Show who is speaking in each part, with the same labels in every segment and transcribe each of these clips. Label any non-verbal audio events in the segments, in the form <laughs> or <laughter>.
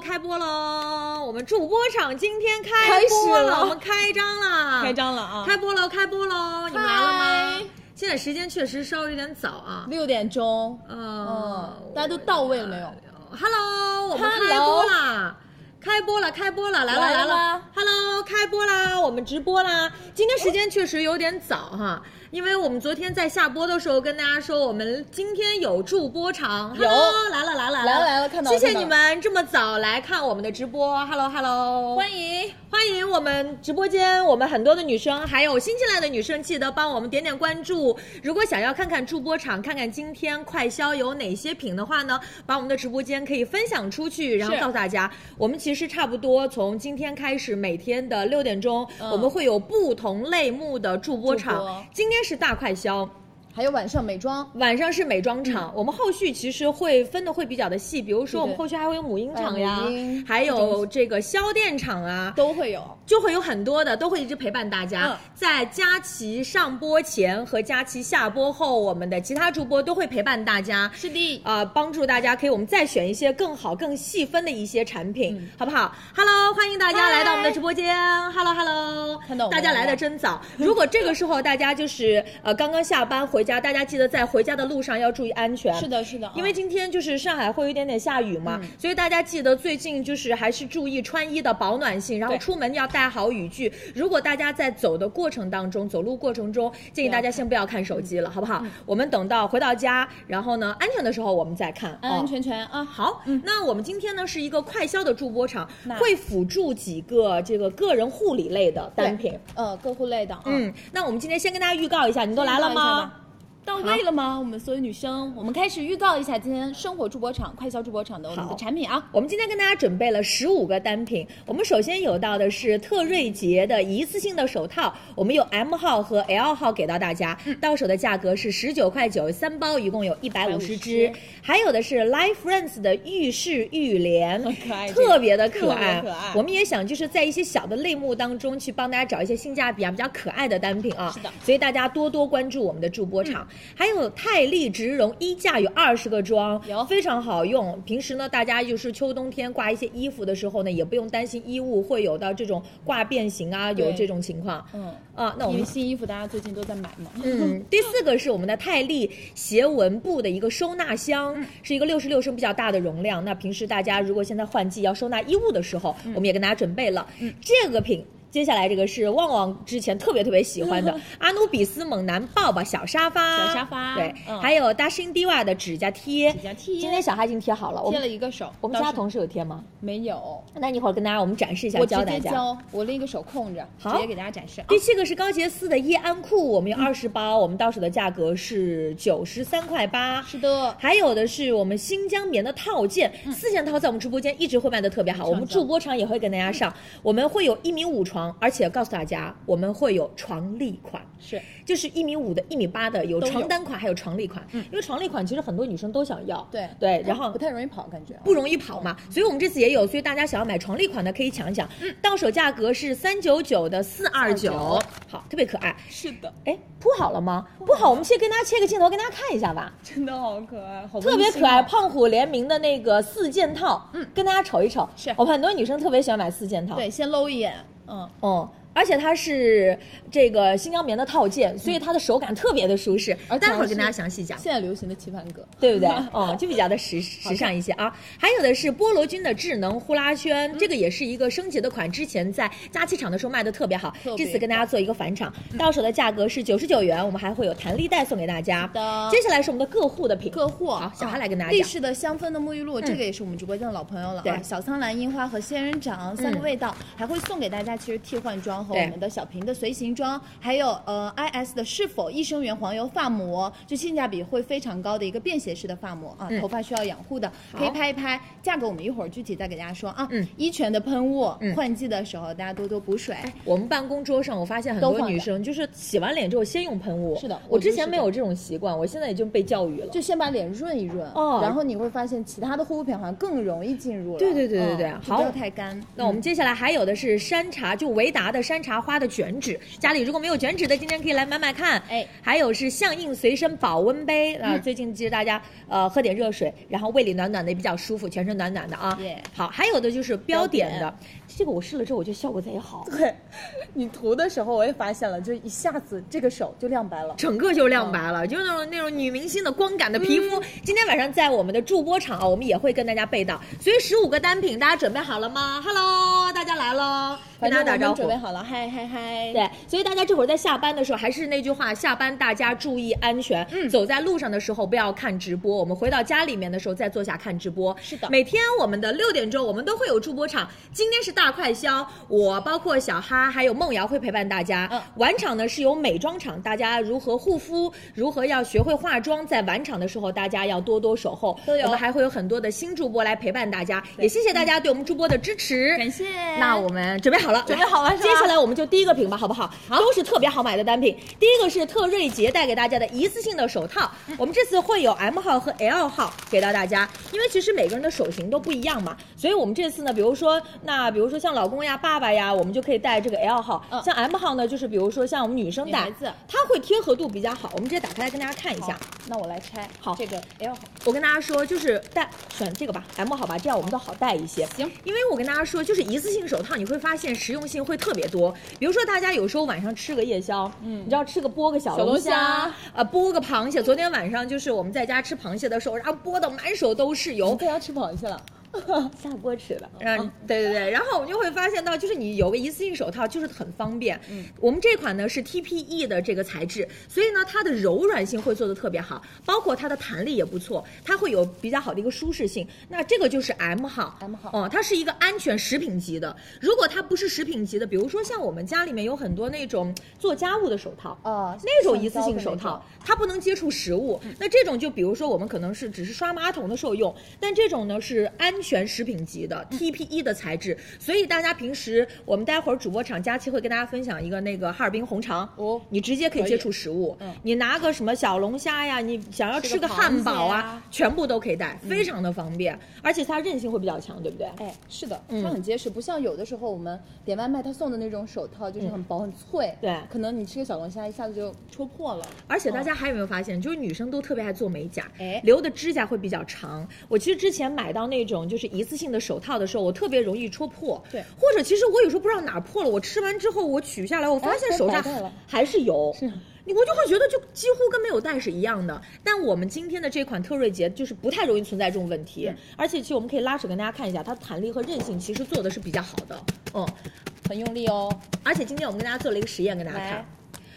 Speaker 1: 开播喽！我们主播场今天开播
Speaker 2: 开始了
Speaker 1: 我们开张啦！
Speaker 2: 开张了啊，
Speaker 1: 开播喽！开播喽！你们来了
Speaker 2: 嗨
Speaker 1: 吗？现在时间确实稍微有点早啊。
Speaker 2: 六点钟，
Speaker 1: 呃
Speaker 2: 嗯，，大家都到位了没有？
Speaker 1: Hello，我们开播啦！开播了，开播了，来了
Speaker 2: 来
Speaker 1: 来
Speaker 2: 了
Speaker 1: 了！Hello，开播啦！我们直播啦！今天时间确实有点早哈，因为我们昨天在下播的时候跟大家说，我们今天有助播场。
Speaker 2: 有
Speaker 1: Hello，来了来了
Speaker 2: 来了来了看到了
Speaker 1: 谢谢
Speaker 2: 看到了
Speaker 1: 你们这么早来看我们的直播。Hello Hello，
Speaker 2: 欢迎，
Speaker 1: 欢迎我们直播间，我们很多的女生，还有新进来的女生，记得帮我们点点关注。如果想要看看助播场，看看今天快销有哪些品的话呢，把我们的直播间可以分享出去，然后
Speaker 2: 是
Speaker 1: 告诉大家，我们其实差不多从今天开始，每天的六点钟，
Speaker 2: 嗯
Speaker 1: 我们会有不同类目的助播场。
Speaker 2: 助播
Speaker 1: 今天是大快销。
Speaker 2: 还有晚上美妆，嗯
Speaker 1: 晚上是美妆场，我们后续其实会分的会比较的细，比如说我们
Speaker 2: 对对
Speaker 1: 后续还会有母婴场
Speaker 2: 哎
Speaker 1: 呀，
Speaker 2: 母婴
Speaker 1: 还
Speaker 2: 这
Speaker 1: 有
Speaker 2: 种
Speaker 1: 这个销店场啊，
Speaker 2: 都会有。
Speaker 1: 就会有很多的，都会一直陪伴大家。
Speaker 2: 嗯
Speaker 1: 在佳琦上播前和佳琦下播后，我们的其他主播都会陪伴大家。
Speaker 2: 是的，
Speaker 1: 呃，帮助大家可以，我们再选一些更好、更细分的一些产品，好不好？Hello，欢迎大家
Speaker 2: 嗯嗨
Speaker 1: 来到我们的直播间。Hello，Hello，
Speaker 2: 看到我们
Speaker 1: 大家
Speaker 2: 了
Speaker 1: 来的
Speaker 2: 吗 <laughs>
Speaker 1: 真早。如果这个时候大家就是呃刚刚下班回家，大家记得在回家的路上要注意安全。
Speaker 2: 是的，是的，
Speaker 1: 因为
Speaker 2: 啊
Speaker 1: 今天就是上海会有一点点下雨嘛，
Speaker 2: 嗯
Speaker 1: 所以大家记得最近就是还是注意穿衣的保暖性，然后
Speaker 2: 对
Speaker 1: 出门要带好雨具。如果大家在走的过程当中，走路过程中，建议
Speaker 2: 不要
Speaker 1: 大家先不要看手机了，好不
Speaker 2: 嗯
Speaker 1: 好？我们等到回到家，然后呢安全的时候我们再看。
Speaker 2: 安安
Speaker 1: 哦
Speaker 2: 全全啊，
Speaker 1: 好，那我们今天呢是一个快销的助播场
Speaker 2: 那，
Speaker 1: 会辅助几个这个个人护理类的单品。
Speaker 2: 呃，个护类的啊，
Speaker 1: 嗯，那我们今天先跟大家预告一下，你都来了
Speaker 2: 预告一下
Speaker 1: 吗
Speaker 2: 吧？？到位了吗？我们所有女生，我们开始预告一下今天生活助播场、快销助播场的我们
Speaker 1: 好
Speaker 2: 的产品啊。
Speaker 1: 我们今天跟大家准备了十五个单品。我们首先有到的是特瑞洁的一次性的手套，我们有 M 号和 L 号给到大家，
Speaker 2: 嗯
Speaker 1: 到手的价格是十九块九，三包一共有一百五十支
Speaker 2: 150。
Speaker 1: 还有的是 Life Friends 的浴室浴帘
Speaker 2: 很可爱，这个
Speaker 1: 特别的
Speaker 2: 特
Speaker 1: 可
Speaker 2: 别
Speaker 1: 爱
Speaker 2: 可爱。
Speaker 1: 我们也想就是在一些小的类目当中去帮大家找一些性价比啊比较可爱的单品啊。
Speaker 2: 是的嗯
Speaker 1: 所以大家多多关注我们的助播场。还有泰丽植绒衣架有二十个装，
Speaker 2: 有
Speaker 1: 非常好用。平时呢，大家就是秋冬天挂一些衣服的时候呢，也不用担心衣物会有到这种挂变形啊，有
Speaker 2: 对
Speaker 1: 这种情况。
Speaker 2: 嗯，
Speaker 1: 啊，那我
Speaker 2: 因
Speaker 1: 们
Speaker 2: 为新衣服大家最近都在买嘛。 <laughs>
Speaker 1: 嗯，第四个是我们的泰利斜纹布的一个收纳箱，
Speaker 2: 嗯
Speaker 1: 是一个六十六升比较大的容量。那平时大家如果现在换季要收纳衣物的时候，
Speaker 2: 嗯
Speaker 1: 我们也跟大家准备了。这个品。接下来这个是旺旺之前特别特别喜
Speaker 2: <laughs>
Speaker 1: 欢的阿努比斯猛男抱抱小沙发，
Speaker 2: 小沙发
Speaker 1: 对，
Speaker 2: 嗯
Speaker 1: 还有 Dashing Diva 的指甲贴，
Speaker 2: 指甲贴
Speaker 1: 今天小哈已经贴好了，我
Speaker 2: 贴了
Speaker 1: 们
Speaker 2: 一个手，
Speaker 1: 我们其
Speaker 2: 到
Speaker 1: 他
Speaker 2: 时
Speaker 1: 同事有贴吗？
Speaker 2: 没有，
Speaker 1: 那一会儿跟大家我们展示一下，
Speaker 2: 我直
Speaker 1: 教大
Speaker 2: 接
Speaker 1: 家。
Speaker 2: 教，我另一个手空着，直
Speaker 1: 好
Speaker 2: 接给大家展示啊。嗯
Speaker 1: 第七个是高洁丝的夜安裤，我们有二十包，我们到手的价格是九十三块八。
Speaker 2: 是的，嗯
Speaker 1: 还有的是我们新疆棉的套件，四件套在我们直播间一直会卖的特别好，我们助播场也会跟大家上，
Speaker 2: 嗯
Speaker 1: 我们会有一米五床，而且告诉大家我们会有床立款，
Speaker 2: 是
Speaker 1: 就是一米五的、一米八的，有
Speaker 2: 都有嗯
Speaker 1: 床单款，还有床立款。因为床立款其实很多女生都想要，
Speaker 2: 对哎
Speaker 1: 对，然后
Speaker 2: 不太容易跑，感觉啊
Speaker 1: 不容易跑嘛，所以我们这次也有，所以大家想要买床立款的可以抢一抢，
Speaker 2: 嗯
Speaker 1: 到手价格是三九九的四二九，好，特别可爱。
Speaker 2: 是的，
Speaker 1: 哎，铺好了吗？铺好，我们先跟大家切个镜头，跟大家看一下吧，
Speaker 2: 真的好可爱，好
Speaker 1: 特别
Speaker 2: 温馨
Speaker 1: 可爱。
Speaker 2: 啊。
Speaker 1: 胖虎联名的那个四件套，嗯，跟大家瞅一瞅，
Speaker 2: 是
Speaker 1: 我们很多女生特别喜欢买四件套，
Speaker 2: 对，先搂一眼，嗯，
Speaker 1: 嗯，而且它是这个新疆棉的套件，所以它的手感特别的舒适，
Speaker 2: 嗯而且
Speaker 1: 待会儿
Speaker 2: 是
Speaker 1: 跟大家详细讲。
Speaker 2: 现在流行的棋盘格，
Speaker 1: 对
Speaker 2: <laughs>
Speaker 1: 不对？嗯，就比较的时时尚一些啊。还有的是菠萝君的智能呼啦圈，
Speaker 2: 嗯
Speaker 1: 这个也是一个升级的款，之前在佳琦场的时候卖的特别好
Speaker 2: 特，别
Speaker 1: 这次跟大家做一个返场，到手的价格是九十九元，我们还会有弹力带送给大家
Speaker 2: 是。的啊
Speaker 1: 接下来是我们的个护的品，
Speaker 2: 个护
Speaker 1: 好，小哈来跟大家
Speaker 2: 立
Speaker 1: 讲。
Speaker 2: 式的香氛的沐浴露，这个也是我们直播间的老朋友了啊
Speaker 1: 嗯对。嗯
Speaker 2: 小苍兰、樱花和仙人掌三个味道，还会送给大家其实替换装和
Speaker 1: 对
Speaker 2: 我们的小瓶的随行装，还有呃 IS 的是否益生元黄油发膜，就性价比会非常高的一个便携式的发膜啊
Speaker 1: 嗯，
Speaker 2: 头发需要养护的可以拍一拍，价格我们一会儿具体再给大家说啊
Speaker 1: 嗯。
Speaker 2: 一泉的喷雾
Speaker 1: 嗯，哎
Speaker 2: 换季的时候大家多多补水，
Speaker 1: 我们办公桌上，我发现很
Speaker 2: 都
Speaker 1: 多
Speaker 2: 放着
Speaker 1: 女生就是洗完脸之后先用喷雾。
Speaker 2: 是的
Speaker 1: 我
Speaker 2: 我
Speaker 1: 之
Speaker 2: 就是
Speaker 1: 前没有这种习惯，我现在已经被教育了。
Speaker 2: 就先把脸润一润，
Speaker 1: 哦
Speaker 2: 然后你会发现其他的护肤品好像更容易进入了。
Speaker 1: 对对对对
Speaker 2: 嗯
Speaker 1: 对
Speaker 2: 就
Speaker 1: 好
Speaker 2: 不要太干。
Speaker 1: 那我们接下来还有的是山茶，就维达的山茶花的卷纸，家里如果没有卷纸的，今天可以来买买看。
Speaker 2: 哎
Speaker 1: 还有是象印随身保温杯啊，
Speaker 2: 嗯
Speaker 1: 最近其实大家呃喝点热水，然后胃里暖暖的也比较舒服，全身暖暖的啊。
Speaker 2: 耶
Speaker 1: 好，还有的就是标点
Speaker 2: 标
Speaker 1: 的，这个我试了之后，我觉得效果贼好，
Speaker 3: 对，你涂的时候我也发现了，就一下子这个手就亮白了。
Speaker 1: 整个就亮白了，就是那种那种女明星的光感的皮肤。今天晚上在我们的助播场啊，我们也会跟大家备到，所以十五个单品大家准备好了吗？Hello，大家来喽，跟
Speaker 2: 反正我
Speaker 1: 大家打
Speaker 2: 们
Speaker 1: 招呼
Speaker 2: 准。备好了，嗨嗨嗨！
Speaker 1: 对，所以大家这会儿在下班的时候，还是那句话，下班大家注意安全。嗯，走在路上的时候不要看直播，我们回到家里面的时候再坐下看直播。
Speaker 2: 是的
Speaker 1: 每天我们的六点钟我们都会有助播场，今天是大快销，我包括小哈还有梦瑶会陪伴大家。
Speaker 2: 嗯
Speaker 1: 晚场呢是有美妆场，大家如何护肤，如何要学会化妆，在晚场的时候大家要多多守候。
Speaker 2: 都有
Speaker 1: 我们还会有很多的新助播来陪伴大家，也谢谢大家对我们助播的支持。
Speaker 2: 感谢。
Speaker 1: 那我们准备好了，
Speaker 2: 准备好了
Speaker 1: 来
Speaker 2: 是
Speaker 1: 接
Speaker 2: 吧
Speaker 1: 下来我们就第一个品吧，好不好？都是特别好买的单品。第一个是特瑞杰带给大家的一次性的手套，
Speaker 2: 嗯
Speaker 1: 我们这次会有 M 号和 L 号给到大家，因为其实每个人的手型都不一样嘛，所以我们这次呢，比如说那比如说像老公呀、爸爸呀，我们就可以带这个 L 号。
Speaker 2: 嗯
Speaker 1: 像 M 号呢，就是比如说像我们女生
Speaker 2: 女
Speaker 1: 戴
Speaker 2: 孩子，
Speaker 1: 它会贴合度比较好。我们直接打开来跟大家看一下
Speaker 2: 好。，那我来拆。
Speaker 1: 好
Speaker 2: 这个 L 好，
Speaker 1: 我跟大家说，就是戴选这个吧，M 好吧，这样我们都好戴一些。
Speaker 2: 行，
Speaker 1: 因为我跟大家说，就是一次性手套，你会发现实用性会特别多。比如说，大家有时候晚上吃个夜宵，嗯，你知道吃个剥个小
Speaker 2: 小龙
Speaker 1: 虾
Speaker 2: 虾，
Speaker 1: 呃，剥个螃蟹。昨天晚上就是我们在家吃螃蟹的时候，然后剥的满手都是
Speaker 3: 我
Speaker 1: 油
Speaker 3: 们，在家吃螃蟹
Speaker 1: <laughs>
Speaker 3: 了，
Speaker 1: 下锅吃的。让你对对对，然后我们就会发现到，就是你有个一次性手套，就是很方便。嗯，我们这款呢是 TPE 的这个材质，所以呢它的柔软性会做的特别好，包括它的弹力也不错，它会有比较好的一个舒适性。那这个就是 M 号
Speaker 2: M 号
Speaker 1: 哦，它是一个安全食品级的。如果它不是食品级的，比如说像我们家里面有很多那种做家务的手套，
Speaker 2: 哦，
Speaker 1: 那种
Speaker 2: 橡
Speaker 1: 一次
Speaker 2: 胶
Speaker 1: 性
Speaker 2: 的
Speaker 1: 手
Speaker 2: 那
Speaker 1: 套
Speaker 2: 种，嗯
Speaker 1: 它不能接触食物。那这种就比如说我们可能是只是刷马桶的时候用，但这种呢是安全食品级的
Speaker 2: 嗯
Speaker 1: TPE 的材质，所以大家平时我们待会儿主播场佳期会跟大家分享一个那个哈尔滨红肠
Speaker 2: 哦
Speaker 1: 你直接可以
Speaker 2: 可以
Speaker 1: 接触食物
Speaker 2: 嗯，
Speaker 1: 你拿个什么小龙虾呀，你想要吃
Speaker 2: 吃个
Speaker 1: 个汉
Speaker 2: 螃
Speaker 1: 堡
Speaker 2: 蟹啊嗯
Speaker 1: 啊，全部都可以带，非常的方便，而且它韧性会比较强，对不对？
Speaker 2: 哎，是的，
Speaker 1: 嗯
Speaker 2: 它很结实，不像有的时候我们点外卖他送的那种手套，就是很薄很脆，
Speaker 1: 嗯对
Speaker 2: 可能你吃个小龙虾一下子就戳破了。啊
Speaker 1: 而且大家还有没有发现，就是女生都特别爱做美甲，
Speaker 2: 嗯哎
Speaker 1: 留的指甲会比较长。我其实之前买到那种就是一次性的手套的时候，我特别容易戳破。
Speaker 2: 对
Speaker 1: 或者其实我有时候不知道哪儿破了，我吃完之后我取下来，我发现
Speaker 2: 哎
Speaker 1: 手
Speaker 2: 白
Speaker 1: 上
Speaker 2: 带了
Speaker 1: 还是有。
Speaker 2: 是
Speaker 1: 你我就会觉得就几乎跟没有戴是一样的，但我们今天的这款特瑞洁就是不太容易存在这种问题，而且其实我们可以拉扯跟大家看一下，它弹力和韧性其实做的是比较好的，嗯，
Speaker 2: 很用力哦，
Speaker 1: 而且今天我们跟大家做了一个实验，跟大家看
Speaker 2: 来。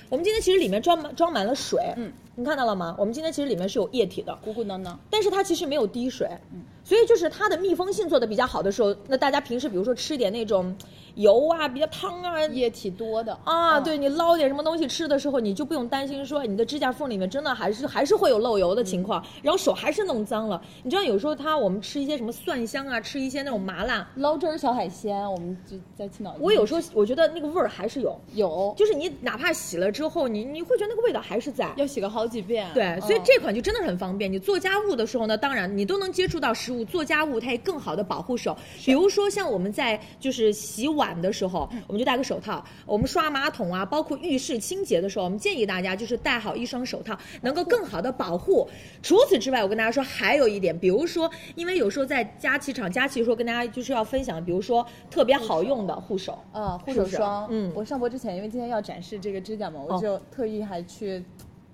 Speaker 1: 我们今天其实里面装满装满了水，
Speaker 2: 嗯，
Speaker 1: 你看到了吗？我们今天其实里面是有液体的，
Speaker 2: 鼓鼓囊囊。嗯
Speaker 1: 但是它其实没有滴水，所以就是它的密封性做的比较好的时候，那大家平时比如说吃点那种油啊、比较汤啊。
Speaker 2: 液体多的
Speaker 1: 啊，
Speaker 2: 嗯
Speaker 1: 对你捞点什么东西吃的时候，你就不用担心说你的指甲缝里面真的还是还是会有漏油的情况，
Speaker 2: 嗯
Speaker 1: 然后手还是弄脏了。你知道有时候它我们吃一些什么蒜香啊，吃一些那种麻辣，
Speaker 2: 捞汁儿小海鲜，我们就在青岛。
Speaker 1: 我有时候我觉得那个味儿还是有，
Speaker 2: 有
Speaker 1: 就是你哪怕洗了之后，你你会觉得那个味道还是在。
Speaker 2: 要洗个好几遍。
Speaker 1: 对，
Speaker 2: 嗯
Speaker 1: 所以这款就真的很方便。你做家务的时候呢，当然你都能接触到食物，做家务它也更好的保护手。比如说像我们在就是洗碗的时
Speaker 2: 嗯
Speaker 1: 候，我们就戴个手套；我们刷马桶啊，包括浴室清洁的时候，我们建议大家就是戴好一双手套，能够更好的保护。除此之外，我跟大家说还有一点，比如说，因为有时候在佳琦场，佳琦说跟大家就是要分享，比如说特别好用的护手。
Speaker 2: 啊，护手
Speaker 1: 是不是
Speaker 2: 霜。
Speaker 1: 嗯
Speaker 2: 我上播之前，因为今天要展示这个指甲嘛，我
Speaker 1: 哦
Speaker 2: 就特意还去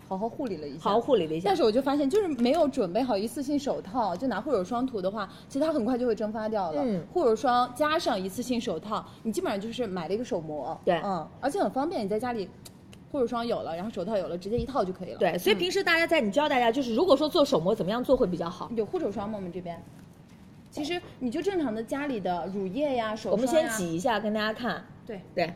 Speaker 2: 好好护理了一下。
Speaker 1: 好好护理了一下
Speaker 2: 但，是我就发现，就是没有准备好一次性手套，就拿护手霜涂的话，其实它很快就会蒸发掉了。
Speaker 1: 嗯
Speaker 2: 护手霜加上一次性手套，你基本上就是买了一个手膜。
Speaker 1: 对
Speaker 2: 嗯，而且很方便，你在家里护手霜有了，然后手套有了，直接一套就可以了。，嗯
Speaker 1: 对，所以平时大家在你教大家，就是如果说做手膜怎么样做会比较好。
Speaker 2: 有护手霜吗？我们这边，其实你就正常的家里的乳液呀、手霜呀
Speaker 1: 我们先。挤一下，跟大家看。
Speaker 2: 对，
Speaker 1: 对，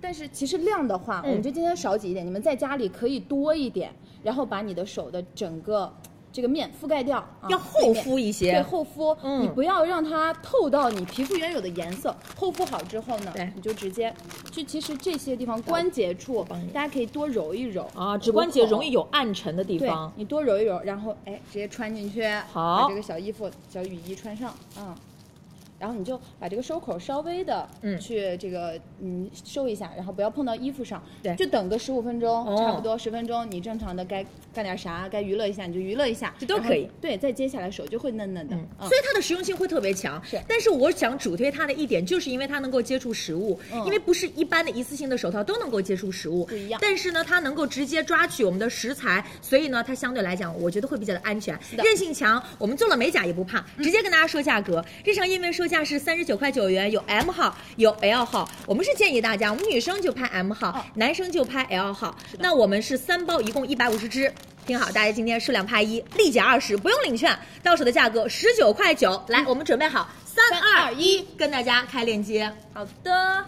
Speaker 2: 但是其实量的话，
Speaker 1: 嗯
Speaker 2: 我们就今天少挤一点，你们在家里可以多一点，然后把你的手的整个这个面覆盖掉，啊
Speaker 1: 要厚敷一些
Speaker 2: 对厚敷，
Speaker 1: 嗯
Speaker 2: 你不要让它透到你皮肤原有的颜色。厚敷好之后呢，
Speaker 1: 对
Speaker 2: 你就直接，就其实这些地方关节处
Speaker 1: 帮你，
Speaker 2: 大家可以多揉一揉
Speaker 1: 啊，指关节容易
Speaker 2: 有。
Speaker 1: 有暗沉的地
Speaker 2: 对
Speaker 1: 方，。
Speaker 2: 你多揉一揉，然后哎，直接穿进去，
Speaker 1: 好
Speaker 2: 把这个小衣服、小雨衣穿上，嗯，
Speaker 3: 然后你就把这个收口稍微的
Speaker 1: 嗯
Speaker 3: 去这个嗯收一下，然后不要碰到衣服上，
Speaker 1: 对
Speaker 3: 就等个十五分钟，
Speaker 1: 哦
Speaker 3: 差不多十分钟，你正常的该干点啥，该娱乐一下你就娱乐一下，
Speaker 1: 这都
Speaker 3: 然后
Speaker 1: 可以
Speaker 3: 对，再接下来手就会嫩嫩的，
Speaker 1: 嗯，
Speaker 3: 嗯
Speaker 1: 所以它的实用性会特别强。
Speaker 3: 是
Speaker 1: 但是我想主推它的一点，就是因为它能够接触食物，
Speaker 3: 嗯
Speaker 1: 因为不是一般的一次性的手套都能够接触食物，
Speaker 3: 不一样
Speaker 1: 但是呢，它能够直接抓取我们的食材，所以呢，它相对来讲，我觉得会比较的安全，
Speaker 3: 的嗯
Speaker 1: 韧性强。我们做了美甲也不怕，直接跟大家说价格，日常夜面售价是三十九块九元，有 M 号，有 L 号。我们是建议大家，我们女生就拍 M 号，
Speaker 3: 哦
Speaker 1: 男生就拍 L 号。那我们是三包，一共一百五十支。听好，大家今天数量拍一，立减二十，不用领券，到手的价格十九块九。
Speaker 3: 嗯
Speaker 1: 来，我们准备好，三二一，跟大家开链接。
Speaker 4: 好的，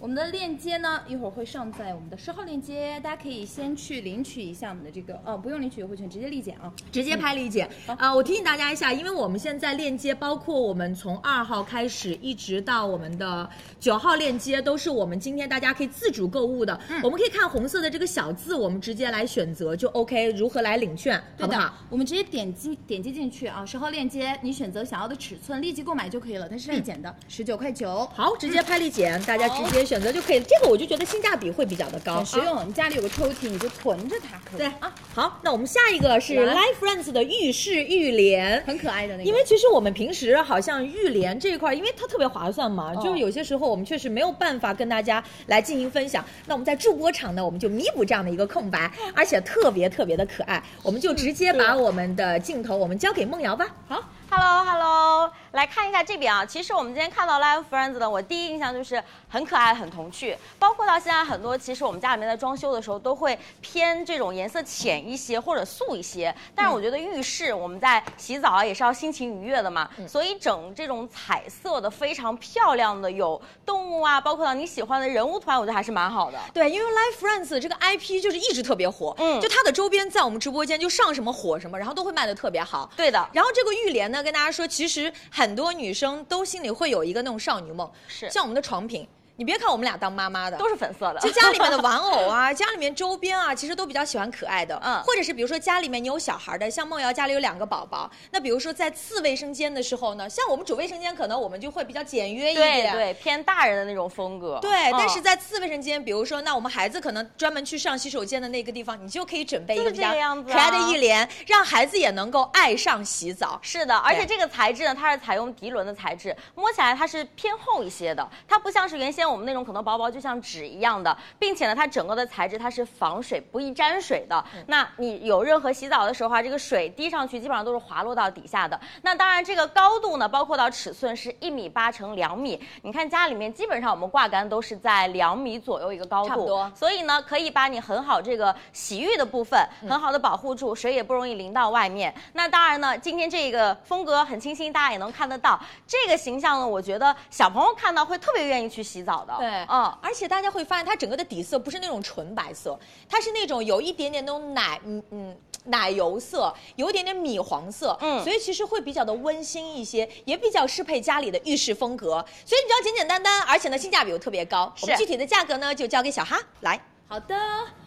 Speaker 4: 我们的链接呢，一会儿会上在我们的收号链接，大家可以先去领取一下我们的这个哦，不用领取优惠券，直接立减啊。
Speaker 1: 直接拍立
Speaker 3: 嗯
Speaker 1: 减。
Speaker 4: 嗯
Speaker 1: 呃，我提醒大家一下，因为我们现在链接包括我们从二号开始一直到我们的九号链接，都是我们今天大家可以自主购物的。
Speaker 4: 嗯
Speaker 1: 我们可以看红色的这个小字，我们直接来选择就 OK，如何来领券，好
Speaker 4: 对
Speaker 1: 不
Speaker 4: 的，
Speaker 1: 好？
Speaker 4: 我们直接点击点击进去啊，收号链接，你选择想要的尺寸，立即购买就可以了，它是立减的，嗯十九、块九。
Speaker 1: 好，直接拍立减，大家直接选择就可以了。这个我就觉得性价比会比较的高，
Speaker 4: 很实
Speaker 1: 啊。
Speaker 4: 用，你家里有个抽屉，你就囤着它可以。
Speaker 1: 对啊，好，那我们下一个是
Speaker 4: 来
Speaker 1: Life Friends 的浴室浴帘，
Speaker 4: 很可爱的那个。
Speaker 1: 因为其实我们平时好像浴帘这一块儿，因为它特别划算嘛，
Speaker 4: 哦
Speaker 1: 就是有些时候我们确实没有办法跟大家来进行分享。那我们在助播场呢，我们就弥补这样的一个空白，而且特别特别的可爱。我们就直接
Speaker 4: 嗯
Speaker 1: 把我们的镜头，我们交给梦瑶吧。好，
Speaker 5: Hello Hello，来看一下这边啊。其实我们今天看到 Live Friends 呢，我第一印象就是很可爱、很童趣。包括到现在很多，其实我们家里面在装修的时候都会偏这种颜色浅一些或者素一些。但是我觉得浴室我们在洗澡啊也是要心情愉悦的嘛，
Speaker 1: 嗯
Speaker 5: 所以整这种彩色的非常漂亮的，有动物啊，包括到你喜欢的人物图案，我觉得还是蛮好的。
Speaker 1: 对，因为 Life Friends 这个 IP 就是一直特别火，
Speaker 5: 嗯
Speaker 1: 就它的周边在我们直播间就上什么火什么，然后都会卖的特别好。
Speaker 5: 对的，
Speaker 1: 然后这个浴帘呢，跟大家说，其实很多女生都心里会有一个那种少女梦，
Speaker 5: 是
Speaker 1: 像我们的床品，你别看我们俩当妈妈的，
Speaker 5: 都是粉色的。
Speaker 1: 就家里面的玩
Speaker 5: <laughs>
Speaker 1: 偶啊，家里面周边啊，其实都比较喜欢可爱的，
Speaker 5: 嗯
Speaker 1: 或者是比如说家里面你有小孩的，像梦瑶家里有两个宝宝，那比如说在次卫生间的时候呢，像我们主卫生间可能我们就会比较简约一
Speaker 5: 对
Speaker 1: 点，
Speaker 5: 对，偏大人的那种风格。
Speaker 1: 对
Speaker 5: 嗯
Speaker 1: 但是在次卫生间，比如说那我们孩子可能专门去上洗手间的那个地方，你就可以准备一
Speaker 5: 就
Speaker 1: 个
Speaker 5: 是
Speaker 1: 比较
Speaker 5: 这个样子
Speaker 1: 可
Speaker 5: 啊
Speaker 1: 爱的浴帘，让孩子也能够爱上洗澡。
Speaker 5: 是的，而且
Speaker 1: 对
Speaker 5: 这个材质呢，它是采用涤纶的材质，摸起来它是偏厚一些的，它不像是原先我们那种可能薄薄就像纸一样的，并且呢，它整个的材质它是防水不易沾水的。
Speaker 1: 嗯
Speaker 5: 那你有任何洗澡的时候啊，这个水滴上去基本上都是滑落到底下的。那当然，这个高度呢，包括到尺寸是一米八乘两米，你看家里面基本上我们挂杆都是在两米左右一个高度，
Speaker 1: 差不多
Speaker 5: 所以呢，可以把你很好这个洗浴的部分很好的保护住，水也不容易淋到外面。那当然呢，今天这个风格很清新，大家也能看得到。这个形象呢，我觉得小朋友看到会特别愿意去洗澡的。
Speaker 4: 对
Speaker 5: 嗯。
Speaker 1: 而且大家会发现，它整个的底色不是那种纯白色，它是那种有一点点那种奶，嗯嗯。奶油色，有一点点米黄色，
Speaker 5: 嗯
Speaker 1: 所以其实会比较的温馨一些，也比较适配家里的浴室风格。所以你只要简简单单，而且呢性价比又特别高。我们
Speaker 5: 是
Speaker 1: 具体的价格呢就交给小哈来。
Speaker 2: 好的，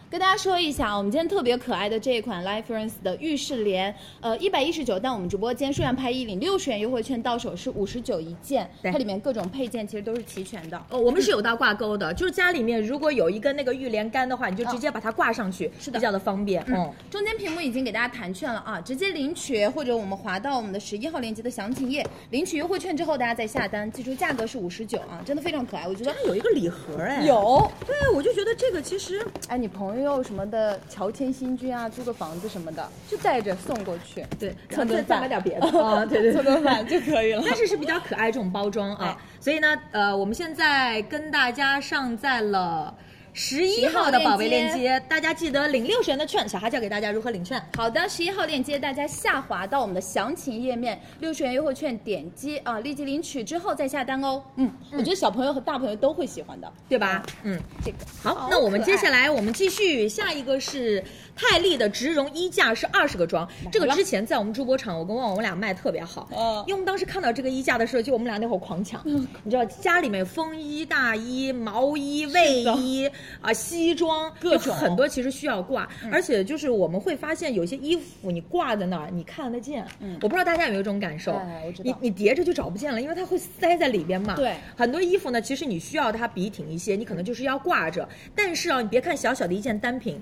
Speaker 2: 跟大家说一下，我们今天特别可爱的这一款 Life Friends 的浴室帘，呃，一百一十九，但我们直播间数量拍一领六十元优惠券，到手是五十九一件，
Speaker 1: 对
Speaker 2: 它里面各种配件其实都是齐全的。
Speaker 1: 哦，我们是有到挂钩的，就是家里面如果有一根那个浴帘杆的话，你就直接把它挂上去，是的，比较的方便。
Speaker 4: 哦
Speaker 1: 嗯，
Speaker 2: 中间屏幕已经给大家弹券了啊，直接领取或者我们滑到我们的十一号链接的详情页，领取优惠券之后大家再下单，记住价格是五十九啊，真的非常可爱，我觉得
Speaker 1: 它有一个礼盒哎，
Speaker 3: 有，
Speaker 1: 对，我就觉得这个其实
Speaker 3: 哎，你朋友什么的，乔迁新居啊，租个房子什么的，就带着送过去，
Speaker 1: 对，
Speaker 3: 蹭
Speaker 1: 然后再
Speaker 3: 顿
Speaker 1: 再
Speaker 3: 饭
Speaker 1: 买
Speaker 2: <laughs>
Speaker 1: 点别的
Speaker 2: 哦
Speaker 1: 啊，对对对
Speaker 3: 蹭顿
Speaker 1: <laughs>
Speaker 3: 饭就可以了。
Speaker 1: 但是是比较可爱这种包装啊。所以呢，呃，我们现在跟大家上在了。十一号的宝贝链接，大家记得领六十元的券。小哈教给大家如何领券。
Speaker 2: 好的，十一号链接大家下滑到我们的详情页面，六十元优惠券点击啊，立即领取之后再下单哦。嗯，
Speaker 3: 我觉得小朋友和大朋友都会喜欢的。
Speaker 1: 对吧？嗯，
Speaker 3: 这个
Speaker 1: 好，那我们接下来我们继续，下一个是泰利的植绒衣架，是二十个装。这个之前在我们助播场，我跟旺旺我们俩卖得特别好，
Speaker 3: 嗯
Speaker 1: 因为我们当时看到这个衣架的时
Speaker 3: <laughs>
Speaker 1: 候，就我们俩那会儿狂抢。你知道家里面风衣、大衣、毛衣、卫衣，啊西装，
Speaker 2: 各
Speaker 1: 有
Speaker 2: 种
Speaker 1: 很多其实需要挂，
Speaker 3: 嗯
Speaker 1: 而且就是我们会发现有些衣服你挂在那儿你看得见，我不知道大家有没有这种感受，
Speaker 3: 嗯哎我知
Speaker 1: 你
Speaker 3: 道
Speaker 1: 你叠着就找不见了，因为它会塞在里边嘛。
Speaker 2: 对
Speaker 1: 很多衣服呢，其实你需要它笔挺一些，你可能就是要挂着，但是啊，你别看小小的一件单品。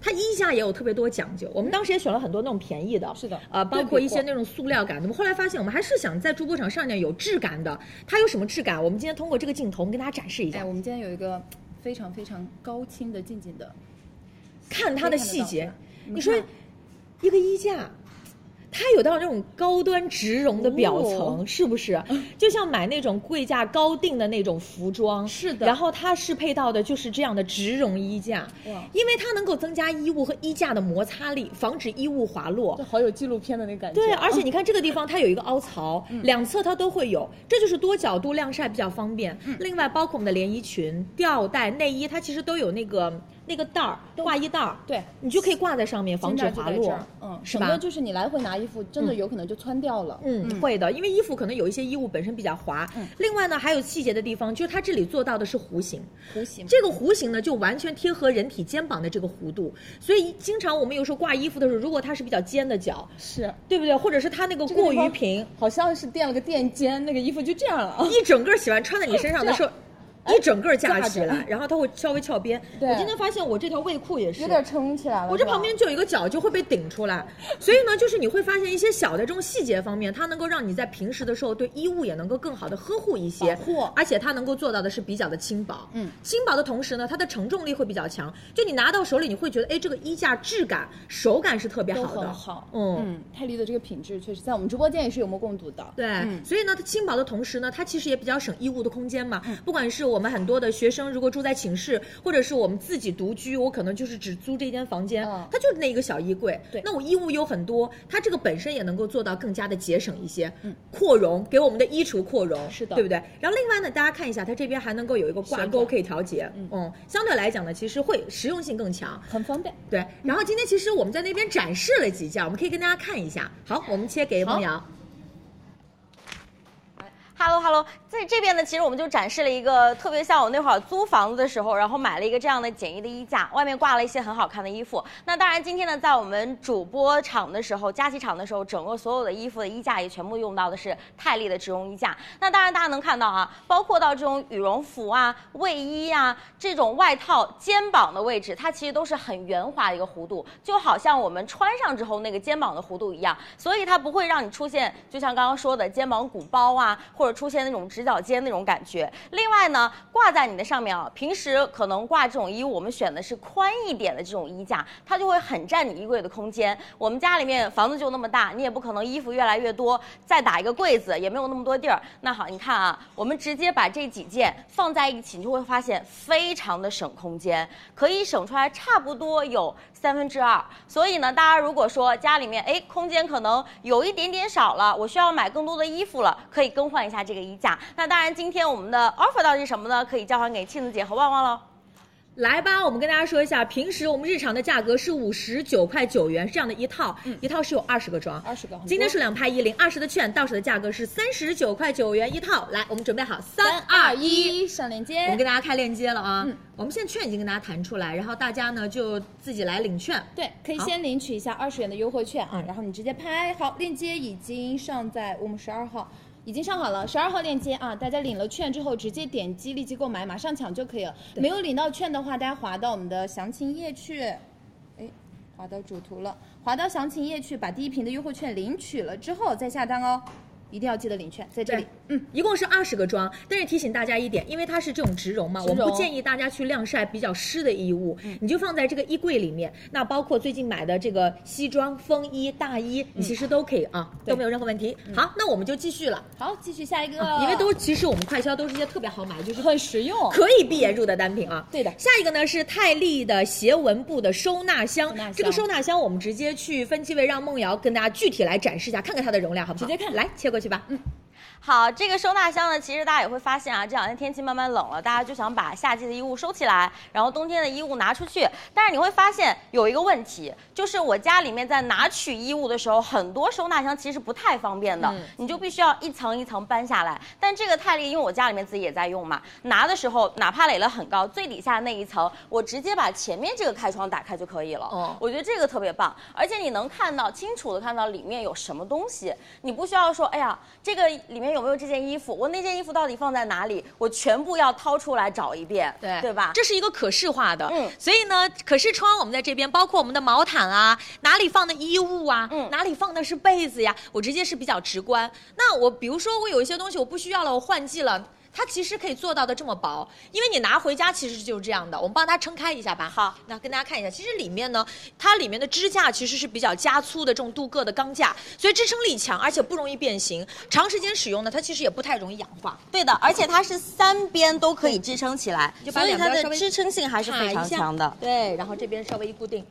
Speaker 1: 它衣架也有特别多讲究，我们当时也选了很多那种便宜的，
Speaker 3: 是的
Speaker 1: 呃，包括一些那种塑料感的。我们后来发现，我们还是想在主播场上点有质感的。它有什么质感？我们今天通过这个镜头，我们给大家展示一下
Speaker 4: 哎，，我们今天有一个非常非常高清的近景的，
Speaker 1: 看它的细节
Speaker 4: 看得到。你们
Speaker 1: 你说
Speaker 4: 看
Speaker 1: 一个衣架，它有到那种高端植绒的
Speaker 3: 哦
Speaker 1: 表层，是不是？就像买那种贵价高定的那种服装，
Speaker 2: 是的
Speaker 1: 然后它适配到的就是这样的植绒衣架，
Speaker 4: 哇
Speaker 1: 因为它能够增加衣物和衣架的摩擦力，防止衣物滑落。
Speaker 3: 就好有纪录片的那个感觉。嗯
Speaker 1: 对，而
Speaker 3: <laughs>
Speaker 1: 且你看这个地方，它有一个凹槽，两侧它都会有，这就是多角度晾晒比较方便。
Speaker 3: 嗯
Speaker 1: 另外，包括我们的连衣裙、吊带、内衣，它其实都有那个那个带儿，挂衣带儿，
Speaker 3: 对，
Speaker 1: 你就可以挂在上面，防止
Speaker 3: 带就
Speaker 1: 滑
Speaker 3: 在这
Speaker 1: 落
Speaker 3: 儿，
Speaker 1: 嗯，是
Speaker 3: 整
Speaker 1: 吧
Speaker 3: 个？就是你来回拿衣服，真的有可能就穿掉了。嗯
Speaker 1: 嗯，会的，因为衣服可能有一些衣物本身比较滑。另外呢，还有细节的地方，就是它这里做到的是弧形，
Speaker 4: 弧形。
Speaker 1: 这个弧形呢，就完全贴合人体肩膀的这个弧度，所以经常我们有时候挂衣服的时候，如果它是比较尖的角，
Speaker 3: 是，
Speaker 1: 对不对？或者是它那个
Speaker 3: 这个
Speaker 1: 过
Speaker 3: 地
Speaker 1: 于
Speaker 3: 方
Speaker 1: 平，
Speaker 3: 好像是垫了个垫肩，那个衣服就这样了。
Speaker 1: 一整个喜欢穿在你身上的时候，一整个架起
Speaker 3: 架
Speaker 1: <laughs> 来，然后它会稍微翘边。
Speaker 3: 对
Speaker 1: 我今天发现我这条卫裤也是
Speaker 3: 有。点撑起来了，
Speaker 1: 我这
Speaker 3: 是吧
Speaker 1: 旁边就有一个角就会被顶出来，所以呢，就是你会发现一些小的这种细节方面，它能够让你在平时的时候对衣物也能够更好的呵护一些，
Speaker 3: 保护
Speaker 1: 而且它能够做到的是比较的轻薄，嗯，轻薄的同时呢，它的承重力会比较强，就你拿到手里你会觉得，哎，这个衣架质感、手感是特别
Speaker 3: 都
Speaker 1: 好的，
Speaker 3: 很好。
Speaker 1: 嗯
Speaker 3: 嗯，泰利的这个品质确实在我们直播间也是有目共睹的。
Speaker 1: 对，
Speaker 2: 嗯
Speaker 1: 所以呢，它轻薄的同时呢，它其实也比较省衣物的空间
Speaker 3: 嗯
Speaker 1: 嘛。不管是我们很多的学生，如果住在寝室，或者是我们自己独居，我可能就是只租这间房间，
Speaker 3: 嗯
Speaker 1: 它就那一个小衣柜。
Speaker 3: 对
Speaker 1: 那我衣物有很多，它这个本身也能够做到更加的节省一些，扩容，给我们的衣橱扩容，
Speaker 3: 嗯是的
Speaker 1: 对不对？然后另外呢，大家看一下，它这边还能够有一个挂
Speaker 3: 旋
Speaker 1: 钩
Speaker 3: 转
Speaker 1: 可以调节，嗯相对来讲呢，其实会实用性更强。
Speaker 3: 很方便。
Speaker 1: 对，然后今天其实我们在那边展示了几件，我们可以跟大家看一下。好，我们切给梦瑶。
Speaker 5: Hello Hello，在这边呢，其实我们就展示了一个特别像我那会儿租房子的时候，然后买了一个这样的简易的衣架，外面挂了一些很好看的衣服。那当然，今天呢，在我们主播场的时候，佳琪场的时候，整个所有的衣服的衣架也全部用到的是泰利的植绒衣架。那当然，大家能看到啊，包括到这种羽绒服啊、卫衣啊这种外套肩膀的位置，它其实都是很圆滑的一个弧度，就好像我们穿上之后那个肩膀的弧度一样，所以它不会让你出现就像刚刚说的肩膀鼓包啊，或者出现那种直角肩那种感觉。另外呢，挂在你的上面啊，平时可能挂这种衣物，我们选的是宽一点的这种衣架，它就会很占你衣柜的空间。我们家里面房子就那么大，你也不可能衣服越来越多，再打一个柜子也没有那么多地儿。那好，你看啊，我们直接把这几件放在一起，你就会发现非常的省空间，可以省出来差不多有三分之二。所以呢，大家如果说家里面哎空间可能有一点点少了，我需要买更多的衣服了，可以更换一下这个衣架。那当然，今天我们的 offer 到底是什么呢？可以交还给庆子姐和旺旺喽。
Speaker 1: 来吧，我们跟大家说一下，平时我们日常的价格是五十九块九元，是这样的一套，一套是有二十个装，
Speaker 3: 20个很多
Speaker 1: 今天数量拍一领，二十的券，到手的价格是三十九块九元一套。来，我们准备好，三二一。
Speaker 4: 一上链
Speaker 1: 我们
Speaker 4: 接，
Speaker 1: 给大家开链接了啊！我们现在券已经跟大家弹出来，然后大家呢就自己来领券。
Speaker 2: 对，
Speaker 1: 可
Speaker 2: 可
Speaker 1: 以
Speaker 2: 以
Speaker 1: 先
Speaker 2: 先领取一下二十元的优惠券
Speaker 1: 啊
Speaker 2: 啊，然后你直接拍好链接已经上在我们十二号。已经上好了，十二号链接啊！大家领了券之后，直接点击立即购买，马上抢就可以了。没有领到券的话，大家滑到我们的详情页去，哎，滑到主图了，滑到详情页去，把第一瓶的优惠券领取了之后再下单哦，一定要记得领券，在这里
Speaker 1: 对。，嗯，一共是二十个装，但是提醒大家一点，因为它是这种植绒嘛，我们不建议大家去晾晒比较湿的衣物，你就放在这个衣柜里面。那包括最近买的这个西装、风衣、大衣，你其实都可以啊，都没有任何问题。好，那我们就继续了，啊
Speaker 2: 好，继续下一个，
Speaker 1: 因为都其实我们快销都是一些特别好买，就是
Speaker 3: 很实用。
Speaker 1: 可以闭眼入的单品啊。
Speaker 3: 对的
Speaker 1: 下一个呢是泰利的斜纹布的收纳箱，
Speaker 2: 纳箱
Speaker 1: 这个收纳箱我们直接去分机位，让梦瑶跟大家具体来展示一下，看看它的容量好不好？
Speaker 3: 直接看
Speaker 1: 来切过去吧。嗯，
Speaker 5: 好，这个收纳箱呢，其实大家也会发现啊，这两天天气慢慢冷了，大家就想把夏季的衣物收起来，然后冬天的衣物拿出去。但是你会发现有一个问题，就是我家里面在拿取衣物的时候，很多收纳箱其实不太方便的，你就必须要一层一层搬下来。但这个泰利，因为我家里面自己也在用嘛，拿的时候哪怕垒了很高，最底下那一层，我直接把前面这个开窗打开就可以了。
Speaker 1: 哦
Speaker 5: 我觉得这个特别棒，而且你能看到清楚的看到里面有什么东西，你不需要说，哎呀，这个里面有没有这件衣服？我那件衣服到底放在哪里？我全部要掏出来找一遍，
Speaker 1: 对
Speaker 5: 对吧？
Speaker 1: 这是一个可视化的，
Speaker 5: 嗯
Speaker 1: 所以呢，可视窗我们在这边，包括我们的毛毯啊，哪里放的衣物啊，
Speaker 5: 嗯
Speaker 1: 哪里放的是被子呀，我直接是比较直观。那我比如说我有一些东西我不需要了，我换季了。它其实可以做到的这么薄，因为你拿回家其实就是这样的。我们帮它撑开一下吧。
Speaker 5: 好，
Speaker 1: 那跟大家看一下，其实里面呢，它里面的支架其实是比较加粗的这种镀铬的钢架，所以支撑力强，而且不容易变形。长时间使用呢，它其实也不太容易氧化。
Speaker 5: 对的，而且它是三边都可以支撑起来，
Speaker 1: 嗯就把
Speaker 5: 所以
Speaker 1: 两
Speaker 5: 它
Speaker 1: 边稍
Speaker 5: 的
Speaker 1: 微
Speaker 5: 支撑性还是非常强的。
Speaker 1: 对，然后这边稍微一固定，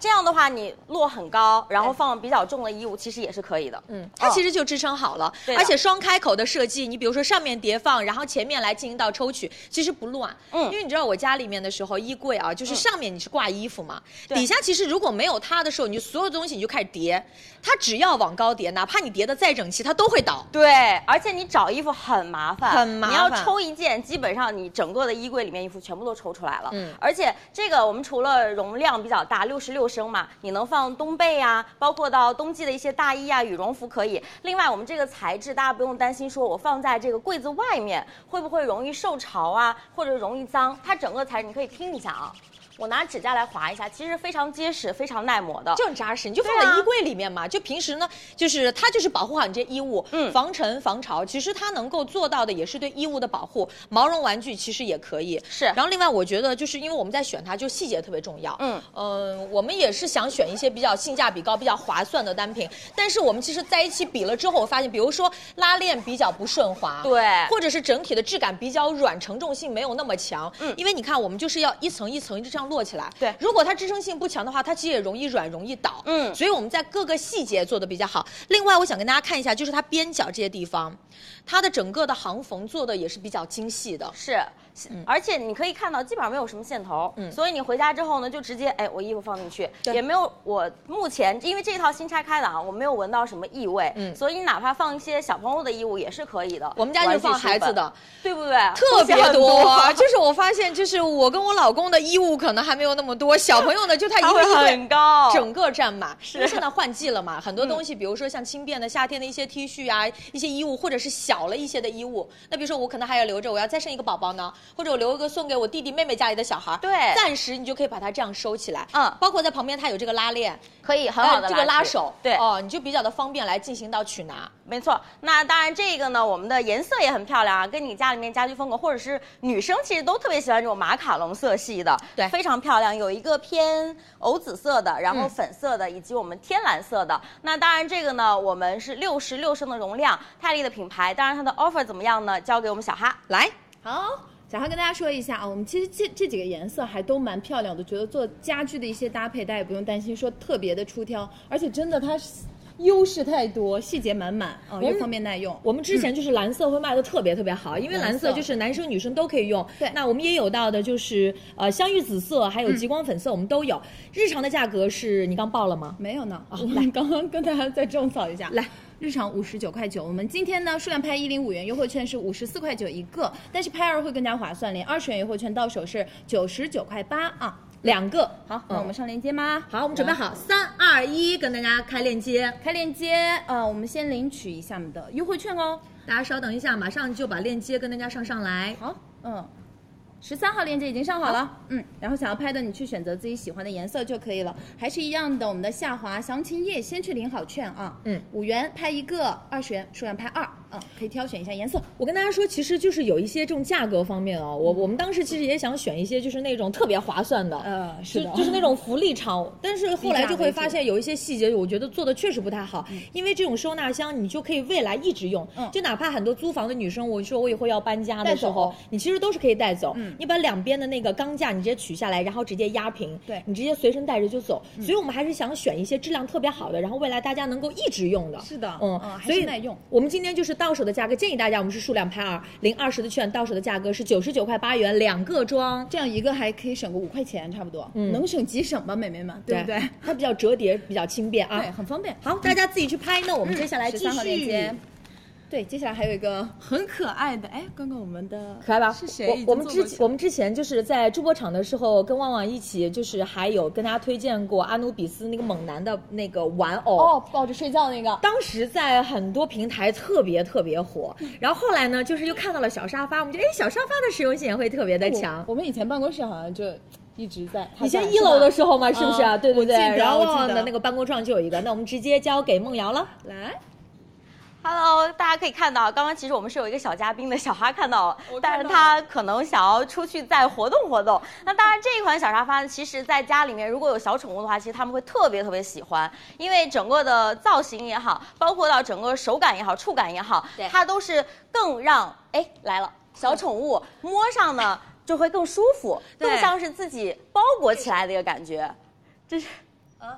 Speaker 5: 这样的话，你落很高，然后放比较重的衣物，其实也是可以的。
Speaker 1: 嗯，它
Speaker 5: 哦
Speaker 1: 其实就支撑好了，
Speaker 5: 对的
Speaker 1: 而且双开口的设计，你比如说上面叠放，然后前面来进行到抽取，其实不乱。
Speaker 5: 嗯
Speaker 1: 因为你知道我家里面的时候，衣柜啊，就是上面你是挂衣服嘛，
Speaker 5: 对
Speaker 1: 底下其实如果没有它的时候，你就所有东西你就开始叠，它只要往高叠，哪怕你叠的再整齐，它都会倒。
Speaker 5: 对，而且你找衣服很麻烦，
Speaker 1: 很麻烦
Speaker 5: 你要抽一件，基本上你整个的衣柜里面衣服全部都抽出来了。
Speaker 1: 嗯
Speaker 5: 而且这个我们除了容量比较大，六十六升嘛，你能放冬被啊，包括到冬季的一些大衣啊、羽绒服可以。另外，我们这个材质大家不用担心，说我放在这个柜子外面会不会容易受潮啊，或者容易脏。它整个材质你可以听一下啊，我拿指甲来划一下，其实非常结实，非常耐磨的。
Speaker 1: 就很扎实，你就
Speaker 5: 对
Speaker 1: 放
Speaker 5: 啊
Speaker 1: 在衣柜里面嘛。就平时呢，就是它就是保护好你这衣物，
Speaker 5: 嗯
Speaker 1: 防尘防潮。其实它能够做到的也是对衣物的保护，毛绒玩具其实也可以。
Speaker 5: 是
Speaker 1: 然后另外我觉得就是因为我们在选它，就细节特别重要。
Speaker 5: 嗯
Speaker 1: 呃我们也是想选一些比较性价比高、比较划算的单品，但是我们其实在一起比了之后，我发现，比如说拉链比较不顺滑，
Speaker 5: 对
Speaker 1: 或者是整体的质感比较软，承重性没有那么强。嗯，因为你看，我们就是要一层一层就这样摞起来。
Speaker 5: 对
Speaker 1: 如果它支撑性不强的话，它其实也容易软，容易倒。
Speaker 5: 嗯
Speaker 1: 所以我们在各个细节做的比较好。另外，我想跟大家看一下，就是它边角这些地方，它的整个的行缝做的也是比较精细的。
Speaker 5: 是，而且你可以看到基本上没有什么线头，
Speaker 1: 嗯
Speaker 5: 所以你回家之后呢，就直接哎，我衣服放进去，
Speaker 1: 对
Speaker 5: 也没有我目前因为这套新拆开的啊，我没有闻到什么异味，
Speaker 1: 嗯
Speaker 5: 所以你哪怕放一些小朋友的衣物也是可以的。
Speaker 1: 我们家就是放孩子的，
Speaker 5: 玩具书本，对不对？
Speaker 1: 特
Speaker 5: 东
Speaker 1: 别
Speaker 5: 西很
Speaker 1: 多， <laughs> 就是我发现，就是我跟我老公的衣物可能还没有那么多，小朋友
Speaker 5: <laughs>
Speaker 1: 呢，就他
Speaker 5: 它
Speaker 1: 一
Speaker 5: 会
Speaker 1: 个衣柜
Speaker 5: 很高，嗯
Speaker 1: 整个占满。因为现在换季了嘛，很多东西，比如说像轻便的夏天的一些 T 恤啊，一些衣物，或者是小了一些的衣物。那比如说我可能还要留着，我要再生一个宝宝呢，或者我留一个送给我弟弟妹妹家里的小孩儿。
Speaker 5: 对
Speaker 1: 暂时你就可以把它这样收起来。
Speaker 5: 嗯
Speaker 1: 包括在旁边它有这个拉链，
Speaker 5: 可以很好
Speaker 1: 呃
Speaker 5: 的
Speaker 1: 这个拉
Speaker 5: 起
Speaker 1: 手，
Speaker 5: 对，
Speaker 1: 哦，你就比较的方便来进行到取拿。
Speaker 5: 没错，那当然这个呢，我们的颜色也很漂亮啊，跟你家里面家居风格，或者是女生其实都特别喜欢这种马卡龙色系的，
Speaker 1: 对
Speaker 5: 非常漂亮。有一个偏藕紫色的，然后
Speaker 1: 嗯
Speaker 5: 粉色的，以及我们天蓝色的。那当然这个呢，我们是六十六升的容量，泰利的品牌，当然它的 offer 怎么样呢？交给我们小哈。
Speaker 1: 来，
Speaker 2: 好，小哈跟大家说一下啊，我们其实这这几个颜色还都蛮漂亮的，觉得做家居的一些搭配，大家也不用担心说特别的出挑，而且真的它是优势太多，细节满满啊，
Speaker 1: 们
Speaker 2: 又方便耐用。
Speaker 1: 我们之前就是蓝色会卖的特别特别好，因为蓝色就是男生女生都可以用。
Speaker 2: 对嗯
Speaker 1: 那我们也有到的就是呃香芋紫色，还有极光粉色，我们都有。日常的价格是你刚报了吗？
Speaker 2: 没有呢，我们刚刚啊 <laughs> 跟大家再种草一下，
Speaker 1: 来。
Speaker 2: 日常五十九块九，我们今天呢数量拍一零五元优惠券是五十四块九一个，但是拍二会更加划算，连二十元优惠券到手是九十九块八啊。
Speaker 1: 两个。
Speaker 2: 好，那我们上链接吗？
Speaker 1: 好，我们准备好，三二一，跟大家开链接。
Speaker 2: 开链接，呃，我们先领取一下我们的优惠券哦。
Speaker 1: 大家稍等一下，马上就把链接跟大家上上来。
Speaker 2: 好，嗯，十三号链接已经上好了，嗯，然后想要拍的你去选择自己喜欢的颜色就可以了，还是一样的，我们的下滑详情页先去领好券啊，
Speaker 1: 嗯，
Speaker 2: 五元拍一个，二十元数量拍二，嗯，可以挑选一下颜色，
Speaker 1: 我跟大家说，其实就是有一些这种价格方面哦，
Speaker 2: 嗯
Speaker 1: 我我们当时其实也想选一些就是那种特别划算的，
Speaker 2: 呃
Speaker 1: 就是
Speaker 2: 的
Speaker 1: 就是那种福利超，但是后来就会发现有一些细节，我觉得做的确实不太好，因为这种收纳箱你就可以未来一直用，
Speaker 2: 嗯
Speaker 1: 就哪怕很多租房的女生，我说我以后要搬家的时
Speaker 2: 带
Speaker 1: 候
Speaker 2: 走，
Speaker 1: 你其实都是可以带走，
Speaker 2: 嗯
Speaker 1: 你把两边的那个钢架你直接取下来，然后直接压平，
Speaker 2: 对嗯
Speaker 1: 你直接随身带着就走，所以我们还是想选一些质量特别好的，然后未来大家能够一直用的，
Speaker 2: 是的
Speaker 1: 嗯
Speaker 2: 嗯，还
Speaker 1: 所以
Speaker 2: 是耐用
Speaker 1: 我们今天就是到手的价格建议大家，我们是数量拍二，零二十的券到手的价格是九十九块八元两个装。
Speaker 2: 这样一个还可以省个五块钱，差不多，
Speaker 1: 嗯
Speaker 2: 能省即省吧，美眉们，对不对？
Speaker 1: 它比较折叠，比较轻便啊
Speaker 2: 对，。很方便。
Speaker 1: 好，大家自己去拍。那我们接下来继
Speaker 2: 嗯13号链
Speaker 1: 续
Speaker 2: 接。对，接下来还有一个很可爱的，哎，刚刚我们的
Speaker 1: 可爱吧？
Speaker 2: 是谁已经
Speaker 1: 我我们
Speaker 2: 做
Speaker 1: 之
Speaker 2: 过去
Speaker 1: 我们之前就是在助播场的时候，跟旺旺一起，就是还有跟大家推荐过阿努比斯那个猛男的那个玩偶。
Speaker 2: 哦，抱着睡觉那个，
Speaker 1: 当时在很多平台特别特别火，
Speaker 2: 嗯
Speaker 1: 然后后来呢，就是又看到了小沙发，我们觉得哎，小沙发的实用性也会特别
Speaker 2: 哦
Speaker 1: 的强。
Speaker 2: 我们以前办公室好像就一直在，
Speaker 1: 以前一楼的时候嘛，是不是啊？
Speaker 2: 嗯
Speaker 1: 对对对，
Speaker 2: 我记得
Speaker 1: 然后
Speaker 2: 我
Speaker 1: 旺
Speaker 2: 记
Speaker 1: 旺的
Speaker 2: 得
Speaker 1: 那个办公桌上就有一个，那我们直接交给梦瑶了。
Speaker 2: 候来，
Speaker 5: Hello，大家可以看到，刚刚其实我们是有一个小嘉宾的小哈看到了，但是他可能想要出去再活动活动。那当然，这一款小沙发呢，其实在家里面如果有小宠物的话，其实他们会特别特别喜欢，因为整个的造型也好，包括到整个手感也好、触感也好，它都是更让哎来了小宠物摸上呢就会更舒服，更像是自己包裹起来的一个感觉。这是
Speaker 6: 啊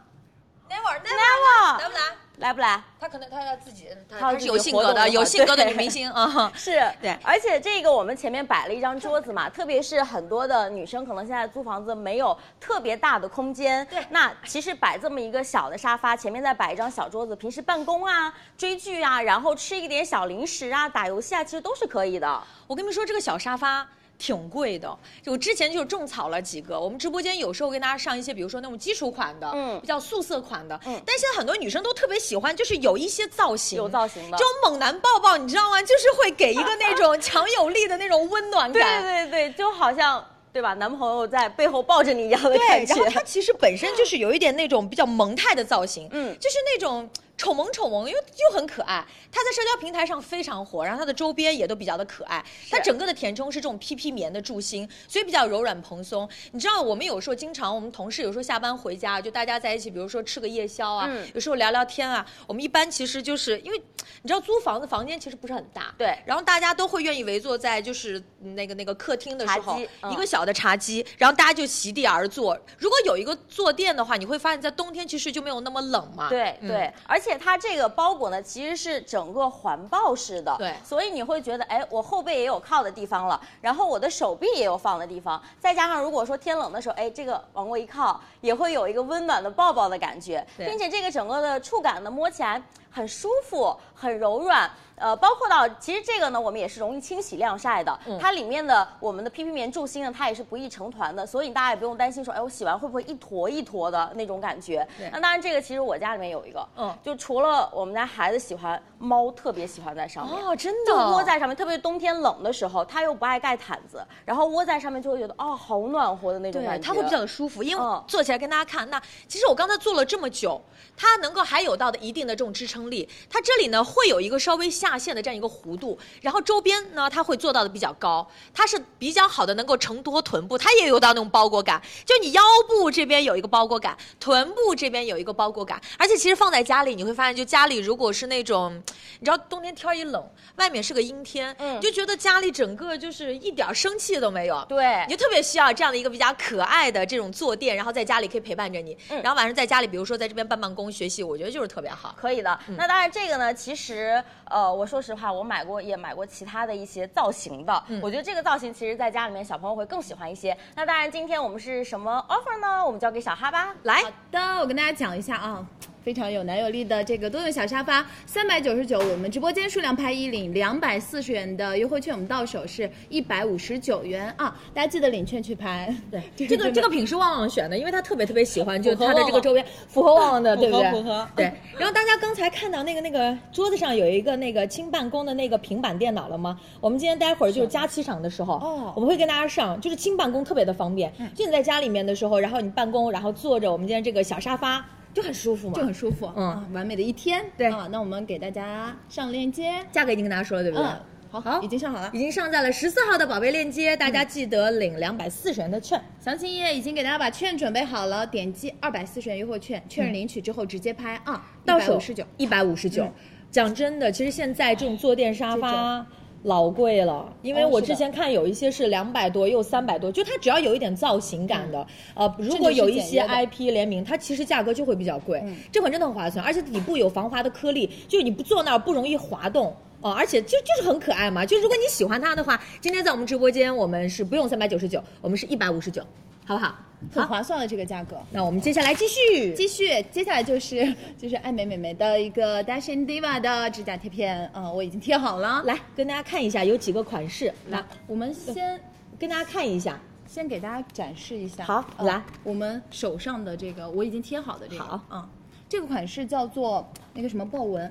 Speaker 6: 待会儿，待会儿
Speaker 5: Never
Speaker 6: 来不来？
Speaker 5: 来不来？
Speaker 6: 他可能他要自己，他
Speaker 5: 他要
Speaker 6: 呃他
Speaker 5: 自
Speaker 6: 是
Speaker 5: 己
Speaker 6: 有性格
Speaker 5: 活动的
Speaker 6: 的，有性格的
Speaker 5: 对
Speaker 6: 女明星啊。
Speaker 5: <laughs> 是
Speaker 6: 对
Speaker 5: 而且这个我们前面摆了一张桌子嘛，特别是很多的女生可能现在租房子没有特别大的空间，对，那其实摆这么一个小的沙发，前面再摆一张小桌子，平时办公啊、追剧啊，然后吃一点小零食啊、打游戏啊，其实都是可以的。
Speaker 6: 我跟你们说，这个小沙发。挺贵的，就我之前就是种草了几个。我们直播间有时候跟大家上一些，比如说那种基础款的，
Speaker 5: 嗯
Speaker 6: 比较素色款的。
Speaker 5: 嗯
Speaker 6: 但现在很多女生都特别喜欢，就是有一些造型，
Speaker 5: 有造型的
Speaker 6: 这种猛男抱抱，你知道吗？就是会给一
Speaker 5: <laughs>
Speaker 6: 个那种强有力的那种温暖
Speaker 5: 对
Speaker 6: 感。
Speaker 5: 对对，就好像对吧，男朋友在背后抱着你一样的感
Speaker 6: 对，
Speaker 5: 觉
Speaker 6: 然。后它其实本身就是有一点那种比较萌态的造型，
Speaker 5: 嗯
Speaker 6: 就是那种丑萌丑萌，又又很可爱。它在社交平台上非常火，然后它的周边也都比较的可爱。它整个的填充是这种 PP 棉的柱芯，所以比较柔软蓬松。你知道，我们有时候经常，我们同事有时候下班回家，就大家在一起，比如说吃个夜宵啊，
Speaker 5: 嗯
Speaker 6: 有时候聊聊天啊。我们一般其实就是因为你知道租房子房间其实不是很大，
Speaker 5: 对
Speaker 6: 然后大家都会愿意围坐在就是那个那个客厅的时
Speaker 5: 茶
Speaker 6: 候
Speaker 5: 几，嗯
Speaker 6: 一个小的茶几，然后大家就席地而坐。如果有一个坐垫的话，你会发现在冬天其实就没有那么冷嘛。
Speaker 5: 对
Speaker 6: 嗯
Speaker 5: 对，而且它这个包裹呢，其实是整个环抱式的，
Speaker 6: 对
Speaker 5: 所以你会觉得，哎，我后背也有靠的地方了，然后我的手臂也有放的地方，再加上如果说天冷的时候，哎，这个往过一靠，也会有一个温暖的抱抱的感觉，
Speaker 6: 对
Speaker 5: 并且这个整个的触感呢，摸起来很舒服，很柔软。呃，包括到其实这个呢，我们也是容易清洗晾晒的。
Speaker 6: 嗯
Speaker 5: 它里面的我们的 PP 棉柱芯呢，它也是不易成团的，所以大家也不用担心说，哎，我洗完会不会一坨一坨的那种感觉。那当然，这个其实我家里面有一个，
Speaker 6: 嗯
Speaker 5: 就除了我们家孩子喜欢，猫特别喜欢在上面。
Speaker 6: 哦，真的
Speaker 5: 就窝在上面，特别是冬天冷的时候，它又不爱盖毯子，然后窝在上面就会觉得哦，好暖和的那种
Speaker 6: 对
Speaker 5: 感，觉。
Speaker 6: 它会比较的舒服，因为
Speaker 5: 嗯
Speaker 6: 坐起来跟大家看。那其实我刚才坐了这么久，它能够还有到的一定的这种支撑力，它这里呢会有一个稍微下陷的这样一个弧度，然后周边呢它会做到的比较高，它是比较好的能够承托臀部，它也有到那种包裹感，就你腰部这边有一个包裹感，臀部这边有一个包裹感，而且其实放在家里你会发现，就家里如果是那种，你知道冬天天儿一冷，外面是个阴天，
Speaker 5: 嗯
Speaker 6: 你就觉得家里整个就是一点儿生气都没有，
Speaker 5: 对
Speaker 6: 你就特别需要这样的一个比较可爱的这种坐垫，然后在家里可以陪伴着你，
Speaker 5: 嗯
Speaker 6: 然后晚上在家里，比如说在这边办办公、学习，我觉得就是特别好。
Speaker 5: 可以的。
Speaker 1: 嗯
Speaker 5: 那当然，这个呢，其实呃，我说实话，我买过也买过其他的一些造型的。我觉得这个造型其实在家里面小朋友会更喜欢一些。那当然，今天我们是什么 offer 呢？我们交给小哈吧。
Speaker 6: 来，
Speaker 2: 好的，我跟大家讲一下啊。非常有男有力的这个多用小沙发，三百九十九，我们直播间数量拍一领两百四十元的优惠券，我们到手是一百五十九元啊！大家记得领券去拍。 <laughs> 对，
Speaker 1: 这个这个品是旺旺选的，因为他特别特别喜欢，就是他的这个周边符合旺旺的，对不对？
Speaker 3: 符合
Speaker 1: 对。然后大家刚才看到那个那个桌子上有一个那个轻办公的那个平板电脑了吗？我们今天待会儿就是佳期场的时候，
Speaker 2: 哦嗯
Speaker 1: 我们会跟大家上，就是轻办公特别的方便，就你在家里面的时候，然后你办公，然后坐着我们今天这个小沙发就很舒服嘛
Speaker 2: 就。很舒服，
Speaker 1: 嗯
Speaker 2: 啊，完美的一天。
Speaker 1: 对
Speaker 2: 啊，那我们给大家上链接，
Speaker 1: 价格已经跟大家说了，对不对？
Speaker 2: 嗯，好，
Speaker 1: 好
Speaker 2: 已经上好了嗯
Speaker 1: 已。经上在了十四号的宝贝链接，大家记得领两百四十元的券。
Speaker 2: 详情页已经给大家把券准备好了，点击二百四十元优惠券，确认领取之后直接拍啊，
Speaker 1: 嗯到手
Speaker 2: 十九。嗯
Speaker 1: 一百五十九。讲真的，其实现在这种坐垫沙发老贵了，因为
Speaker 2: 哦
Speaker 1: 我
Speaker 2: 是
Speaker 1: 之
Speaker 2: 的
Speaker 1: 前看有一些是两百多，又三百多，就它只要有一点造型感的，呃，如果有一些
Speaker 2: 嗯甚至是简约
Speaker 1: IP 联名，它其实价格
Speaker 2: 嗯
Speaker 1: 就会比较贵。这款真的很划算，而且底部有防滑的颗粒，就是你不坐那儿不容易滑动。哦，而且就就是很可爱嘛。就如果你喜欢它的话，今天在我们直播间，我们是不用三百九十九，我们是一百五十九，好不好？
Speaker 2: 很划算的这个价格。
Speaker 1: 那我们接下来继续。
Speaker 2: 继续，接下来就是 <laughs> 就是爱美美眉的一个 Dashin Diva 的指甲贴片，啊、我已经贴好了。
Speaker 1: 来跟大家看一下有几个款式，来
Speaker 2: 来，我们先
Speaker 1: 跟大家看一下。
Speaker 2: 先给大家展示一下。
Speaker 1: 好
Speaker 2: 呃
Speaker 1: 来
Speaker 2: 我们手上的这个我已经贴好的这个，
Speaker 1: 好，
Speaker 2: 嗯，这个款式叫做那个什么豹纹，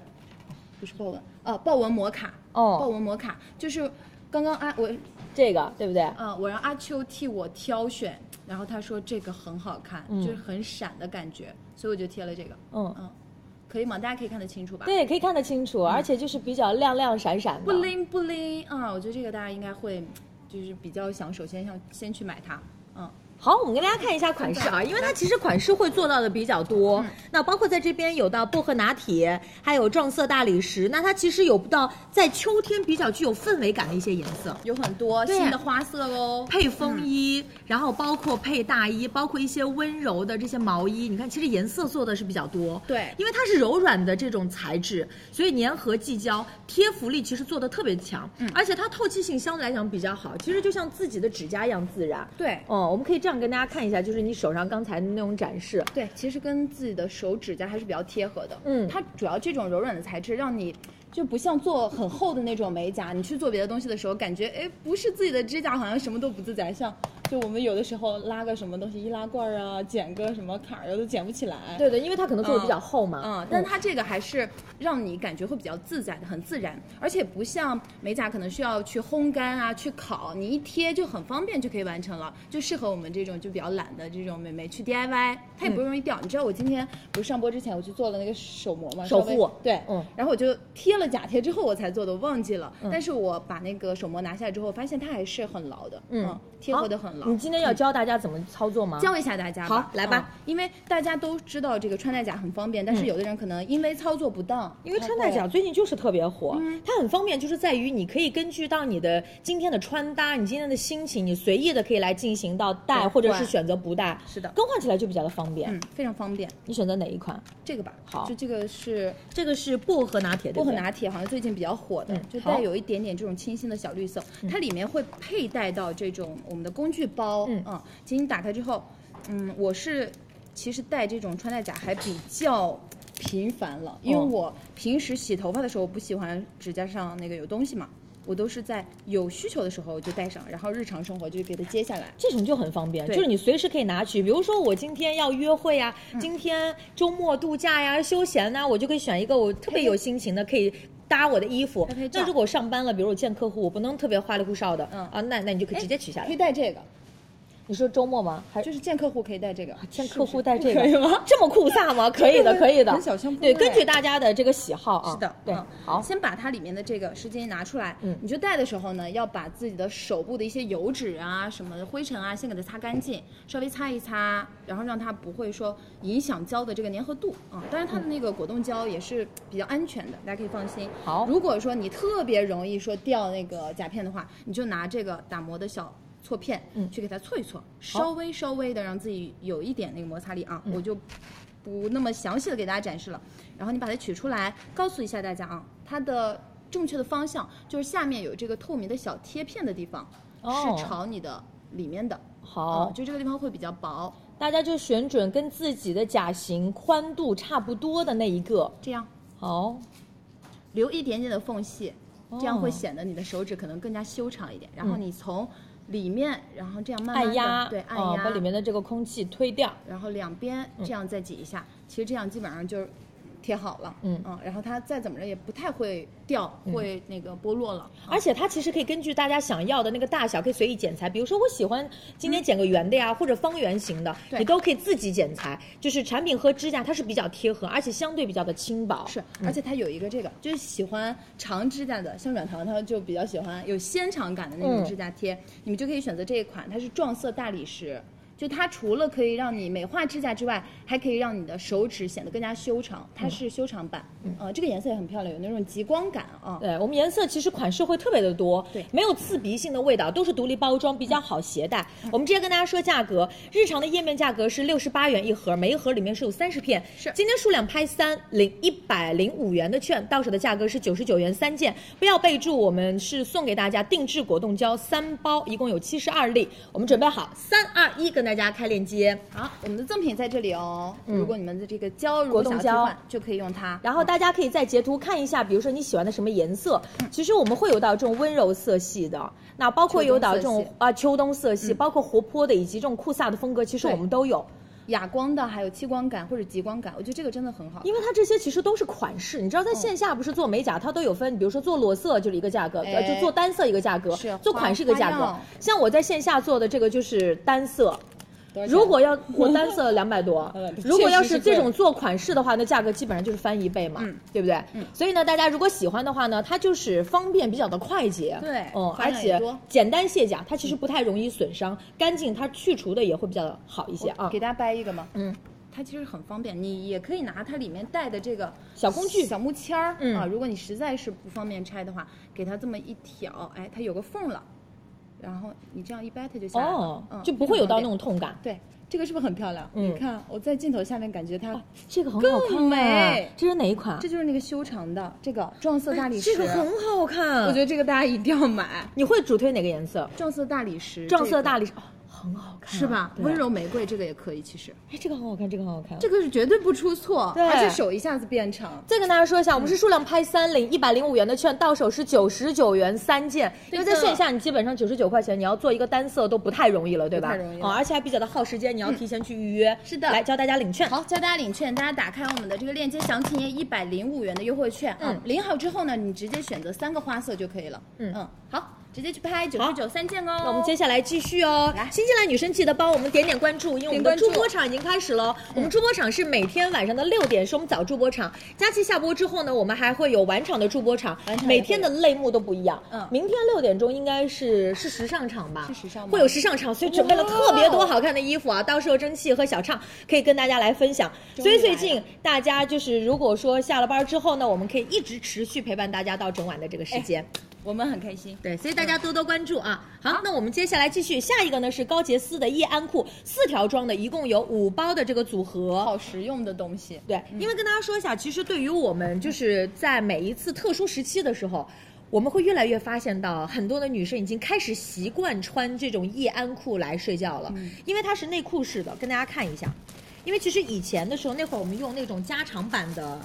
Speaker 2: 不是豹纹，呃，豹纹摩卡，
Speaker 1: 哦
Speaker 2: 豹纹摩卡就是刚刚啊，我
Speaker 1: 这个对不对？
Speaker 2: 啊，我让阿秋替我挑选，然后他说这个很好看，就是很闪的感觉，所以我就贴了这个。
Speaker 1: 嗯
Speaker 2: 嗯，可以吗？大家可以看得清楚吧？
Speaker 1: 对，可以看得清楚，而且就是比较亮亮闪闪的。
Speaker 2: 嗯不灵不灵啊！我觉得这个大家应该会，就是比较想首先要先去买它。嗯，
Speaker 1: 好，我们跟大家看一下款式啊，因为它其实款式会做到的比较
Speaker 2: 嗯
Speaker 1: 多。那包括在这边有到薄荷拿铁，还有撞色大理石。那它其实有到在秋天比较具有氛围感的一些颜色，
Speaker 2: 有很多
Speaker 1: 对
Speaker 2: 新的花色哦。
Speaker 1: 配风衣，然后包括配大衣，包括一些温柔的这些毛衣。你看，其实颜色做的是比较多。
Speaker 2: 对
Speaker 1: 因为它是柔软的这种材质，所以粘合即胶，贴服力其实做的特别强。嗯，而且它透气性相对来讲比较好，其实就像自己的指甲一样自然。
Speaker 2: 对
Speaker 1: 哦，我们可以这样跟大家看一下，就是你手上刚才的那种展示，
Speaker 2: 对，其实跟自己的手指甲还是比较贴合的。
Speaker 1: 嗯
Speaker 2: 它主要这种柔软的材质，让你就不像做很厚的那种美甲，你去做别的东西的时候，感觉哎，不是自己的指甲，好像什么都不自在。像就我们有的时候拉个什么东西易拉罐啊，剪个什么坎儿啊都剪不起来。
Speaker 1: 对对，因为它可能做的比较厚嘛。
Speaker 2: 嗯，但它这个还是让你感觉会比较自在的，很自然，而且不像美甲可能需要去烘干啊、去烤，你一贴就很方便就可以完成了，就适合我们这种就比较懒的这种美眉去 DIY，它
Speaker 1: 嗯
Speaker 2: 也不容易掉。你知道我今天不是上播之前我去做了那个手膜嘛，
Speaker 1: 手
Speaker 2: 稍微
Speaker 1: 护
Speaker 2: 对，
Speaker 1: 嗯
Speaker 2: 然后我就贴了假贴之后我才做的，我忘记了，但是我把那个手膜拿下来之后，发现它还是很牢的，
Speaker 1: 嗯
Speaker 2: 贴合的很牢嗯
Speaker 1: 你。今天要教大家怎么操作吗？
Speaker 2: 教一下大家吧
Speaker 1: 好来吧
Speaker 2: 嗯因为大家都知道这个穿戴甲很方便，但是有的人可能因为操作不当，
Speaker 1: 因为穿戴
Speaker 2: 哦
Speaker 1: 甲最近就是特别火，
Speaker 2: 嗯
Speaker 1: 它很方便，就是在于你可以根据到你的今天的穿搭、你今天的心情，你随意的可以来进行到戴，
Speaker 2: 更换
Speaker 1: 或者是选择不戴，
Speaker 2: 是的
Speaker 1: 更换起来就比较的方便。
Speaker 2: 嗯非常方便。
Speaker 1: 你选择哪一款？
Speaker 2: 这个吧，
Speaker 1: 好
Speaker 2: 就这个是
Speaker 1: 这个是薄荷拿铁，对
Speaker 2: 薄
Speaker 1: 不
Speaker 2: 荷
Speaker 1: 对
Speaker 2: 拿铁，好像最近比较火的，
Speaker 1: 嗯
Speaker 2: 就
Speaker 1: 好
Speaker 2: 带有一点点这种清新的小绿色，它里面会佩戴到这种我们的工具包，
Speaker 1: 嗯
Speaker 2: 嗯，其实你打开之后，嗯，我是其实戴这种穿戴甲还比较。频繁了，因为
Speaker 1: 哦
Speaker 2: 我平时洗头发的时候不喜欢指甲上那个有东西嘛，我都是在有需求的时候我就戴上，然后日常生活就给它揭下来。
Speaker 1: 这种就很方便，
Speaker 2: 对
Speaker 1: 就是你随时可以拿取。比如说我今天要约会呀、
Speaker 2: 嗯
Speaker 1: 今天周末度假呀、休闲啊呐、我就可以选一个我特别有心情的，可以搭我的衣服
Speaker 2: 拍拍。照
Speaker 1: 那如果上班了，比如我见客户，我不能特别花里胡哨的，
Speaker 2: 嗯
Speaker 1: 啊，那那你就可以直接取下
Speaker 2: 可以
Speaker 1: 来。
Speaker 2: 戴这个，
Speaker 1: 你说周末吗？还是啊
Speaker 2: 就是见客户可以戴这个，
Speaker 1: 见
Speaker 2: 是
Speaker 1: 客
Speaker 2: 不
Speaker 1: 户
Speaker 2: 是
Speaker 1: 带这个
Speaker 2: 可以吗？
Speaker 1: 这么酷飒吗？可以的，
Speaker 2: 对
Speaker 1: 可以的，
Speaker 2: 很小清风哎
Speaker 1: 对，根据大家的这个喜好啊。
Speaker 2: 是的，
Speaker 1: 对
Speaker 2: 嗯，
Speaker 1: 好。
Speaker 2: 先把它里面的这个湿巾拿出来，
Speaker 1: 嗯
Speaker 2: 你就戴的时候呢，要把自己的手部的一些油脂啊、什么的灰尘啊，先给它擦干净，稍微擦一擦，然后让它不会说影响胶的这个粘合度啊。当然，它的那个果冻胶也是比较安全的，大家可以放心。
Speaker 1: 好
Speaker 2: 如果说你特别容易说掉那个甲片的话，你就拿这个打磨的小。搓片，
Speaker 1: 嗯
Speaker 2: 去给它搓一搓，稍微稍微的让自己有一点那个摩擦力啊，我就不那么详细的给大家展示了。然后你把它取出来，告诉一下大家啊，它的正确的方向就是下面有这个透明的小贴片的地方，
Speaker 1: 哦
Speaker 2: 是朝你的里面的。
Speaker 1: 好
Speaker 2: 嗯就这个地方会比较薄，
Speaker 1: 大家就选准跟自己的甲型宽度差不多的那一个。
Speaker 2: 这样
Speaker 1: 好，
Speaker 2: 留一点点的缝隙，这样
Speaker 1: 哦
Speaker 2: 会显得你的手指可能更加修长一点。然后你从里面，然后这样慢慢
Speaker 1: 嗯按
Speaker 2: 地
Speaker 1: 压，
Speaker 2: 对，按
Speaker 1: 哦
Speaker 2: 压，
Speaker 1: 把里面的这个空气推掉。嗯
Speaker 2: 然后两边这样再挤一下，其实这样基本上就是贴好了，啊
Speaker 1: 嗯
Speaker 2: 然后它再怎么着也不太会掉，会那个剥落了。
Speaker 1: 而且它其实可以根据大家想要的那个大小，可以随意剪裁。比如说，我喜欢今天剪个圆的呀，或者方圆形的，
Speaker 2: 嗯对
Speaker 1: 你都可以自己剪裁。就是产品和指甲它是比较贴合，而且相对比较的轻薄。嗯
Speaker 2: 是，而且它有一个这个，就是喜欢长指甲的，像软糖他就比较
Speaker 1: 嗯
Speaker 2: 喜欢有纤长感的那种指甲贴，你们就可以选择这一款，它是撞色大理石。就它除了可以让你美化指甲之外，还可以让你的手指显得更加修长，它
Speaker 1: 嗯
Speaker 2: 是修长版，呃，这个颜色也很漂亮，有那种极光感啊。
Speaker 1: 对我们颜色其实款式会特别的多，
Speaker 2: 对
Speaker 1: 没有刺鼻性的味道，都是独立包装，比较好携带。
Speaker 2: 嗯
Speaker 1: 我们直接跟大家说价格，日常的页面价格是六十八元一盒，每一盒里面是有三十片。
Speaker 2: 是
Speaker 1: 今天数量拍三，领一百零五元的券，到手的价格是九十九元三件。不要备注，我们是送给大家定制果冻胶三包，一共有七十二粒。我们准备好，三二一，跟大家开链接。
Speaker 2: 好，我们的赠品在这里哦。
Speaker 1: 嗯
Speaker 2: 如果你们的这个胶如
Speaker 1: 果
Speaker 2: 果
Speaker 1: 冻
Speaker 2: 想要替
Speaker 1: 胶
Speaker 2: 换，就可以用它。
Speaker 1: 然后大家可以再截图看一下，比如说你喜欢的什么颜色。
Speaker 2: 嗯
Speaker 1: 其实我们会有到这种温柔色系的，那包括有到这
Speaker 2: 秋冬
Speaker 1: 种
Speaker 2: 色系嗯
Speaker 1: 啊秋冬色系，包括活泼的以及这种酷飒的风格，其实
Speaker 2: 对
Speaker 1: 我们都有。
Speaker 2: 哑光的，还有激光感或者极光感，我觉得这个真的很好。
Speaker 1: 因为它这些其实都是款式，你知道
Speaker 2: 嗯
Speaker 1: 在线下不是做美甲，它都有分，比如说做裸色就是一个价格，
Speaker 2: 哎
Speaker 1: 呃，就做单色一个价格
Speaker 2: 是，
Speaker 1: 做款式一个价
Speaker 2: 花
Speaker 1: 格
Speaker 2: 样。
Speaker 1: 像我在线下做的这个就是单色，
Speaker 2: 多少钱
Speaker 1: 如果要我
Speaker 2: <laughs>
Speaker 1: 单色两百多
Speaker 2: 呃
Speaker 3: 嗯，
Speaker 1: 如果要
Speaker 3: 确实
Speaker 1: 是
Speaker 3: 是贵
Speaker 1: 这种做款式的话，那价格基本上就是翻一倍嘛，
Speaker 2: 嗯
Speaker 1: 对不对？所以呢，大家如果喜欢的话呢，它就是方便比较的快捷，
Speaker 2: 对
Speaker 1: 嗯，
Speaker 2: 花
Speaker 1: 而
Speaker 2: 样也
Speaker 1: 且
Speaker 2: 多
Speaker 1: 简单卸甲，它其实不太容易损伤，干净，它去除的也会比较好一些啊
Speaker 2: 给。大家掰一个嘛，
Speaker 1: 嗯，
Speaker 2: 它其实很方便，你也可以拿它里面带的这个
Speaker 1: 小工具
Speaker 2: 小木签儿、
Speaker 1: 嗯
Speaker 2: 啊，如果你实在是不方便拆的话，给它这么一挑，哎，它有个缝儿了，然后你这样一掰它就下来了，
Speaker 1: 哦
Speaker 2: 嗯，，
Speaker 1: 就不会有到那
Speaker 2: 很
Speaker 1: 种痛感
Speaker 2: 方。便。对，这个是不是很漂亮？
Speaker 1: 嗯
Speaker 2: 你看我在镜头下面感觉它，
Speaker 1: 这个很好看、啊，
Speaker 2: 更美
Speaker 1: 这是哪一款？
Speaker 2: 这就是那个修长的这个撞色大理石，
Speaker 1: 这个很好看，
Speaker 2: 我觉得这个大家一定要买，
Speaker 1: 你会主推哪个颜色？
Speaker 2: 撞色大理石，
Speaker 1: 撞色
Speaker 2: 这个
Speaker 1: 大理石、哦，很好看啊、
Speaker 2: 是吧？
Speaker 1: 对
Speaker 2: 温，柔玫瑰这个也可以，其实
Speaker 1: 哎，这个很好看，这个很好看。
Speaker 2: 这个是绝对不出错，
Speaker 1: 对
Speaker 2: 而且手一下子变长。
Speaker 1: 再跟大家说一下，我们
Speaker 2: 嗯
Speaker 1: 是数量拍三领一百零五元的券，到手是九十九元三件。因为在线下，你基本上九十九块钱，你要做一个单色都不太容易了，对吧？
Speaker 2: 不太容易了嗯
Speaker 1: 哦，而且还比较的耗时间，你要提前去预约。
Speaker 2: 是的
Speaker 1: 来教大家领券。
Speaker 2: 好，教大家领券，大家打开我们的这个链接详情页，一百零五元的优惠券啊、
Speaker 1: 嗯
Speaker 2: 领好之后呢，你直接选择三个花色就可以了。
Speaker 1: 嗯
Speaker 2: 好，直接去拍九十九三件哦。
Speaker 1: 那我们接下来继续哦
Speaker 2: 来，
Speaker 1: 新进来女生记得帮我们点点关注，因为我们的助播场已经开始了哦。
Speaker 2: 嗯
Speaker 1: 我们助播场是每天晚上的六点，是我们早助播场。佳琪下播之后呢，我们还会有晚场的助播场
Speaker 2: 晚，场也会
Speaker 1: 每天的类目都不一样。
Speaker 2: 嗯
Speaker 1: 明天六点钟应该是是时尚场吧？
Speaker 2: 是时尚吗哦
Speaker 1: 会有时尚场，所以准备了特别多好看的衣服啊。到时候蒸汽和小畅可以跟大家来分享。
Speaker 2: 终于
Speaker 1: 所以最
Speaker 2: 来
Speaker 1: 近大家就是如果说下了班之后呢，我们可以一直持续陪伴大家到整晚的这个时间。
Speaker 2: 我们很开心。
Speaker 1: 对，所以大家多多关注啊。好，那我们接下来继续，下一个呢是高洁丝的夜安裤，四条装的，一共有五包的这个组合。
Speaker 2: 好实用的东西，嗯
Speaker 1: 对，因为跟大家说一下，其实对于我们就是在每一次特殊时期的时候。我们会越来越发现到，很多的女生已经开始习惯穿这种夜安裤来睡觉了，
Speaker 2: 嗯
Speaker 1: 因为它是内裤式的。跟大家看一下，因为其实以前的时候，那会儿我们用那种加长版的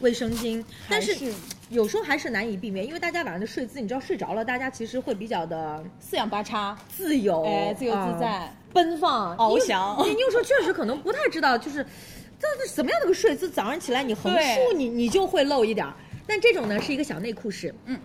Speaker 1: 卫生巾，但是
Speaker 2: 还是
Speaker 1: 有时候还是难以避免，因为大家晚上的睡姿，你知道睡着了，大家其实会比较的
Speaker 2: 四仰八叉，
Speaker 1: 自由，
Speaker 2: 哎自由自在
Speaker 1: 啊奔放、
Speaker 2: 翱
Speaker 1: 因为
Speaker 2: 翔
Speaker 1: 你你有时候确实可能不太知道，就是这这什么样的个睡姿，早上起来你横
Speaker 2: 对
Speaker 1: 竖你你就会露一点儿。但这种呢是一个小内裤式，
Speaker 2: 嗯。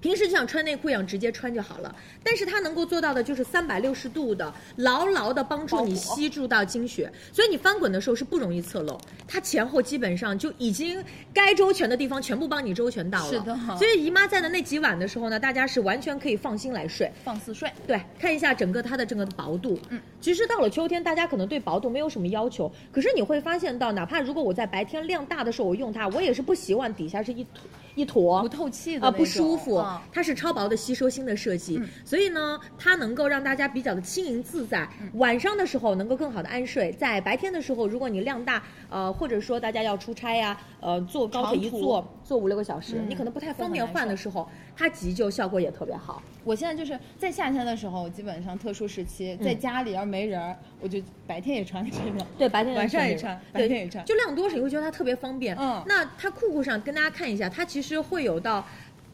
Speaker 1: 平时就想穿内裤一样，直接穿就好了。但是它能够做到的就是三百六十度的牢牢的帮助你吸住到经血，所以你翻滚的时候是不容易侧漏。它前后基本上就已经该周全的地方全部帮你周全到了。
Speaker 2: 是的
Speaker 1: 所以姨妈在的那几晚的时候呢，大家是完全可以放心来睡。
Speaker 2: 放肆睡。
Speaker 1: 对，看一下整个它的整个的薄度。嗯，其实到了秋天，大家可能对薄度没有什么要求，可是你会发现到，哪怕如果我在白天量大的时候我用它，我也是不习惯底下是一坨一坨
Speaker 2: 不透气的那
Speaker 1: 啊，不
Speaker 2: 种
Speaker 1: 舒
Speaker 2: 嗯
Speaker 1: 服。
Speaker 2: 啊
Speaker 1: 它是超薄的吸收性的设计，所以呢，它能够让大家比较的轻盈自在，
Speaker 2: 嗯
Speaker 1: 晚上的时候能够更好的安睡。在白天的时候，如果你量大，呃，或者说大家要出差呀、呃，坐高铁一
Speaker 2: 长途
Speaker 1: 坐坐五六个小时，
Speaker 2: 嗯
Speaker 1: 你可能不太
Speaker 2: 会
Speaker 1: 方
Speaker 2: 很
Speaker 1: 便
Speaker 2: 难
Speaker 1: 换
Speaker 2: 受
Speaker 1: 的时候，它急救效果也特别好。
Speaker 2: 我现在就是在夏天的时候，基本上特殊时期，在家里要是没人儿，我就白天也穿这个。
Speaker 1: 嗯对，白天
Speaker 2: 晚上也
Speaker 1: 穿
Speaker 2: 穿
Speaker 1: 这个，
Speaker 2: 白
Speaker 1: 对
Speaker 2: 天也穿
Speaker 1: 就量多少你会觉得它特别方便。
Speaker 2: 嗯
Speaker 1: 那它裤裤上跟大家看一下，它其实会有到。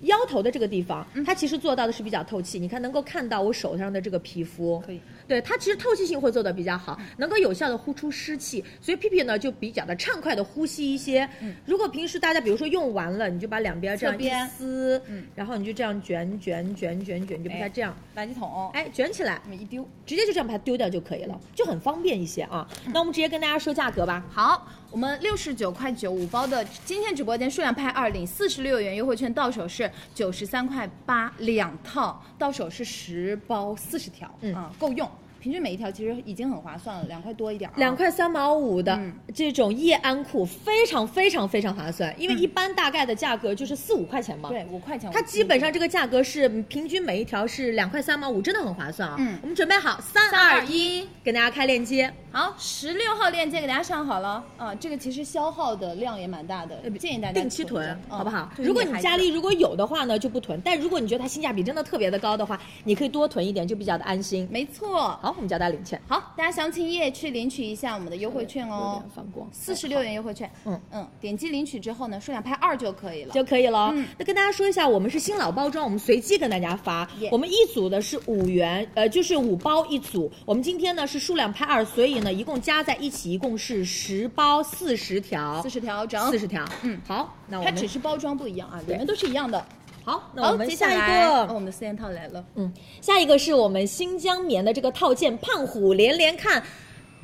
Speaker 1: 腰头的这个地方，
Speaker 2: 嗯
Speaker 1: 它其实做到的是比较透气，你看能够看到我手上的这个皮肤，
Speaker 2: 可以，嗯
Speaker 1: 对它其实透气性会做得比较好，能够有效的呼出湿气，所以屁屁呢就比较的畅快的呼吸一些。如果平时大家比如说用完了，你就把两边这样
Speaker 2: 嗯侧
Speaker 1: 一
Speaker 2: 边
Speaker 1: 撕，
Speaker 2: 嗯
Speaker 1: 然后你就这样卷卷卷卷卷，就把它
Speaker 2: 哎
Speaker 1: 这样，
Speaker 2: 垃圾桶，
Speaker 1: 哎，卷起来，
Speaker 2: 这么一丢。
Speaker 1: 直接就这样把它丢掉就可以了，就很方便一些啊。
Speaker 2: 嗯
Speaker 1: 那我们直接跟大家说价格吧。
Speaker 2: 好，我们六十九块九五包的，今天直播间数量拍二领四十六元优惠券，到手是九十三块八两套，到手是十包四十条，
Speaker 1: 嗯
Speaker 2: 啊，够用。平均每一条其实已经很划算了，两块多一点儿啊。
Speaker 1: 两块三毛五的
Speaker 2: 嗯
Speaker 1: 这种夜安裤非常非常非常划算，因为一般大概的价格就是四五块钱嘛。
Speaker 2: 对，五块钱。
Speaker 1: 它基本上
Speaker 2: 这
Speaker 1: 这个价格是平均每一条是两块三毛五，真的很划算啊！
Speaker 2: 嗯
Speaker 1: 我们准备好三
Speaker 2: 三
Speaker 1: 二
Speaker 2: 二
Speaker 1: 一，
Speaker 2: 一，
Speaker 1: 给大家开链接。
Speaker 2: 好，十六号链接给大家上好了啊，这个其实消耗的量也蛮大的，建议大家
Speaker 1: 呃定期囤，
Speaker 2: 嗯
Speaker 1: 好不好？
Speaker 2: 对于
Speaker 1: 如果你
Speaker 2: 女孩子
Speaker 1: 家里如果有的话呢，就不囤；但如果你觉得它性价比真的特别的高的话，你可以多囤一点，就比较的安心。
Speaker 2: 没错，
Speaker 1: 好，我们教大家领券，
Speaker 2: 好，大家详情页去领取一下我们的优惠券
Speaker 1: 有
Speaker 2: 哦
Speaker 1: 点，反光，
Speaker 2: 四十六元优惠券。
Speaker 1: 嗯
Speaker 2: 嗯，点击领取之后呢，数量拍二就可以了。
Speaker 1: 就可以了。哦
Speaker 2: 嗯
Speaker 1: 那跟大家说一下，我们是新老包装，我们随机跟大家发。
Speaker 2: Yeah
Speaker 1: 我们一组的是五元，呃，就是五包一组。我们今天呢是数量拍二，所以呢一共加在一起一共是十包四十条，
Speaker 2: 四十条整，
Speaker 1: 四十条。
Speaker 2: 嗯
Speaker 1: 好，那我
Speaker 2: 它只
Speaker 1: 们
Speaker 2: 是包装不一样啊，里
Speaker 1: 对
Speaker 2: 面都是一样的。
Speaker 1: 好，那我
Speaker 2: 好，
Speaker 1: 们
Speaker 2: 接下
Speaker 1: 下一
Speaker 2: 来
Speaker 1: 个
Speaker 2: 哦我们的四件套来了，
Speaker 1: 嗯，下一个是我们新疆棉的这个套件胖虎连连看，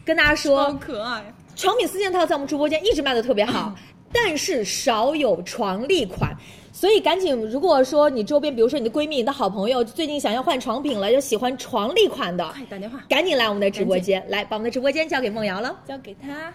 Speaker 1: 跟大家
Speaker 2: 好
Speaker 1: 说，
Speaker 2: 可爱。
Speaker 1: 床品四件套在我们直播间一直卖的特
Speaker 2: <laughs>
Speaker 1: 别好，但是少有床笠款。所以赶紧，如果说你周边，比如说你的闺蜜、你的好朋友，最近想要换床品了，又喜欢床笠款的，
Speaker 2: 快打电话
Speaker 1: 赶紧来我们的直播间，来把我们的直播间交给梦瑶了。
Speaker 2: 交给他。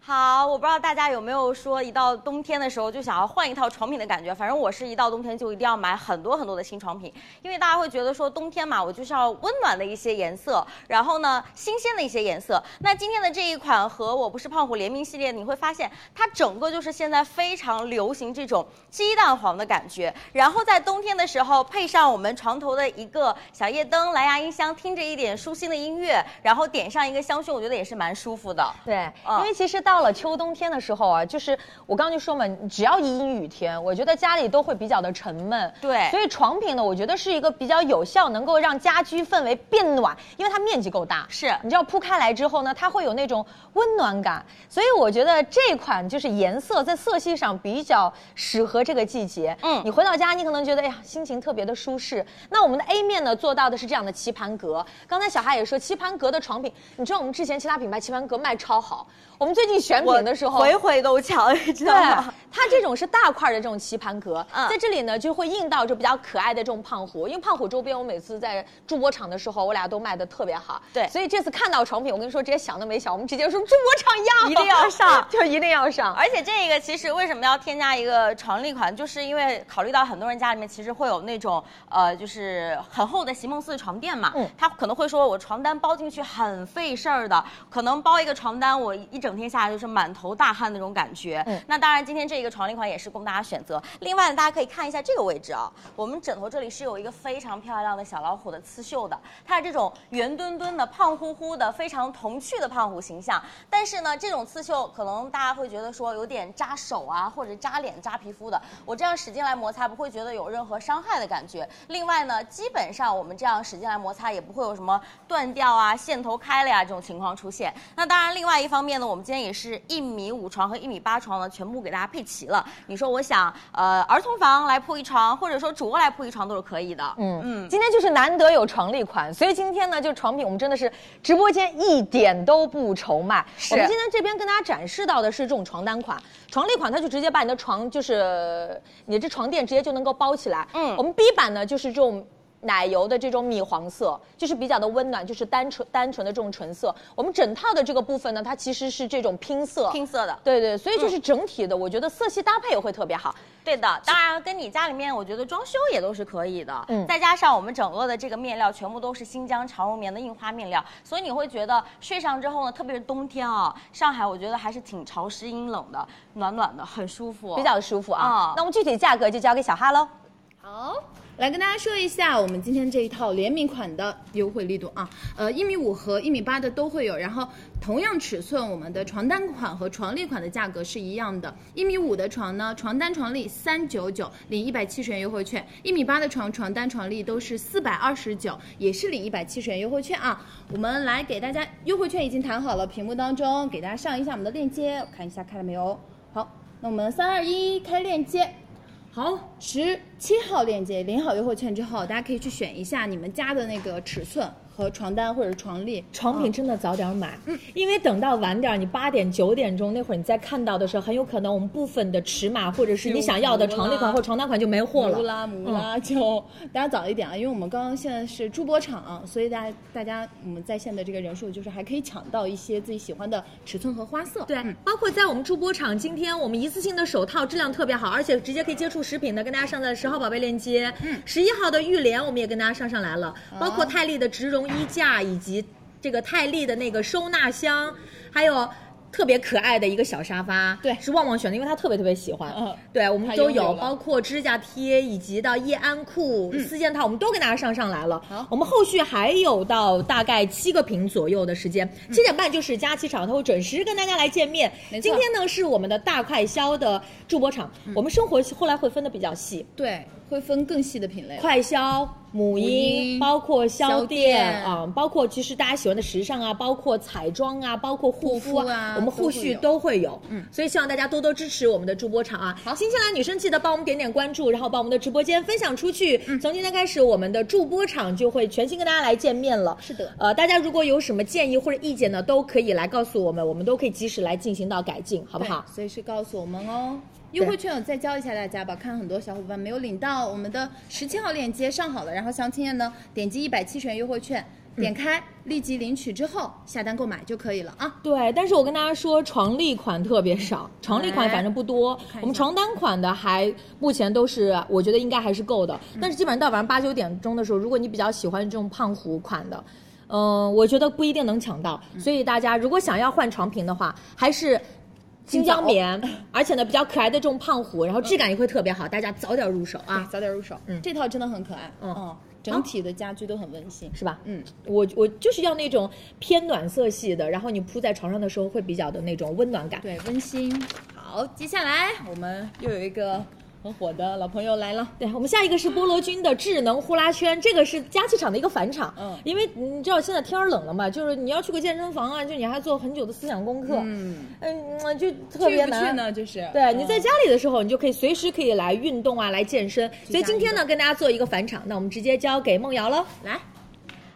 Speaker 5: 好，我不知道大家有没有说一到冬天的时候就想要换一套床品的感觉，反正我是一到冬天就一定要买很多很多的新床品，因为大家会觉得说冬天嘛，我就是要温暖的一些颜色，然后呢新鲜的一些颜色。那今天的这一款和我不是胖虎联名系列，你会发现它整个就是现在非常流行这种鸡蛋黄的感觉，然后在冬天的时候配上我们床头的一个小夜灯、蓝牙音箱，听着一点舒心的音乐，然后点上一个香薰，我觉得也是蛮舒服的。
Speaker 6: 对，
Speaker 5: 嗯
Speaker 6: 呃
Speaker 2: 哎
Speaker 6: 因为其实到了秋冬天的时候啊，就是我刚刚就说嘛，只要一阴雨天，我觉得家里都会比较的沉闷。
Speaker 5: 对
Speaker 6: 所以床品呢，我觉得是一个比较有效，能够让家居氛围变暖，因为它面积够大。
Speaker 5: 是
Speaker 6: 你知道铺开来之后呢，它会有那种温暖感。所以我觉得这款就是颜色在色系上比较适合这个季节。
Speaker 5: 嗯
Speaker 6: 你回到家，你可能觉得哎呀，心情特别的舒适。那我们的 A 面呢，做到的是这样的棋盘格。刚才小哈也说，棋盘格的床品，你知道我们之前其他品牌棋盘格卖超好，我们最近选
Speaker 5: 我
Speaker 6: 品的时候，
Speaker 5: 回回都抢，你知
Speaker 6: 对
Speaker 5: 道吗？，
Speaker 6: 它这种是大块儿的这种棋盘格，
Speaker 5: 嗯
Speaker 6: 在这里呢就会印到这比较可爱的这种胖虎，因为胖虎周边我每次在助播场的时候，我俩都卖的特别好，
Speaker 5: 对
Speaker 6: 所以这次看到床品，我跟你说直接想都没想，我们直接说助播场要，
Speaker 5: 一定要上
Speaker 6: <laughs> 就一定要上，
Speaker 5: 而且这个其实为什么要添加一个床笠款，就是因为考虑到很多人家里面其实会有那种呃，就是很厚的席梦思床垫嘛，
Speaker 6: 嗯
Speaker 5: 他可能会说我床单包进去很费事儿的，可能包一个床单我一整天下来就是满头大汗那种感觉。
Speaker 6: 嗯
Speaker 5: 那当然，今天这个床笠款也是供大家选择。另外呢，大家可以看一下这个位置啊，我们枕头这里是有一个非常漂亮的小老虎的刺绣的，它是这种圆墩墩的、胖乎乎的、非常童趣的胖虎形象。但是呢，这种刺绣可能大家会觉得说有点扎手啊，或者扎脸、扎皮肤的。我这样使劲来摩擦，不会觉得有任何伤害的感觉。另外呢，基本上我们这样使劲来摩擦，也不会有什么断掉啊、线头开了呀、这种情况出现。那当然，另外一方面呢，我们今天也是一米五床和一米八床呢，全部给大家配齐了。你说我想，呃，儿童房来铺一床，或者说主卧来铺一床都是可以的。
Speaker 6: 嗯
Speaker 5: 嗯
Speaker 6: 嗯，今天就是难得有床笠款，所以今天呢，就床品我们真的是直播间一点都不愁卖。
Speaker 5: 是
Speaker 6: 我们今天这边跟大家展示到的是这种床单款，床笠款它就直接把你的床就是呃你的这床垫直接就能够包起来。
Speaker 5: 嗯
Speaker 6: 嗯，我们 B 版呢就是这种。奶油的这种米黄色，就是比较的温暖，就是单纯单纯的这种纯色。我们整套的这个部分呢，它其实是这种拼色，嗯
Speaker 5: 拼色的。
Speaker 6: 对对，所以就是整体的，我觉得色系搭配也会特别好。
Speaker 5: 对的，当然跟你家里面，我觉得装修也都是可以的。
Speaker 6: 嗯
Speaker 5: 再加上我们整个的这个面料全部都是新疆长绒棉的印花面料，所以你会觉得睡上之后呢，特别是冬天啊，上海我觉得还是挺潮湿阴冷的，暖暖的，很舒服。
Speaker 6: 比较舒服啊。
Speaker 5: 哦
Speaker 6: 那我们具体价格就交给小哈喽。
Speaker 2: 好，来跟大家说一下我们今天这一套联名款的优惠力度啊，呃，一米五和一米八的都会有，然后同样尺寸，我们的床单款和床笠款的价格是一样的。一米五的床呢，床单床笠三九九，领一百七十元优惠券；一米八的床，床单床笠都是四百二十九，也是领一百七十元优惠券啊。我们来给大家优惠券已经谈好了，屏幕当中给大家上一下我们的链接，我看一下开了没有？好，那我们三二一开链接。
Speaker 1: 好，
Speaker 2: 十七号链接领好优惠券之后，大家可以去选一下你们家的那个尺寸和床单或者床嗯笠。
Speaker 1: 床品真的早点买，因为等到晚点儿，你八点九点钟那会儿你再看到的时候，很有可能我们部分的尺码或者是你想要的床那款或床单款就没货
Speaker 2: 母
Speaker 1: 了。嗯
Speaker 2: 啦母啦，就大家早一点啊，因为我们刚刚现在是助播场、所以大家大家我们在线的这个人数就是还可以抢到一些自己喜欢的尺寸和花色。
Speaker 1: 对，包括在我们助播场，今天我们一次性的手套质量特别好，而且直接可以接触食品的，跟大家上在十号宝贝链接。嗯，啊十一号的浴帘我们也跟大家上上来了，包括泰利的植绒衣架以及这个泰利的那个收纳箱，还有。特别可爱的一个小沙发，
Speaker 2: 对
Speaker 1: 是旺旺选的，因为他特别特别喜欢。
Speaker 2: 嗯
Speaker 1: 对，我们
Speaker 2: 他
Speaker 1: 都
Speaker 2: 拥有
Speaker 1: 有，
Speaker 2: 了嗯
Speaker 1: 包括指甲贴以及到夜安裤、四件套，我们都给大家上上来了。
Speaker 2: 好
Speaker 1: 我们后续还有到大概七个屏左右的时间，七点半就是佳琦场，他会准时跟大家来见面。
Speaker 2: 嗯没错嗯
Speaker 1: 今天呢是我们的大快消的助播场，我们生活后来会分的比较细，
Speaker 2: 对，会分更细的品类。
Speaker 1: 快消、母婴，
Speaker 2: 婴
Speaker 1: 包括消
Speaker 2: 消店
Speaker 1: 啊、包括其实大家喜欢的时尚啊，包括彩妆啊，包括护肤
Speaker 2: 护肤啊
Speaker 1: 我们后续都会有。嗯，所以希望大家多多支持我们的助播场啊。好，新进来女生记得帮我们点点关注，然后把我们的直播间分享出去。从今天开始，我们的助播场就会全新跟大家来见面了。
Speaker 2: 是的
Speaker 1: 呃，大家如果有什么建议或者意见呢，都可以来告诉我们，我们都可以及时来进行到改进，好不好？
Speaker 2: 对所以是告诉我们哦。优惠券我再教一下大家吧，看很多小伙伴没有领到我们的十七号链接上好了，然后详情页呢点击一百七十元优惠券，
Speaker 1: 嗯
Speaker 2: 点开、立即领取之后下单购买就可以了啊。哎
Speaker 1: 对，但是我跟大家说，床笠款特别少，床笠款反正不多，我们床单款的还目前都是，我觉得应该还是够的。
Speaker 2: 嗯
Speaker 1: 但是基本上到晚上八九点钟的时候，如果你比较喜欢这种胖虎款的。嗯，我觉得不一定能抢到，
Speaker 2: 嗯
Speaker 1: 所以大家如果想要换床品的话，还是新疆棉，
Speaker 2: 哦
Speaker 1: 而且呢比较可爱的这种胖虎，然后质感也会特别好，大家早点入手啊。
Speaker 2: 嗯对，早点入手。
Speaker 1: 嗯
Speaker 2: 这套真的很可爱，哦
Speaker 1: 嗯
Speaker 2: 整体的家居都很温馨。
Speaker 1: 是吧？
Speaker 2: 嗯，
Speaker 1: 我我就是要那种偏暖色系的，然后你铺在床上的时候会比较的那种温暖感。
Speaker 2: 对，温馨。好，接下来我们又有一个很火的老朋友来了，
Speaker 1: 对我们下一个是菠萝君的智能呼啦圈，这个是佳琦场的一个返场。
Speaker 2: 嗯
Speaker 1: 因为你知道现在天儿冷了嘛，就是你要去个健身房啊，就你还做很久的思想功课，
Speaker 2: 嗯，
Speaker 1: 嗯，嗯就特
Speaker 2: 去
Speaker 1: 别
Speaker 2: 不
Speaker 1: 难。
Speaker 2: 去呢？就是嗯
Speaker 1: 对，你在家里的时候，你就可以随时可以来运动啊，来健身。所以今天呢，跟大家做一个返场，那我们直接交给梦瑶喽。
Speaker 2: 来，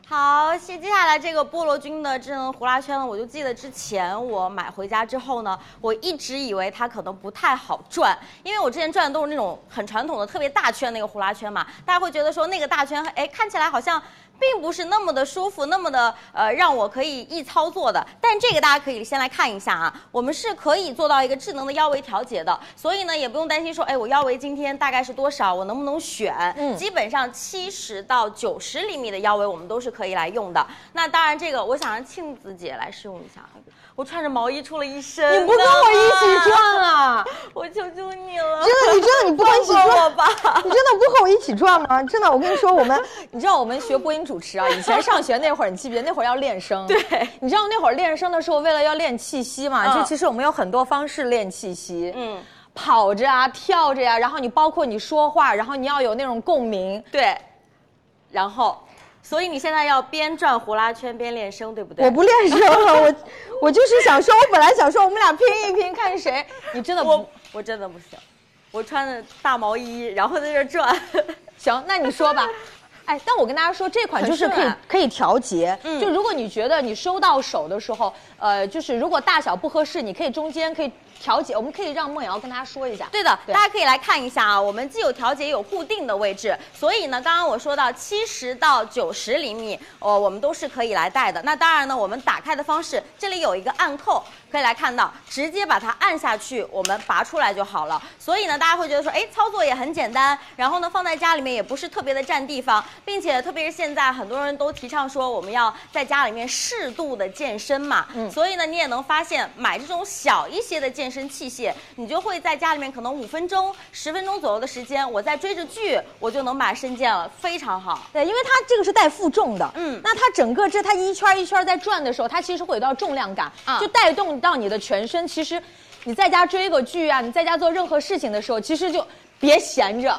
Speaker 5: 好，接接下来这个菠萝君的智能呼啦圈呢，我就记得之前我买回家之后呢，我一直以为它可能不太好转，因为我之前转的都是那种很传统的特别大圈那个呼啦圈嘛，大家会觉得说那个大圈，哎，看起来好像。并不是那么的舒服，那么的呃，让我可以易操作的。但这个大家可以先来看一下啊，我们是可以做到一个智能的腰围调节的，所以呢，也不用担心说，哎，我腰围今天大概是多少，我能不能选？
Speaker 1: 嗯
Speaker 5: 基本上七十到九十厘米的腰围我们都是可以来用的。那当然，这个我想让庆子姐来试用一下啊，我穿着毛衣出了一身，你不跟我一起转啊！ <laughs> 我求求你了，
Speaker 7: 真的，你真的你不跟我一起
Speaker 5: 放过
Speaker 7: 转，
Speaker 5: 我吧。
Speaker 7: 你真的不和我一起转吗？真的，我跟你说，我们
Speaker 6: <laughs> 你知道我们学播音主持啊，以前上学那会儿，你记不记得那会儿要练声？对，你知道那会儿练声的时候，为了要练气息嘛，
Speaker 5: 嗯
Speaker 6: 就其实我们有很多方式练气息，嗯
Speaker 5: 嗯，
Speaker 6: 跑着啊，跳着呀、然后你包括你说话，然后你要有那种共鸣，
Speaker 5: 对，然后，所以你现在要边转呼啦圈边练声，对不对？
Speaker 7: 我不练声了，我我就是想说，我本来想说我们俩拼
Speaker 6: 拼
Speaker 7: 一
Speaker 6: 一拼看谁，你真的不
Speaker 5: 我我真的不行，我穿的大毛衣，然后在这儿转。 <laughs>
Speaker 6: 行，那你说吧。哎，但我跟大家说，这款就是
Speaker 7: 就是
Speaker 6: 可
Speaker 7: 可
Speaker 6: 以
Speaker 7: 以可以调节，
Speaker 5: 嗯
Speaker 6: 就如果你觉得你收到手的时候，呃，就是如果大小不合适，你可以中间可以调节，我们可以让梦瑶跟大家说一下。
Speaker 5: 对的，
Speaker 6: 对
Speaker 5: 大家可以来看一下啊，我们既有调节，也有固定的位置。所以呢，刚刚我说到七十到九十厘米，哦，我们都是可以来戴的。那当然呢，我们打开的方式，这里有一个按扣，可以来看到，直接把它按下去，我们拔出来就好了。所以呢，大家会觉得说，哎，操作也很简单，然后呢，放在家里面也不是特别的占地方，并且特别是现在很多人都提倡说，我们要在家里面适度的健身嘛，
Speaker 7: 嗯
Speaker 5: 所以呢，你也能发现买这种小一些的健身器械，你就会在家里面可能五分钟、十分钟左右的时间，我在追着剧，我就能把身健了，非常好。
Speaker 6: 对，因为它这个是带负重的，
Speaker 5: 嗯
Speaker 6: 那它整个这它一圈一圈在转的时候，它其实会有到重量感，
Speaker 5: 啊
Speaker 6: 就带动到你的全身。其实你在家追个剧啊，你在家做任何事情的时候，其实就别闲着。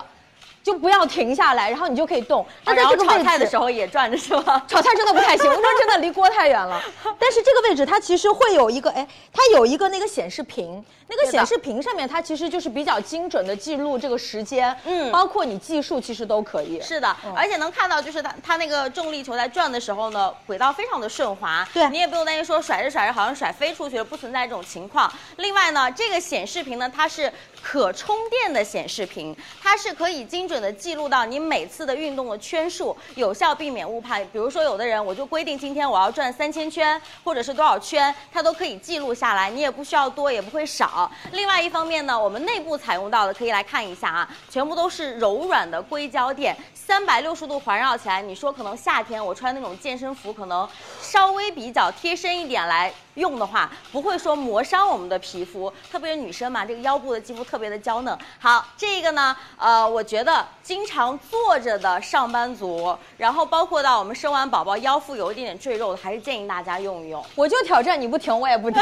Speaker 7: 就不要停下来，然后你就可以动。它在
Speaker 5: 啊然后
Speaker 7: 啊这个
Speaker 5: 炒
Speaker 7: 位
Speaker 5: 菜的
Speaker 7: 置
Speaker 5: 时候也转着是
Speaker 7: <laughs>
Speaker 5: 吗？
Speaker 7: 炒菜真的不太行，因为真的离锅太远了。但是这个位置它其实会有一个，哎，它有一个那个显示屏，那个显示屏上面它其实就是比较精准的记录这个时间，
Speaker 5: 嗯
Speaker 7: 嗯，包括你技术其实都可以。
Speaker 5: 是的，而且能看到，就是它它那个重力球在转的时候呢，轨道非常的顺滑，
Speaker 7: 对
Speaker 5: 你也不用担心说甩着甩着好像甩飞出去了，不存在这种情况。另外呢，这个显示屏呢，它是可充电的显示屏，它是可以精准的记录到你每次的运动的圈数，有效避免误判。比如说，有的人我就规定今天我要转三千圈，或者是多少圈，它都可以记录下来，你也不需要多，也不会少。另外一方面呢，我们内部采用到的可以来看一下啊，全部都是柔软的硅胶垫，三百六十度环绕起来。你说可能夏天我穿那种健身服，可能稍微比较贴身一点来用的话，不会说磨伤我们的皮肤，特别是女生嘛，这个腰部的肌肤特别的娇嫩。好，这个呢，呃，我觉得经常坐着的上班族，然后包括到我们生完宝宝腰腹有一点点赘肉的，还是建议大家用一用。
Speaker 7: 我就挑战你不停，我也不
Speaker 5: <laughs>
Speaker 7: 停。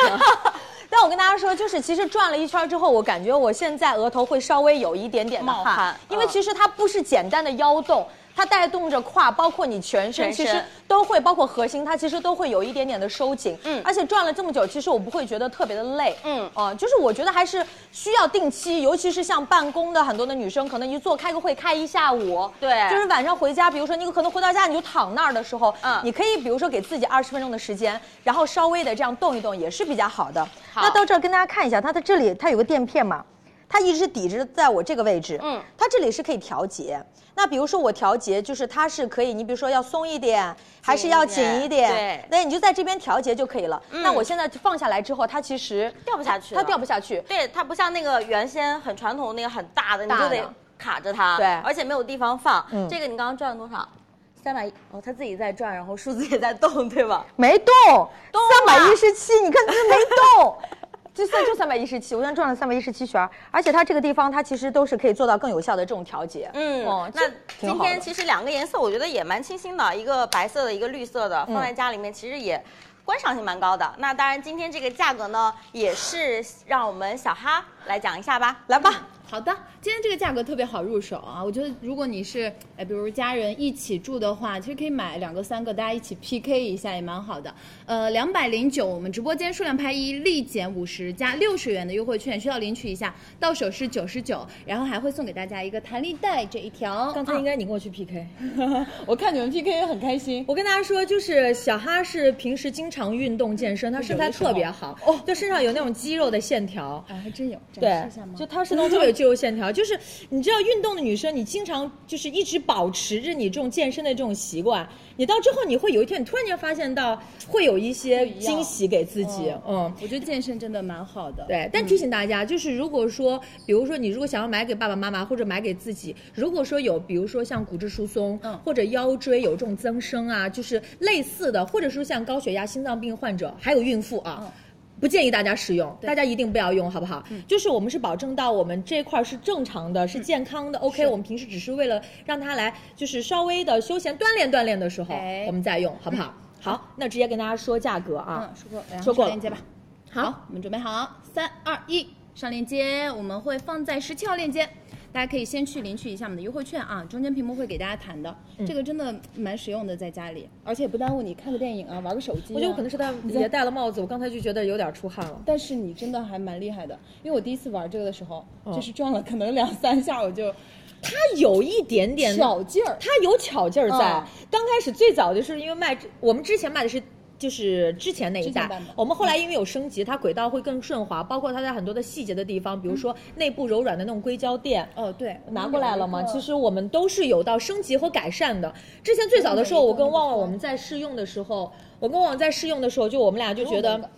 Speaker 7: 但我跟大家说，就是其实转了一圈之后，我感觉我现在额头会稍微有一点点的
Speaker 5: 冒
Speaker 7: 汗，
Speaker 5: 汗
Speaker 7: 因为
Speaker 5: 嗯
Speaker 7: 其实它不是简单的腰动，它带动着胯，包括你全身，
Speaker 5: 全身
Speaker 7: 其实都会，包括核心，它其实都会有一点点的收紧。
Speaker 5: 嗯
Speaker 7: 嗯，而且转了这么久，其实我不会觉得特别的累。
Speaker 5: 嗯
Speaker 7: 嗯，哦、就是我觉得还是需要定期，尤其是像办公的很多的女生，可能一坐开个会开一下午，
Speaker 5: 对
Speaker 7: 就是晚上回家，比如说你可能回到家你就躺那儿的时候，
Speaker 5: 嗯
Speaker 7: 嗯，你可以比如说给自己二十分钟的时间，然后稍微的这样动一动也是比较好的。
Speaker 5: 好
Speaker 7: 那到这儿跟大家看一下，它的这里它有个垫片嘛，它一直抵着在我这个位置，
Speaker 5: 嗯
Speaker 7: 嗯，它这里是可以调节。那比如说我调节，就是它是可以，你比如说要松一点，还是要紧一点，
Speaker 5: 对嗯
Speaker 7: 那你就在这边调节就可以了。那我现在放下来之后，它其实
Speaker 5: 掉不下去
Speaker 7: 它
Speaker 5: 了
Speaker 7: 掉不下去。
Speaker 5: 对，它不像那个原先很传统的那个很大的，你
Speaker 7: 大的
Speaker 5: 就得卡着它，
Speaker 7: 对
Speaker 5: 而且没有地方放。
Speaker 7: 嗯
Speaker 5: 这个你刚刚转了多少？三百一哦，它自己在转，然后数字也在动，对吧？
Speaker 7: 没动，三
Speaker 5: 啊
Speaker 7: 百一十七，你看这没动，就算就三百一十七，我现在转了三百一十七圈儿，而且它这个地方它其实都是可以做到更有效的这种调节。
Speaker 5: 嗯，
Speaker 7: <laughs> 哦
Speaker 5: 那
Speaker 7: 这挺
Speaker 5: 今
Speaker 7: 好
Speaker 5: 天
Speaker 7: 的。
Speaker 5: 其实两个颜色我觉得也蛮清新的，一个白色的，一个绿色的，
Speaker 7: 嗯
Speaker 5: 放在家里面其实也。观赏性蛮高的，那当然，今天这个价格呢，也是让我们小哈来讲一下吧。
Speaker 7: 来吧，
Speaker 2: 好的，今天这个价格特别好入手啊！我觉得如果你是哎，比如家人一起住的话，其实可以买两个、三个，大家一起 PK 一下也蛮好的。呃，两百零九，我们直播间数量拍一，立减五十加六十元的优惠券，需要领取一下，到手是九十九，然后还会送给大家一个弹力带这一条。
Speaker 1: 刚才应该你跟我去 PK。
Speaker 3: 我看你们 PK 很开心。
Speaker 1: 我跟大家说，就是小哈是平时经常运动健身，她身材特别好，哦，就身上有那种肌肉的线条。
Speaker 2: 啊，还真有展
Speaker 1: 对
Speaker 2: 示一下吗，？
Speaker 1: 就她身上特别有肌肉线条， <laughs> 就是你知道运动的女生，你经常就是一直保持着你这种健身的这种习惯，你到之后你会有一天，你突然间发现到会有一些惊喜给自己，嗯，
Speaker 2: 我觉得健身真的蛮好的。
Speaker 1: 对，但提醒大家，就是如果说，比如说你如果想要买给爸爸妈妈或者买给自己，如果说有，比如说像骨质疏松，
Speaker 2: 嗯
Speaker 1: 或者腰椎有这种增生啊，就是类似的，或者说像高血压、心脏病患者，还有孕妇啊。
Speaker 2: 嗯
Speaker 1: 不建议大家使用，大家一定不要用，好不好？就是我们是保证到我们这块儿是正常的，是
Speaker 2: 嗯
Speaker 1: 健康的。OK，我们平时只是为了让它来，就是稍微的休闲锻炼锻炼的时候，
Speaker 2: 哎
Speaker 1: 我们再用，好不好？好，那直接跟大家说价格啊。
Speaker 2: 嗯，说过，然后
Speaker 1: 说过
Speaker 2: 上
Speaker 1: 了
Speaker 2: 链接吧。
Speaker 1: 好
Speaker 2: 我们准备好，三二一，上链接，我们会放在十七号链接。大家可以先去领取一下我们的优惠券啊，中间屏幕会给大家弹的，
Speaker 1: 嗯
Speaker 2: 这个真的蛮实用的，在家里，而且也不耽误你看个电影啊，玩个手机、啊。
Speaker 1: 嗯我觉得我可能是戴也戴了帽子，我刚才就觉得有点出汗了。
Speaker 2: 但是你真的还蛮厉害的，因为我第一次玩这个的时候，
Speaker 1: 嗯
Speaker 2: 就是撞了可能两三下，我就
Speaker 1: 它有一点点，
Speaker 2: 巧劲儿。
Speaker 1: 它有巧劲儿在。
Speaker 2: 嗯
Speaker 1: 刚开始最早就是因为卖，我们之前卖的是。就是之前那一
Speaker 2: 之前
Speaker 1: 代
Speaker 2: 版本，
Speaker 1: 我们后来因为有升级，它轨道会更顺滑，包括它在很多的细节的地方，比如说内部柔软的那种硅胶垫，
Speaker 2: 嗯哦，对，我们
Speaker 1: 拿过来了吗？
Speaker 2: 有一个
Speaker 1: 其实我们都是有到升级和改善的。之前最早的时候，
Speaker 2: 每一
Speaker 1: 我
Speaker 2: 个
Speaker 1: 跟旺
Speaker 2: 那
Speaker 1: 旺
Speaker 2: 个
Speaker 1: 我们在试用的时候，我跟旺旺在试用的时候，就我们俩就觉得
Speaker 2: 用那个，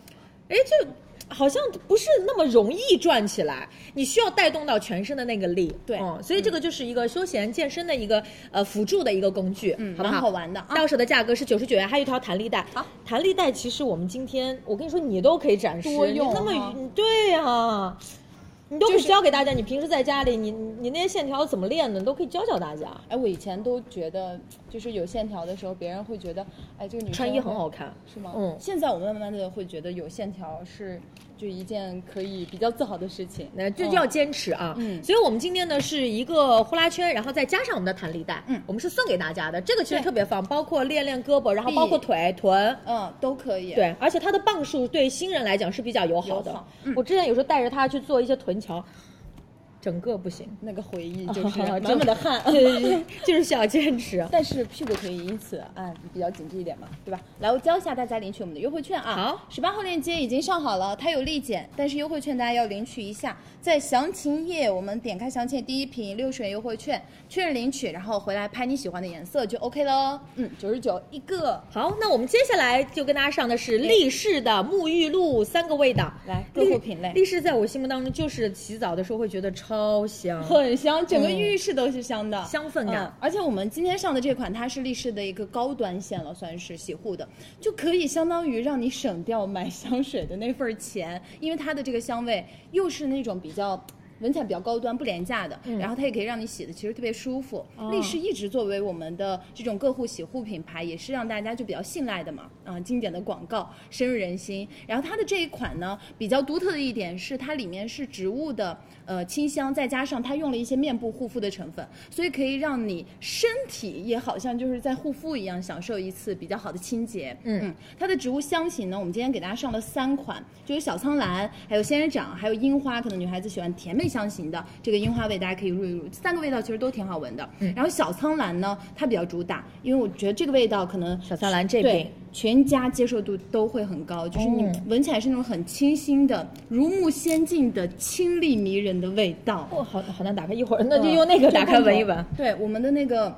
Speaker 1: 哎，就好像不是那么容易转起来，你需要带动到全身的那个力。
Speaker 2: 对
Speaker 1: 嗯，所以这个就是一个休闲健身的一个呃辅助的一个工具，
Speaker 2: 嗯，
Speaker 1: 好不
Speaker 2: 蛮
Speaker 1: 好？
Speaker 2: 好玩的啊。
Speaker 1: 到手的价格是九十九元，还有一条弹力带。
Speaker 7: 好，
Speaker 1: 弹力带其实我们今天我跟你说，你都可以展示，
Speaker 2: 多用
Speaker 1: 你那么
Speaker 2: 哈
Speaker 1: 对呀、你都可以教给大家。你平时在家里，你你你那些线条怎么练的，你都可以教教大家。
Speaker 2: 哎，我以前都觉得，就是有线条的时候，别人会觉得，哎，这个女生
Speaker 1: 穿衣很
Speaker 2: 会
Speaker 1: 好看，
Speaker 2: 是吗？
Speaker 1: 嗯
Speaker 2: 现在我慢慢的会觉得有线条是就一件可以比较自豪的事情。
Speaker 1: 那就
Speaker 2: 嗯
Speaker 1: 要坚持啊。
Speaker 2: 嗯
Speaker 1: 所以我们今天呢是一个呼啦圈，然后再加上我们的弹力带，
Speaker 2: 嗯
Speaker 1: 我们是送给大家的。这个其实
Speaker 2: 对
Speaker 1: 特别棒，包括练练胳膊，然后包括
Speaker 2: 臂
Speaker 1: 腿、臀。
Speaker 2: 嗯，都可以。，
Speaker 1: 对，而且它的磅数对新人来讲是比较友好的。
Speaker 2: 友好嗯
Speaker 1: 我之前有时候带着它去做一些臀桥，整个不行，
Speaker 2: 那个回忆
Speaker 1: <laughs>
Speaker 2: 就是
Speaker 1: 真
Speaker 2: 满满的汗。
Speaker 1: 对对对，就是需要坚持。啊
Speaker 2: 但是屁股可以因此啊比较紧致一点嘛，对吧？来，我教一下大家领取我们的优惠券啊。
Speaker 1: 好，
Speaker 2: 十八号链接已经上好了，它有立减，但是优惠券大家要领取一下，在详情页我们点开详情页第一屏六十元优惠券，确认领取，然后回来拍你喜欢的颜色就 OK 喽。嗯，九十九一个。
Speaker 1: 好，那我们接下来就跟大家上的是立式的沐浴露三个味道，
Speaker 2: 来
Speaker 1: 立
Speaker 2: 各户品类
Speaker 1: 立式在我心目当中就是洗澡的时候会觉得超香，嗯
Speaker 2: 很香，整个浴室都是香的，
Speaker 1: 香氛感
Speaker 2: 嗯而且我们今天上的这款，它是力士的一个高端线了，算是洗护的，就可以相当于让你省掉买香水的那份儿钱，因为它的这个香味又是那种比较。闻起来比较高端、不廉价的，然后它也可以让你洗的其实特别舒服。力士一直作为我们的这种个护洗护品牌，也是让大家就比较信赖的嘛，啊、经典的广告深入人心。然后它的这一款呢，比较独特的一点是它里面是植物的呃清香，再加上它用了一些面部护肤的成分，所以可以让你身体也好像就是在护肤一样，享受一次比较好的清洁。嗯它的植物香型呢，我们今天给大家上了三款，就有小苍兰，还有仙人掌，还有樱花。可能女孩子喜欢甜妹香型的，这个樱花味大家可以入一入。三个味道其实都挺好闻的。嗯、然后小苍兰呢，它比较主打，因为我觉得这个味道可能
Speaker 1: 小苍兰这
Speaker 2: 对
Speaker 1: 边嗯
Speaker 2: 全家接受度都会很高，就是你闻起来是那种很清新的、如沐仙境的清丽迷人的味道。
Speaker 1: 哦，好好难打开，一
Speaker 2: 嗯
Speaker 1: 会儿那就用那个打开闻一闻。
Speaker 2: 对，我们的那个。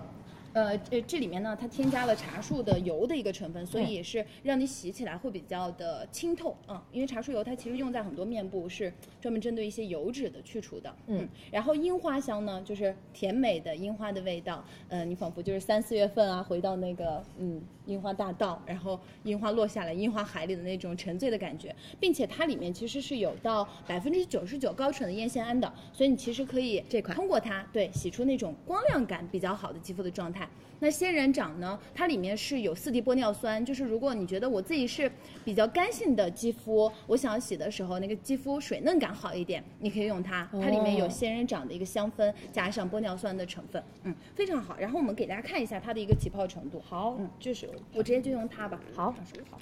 Speaker 2: 呃，这这里面呢，它添加了茶树的油的一个成分，
Speaker 1: 嗯
Speaker 2: 所以也是让你洗起来会比较的清透啊、因为茶树油它其实用在很多面部是专门针对一些油脂的去除的。嗯，然后樱花香呢，就是甜美的樱花的味道，呃，你仿佛就是三四月份啊，回到那个嗯樱花大道，然后樱花落下来，樱花海里的那种沉醉的感觉，并且它里面其实是有到百分之九十九高纯的烟酰胺的，所以你其实可以
Speaker 1: 这款
Speaker 2: 通过它对洗出那种光亮感比较好的肌肤的状态。那仙人掌呢，它里面是有四地玻尿酸，就是如果你觉得我自己是比较干性的肌肤，我想要洗的时候那个肌肤水嫩感好一点，你可以用它，它里
Speaker 1: 哦
Speaker 2: 面有仙人掌的一个香氛加上玻尿酸的成分，嗯，非常好。然后我们给大家看一下它的一个起泡程度，好，嗯，就是我直接就用它吧，好，好，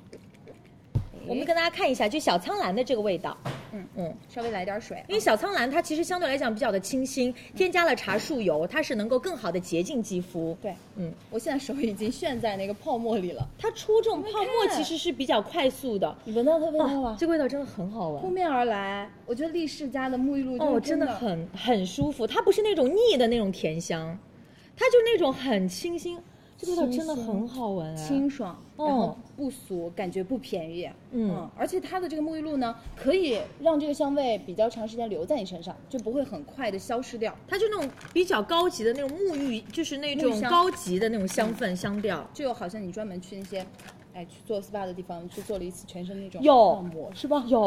Speaker 1: 我们跟大家看一下，就小苍兰的这个味道，
Speaker 2: 嗯
Speaker 1: 嗯
Speaker 2: 稍微来点水啊，
Speaker 1: 因为小苍兰它其实相对来讲比较的清新，添加了茶树油，它是能够更好的洁净肌肤。
Speaker 2: 对，
Speaker 1: 嗯，
Speaker 2: 我现在手已经陷在那个泡沫里了，
Speaker 1: 它出这种泡沫其实是比较快速的，
Speaker 2: 你闻到它味道
Speaker 1: 哇
Speaker 2: 了，？
Speaker 1: 这个味道真的很好
Speaker 2: 扑
Speaker 1: 闻。
Speaker 2: 面而来，啊我觉得力士家的沐浴露就是
Speaker 1: 哦，真的
Speaker 2: 的
Speaker 1: 很很舒服，它不是那种腻的那种甜香，它就那种很清新，这个味道真的很好闻哎。
Speaker 2: 清爽，
Speaker 1: 哦
Speaker 2: 然后不俗，感觉不便宜。
Speaker 1: 嗯
Speaker 2: 而且它的这个沐浴露呢，可以让这个香味比较长时间留在你身上，就不会很快的消失掉。
Speaker 1: 它就那种比较高级的那种沐浴，就是那
Speaker 2: 沐浴
Speaker 1: 种
Speaker 2: 香
Speaker 1: 高级的那种香氛香调。
Speaker 2: 就好像你专门去那些，哎，去做 SPA 的地方去做了一次全身那种
Speaker 1: 有
Speaker 2: 按摩，是吧？嗯
Speaker 1: 有，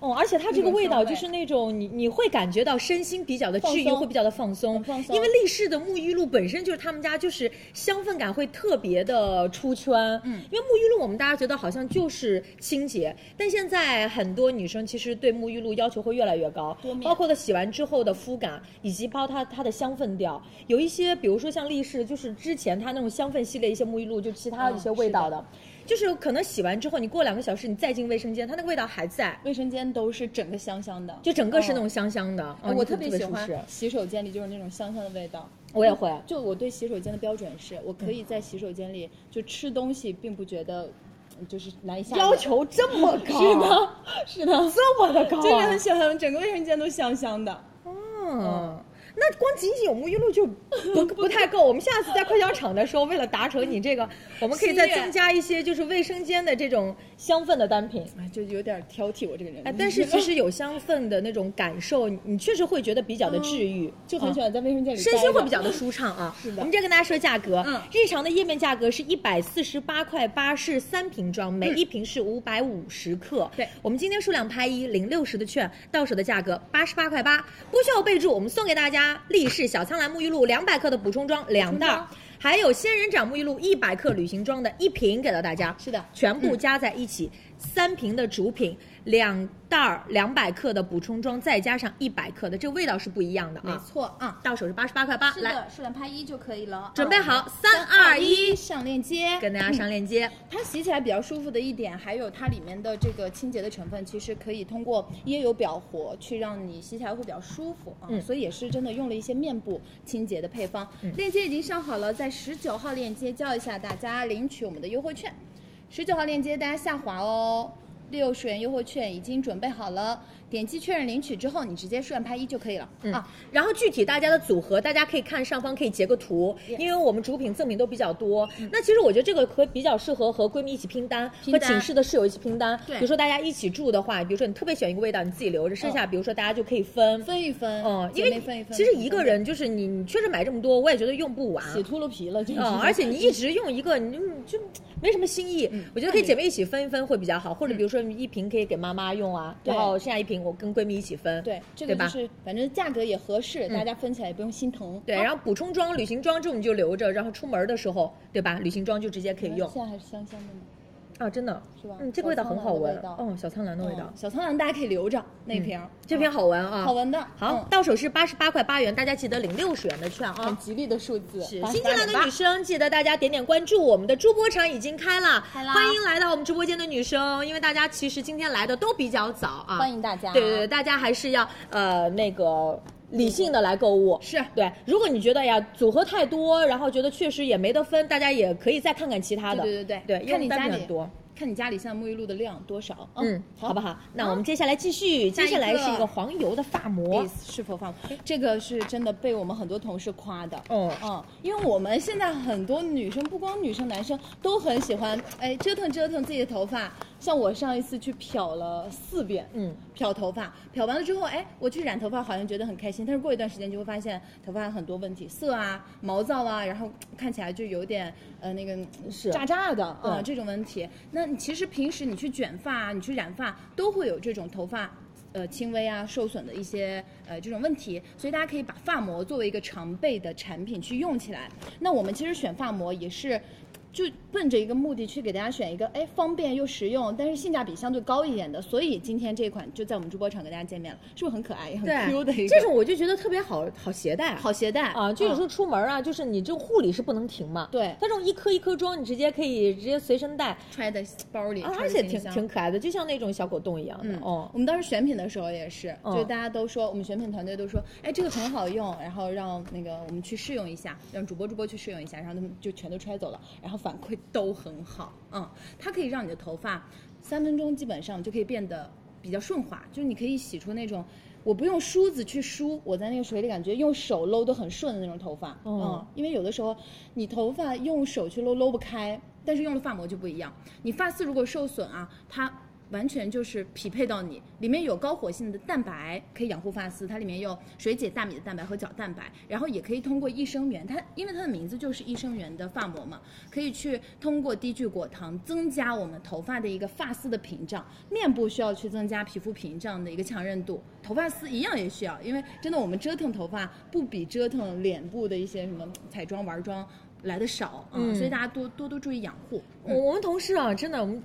Speaker 1: 哦，而且它这个味道
Speaker 2: 那种香味
Speaker 1: 就是那种你你会感觉到身心比较的治愈，
Speaker 2: 放松
Speaker 1: 会比较的放松
Speaker 2: 很，放松
Speaker 1: 因为力士的沐浴露本身就是他们家就是香氛感会特别的出圈，嗯，因为沐浴露我们大家觉得好像就是清洁，但现在很多女生其实对沐浴露要求会越来越高
Speaker 2: 多，面
Speaker 1: 包括它洗完之后的肤感，以及包括它它的香氛调，有一些比如说像力士就是之前它那种香氛系列一些沐浴露，就其他一
Speaker 2: 啊
Speaker 1: 些味道的，就是可能洗完之后你过两个小时你再进卫生间，它那个味道还在。
Speaker 2: 卫生间都是整个香香的，
Speaker 1: 就整个是那种香香的，
Speaker 2: 哎
Speaker 1: 哦
Speaker 2: 我
Speaker 1: 特
Speaker 2: 特别喜
Speaker 1: 舒
Speaker 2: 欢
Speaker 1: 适
Speaker 2: 洗手间里就是那种香香的味道。
Speaker 1: 我也会。嗯
Speaker 2: 就我对洗手间的标准是，我可以在洗手间里就吃东西，并不觉得嗯就是难以下咽
Speaker 1: 要求这么高，
Speaker 2: <laughs> 是的，是的， <laughs>
Speaker 1: 这么的高、啊
Speaker 2: 真的很喜欢，整个卫生间都香香的。
Speaker 1: 嗯，那光仅仅有沐浴露就
Speaker 2: <laughs>
Speaker 1: 不不太够。我们下次在快销场的时候，为了达成你
Speaker 2: <laughs>
Speaker 1: 这个，我们可以再增加一些就是卫生间的这种香氛的单品。
Speaker 3: 哎，就有点挑剔我这
Speaker 2: 嗯
Speaker 3: 个人，
Speaker 1: 哎，但是其实有香氛的那种感受，你你确实会觉得比较的治
Speaker 2: 嗯
Speaker 1: 愈，嗯
Speaker 3: 就很喜欢在卫生间里待着，
Speaker 1: 身心会比较的舒畅啊。
Speaker 3: 是的
Speaker 1: 我们再跟大家说价格，日常的页面价格是一百四十八块八，是三瓶装，每一瓶是五百五十克。
Speaker 3: 对
Speaker 1: 我们今天数量拍一领六十的券，到手的价格八十八块八，不需要备注，我们送给大家力士小苍兰沐浴露两百克的补充装两袋儿。还有仙人掌沐浴露一百克旅行装的一瓶给到大家，
Speaker 3: 是的
Speaker 1: 全部加在一起，三瓶的主品，两袋儿两百克的补充装，再加上一百克的，这味道是不一样的
Speaker 2: 没
Speaker 1: 啊。
Speaker 2: 错啊，
Speaker 1: 到手是八十八块八，
Speaker 4: 是
Speaker 1: 来
Speaker 4: 的，数量拍一就可以了。
Speaker 1: 准备好，
Speaker 2: 嗯
Speaker 1: 三
Speaker 2: 二
Speaker 1: 二一，
Speaker 2: 上链接，嗯
Speaker 1: 跟大家上链接。
Speaker 2: 它洗起来比较舒服的一点，还有它里面的这个清洁的成分，其实可以通过椰油表活去让你洗起来会比较舒服啊。
Speaker 1: 嗯
Speaker 2: 所以也是真的用了一些面部清洁的配方。链接已经上好了，在十九号链接教一下大家领取我们的优惠券。十九号链接大家下滑哦。六十元优惠券已经准备好了，点击确认领取之后，你直接顺拍一就可以了、啊。
Speaker 1: 然后具体大家的组合，大家可以看上方可以截个图，因为我们主品赠品都比较多。那其实我觉得这个可比较适合和闺蜜一起拼单，
Speaker 2: 嗯拼
Speaker 1: 和
Speaker 2: 单
Speaker 1: 寝室的室友一起拼单。
Speaker 2: 对
Speaker 1: 比如说大家一起住的话，比如说你特别喜欢一个味道，你自己留着，剩下比如说大家就可以分。
Speaker 2: 嗯分一分，
Speaker 1: 嗯，
Speaker 2: 姐
Speaker 1: 因
Speaker 2: 妹
Speaker 1: 为
Speaker 2: 分一分。
Speaker 1: 其实
Speaker 2: 很
Speaker 1: 一个
Speaker 2: 方便
Speaker 1: 人就是你，你确实买这么多，我也觉得用不完。
Speaker 3: 洗秃噜皮了，真是。
Speaker 1: 嗯，而且你一直用一个，你就就没什么新意。
Speaker 2: 嗯
Speaker 1: 我觉得可以姐妹一起分一分会比较好，或者比如说你一瓶可以给妈妈用啊，
Speaker 2: 对
Speaker 1: 然后剩下一瓶我跟闺蜜一起分，
Speaker 2: 对这个
Speaker 1: 对吧嗯
Speaker 2: 就是反正价格也合适，大家分起来也不用心疼。啊
Speaker 1: 对，然后补充装、旅行装这种就留着，然后出门的时候，对吧？旅行装就直接可以用
Speaker 2: 现在还是香香的呢，
Speaker 1: 啊，真的
Speaker 2: 是吧
Speaker 1: 嗯，这个味道很好闻
Speaker 2: 小苍兰，的味
Speaker 1: 嗯，小苍兰的味道
Speaker 2: 嗯，小苍兰大家可以留着那
Speaker 1: 嗯
Speaker 2: 瓶儿，嗯
Speaker 1: 这瓶好闻啊，
Speaker 2: 好。闻的。
Speaker 1: 好，到手是八十八块八元，大家记得领六十元的券啊
Speaker 3: 很。吉利的数字，
Speaker 1: 是
Speaker 3: 88.8
Speaker 1: 新进来的女生，记得大家点点关注。我们的主播场已经开了，
Speaker 4: 开啦
Speaker 1: 欢迎来到我们直播间的女生，因为大家其实今天来的都比较早啊。
Speaker 2: 欢迎大家，
Speaker 1: 对对对，大家还是要呃那个理性的来购物。是对，如果你觉得呀组合太多，然后觉得确实也没得分，大家也可以再看看其他的。
Speaker 2: 对对对
Speaker 1: 对，
Speaker 2: 看
Speaker 1: 因为
Speaker 2: 你
Speaker 1: 单
Speaker 2: 家
Speaker 1: 品
Speaker 2: 里哦
Speaker 1: 很多。
Speaker 2: 看你家里现在沐浴露的量多少，
Speaker 1: 嗯，好不好？那我们接下来继续，
Speaker 2: 下一
Speaker 1: 接
Speaker 2: 个
Speaker 1: 下来是一个黄油的发膜
Speaker 2: Is。是否放？这个是真的被我们很多同事夸的。
Speaker 1: 哦
Speaker 2: 嗯，因为我们现在很多女生，不光女生，男生都很喜欢，哎，折腾折腾自己的头发。像我上一次去漂了四遍，
Speaker 1: 嗯，
Speaker 2: 漂头发，漂完了之后，哎，我去染头发好像觉得很开心，但是过一段时间就会发现头发很多问题，色啊、毛躁啊，然后看起来就有点呃那个
Speaker 1: 是
Speaker 2: 炸炸的啊、
Speaker 1: 嗯
Speaker 2: 这种问题。那你其实平时你去卷发啊，你去染发都会有这种头发。呃，轻微啊，受损的一些呃这种问题，所以大家可以把发膜作为一个常备的产品去用起来。那我们其实选发膜也是，就奔着一个目的去给大家选一个，哎，方便又实用，但是性价比相对高一点的。所以今天这款就在我们直播场跟大家见面了，是不是很可爱也很 Q 的一
Speaker 1: 对，
Speaker 2: 个？
Speaker 1: 这种我就觉得特别好好携带。
Speaker 2: 好携带
Speaker 1: 啊，就有时
Speaker 2: 嗯
Speaker 1: 候出门啊，就是你这种护理是不能停嘛。
Speaker 2: 对
Speaker 1: 它这种一颗一颗装，你直接可以直接随身带，
Speaker 2: 揣在包里，
Speaker 1: 啊
Speaker 2: 揣在
Speaker 1: 而且
Speaker 2: 行李
Speaker 1: 挺
Speaker 2: 箱
Speaker 1: 挺可爱的，就像那种小果冻一样的。哦
Speaker 2: 嗯我，们当时选品的时候也是，
Speaker 1: 嗯
Speaker 2: 就大家都说，我们选品团队都说，哎，这个很好用，然后让那个我们去试用一下，让主播主播去试用一下，然后他们就全都揣走了，然后反馈都很好，嗯，它可以让你的头发三分钟基本上就可以变得比较顺滑，就是你可以洗出那种。我不用梳子去梳，我在那个水里感觉用手搂都很顺的那种头发，
Speaker 1: 哦
Speaker 2: 嗯，因为有的时候你头发用手去搂搂不开，但是用了发膜就不一样。你发丝如果受损啊，它完全就是匹配到你，里面有高活性的蛋白可以养护发丝，它里面有水解大米的蛋白和角蛋白，然后也可以通过益生元，它因为它的名字就是益生元的发膜嘛，可以去通过低聚果糖增加我们头发的一个发丝的屏障，面部需要去增加皮肤屏障的一个强韧度，头发丝一样也需要，因为真的我们折腾头发不比折腾脸部的一些什么彩妆玩妆来的少啊，
Speaker 1: 嗯
Speaker 2: 所以大家多多多注意养护。嗯
Speaker 1: 我我们同事啊，真的我们。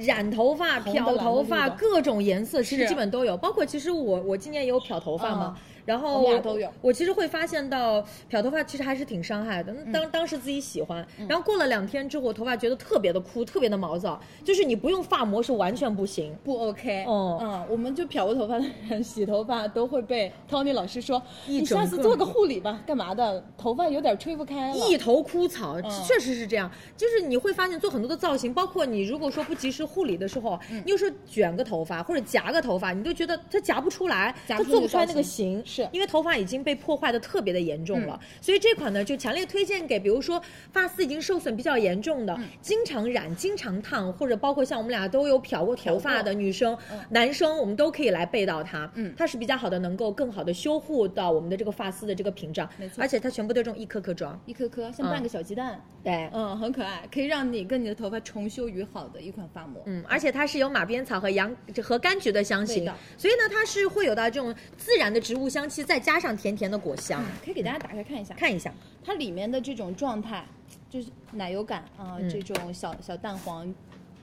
Speaker 1: 染头发、
Speaker 3: 红的
Speaker 1: 漂头
Speaker 3: 蓝
Speaker 1: 发，
Speaker 3: 的绿的
Speaker 1: 各种颜色其实
Speaker 2: 是嗯
Speaker 1: 基本都有。包括其实我我今年也有漂头发嘛，然后
Speaker 2: 我们俩都有。
Speaker 1: 我其实会发现到漂头发其实还是挺伤害的。
Speaker 2: 嗯
Speaker 1: 当当时自己喜欢，然后过了两天之后，我头发觉得特别的枯，特别的毛躁，就是你不用发膜是完全不行。
Speaker 2: 嗯不 OK，
Speaker 1: 哦
Speaker 2: 嗯，我们就漂过头发的人 <laughs> 洗头发都会被 Tony 老师说，
Speaker 1: 一
Speaker 2: 你
Speaker 1: 整
Speaker 2: 下次
Speaker 1: 个
Speaker 2: 做个护理吧，干嘛的？头发有点吹不开了。
Speaker 1: 一头枯草，
Speaker 2: 嗯
Speaker 1: 确实是这样。就是你会发现做很多的造型，包括你如果说不及时护理的时
Speaker 2: 嗯
Speaker 1: 候，你有时候卷个头发或者夹个头发，你都觉得它夹不出来，
Speaker 2: 夹
Speaker 1: 它
Speaker 2: 不出
Speaker 1: 做
Speaker 2: 那
Speaker 1: 不
Speaker 2: 个
Speaker 1: 出来
Speaker 2: 造
Speaker 1: 那个
Speaker 2: 型
Speaker 1: 型。
Speaker 2: 是嗯
Speaker 1: 因为头发已经被破坏的特别的严重了，所以这款呢就强烈推荐给，比如说发丝已经受损比较严重
Speaker 2: 嗯
Speaker 1: 的，经常染、经常烫，或者包括像我们俩都有漂过头发的女生、男生，我们都可以来备到它，
Speaker 2: 嗯
Speaker 1: 它是比较好的，能够更好的修护到我们的这个发丝的这个屏障，
Speaker 2: 没错
Speaker 1: 而且它全部都是用一颗颗装，
Speaker 2: 一颗颗像半个小鸡蛋，
Speaker 1: 对。
Speaker 2: 嗯，很可爱，可以让你跟你的头发重修于好的一款发膜。
Speaker 1: 嗯，而且它是有马鞭草和洋这和柑橘的香
Speaker 2: 味
Speaker 1: 型
Speaker 2: 道，
Speaker 1: 所以呢，它是会有到这种自然的植物香气，再加上甜甜的果香。
Speaker 2: 嗯可以给大家打开看一下，
Speaker 1: 看一下，
Speaker 2: 它里面的这种状态，就是奶油感啊、
Speaker 1: 嗯
Speaker 2: 这种小小蛋黄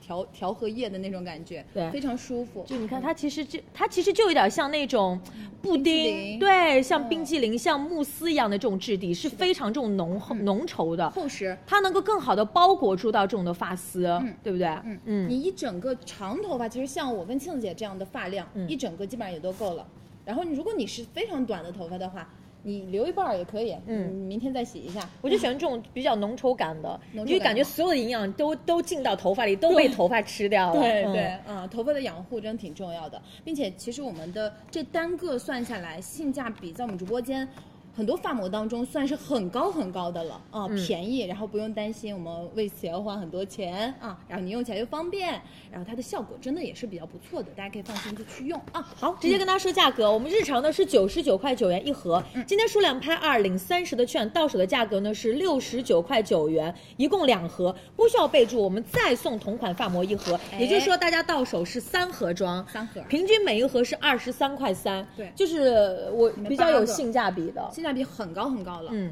Speaker 2: 调调和液的那种感觉，
Speaker 1: 对
Speaker 2: 非常舒服。嗯
Speaker 1: 就你看，它其实就它其实就有点像那种布
Speaker 2: 冰淇
Speaker 1: 丁，
Speaker 2: 淋
Speaker 1: 对，
Speaker 2: 嗯
Speaker 1: 像冰激凌、像慕斯一样的这种质地，是非常这种浓厚、浓稠的，
Speaker 2: 嗯厚实，
Speaker 1: 它能够更好的包裹住到这种的发丝，对不对？
Speaker 2: 嗯
Speaker 1: 嗯
Speaker 2: 你一整个长头发，其实像我跟庆姐这样的发量，
Speaker 1: 嗯
Speaker 2: 一整个基本上也都够了。然后你如果你是非常短的头发的话，你留一半儿也可以，
Speaker 1: 嗯
Speaker 2: 你明天再洗一下。
Speaker 1: 我就喜欢这种比较浓稠感的，
Speaker 2: 浓稠感
Speaker 1: 你就感觉所有的营养都都进到头发里，都被头发吃掉了。
Speaker 2: 对
Speaker 1: 嗯
Speaker 2: 对，啊、头发的养护真挺重要的，并且其实我们的这单个算下来，性价比在我们直播间。很多发膜当中算是很高很高的了啊、
Speaker 1: 嗯
Speaker 2: 便宜，然后不用担心我们为此要花很多钱啊，然后你用起来又方便，然后它的效果真的也是比较不错的，大家可以放心的去用啊。
Speaker 1: 好，嗯直接跟大家说价格，我们日常呢是九十九块九
Speaker 2: 嗯
Speaker 1: 元一盒，今天数量拍二领三十的券，到手的价格呢是六十九块九元，一共两盒，不需要备注，我们再送同款发膜一盒，
Speaker 2: 哎
Speaker 1: 也就是说大家到手是三盒装，
Speaker 2: 三盒
Speaker 1: 平均每一盒是二十三块三，
Speaker 2: 对
Speaker 1: 就是我
Speaker 2: 们
Speaker 1: 比较有
Speaker 2: 八个
Speaker 1: 性价比的，
Speaker 2: 性价比很高很高了，
Speaker 1: 嗯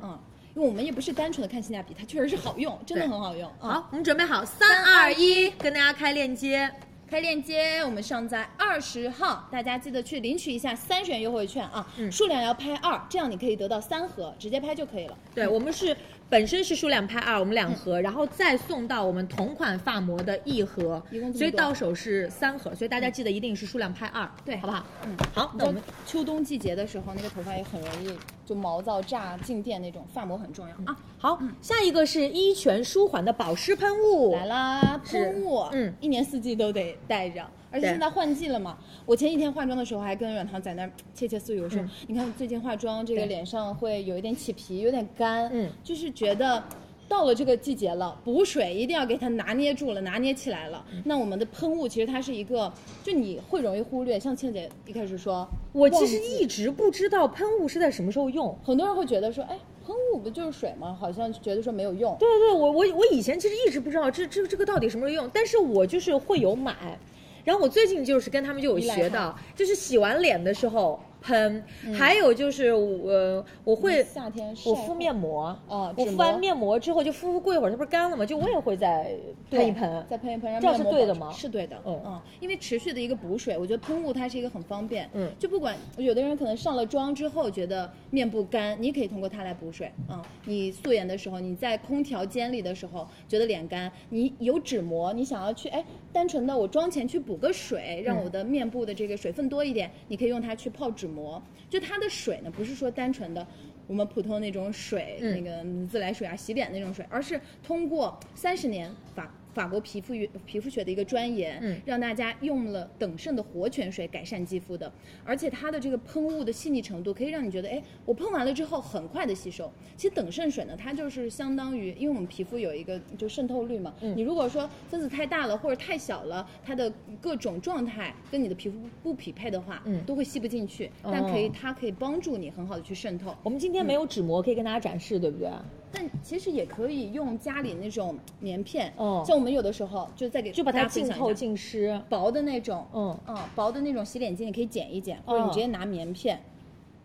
Speaker 2: 因为我们也不是单纯的看性价比，它确实是好用，真的
Speaker 1: 对
Speaker 2: 很好用。啊。
Speaker 1: 好，我们准备好，三二一，跟大家开链接。
Speaker 2: 开链接，我们上在二十号，大家记得去领取一下三十元优惠券啊，
Speaker 1: 嗯
Speaker 2: 数量要拍二，这样你可以得到三盒，直接拍就可以了。嗯
Speaker 1: 对，我们是本身是数量拍二，我们两盒，然后再送到我们同款发膜的一盒
Speaker 2: 一共这么，多
Speaker 1: 所以到手是三盒，所以大家记得一定是数量拍二，
Speaker 2: 对
Speaker 1: 好不好？
Speaker 2: 嗯，
Speaker 1: 好，
Speaker 2: 你
Speaker 1: 那
Speaker 2: 知
Speaker 1: 我
Speaker 2: 道
Speaker 1: 们
Speaker 2: 秋冬季节的时候，那个头发也很容易就毛躁、炸、静电那种，发膜很重要
Speaker 1: 嗯
Speaker 2: 啊。
Speaker 1: 好，下一个是伊泉舒缓的保湿喷雾
Speaker 2: 来，啦，喷雾，
Speaker 1: 嗯
Speaker 2: 一年四季都得带着，而且
Speaker 1: 对
Speaker 2: 现在换季了嘛。我前几天化妆的时候还跟软糖在那儿窃窃私语，我
Speaker 1: 嗯
Speaker 2: 说：“你看我最近化妆，这个
Speaker 1: 对
Speaker 2: 脸上会有一点起皮，有点干，
Speaker 1: 嗯
Speaker 2: 就是觉得。”到了这个季节了，补水一定要给它拿捏住了，拿捏起来了。
Speaker 1: 嗯
Speaker 2: 那我们的喷雾其实它是一个，就你会容易忽略，像倩姐一开始说，
Speaker 1: 我其实
Speaker 2: 忘记
Speaker 1: 一直不知道喷雾是在什么时候用。
Speaker 2: 很多人会觉得说，哎，喷雾不就是水吗？好像觉得说没有用。
Speaker 1: 对对对，我我我以前其实一直不知道这这这个到底什么时候用，但是我就是会有买，然后我最近就是跟他们就有学到，就是洗完脸的时候喷，还有就是我、呃我会
Speaker 2: 夏天嗯晒
Speaker 1: 我敷面膜，
Speaker 2: 哦
Speaker 1: 我
Speaker 2: 纸
Speaker 1: 敷
Speaker 2: 膜
Speaker 1: 完面膜之后就敷敷过一会儿，它不是干了吗？就我也会再喷一喷，
Speaker 2: 再喷一喷，让
Speaker 1: 这样
Speaker 2: 面
Speaker 1: 是
Speaker 2: 膜
Speaker 1: 对的
Speaker 2: 保持
Speaker 1: 吗？
Speaker 2: 是对的，
Speaker 1: 嗯
Speaker 2: 嗯因为持续的一个补水，我觉得喷雾它是一个很方便，
Speaker 1: 嗯
Speaker 2: 就不管有的人可能上了妆之后觉得面部干，你可以通过它来补水，嗯，你素颜的时候，你在空调间里的时候觉得脸干，你有纸膜，你想要去哎，单纯的我妆前去补个水，
Speaker 1: 嗯
Speaker 2: 让我的面部的这个水分多一点，你可以用它去泡纸膜，就它的水呢，不是说单纯的。我们普通那种水，
Speaker 1: 嗯
Speaker 2: 那个自来水啊、洗脸那种水，而是通过三十年法法国皮肤学皮肤学的一个专研，
Speaker 1: 嗯
Speaker 2: 让大家用了等渗的活泉水改善肌肤的，而且它的这个喷雾的细腻程度可以让你觉得，哎，我喷完了之后很快的吸收。其实等渗水呢，它就是相当于，因为我们皮肤有一个就渗透率嘛，
Speaker 1: 嗯
Speaker 2: 你如果说分子太大了或者太小了，它的各种状态跟你的皮肤不匹配的话，
Speaker 1: 嗯
Speaker 2: 都会吸不进去，但可以
Speaker 1: 哦
Speaker 2: 它可以帮助你很好的去渗透。嗯
Speaker 1: 我们今天没有纸膜可以跟大家展示，对不对？
Speaker 2: 但其实也可以用家里那种棉片，
Speaker 1: 哦
Speaker 2: 像我们有的时候就再给
Speaker 1: 就把
Speaker 2: 大
Speaker 1: 它
Speaker 2: 家分
Speaker 1: 浸
Speaker 2: 享一
Speaker 1: 透
Speaker 2: 下
Speaker 1: 浸湿。
Speaker 2: 薄的那种，
Speaker 1: 嗯
Speaker 2: 薄的那种洗脸巾，你可以剪一剪，或者你直接拿棉片，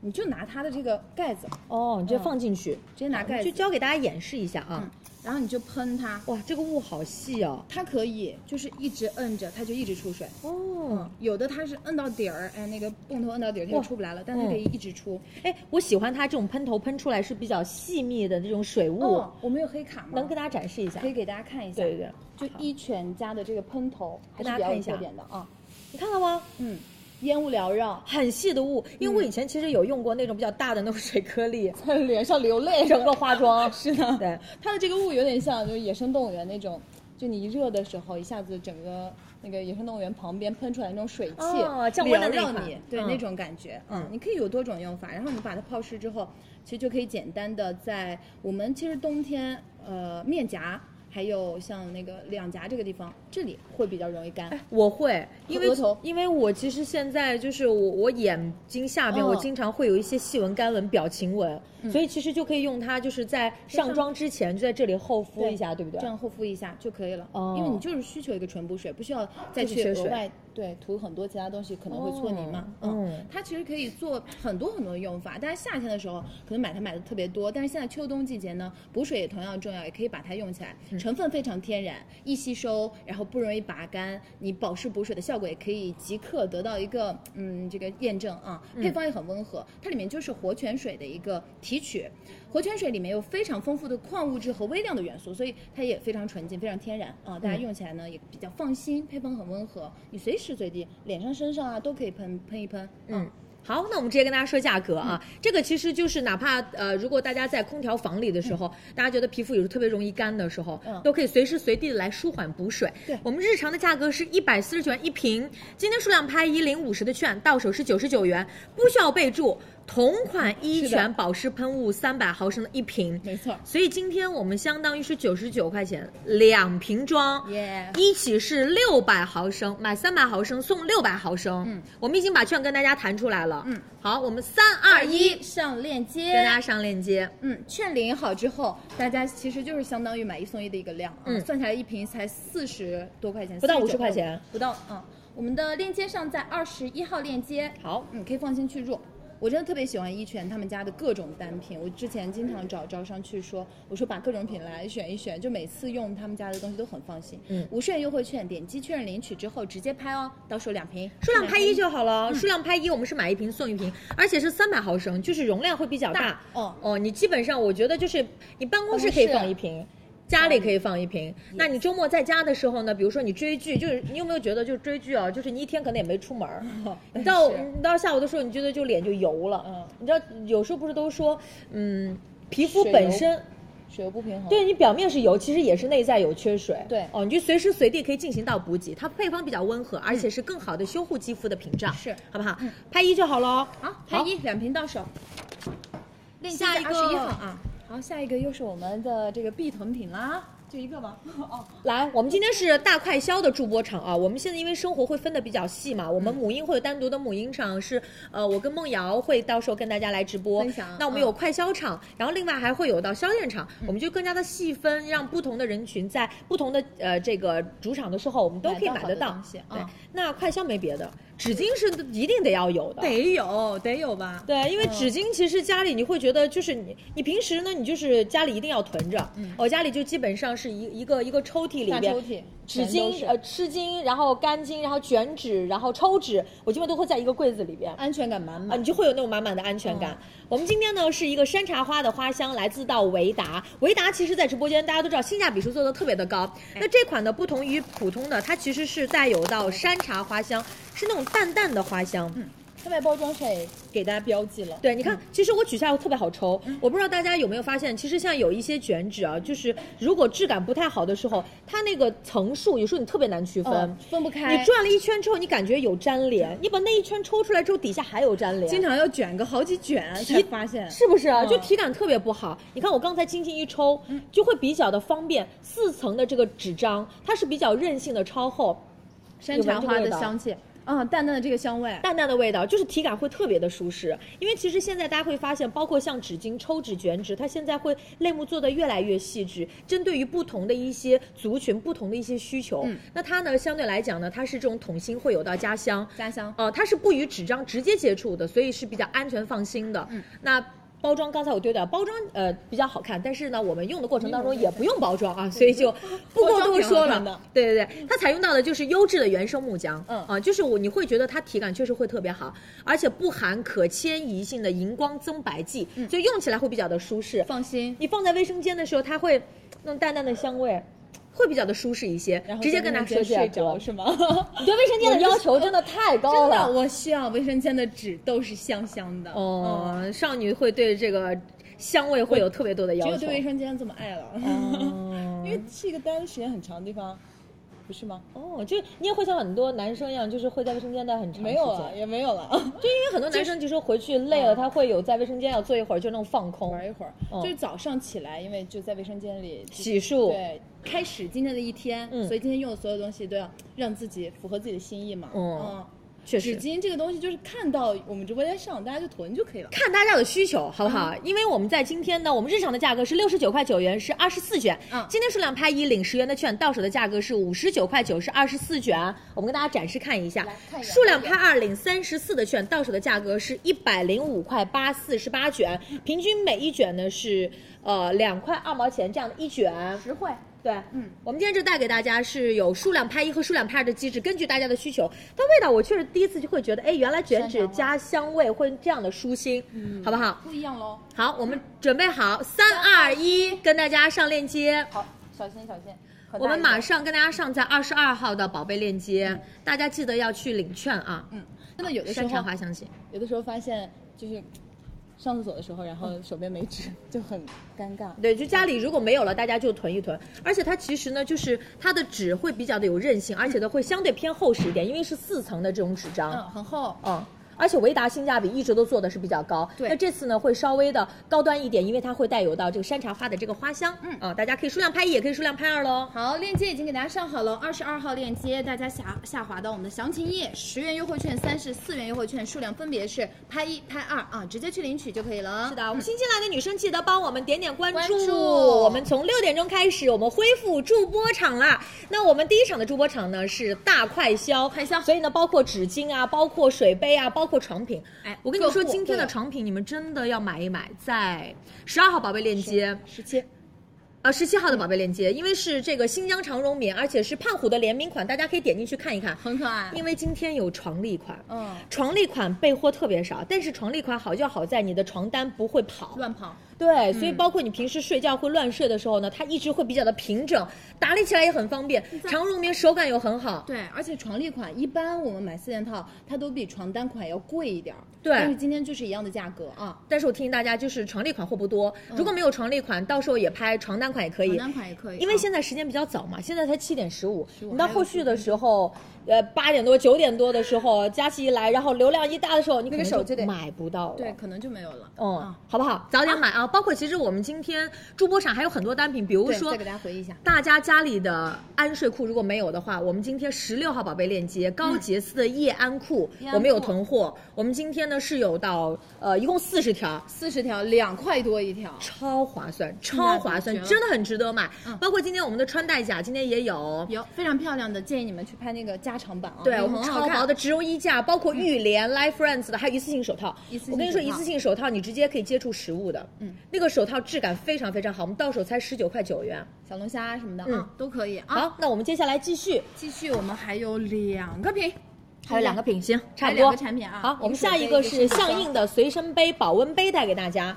Speaker 2: 你就拿它的这个盖子，嗯
Speaker 1: 哦，你直接放进去，
Speaker 2: 直接拿盖
Speaker 1: 就
Speaker 2: 子，
Speaker 1: 教给大家演示一下啊。
Speaker 2: 嗯，然后你就喷它，
Speaker 1: 哇，这个雾好细哦。
Speaker 2: 它可以就是一直摁着，它就一直出水。嗯
Speaker 1: 哦，
Speaker 2: 有的它是摁到底儿，哎，那个泵头摁到底儿，它就
Speaker 1: 哇嗯
Speaker 2: 出不来了，但它可以一直出。
Speaker 1: 哎，我喜欢它这种喷头喷出来是比较细密的这种水雾，
Speaker 2: 哦，我们有黑卡吗？
Speaker 1: 能给大家展示一下
Speaker 2: 可。以给大家看一下，
Speaker 1: 对对
Speaker 2: 就一泉家的这个喷头还
Speaker 1: 给
Speaker 2: 是
Speaker 1: 大
Speaker 2: 比
Speaker 1: 家
Speaker 2: 较
Speaker 1: 看
Speaker 2: 有
Speaker 1: 一下
Speaker 2: 特点的啊，
Speaker 1: 你看到吗？
Speaker 2: 嗯，烟雾缭绕，
Speaker 1: 很细的雾，因为我以前其实有用过那种比较大的那种水颗粒，
Speaker 2: 在脸上流泪，
Speaker 1: 整个化
Speaker 2: <laughs>
Speaker 1: 妆。
Speaker 2: 是的，
Speaker 1: 对，
Speaker 2: 它的这个雾有点像就是野生动物园那种就你一热的时候，一下子整个那个野生动物园旁边喷出来那种水汽，
Speaker 1: 哦降温的
Speaker 2: 缭
Speaker 1: 那
Speaker 2: 绕
Speaker 1: 一款
Speaker 2: 你，对、
Speaker 1: 嗯
Speaker 2: 那种感觉，嗯，你可以有多种用法。然后你把它泡湿之后，其实就可以简单的在我们其实冬天呃面颊。还有像那个两颊这个地方，这里会比较容易干。
Speaker 1: 我会，因为
Speaker 2: 额头
Speaker 1: 因为我其实现在就是我我眼睛下边，
Speaker 2: 嗯
Speaker 1: 我经常会有一些细纹、干纹、表情纹，所以其实就可以用它，就是在上妆之前就在这里厚敷一下，对不对
Speaker 2: 这？样厚敷一下就可以了。
Speaker 1: 哦
Speaker 2: 因为你就是需求一个纯补水，不需要再
Speaker 1: 就是
Speaker 2: 去
Speaker 1: 缺
Speaker 2: 额
Speaker 1: 水
Speaker 2: 外对涂很多其他东西，可能会搓泥嘛。
Speaker 1: 哦嗯
Speaker 2: 嗯，它其实可以做很多很多用法。但是夏天的时候可能买它买的特别多，但是现在秋冬季节呢，补水也同样重要，也可以把它用起来。成分非常天然，易吸收，然后不容易拔干，你保湿补水的效果也可以即刻得到一个嗯这个验证啊。配方也很温和，它里面就是活泉水的一个提取。活泉水里面有非常丰富的矿物质和微量的元素，所以它也非常纯净、非常天然啊、大家用起来呢也比较放心，配方很温和，你随时随地脸上、身上啊都可以喷喷一喷。嗯，
Speaker 1: 哦好，那我们直接跟大家说价格啊，这个其实就是哪怕呃，如果大家在空调房里的时候，大家觉得皮肤有时候特别容易干的时候，
Speaker 2: 嗯
Speaker 1: 都可以随时随地的来舒缓补水。
Speaker 2: 对
Speaker 1: 我们日常的价格是一百四十九元一瓶，今天数量拍一领五十的券，到手是九十九元，不需要备注。同款一泉保湿喷雾三百毫升的一瓶，
Speaker 2: 没错。
Speaker 1: 所以今天我们相当于是九十九块钱两瓶装，
Speaker 2: 耶
Speaker 1: 一起是六百毫升，买三百毫升送六百毫升。嗯，我们已经把券跟大家谈出来了。嗯，好，我们三二一，
Speaker 2: 一上链接，
Speaker 1: 跟大家上链接。
Speaker 2: 嗯，券领好之后，大家其实就是相当于买一送一的一个量啊，
Speaker 1: 嗯
Speaker 2: 算下来一瓶才四十多块钱，
Speaker 1: 不到
Speaker 2: 49
Speaker 1: 50块钱，
Speaker 2: 不到嗯。我们的链接上在二十一号链接，
Speaker 1: 好，
Speaker 2: 嗯，可以放心去入。我真的特别喜欢一泉他们家的各种单品，我之前经常找招商去说，我说把各种品来选一选，就每次用他们家的东西都很放心。
Speaker 1: 嗯
Speaker 2: 无税优惠券，点击确认领取之后直接拍哦，到手两瓶，
Speaker 1: 数量拍一就好了，数量拍一，我们是买一瓶送一瓶，而且是三百毫升，就是容量会比较大。
Speaker 2: 哦
Speaker 1: 你基本上我觉得就是你办公室可以放一瓶。家里可以放一瓶，那你周末在家的时候呢？比如说你追剧，就是你有没有觉得就是追剧啊？就是你一天可能也没出门儿，你到 <laughs> 你到下午的时候，你觉得就脸就油了。
Speaker 2: 嗯
Speaker 1: 你知道有时候不是都说，嗯，皮肤
Speaker 2: 水
Speaker 1: 本
Speaker 2: 油
Speaker 1: 身
Speaker 2: 水油不平衡。
Speaker 1: 对你表面是油，其实也是内在有缺水。
Speaker 2: 对
Speaker 1: 哦，你就随时随地可以进行到补给，它配方比较温和，而且是更好的修护肌肤的屏障，
Speaker 2: 嗯是嗯
Speaker 1: 好不好？拍一就好喽。
Speaker 2: 好，拍一两瓶到手。链接
Speaker 1: 下一
Speaker 2: 二十一
Speaker 1: 个
Speaker 2: 号啊。好，下一个又是我们的这个必囤品啦，就一个吧。 <laughs> 哦，
Speaker 1: 来，我们今天是大快消的助播场啊。我们现在因为生活会分的比较细嘛，
Speaker 2: 嗯
Speaker 1: 我们母婴会有单独的母婴场是，呃，我跟梦瑶会到时候跟大家来直播
Speaker 2: 分享嗯
Speaker 1: 那我们有快消场，然后另外还会有到销店场，我们就更加的细分，让不同的人群在不同的呃这个主场的时候，我们都可以
Speaker 2: 买
Speaker 1: 买
Speaker 2: 到
Speaker 1: 得
Speaker 2: 好的
Speaker 1: 到
Speaker 2: 东西。
Speaker 1: 对
Speaker 2: 嗯，
Speaker 1: 那快消没别的，纸巾是一定得要有的。
Speaker 3: 得有得有吧？
Speaker 1: 对，因为
Speaker 2: 嗯
Speaker 1: 纸巾其实家里你会觉得就是你，你平时呢，你就是家里一定要囤着。我、家里就基本上是一一个一个抽屉里
Speaker 2: 嗯大
Speaker 1: 边，
Speaker 2: 抽屉
Speaker 1: 纸
Speaker 2: 全都
Speaker 1: 巾
Speaker 2: 是
Speaker 1: 呃湿巾，然后干巾，然后卷纸，然后抽纸，我基本都会在一个柜子里边。
Speaker 2: 安全感满嗯
Speaker 1: 啊，
Speaker 2: 满。
Speaker 1: 你就会有那种满满的安全感。我们今天呢是一个山茶花的花香，来自到维达。维达其实在直播间大家都知道性价比是做的特别的高。
Speaker 2: 哎
Speaker 1: 那这款呢不同于普通的，它其实是带有到山茶花香，是那种淡淡的花香。
Speaker 2: 它外包装上也给大家标记了，
Speaker 1: 对，你看，其实我取下来特别好抽，
Speaker 2: 嗯
Speaker 1: 我不知道大家有没有发现，其实像有一些卷纸啊，就是如果质感不太好的时候，它那个层数有时候你特别难区分。
Speaker 2: 嗯，分不开。
Speaker 1: 你转了一圈之后，你感觉有粘连，你把那一圈抽出来之后，底下还有粘连，
Speaker 2: 经常要卷个好几卷啊才发现。
Speaker 1: 是不是啊？
Speaker 2: 嗯
Speaker 1: 就体感特别不好。你看我刚才轻轻一抽，就会比较的方便。四层的这个纸张，它是比较韧性的，超厚，
Speaker 2: 山茶花的香气，嗯，淡淡的这个香味。
Speaker 1: 淡淡的味道，就是体感会特别的舒适。因为其实现在大家会发现，包括像纸巾、抽纸、卷纸，它现在会类目做的越来越细致，针对于不同的一些族群、不同的一些需求。
Speaker 2: 嗯
Speaker 1: 那它呢，相对来讲呢，它是这种桶芯会有到家乡，
Speaker 2: 家乡
Speaker 1: 呃，它是不与纸张直接接触的，所以是比较安全放心的。嗯，那。包装刚才我丢掉，包装呃比较好看，但是呢，我们用的过程当中也不用包装啊，所以就不
Speaker 2: 包
Speaker 1: 过多说
Speaker 2: 装挺好看
Speaker 1: 了
Speaker 2: 的。
Speaker 1: 对对对，它采用到的就是优质的原生木浆，
Speaker 2: 嗯
Speaker 1: 啊，就是我你会觉得它体感确实会特别好，而且不含可迁移性的荧光增白剂，所以用起来会比较的舒适。
Speaker 2: 嗯放心，
Speaker 1: 你放在卫生间的时候，它会那种淡淡的香味，会比较的舒适一些。
Speaker 2: 然后
Speaker 1: 直接
Speaker 2: 在
Speaker 1: 跟他
Speaker 2: 那
Speaker 1: 说
Speaker 2: 边
Speaker 1: 价
Speaker 2: 睡
Speaker 1: 格
Speaker 2: 着，是吗？
Speaker 1: <laughs> 你对卫生间的要
Speaker 2: <laughs>
Speaker 1: 求真的太高
Speaker 2: 真
Speaker 1: 了。
Speaker 2: 的，我需要卫生间的纸都是香香的。嗯，
Speaker 1: 哦，少女会对这个香味会有特别多的要
Speaker 2: 只有
Speaker 1: 求
Speaker 2: 对。卫生间这么爱了。
Speaker 1: 哦
Speaker 2: <laughs>
Speaker 3: 因为是一个待的时间很长的地方，不是吗？
Speaker 1: 哦，就是你也会像很多男生一样，就是会在卫生间待很长时间。
Speaker 3: 没有
Speaker 2: 啊
Speaker 3: 了，也没有
Speaker 1: <laughs>
Speaker 3: 了，
Speaker 1: 就因为很多男生就说回去累了，他会有在卫生间要坐一嗯会儿，就那种放空、
Speaker 2: 玩一会儿，
Speaker 1: 嗯
Speaker 2: 就是早上起来，因为就在卫生间里就
Speaker 1: 洗漱。
Speaker 2: 对，开始今天的一天，
Speaker 1: 嗯
Speaker 2: 所以今天用的所有东西都要让自己符合自己的心意嘛。
Speaker 1: 嗯确实
Speaker 2: 纸巾这个东西就是看到我们直播间上，大家就囤就可以了。
Speaker 1: 看大家的需求，好不好？因为我们在今天呢，我们日常的价格是六十九块九元，是二十四卷。
Speaker 2: 嗯
Speaker 1: 今天数量拍一，领十元的券，到手的价格是五十九块九，是二十四卷。我们跟大家展示看一下，
Speaker 2: 看一下
Speaker 1: 数量拍二，领三十四的券，到手的价格是一百零五块八，四十八卷，平均每一卷呢是呃两块二毛钱这样的一卷，
Speaker 4: 实惠。
Speaker 1: 对，嗯，我们今天就带给大家是有数量拍一和数量拍二的机制，根据大家的需求。但味道我确实第一次就会觉得，哎，原来卷纸加香味会这样的舒心，嗯，好不好？
Speaker 4: 不一样喽。
Speaker 1: 好，我们准备好，三二一，跟大家上链接。
Speaker 4: 好，小心小心。
Speaker 1: 我们马上跟大家上在二十二号的宝贝链接，大家记得要去领券啊。
Speaker 2: 嗯，真的有的时
Speaker 1: 嗯山茶
Speaker 2: 候，
Speaker 1: 花香型，
Speaker 2: 有的时候发现就是上厕所的时候，然
Speaker 1: 嗯
Speaker 2: 后手边没纸，就很尴尬。
Speaker 1: 对，就家里如果没有了，大家就囤一囤。而且它其实呢，就是它的纸会比较的有韧性，而且呢会相对偏厚实一点，因为是四层的这种纸张。
Speaker 2: 嗯，很厚。
Speaker 1: 嗯，而且维达性价比一直都做的是比较高，
Speaker 2: 对
Speaker 1: 那这次呢会稍微的高端一点，因为它会带有到这个山茶花的这个花香，嗯，啊，大家可以数量拍一，也可以数量拍二喽。
Speaker 2: 好，链接已经给大家上好了，二十二号链接，大家下下滑到我们的详情页，十元优惠券、三十四元优惠券，数量分别是拍一、拍二啊，直接去领取就可以了。嗯
Speaker 1: 是的，我们新进来的女生记得帮我们点点关注。
Speaker 2: 关注
Speaker 1: 我们从六点钟开始，我们恢复助播场啦。那我们第一场的助播场呢是大快销，快销，所以呢包括纸巾啊，包括水杯啊，包括床品。哎，我跟你们说，
Speaker 2: 各户
Speaker 1: 今天的
Speaker 2: 对
Speaker 1: 床品你们真的要买一买，在十二号宝贝链接，
Speaker 2: 十七，
Speaker 1: 呃，十七号的宝贝链接，因为是这个新疆长绒棉，而且是胖虎的联名款，大家可以点进去看一看。
Speaker 2: 很可爱。
Speaker 1: 因为今天有床笠款，
Speaker 2: 嗯，
Speaker 1: 床笠款备货特别少，但是床笠款好就好在你的床单不会跑，
Speaker 2: 乱跑，
Speaker 1: 对，所以包括你平时睡觉会乱睡的时候呢，它一直会比较的平整，打理起来也很方便，长绒棉手感又很好。
Speaker 2: 对，而且床笠款一般我们买四件套，它都比床单款要贵一点儿，
Speaker 1: 对
Speaker 2: 但是今天就是一样的价格啊，
Speaker 1: 但是我提醒大家，就是床笠款货不多，如果没有床笠款，到时候也拍床单款也可以。
Speaker 2: 床单款也可以，
Speaker 1: 因为现在时间比较早嘛，现在才七点十五，你到后续的时候，呃，八点多、九点多的时候，佳琪一来，然后流量一大的时候，你可
Speaker 3: 那个
Speaker 1: 能
Speaker 3: 手
Speaker 1: 就
Speaker 3: 就得
Speaker 1: 买不到了。
Speaker 2: 对，可能就没有了。
Speaker 1: 嗯
Speaker 2: 啊，
Speaker 1: 好不好？早点买啊！包括其实我们今天助播场还有很多单品，比如
Speaker 2: 对
Speaker 1: 说
Speaker 2: 再给大家回忆一下，
Speaker 1: 大家家里的安睡裤如果没有的话，我们今天十六号宝贝链接高洁丝的夜安裤，我们有囤货。我们今天呢是有到呃一共四十条，
Speaker 2: 四十条，两块多一条，
Speaker 1: 超划算，超划算
Speaker 2: 绝，了
Speaker 1: 真的很值得买
Speaker 2: 嗯。
Speaker 1: 包括今天我们的穿戴甲，今天也有。
Speaker 2: 有非常漂亮的，建议你们去拍那个加长版啊，
Speaker 1: 对，
Speaker 2: 那
Speaker 1: 我
Speaker 2: 个
Speaker 1: 们
Speaker 2: 很好
Speaker 1: 超
Speaker 2: 看嗯
Speaker 1: 薄的植绒衣架，包括浴帘、Life Friends 的，还有一次性手套。
Speaker 2: 一次性
Speaker 1: 我跟你说，
Speaker 2: 手
Speaker 1: 一
Speaker 2: 套
Speaker 1: 次性手套你直接可以接触实物的。
Speaker 2: 嗯，
Speaker 1: 那个手套质感非常非常好，我们到手才十九块九元。
Speaker 2: 小龙虾什么的
Speaker 1: 嗯
Speaker 2: 啊，都可以啊。
Speaker 1: 好，那我们接下来继续，
Speaker 2: 继续，我们还有两个品，
Speaker 1: 还有两个品，行，差
Speaker 2: 还有
Speaker 1: 不多。
Speaker 2: 两个产品啊。
Speaker 1: 好，我们下一个是相应的随身杯、保温杯带给大家。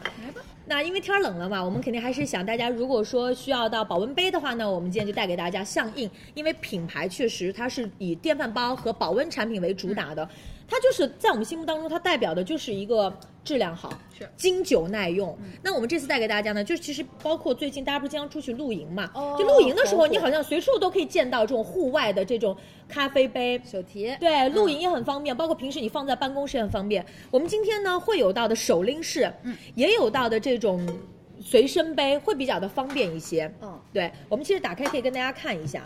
Speaker 1: 那因为天儿冷了嘛，我们肯定还是想大家，如果说需要到保温杯的话呢，我们今天就带给大家相应，因为品牌确实它是以电饭煲和保温产品为主打的，它就是在我们心目当中，它代表的就是一个质量好，
Speaker 2: 是
Speaker 1: 经久耐用。那我们这次带给大家呢，就是其实包括最近大家不是经常出去露营嘛，就露营的时候，哦你好像随处都可以见到这种户外的这种咖啡杯，
Speaker 2: 手提，嗯
Speaker 1: 对，露营也很方便，包括平时你放在办公室也很方便。我们今天呢会有到的手拎式，嗯，也有到的这种随身杯，会比较的方便一些。
Speaker 2: 嗯，
Speaker 1: 对，我们其实打开可以跟大家看一下，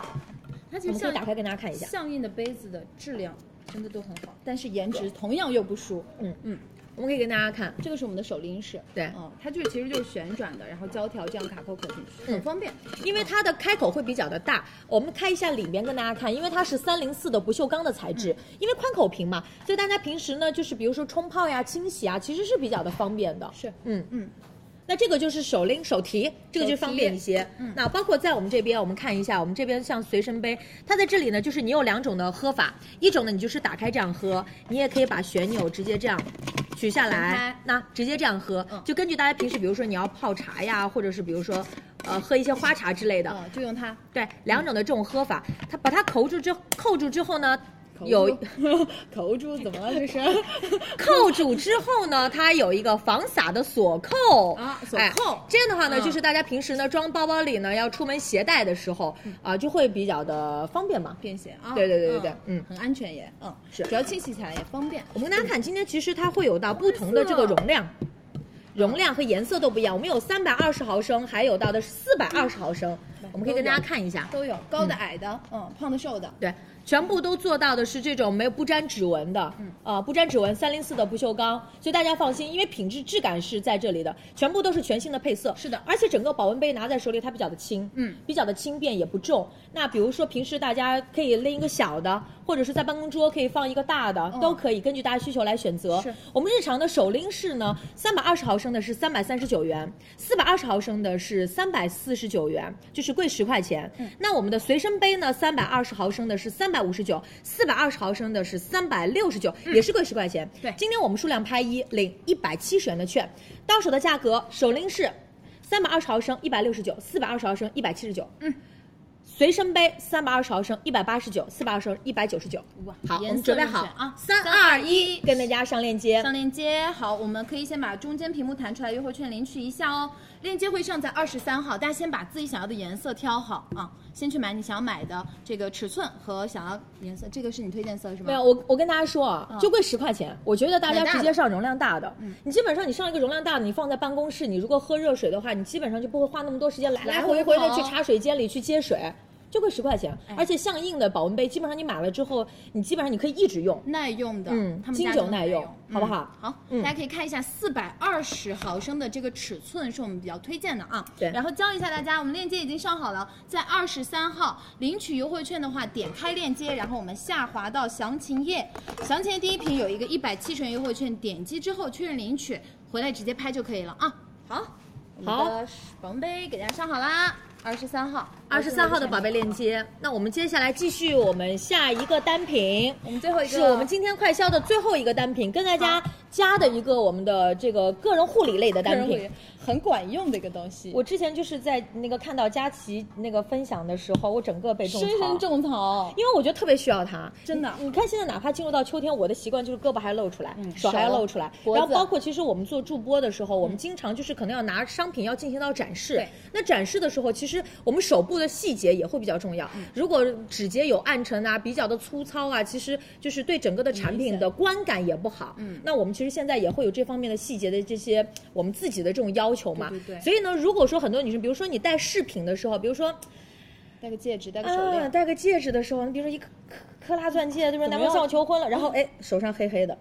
Speaker 2: 它其实
Speaker 1: 我们可以
Speaker 2: 像
Speaker 1: 打开跟大家看一下。
Speaker 2: 相应的杯子的质量真的都很好，但是颜值同样又不输。
Speaker 1: 嗯
Speaker 2: 嗯
Speaker 1: 我们可以跟大家看，
Speaker 2: 这个是我们的手拎式，
Speaker 1: 对
Speaker 2: 嗯，它就是其实就是旋转的，然后胶条这样卡扣扣进去，
Speaker 1: 嗯
Speaker 2: 很方便。
Speaker 1: 因为它的开口会比较的大，我们开一下里面跟大家看，因为它是三零四的不锈钢的材质，
Speaker 2: 嗯
Speaker 1: 因为宽口瓶嘛，所以大家平时呢就是比如说冲泡呀、清洗啊，其实是比较的方便的。
Speaker 2: 是，
Speaker 1: 嗯
Speaker 2: 嗯。
Speaker 1: 那这个就是手拎手提，这个就方便一些。嗯，那包括在我们这边，我们看一下，我们这边像随身杯，它在这里呢，就是你有两种的喝法，一种呢你就是打开这样喝，你也可以把旋钮直接这样取下
Speaker 2: 开嗯
Speaker 1: 来，那直接这样喝，就根据大家平时，比如说你要泡茶呀，或者是比如说，呃，喝一些花茶之类的，
Speaker 2: 嗯，就用它
Speaker 1: 对，两种的这种喝法，它把它扣住之扣住之后呢，有
Speaker 2: 口住怎么了？这是
Speaker 1: <laughs> 扣住之后呢，它有一个防洒的锁扣
Speaker 2: 啊嗯锁
Speaker 1: 哎
Speaker 2: 扣
Speaker 1: 这样的话呢，就是大家平时呢装包包里呢，要出门携带的时候啊，就会比较的方便嘛。
Speaker 2: 嗯便携啊，
Speaker 1: 对对对对对嗯
Speaker 2: 很安全也，嗯，
Speaker 1: 是
Speaker 2: 主要清洗起来也方便。
Speaker 1: 我们跟大家看，今天其实它会有到不同的这个容量。容量和颜色都不一样，我们有三百二十毫升，还有到的是四百二十毫升，
Speaker 2: 嗯
Speaker 1: 我们可以跟大家看一下，
Speaker 2: 都有高的、矮的，嗯，胖的、瘦的，
Speaker 1: 对，全部都做到的是这种没有不沾指纹的，嗯，啊，不沾指纹三零四的不锈钢，所以大家放心，因为品质质感是在这里的，全部都是全新的配色，
Speaker 2: 是的
Speaker 1: 而且整个保温杯拿在手里它比较的轻，
Speaker 2: 嗯，
Speaker 1: 比较的轻便也不重。那比如说平时大家可以拎一个小的，或者是在办公桌可以放一个大的，都可以根据大家需求来选择。
Speaker 2: 嗯是
Speaker 1: 我们日常的手拎式呢，三百二十毫升的是三百三十九元，四百二十毫升的是三百四十九元，就是贵十块钱。
Speaker 2: 嗯
Speaker 1: 那我们的随身杯呢，三百二十毫升的是三百五十九，四百二十毫升的是三百六十九，也是贵十块钱。
Speaker 2: 嗯对
Speaker 1: 今天我们数量拍一，领一百七十元的券，到手的价格手拎式。三百二十毫升一百六十九，四百二十毫升一百七十九。嗯，随身杯三百二十毫升一百八十九，四百二十一百九十九。
Speaker 2: 哇
Speaker 1: 好，我
Speaker 2: 颜
Speaker 1: 们
Speaker 2: 色
Speaker 1: 准备
Speaker 2: 任
Speaker 1: 好
Speaker 2: 选啊
Speaker 1: 三
Speaker 2: 三
Speaker 1: 二
Speaker 2: 二
Speaker 1: 一，跟大家上链接。
Speaker 2: 上链接，好，我们可以先把中间屏幕弹出来，优惠券领取一下哦。链接会上在二十三号，大家先把自己想要的颜色挑好啊，先去买你想要买的这个尺寸和想要颜色，这个是你推荐色是吗？
Speaker 1: 没有，，我我跟大家说啊，就贵十块钱，我觉得大家
Speaker 2: 嗯买大
Speaker 1: 直
Speaker 2: 的嗯
Speaker 1: 接上容量大的。你基本上你上一个容量大的，你放在办公室，你如果喝热水的话，你基本上就不会花那么多时间来来回回的去茶水间里去接水。就贵十块钱，
Speaker 2: 哎
Speaker 1: 而且相应的保温杯，基本上你买了之后，你基本上你可以一直用。
Speaker 2: 耐用的，
Speaker 1: 嗯
Speaker 2: 他们家
Speaker 1: 经久
Speaker 2: 都
Speaker 1: 耐
Speaker 2: 用
Speaker 1: 用，好不
Speaker 2: 嗯
Speaker 1: 好
Speaker 2: 好，
Speaker 1: 嗯
Speaker 2: 大家可以看一下四百二十毫升的这个尺寸是我们比较推荐的啊。
Speaker 1: 对
Speaker 2: 然后教一下大家，我们链接已经上好了，在二十三号领取优惠券的话，点开链接，然后我们下滑到详情页，详情页第一屏有一个一百七十元优惠券，点击之后确认领取，回来直接拍就可以了啊。好，
Speaker 1: 好，
Speaker 2: 保温杯给大家上好啦，二十三号，
Speaker 1: 二十三号的宝贝链接。那我们接下来继续我们下一个单品，
Speaker 2: 我们最后一个
Speaker 1: 是我们今天快销的最后一个单品，跟大家加的一个我们的这个个人护理类的单品。
Speaker 2: 很管用的一个东西，
Speaker 1: 我之前就是在那个看到佳琪那个分享的时候，我整个被种
Speaker 2: 深深
Speaker 1: 草。
Speaker 2: 种草。
Speaker 1: 因为我觉得特别需要它，
Speaker 2: 真的
Speaker 1: 你你看现在哪怕进入到秋天，我的习惯就是胳膊还露出来，手还要露出来。
Speaker 2: 嗯脖子
Speaker 1: 然后包括其实我们做助播的时候，
Speaker 2: 嗯
Speaker 1: 我们经常就是可能要拿商品要进行到展示。那展示的时候，其实我们手部的细节也会比较重要。
Speaker 2: 嗯
Speaker 1: 如果指节有暗沉啊，比较的粗糙啊，其实就是对整个的产品
Speaker 2: 嗯
Speaker 1: 的观感也不好。嗯，那我们其实现在也会有这方面的细节的这些我们自己的这种要求嘛。
Speaker 2: 对对对
Speaker 1: 所以呢，如果说很多女生，比如说你戴饰品的时候，比如说。
Speaker 2: 戴个戒指，戴个手
Speaker 1: 啊，
Speaker 2: 链，
Speaker 1: 戴个戒指的时候，你比如说一颗克克拉钻戒，对不对？男朋友向我求婚了，然后哎，手上黑黑的，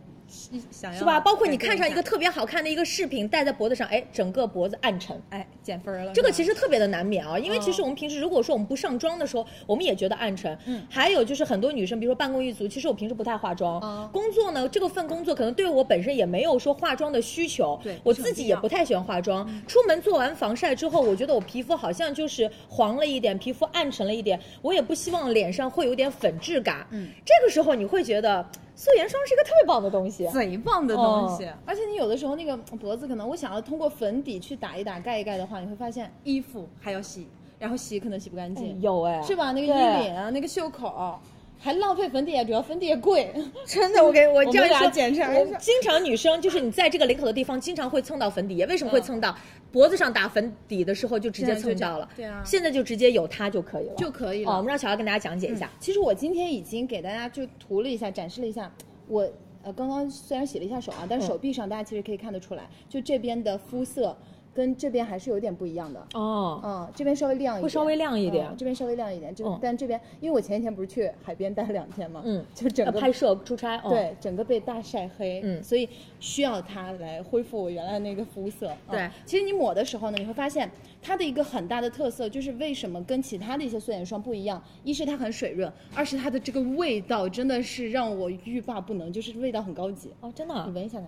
Speaker 2: 想要
Speaker 1: 是吧？包括你
Speaker 2: 感觉
Speaker 1: 看上一个特别好看的一个饰品，戴在脖子上，哎，整个脖子暗沉。
Speaker 2: 哎减分了，
Speaker 1: 这个
Speaker 2: 是吧哦
Speaker 1: 其实特别的难免啊，因为其实我们平时如果说我们不上妆的时候，我们也觉得暗沉。嗯，还有就是很多女生，比如说办公一族，其实我平时不太化妆。
Speaker 2: 哦
Speaker 1: 工作呢，这个份工作可能对我本身也没有说化妆的需求。
Speaker 2: 对不
Speaker 1: 我
Speaker 2: 是很
Speaker 1: 自己
Speaker 2: 必
Speaker 1: 也
Speaker 2: 要嗯
Speaker 1: 不太喜欢化妆。出门做完防晒之后，我觉得我皮肤好像就是黄了一点，皮肤暗沉了一点，我也不希望脸上会有点粉质感。嗯，这个时候你会觉得素颜霜是一个特别棒的东西。
Speaker 2: 贼棒的
Speaker 1: 东西
Speaker 2: 而且你有的时候那个脖子，可能我想要通过粉底去打一打、盖一盖的话，你会发现衣服还要洗，然后洗可能洗不干净，
Speaker 1: 有哎，
Speaker 2: 是吧？那个衣
Speaker 1: 对
Speaker 2: 领啊，那个袖口，还浪费粉底啊，主要粉底也贵。
Speaker 1: 真的，我给我
Speaker 2: 们
Speaker 1: 这样
Speaker 2: 俩
Speaker 1: 说，
Speaker 2: 检查一
Speaker 1: 我
Speaker 2: 下
Speaker 1: 经常女生就是你在这个领口的地方，经常会蹭到粉底液。为什
Speaker 2: 嗯
Speaker 1: 么会蹭到？脖子上打粉底的时候就直接蹭到了。
Speaker 2: 对啊
Speaker 1: 现在就直接有它就可以了，
Speaker 2: 就可以了嗯
Speaker 1: 哦，我们让小姚跟大家讲解一下。
Speaker 2: 其实我今天已经给大家就涂了一下，展示了一下我。呃，刚刚虽然洗了一下手啊，
Speaker 1: 嗯
Speaker 2: 但是手臂上大家其实可以看得出来，就这边的肤色跟这边还是有点不一样的。
Speaker 1: 哦，
Speaker 2: 嗯，这边稍微亮一点，
Speaker 1: 会稍微亮一点
Speaker 2: 嗯这边稍微亮一点，这、
Speaker 1: 嗯
Speaker 2: 但这边因为我前一天不是去海边待了两天嘛，
Speaker 1: 嗯
Speaker 2: 就整
Speaker 1: 要
Speaker 2: 个
Speaker 1: 拍摄出差哦。。
Speaker 2: 对整个被大晒黑，
Speaker 1: 嗯
Speaker 2: 所以需要它来恢复我原来那个肤色。嗯
Speaker 1: 对
Speaker 2: 其实你抹的时候呢，你会发现它的一个很大的特色就是为什么跟其他的一些素颜霜不一样，一是它很水润，二是它的这个味道真的是让我欲罢不能，就是味道很高级。
Speaker 1: 哦，真的
Speaker 2: 你
Speaker 1: 啊。
Speaker 2: 闻一下呢，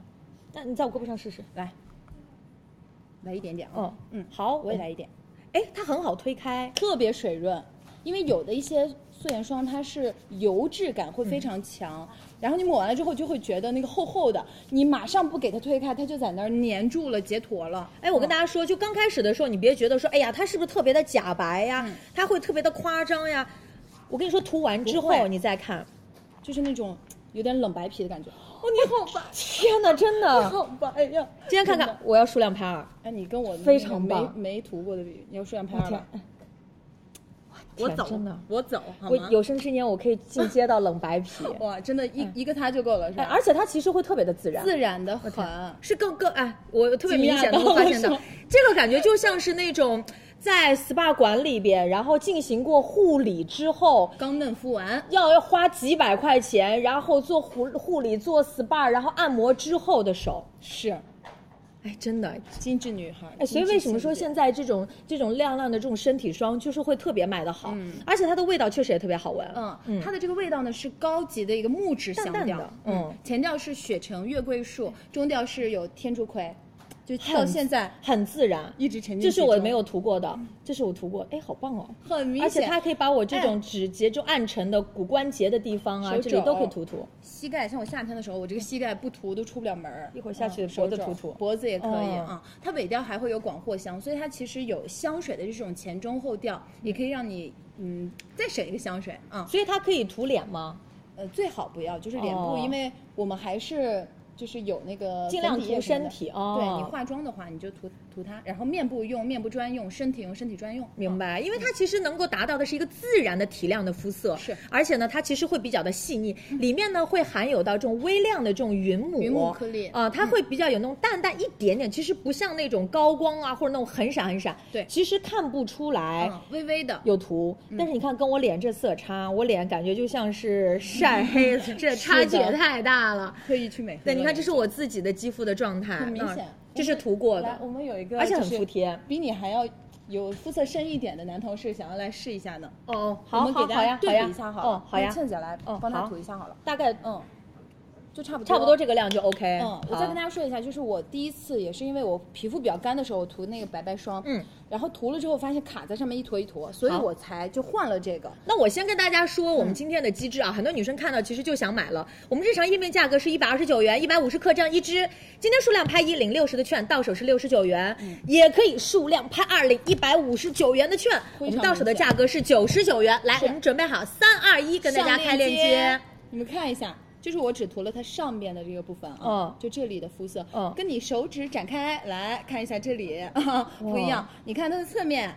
Speaker 1: 那你在我胳膊上试试。
Speaker 2: 来，来一点点啊，
Speaker 1: 哦，
Speaker 2: 嗯，
Speaker 1: 好，
Speaker 2: 我也来一点。
Speaker 1: 哎，它很好推开。
Speaker 2: 特别水润，因为有的一些素颜霜它是油质感会
Speaker 1: 嗯
Speaker 2: 非常强，然后你抹完了之后就会觉得那个厚厚的，你马上不给它推开，它就在那儿粘住了、结坨了。
Speaker 1: 哎，我跟大家说，就刚开始的时候，你别觉得说，哎呀，它是不是特别的
Speaker 2: 嗯
Speaker 1: 假白呀？它会特别的夸张呀？我跟你说，涂完之
Speaker 2: 不
Speaker 1: 后
Speaker 2: 会
Speaker 1: 你再看，
Speaker 2: 就是那种有点冷白皮的感觉。 <laughs>
Speaker 1: 天哪，真的！
Speaker 2: 好白呀！
Speaker 1: 今天看看，我要数量拍二。
Speaker 2: 哎，你跟我
Speaker 3: 非常
Speaker 2: 没
Speaker 3: 棒
Speaker 2: 没涂过的比，你要数量拍二吧？
Speaker 1: 天真的，
Speaker 2: 我走好
Speaker 1: 我有生之年我可以进阶到冷白皮，
Speaker 2: 哇，真的，
Speaker 1: 嗯
Speaker 2: 一一个他就够了，是
Speaker 3: 哎，
Speaker 2: 吧？
Speaker 3: 而且它其实会特别的自然。
Speaker 2: 自然的很。
Speaker 1: 是更更哎，我特别
Speaker 2: 惊讶
Speaker 1: 明显能
Speaker 2: 到
Speaker 1: 够发现
Speaker 2: 我
Speaker 1: 到 <laughs>
Speaker 2: 说，
Speaker 1: 这个感觉就像是那种在 SPA 馆里边，然后进行过护理之后，
Speaker 2: 刚嫩肤完，
Speaker 1: 要要花几百块钱，然后做护护理、做 SPA，然后按摩之后的手，
Speaker 2: 是
Speaker 1: 哎，真的，
Speaker 2: 精致女孩。
Speaker 1: 哎，所以
Speaker 2: 精致
Speaker 1: 为什么说
Speaker 2: 小姐
Speaker 1: 现在这种这种亮亮的这种身体霜就是会特别卖的好，而且它的味道确实也特别好闻，
Speaker 2: 嗯，它的这个味道呢是高级的一个木质香
Speaker 1: 淡淡
Speaker 2: 调
Speaker 1: 的，嗯，
Speaker 2: 前调是雪橙、月桂树，中调是有天竺葵，就到现在
Speaker 1: 很自然，
Speaker 2: 一直沉浸
Speaker 1: 这
Speaker 2: 其
Speaker 1: 是
Speaker 2: 中。
Speaker 1: 我没有涂过的，这是我涂过，哎，好棒哦，
Speaker 2: 很明显，哎
Speaker 1: 而且它可以把我这种指节就暗沉的骨关节的地方啊，
Speaker 2: 手
Speaker 1: 这里都可以
Speaker 2: 肘
Speaker 1: 涂涂。
Speaker 2: 膝盖，像我夏天的时候，我这个膝盖不涂都出不了门儿。
Speaker 1: 一会儿下去
Speaker 2: 嗯
Speaker 1: 脖子
Speaker 2: 手肘
Speaker 1: 涂涂
Speaker 2: 脖子也可以
Speaker 1: 哦
Speaker 2: 啊、它尾调还会有广藿香，所以它其实有香水的这种前中后调，也可以让你嗯再选一个香水啊、
Speaker 1: 所以它可以涂脸吗？
Speaker 2: 呃，最好不要就是脸部，
Speaker 1: 哦
Speaker 2: 因为我们还是就是有那个
Speaker 1: 尽量
Speaker 2: 粉底液
Speaker 1: 涂
Speaker 2: 什么的
Speaker 1: 身体哦
Speaker 2: 对你化妆的话，你就涂涂它，然后面部用面部专用，身体用身体专用。
Speaker 1: 明
Speaker 2: 白。
Speaker 1: 白，因为它其实能够达到的是一个自然的提亮的肤色，
Speaker 2: 是
Speaker 1: 而且呢，它其实会比较的细腻，里面呢会含有到这种微量的这种嗯云母，
Speaker 2: 云母颗粒
Speaker 1: 啊、它会比较有那种淡淡一点点，其实不像那种高光啊或者那种很闪很闪，
Speaker 2: 对
Speaker 1: 其实看不出来。
Speaker 2: 嗯，微微的，
Speaker 1: 有涂，但是你看跟我脸这色差，我脸感觉就像是 <laughs> 晒黑了，嗯这差距也太大了。
Speaker 2: 特意去美黑。
Speaker 1: 对，你看，这是我自己的肌肤的状态，
Speaker 2: 很明显
Speaker 1: 嗯这是涂过
Speaker 2: 来，我
Speaker 1: 的，
Speaker 2: 们有一个，
Speaker 1: 而且很服，帖。
Speaker 2: 比你还要有肤色深一点的男同事想要来试一下呢。
Speaker 1: 哦，
Speaker 2: 我
Speaker 1: 好
Speaker 2: 们
Speaker 1: 好
Speaker 2: 给大
Speaker 1: 好
Speaker 2: 家
Speaker 1: 呀，好
Speaker 2: 对
Speaker 1: 呀，
Speaker 2: 比一下好了。
Speaker 1: 哦，好呀
Speaker 2: 让，倩姐来
Speaker 1: 哦
Speaker 2: 帮他
Speaker 1: 好
Speaker 2: 涂一下好了，
Speaker 1: 大概
Speaker 2: 嗯，就差不多，
Speaker 1: 差不多这个量就 OK。
Speaker 2: 嗯，我再跟大
Speaker 1: 家，
Speaker 2: 家说一下，就是我第一次也是因为我皮肤比较干的时候，我涂那个白白霜，
Speaker 1: 嗯，
Speaker 2: 然后涂了之后发现卡在上面一坨一坨，所以
Speaker 1: 好
Speaker 2: 我才就换了这个。嗯
Speaker 1: 那我先跟大家说我们今天的机制啊，很多女生看到其实就想买了。我们日常页面价格是一百二十九元，一百五十克这样一支。今天数量拍一领六十的券，到手是六十九元，
Speaker 2: 嗯
Speaker 1: 也可以数量拍二领一百五十九元的券，我们到手的价格是九十九元。来，我们准备好，三二一，跟大家
Speaker 2: 上
Speaker 1: 开链接。，
Speaker 2: 你们看一下。就是我只涂了它上边的这个部分啊，
Speaker 1: 嗯
Speaker 2: 就这里的肤色，
Speaker 1: 嗯
Speaker 2: 跟你手指展开来看一下这里、 <laughs> 不一样。你看它的侧面，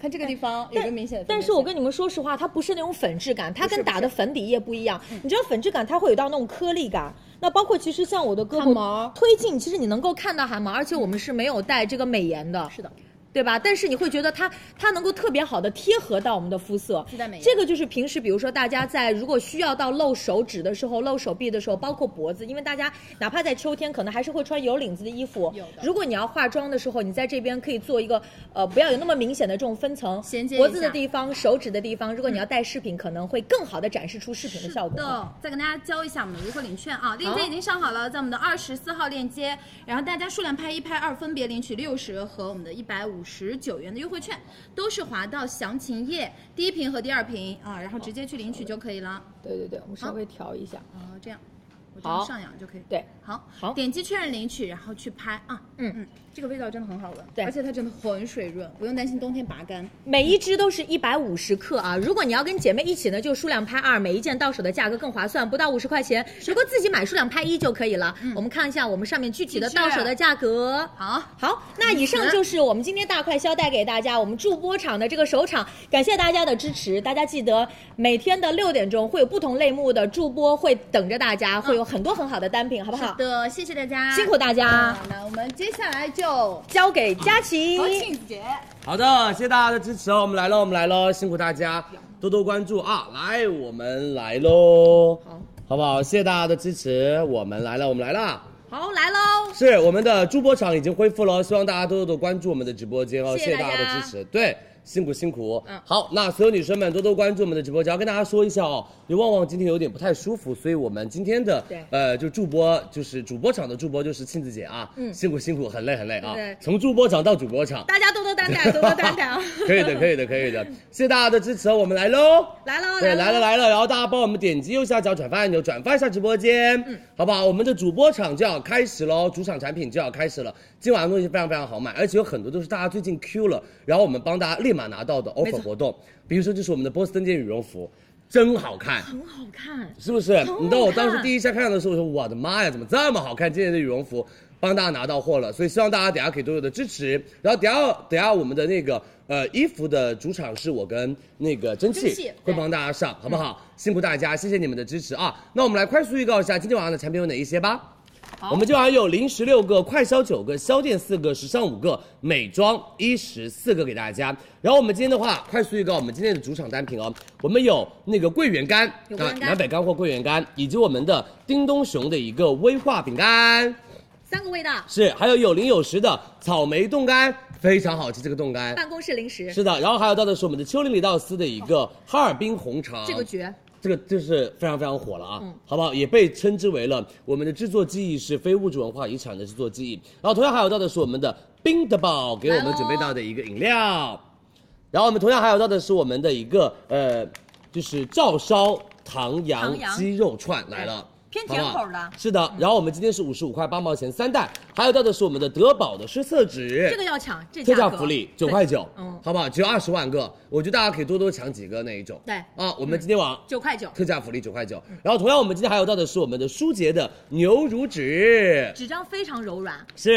Speaker 2: 看这个地方有个明显的分
Speaker 1: 但
Speaker 2: 别线。
Speaker 1: 是我跟你们说实话，它不是那种粉质感，它跟打的粉底液不一样。
Speaker 2: 嗯
Speaker 1: 你知道粉质感它会有到那种颗粒感。那包括其实像我的胳
Speaker 2: 汗
Speaker 1: 膊
Speaker 2: 毛
Speaker 1: 推进，其实你能够看到汗毛，而且我们是没有带这个美颜的，
Speaker 2: 是的，
Speaker 1: 对吧？但是你会觉得它它能够特别好的贴合到我们的肤色
Speaker 2: 自带美，颜
Speaker 1: 这个就是平时比如说大家在如果需要到露手指的时候、露手臂的时候，包括脖子，因为大家哪怕在秋天可能还是会穿有领子的衣服
Speaker 2: 有的，
Speaker 1: 如果你要化妆的时候，你在这边可以做一个呃不要有那么明显的这种分层，
Speaker 2: 衔接一下
Speaker 1: 脖子的地方、手指的地方，如果你要带饰品，可能会更好的展示出饰品的效果。
Speaker 4: 嗯的，再跟大家教一下我们的如何领券啊，链接已经上好了，在我们的二十四号链接，然后大家数量拍一、拍二分别领取六十和我们的一百五十九元的优惠券，都是滑到详情页第一屏和第二屏啊，然后直接去领取就可以了。
Speaker 1: 对对对，我们稍微调一下。
Speaker 4: 哦，这样，我这样
Speaker 1: 好
Speaker 4: 上扬就可以。
Speaker 1: 对，
Speaker 4: 好，
Speaker 1: 好
Speaker 4: 点击确认领取，然后去拍啊。
Speaker 1: 嗯
Speaker 4: 嗯，
Speaker 2: 这个味道真的很好闻，
Speaker 1: 对
Speaker 2: 而且它真的很水润，不用担心冬天拔干。
Speaker 1: 每一支都是一百五十克啊！如果你要跟姐妹一起呢，就数量拍二，每一件到手的价格更划算，不到五十块钱。如果自己买数量拍一就可以了。我们看一下我们上面具体的
Speaker 4: 嗯是
Speaker 1: 到手的价格。
Speaker 4: 好，
Speaker 1: 好，那以上就是我们今天大快销带给大家我们助播场的这个首场，感谢大家的支持。大家记得每天的六点钟会有不同类目的助播会等着大家，会有很多很好的单品，好不好
Speaker 4: 好？嗯的，谢谢大家，啊
Speaker 1: 辛苦大家，
Speaker 2: 好，那我们接下来就
Speaker 1: 交给佳琪。
Speaker 8: 好的，谢谢大家的支持哦，我们来喽，我们来喽，辛苦大家多多关注啊！来，我们来喽，好，好不好？谢谢大家的支持，我们来了，我们来了。
Speaker 1: 好，来喽。
Speaker 8: 是我们的助播场已经恢复了哦，希望大家多多的关注我们的直播间哦，谢
Speaker 1: 谢谢
Speaker 8: 谢
Speaker 1: 大
Speaker 8: 大
Speaker 1: 家
Speaker 8: 家的支持，对。辛苦辛苦，嗯，好，那所有女生们多多关注我们的直播间。要跟大家说一下哦，刘旺旺今天有点不太舒服，所以我们今天的
Speaker 1: 对
Speaker 8: 呃就助播就是主播场的助播就是庆子姐啊，嗯，辛苦辛苦，很累很累啊
Speaker 1: 对，
Speaker 8: 从助播场到主播场，
Speaker 1: 大家多多担待，多多
Speaker 8: <laughs>
Speaker 1: 担待啊！
Speaker 8: 可以的，可以的，可以的，谢谢大家的支持哦，我们来喽。
Speaker 1: 来喽，
Speaker 8: 对，
Speaker 1: 来
Speaker 8: 来
Speaker 1: 喽
Speaker 8: 了。来了，然后大家帮我们点击右下角转发按钮，转发一下直播间，嗯，好不好？我们的主播场就要开始喽，主场产品就要开始了。今晚的东西非常非常好买，而且有很多都是大家最近 Q 了，然后我们帮大家立马拿到的 offer 活动，比如说就是我们的波司登间羽绒服。真好看，
Speaker 4: 很好看，
Speaker 8: 是不是？
Speaker 1: 啊
Speaker 8: 你知道我当时第一下看到的时候，我说我的妈呀，怎么这么好看？今年的羽绒服帮大家拿到货了，所以希望大家等下可以多多的支持。然后等下等下我们的那个呃衣服的主场是我跟那个蒸
Speaker 2: 蒸
Speaker 8: 汽
Speaker 2: 汽
Speaker 8: 会帮大家上，好不好？辛苦大家，谢谢你们的支持啊！那我们来快速预告一下今天晚上的产品有哪一些吧。我们今晚有零食六个，快消九个，消店四个，时尚五个，美妆衣食四个给大家。然后我们今天的话，快速预告我们今天的主场单品哦，我们有那个桂圆干
Speaker 2: 有桂
Speaker 8: 啊
Speaker 2: 圆，干
Speaker 8: 南北干货桂圆干，以及我们的叮咚熊的一个威化饼干，
Speaker 1: 三个味道，
Speaker 8: 是还有有零有实的草莓冻干，非常好吃这个冻干。
Speaker 1: 办公室零食，
Speaker 8: 是的，然后还有到的是我们的丘陵里道斯的一个哈尔滨红肠，
Speaker 2: 这个绝，
Speaker 8: 这个就是非常非常火了啊，
Speaker 6: 嗯
Speaker 8: 好不好？也被称之为了我们的制作技艺是非物质文化遗产的制作技艺。然后同样还有到的是我们的冰的宝给我们准备到的一个饮料，然后我们同样还有到的是我们的一个呃，就是照烧唐
Speaker 6: 唐
Speaker 8: 扬
Speaker 6: 扬
Speaker 8: 鸡肉串来了。
Speaker 6: 偏甜口的
Speaker 8: 好不好是的。然后我们今天是五十五块八毛钱三袋，还有到的是我们的德宝的湿厕纸，
Speaker 6: 这个要抢，这
Speaker 8: 特
Speaker 6: 价
Speaker 8: 价
Speaker 6: 格
Speaker 8: 福利九块九，
Speaker 6: 嗯
Speaker 8: 好不好？只有二十万个，我觉得大家可以多多抢几个那一种。
Speaker 6: 对
Speaker 8: 啊，我们今天晚上
Speaker 6: 九块九，
Speaker 8: 特价福利九块九，然后同样我们今天还有到的是我们的舒洁的牛乳纸，
Speaker 6: 纸张非常柔软，
Speaker 8: 是，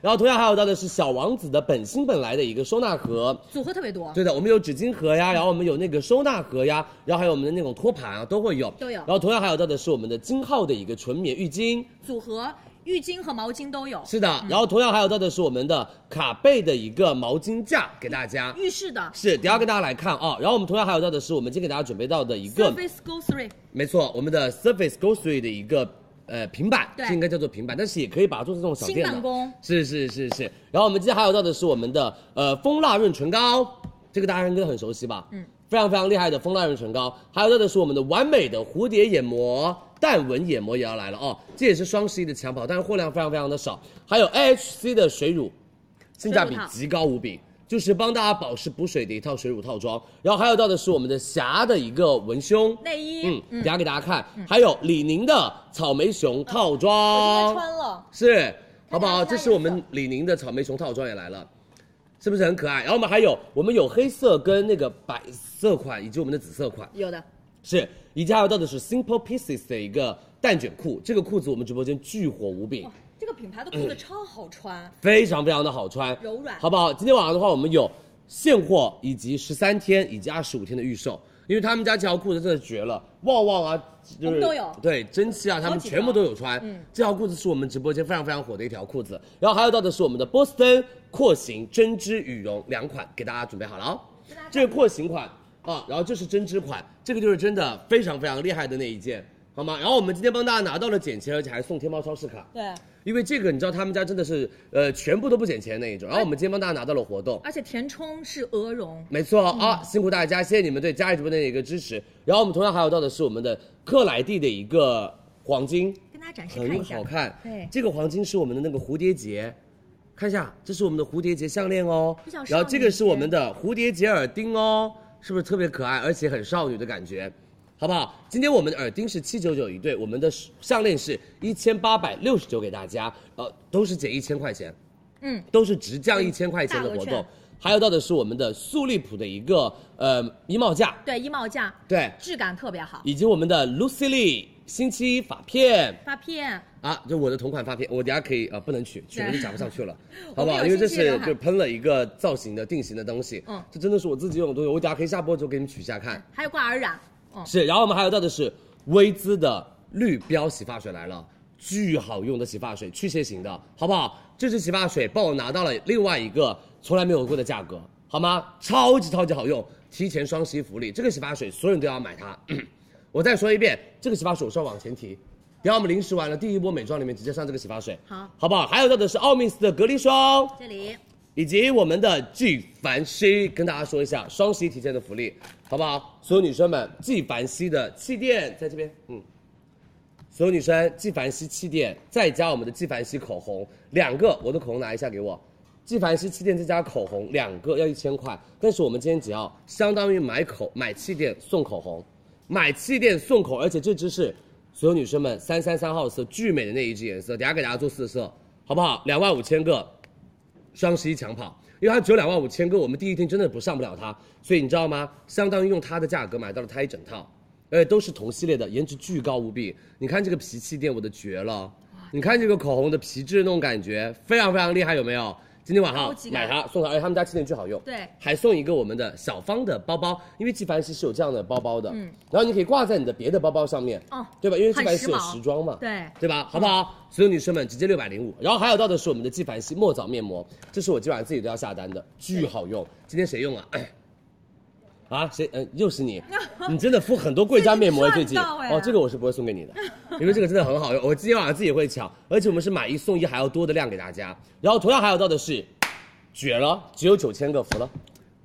Speaker 8: 然后同样还有到的是小王子的本心本来的一个收纳盒，
Speaker 6: 组合特别多。
Speaker 8: 对的，我们有纸巾盒呀，然后我们有那个收纳盒呀，然后还有我们的那种托盘啊，都会有，
Speaker 6: 都有
Speaker 8: 然后同样还有到的是我们的金浩的一个纯棉浴巾，
Speaker 6: 组合浴巾和毛巾都有，
Speaker 8: 是的，然后同样还有到的是我们的卡贝的一个毛巾架给大家。
Speaker 6: 浴室的
Speaker 8: 是，等一下跟大家来看啊、然后我们同样还有到的是，我们今天给大家准备到的一个
Speaker 6: Surface Go Three，
Speaker 8: 没错，我们的 Surface Go Three 的一个呃平板，
Speaker 6: 对
Speaker 8: 这应该叫做平板，但是也可以把它做成这种小电脑。
Speaker 6: 新办公
Speaker 8: 是是是是。然后我们今天还有到的是我们的呃蜂蜡润唇膏，这个大家应该很熟悉吧？嗯，非常非常厉害的蜂蜡润唇膏，还有到的是我们的完美的蝴蝶眼膜。淡纹眼膜也要来了哦，这也是双十一的抢跑，但是货量非常非常的少。还有 AHC 的水乳，性价比极高无比，就是帮大家保湿补水的一套水乳套装。然后还有到的是我们的霞的一个文胸，
Speaker 6: 内衣，
Speaker 8: 嗯，等下给大家看，还有李宁的草莓熊套装，
Speaker 7: 穿了，
Speaker 8: 是，好不好？这是我们李宁的草莓熊套装也来了，是不是很可爱？然后我们还有，我们有黑色跟那个白色款，以及我们的紫色款，
Speaker 6: 有的
Speaker 8: 是，以及还有到的是 Simple Pieces 的一个蛋卷裤，这个裤子我们直播间巨火无比，
Speaker 6: 这个品牌的裤
Speaker 8: 嗯
Speaker 6: 子超好穿，
Speaker 8: 非常非常的好穿，
Speaker 6: 柔软
Speaker 8: 好不好？今天晚上的话，我们有现货以及十三天以及二十五天的预售，因为他们家这条裤子真的绝了，旺旺啊，就是、
Speaker 6: 我们都有
Speaker 8: 对，蒸汽啊，他们
Speaker 6: 几
Speaker 8: 全部都有穿。嗯，这条裤子是我们直播间非常非常火的一条裤子，然后还有到的是我们的波司登廓形针织羽绒两款，给大家准备好了哦。这个廓形款啊，然后这是针织款，这个就是真的非常非常厉害的那一件，好吗？然后我们今天帮大家拿到了减钱，而且还送天猫超市卡。
Speaker 7: 对，
Speaker 8: 因为这个你知道他们家真的是呃全部都不减钱那一种。然后我们今天帮大家拿到了活
Speaker 1: 哎
Speaker 8: 动，
Speaker 6: 而且填充是鹅绒，
Speaker 8: 没错啊，辛苦大家，谢谢你们对佳怡直播间的一个支持。然后我们同样还有到的是我们的克莱蒂的一个黄金，
Speaker 6: 跟大家展示看
Speaker 8: 很
Speaker 6: 一下
Speaker 8: 呃好，看。
Speaker 6: 对
Speaker 8: 这个黄金是我们的那个蝴蝶结。看一下，这是我们的蝴蝶结项链哦
Speaker 6: 比较，少
Speaker 8: 然后这个
Speaker 6: 女
Speaker 8: 是我们的蝴蝶结耳钉哦，是不是特别可爱，而且很少女的感觉，好不好？今天我们的耳钉是七九九一对，我们的项链是一千八百六十九给大家，呃，都是减一千块钱，嗯，都是直降一千块钱的活
Speaker 6: 大额
Speaker 8: 动
Speaker 6: 券。
Speaker 8: 还有到的是我们的素丽普的一个呃衣帽架，
Speaker 6: 对，衣帽架，
Speaker 8: 对，
Speaker 6: 质感特别好，
Speaker 8: 以及我们的 Lucy Lee 星期一发片，
Speaker 6: 发片，
Speaker 8: 啊，就我的同款发片，我等下可以啊、呃不能取，取了就夹不上去了，好不
Speaker 6: 我们
Speaker 8: 好？
Speaker 6: 有
Speaker 8: 因为这
Speaker 6: 信息
Speaker 8: 是
Speaker 6: 流哈
Speaker 8: 就喷了一个造型的定型的东西，
Speaker 6: 嗯
Speaker 8: 这真的是我自己用的东西，我等下可以下播之后给你们取一下看。
Speaker 6: 还有挂耳染，
Speaker 5: 嗯
Speaker 1: 嗯
Speaker 8: 是，然后我们还有到的是薇姿的绿标洗发水来了，巨好用的洗发水，去屑型的，好不好？这支洗发水帮我拿到了另外一个从来没有过的价格，好吗？超级超级好用，提前双十一福利，这个洗发水所有人都要买它。嗯我再说一遍，这个洗发水我是要往前提。等下我们零食完了，第一波美妆里面直接上这个洗发水，
Speaker 6: 好，
Speaker 8: 好不好？还有到的是奥密斯的隔离霜，
Speaker 6: 这里
Speaker 8: 以及我们的纪梵希，跟大家说一下双十一提前的福利，好不好？所有女生们，纪梵希的气垫在这边，嗯，所有女生，纪梵希气垫再加我们的纪梵希口红，两个，我的口红拿一下给我。纪梵希气垫再加口红两个要一千块，但是我们今天只要相当于买口买气垫送口红，买气垫送口，而且这支是所有女生们三三三号色巨美的那一支颜色，等下给大家做四色，好不好？两万五千个，双十一抢跑，因为它只有两万五千个，我们第一天真的不上不了它，所以你知道吗？相当于用它的价格买到了它一整套，而且都是同系列的，颜值巨高无比。你看这个皮气垫，我的绝了！你看这个口红的皮质那种感觉，非常非常厉害，有没有？今天晚上
Speaker 5: 高级感
Speaker 8: 买它送它，而哎且他们家气垫巨好用，
Speaker 5: 对
Speaker 8: 还送一个我们的小方的包包，因为纪梵希是有这样的包包的，嗯，然后你可以挂在你的别的包包上面，
Speaker 5: 哦
Speaker 8: 对吧？因为纪梵希有
Speaker 5: 很时髦
Speaker 8: 时装嘛，
Speaker 5: 对
Speaker 8: 对吧？好不
Speaker 5: 嗯
Speaker 8: 好？所有女生们直接六百零五。然后还有到的是我们的纪梵希墨藻面膜，这是我今晚自己都要下单的，巨好
Speaker 5: <laughs>
Speaker 8: 用。今天谁用啊？ <coughs> 啊，谁？嗯、又是
Speaker 5: <laughs>
Speaker 8: 你，你真的敷很多贵家面膜最近。
Speaker 5: 赚到哎
Speaker 8: 哦，这个我是不会送给你的，因为这个真的很好用，我今天晚上自己会抢，而且我们是买一送一还要多的量给大家。然后同样还有到的是，绝了，只有九千个，服了。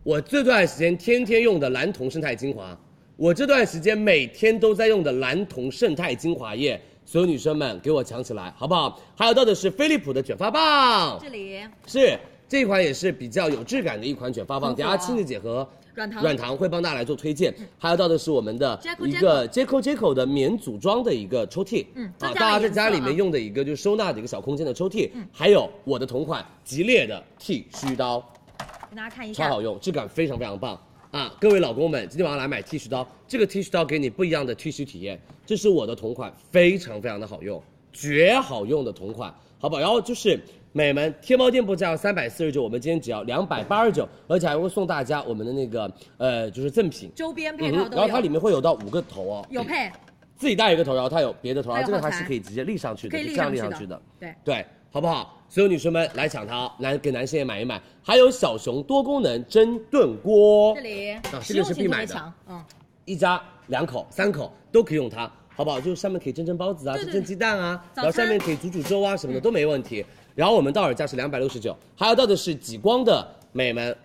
Speaker 8: 我这段时间天天用的蓝铜胜肽精华，我这段时间每天都在用的蓝铜胜肽精华液，所有女生们给我抢起来，好不好？还有到的是飞利浦的卷发棒，
Speaker 5: 这里
Speaker 8: 是这款也是比较有质感的一款卷发棒，等下亲子姐和
Speaker 5: 软糖嗯
Speaker 8: 软糖会帮大家来做推荐。还有到的是我们的
Speaker 5: Jacko
Speaker 8: 一个 Jaco Jaco 的免组装的一个抽屉，嗯
Speaker 5: 增
Speaker 8: 啊，
Speaker 5: 加
Speaker 8: 大家
Speaker 5: 了
Speaker 8: 在家里
Speaker 5: 颜色
Speaker 8: 面
Speaker 5: 啊
Speaker 8: 用的一个就是收纳的一个小空间的抽屉，
Speaker 5: 嗯
Speaker 8: 还有我的同款吉列的剃须刀，
Speaker 5: 给大家看一
Speaker 8: 超
Speaker 5: 下，
Speaker 8: 好用，质感非常非常棒啊！各位老公们，今天晚上来买剃须刀，这个剃须刀给你不一样的剃须体验，这是我的同款，非常非常的好用，绝好用的同款，好不好？然后就是美们，天猫店铺价三百四十九，我们今天只要两百八十九，而且还会送大家我们的那个呃，就是赠品。
Speaker 5: 周边
Speaker 8: 嗯
Speaker 5: 配套
Speaker 8: 哼，
Speaker 5: 都
Speaker 8: 然后它
Speaker 5: 有，
Speaker 8: 里面会有到五个头哦，
Speaker 5: 有配，
Speaker 8: 自己带一个头，然后它有别的头，然后这个
Speaker 5: 还有
Speaker 8: 它
Speaker 5: 后
Speaker 8: 是
Speaker 5: 台
Speaker 8: 可以直接立上去的，
Speaker 5: 可以
Speaker 8: 就
Speaker 5: 立
Speaker 8: 这样立
Speaker 5: 上
Speaker 8: 上
Speaker 5: 去
Speaker 8: 去
Speaker 5: 的
Speaker 8: 的，
Speaker 5: 对
Speaker 8: 对，好不好？所有女生们来抢它哦，来给男生也买一买。还有小熊多功能蒸炖锅，
Speaker 5: 这里
Speaker 8: 啊，
Speaker 5: 哦
Speaker 8: 这
Speaker 5: 实
Speaker 8: 个
Speaker 5: 用
Speaker 8: 是
Speaker 5: 性
Speaker 8: 必
Speaker 5: 特
Speaker 8: 买
Speaker 5: 别
Speaker 8: 的
Speaker 5: 强，，嗯，
Speaker 8: 一家两口、三口都可以用它，好不好？就是上面可以蒸蒸包子啊，
Speaker 5: 对
Speaker 8: 蒸
Speaker 5: 对
Speaker 8: 蒸鸡蛋啊，
Speaker 5: 早餐
Speaker 8: 然后下面可以煮煮粥啊什么的都没问题。然后我们到手价是两百六十九，还有到的是极光的美门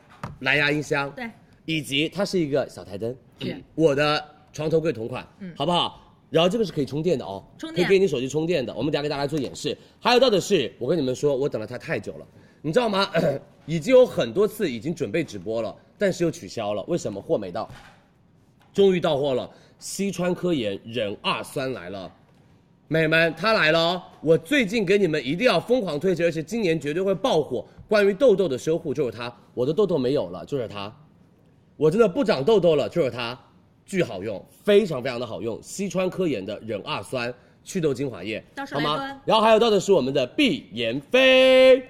Speaker 8: 蓝牙音箱，
Speaker 5: 对，
Speaker 8: 以及它是一个小台灯，我的床头柜同款，嗯，好不好？然后这个是可以充电的哦，
Speaker 5: 充
Speaker 8: 可
Speaker 5: 电
Speaker 8: 以给你手机充电的。我们等一下给大家做演示。还有到的是，我跟你们说，我等了它太久了，你知道吗？ <clears throat> 已经有很多次已经准备直播了，但是又取消了，为什么？货没到。终于到货了，西川科研壬二酸来了。美们，它来了哦！我最近给你们一定要疯狂推荐，而且今年绝对会爆火。关于痘痘的修护就是它，我的痘痘没有了就是它，我真的不长痘痘了就是它，巨好用，非常非常的好用。西川科研的壬二酸祛痘精华液，
Speaker 5: 到时
Speaker 8: 好
Speaker 5: 候来
Speaker 8: 吗
Speaker 5: 蹲？
Speaker 8: 然后还有到的是我们的碧妍霏。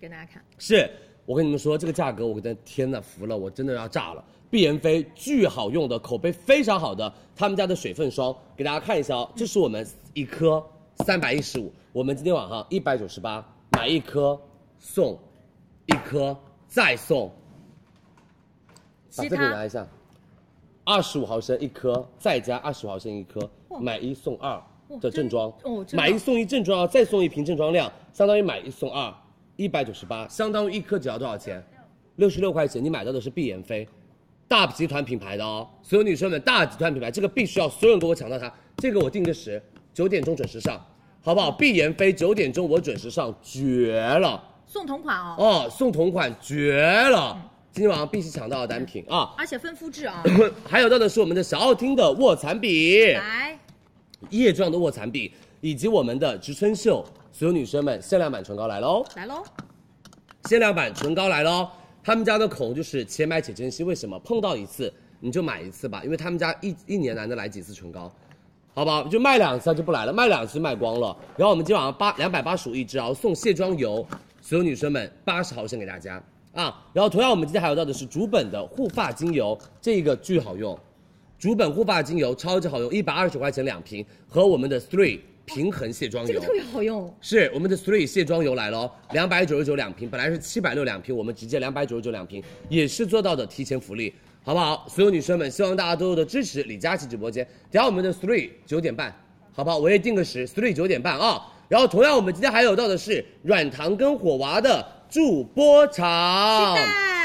Speaker 5: 给大家看，
Speaker 8: 是我跟你们说，这个价格，我的天呐，服了，我真的要炸了！碧妍霏巨好用的，口碑非常好的，他们家的水分霜，给大家看一下哦，这是我们一颗三百一十五，我们今天晚上一百九十八买一颗送一颗再送，把
Speaker 5: 其
Speaker 8: 这个
Speaker 5: 他
Speaker 8: 拿一下，二十五毫升一颗，再加二十毫升一颗，买一送二的正装，
Speaker 5: 哦真的
Speaker 8: 买一送一正装，再送一瓶正装量，相当于买一送二，一百九十八，相当于一颗只要多少钱？六十六块钱，你买到的是碧妍霏，大集团品牌的哦，所有女生们，大集团品牌这个必须要所有人给我抢到它，这个我定个时，九点钟准时上，好不好？碧妍霏九点钟我准时上，绝了！
Speaker 5: 送同款哦，
Speaker 8: 哦，送同款绝了！今天晚上必须抢到的单品啊！ <coughs>
Speaker 5: 而且分肤质啊，
Speaker 8: 还有到的是我们的小奥汀的卧蚕笔，
Speaker 5: 来，
Speaker 8: 液状的卧蚕笔，以及我们的植村秀，所有女生们限量版唇膏来喽！
Speaker 5: 来喽，
Speaker 8: 限量版唇膏来喽！他们家的口红就是且买且珍惜，为什么？碰到一次你就买一次吧，因为他们家一一年难得来几次唇膏，好不好？就卖两次它就不来了，卖两次就卖光了。然后我们今晚上八两百八十五一支，然后送卸妆油，所有女生们八十毫升给大家啊。然后同样我们今天还有到的是竹本的护发精油，这个巨好用，竹本护发精油超级好用，一百二十块钱两瓶，和我们的 Three 平衡卸妆油，
Speaker 1: 这个特别好用，
Speaker 8: 是我们的 Three 卸妆油来了哦，两百九十九两瓶，本来是七百六两瓶，我们直接两百九十九两瓶，也是做到的提前福利，好不好？所有女生们，希望大家多多的支持李佳琦直播间。等下我们的 Three 九点半，好不好？我也定个时，Three 九点半啊。然后同样，我们今天还有到的是软糖跟火娃的助播场，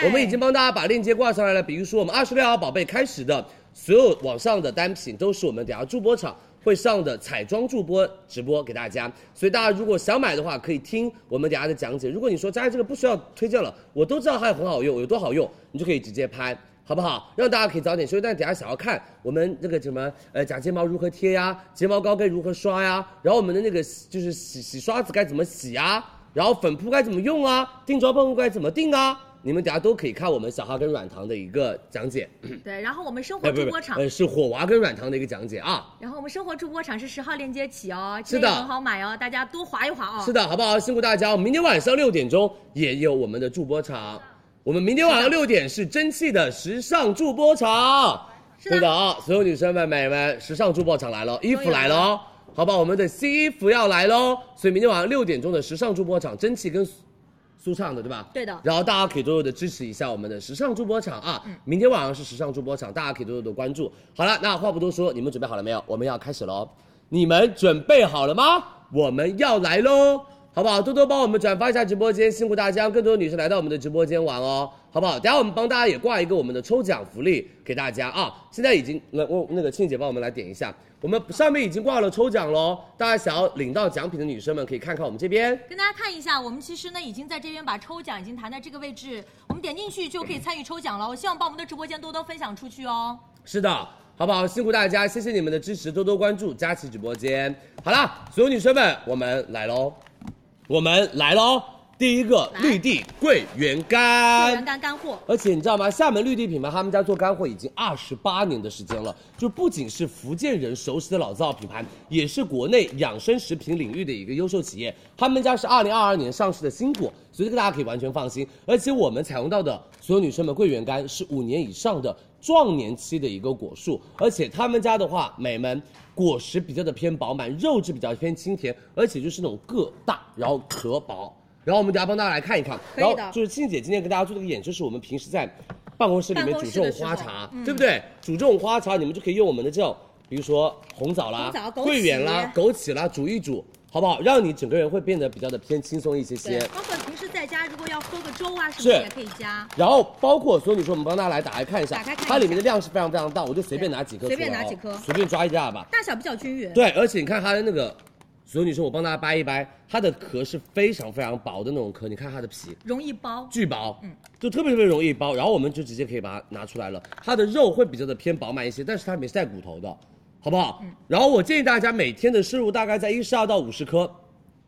Speaker 8: 我们已经帮大家把链接挂上来了。比如说我们二十六号宝贝开始的所有网上的单品，都是我们等下助播场。会上的彩妆助播直播给大家，所以大家如果想买的话，可以听我们等下的讲解。如果你说佳佳这个不需要推荐了，我都知道它很好用，有多好用，你就可以直接拍，好不好？让大家可以早点休息。但等下想要看我们那个什么呃假睫毛如何贴呀，睫毛膏该如何刷呀，然后我们的那个就是洗洗刷子该怎么洗呀，然后粉扑该怎么用啊，定妆喷雾该怎么定啊，你们等下都可以看我们小哈跟软糖的一个讲解，
Speaker 6: 对，然后我们生活
Speaker 8: 哎不
Speaker 6: 助
Speaker 8: 是不
Speaker 6: 播
Speaker 8: 是，
Speaker 6: 场，
Speaker 8: 呃，是火娃跟软糖的一个讲解啊。
Speaker 6: 然后我们生活助播场是十号链接起哦，
Speaker 8: 是的
Speaker 6: 这个很好买哦，大家多划一划
Speaker 1: 啊
Speaker 6: 哦。
Speaker 8: 是的，好不好？辛苦大家，我们明天晚上六点钟也有我们的助播场。我们明天晚上六点是蒸汽的时尚助播场，
Speaker 6: 是的
Speaker 8: 对的啊！所有女生们、美们，时尚助播场来了，衣服来了哦，好吧？我们的新衣服要来喽，所以明天晚上六点钟的时尚助播场，蒸汽跟苏舒畅的，对吧？
Speaker 6: 对的嗯
Speaker 8: 然后大家可以多多的支持一下我们的时尚助播场啊！明天晚上是时尚助播场，大家可以多多的关注。好了，那话不多说，你们准备好了没有？我们要开始喽！你们准备好了吗？我们要来喽！好不好？多多帮我们转发一下直播间，辛苦大家，更多的女生来到我们的直播间玩哦，好不好？等下我们帮大家也挂一个我们的抽奖福利给大家啊！现在已经那我那个庆姐帮我们来点一下，我们上面已经挂了抽奖喽，大家想要领到奖品的女生们可以看看我们这边。
Speaker 6: 跟大家看一下，我们其实呢已经在这边把抽奖已经弹在这个位置，我们点进去就可以参与抽奖了。我希望把我们的直播间多多分享出去哦。
Speaker 8: 是的，好不好？辛苦大家，谢谢你们的支持，多多关注佳琦直播间。好啦，所有女生们，我们来喽，我们来喽！第一个绿地桂圆
Speaker 6: 果
Speaker 8: 干，
Speaker 6: 然干干货，
Speaker 8: 而且你知道吗？厦门绿地品牌他们家做干货已经二十八年的时间了，就不仅是福建人熟悉的老字号品牌，也是国内养生食品领域的一个优秀企业。他们家是二零二二年上市的新股，所以这个大家可以完全放心。而且我们采用到的所有女生们桂圆干是五年以上的壮年期的一个果树，而且他们家的话，美们果实比较的偏饱满，肉质比较偏清甜，而且就是那种个大，然后壳薄。然后我们等下帮大家来看一看，
Speaker 2: 以
Speaker 8: 然
Speaker 2: 的
Speaker 8: 后就是庆姐今天跟大家做的一个演示，是我们平时在办公室里面煮这种花茶，
Speaker 6: 嗯
Speaker 8: 对不对？煮这种花茶，你们就可以用我们的这种，比如说红枣啦、
Speaker 2: 红枣枸杞
Speaker 8: 桂圆啦、枸杞啦，煮一煮，好不好？让你整个人会变得比较的偏轻松一些些。
Speaker 6: 包括平时在家如果要喝个粥啊什
Speaker 8: 是
Speaker 6: 么的也可以加，
Speaker 8: 然后包括，所以你说我们帮大家来打开看一下，
Speaker 6: 打开看一下
Speaker 8: 它里面的量是非常非常大，我就随便拿几颗出来哦，
Speaker 6: 随便拿几颗
Speaker 8: 随便抓一下吧。
Speaker 6: 大小比较均匀。
Speaker 8: 对，而且你看它的那个，所有女生我帮大家掰一掰，它的壳是非常非常薄的那种壳，你看它的皮，
Speaker 6: 容易包，
Speaker 8: 巨薄，嗯，就特别特别容易包。然后我们就直接可以把它拿出来了，它的肉会比较的偏饱满一些，但是它里面是带骨头的，好不好？
Speaker 6: 嗯
Speaker 8: 然后我建议大家每天的摄入大概在一十二到五十颗。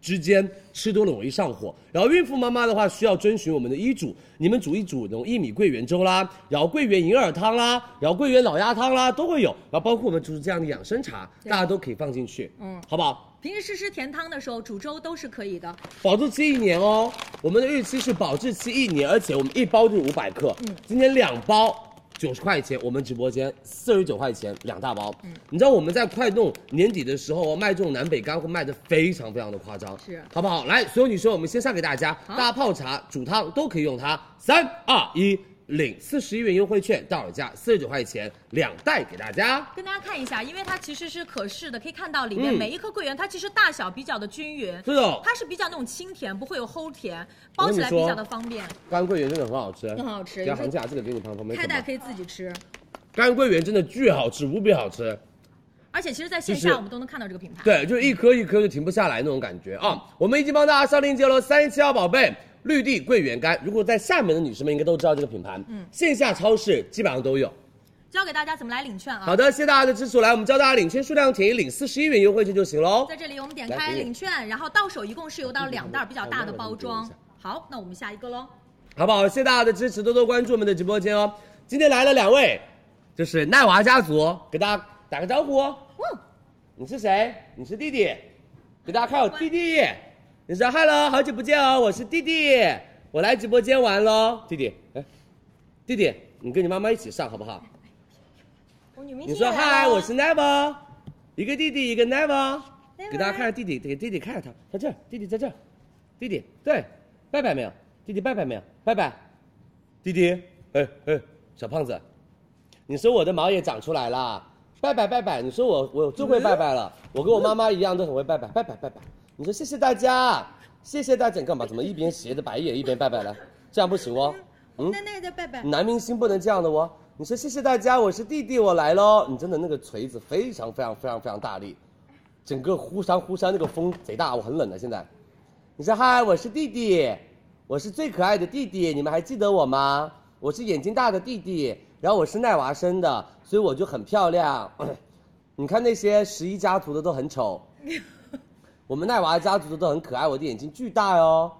Speaker 8: 之间吃多了容易上火，然后孕妇妈妈的话需要遵循我们的医嘱，你们煮一煮那种薏米桂圆粥啦，然后桂圆银耳汤啦，然后桂圆老鸭汤啦都会有，然后包括我们就是这样的养生茶，大家都可以放进去，嗯，好不好？
Speaker 6: 平时吃吃甜汤的时候煮粥都是可以的。
Speaker 8: 保质期一年哦，我们的日期是保质期一年，而且我们一包就是五百克，
Speaker 6: 嗯
Speaker 8: 今天两包九十块钱，我们直播间四十九块钱两大包，
Speaker 6: 嗯
Speaker 8: 你知道我们在快弄年底的时候哦，卖这种南北干货卖的非常非常的夸张，
Speaker 6: 是
Speaker 8: 好不好？来，所有女生，我们先上给大家，大家泡茶、煮汤都可以用它，三二一。领四十一元优惠券，到手价四十九块钱，两袋给大家。
Speaker 6: 跟大家看一下，因为它其实是可视的，可以看到里面
Speaker 8: 嗯
Speaker 6: 每一颗桂圆，它其实大小比较的均匀，
Speaker 8: 是的，
Speaker 6: 它是比较那种清甜，不会有齁甜，包
Speaker 8: 我跟你
Speaker 6: 起来比
Speaker 8: 说
Speaker 6: 较的方便。
Speaker 8: 干桂圆真的很好吃，很
Speaker 6: 好吃
Speaker 8: 等下
Speaker 6: 你说
Speaker 8: 行价这个给你旁旁边
Speaker 6: 开
Speaker 8: 啃吧
Speaker 6: 袋可以自己吃，
Speaker 8: 干桂圆真的巨好吃，无比好吃。
Speaker 6: 而且其实在线
Speaker 8: 就是
Speaker 6: 下我们都能看到这个品牌。
Speaker 8: 对，就是一颗一颗就停不下来那种感觉啊。我们已经帮大家上链接了，三十七号宝贝。绿地桂圆干，如果在厦门的女生们应该都知道这个品牌，嗯，线下超市基本上都有。
Speaker 6: 教给大家怎么来领券啊
Speaker 8: 好。的，谢谢大家的支持，来，我们教大家领券数量填一，领四十一元优惠券就行哦喽。
Speaker 6: 在这里我们点
Speaker 8: 来
Speaker 6: 开
Speaker 8: 给你
Speaker 6: 领券，然后到手一共是有到两袋比较大的包
Speaker 8: 嗯嗯嗯嗯嗯嗯
Speaker 6: 装
Speaker 8: 嗯嗯。
Speaker 6: 好，那我们下一个喽。
Speaker 8: 好不好？谢谢大家的支持，多多关注我们的直播间哦。今天来了两位，就是奈娃家族，给大家打个招呼。哦。你是谁？你是弟弟，给大家看我弟弟。你说 “hello”，好久不见哦，我是弟弟，我来直播间玩喽。弟弟，哎，弟弟，你跟你妈妈一起上好不好？你说嗨，我是 Never，一个弟弟一个 Never，给大家看看弟弟，给弟弟看看他，在这儿，弟弟在这儿，弟弟对，拜拜没有？弟弟拜拜没有？拜拜，弟弟，哎哎，小胖子，你说我的毛也长出来了，拜拜拜拜，你说我我最会拜拜了，我跟我妈妈一样都很会拜拜，拜拜拜拜，你说谢谢大家，谢谢大家，你干嘛？怎么一边斜着白眼一边拜拜来？这样不行哦，嗯。
Speaker 2: 那个在拜拜，
Speaker 8: 男明星不能这样的哦。你说谢谢大家，我是弟弟，我来喽。你真的那个锤子非常非常非常非常大力，整个忽闪忽闪那个风贼大，我很冷的啊现在。你说嗨，我是弟弟，我是最可爱的弟弟，你们还记得我吗？我是眼睛大的弟弟，然后我是奈娃生的，所以我就很漂亮。 <clears throat> 你看那些十一家
Speaker 2: <laughs>
Speaker 8: 族的都很丑，我们奈娃家族的都很可爱，我的眼睛巨大哦。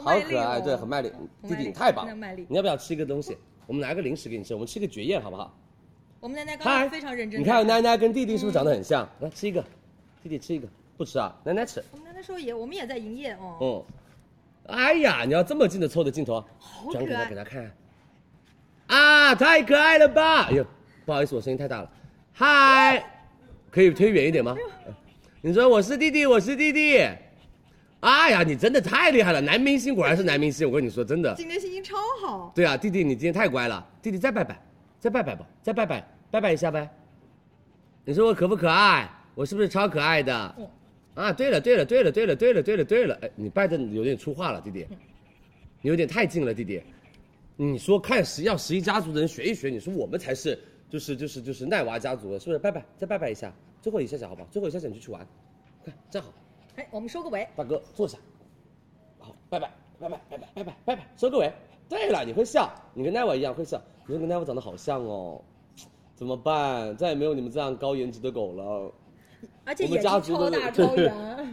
Speaker 8: 好
Speaker 2: 卖力
Speaker 8: 可
Speaker 2: 哦
Speaker 8: 爱，对，很卖力。弟
Speaker 2: 很卖
Speaker 8: 弟
Speaker 2: 力
Speaker 8: 你太棒
Speaker 2: 真的卖
Speaker 8: 了
Speaker 2: 力，
Speaker 8: 你要不要吃一个东西？我们拿个零食给你吃，我们吃个绝宴好不好？
Speaker 2: 我们奶奶刚
Speaker 8: 嗨，
Speaker 2: 刚非常认真。嗯
Speaker 8: 你看，奶奶跟弟弟是不是长得很像？来吃一个，弟弟吃一个，不吃啊，奶奶吃。
Speaker 2: 我们奶奶说也，我们也在营业哦。
Speaker 8: 嗯，哎呀，你要这么近的凑着镜头，啊
Speaker 2: 可
Speaker 8: 转
Speaker 2: 爱
Speaker 8: 给他给他看。啊，太可爱了吧！哎呦，不好意思，我声音太大了。嗨，可以推远一点
Speaker 2: 哎
Speaker 8: 吗？呃你说我是弟弟，我是弟弟。哎呀，你真的太厉害了，男明星果然是男明星。我跟你说，真的。
Speaker 2: 今天心情超好，
Speaker 8: 对啊，弟弟，你今天太乖了，弟弟再拜拜，再拜拜吧，再拜拜，拜拜一下呗。你说我可不可爱？我是不是超可爱的？
Speaker 2: 嗯
Speaker 8: 啊，对了，对了，对了，对了，对了，对了，对了，哎，你拜的有点出话了，弟弟，
Speaker 2: 嗯
Speaker 8: 你有点太近了，弟弟。你说看十要十一家族的人学一学，你说我们才是就是就是就是奈娃家族的，是不是？拜拜，再拜拜一下，最后一下下好不好？最后一下下你就去玩，快站好，
Speaker 2: 哎，我们收个尾。
Speaker 8: 大哥坐下，好，拜拜，拜拜，拜拜，拜拜，拜拜，收个尾。对了，你会笑，你跟奈娃一样会笑。你说跟奈娃长得好像哦，怎么办？再也没有你们这样高颜值的狗了。
Speaker 2: 而且
Speaker 8: 我们
Speaker 2: 眼
Speaker 8: 家
Speaker 2: 睛
Speaker 8: 族
Speaker 2: 超
Speaker 8: 的，
Speaker 2: 大超 圆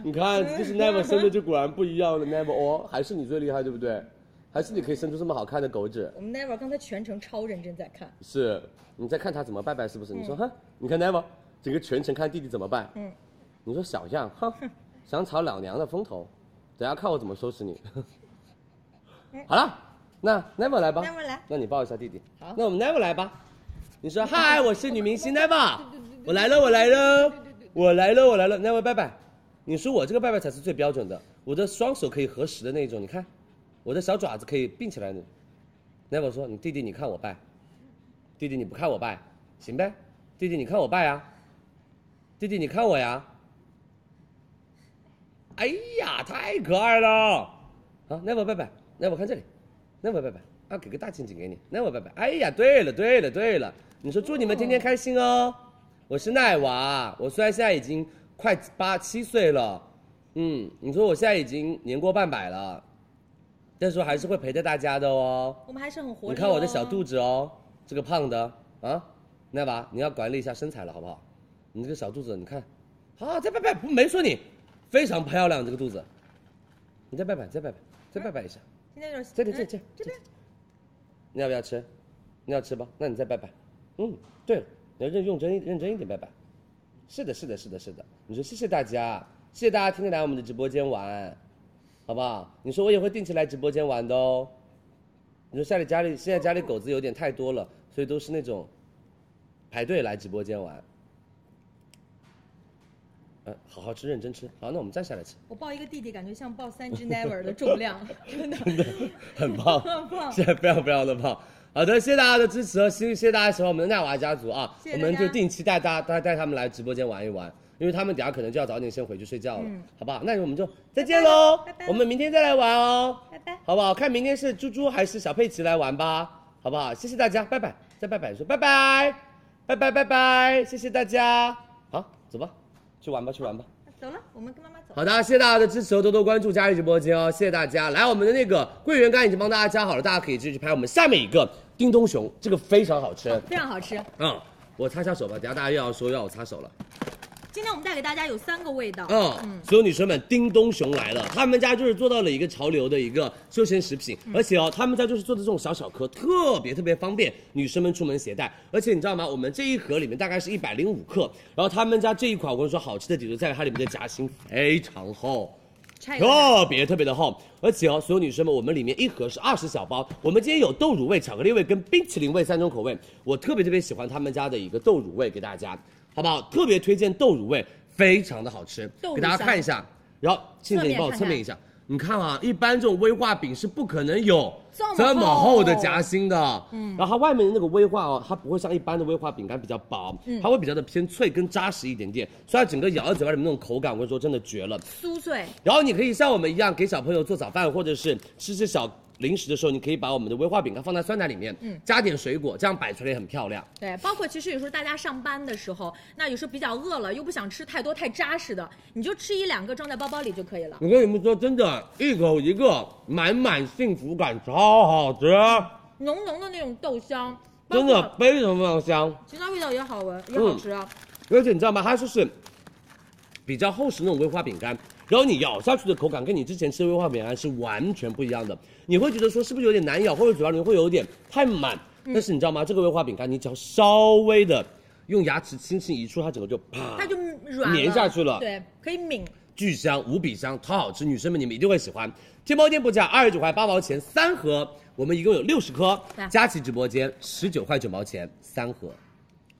Speaker 8: <laughs> 你看，
Speaker 5: 嗯
Speaker 8: 就是 Never 生的就果然不一样的 Never 哦，还是你最厉害，对不对？还是你可以生出这么好看的狗指。
Speaker 2: 我们 Never 刚才全程超认真在看，
Speaker 8: 是，你在看他怎么拜拜，是不是？你
Speaker 2: 嗯
Speaker 8: 说哼，你看 Never 整个全程看弟弟怎么拜。嗯，你说小样，哼，想炒老娘的风头，等下看我怎么收拾你。好了，那 Never 来吧。
Speaker 2: Never 来，
Speaker 8: 那你抱一下弟弟。好，那我们 Never 来吧。你说嗨，我是女明星 Never，我来了，我来了，我来了，我来了，Never 拜拜。你说我这个拜拜才是最标准的，我的双手可以合十的那种，你看，我的小爪子可以并起来的。Never 说你弟弟，你看我拜。弟弟你不看我拜，行呗？弟弟你看我拜啊，弟弟你看我呀。哎呀，太可爱了！好，那我拜拜，那我看这里，那我拜拜啊，给个大亲亲给你，那我拜拜。哎呀，对了对了对了，你说祝你们天天开心哦。我是奈娃，我虽然现在已经快八七岁了，嗯，你说我现在已经年过半百了，但是我还是会陪着大家的哦。
Speaker 2: 我们还是很活力、
Speaker 8: 你看我的小，肚子哦，这个胖的啊，奈娃，你要管理一下身材了，好不好？你这个小肚子，你看，好，再拜拜，不没说你，非常漂亮这个肚子，你再拜拜，再拜拜，再拜拜一下，
Speaker 2: 现在
Speaker 5: 嗯
Speaker 2: 就是
Speaker 8: 这里，这里，这
Speaker 2: 哎
Speaker 8: 里这边，你要不要吃？你要吃吧，那你再拜拜。嗯，对了，你要认认真认真一点拜拜。是的，是的，是的，是的。你说谢谢大家，谢谢大家天天来我们的直播间玩，好不好？你说我也会定期来直播间玩的哦。你说家里家里现在家里狗子有点太多了，所以都是那种排队来直播间玩。嗯，好好吃，认真吃。好，那我们站下来吃，
Speaker 2: 我抱一个弟弟，感觉像抱三只 Never 的
Speaker 8: <laughs>
Speaker 2: 重量，真的。
Speaker 8: 很棒，
Speaker 2: <laughs>
Speaker 8: 现在非常非常的棒。好的，谢谢大家的支持和谢谢谢大家喜欢我们的奈娃家族啊，
Speaker 2: 谢
Speaker 8: 我
Speaker 2: 谢大家
Speaker 8: 们就定期带大家带带他们来直播间玩一玩，因为他们等下可能就要早点先回去睡觉了，好不好？那我们就再见喽，
Speaker 2: 嗯拜拜
Speaker 8: 我们明天再来玩哦，
Speaker 2: 拜拜
Speaker 8: 好不好？看明天是猪猪还是小佩奇来玩吧，好不好？谢谢大家，拜拜，再拜拜，说拜拜，拜拜拜拜，谢谢大家，好，走吧，去玩吧，去玩吧。
Speaker 2: 走了，我们跟妈妈走。
Speaker 8: 好的，谢谢大家的支持，多多关注佳怡直播间哦，谢谢大家。来，我们的那个桂圆干已经帮大家加好了，大家可以继续拍。我们下面一个叮咚熊，这个非常好吃，
Speaker 2: 非常好吃。
Speaker 8: 嗯，我擦下手吧，等下大家又要说又要我擦手了。
Speaker 2: 今天我们带给大家有三个味道，
Speaker 8: 嗯，所有女生们，叮咚熊来了，他们家就是做到了一个潮流的一个休闲食品，而且哦，他们家就是做的这种小小颗，特别特别方便女生们出门携带。而且你知道吗？我们这一盒里面大概是一百零五克，然后他们家这一款我跟你说好吃的点就在于它里面的夹心非常厚。特别特别的厚，而且哦，所有女生们，我们里面一盒是二十小包，我们今天有豆乳味、巧克力味跟冰淇淋味三种口味，我特别特别喜欢他们家的一个豆乳味给大家，好不好？特别推荐豆乳味，非常的好吃，
Speaker 2: 豆乳
Speaker 8: 给大家看一下。然后倩姐，你帮我侧面一下，你看啊，一般这种威化饼是不可能有这么厚的夹心的，嗯，然后它外面的那个威化哦，它不会像一般的威化饼干比较薄，它会比较的偏脆跟扎实一点点，所以它整个咬在嘴巴里面那种口感，我跟你说真的绝了。
Speaker 2: 酥脆，
Speaker 8: 然后你可以像我们一样给小朋友做早饭，或者是吃吃小零食的时候，你可以把我们的威化饼干放在酸奶里面，加点水果，这样摆出来也很漂亮。
Speaker 2: 对，包括其实有时候大家上班的时候，那有时候比较饿了，又不想吃太多太扎实的，你就吃一两个装在包包里就可以了。
Speaker 8: 我跟你们说，真的，一口一个，满满幸福感，超好吃，
Speaker 2: 浓浓的那种豆香，包
Speaker 8: 真的
Speaker 2: 括
Speaker 8: 非常非常香。
Speaker 2: 其他味道也好闻，也好吃啊。
Speaker 8: 而且你知道吗？它就是比较厚实那种威化饼干，然后你咬下去的口感跟你之前吃的威化饼干是完全不一样的，你会觉得说是不是有点难咬，或者嘴巴里面会有点太满，但是你知道吗？这个威化饼干你只要稍微的用牙齿轻轻一触，它整个就啪，
Speaker 1: 它就软了
Speaker 8: 嗯粘下去了
Speaker 1: 对，可以抿。
Speaker 8: 巨香、无比香，超好吃，女生们你们一定会喜欢。天猫店铺价二十九块八毛钱三盒，我们一共有六十颗。佳琦直播间十九块九毛钱三盒。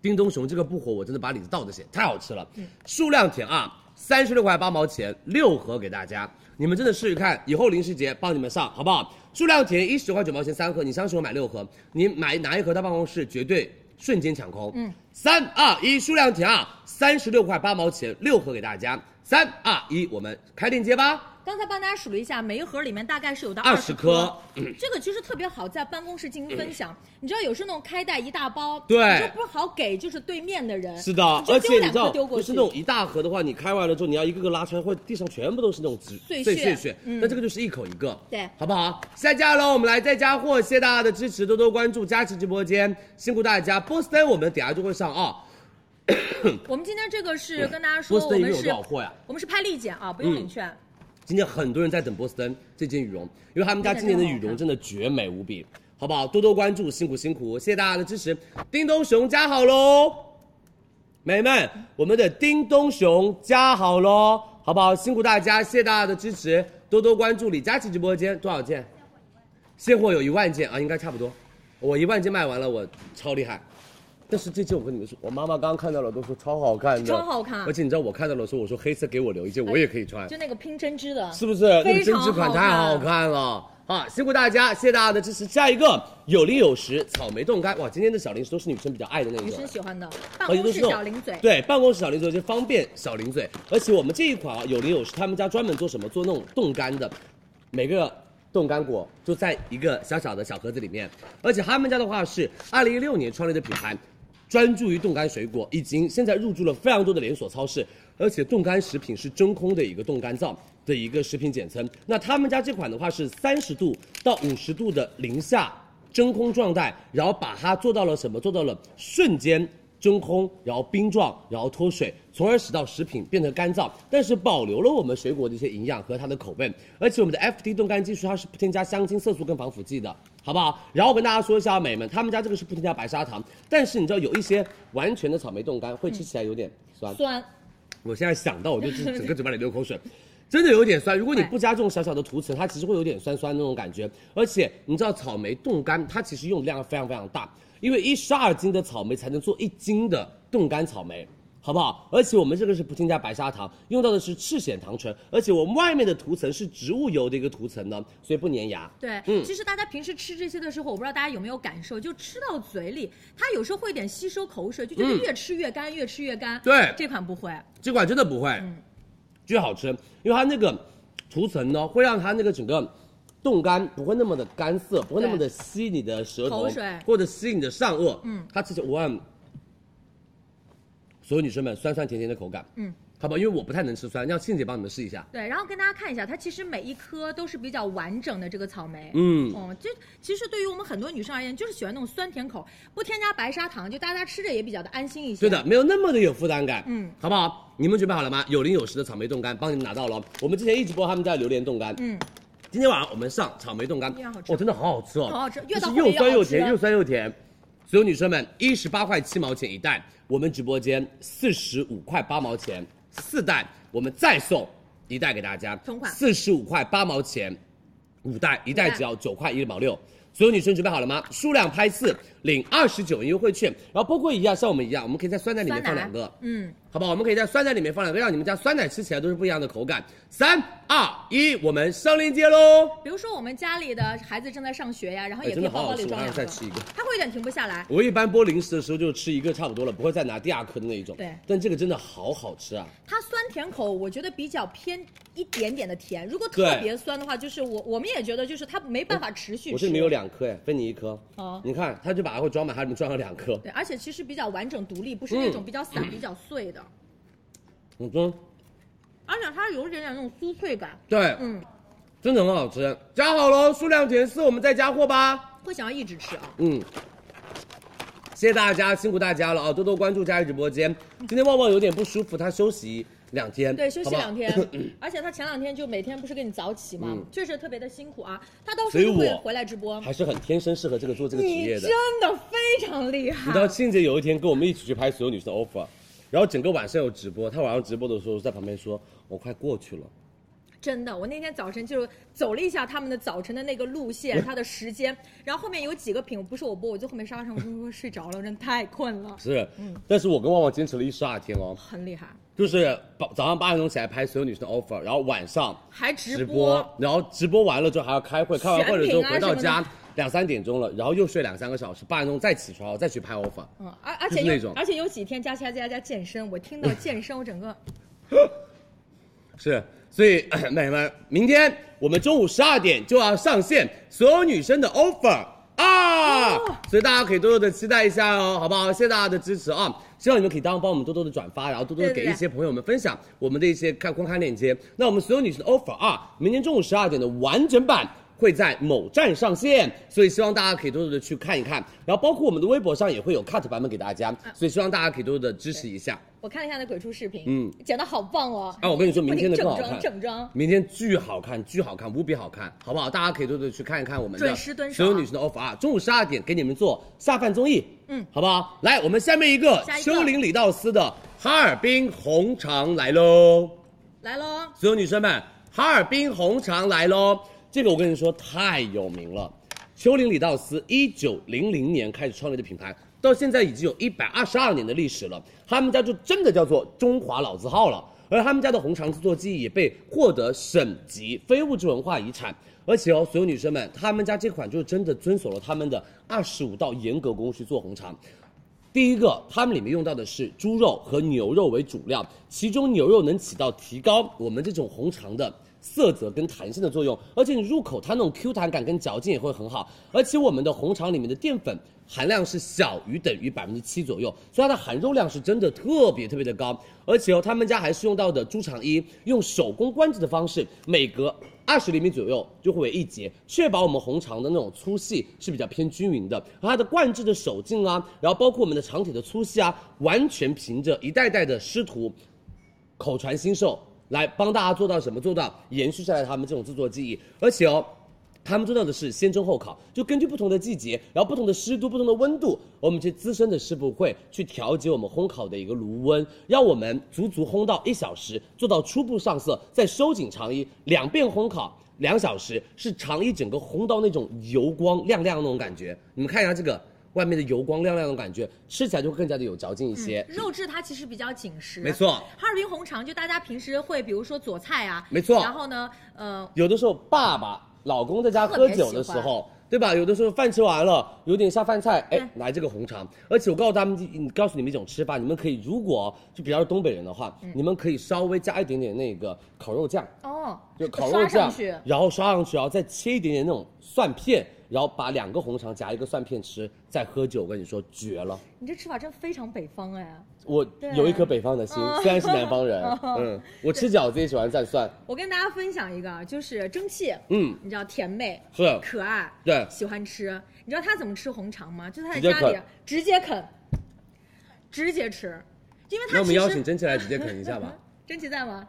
Speaker 8: 叮咚熊这个不火，我真的把李子倒着写，太好吃了。数量填啊，三十六块八毛钱六盒给大家，你们真的试试看，以后零食节帮你们上好不好？数量填一十块九毛钱三盒，你相信我买六盒，你买拿一盒到办公室绝对瞬间抢空。嗯，三二一，数量填啊，三十六块八毛钱六盒给大家。三二一，我们开链接吧。
Speaker 1: 刚才帮大家数了一下，每一盒里面大概是有到
Speaker 8: 20
Speaker 1: 20
Speaker 8: 颗嗯
Speaker 1: 颗。 <clears throat> 这个其实特别好在办公室进行分享，你知道有时候那种开袋一大包，
Speaker 8: 对
Speaker 1: 你就不好给就是对面的人。
Speaker 8: 是的，
Speaker 1: 就
Speaker 8: 而且
Speaker 1: 丢
Speaker 8: 你
Speaker 1: 两
Speaker 8: 知
Speaker 1: 颗
Speaker 8: 道，
Speaker 1: 丢过
Speaker 8: 就
Speaker 1: 去
Speaker 8: 是那种一大盒的话，你开完了之后，你要一个个拉出来，会地上全部都是那种纸
Speaker 1: 碎屑嗯
Speaker 8: 碎屑。那这个就是一口一个，
Speaker 1: 对
Speaker 8: 好不好？下架喽，我们来再加货，谢谢大家的支持，多多关注佳琦直播间，辛苦大家。波司登我们等下就会上啊，嗯
Speaker 1: 我们今天这个是跟大家说
Speaker 8: 波，司
Speaker 1: 我
Speaker 8: 登一
Speaker 1: 们
Speaker 8: 共有
Speaker 1: 是
Speaker 8: 多少货呀？
Speaker 1: 我们是拍立减啊，不
Speaker 8: 嗯
Speaker 1: 用领券。
Speaker 8: 今天很多人在等波司登这件羽绒，因为他们家今年的羽绒真的绝美无比，好不好？多多关注，辛苦辛苦，谢谢大家的支持。叮咚熊加好喽，美们，我们的叮咚熊加好喽，好不好？辛苦大家，谢谢大家的支持，多多关注李佳琦直播间多少件？现货有一万件啊，应该差不多。我一万件卖完了，我超厉害。但是这件我跟你们说，我妈妈刚刚看到了，都说超好看的，
Speaker 1: 超好看
Speaker 8: 而且你知道我看哎到了说，我说黑色给我留一件，我也可以穿。
Speaker 1: 就那个拼针织的，
Speaker 8: 是不是？那个
Speaker 1: 非
Speaker 8: 针
Speaker 1: 常
Speaker 8: 织款
Speaker 1: 好
Speaker 8: 太好
Speaker 1: 看
Speaker 8: 看了。啊，辛苦大家，谢谢大家的支持。下一个有零有实草莓冻干，哇，今天的小零食都是女生比较爱的那种，啊
Speaker 1: 女生喜欢的办
Speaker 8: 而且
Speaker 1: 公
Speaker 8: 都是
Speaker 1: 室
Speaker 8: 那种
Speaker 1: 小零嘴，
Speaker 8: 对，办公室小零嘴就方便小零嘴。而且我们这一款啊，有零有实，他们家专门做什么？做那种冻干的，每个冻干果就在一个小小的小盒子里面。而且他们家的话是二零一六年创立的品牌，专注于冻干水果，已经现在入驻了非常多的连锁超市。而且冻干食品是真空的一个冻干灶的一个食品简称。那他们家这款的话是三十度到五十度的零下真空状态，然后把它做到了什么？做到了瞬间真空，然后冰状，然后脱水，从而使到食品变得干燥，但是保留了我们水果的一些营养和它的口味。而且我们的 FT 冻干技术它是不添加香精、色素跟防腐剂的，好不好？然后我跟大家说一下，美们，他们家这个是不添加白砂糖，但是你知道有一些完全的草莓冻干会吃起来有点酸，
Speaker 1: 酸
Speaker 8: 我现在想到我就
Speaker 1: <laughs>
Speaker 8: 整整个嘴巴里流口水，真的有点酸。如果你不加这种小小的涂层，它其实会有点酸酸的那种感觉。而且你知道草莓冻干，它其实用的量非常非常大，因为一十二斤的草莓才能做一斤的冻干草莓。好不好？而且我们这个是不添加白砂糖，用到的是赤藓糖醇，而且我们外面的涂层是植物油的一个涂层呢，所以不粘牙。
Speaker 1: 对，
Speaker 8: 嗯
Speaker 1: 其实大家平时吃这些的时候，我不知道大家有没有感受，就吃到嘴里，它有时候会有点吸收口水，就觉得
Speaker 8: 嗯
Speaker 1: 越吃越干，越吃越干。
Speaker 8: 对
Speaker 1: 这款不会，
Speaker 8: 这款真的不会，
Speaker 1: 嗯
Speaker 8: 巨好吃，因为它那个涂层呢，会让它那个整个冻干不会那么的干涩，不会那么的吸你的舌头
Speaker 1: 口水，
Speaker 8: 或者吸你的上颚。嗯，它吃起来我很所有女生们酸酸甜甜的口感，嗯，好吧，因为我不太能吃酸，让倩姐帮你们试一下。
Speaker 1: 对，然后跟大家看一下，它其实每一颗都是比较完整的这个草莓。
Speaker 8: 嗯，
Speaker 1: 哦，这其实对于我们很多女生而言，就是喜欢那种酸甜口，不添加白砂糖，就大家吃着也比较的安心一些。
Speaker 8: 对的，，没有那么的有负担感，
Speaker 1: 嗯，
Speaker 8: 好不好？你们准备好了吗？有零有实的草莓冻干帮你们拿到了哦，我们之前一直播他们家的榴莲冻干，
Speaker 1: 嗯，
Speaker 8: 今天晚上我们上草莓冻干
Speaker 1: 一样好，吃
Speaker 8: 哦，真的好好吃哦，
Speaker 1: 好好吃
Speaker 8: 就
Speaker 1: 越
Speaker 8: 是
Speaker 1: 到后面
Speaker 8: 又酸
Speaker 1: 越好
Speaker 8: 又
Speaker 1: 吃
Speaker 8: 甜，又酸又甜。所有女生们，一十八块七毛钱一袋，我们直播间四十五块八毛钱四袋，我们再送一袋给大家，
Speaker 1: 同款
Speaker 8: 四十五块八毛钱五袋，一袋只要九块一毛六。所有女生准备好了吗？数量拍四，领二十九元优惠券，然后包括一样，像我们一样，我们可以在酸奶里面放两个，
Speaker 1: 嗯，
Speaker 8: 好吧？我们可以在酸奶里面放两个，让你们家酸奶吃起来都是不一样的口感。三二一，我们上链接喽！
Speaker 1: 比如说我们家里的孩子正在上学呀，然后
Speaker 8: 哎，
Speaker 1: 也可
Speaker 8: 真的
Speaker 1: 以
Speaker 8: 好
Speaker 1: 包包
Speaker 8: 好吃，我
Speaker 1: 里装
Speaker 8: 还
Speaker 1: 两
Speaker 8: 想
Speaker 1: 个
Speaker 8: 再，吃一个。
Speaker 1: 它会有点停不下来。
Speaker 8: 我一般剥零食的时候就吃一个差不多了，不会再拿第二颗的那一种。
Speaker 1: 对
Speaker 8: 但这个真的好好吃啊！
Speaker 1: 它酸甜口，我觉得比较偏一点点的甜。如果特别酸的话，就是我我们也觉得就是它没办法持续吃。
Speaker 8: 我这里面有嗯两颗哎，分你一颗。
Speaker 1: 哦
Speaker 8: 你看，他就把它会装满，它里面装了两颗。
Speaker 1: 对，而且其实比较完整独立，不是那种
Speaker 8: 嗯
Speaker 1: 比较散、比较碎的，
Speaker 8: 嗯，真
Speaker 1: 而且它有一点点那种酥脆感，
Speaker 8: 对，
Speaker 1: 嗯，
Speaker 8: 真的很好吃。加好喽，数量填四，我们再加货吧。
Speaker 1: 会想要一直吃啊。
Speaker 8: 嗯，谢谢大家，辛苦大家了啊！多多关注佳怡直播间。今天旺旺有点不舒服，他休息两天，
Speaker 1: 对，休息
Speaker 8: 好不好
Speaker 1: 两天， <clears throat> 而且他前两天就每天不是跟你早起嘛，
Speaker 8: 嗯
Speaker 1: 确实特别的辛苦啊。他到
Speaker 8: 所以
Speaker 1: 时候会
Speaker 8: 我
Speaker 1: 回来直播，
Speaker 8: <coughs> 还是很天生适合这个做这个职
Speaker 1: 你
Speaker 8: 业的
Speaker 1: 真。的非常厉害
Speaker 8: 你知。道庆姐有一天跟我们一起去拍所有女生的 offer，然后整个晚上有直播，她晚上直播的时候在旁边说：“我快过去了。
Speaker 1: 真的，我那天早晨就走了一下他们的早晨的那个路线，它的时间，然后后面有几个品不是我播，我就后面沙发上我说 <laughs> 我睡着了，真的太困了”，
Speaker 8: 是，
Speaker 1: 嗯
Speaker 8: 但是我跟旺旺坚持了一十二天哦，
Speaker 1: 很厉害，
Speaker 8: 就是早早上八点钟起来拍所有女生的 offer，然后晚上
Speaker 1: 还直
Speaker 8: 直播，然后直播完了之后还要开会，开完会了之后回到家两三点钟了，然后又睡两三个小时，八点钟再起床再去拍 offer。
Speaker 1: 嗯，而而
Speaker 8: 就
Speaker 1: 且
Speaker 8: 是那
Speaker 1: 有
Speaker 8: 种
Speaker 1: 而且有几天加起来加加健身，我听到健身，我整个
Speaker 8: 是，所以 <clears throat> 妹妹们，明天我们中午十二点就要上线所有女生的 offer 啊，所以大家可以多多的期待一下哦，好不好？谢谢大家的支持啊！希望你们可以当帮我们多多的转发，然后多多的
Speaker 1: 对对
Speaker 8: 给
Speaker 1: 对
Speaker 8: 一些朋友们分享我们的一些看观看链接。那我们所有女生的 offer 啊，明天中午十二点的完整版。会在某站上线，所以希望大家可以多多的去看一看，然后包括我们的微博上也会有 cut 版本给大家，所以希望大家可以多多的支持一下。
Speaker 1: 我看了一下那鬼畜视频，
Speaker 8: 嗯，
Speaker 1: 剪的好棒哦。
Speaker 8: 啊，我跟你说，明天的更好
Speaker 1: 不
Speaker 8: 看，
Speaker 1: 仅正装正装
Speaker 8: 明天巨好看，巨好看，无比好看，好不好？大家可以多多去看一看我们的
Speaker 1: 准时蹲守
Speaker 8: 所有女生的 offer 啊，中午十二点给你们做下饭综艺，嗯，好不好？来，我们下面一个
Speaker 1: 下一个
Speaker 8: 丘陵里道斯的哈尔滨红肠来喽，
Speaker 1: 来喽，
Speaker 8: 所有女生们，哈尔滨红肠来喽，这个我跟你说太有名了，丘陵里道斯一九零零年开始创立的品牌。到现在已经有一百二十二年的历史了，他们家就真的叫做中华老字号了。而他们家的红肠制作技艺也被获得省级非物质文化遗产。而且哦，所有女生们，他们家这款就真的遵守了他们的二十五道严格工序做红肠。第一个，他们里面用到的是猪肉和牛肉为主料，其中牛肉能起到提高我们这种红肠的色泽跟弹性的作用，而且你入口它那种 Q 弹感跟嚼劲也会很好。而且我们的红肠里面的淀粉含量是小于等于百分之七左右，所以它的含肉量是真的特别特别的高。而且哦，他们家还是用到的猪肠衣，用手工关制的方式，每隔二十厘米左右就会为一节，确保我们红肠的那种粗细是比较偏均匀的。而它的灌制的手劲啊，然后包括我们的肠体的粗细啊，完全凭着一代代的师徒口传心授来帮大家做到什么？做到延续下来他们这种制作技艺，而且哦。他们做到的是先蒸后烤，就根据不同的季节，然后不同的湿度、不同的温度，我们这资深的师傅会去调节我们烘烤的一个炉温，让我们足足烘到一小时，做到初步上色，再收紧肠衣，两遍烘烤两小时，是肠衣整个烘到那种油光亮亮的那种感觉。你们看一下这个外面的油光亮亮的感觉，吃起来就会更加的有嚼劲一些。
Speaker 1: 嗯肉质它其实比较紧实，
Speaker 8: 没错
Speaker 1: 哈尔滨红肠就大家平时会，比如说佐菜啊，
Speaker 8: 没错
Speaker 1: 然后呢，呃，
Speaker 8: 有的时候爸爸、老公在家喝酒的时
Speaker 1: 特别喜
Speaker 8: 候，对吧？有的时候饭吃完了，有点下饭菜，哎
Speaker 1: 嗯，
Speaker 8: 来这个红肠。而且我告诉他们，你告诉你们一种吃法，你们可以如果就比较是东北人的话，
Speaker 1: 嗯
Speaker 8: 你们可以稍微加一点点那个烤肉酱，
Speaker 1: 哦，
Speaker 8: 就烤肉
Speaker 1: 刷上
Speaker 8: 酱
Speaker 1: 去，，
Speaker 8: 然后刷上去，然后再切一点点那种蒜片，然后把两个红肠夹一个蒜片吃，再喝酒。我跟你说，绝了！
Speaker 1: 你这吃法真非常北方哎。
Speaker 8: 我有一颗北方的心，
Speaker 1: <laughs>
Speaker 8: 虽然是南方人，嗯，我吃饺子也喜欢蘸蒜，
Speaker 1: 我跟大家分享一个啊，就是蒸汽，
Speaker 8: 嗯，
Speaker 1: 你知道甜妹
Speaker 8: 是啊
Speaker 1: 可爱，
Speaker 8: 对
Speaker 1: 喜欢吃。你知道她怎么吃红肠吗？就她在
Speaker 8: 直接
Speaker 1: 家里
Speaker 8: 啃
Speaker 1: 直接啃，直接吃， <laughs> 因为她
Speaker 8: 那我
Speaker 1: 其
Speaker 8: 们
Speaker 1: 实
Speaker 8: 邀请珍奇来直接啃一下
Speaker 1: <laughs>
Speaker 8: 吧。
Speaker 1: 珍奇在吗？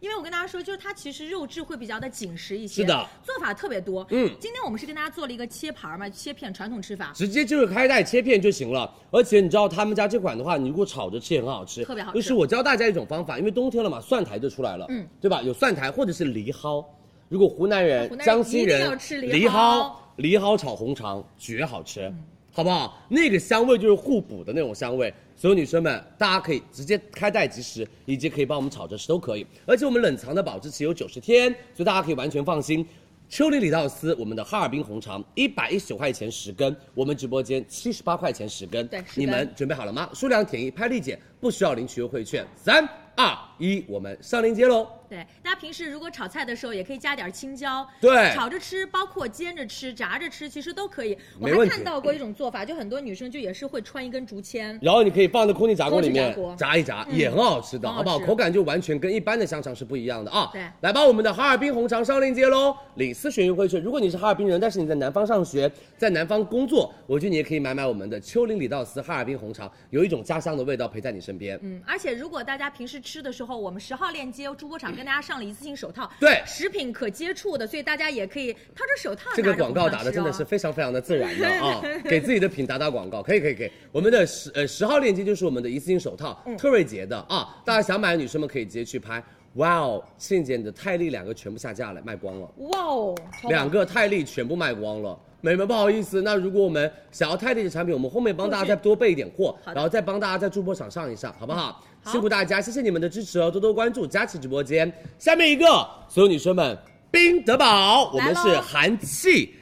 Speaker 1: 因为我跟大家说，就是它其实肉质会比较的紧实一些，
Speaker 8: 是的，
Speaker 1: 做法特别多。
Speaker 8: 嗯
Speaker 1: 今天我们是跟大家做了一个切盘儿嘛，切片传统吃法，
Speaker 8: 直接就是开袋切片就行了。而且你知道他们家这款的话，你如果炒着吃也很好吃，
Speaker 1: 特别好吃
Speaker 8: 就是我教大家一种方法，因为冬天了嘛，蒜苔就出来了，嗯，对吧？有蒜苔或者是梨蒿，如果湖南人、
Speaker 1: 湖南人
Speaker 8: 江西
Speaker 1: 一定
Speaker 8: 人
Speaker 1: 要吃梨
Speaker 8: 梨蒿
Speaker 1: 蒿，嗯
Speaker 8: 梨蒿炒红肠绝好吃。好不好？那个香味就是互补的那种香味，所有女生们，大家可以直接开袋即食，以及可以帮我们炒着吃都可以。而且我们冷藏的保质期有九十天，所以大家可以完全放心。丘陵里道斯，我们的哈尔滨红肠一百一十九块钱十根，我们直播间七十八块钱十根。
Speaker 1: 对十
Speaker 8: 你
Speaker 1: 根
Speaker 8: 们准备好了吗？数量填一，拍立减，不需要领取优惠券。三二一，我们上链接喽！
Speaker 1: 对，大家平时如果炒菜的时候也可以加点青椒，
Speaker 8: 对
Speaker 1: 炒着吃，包括煎着吃、炸着吃，其实都可以。我
Speaker 8: 没问
Speaker 1: 还
Speaker 8: 题
Speaker 1: 看到过一种做法，就很多女生就也是会穿一根竹签，
Speaker 8: 然后你可以放在空气炸锅里面
Speaker 1: 空气炸锅嗯
Speaker 8: 炸一炸，也很好吃的，
Speaker 1: 很好
Speaker 8: 好不好？
Speaker 1: 吃
Speaker 8: 口感就完全跟一般的香肠是不一样的啊。
Speaker 1: 对
Speaker 8: 来吧，我们的哈尔滨红肠上链接喽，领四十元优惠券。如果你是哈尔滨人，但是你在南方上学，在南方工作，我觉得你也可以买买我们的丘陵里道斯哈尔滨红肠，有一种家乡的味道陪在你身边。
Speaker 1: 嗯，而且如果大家平时吃的时候后，我们十号链接珠播场跟大家上了一次性手套，
Speaker 8: 对
Speaker 1: 食品可接触的，所以大家也可以套着手套拿
Speaker 8: 这
Speaker 1: 着
Speaker 8: 个广告打的真的
Speaker 1: 往
Speaker 8: 是
Speaker 1: 上吃哦
Speaker 8: 非常非常的自然的啊，给自己的品打打广告，可以可以可以。我们的十呃十号链接就是我们的一次性手套，特瑞杰的啊，大家想买的女生们可以直接去拍。哇哦，倩姐你的泰利两个全部下架了，卖光了。
Speaker 1: 哇哦，
Speaker 8: 两个泰利全部卖光了。美们不好意思，那如果我们想要泰利的产品，我们后面帮大家再多备一点货，
Speaker 1: 的
Speaker 8: 然后再帮大家在助播场上一上，好不好？辛苦大家，谢谢你们的支持哦，多多关注佳琦直播间。下面一个，所有女生们，冰得宝，我们是寒气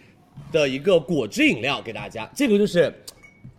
Speaker 8: 的一个果汁饮料给大家，这个就是，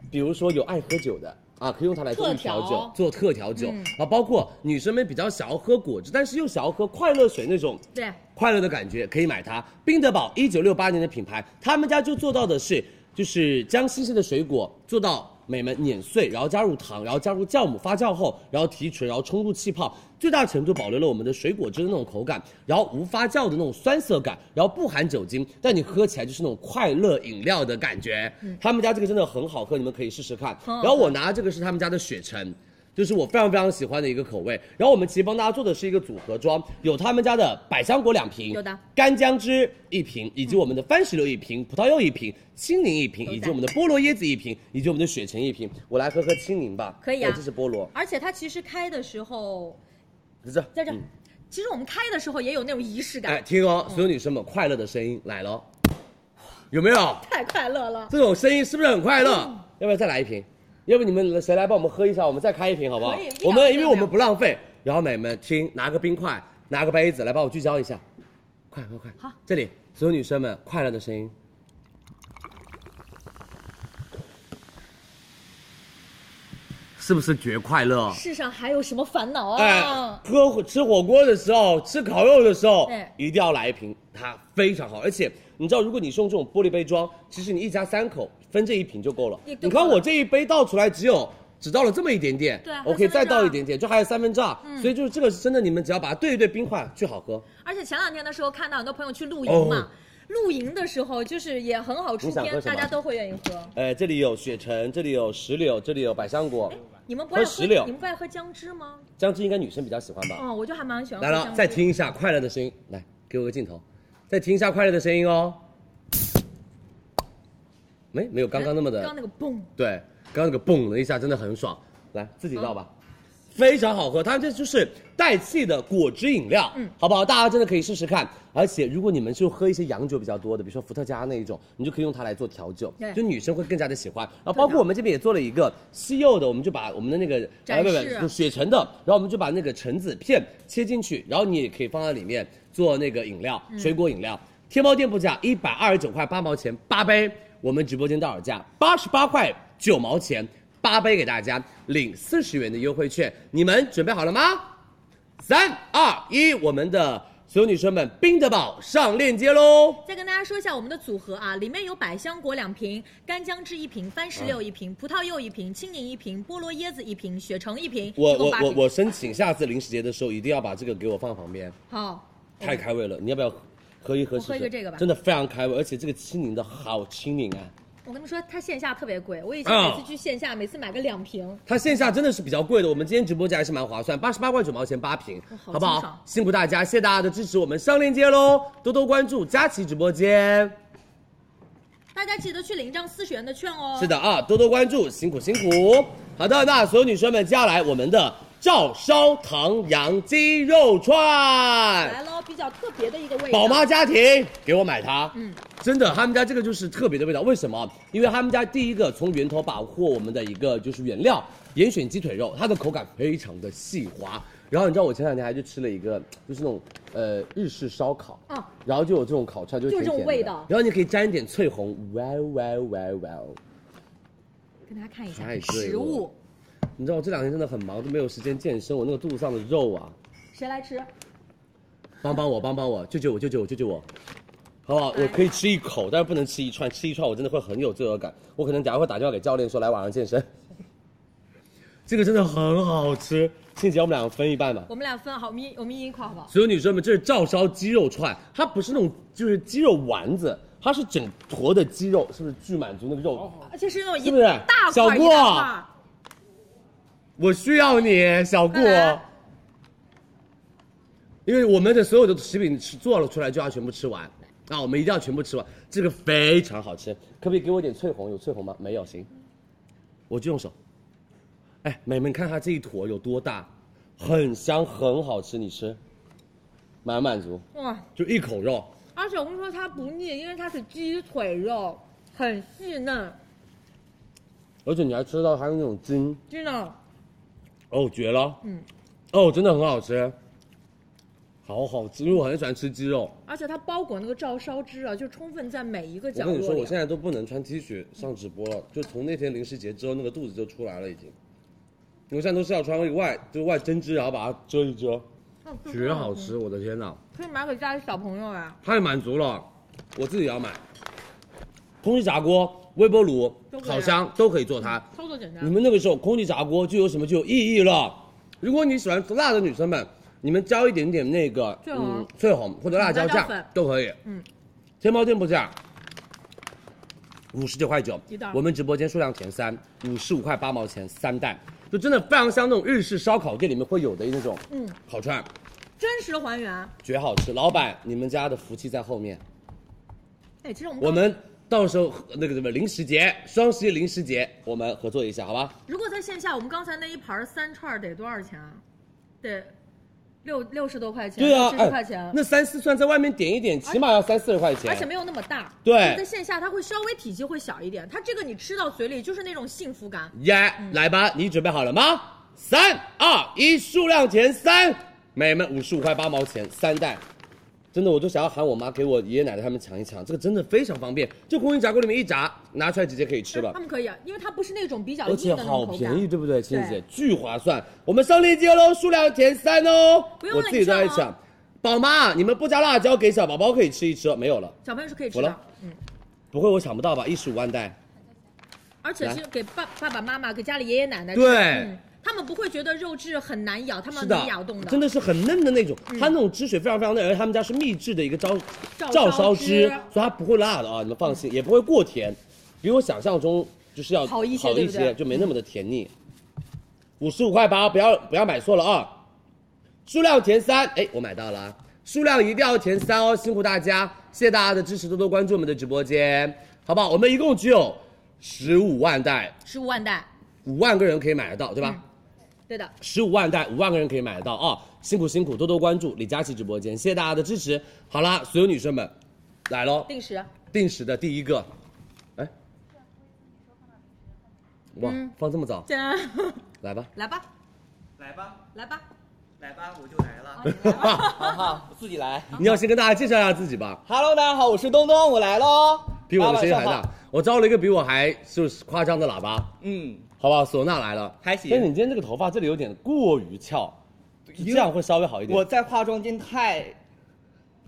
Speaker 8: 比如说有爱喝酒的。啊，可以用它来做调酒，做特调酒、啊，包括女生们比较想要喝果汁，但是又想要喝快乐水那种，
Speaker 1: 对，
Speaker 8: 快乐的感觉，可以买它。宾得宝一九六八年的品牌，他们家就做到的是，就是将新鲜的水果做到美们碾碎，然后加入糖，然后加入酵母发酵后，然后提纯，然后冲入气泡，最大程度保留了我们的水果汁的那种口感，然后无发酵的那种酸涩感，然后不含酒精，但你喝起来就是那种快乐饮料的感觉。他们家这个真的很好喝，你们可以试试看。然后我啊拿这个是他们家的雪橙。就是我非常非常喜欢的一个口味。然后我们其实帮大家做的是一个组合装，有他们家的百香果两瓶，
Speaker 1: 有的
Speaker 8: 干姜汁一瓶，以及我们的番石榴一瓶、葡萄柚一瓶、青柠一瓶，以及我们的菠萝椰子一瓶，以及我们的雪橙一瓶。我来喝喝青柠吧，哎
Speaker 1: 可以啊
Speaker 8: 对这是菠萝，
Speaker 1: 而且它其实开的时候，
Speaker 8: 在这，
Speaker 1: 在这儿
Speaker 8: 嗯，
Speaker 1: 其实我们开的时候也有那种仪式
Speaker 8: 哎，
Speaker 1: 感，
Speaker 8: 听哦，
Speaker 1: 嗯
Speaker 8: 所有女生们，快乐的声音来了哦，有没有？
Speaker 1: 太快乐了。
Speaker 8: 这种声音是不是很快乐？
Speaker 1: 嗯
Speaker 8: 要不要再来一瓶？要不你们谁来帮我们喝一下？我们再开一瓶好不好
Speaker 1: 可以？
Speaker 8: 我们
Speaker 1: 一
Speaker 8: 因
Speaker 1: 秒
Speaker 8: 为我们不浪费。然后美们听，拿个冰块，拿个杯子来帮我聚焦一下，快快快！好，这里所有女生们快乐的声音。是不是绝快乐？
Speaker 1: 哦世上还有什么烦恼
Speaker 8: 哎
Speaker 1: 啊？，
Speaker 8: 喝吃火锅的时候，吃烤肉的时候
Speaker 1: 对，
Speaker 8: 一定要来一瓶，它非常好。而且你知道，如果你是用这种玻璃杯装，其实你一家三口分这一瓶就够了。
Speaker 1: 也就
Speaker 8: 你
Speaker 1: 够了
Speaker 8: 看我这一杯倒出来只有。只倒了这么一点点，
Speaker 1: 对还有
Speaker 8: 我可以再
Speaker 1: 三分之嗯二
Speaker 8: 倒一点点，就还有三分之二，所以就是这个是真的，你们只要把它兑一兑冰块，巨好喝。
Speaker 1: 而且前两天的时候看到很多朋友去露营嘛
Speaker 8: 哦，
Speaker 1: 露营的时候就是也很好出
Speaker 8: 你想喝
Speaker 1: 片，
Speaker 8: 什么
Speaker 1: 大家都会愿意喝。
Speaker 8: 呃，这里有雪橙，这里有石榴，这里有百香果，
Speaker 1: 你们不爱
Speaker 8: 喝石榴
Speaker 1: 你们不爱喝姜汁吗？
Speaker 8: 姜汁应该女生比较喜欢吧？
Speaker 1: 哦，我就还蛮喜欢喝
Speaker 8: 来
Speaker 1: 姜
Speaker 8: 了，
Speaker 1: 汁。
Speaker 8: 再听一下快乐的声音，来给我个镜头，再听一下快乐的声音哦。没没有刚刚那么的，
Speaker 1: 刚那个嘣，
Speaker 8: 对，刚刚那个蹦了一下，真的很爽。来，自己倒吧，非常好喝。它这就是带气的果汁饮料，嗯，好不好？大家真的可以试试看。而且如果你们就喝一些洋酒比较多的，比如说伏特加那一种，你就可以用它来做调酒，
Speaker 1: 对
Speaker 8: 就女生会更加的喜欢。然后包括我们这边也做了一个西柚的，我们就把我们的那个哎
Speaker 1: 展示啊
Speaker 8: 不不不雪橙的，然后我们就把那个橙子片切进去，然后你也可以放在里面做那个饮料，水果饮料。天猫店铺价一百二十九块八毛钱八杯，我们直播间到手价八十八块九毛钱八杯给大家，领四十元的优惠券，你们准备好了吗？三二一，我们的所有女生们，冰得宝上链接喽！
Speaker 1: 再跟大家说一下我们的组合啊，里面有百香果两瓶、干姜汁一瓶、番石
Speaker 8: 啊
Speaker 1: 榴一瓶、葡萄柚一瓶、青柠一瓶、菠萝椰子一瓶、雪橙一瓶， <laughs>
Speaker 8: 我
Speaker 1: 一共
Speaker 8: 我
Speaker 1: 八
Speaker 8: 我
Speaker 1: 瓶
Speaker 8: 我申请下次零食节的时候，一定要把这个给我放旁边。
Speaker 1: 好，
Speaker 8: 太开胃了，你要不要喝一喝
Speaker 1: 嗯我
Speaker 8: 试试？
Speaker 1: 喝一个这个吧
Speaker 8: 真的非常开胃，而且这个青柠的好青柠啊，
Speaker 1: 我跟你们说，它线下特别贵，我以前
Speaker 8: 啊
Speaker 1: 每次去线下，每次买个两瓶，
Speaker 8: 它线下真的是比较贵的，我们今天直播价还是蛮划算，八十八块九毛钱八瓶，
Speaker 1: 哦好
Speaker 8: 不
Speaker 1: 清爽
Speaker 8: 好？辛苦大家，谢谢大家的支持，我们上链接喽，多多关注佳琦直播间。
Speaker 1: 大家记得去领一张四十元的券哦。
Speaker 8: 是的啊，多多关注，辛苦辛苦。好的，那所有女生们，接下来我们的照烧糖羊鸡肉串，
Speaker 1: 来喽，比较特别的一个味道。
Speaker 8: 宝妈家庭给我买它。嗯，真的，他们家这个就是特别的味道。为什么？因为他们家第一个从源头把握我们的一个就是原料严选鸡腿肉，它的口感非常的细滑。然后你知道我前两天还去吃了一个，就是那种呃日式烧烤，
Speaker 1: 啊
Speaker 9: 哦
Speaker 8: 然后就有这种烤串，就
Speaker 1: 就是是
Speaker 8: 甜
Speaker 1: 这种
Speaker 8: 甜的
Speaker 1: 味道
Speaker 8: 然后你可以沾一点翠红，哇哦哇哦哇哦哇哦！
Speaker 1: 跟大家看一下
Speaker 8: 太对了
Speaker 1: 食物，
Speaker 8: 你知道我这两天真的很忙，都没有时间健身，我那个肚子上的肉啊，
Speaker 1: 谁来吃？
Speaker 8: 帮帮我，帮帮我，救救我，救救我，救救我，好不好？我可以吃一口，但是不能吃一串，吃一串我真的会很有罪恶感，我可能等下会打电话给教练说来晚上健身。 <laughs> 这个真的很好吃，倩姐，我们两个分一半吧。
Speaker 1: 我们俩分好，我们一我们一人一块好不好？
Speaker 8: 所有女生们，这是照烧鸡肉串，它不是那种就是鸡肉丸子，它是整坨的鸡肉，是不是巨满足那个肉？
Speaker 1: 而且是那种
Speaker 8: 是
Speaker 1: 一
Speaker 8: 不是
Speaker 1: 大
Speaker 8: 小啊
Speaker 1: 块一
Speaker 8: 郭
Speaker 1: 大块。
Speaker 8: 我需要你，小顾。
Speaker 1: 来
Speaker 8: 因为我们的所有的食品吃做了出来就要全部吃完啊，我们一定要全部吃完，这个非常好吃。可不可以给我点翠红？有翠红吗？没有，行，我就用手。哎，美们看它这一坨有多大，很香，很好吃，你吃，满满足，
Speaker 1: 哇！
Speaker 8: 就一口肉。
Speaker 1: 而且我跟你说，它不腻，因为它是鸡腿肉，很细嫩，
Speaker 8: 而且你还吃到它那种筋，
Speaker 1: 真的。
Speaker 8: 哦，绝了，
Speaker 1: 嗯，
Speaker 8: 哦，真的很好吃，好好吃，因为我很喜欢吃鸡肉。
Speaker 1: 而且它包裹那个照烧汁啊，就充分在每一个
Speaker 8: 我
Speaker 1: 角落
Speaker 8: 跟
Speaker 1: 里。啊
Speaker 8: 你说，我现在都不能穿 T 恤上直播了，就从那天零食节之后，那个肚子就出来了已经。我现在都是要穿外，就是外针织，然后把它遮一遮，
Speaker 1: 在
Speaker 8: 绝好，吃！我的天哪，
Speaker 1: 啊嗯可以买给家里小朋友啊，
Speaker 8: 太满足了，我自己也要买。空气炸锅、微波炉
Speaker 1: 都、可以啊
Speaker 8: 烤箱都可以做它。
Speaker 1: 操作简单
Speaker 8: 你。们那个时候空气炸锅就有什么就有意义了。如果你喜欢辣的女生们，你们浇一点点那个
Speaker 1: 翠红
Speaker 8: 嗯、翠红或者辣椒
Speaker 1: 辣椒
Speaker 8: 酱
Speaker 1: 粉
Speaker 8: 都可以。
Speaker 1: 嗯，
Speaker 8: 天猫店铺价五十九块九
Speaker 1: 一袋，
Speaker 8: 我们直播间数量前三，五十五块八毛钱三袋，就真的非常像那种日式烧烤店里面会有的那种
Speaker 1: 嗯
Speaker 8: 烤串，
Speaker 1: 真实还原。
Speaker 8: 绝好吃。老板，你们家的福气在后面。
Speaker 1: 哎，其实我们
Speaker 8: 我们到时候那个什么零食节，双十一零食节，我们合作一下，好吧？
Speaker 1: 如果在线下，我们刚才那一盘三串儿得多少钱啊？得六六十多块钱，
Speaker 8: 对啊，
Speaker 1: 七
Speaker 8: 哎
Speaker 1: 十块钱。
Speaker 8: 那三四串在外面点一点，起码要三四十块钱。
Speaker 1: 而且没有那么大，
Speaker 8: 对
Speaker 1: 因为在线下它会稍微体积会小一点，它这个你吃到嘴里就是那种幸福感。
Speaker 8: 耶、来吧，你准备好了吗？三二一，数量前三，美们五十五块八毛钱三袋。真的，我就想要喊我妈给我爷爷奶奶他们尝一尝，这个真的非常方便，就空气炸锅里面一炸，拿出来直接可以吃了
Speaker 1: 他，们可以，啊，因为它不是那种比较
Speaker 8: 而且
Speaker 1: 硬的那
Speaker 8: 好
Speaker 1: 种口
Speaker 8: 便宜，
Speaker 1: 感。
Speaker 8: 对不对，亲子
Speaker 1: 对
Speaker 8: 姐巨划算。我们上链接喽，数量前三哦，
Speaker 1: 不用哦
Speaker 8: 我
Speaker 1: 了
Speaker 8: 自己都在
Speaker 1: 你上
Speaker 8: 想，宝妈你们不加辣椒给小宝宝可以吃一吃，没有了，
Speaker 1: 小朋友是可以吃
Speaker 8: 服
Speaker 1: 的
Speaker 8: 了，
Speaker 1: 嗯，
Speaker 8: 不会我抢不到吧？一十五万袋。
Speaker 1: 而且是给爸爸爸妈妈、给家里爷爷奶奶吃，
Speaker 8: 对
Speaker 1: 嗯，他们不会觉得肉质很难咬，他
Speaker 8: 是
Speaker 1: 们
Speaker 8: 的
Speaker 1: 能咬动，嗯
Speaker 8: 真的是很嫩的那种，它那种汁水非常非常嫩，而且他们家是秘制的一个照
Speaker 1: 照
Speaker 8: 烧
Speaker 1: 烧
Speaker 8: 汁
Speaker 1: 汁，嗯
Speaker 8: 所以它不会辣的啊，你们放心，也不会过甜，比我想象中就是要
Speaker 1: 好一些对不对
Speaker 8: 就没那么的甜腻。五十五块八，不要不要买错了啊！数量前三，哎，我买到了，啊，数量一定要前三哦，辛苦大家，谢谢大家的支持，多多关注我们的直播间，好不好？我们一共只有十五万袋，
Speaker 1: 十五万袋，
Speaker 8: 五万个人可以买得到，对吧？
Speaker 1: 对的。
Speaker 8: 十五万袋，五万个人可以买得到啊、辛苦辛苦，多多关注李佳琦直播间，谢谢大家的支持。好啦，所有女生们，来喽，
Speaker 1: 定时，
Speaker 8: 定时的第一个，哎，哇，放这么早，来吧，
Speaker 1: 来吧，
Speaker 10: 来吧，
Speaker 1: 来吧，哦
Speaker 10: 来吧，我就来了。
Speaker 11: <laughs> 好好，我自己来。
Speaker 8: 你要先跟大家介绍一下自己吧，
Speaker 11: Hello，大家好，我是东东，我来喽。
Speaker 8: 比我的声音还
Speaker 11: 大家晚上
Speaker 8: 大
Speaker 11: 好。，
Speaker 8: 我招了一个比我还就是夸张的喇叭，
Speaker 11: 嗯，
Speaker 8: 好不好？唢呐来了，
Speaker 11: 还
Speaker 8: 但是你今
Speaker 11: 行。
Speaker 8: 天这个头发这里有点过于翘，这样会稍微好一点。
Speaker 11: 我在化妆间太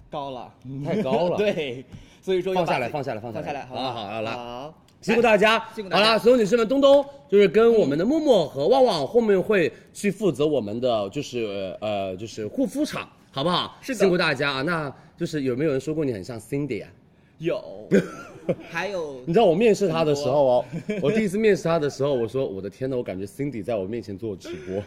Speaker 11: 高了，
Speaker 8: 太高了
Speaker 11: <laughs> 对，所以说要
Speaker 8: 放下
Speaker 11: 把
Speaker 8: 来
Speaker 11: 自己
Speaker 8: 放下来放下来
Speaker 11: 放下来，
Speaker 8: 好
Speaker 11: 吧
Speaker 8: 好好来
Speaker 11: 好，
Speaker 8: 哎辛苦大家，
Speaker 11: 辛苦大家
Speaker 8: 好啦，所有女生们，东东就是跟我们的默默和旺旺后面会去负责我们的就是呃就是护肤场，好不好？
Speaker 11: 是的
Speaker 8: 辛苦大家啊！那就是有没有人说过你很像 Cindy 啊？
Speaker 11: 有，
Speaker 8: <laughs>
Speaker 11: 还有
Speaker 8: 你知道我面试她的时候 <laughs> 哦，我第一次面试她的时候，我说我的天呐，我感觉 Cindy 在我面前做直播，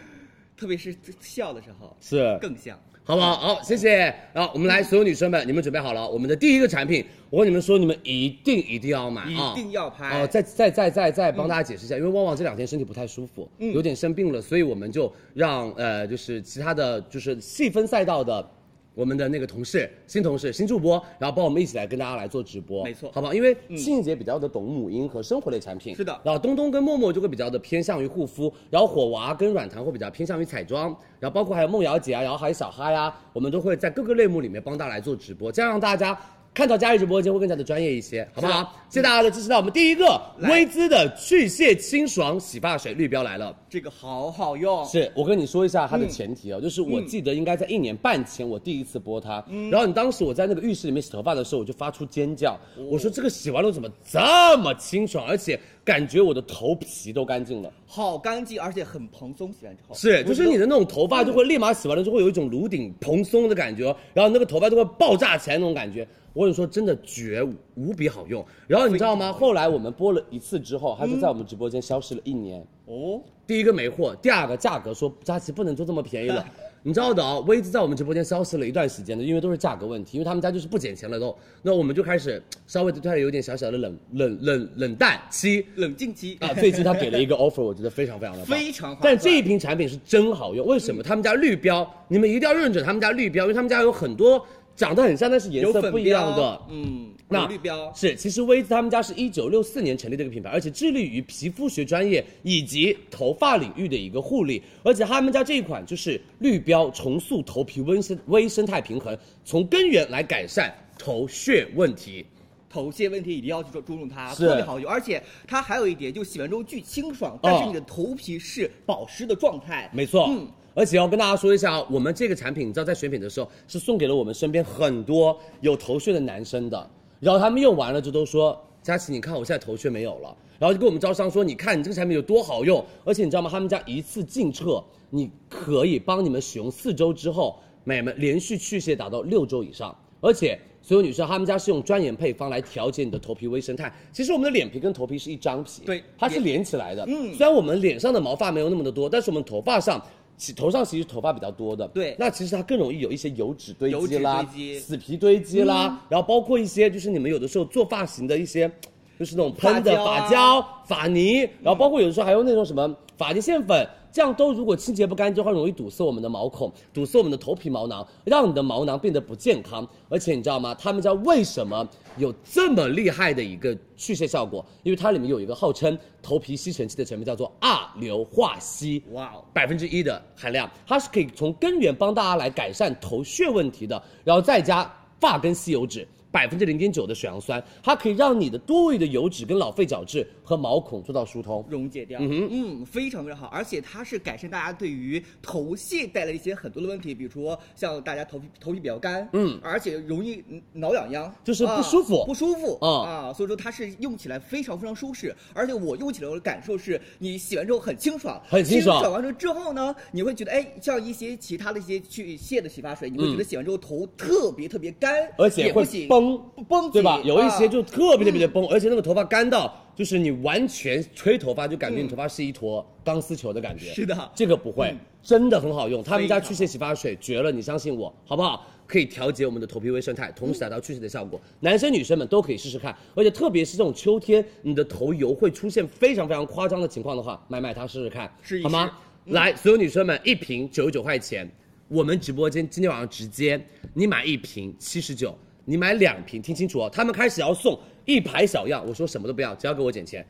Speaker 11: 特别是笑的时候
Speaker 8: 是
Speaker 11: 更像。
Speaker 8: 好不好？好，谢谢。然后我们来，所有女生们，你们准备好了？我们的第一个产品，我跟你们说，你们一定一定要买啊！
Speaker 11: 一定要拍
Speaker 8: 哦，再再再再再帮大家解释一下，因为旺旺这两天身体不太舒服，
Speaker 11: 嗯
Speaker 8: 有点生病了，所以我们就让呃，就是其他的就是细分赛道的。我们的那个同事，新同事，新主播，然后帮我们一起来跟大家来做直播，
Speaker 11: 没错
Speaker 8: 好不好？因为
Speaker 11: 嗯
Speaker 8: 庆姐比较的懂母婴和生活类产品，
Speaker 11: 是的
Speaker 8: 然后东东跟默默就会比较的偏向于护肤，然后火娃跟软糖会比较偏向于彩妆，然后包括还有梦瑶姐啊，然后还有小哈呀、我们都会在各个类目里面帮大家来做直播，这样让大家看到佳怡直播间会更加的专业一些，好不
Speaker 11: 是
Speaker 8: 好
Speaker 11: 的？嗯
Speaker 8: 谢谢大家的支持。那我们第一个
Speaker 11: 来
Speaker 8: 薇姿的去屑清爽洗发水绿标来了。
Speaker 11: 这个好好用，
Speaker 8: 是我跟你说一下它的前提啊，就是我记得应该在一年半前我第一次播它，然后你当时我在那个浴室里面洗头发的时候，我就发出尖叫，我说这个洗完了怎么这么清爽，而且感觉我的头皮都干净了。
Speaker 11: 好干净，而且很蓬松，洗完之后
Speaker 8: 是，就是你的那种头发就会立马洗完了，就会有一种颅顶蓬松的感觉，哦然后那个头发就会爆炸起来那种感觉。我跟你说，真的绝无无比好用。然后你知道吗？后来我们播了一次之后，它就在我们直播间消失了一年。
Speaker 11: 哦，
Speaker 8: 第一个没货，第二个价格说佳琪不能做这么便宜了，你知道的啊、薇姿在我们直播间消失了一段时间的，因为都是价格问题，因为他们家就是不减钱了都。那我们就开始稍微对他有点小小的冷冷冷冷淡期。
Speaker 11: 冷静期
Speaker 8: 啊，最近他给了一个 offer，我觉得非常非常的棒，
Speaker 11: <laughs> 非常划算
Speaker 8: 但这一瓶产品是真好用，为什么？他们家绿标，你们一定要认准他们家绿标，因为他们家有很多长得很像，但是颜
Speaker 11: 有
Speaker 8: 色
Speaker 11: 粉
Speaker 8: 不一样的
Speaker 11: 标。嗯，
Speaker 8: 那
Speaker 11: 有绿标，
Speaker 8: 是，其实薇姿他们家是一九六四年成立这个品牌，而且致力于皮肤学专业以及头发领域的一个护理，而且他们家这一款就是绿标重塑头皮温生微生态平衡，从根源来改善头屑问题。
Speaker 11: 头屑问题一定要去注注重它，
Speaker 8: 是
Speaker 11: 特别好用。而且它还有一点，就洗完之后巨清爽，但
Speaker 8: 嗯
Speaker 11: 是你的头皮是保湿的状态。
Speaker 8: 没错，
Speaker 11: 嗯，
Speaker 8: 而且要跟大家说一下啊，我们这个产品，你知道在选品的时候是送给了我们身边很多有头屑的男生的，然后他们用完了就都说，佳琪，你看我现在头屑没有了，然后就跟我们招商说，你看你这个产品有多好用，而且你知道吗？他们家一次净澈，你可以帮你们使用四周之后，美们连续去屑达到六周以上，而且。所有女生，她们家是用专研配方来调节你的头皮微生态。其实我们的脸皮跟头皮是一张皮，
Speaker 11: 对
Speaker 8: 它是
Speaker 11: 也
Speaker 8: 连起来的。
Speaker 11: 嗯
Speaker 8: 虽然我们脸上的毛发没有那么的多，但是我们头发上。其头上其实头发比较多的，
Speaker 11: 对
Speaker 8: 那其实它更容易有一些油脂堆
Speaker 11: 油
Speaker 8: 积
Speaker 11: 脂
Speaker 8: 啦、
Speaker 11: 堆积嗯
Speaker 8: 死皮堆积啦，然后包括一些就是你们有的时候做发型的一些，就是那种喷的
Speaker 11: 发胶啊
Speaker 8: 发胶、发泥，然后包括有的时候还有那种什么发际线粉，这样都如果清洁不干净的话，容易堵塞我们的毛孔，堵塞我们的头皮毛囊，让你的毛囊变得不健康。而且你知道吗？他们家为什么有这么厉害的一个去屑效果？因为它里面有一个号称头皮吸尘器的成分叫做二硫化烯，
Speaker 11: 哇哦，
Speaker 8: 百分之一的含量，它是可以从根源帮大家来改善头屑问题的，然后再加发根吸油脂。百分之零点九的水杨酸，它可以让你的多余的油脂跟老废角质和毛孔做到疏通。
Speaker 11: 溶解掉，
Speaker 8: 嗯哼
Speaker 11: 嗯，非常非常好，而且它是改善大家对于头屑带来一些很多的问题，比如说像大家头皮头皮比较干，
Speaker 8: 嗯
Speaker 11: 而且容易嗯挠痒痒，
Speaker 8: 就是不
Speaker 11: 啊
Speaker 8: 舒服
Speaker 11: 不舒服
Speaker 8: 啊
Speaker 11: 啊，所以说它是用起来非常非常舒适，而且我用起来我的感受是，你洗完之后很清爽，
Speaker 8: 很清
Speaker 11: 清
Speaker 8: 爽
Speaker 11: 完了之后呢，你会觉得哎，像一些其他的一些去屑的洗发水，你会觉得洗完之后头特别特别干，
Speaker 8: 嗯而且
Speaker 11: 也不
Speaker 8: 会
Speaker 11: 行
Speaker 8: 崩
Speaker 11: 不绷紧，
Speaker 8: 对吧？有一些
Speaker 11: 啊
Speaker 8: 就特别特别的崩，而且那个头发干到，就是你完全吹头发就感觉你头发是一坨钢丝球的感觉。
Speaker 11: 是的
Speaker 8: 这个不会
Speaker 11: 嗯，
Speaker 8: 真的很好用。他们家
Speaker 11: 非常
Speaker 8: 去屑洗发水绝了，你相信我，好不好？可以调节我们的头皮微生态，同时达到去屑的效果。男生女生们都可以试试看，而且特别是这种秋天，你的头油会出现非常非常夸张的情况的话，买买它试试看，
Speaker 11: 试一
Speaker 8: 好吗？来，所有女生们，一瓶九十九块钱，我们直播间今天晚上直接，你买一瓶七十九，你买两瓶，听清楚哦，他们开始要送一排小样，我说什么都不要，只要给我减钱，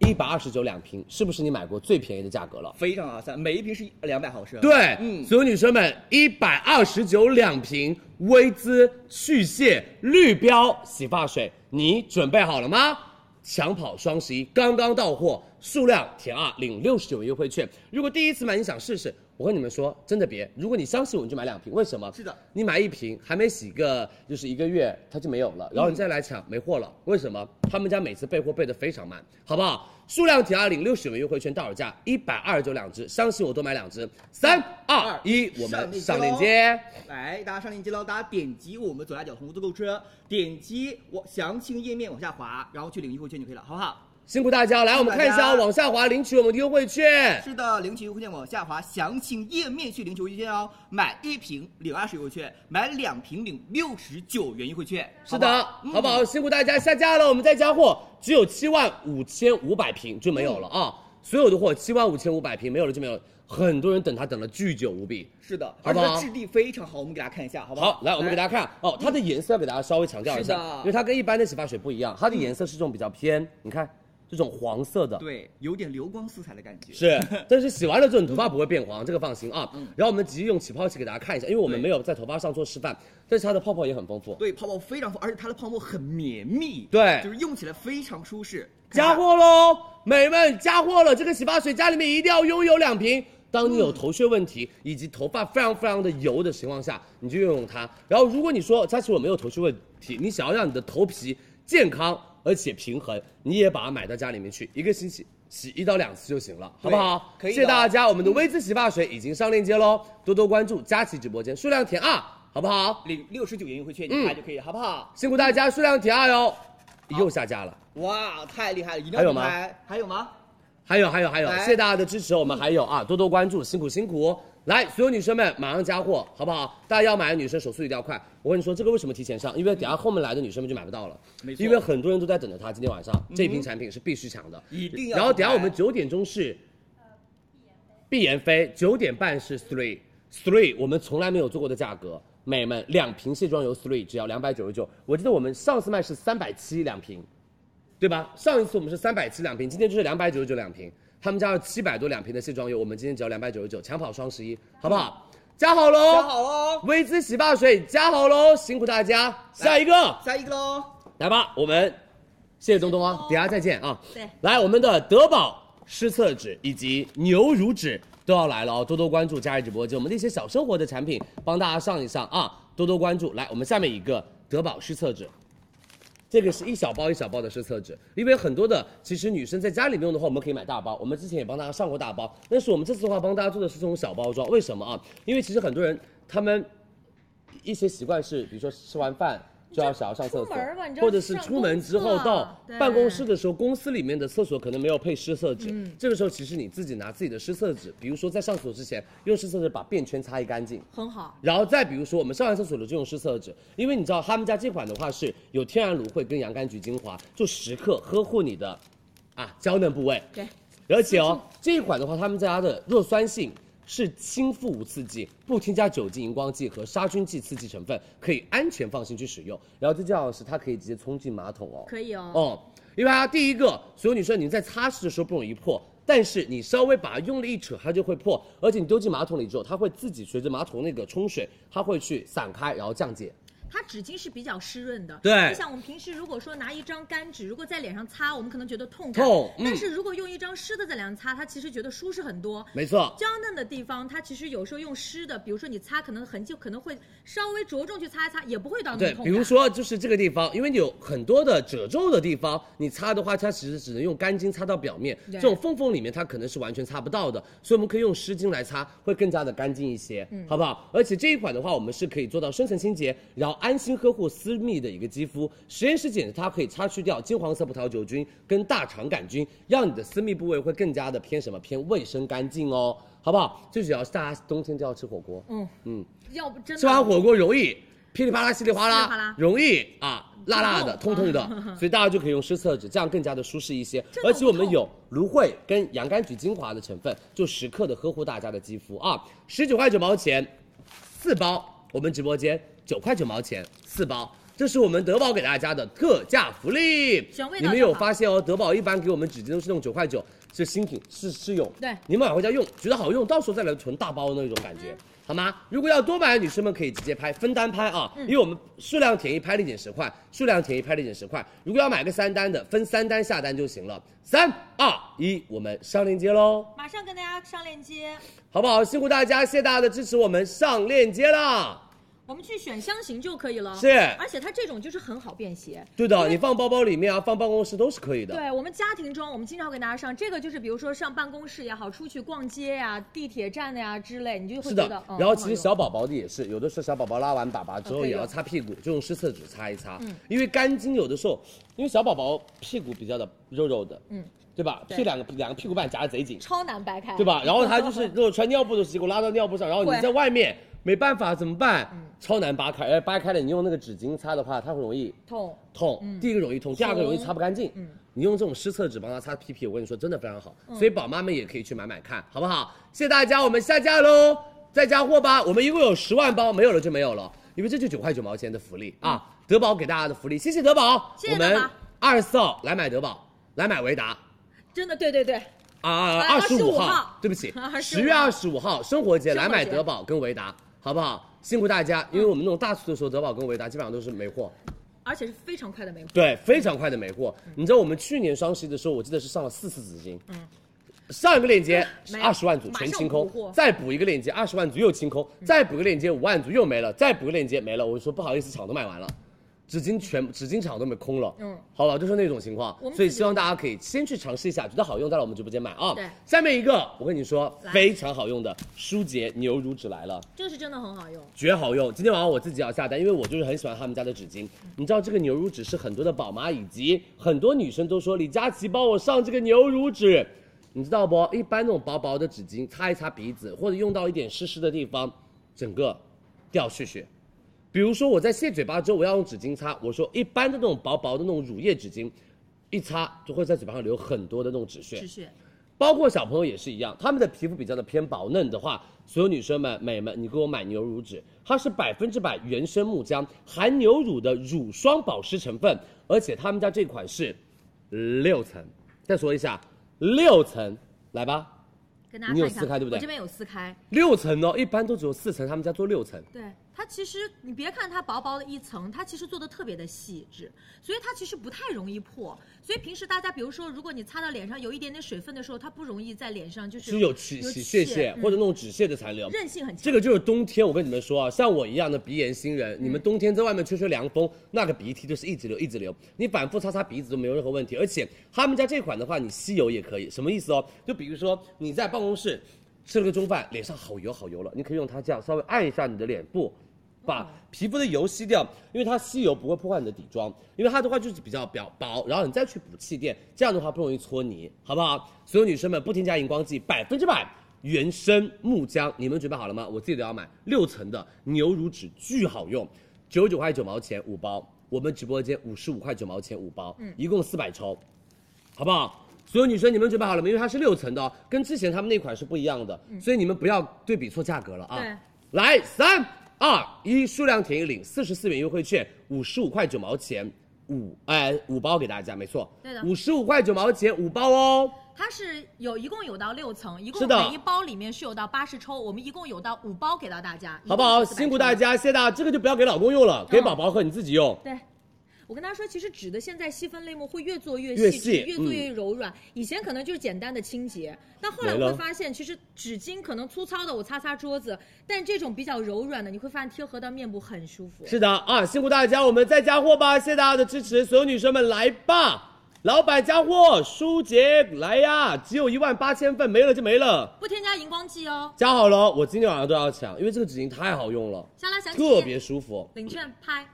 Speaker 8: 一百二十九两瓶，是不是你买过最便宜的价格了？
Speaker 11: 非常划算，每一瓶是两百毫升，
Speaker 8: 对，
Speaker 11: 嗯
Speaker 8: 所有女生们，一百二十九两瓶薇姿去屑绿标洗发水，你准备好了吗？抢跑双十一刚刚到货，数量填二，领六十九元优惠券。如果第一次买你想试试，我跟你们说，真的别。如果你相信我，你就买两瓶。为什么？
Speaker 11: 是的
Speaker 8: 你买一瓶还没洗个就是一个月，它就没有了，然后你再来抢没货
Speaker 11: 嗯
Speaker 8: 了。为什么？他们家每次备货备的非常慢，好不好？数量填二领六十元优惠券，到手价一百二十九两只，相信我多买两只。三二一，我们上链接。
Speaker 11: 来，大家上链接喽！大家点击我们左下角红色购物车，点击我详情页面往下滑，然后去领优惠券就可以了，好不好？
Speaker 8: 辛苦大家，来我们看一下啊，
Speaker 11: 大家
Speaker 8: 往下滑领取我们的优惠券。
Speaker 11: 是的，领取优惠券往下滑，详情页面去领取优惠券哦。买一瓶领二十优惠券，买两瓶领六十九元优惠券，
Speaker 8: 是的，
Speaker 11: 嗯
Speaker 8: 好不好？？辛苦大家下架了，我们再加货，只有七万五千五百瓶就没有了
Speaker 11: 嗯
Speaker 8: 啊！所有的货七万五千五百瓶没有了就没有了，很多人等它等了巨久无比。
Speaker 11: 是的，
Speaker 8: 好
Speaker 11: 而
Speaker 8: 不
Speaker 11: 且
Speaker 8: 好
Speaker 11: 它质地非常好，我们给大家看一下，好不好？
Speaker 8: 好，来我们给大家看哦，它的颜色要给大家稍微强调一
Speaker 11: 是
Speaker 8: 下
Speaker 11: 的，
Speaker 8: 因为它跟一般的洗发水不一样，它的颜色是这种比较偏，你看这种黄色的，
Speaker 11: 对，有点流光似彩的感觉。 <laughs> 嗯
Speaker 8: 是，但是洗完了之后你头发不会变黄，这个放心啊。然后我们直接用起泡器给大家看一下，因为我们
Speaker 11: 对
Speaker 8: 没有在头发上做示范，但是它的泡泡也很丰富。
Speaker 11: 对，泡泡非常丰，而且它的泡沫很绵密，
Speaker 8: 对
Speaker 11: 就是用起来非常舒适。
Speaker 8: <laughs> 加
Speaker 11: 看一下
Speaker 8: 货喽，美们加货了！这个洗发水家里面一定要拥有两瓶。当你有头屑问题以及头发非常非常的油的情况下，你就用用它。然后如果你说佳琪我没有头屑问题，你想要让你的头皮健康而且平衡，你也把它买到家里面去，一个星期洗一到两次就行了，好不好？
Speaker 11: 可以的
Speaker 8: 谢谢大家，我们的薇姿洗发水已经上链接喽，多多关注佳琪直播间，数量填二，好不好？
Speaker 11: 领六十九元优惠券，
Speaker 8: 嗯
Speaker 11: 你拍就可以了，好不好？
Speaker 8: 辛苦大家，数量填二哟，又下架了。
Speaker 11: 哇，太厉害了！一定
Speaker 8: 还有
Speaker 11: 要
Speaker 8: 吗
Speaker 11: 拍，还有吗？
Speaker 8: 还有还有还有，
Speaker 11: 来
Speaker 8: 谢谢大家的支持，我们还有啊，多多关注，辛苦辛苦。来，所有女生们马上加货，好不好？大家要买的女生手速一定要快。我跟你说，这个为什么提前上？因为等下后面来的女生们就买不到了，
Speaker 11: 没错嗯
Speaker 8: 因为很多人都在等着它。今天晚上这瓶产品是必须抢的，
Speaker 11: 一定要
Speaker 8: 然后等下
Speaker 11: 买
Speaker 8: 我们九点钟是碧妍霏，九点半是 three three，我们从来没有做过的价格。美们，两瓶卸妆油 three 只要两百九十九，我记得我们上次卖是三百七两瓶，对吧？上一次我们是三百七两瓶，今天就是两百九十九两瓶，他们家有七百多两瓶的卸妆油，我们今天只要两百九十九，抢跑双十一，好不好？加好喽，
Speaker 11: 加好喽，
Speaker 8: 薇姿洗发水加好喽，辛苦大家，下一个。
Speaker 11: 下一个喽，
Speaker 8: 来吧，我们谢谢东东啊，等下再见啊。
Speaker 4: 对，
Speaker 8: 来我们的德宝湿厕纸以及牛乳纸都要来了哦，多多关注佳怡直播间，我们的一些小生活的产品帮大家上一上啊，多多关注。来，我们下面一个德宝湿厕纸。这个是一小包一小包的湿厕纸，因为很多的其实女生在家里面用的话，我们可以买大包。我们之前也帮大家上过大包，但是我们这次的话帮大家做的是这种小包装，为什么啊？因为其实很多人他们一些习惯是，比如说吃完饭就要想要上厕所
Speaker 4: 出门吧你，这
Speaker 8: 或者是出门之
Speaker 4: 上
Speaker 8: 后
Speaker 4: 公厕
Speaker 8: 到
Speaker 4: 对
Speaker 8: 办公室的时候，公司里面的厕所可能没有配湿厕纸，这个时候其实你自己拿自己的湿厕纸，比如说在上厕所之前用湿厕纸把便圈擦一干净，
Speaker 4: 很好，
Speaker 8: 然后再比如说，我们上完厕所了就用湿厕纸，因为你知道他们家这款的话是有天然芦荟跟洋甘菊精华，就时刻呵护你的啊娇嫩部位。
Speaker 4: 对，
Speaker 8: 而且哦，这一款的话，他们家的弱酸性是亲肤无刺激，不添加酒精、荧光剂和杀菌剂刺激成分，可以安全放心去使用。然后最重要的是，它可以直接冲进马桶哦。
Speaker 4: 可以哦。
Speaker 8: 哦，因为它第一个，所有女生你在擦拭的时候不容易破，但是你稍微把它用力一扯，它就会破，而且你丢进马桶里之后，它会自己随着马桶那个冲水，它会去散开，然后降解。
Speaker 1: 它纸巾是比较湿润的，
Speaker 8: 对
Speaker 1: 就像我们平时如果说拿一张干纸，如果在脸上擦，我们可能觉得痛感，
Speaker 8: 痛嗯
Speaker 1: 但是如果用一张湿的在脸上擦，它其实觉得舒适很多。
Speaker 8: 没错，
Speaker 1: 娇嫩的地方，它其实有时候用湿的，比如说你擦，可能痕迹可能会稍微着重去擦一擦，也不会到那么
Speaker 8: 对
Speaker 1: 痛，感。
Speaker 8: 比如说就是这个地方，因为你有很多的褶皱的地方，你擦的话，它其实只能用干巾擦到表面，这种缝缝里面它可能是完全擦不到的，所以我们可以用湿巾来擦，会更加的干净一些，好不好？而且这一款的话，我们是可以做到深层清洁，然后安心呵护私密的一个肌肤。实验室检测它可以擦去掉金黄色葡萄球菌跟大肠杆菌，让你的私密部位会更加的偏什么偏卫生干净哦。好不好？最主要是大家冬天都要吃火锅，嗯嗯，
Speaker 1: 要不真的
Speaker 8: 吃完火锅容易噼里啪啦、稀里哗
Speaker 1: 稀里哗
Speaker 8: 啦
Speaker 1: 啦，哦嗯
Speaker 8: 容易啊辣辣的、
Speaker 1: 痛
Speaker 8: 痛
Speaker 1: 痛
Speaker 8: 痛
Speaker 1: <laughs>
Speaker 8: 的，所以大家就可以用湿厕纸，这样更加的舒适一些。
Speaker 1: 这个
Speaker 8: 而且我们
Speaker 1: 不痛
Speaker 8: 有芦荟跟洋甘菊精华的成分，就时刻的呵护大家的肌肤啊。十九块九毛钱，四包，我们直播间九块九毛钱四包。这是我们德宝给大家的特价福利
Speaker 1: 选味，道
Speaker 8: 你们
Speaker 1: 就
Speaker 8: 有
Speaker 1: 好
Speaker 8: 发现哦？德宝一般给我们纸巾都是那种九块九，是新品，试试用。
Speaker 1: 对
Speaker 8: 你们买回家用，觉得好用，到时候再来囤大包的那种感觉，好吗？如果要多买的女生们可以直接拍分单拍啊，因为我们数量填一拍立减十块，数量填一拍立减十块。如果要买个三单的，分三单下单就行了。三二一，我们上链接喽，
Speaker 1: 马上跟大家上链接，
Speaker 8: 好不好？辛苦大家，谢谢大家的支持，我们上链接啦。
Speaker 1: 我们去选香型就可以了。
Speaker 8: 是
Speaker 1: 而且它这种就是很好便携。
Speaker 8: 对的，你放包包里面啊，放办公室都是可以的。
Speaker 1: 对我们家庭中，我们经常会给大家上这个，就是比如说上办公室也好，出去逛街呀、地铁站的呀之类，你就会
Speaker 8: 是
Speaker 1: 觉
Speaker 8: 的
Speaker 1: 得。，嗯
Speaker 8: 然后其
Speaker 1: 很
Speaker 8: 实
Speaker 1: 好用哦
Speaker 8: 小宝宝的也是，有的时候小宝宝拉完粑粑之后
Speaker 1: 可以
Speaker 8: 也要
Speaker 1: 用
Speaker 8: 擦屁股，就用湿厕纸擦一擦，
Speaker 1: 嗯
Speaker 8: 因为干巾有的时候，因为小宝宝屁股比较的肉肉的，嗯，对吧？屁两个两个屁股板夹得贼紧，
Speaker 1: 超难掰开，
Speaker 8: 对？吧？
Speaker 1: <laughs>
Speaker 8: 然后他就是如果穿尿布的时候，结果拉到尿布上，然后你在外面没办法怎么办？
Speaker 1: 嗯
Speaker 8: 超难扒开，哎，扒开了你用那个纸巾擦的话，它会容易
Speaker 1: 痛，
Speaker 8: 痛，第一个容易嗯痛，第嗯二个容易擦不干净。你用这种湿厕纸帮它擦屁屁，我跟你说真的非常好，所以宝妈们也可以去买买看，好不好？谢谢大家，我们下架喽，再加货吧。我们一共有十万包，没有了就没有了，因为这就九块九毛钱的福利啊，德宝给大家的福利，谢谢德宝，
Speaker 1: 谢谢
Speaker 8: 我
Speaker 1: 德宝
Speaker 8: 们二十四号来买德宝，来买维达。
Speaker 1: 真的，对对对，
Speaker 8: 啊，
Speaker 1: 啊
Speaker 8: 十
Speaker 1: 25
Speaker 8: 号
Speaker 1: 号，
Speaker 8: 对不起，
Speaker 1: 25
Speaker 8: 十月 <laughs> 二十五号生活节来买
Speaker 1: 生活节
Speaker 8: 德宝跟维达，好不好？辛苦大家，因为我们那种大促的时候，德宝跟维达基本上都是没货，
Speaker 1: 而且是非常快的没
Speaker 8: 对，非常快的没货。你知道我们去年双十一的时候，我记得是上了四次纸巾，嗯，上一个链接
Speaker 1: 没
Speaker 8: 二十万组
Speaker 1: 马上
Speaker 8: 全清空
Speaker 1: 补货，嗯
Speaker 8: 再补一个链接二十万组又清空，再补一个链接五万组又没了，再补一个链接没了，我就说不好意思，厂都卖完了。纸巾全纸巾厂都没空了，嗯，好吧，就是那种情况
Speaker 1: 我，们
Speaker 8: 所以
Speaker 1: 自己
Speaker 8: 希望大家可以先去尝试一下，觉得好用再来我们直播间买啊。
Speaker 1: 对
Speaker 8: 下面一个我跟你说非常好用的舒洁牛乳纸来了。
Speaker 1: 这个是真的很好用，
Speaker 8: 绝好用！今天晚上我自己要下单，因为我就是很喜欢他们家的纸巾。你知道这个牛乳纸是很多的宝妈以及很多女生都说李佳琦帮我上这个牛乳纸，你知道不？一般那种薄薄的纸巾擦一擦鼻子，或者用到一点湿湿的地方，整个掉屑屑。比如说我在卸嘴巴之后，我要用纸巾擦，我说一般的那种薄薄的那种乳液纸巾，一擦就会在嘴巴上留很多的那种纸屑。
Speaker 1: 是是，
Speaker 8: 包括小朋友也是一样，他们的皮肤比较的偏薄嫩的话，所有女生们、美们，你给我买牛乳脂，它是百分之百原生木浆，含牛乳的乳霜保湿成分，而且他们家这款是六层，再说一下，六层，来吧，
Speaker 1: 跟大家
Speaker 8: 你有
Speaker 1: 看一看，
Speaker 8: 撕开对不对
Speaker 1: 我这边有撕开，
Speaker 8: 六层哦，一般都只有四层，他们家做六层，
Speaker 1: 对它其实你别看它薄薄的一层，它其实做的特别的细致，所以它其实不太容易破。所以平时大家比如说，如果你擦到脸上有一点点水分的时候，它不容易在脸上就是
Speaker 8: 是有起起屑屑
Speaker 1: 嗯
Speaker 8: 或者那种止屑的残留，
Speaker 1: 韧性很强。
Speaker 8: 这个就是冬天，我跟你们说啊，像我一样的鼻炎新
Speaker 1: 嗯
Speaker 8: 人，你们冬天在外面吹吹凉风，那个鼻涕就是一直流，一直流，你反复擦擦鼻子都没有任何问题。而且他们家这款的话，你吸油也可以，什么意思哦？就比如说你在办公室吃了个中饭，脸上好油好油了，你可以用它这样稍微按一下你的脸部。把皮肤的油吸掉，因为它吸油不会破坏你的底妆，因为它的话就是比较表薄，然后你再去补气垫，这样的话不容易搓泥，好不好？所有女生们不添加荧光剂，百分之百原生木浆，你们准备好了吗？我自己都要买六层的牛乳脂，巨好用，九十九块九毛钱五包，我们直播间五十五块九毛钱五包，一共四百抽，好不好？所有女生，你们准备好了吗？因为它是六层的哦，跟之前他们那款是不一样的，所以你们不要对比错价格了啊。
Speaker 1: 嗯对
Speaker 8: 来三二一，数量填一领四十四元优惠券，五十五块九毛钱五哎五包给大家，没错，
Speaker 1: 对的
Speaker 8: 五十五块九毛钱五包哦。
Speaker 1: 它是有一共有到六层，一
Speaker 8: 是
Speaker 1: 共
Speaker 8: 的
Speaker 1: 每一包里面是有到八十抽，我们一共有到五包给到大家，
Speaker 8: 好不好？
Speaker 1: 一共是400
Speaker 8: 辛苦大
Speaker 1: 抽。
Speaker 8: 家，谢谢大家。这个就不要给老公用了，
Speaker 1: 嗯
Speaker 8: 给宝宝和你自己用。
Speaker 1: 对。我跟大家说，其实纸的现在细分类目会越做越
Speaker 8: 越
Speaker 1: 细致，
Speaker 8: 细嗯
Speaker 1: 越做越柔软。以前可能就是简单的清洁，但后来
Speaker 8: 没
Speaker 1: 我
Speaker 8: 了
Speaker 1: 会发现，其实纸巾可能粗糙的我擦擦桌子，但这种比较柔软的，你会发现贴合到面部很舒服。
Speaker 8: 是的啊，辛苦大家，我们再加货吧，谢谢大家的支持，所有女生们来吧，老板加货，舒洁来呀，只有一万八千份，没了就没了，
Speaker 1: 不添加荧光剂哦。
Speaker 8: 加好了，我今天晚上都要抢，因为这个纸巾太好用了，
Speaker 1: 下拉详情
Speaker 8: 特别舒服。
Speaker 1: 领券拍，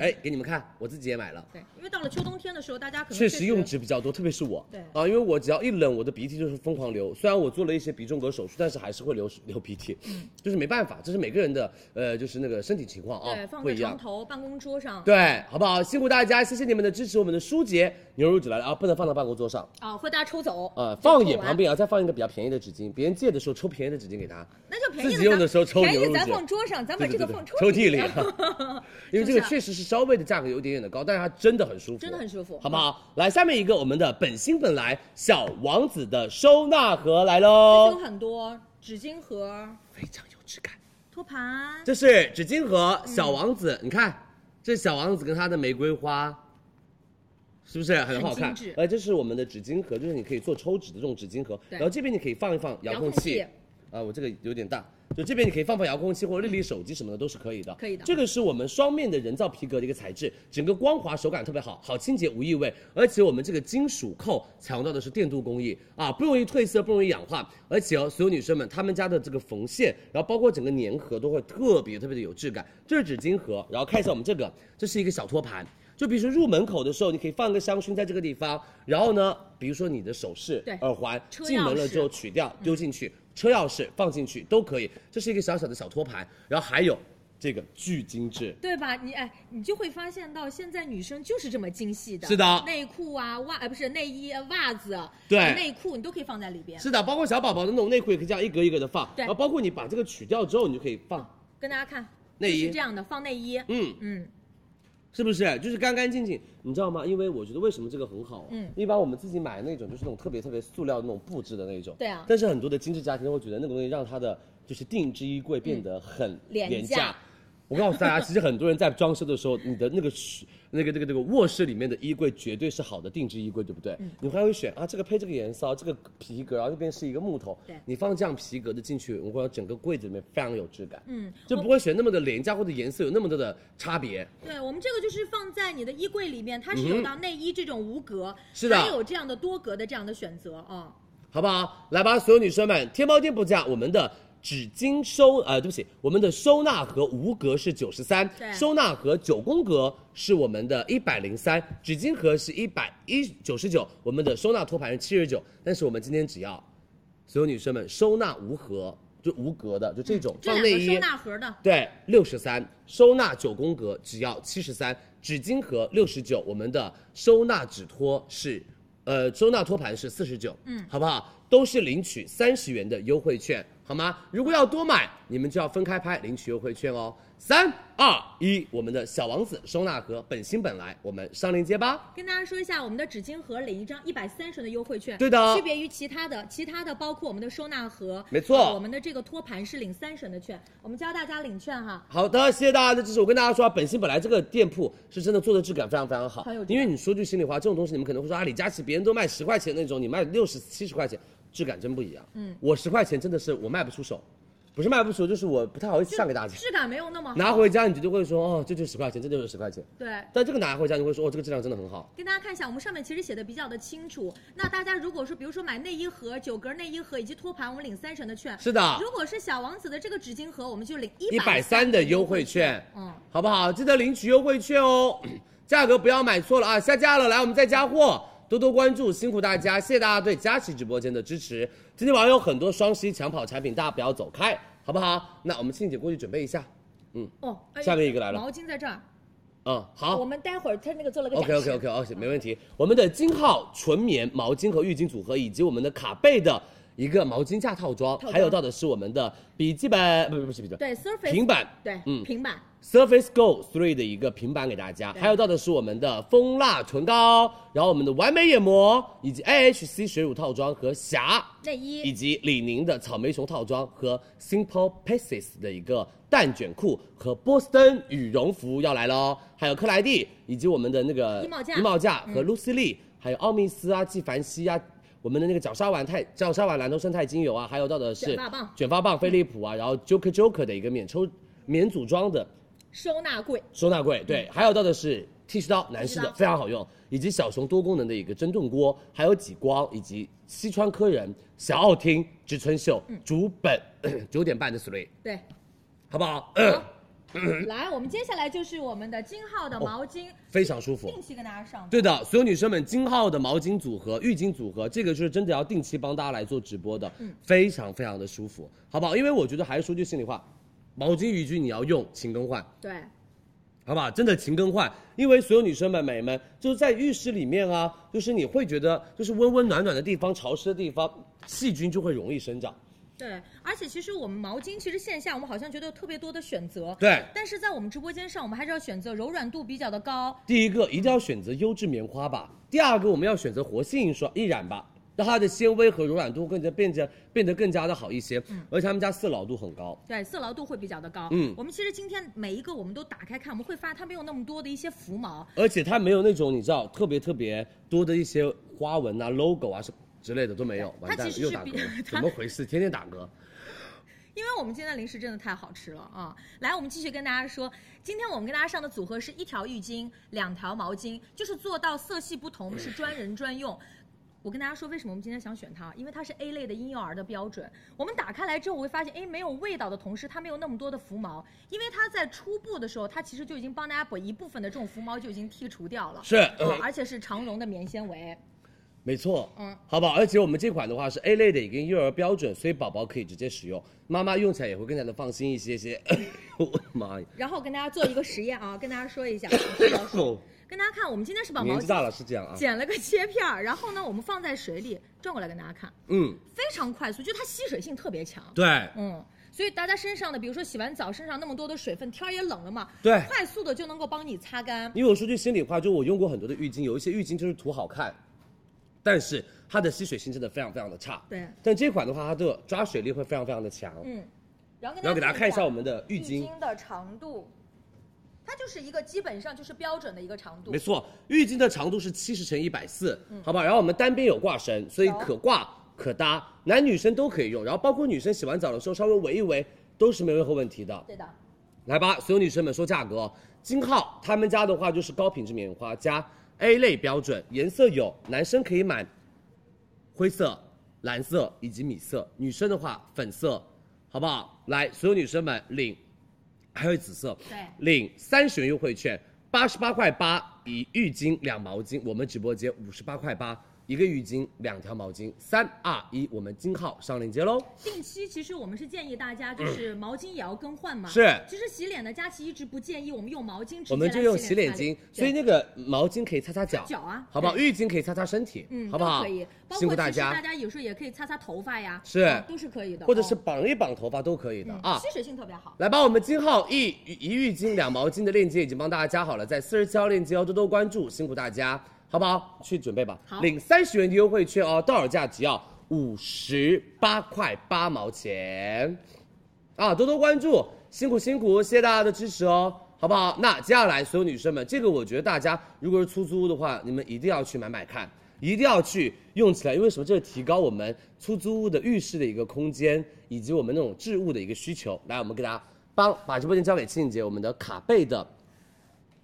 Speaker 8: 哎，给你们看，我自己也买了。
Speaker 1: 嗯对，因为到了秋冬天的时候，大家可能
Speaker 8: 确实用纸比较多，特别是我，
Speaker 1: 对
Speaker 8: 啊，因为我只要一冷，我的鼻涕就是疯狂流。虽然我做了一些鼻中隔手术，但是还是会流流鼻涕，
Speaker 1: 嗯
Speaker 8: 就是没办法，这是每个人的呃，就是那个身体情况啊
Speaker 1: 对放
Speaker 8: 不
Speaker 1: 在
Speaker 8: 一样
Speaker 1: 床。头、办公桌上，
Speaker 8: 对，好不好？辛苦大家，谢谢你们的支持。我们的舒洁牛乳纸来了啊，不能放到办公桌上，
Speaker 1: 啊，会大家抽走，
Speaker 8: 呃，
Speaker 1: 就
Speaker 8: 放
Speaker 1: 抽
Speaker 8: 也
Speaker 1: 完
Speaker 8: 旁边啊，再放一个比较便宜的纸巾，别人借的时候抽便宜的纸巾给他，
Speaker 1: 那就便宜
Speaker 8: 自己用的时候
Speaker 1: 咱
Speaker 8: 抽
Speaker 1: 便宜
Speaker 8: 牛肉
Speaker 1: 咱
Speaker 8: 纸
Speaker 1: 放桌上，咱把
Speaker 8: 对
Speaker 1: 这
Speaker 8: 对
Speaker 1: 个
Speaker 8: 对
Speaker 1: 放
Speaker 8: 对抽屉
Speaker 1: 里
Speaker 8: 里
Speaker 1: 啊。
Speaker 8: 因为这个确实是稍微的价格有一点点的高，但是它真的很舒服，
Speaker 1: <laughs> 真的很舒服
Speaker 8: 好不好？来，下面一个我们的本心本来小王子的收纳盒来喽
Speaker 1: 有，很多纸巾盒、
Speaker 8: 非常有质感。
Speaker 1: 托盘，
Speaker 8: 这是纸巾盒小王子，
Speaker 1: 嗯
Speaker 8: 你看，这是小王子跟他的玫瑰花，是不是很好看
Speaker 1: 很精致？
Speaker 8: 呃，这是我们的纸巾盒，就是你可以做抽纸的这种纸巾盒，
Speaker 1: 对
Speaker 8: 然后这边你可以放一放遥控
Speaker 1: 遥控器
Speaker 8: 啊、我这个有点大。就这边你可以放放遥控器或者丽丽手机什么的都是可以的，
Speaker 1: 可以的
Speaker 8: 这个是我们双面的人造皮革的一个材质，整个光滑手感特别好，好清洁无异味，而且我们这个金属扣采用到的是电镀工艺啊，不容易褪色，不容易氧化，而且哦，所有女生们她们家的这个缝线，然后包括整个粘合都会特别特别的有质感。这是纸巾盒，然后看一下我们这个，这是一个小托盘。就比如说入门口的时候，你可以放个香薰在这个地方，然后呢，比如说你的首饰、
Speaker 1: 对
Speaker 8: 耳环，
Speaker 1: 车
Speaker 8: 进门了
Speaker 1: 钥匙嗯
Speaker 8: 之后取掉丢进去，车钥匙放进去都可以。这是一个小小的小托盘，然后还有这个巨精致，
Speaker 1: 对吧？你哎，你就会发现到现在女生就是这么精细的，
Speaker 8: 是的
Speaker 1: 内裤啊袜，哎不是内衣啊袜子，
Speaker 8: 对
Speaker 1: 内裤你都可以放在里边。
Speaker 8: 是的，包括小宝宝的那种内裤也可以这样一格一格的放，
Speaker 1: 对
Speaker 8: 然后包括你把这个取掉之后，你就可以放，
Speaker 1: 跟大家看，
Speaker 8: 内衣
Speaker 1: 就是这样的，放内衣，
Speaker 8: 嗯，
Speaker 1: 嗯，
Speaker 8: 是不是？就是干干净净，你知道吗？因为我觉得为什么这个很好、啊，
Speaker 1: 嗯
Speaker 8: 一般我们自己买那种就是那种特别特别塑料的那种布制的那种，
Speaker 1: 对啊
Speaker 8: 但是很多的精致家庭会觉得那个东西让它的就是定制衣柜变得很
Speaker 1: 廉
Speaker 8: 廉
Speaker 1: 价
Speaker 8: 价。我告诉大家，其实很多人在装修的时候，你的那个是那个那个那个卧室里面的衣柜绝对是好的定制衣柜，对不对？
Speaker 1: 嗯
Speaker 8: 你还会选啊，这个配这个颜色，啊这个皮革，然后这边是一个木头，
Speaker 1: 对
Speaker 8: 你放这样皮革的进去，我感觉整个柜子里面非常有质感，
Speaker 1: 嗯，
Speaker 8: 就不会选那么的廉价或者颜色有那么多的差别。
Speaker 1: 对我们这个就是放在你的衣柜里面，它是有到内衣这种无格，
Speaker 8: 嗯是的
Speaker 1: 还有这样的多格的这样的选择啊、
Speaker 8: 好不好？来吧，所有女生们，天猫店铺价我们的。纸巾收呃，对不起，我们的收纳盒无格是九十三，收纳盒九宫格是我们的一百零三，纸巾盒是一百一九十九，我们的收纳托盘是七十九，但是我们今天只要所有女生们收纳无盒。就无格的，就这种、
Speaker 4: 嗯这两
Speaker 8: 放内
Speaker 4: 个
Speaker 8: 衣，
Speaker 4: 收纳盒的，
Speaker 8: 对，六十三，收纳九宫格只要七十三，纸巾盒六十九，我们的收纳纸托是，呃，收纳托盘是四十九，嗯，好不好？都是领取三十元的优惠券，好吗？如果要多买，你们就要分开拍领取优惠券哦。三二一，我们的小王子收纳盒本心本来，我们上链接吧。
Speaker 1: 跟大家说一下，我们的纸巾盒领一张一百三十的优惠券，
Speaker 8: 对的
Speaker 1: 区别于其他的，其他的包括我们的收纳盒，
Speaker 8: 没错
Speaker 1: 呃我们的这个托盘是领三十的券，我们教大家领券哈。
Speaker 8: 好的，谢谢大家的支持。我跟大家说啊，本心本来这个店铺是真的做的质感非常非常好，
Speaker 1: 很有质感
Speaker 8: 因为你说句心里话，这种东西你们可能会说啊，李佳琦别人都卖十块钱那种，你卖六十七十块钱，质感真不一样。嗯，我十块钱真的是我卖不出手，不是卖不出手，就是我不太好意思上给大家。
Speaker 1: 质感没有那么好。
Speaker 8: 拿回家你绝对会说哦，这就十块钱，这就是十块钱。
Speaker 1: 对，
Speaker 8: 但这个拿回家你会说哦，这个质量真的很好。
Speaker 1: 跟大家看一下，我们上面其实写的比较的清楚。那大家如果说，比如说买内衣盒、九格内衣盒以及托盘，我们领三成的券。
Speaker 8: 是的，
Speaker 1: 如果是小王子的这个纸巾盒，我们就领
Speaker 8: 一百三的优惠券，
Speaker 1: 嗯
Speaker 8: 嗯，好不好？记得领取优惠券哦， <clears throat> 价格不要买错了啊！下架了，来我们再加货，多多关注，辛苦大家，谢谢大家对佳琦直播间的支持。今天晚上有很多双十一抢跑产品，大家不要走开，好不好？那我们庆姐过去准备一下，嗯，
Speaker 1: 哦，哎
Speaker 8: 下面一个来了
Speaker 1: 毛巾在这儿。
Speaker 8: 嗯，好，
Speaker 1: 我们待会儿他那个做了个展
Speaker 8: OK
Speaker 1: 示。
Speaker 8: OK OK OK，没问题。我们的金浩纯棉毛巾和浴巾组合，以及我们的卡贝的一个毛巾架套装，
Speaker 1: 装
Speaker 8: 还有到的是我们的笔记本，不不不是笔记本，
Speaker 1: 对，Surface
Speaker 8: 平板，
Speaker 1: 对，
Speaker 8: 嗯
Speaker 1: 平板。
Speaker 8: Surface Go 3的一个平板给大家，还有到的是我们的蜂蜡唇膏，然后我们的完美眼膜，以及 AHC 水乳套装和霞
Speaker 1: 内衣
Speaker 8: 以及李宁的草莓熊套装和 Simple Pieces 的一个蛋卷裤和波司登羽绒服要来了哦，还有克莱蒂以及我们的那个
Speaker 1: 衣帽架嗯
Speaker 8: 衣帽架和露丝丽，还有奥密斯啊、纪梵希啊。我们的那个角鲨烷钛角鲨烷兰州生态精油啊，还有到的是
Speaker 1: 卷发棒
Speaker 8: 卷发棒飞利浦啊，然后 Joker Joker 的一个免抽免组装的
Speaker 1: 收纳柜，
Speaker 8: 收纳柜，对，还有到的是嗯剃须刀，男士
Speaker 1: 剃须
Speaker 8: 的
Speaker 1: 刀
Speaker 8: 非常好用，以及小熊多功能的一个蒸炖锅，还有极光，以及西川科人、小奥汀、植村秀、竹本， <clears throat> 九点半的 three， <clears throat>
Speaker 1: 对，
Speaker 8: 好不好？
Speaker 1: 来，我们接下来就是我们的金浩的毛巾，
Speaker 8: <clears throat> 非常舒服。
Speaker 1: 定期跟大家上。
Speaker 8: 哦对的，所有女生们，金浩的毛巾组合、浴巾组合，这个就是真的要定期帮大家来做直播的，非常非常的舒服，好不好？因为我觉得还是说句心里话，毛巾、浴巾你要用，勤更换。
Speaker 1: 对，
Speaker 8: 好不好？真的勤更换，因为所有女生们、美们，就是在浴室里面啊，就是你会觉得，就是温温暖暖的地方、潮湿的地方，细菌就会容易生长。
Speaker 1: 对，而且其实我们毛巾，其实线下我们好像觉得有特别多的选择，
Speaker 8: 对
Speaker 1: 但是在我们直播间上，我们还是要选择柔软度比较的高，
Speaker 8: 第一个一定要选择优质棉花吧，第二个我们要选择活性印刷易染吧，让它的纤维和柔软度更加变得变得更加的好一些，而且他们家色牢度很高。
Speaker 1: 对，色牢度会比较的高。
Speaker 8: 嗯
Speaker 1: 我们其实今天每一个我们都打开看，我们会发现它没有那么多的一些浮毛，
Speaker 8: 而且它没有那种你知道特别特别多的一些花纹啊、logo 啊什么之类的都没有，完蛋
Speaker 1: 它
Speaker 8: 了
Speaker 1: 其实
Speaker 8: 又
Speaker 1: 是
Speaker 8: 打
Speaker 1: 比 <laughs>
Speaker 8: 嗝，
Speaker 1: 它
Speaker 8: 怎么回事？天天打嗝。
Speaker 1: 因为我们今天的零食真的太好吃了啊！来，我们继续跟大家说，今天我们跟大家上的组合是一条浴巾、两条毛巾，就是做到色系不同，是专人专用。我跟大家说，为什么我们今天想选它？因为它是 A 类的婴幼儿的标准。我们打开来之后，会发现，哎，没有味道的同时，它没有那么多的浮毛，因为它在初步的时候，它其实就已经帮大家把一部分的这种浮毛就已经剔除掉了，
Speaker 8: 是
Speaker 1: 啊而且是长绒的棉纤维。
Speaker 8: 没错，
Speaker 1: 嗯
Speaker 8: 嗯，好不好？而且我们这款的话是 A 类的，一个幼儿标准，所以宝宝可以直接使用，妈妈用起来也会更加的放心一些
Speaker 1: <laughs>
Speaker 8: 些。我的妈呀！
Speaker 1: 然后跟大家做一个实验啊，跟大家说一下，啊
Speaker 8: <laughs>
Speaker 1: 跟大家看，我们今天是把毛
Speaker 8: 哦年
Speaker 1: 巾
Speaker 8: 纪大了是这样啊，
Speaker 1: 剪了个切片儿，然后呢，我们放在水里转过来跟大家看，
Speaker 8: 嗯，
Speaker 1: 非常快速，就它吸水性特别强。
Speaker 8: 对，
Speaker 1: 嗯，所以大家身上的，比如说洗完澡身上那么多的水分，天儿也冷了嘛，
Speaker 8: 对
Speaker 1: 快速的就能够帮你擦干。
Speaker 8: 因为我说句心里话，就我用过很多的浴巾，有一些浴巾就是图好看，但是它的吸水性真的非常非常的差。
Speaker 1: 对
Speaker 8: 但这款的话，它的抓水力会非常非常的强。
Speaker 1: 嗯，然后
Speaker 8: 然后给大家看一下我
Speaker 1: 们
Speaker 8: 们的浴巾，
Speaker 1: 的长度，它就是一个基本上就是标准的一个长度
Speaker 8: 没。错，浴巾的长度是七十乘一百四，好吧。然后我们单边有挂绳，所以可挂可搭，男女生都可以用。然后包括女生洗完澡的时候稍微围一围，都是没有任何问题的。
Speaker 1: 对的，
Speaker 8: 来吧，所有女生们说价格哦，金浩他们家的话就是高品质棉花加 A 类标准，颜色有男生可以买灰色、蓝色以及米色，女生的话粉色、好不好？来，所有女生们领，还有紫色，
Speaker 9: 对
Speaker 8: 领三十元优惠券，八十八块八一浴巾两毛巾，我们直播间五十八块八一个浴巾两条毛巾，三二一，我们金号上链接喽。
Speaker 11: 定期其实我们是建议大家就是毛巾也要更换嘛。
Speaker 8: 嗯是
Speaker 11: 其实洗脸呢，佳琪一直不建议我们用毛
Speaker 1: 嗯
Speaker 11: 巾直接
Speaker 8: 我们就用洗脸巾，
Speaker 11: 脸擦
Speaker 8: 所以那个毛巾可以擦擦脚，
Speaker 11: 擦脚啊
Speaker 8: 好不好？
Speaker 11: 对
Speaker 8: 浴巾可以擦擦身体，
Speaker 11: 嗯，
Speaker 8: 好不好？
Speaker 11: 都可以，包
Speaker 8: 辛
Speaker 11: 括
Speaker 8: 苦
Speaker 11: 其
Speaker 8: 大
Speaker 11: 实
Speaker 8: 家，
Speaker 11: 大家有时候也可以擦擦头发呀，
Speaker 8: 是
Speaker 11: 啊都是可以的，
Speaker 8: 或者是
Speaker 11: 哦
Speaker 8: 绑一绑头发都可以的、
Speaker 1: 嗯
Speaker 8: 啊。
Speaker 11: 吸水性特别好。
Speaker 8: 来吧，我们金号一一浴巾两毛巾的链接已经帮大家加好了，在四十七号链接哦，多多关注，辛苦大家，好不好？去准备吧，
Speaker 11: 好
Speaker 8: 领三十元的优惠券哦，到手价只要五十八块八毛钱，啊，多多关注，辛苦辛苦，谢谢大家的支持哦。好不好？那接下来所有女生们，这个我觉得大家如果是出租屋的话，你们一定要去买买看，一定要去用起来，因为什么？这是提高我们出租屋的浴室的一个空间，以及我们那种置物的一个需求。来，我们给大家帮把直播间交给庆姐，我们的卡贝的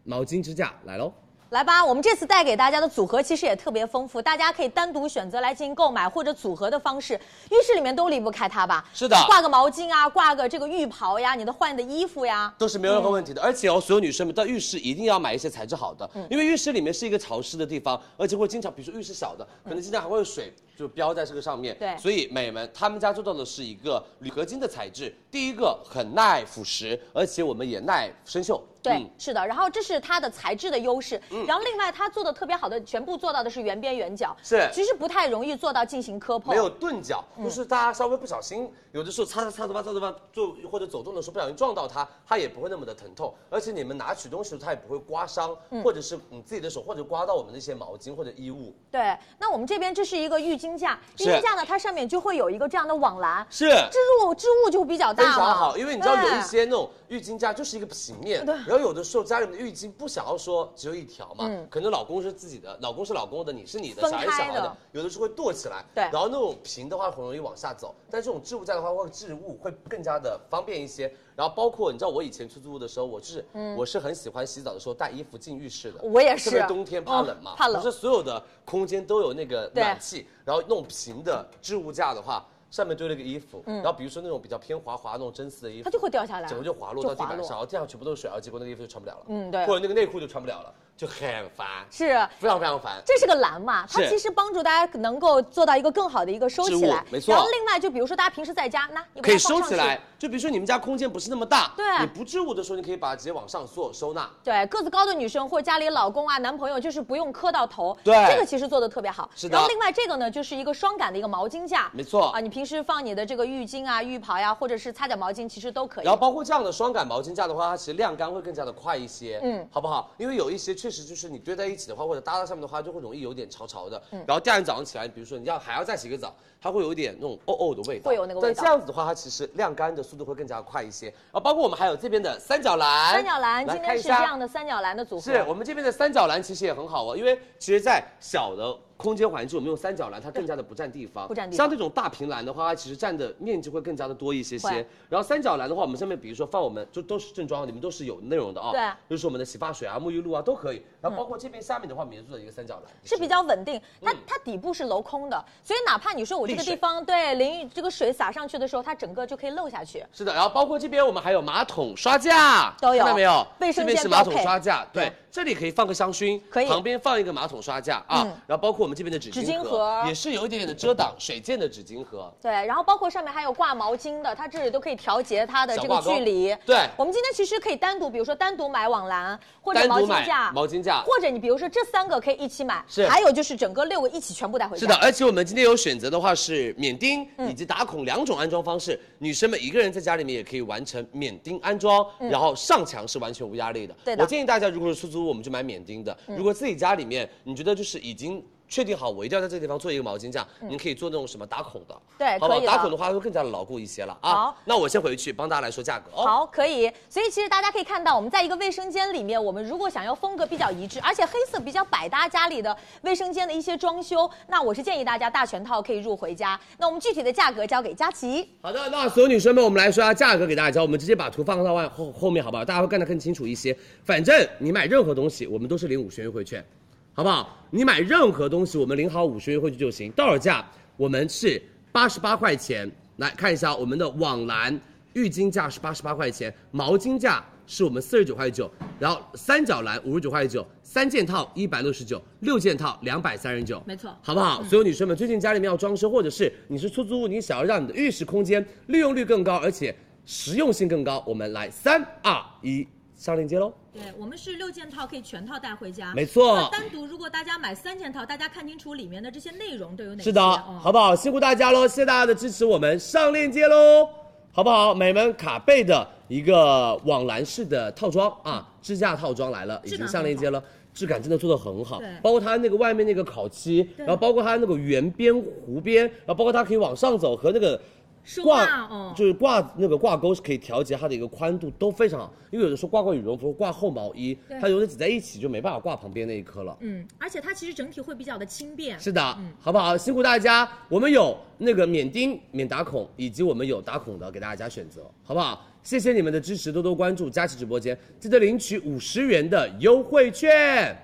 Speaker 8: 毛巾支架来喽。
Speaker 1: 来吧，我们这次带给大家的组合其实也特别丰富，大家可以单独选择来进行购买或者组合的方式。浴室里面都离不开它吧？
Speaker 8: 是的
Speaker 1: 挂个毛巾啊，挂个这个浴袍呀，你的换的衣服呀。
Speaker 8: 都是没有任何问题
Speaker 1: 嗯
Speaker 8: 的。而且哦，所有女生们到浴室一定要买一些材质好的，因为浴室里面是一个潮湿的地方，而且会经常，比如说浴室小的，可能经常还会有水就飙在这个上面。
Speaker 1: 对
Speaker 8: 所以美们，他们家做到的是一个铝合金的材质，第一个很耐腐蚀，而且我们也耐生锈。
Speaker 1: 对，
Speaker 8: 嗯
Speaker 1: 是的，然后这是它的材质的优势，然后另外它做的特别好的，全部做到的是圆边圆角，
Speaker 8: 是
Speaker 1: 其实不太容易做到进行磕碰，
Speaker 8: 没有钝角，
Speaker 1: 嗯
Speaker 8: 就是大家稍微不小心，有的时候擦擦擦头发、擦头发，就或者走动的时候不小心撞到它，它也不会那么的疼痛。而且你们拿取东西的时候，它也不会刮伤，
Speaker 1: 嗯
Speaker 8: 或者是你自己的手，或者刮到我们的一些毛巾或者衣物。
Speaker 1: 对，那我们这边这是一个浴巾架，
Speaker 8: 是
Speaker 1: 浴巾架呢，它上面就会有一个这样的网篮，
Speaker 8: 是
Speaker 1: 织物织物就会比较大
Speaker 8: 非
Speaker 1: 嘛，
Speaker 8: 常好，因为你知道有
Speaker 1: 对
Speaker 8: 一些那种浴巾架就是一个平面，然后有的时候家里面的浴巾不想要说只有一条嘛，可能老公是自己的，老公是老公的，你是你的，
Speaker 1: 嗯分
Speaker 8: 小孩
Speaker 1: 开
Speaker 8: 是小孩
Speaker 1: 的
Speaker 8: 的，有的时候会剁起来，
Speaker 1: 对
Speaker 8: 然后那种平的话很容易往下走，但这种置物架的话会置物会更加的方便一些。然后包括你知道我以前出租屋的时候，我是、我是很喜欢洗澡的时候带衣服进浴室的，
Speaker 1: 嗯我也是
Speaker 8: 特别冬天怕冷嘛，
Speaker 1: 嗯怕冷
Speaker 8: 不是所有的空间都有那个
Speaker 1: 对
Speaker 8: 暖气，然后那种平的置物架的话。上面堆了个衣服，
Speaker 1: 嗯
Speaker 8: 然后比如说那种比较偏滑滑那种真丝的衣服，
Speaker 1: 它就会掉下来
Speaker 8: 整个就滑落到地板
Speaker 1: 就
Speaker 8: 上，
Speaker 1: 滑落
Speaker 8: 然后地上全部都是水，然后结果那个衣服就穿不了了，
Speaker 1: 嗯对
Speaker 8: 或者那个内裤就穿不了了，就很烦，
Speaker 1: 是。
Speaker 8: 非常非常烦。
Speaker 1: 这是个篮嘛，它
Speaker 8: 是
Speaker 1: 其实帮助大家能够做到一个更好的一个收
Speaker 8: 置
Speaker 1: 起
Speaker 8: 物
Speaker 1: 来，
Speaker 8: 没错
Speaker 1: 然后另外就比如说大家平时在家，那你把
Speaker 8: 可
Speaker 1: 它
Speaker 8: 以
Speaker 1: 放
Speaker 8: 收起
Speaker 1: 上去
Speaker 8: 来，就比如说你们家空间不是那么大，
Speaker 1: 对
Speaker 8: 你不置物的时候，你可以把它直接往上缩收纳。
Speaker 1: 对，个子高的女生或者家里老公啊、男朋友，就是不用磕到头。
Speaker 8: 对
Speaker 1: 这个其实做的特别好。
Speaker 8: 是的
Speaker 1: 然后另外这个呢，就是一个双杆的一个毛巾架。
Speaker 8: 没错
Speaker 1: 啊，你平时放你的这个浴巾啊、浴袍呀、或者是擦脚毛巾，其实都可以。
Speaker 8: 然后包括这样的双杆毛巾架的话，它其实晾干会更加的快一些，嗯
Speaker 1: 嗯，
Speaker 8: 好不好？因为有一些确实就是你堆在一起的话，或者搭在上面的话，就会容易有点潮潮的。
Speaker 1: 嗯
Speaker 8: 然后第二天早上起来，比如说你要还要再洗个澡，它会有一点那种哦哦的味道，
Speaker 1: 会有那个味道
Speaker 8: 但这样子的话，它其实晾干的速度会更加快一些。然后包括我们还有这边的三角篮，
Speaker 1: 三角篮
Speaker 8: 来
Speaker 1: 今
Speaker 8: 看
Speaker 1: 天
Speaker 8: 一
Speaker 1: 是这
Speaker 8: 下
Speaker 1: 样的三角篮的组合。
Speaker 8: 是我们这边的三角篮其实也很好哦，因为其实，在小的空间环境，我们用三角篮，它更加的不占地方。
Speaker 1: 不占地
Speaker 8: 像这
Speaker 1: 方
Speaker 8: 种大平篮的话，它其实占的面积会更加的多一些些
Speaker 1: 会。
Speaker 8: 然后三角篮的话，我们上面比如说放我们就都是正装，你们都是有内容的哦。
Speaker 1: 对
Speaker 8: 就是我们的洗发水啊、沐浴露啊都可以。然后包括这边下面的话，我们也做了一个三角篮，
Speaker 1: 是比较稳定，它、
Speaker 8: 嗯
Speaker 1: 它底部是镂空的，所以哪怕你说我这个
Speaker 8: 沥水
Speaker 1: 地方对淋浴这个水洒上去的时候，它整个就可以漏下去。
Speaker 8: 是的，然后包括这边我们还有马桶刷架，
Speaker 1: 都有
Speaker 8: 看到没有？
Speaker 1: 卫生
Speaker 8: 这边
Speaker 1: 间
Speaker 8: 是马桶
Speaker 1: 标配
Speaker 8: 刷架，对
Speaker 1: 对，
Speaker 8: 这里可以放个香薰，
Speaker 1: 可以
Speaker 8: 旁边放一个马桶刷架啊，
Speaker 1: 嗯
Speaker 8: 然后包括我们这边的纸
Speaker 1: 纸
Speaker 8: 巾
Speaker 1: 巾
Speaker 8: 盒
Speaker 1: 盒，
Speaker 8: 也是有一点点的遮挡水溅的纸巾盒，
Speaker 1: 对，然后包括上面还有挂毛巾的，它这里都可以调节它的
Speaker 8: 小
Speaker 1: 这
Speaker 8: 挂
Speaker 1: 个
Speaker 8: 钩
Speaker 1: 距离。
Speaker 8: 对
Speaker 1: 我们今天其实可以单独，比如说单独买网篮或者
Speaker 8: 单
Speaker 1: 毛
Speaker 8: 独
Speaker 1: 巾
Speaker 8: 买
Speaker 1: 架，
Speaker 8: 毛巾架。
Speaker 1: 或者你比如说这三个可以一起买，
Speaker 8: 是
Speaker 1: 还有就是整个六个一起全部带回家。嗯
Speaker 8: 是的，，而且我们今天有选择的话是免钉以及打孔两种安装方式，女生们一个人在家里面也可以完成免钉安装，然后上墙是完全无压力的。
Speaker 1: 嗯对的嗯
Speaker 8: 我建议大家如果是出租屋，我们就买免钉的。如果自己家里面你觉得就是已经。确定好，我一定要在这个地方做一个毛巾架，您可以做那种什么打孔的，
Speaker 1: 嗯对
Speaker 8: 好不好？
Speaker 1: 可以的
Speaker 8: 打孔的话会更加的牢固一些了啊。
Speaker 1: 好，
Speaker 8: 那我先回去帮大家来说价格哦。
Speaker 1: 好，可以。所以其实大家可以看到，我们在一个卫生间里面，我们如果想要风格比较一致，而且黑色比较百搭家里的卫生间的一些装修，那我是建议大家大全套可以入回家。那我们具体的价格交给佳琪。
Speaker 8: 好的，那所有女生们，我们来说一下价格给大家，我们直接把图放到外后后面，好不好？大家会看得更清楚一些。反正你买任何东西，我们都是领五十元优惠券，好不好？你买任何东西，我们领好五十元优惠券就行。到手价我们是八十八块钱来看一下我们的网蓝浴巾价是八十八块钱，毛巾价是我们四十九块九，然后三角蓝五十九块九，三件套一百六十九，六件套两百三十九，
Speaker 4: 没错
Speaker 8: 好不好？
Speaker 9: 嗯
Speaker 8: 所有女生们，最近家里面要装修，或者是你是出租屋，你想要让你的浴室空间利用率更高，而且实用性更高，我们来三二一上链接喽。
Speaker 1: 对，我们是六件套，可以全套带回家。
Speaker 8: 没错
Speaker 1: 那单独如果大家买三件套，大家看清楚里面的这些内容都有哪些。
Speaker 8: 是的，
Speaker 1: 嗯
Speaker 8: 好不好？辛苦大家喽，谢谢大家的支持，我们上链接喽，好不好？美们卡贝的一个网蓝式的套装啊，支架套装来了，已
Speaker 1: 嗯质
Speaker 8: 经
Speaker 1: 感
Speaker 8: 上链接了。质感真的做的很好
Speaker 1: 对，
Speaker 8: 包括它那个外面那个烤漆，然后包括它那个圆边弧边，然后包括它可以往上走和那个
Speaker 1: 收
Speaker 8: 挂
Speaker 1: 纳哦
Speaker 8: 就是挂那个挂钩是可以调节它的一个宽度，都非常好。因为有的时候挂挂羽绒服、挂厚毛衣，它有的挤在一起就没办法挂旁边那一颗了。
Speaker 1: 嗯，而且它其实整体会比较的轻便。
Speaker 8: 是的，好不好？辛苦大家，我们有那个免钉、免打孔，以及我们有打孔的，给大家选择，好不好？谢谢你们的支持，多多关注佳琦直播间，记得领取五十元的优惠券，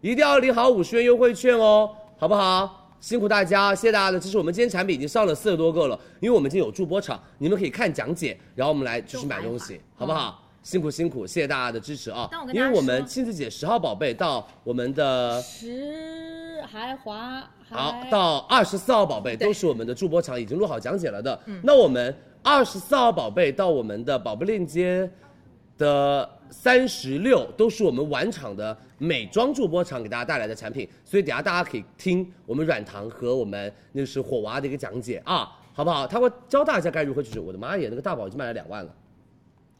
Speaker 8: 一定要领好五十元优惠券哦，好不好？辛苦大家，谢谢大家的支持。我们今天产品已经上了四十多个了，因为我们已经有助播场，你们可以看讲解，然后我们来就是买东西，好不好？辛苦辛苦，谢谢大家的支持啊
Speaker 1: 嗯但我！跟
Speaker 8: 因
Speaker 1: 大家
Speaker 8: 为我们
Speaker 1: 说
Speaker 8: 亲子姐十号宝贝到我们的
Speaker 1: 十还华还
Speaker 8: 好，到二十四号宝贝都是我们的助播场已经录好讲解了的。
Speaker 1: 嗯
Speaker 8: 那我们二十四号宝贝到我们的宝贝链接的三十六都是我们晚场的美妆助播场给大家带来的产品，所以等下大家可以听我们软糖和我们那是火娃的一个讲解啊，好不好？他会教大家该如何去做。我的妈耶，那个大宝已经卖了两万了，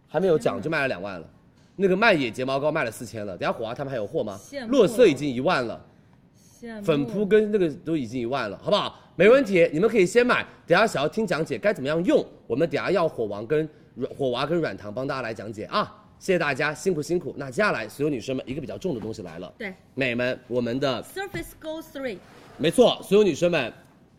Speaker 8: 还没有讲就卖了两万了。那个麦野睫毛膏卖了四千了，等下火娃他们还有货吗
Speaker 1: 羡？慕
Speaker 8: 落色已经一万了，粉扑跟那个都已经一万了，好不好？没问题，你们可以先买。等下想要听讲解该怎么样用，我们等下要火王跟软火娃跟软糖帮大家来讲解啊！谢谢大家，辛苦辛苦。那接下来所有女生们一个比较重的东西来了，
Speaker 1: 对
Speaker 8: 美们，我们的
Speaker 1: Surface Go Three，
Speaker 8: 没错，所有女生们，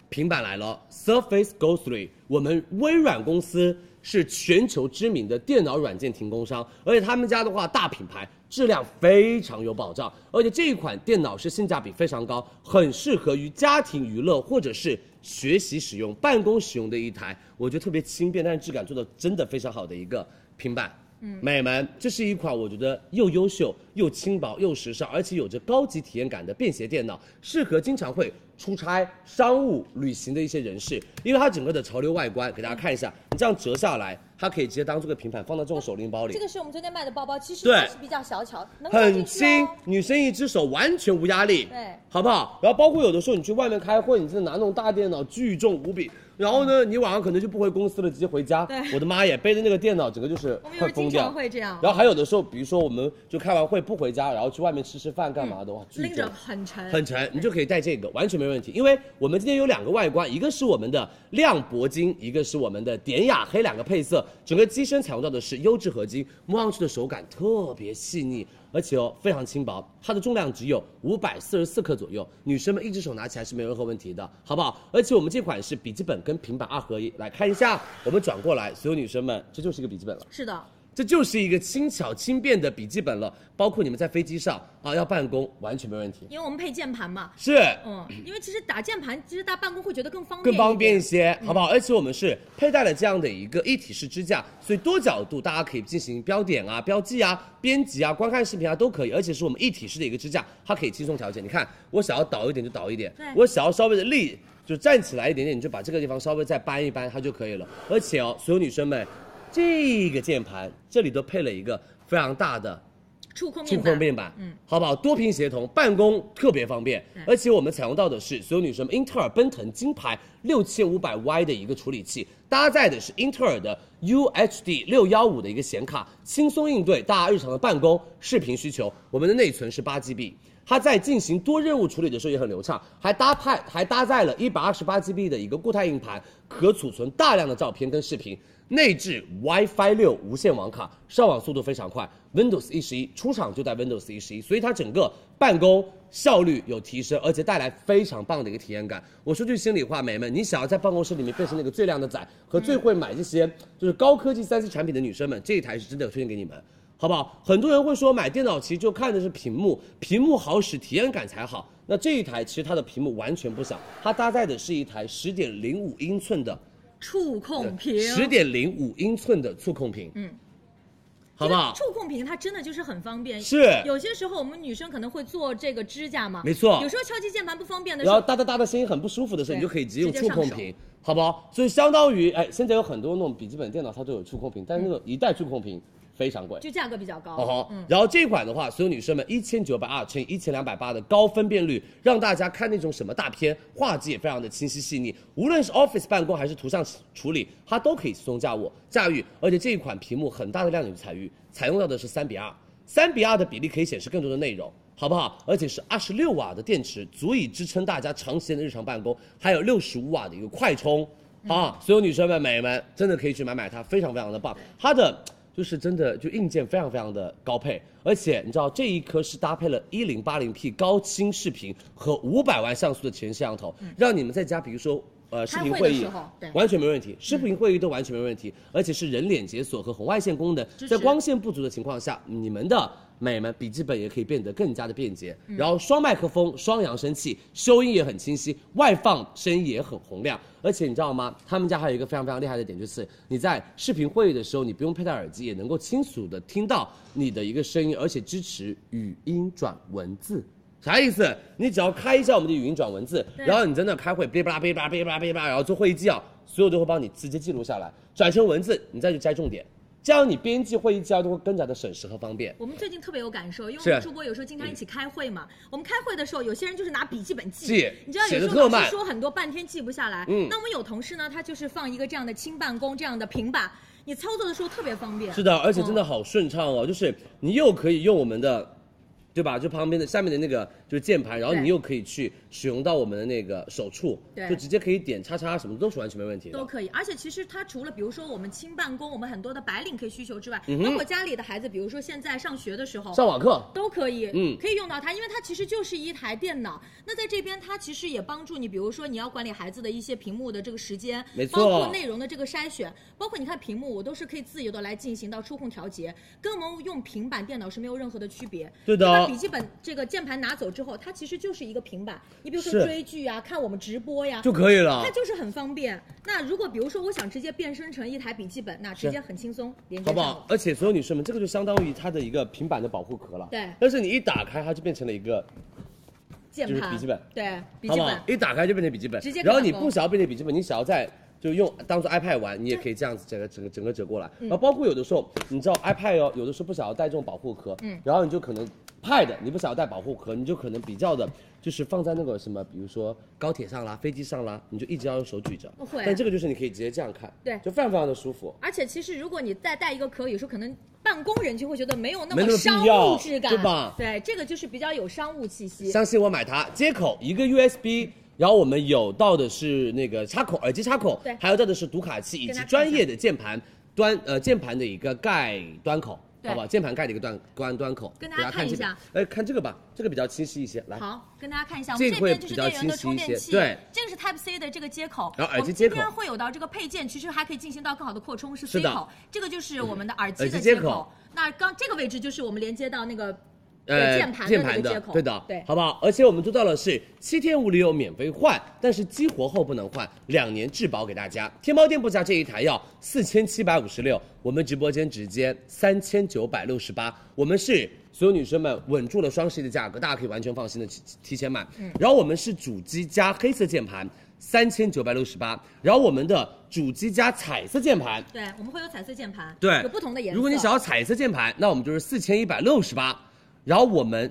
Speaker 8: 平板来了，Surface Go 3，我们微软公司是全球知名的电脑软件提供商，而且他们家的话大品牌，质量非常有保障，而且这一款电脑是性价比非常高，很适合于家庭娱乐或者是学习使用、办公使用的一台，我觉得特别轻便，但是质感做的真的非常好的一个平板。嗯，美们，这是一款我觉得又优秀又轻薄又时尚，而且有着高级体验感的便携电脑，适合经常会出差、商务、旅行的一些人士，因为它整个的潮流外观，给大家看一下，你这样折下来，它可以直接当做个平板放到这种手拎包里
Speaker 7: 这，个是我们昨天卖的包包，其实
Speaker 8: 对
Speaker 7: 它是比较小巧，能放
Speaker 8: 很
Speaker 7: 进去
Speaker 8: 轻
Speaker 7: 哦。，
Speaker 8: 女生一只手完全无压力，
Speaker 7: 对
Speaker 8: 好不好？然后包括有的时候你去外面开会，你真的拿那种大电脑，巨重无比。然后呢，你晚上可能就不回公司了，直接回家。我的妈呀，背着那个电脑，整个就是
Speaker 1: 我
Speaker 8: 快
Speaker 1: 们有时候
Speaker 8: 疯
Speaker 1: 经
Speaker 8: 掉。
Speaker 1: 常会这样，
Speaker 8: 然后还有的时候，比如说我们就开完会不回家，然后去外面吃吃饭干嘛的，哇，巨
Speaker 1: 嗯拎着
Speaker 8: 重。
Speaker 1: 很沉，
Speaker 8: 很沉，你就可以带这个，完全没问题。因为我们今天有两个外观，一个是我们的亮铂金，一个是我们的典雅黑两个配色。整个机身采用到的是优质合金，摸上去的手感特别细腻，而且哦非常轻薄。它的重量只有五百四十四克左右，女生们一只手拿起来是没有任何问题的，好不好？而且我们这款是笔记本跟平板二合一，来看一下，我们转过来，所有女生们，这就是一个笔记本了。
Speaker 1: 是的，
Speaker 8: 这就是一个轻巧轻便的笔记本了，包括你们在飞机上啊要办公完全没问题。
Speaker 1: 因为我们配键盘嘛，
Speaker 8: 是，
Speaker 1: 嗯，因为其实打键盘，其实大家办公会觉得更方便，
Speaker 8: 更方便一
Speaker 1: 一点。
Speaker 8: 些，好不好？而且我们是佩戴了这样的一个一体式支架，所以多角度大家可以进行标点啊、标记啊、编辑啊、观看视频啊都可以，而且是我们一体式的一个支架，它可以轻松调节。你看，我想要倒一点就倒一点，我想要稍微的立就站起来一点点，你就把这个地方稍微再扳一扳它就可以了。而且哦，所有女生们，这个键盘这里都配了一个非常大的
Speaker 1: 触控
Speaker 8: 触
Speaker 1: 面
Speaker 8: 控
Speaker 1: 板，
Speaker 8: 面板，嗯，好不好？多屏协同，办公特别方便，
Speaker 1: 嗯
Speaker 8: 而且我们采用到的是所有女生们英特尔奔腾金牌六千五百 Y 的一个处理器，搭载的是英特尔的 UHD 六幺五的一个显卡，轻松应对大家日常的办公视频需求。我们的内存是八 GB。它在进行多任务处理的时候也很流畅，还搭配还搭载了一百二十八 GB 的一个固态硬盘，可储存大量的照片跟视频。内置 WiFi 六无线网卡，上网速度非常快，Windows 一十一出厂就带 Windows 一十一，所以它整个办公效率有提升，而且带来非常棒的一个体验感。我说句心里话，美们，你想要在办公室里面变成那个最靓的仔和最会买这些就是高科技三 C 产品的女生们，这一台是真的推荐给你们。好不好？很多人会说买电脑其实就看的是屏幕，屏幕好使，体验感才好。那这一台其实它的屏幕完全不小，它搭载的是一台十点零五英寸的
Speaker 1: 触控屏，
Speaker 8: 十点零五英寸的触控屏，嗯，好不好
Speaker 1: 因为？触控屏它真的就是很方便，
Speaker 8: 是
Speaker 1: 有些时候我们女生可能会做这个指甲嘛，
Speaker 8: 没错
Speaker 1: 有时候敲击键盘不方便的时
Speaker 8: 然后
Speaker 1: 候，
Speaker 8: 哒哒哒的声音很不舒服的时候，
Speaker 1: 对
Speaker 8: 你就可以直接用
Speaker 1: 直
Speaker 8: 触
Speaker 1: 接上
Speaker 8: 控屏，好不好？所以相当于，哎，现在有很多那种笔记本电脑它都有触控屏，但是那个一代触控屏非常贵。
Speaker 1: 就价格比较高。嗯
Speaker 8: 哦吼，然后这款的话，所有女生们一千九百二乘以一千两百八的高分辨率，让大家看那种什么大片，画质也非常的清晰细腻。无论是 Office 办公还是图像处理，它都可以松驾握驾驭。而且这一款屏幕很大的亮点采用采用到的是三比二，三比二的比例可以显示更多的内容。好不好？而且是二十六瓦的电池，足以支撑大家长时间的日常办公，还有六十五瓦的一个快充，啊，所有女生们、美们，真的可以去买买它，非常非常的棒。它的就是真的就硬件非常非常的高配，而且你知道这一颗是搭配了 1080P 高清视频和五百万像素的前摄像头，让你们在家比如说呃视频
Speaker 1: 开会
Speaker 8: 会
Speaker 1: 的
Speaker 8: 议
Speaker 1: 时候对
Speaker 8: 完全没问题，视频会议都完全没问题，而且是人脸解锁和红外线功能，在光线不足的情况下，你们的美们笔记本也可以变得更加的便捷。然后双麦克风、双扬声器，收音也很清晰，外放声音也很洪亮。而且你知道吗？他们家还有一个非常非常厉害的点，就是你在视频会议的时候，你不用佩戴耳机，也能够清楚的听到你的一个声音，而且支持语音转文字。啥意思？你只要开一下我们的语音转文字，然后你在那开会，哔哩吧啦哔哩吧啦哔哩吧啦哔哩吧啦，然后做会议纪要，所有都会帮你直接记录下来，转成文字，你再去摘重点，这样你编辑会议纪要都会更加的省时和方便。
Speaker 1: 我们最近特别有感受，因为
Speaker 8: 是
Speaker 1: 我们主播有时候经常一起开会嘛。我们开会的时候，有些人就是拿笔记本记，
Speaker 8: 记
Speaker 1: 你知道
Speaker 8: 写
Speaker 1: 有
Speaker 8: 得
Speaker 1: 时
Speaker 8: 特
Speaker 1: 候老
Speaker 8: 慢
Speaker 1: 师说很多半天记不下来。
Speaker 8: 嗯
Speaker 1: 那我们有同事呢，他就是放一个这样的轻办公这样的平板，你操作的时候特别方便。嗯
Speaker 8: 是的，而且真的好顺畅哦，就是你又可以用我们的。对吧？就旁边的下面的那个就是键盘，然后
Speaker 1: 对
Speaker 8: 你又可以去使用到我们的那个手触，
Speaker 1: 对
Speaker 8: 就直接可以点叉啊叉，什么都是完全没问题的。
Speaker 1: 都可以，而且其实它除了比如说我们轻办公，我们很多的白领可以需求之外，
Speaker 8: 嗯哼
Speaker 1: 包括家里的孩子，比如说现在上学的时候，
Speaker 8: 上网课，
Speaker 1: 都可以，
Speaker 8: 嗯
Speaker 1: 可以用到它，因为它其实就是一台电脑。那在这边，它其实也帮助你，比如说你要管理孩子的一些屏幕的这个时间，
Speaker 8: 没错
Speaker 1: 包括内容的这个筛选，包括你看屏幕，我都是可以自由的来进行到触控调节，跟我们用平板电脑是没有任何的区别。
Speaker 8: 对的
Speaker 1: 你把笔记本这个键盘拿走之后，它其实就是一个平板，你比如说
Speaker 8: 是
Speaker 1: 追剧啊，看我们直播呀，
Speaker 8: 就可以了
Speaker 1: 它。就是很方便。那如果比如说我想直接变身成一台笔记本，那直接很轻松连接
Speaker 8: 好
Speaker 1: 上
Speaker 8: 不
Speaker 1: 了。
Speaker 8: 好？而且所有女生们，这个就相当于它的一个平板的保护壳了。
Speaker 1: 对
Speaker 8: 但是你一打开，它就变成了一个，
Speaker 1: 键
Speaker 8: 就是
Speaker 1: 盘、
Speaker 8: 笔记本
Speaker 1: 对笔
Speaker 8: 好
Speaker 1: 记
Speaker 8: 不
Speaker 1: 本
Speaker 8: 好？一打开就变成笔记本。
Speaker 1: 直接可以
Speaker 8: 然后你
Speaker 1: 打
Speaker 8: 不
Speaker 1: 勾
Speaker 8: 想要变成笔记本，你想要在就用当做 iPad 玩，你也可以这样子整个整个整个折过来。
Speaker 1: 嗯
Speaker 8: 然后包括有的时候，你知道 iPad 哦，有的时候不想要带这种保护壳，嗯，然后你就可能 Pad 你不想要带保护壳，你就可能比较的。就是放在那个什么，比如说高铁上啦、飞机上啦，你就一直要用手举着。
Speaker 1: 不会啊
Speaker 8: 但这个就是你可以直接这样看，
Speaker 1: 对
Speaker 8: 就非常非常的舒服。
Speaker 1: 而且其实如果你再带一个壳，有时候可能办公人群会觉得没有那
Speaker 8: 没
Speaker 1: 么
Speaker 8: 那么必
Speaker 1: 商
Speaker 8: 要
Speaker 1: 务质感，
Speaker 8: 对吧
Speaker 1: 对，这个就是比较有商务气息。
Speaker 8: 相信我，买它。接口一个 USB，然后我们有到的是那个插口，耳机插口，
Speaker 1: 对
Speaker 8: 还有到的是读卡器以
Speaker 1: 跟
Speaker 8: 及
Speaker 1: 它
Speaker 8: 专业的键盘端，呃，键盘的一个盖端口，好不好？键盘盖的一个端端端口，
Speaker 1: 跟
Speaker 8: 大
Speaker 1: 大家看一
Speaker 8: 这个
Speaker 1: 下，
Speaker 8: 哎，看这个吧，这个比较清晰一些，来。
Speaker 1: 好，跟大家看一下，我
Speaker 8: 这
Speaker 1: 们
Speaker 8: 个
Speaker 1: 这
Speaker 8: 会
Speaker 1: 边就
Speaker 8: 比
Speaker 1: 是
Speaker 8: 较
Speaker 1: 电源的
Speaker 8: 清
Speaker 1: 充
Speaker 8: 晰一
Speaker 1: 电
Speaker 8: 些
Speaker 1: 器，
Speaker 8: 对，啊
Speaker 1: 这个是 Type C 的这个接口，
Speaker 8: 然后耳机
Speaker 1: 我们
Speaker 8: 接
Speaker 1: 这
Speaker 8: 口
Speaker 1: 边会有到这个配件，其实还可以进行到更好的扩充，是
Speaker 8: 是
Speaker 1: C
Speaker 8: 的
Speaker 1: 口，这个就是我们的耳
Speaker 8: 耳
Speaker 1: 机
Speaker 8: 机
Speaker 1: 的
Speaker 8: 接
Speaker 1: 接
Speaker 8: 口
Speaker 1: 口。那刚这个位置就是我们连接到那个
Speaker 8: 呃，
Speaker 1: 对键盘的
Speaker 8: 键
Speaker 1: 那
Speaker 8: 盘
Speaker 1: 个
Speaker 8: 的
Speaker 1: 接口，
Speaker 8: 对的，
Speaker 1: 对，
Speaker 8: 好不好？而且我们做到了是七天无理由免费换，但是激活后不能换，两年质保给大家。天猫店铺价这一台要四千七百五十六，我们直播间直接三千九百六十八，我们是。所有女生们稳住了双十一的价格，大家可以完全放心的提提前买。
Speaker 1: 嗯
Speaker 8: 然后我们是主机加黑色键盘，三千九百六十八。然后我们的主机加彩色键盘，
Speaker 1: 对，我们会有彩色键盘，
Speaker 8: 对，
Speaker 1: 有不同的颜色。
Speaker 8: 如果你想要彩色键盘，那我们就是四千一百六十八，然后我们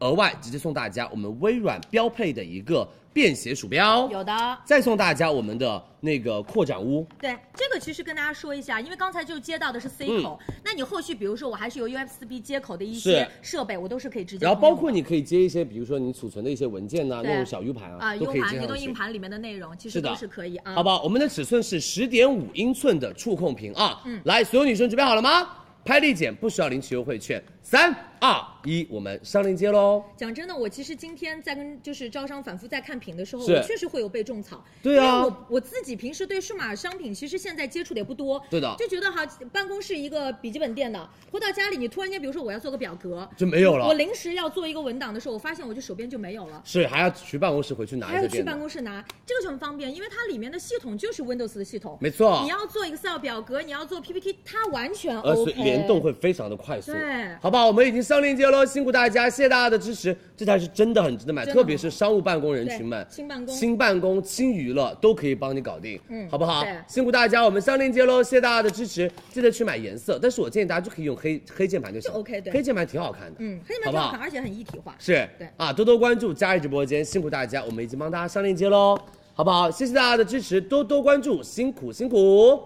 Speaker 8: 额外直接送大家我们微软标配的一个便携鼠标，
Speaker 1: 有的，
Speaker 8: 再送大家我们的那个扩展坞，
Speaker 1: 对，这个其实跟大家说一下，因为刚才就接到的是
Speaker 8: 嗯
Speaker 1: C 口，那你后续比如说我还是有 USB 接口的一些设备，我都是可以直接通
Speaker 8: 然
Speaker 1: 用的。
Speaker 8: 后包括你可以接一些，比如说你储存的一些文件呐、
Speaker 1: 对
Speaker 8: 那种小 U 盘啊，
Speaker 1: 啊
Speaker 8: 都
Speaker 1: U
Speaker 8: 可以
Speaker 1: 盘、
Speaker 8: 接
Speaker 1: 移动
Speaker 8: 上
Speaker 1: 硬
Speaker 8: 去。
Speaker 1: 盘里面的内容，其
Speaker 8: 是
Speaker 1: 实
Speaker 8: 的
Speaker 1: 都是可以啊。
Speaker 8: 好不好？我们的尺寸是十点五英寸的触控屏啊。嗯，来，所有女生准备好了吗？拍立减不需要领取优惠券，三二一，我们上链接喽。
Speaker 1: 讲真的，我其实今天在跟就是招商反复在看屏的时候，
Speaker 8: 是
Speaker 1: 我确实会有被种草。
Speaker 8: 对啊
Speaker 1: 因为我我自己平时对数码商品其实现在接触的也不多。
Speaker 8: 对的
Speaker 1: 就觉得哈，办公室一个笔记本电脑，回到家里你突然间，比如说我要做个表格，
Speaker 8: 就没有了
Speaker 1: 我临时要做一个文档的时候，我发现我就手边就没有了。
Speaker 8: 是还要去办公室回去拿
Speaker 1: 还
Speaker 8: 一
Speaker 1: 要
Speaker 8: 个
Speaker 1: 去
Speaker 8: 电脑
Speaker 1: 办。公室拿，这个就很方便，因为它里面的系统就是 Windows 的系统，
Speaker 8: 没错
Speaker 1: 你要做 Excel 表格，你要做 PPT，它完全
Speaker 8: 呃，所
Speaker 1: OK。
Speaker 8: 以联动会非常的快速，
Speaker 1: 对
Speaker 8: 好不好？我们已经上链接喽，辛苦大家，谢谢大家的支持，这才是真的很值得买，
Speaker 1: 真的
Speaker 8: 特别是商务办公人群们，
Speaker 1: 对轻办公
Speaker 8: 轻办公、轻娱乐都可以帮你搞定，
Speaker 1: 嗯
Speaker 8: 好不好
Speaker 1: 对？
Speaker 8: 辛苦大家，我们上链接喽，谢谢大家的支持，记得去买颜色，但是我建议大家就可以用黑黑键盘就行
Speaker 1: 就 OK，对
Speaker 8: 黑键盘挺好看的，
Speaker 1: 嗯，黑键
Speaker 8: 好不
Speaker 1: 盘挺好
Speaker 8: 好
Speaker 1: 看，？而且很一体化。
Speaker 8: 是，
Speaker 1: 对
Speaker 8: 啊，多多关注佳怡直播间，辛苦大家，我们已经帮大家上链接喽，好不好？谢谢大家的支持，多多关注，辛苦辛苦。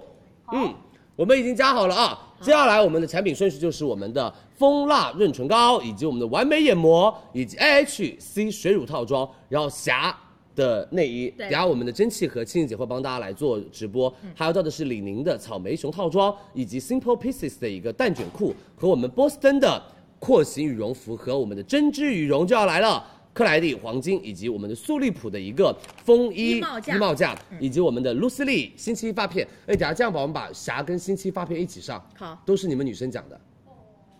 Speaker 8: 嗯，我们已经加好了啊。接下来我们的产品顺序就是我们的蜂蜡润唇膏，以及我们的完美眼膜，以及 AHC 水乳套装，然后霞的内衣，
Speaker 1: 对嗯
Speaker 8: 然后我们的蒸汽和青青姐会帮大家来做直播，还有到的是李宁的草莓熊套装，以及 Simple Pieces 的一个蛋卷裤和我们波司登的廓形羽绒服和我们的针织羽绒就要来了。克莱蒂黄金以及我们的素丽普的一个风衣
Speaker 1: 衣帽架
Speaker 8: 帽架，以及我们的露丝丽星期一发片。哎，等下这样吧，我们把霞跟星期一发片一起上，
Speaker 1: 好，
Speaker 8: 都是你们女生讲的，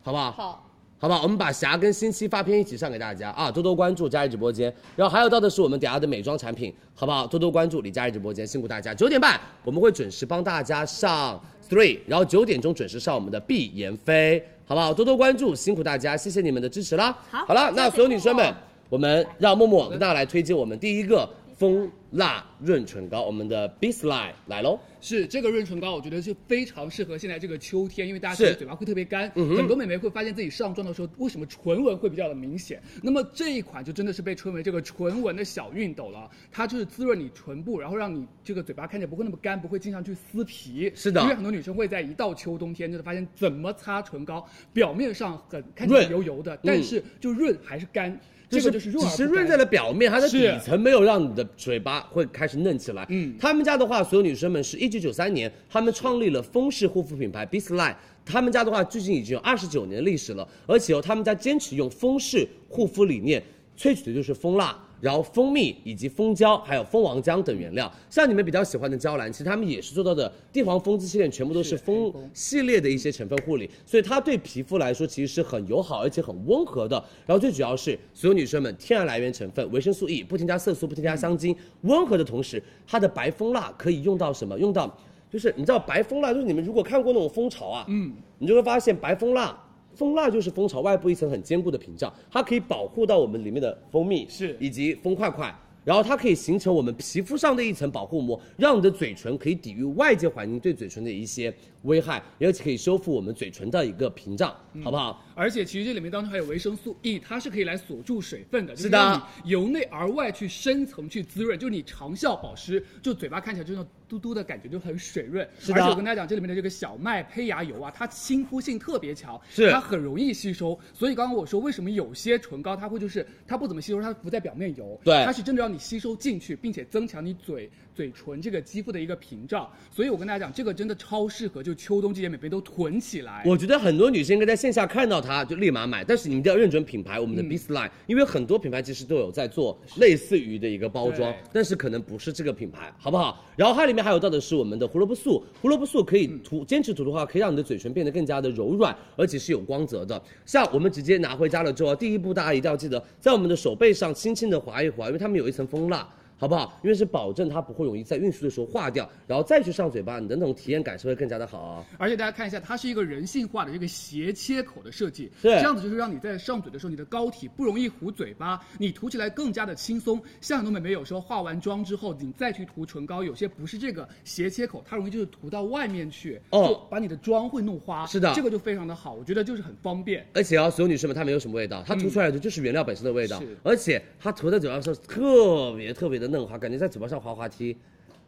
Speaker 8: 好不好？
Speaker 2: 好。
Speaker 8: 好吧，我们把霞跟星期发片一起上给大家啊，多多关注佳怡直播间。然后还有到的是我们底下的美妆产品，好不好？多多关注李佳怡直播间，辛苦大家。九点半我们会准时帮大家上 three，然后九点钟准时上我们的碧妍霏，好不好？多多关注，辛苦大家，谢谢你们的支持啦。
Speaker 1: 好
Speaker 8: 了，
Speaker 1: 谢
Speaker 8: 那
Speaker 1: 谢
Speaker 8: 所有女生
Speaker 1: 默
Speaker 8: 们
Speaker 1: 默，
Speaker 8: 我们让默默跟大家来推荐我们第一个蜂蜡润唇膏，我们的 b e s l i n e 来喽。
Speaker 12: 是这个润唇膏，我觉得是非常适合现在这个秋天，因为大家
Speaker 8: 是
Speaker 12: 其实嘴巴会特别干，
Speaker 8: 嗯哼
Speaker 12: 很多美眉会发现自己上妆的时候，为什么唇纹会比较的明显？那么这一款就真的是被称为这个唇纹的小熨斗了，它就是滋润你唇部，然后让你这个嘴巴看起来不会那么干，不会经常去撕皮。
Speaker 8: 是的
Speaker 12: 因为很多女生会在一到秋冬天，就是发现怎么擦唇膏，表面上很看起来
Speaker 8: 润
Speaker 12: 油油的，但是就润还是干。这个就是润
Speaker 8: 只
Speaker 12: 而
Speaker 8: 是
Speaker 12: 不
Speaker 8: 润
Speaker 12: 干
Speaker 8: 在了表面，它的
Speaker 12: 是
Speaker 8: 底层没有让你的嘴巴会开始嫩起来。
Speaker 12: 嗯
Speaker 8: 他们家的话，所有女生们是一九九三年，他们创立了丰氏护肤品牌 b e s l i n e 他们家的话，最近已经有二十九年历史了，而且哦，他们家坚持用丰氏护肤理念，萃取的就是蜂蜡。然后蜂蜜以及蜂胶，还有蜂王浆等原料，像你们比较喜欢的娇兰，其实他们也是做到的帝皇蜂姿系列，全部都是
Speaker 12: 是
Speaker 8: 蜂
Speaker 12: 黑蜂
Speaker 8: 系列的一些成分护理，所以它对皮肤来说其实是很友好而且很温和的。然后最主要是所有女生们天然来源成分维生素 E，不添加色素，不添加香精，温和的同时，它的白蜂蜡可以用到什么？用到就是你知道白蜂蜡，就是你们如果看过那种蜂巢啊，嗯，你就会发现白蜂蜡。蜂蜡就是蜂巢外部一层很坚固的屏障，它可以保护到我们里面的蜂蜜，
Speaker 12: 是
Speaker 8: 以及蜂块块，然后它可以形成我们皮肤上的一层保护膜，让你的嘴唇可以抵御外界环境对嘴唇的一些危害，而且可以修复我们嘴唇的一个屏障，好不好？
Speaker 12: 而且其实这里面当中还有维生素 E，它是可以来锁住水分的，就是
Speaker 8: 的
Speaker 12: 让你由内而外去深层去滋润，就是你长效保湿，就嘴巴看起来就那种嘟嘟的感觉就很水润。
Speaker 8: 是的
Speaker 12: 而且我跟大家讲，这里面的这个小麦胚芽油啊，它亲肤性特别强，
Speaker 8: 是
Speaker 12: 它很容易吸收。所以刚刚我说为什么有些唇膏它会就是它不怎么吸收，它浮在表面油，
Speaker 8: 对
Speaker 12: 它是真的让你吸收进去，并且增强你嘴嘴唇这个肌肤的一个屏障。所以我跟大家讲，这个真的超适合，就秋冬季节每边都囤起来。
Speaker 8: 我觉得很多女生应该在线下看到它就立马买，但是你们一定要认准品牌，我们的 b e s l i n e 因为很多品牌其实都有在做类似于的一个包装
Speaker 12: 对，
Speaker 8: 但是可能不是这个品牌，好不好？然后它里面还有到的是我们的胡萝卜素，胡萝卜素可以涂，坚持涂的话，可以让你的嘴唇变得更加的柔软，而且是有光泽的。像我们直接拿回家了之后，第一步大家一定要记得在我们的手背上轻轻的划一划，因为它们有一层蜂蜡。好不好？因为是保证它不会容易在运输的时候化掉，然后再去上嘴巴，你的那种体验感是会更加的好啊、
Speaker 12: 而且大家看一下，它是一个人性化的这个斜切口的设计，
Speaker 8: 对
Speaker 12: 这样子就是让你在上嘴的时候，你的膏体不容易糊嘴巴，你涂起来更加的轻松。像很多美眉有时候化完妆之后，你再去涂唇膏，有些不是这个斜切口，它容易就是涂到外面去，
Speaker 8: 哦
Speaker 12: 就把你的妆会弄花。
Speaker 8: 是的
Speaker 12: 这个就非常的好，我觉得就是很方便。
Speaker 8: 而且啊，所有女生们它没有什么味道，它涂出来的就是原料本身的味道，
Speaker 12: 是
Speaker 8: 而且它涂在嘴巴上是特别特别的嫩滑，感觉在嘴巴上滑滑梯，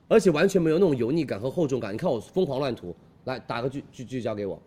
Speaker 8: 而且完全没有那种油腻感和厚重感。你看我疯狂乱涂，来打个聚聚聚焦给我，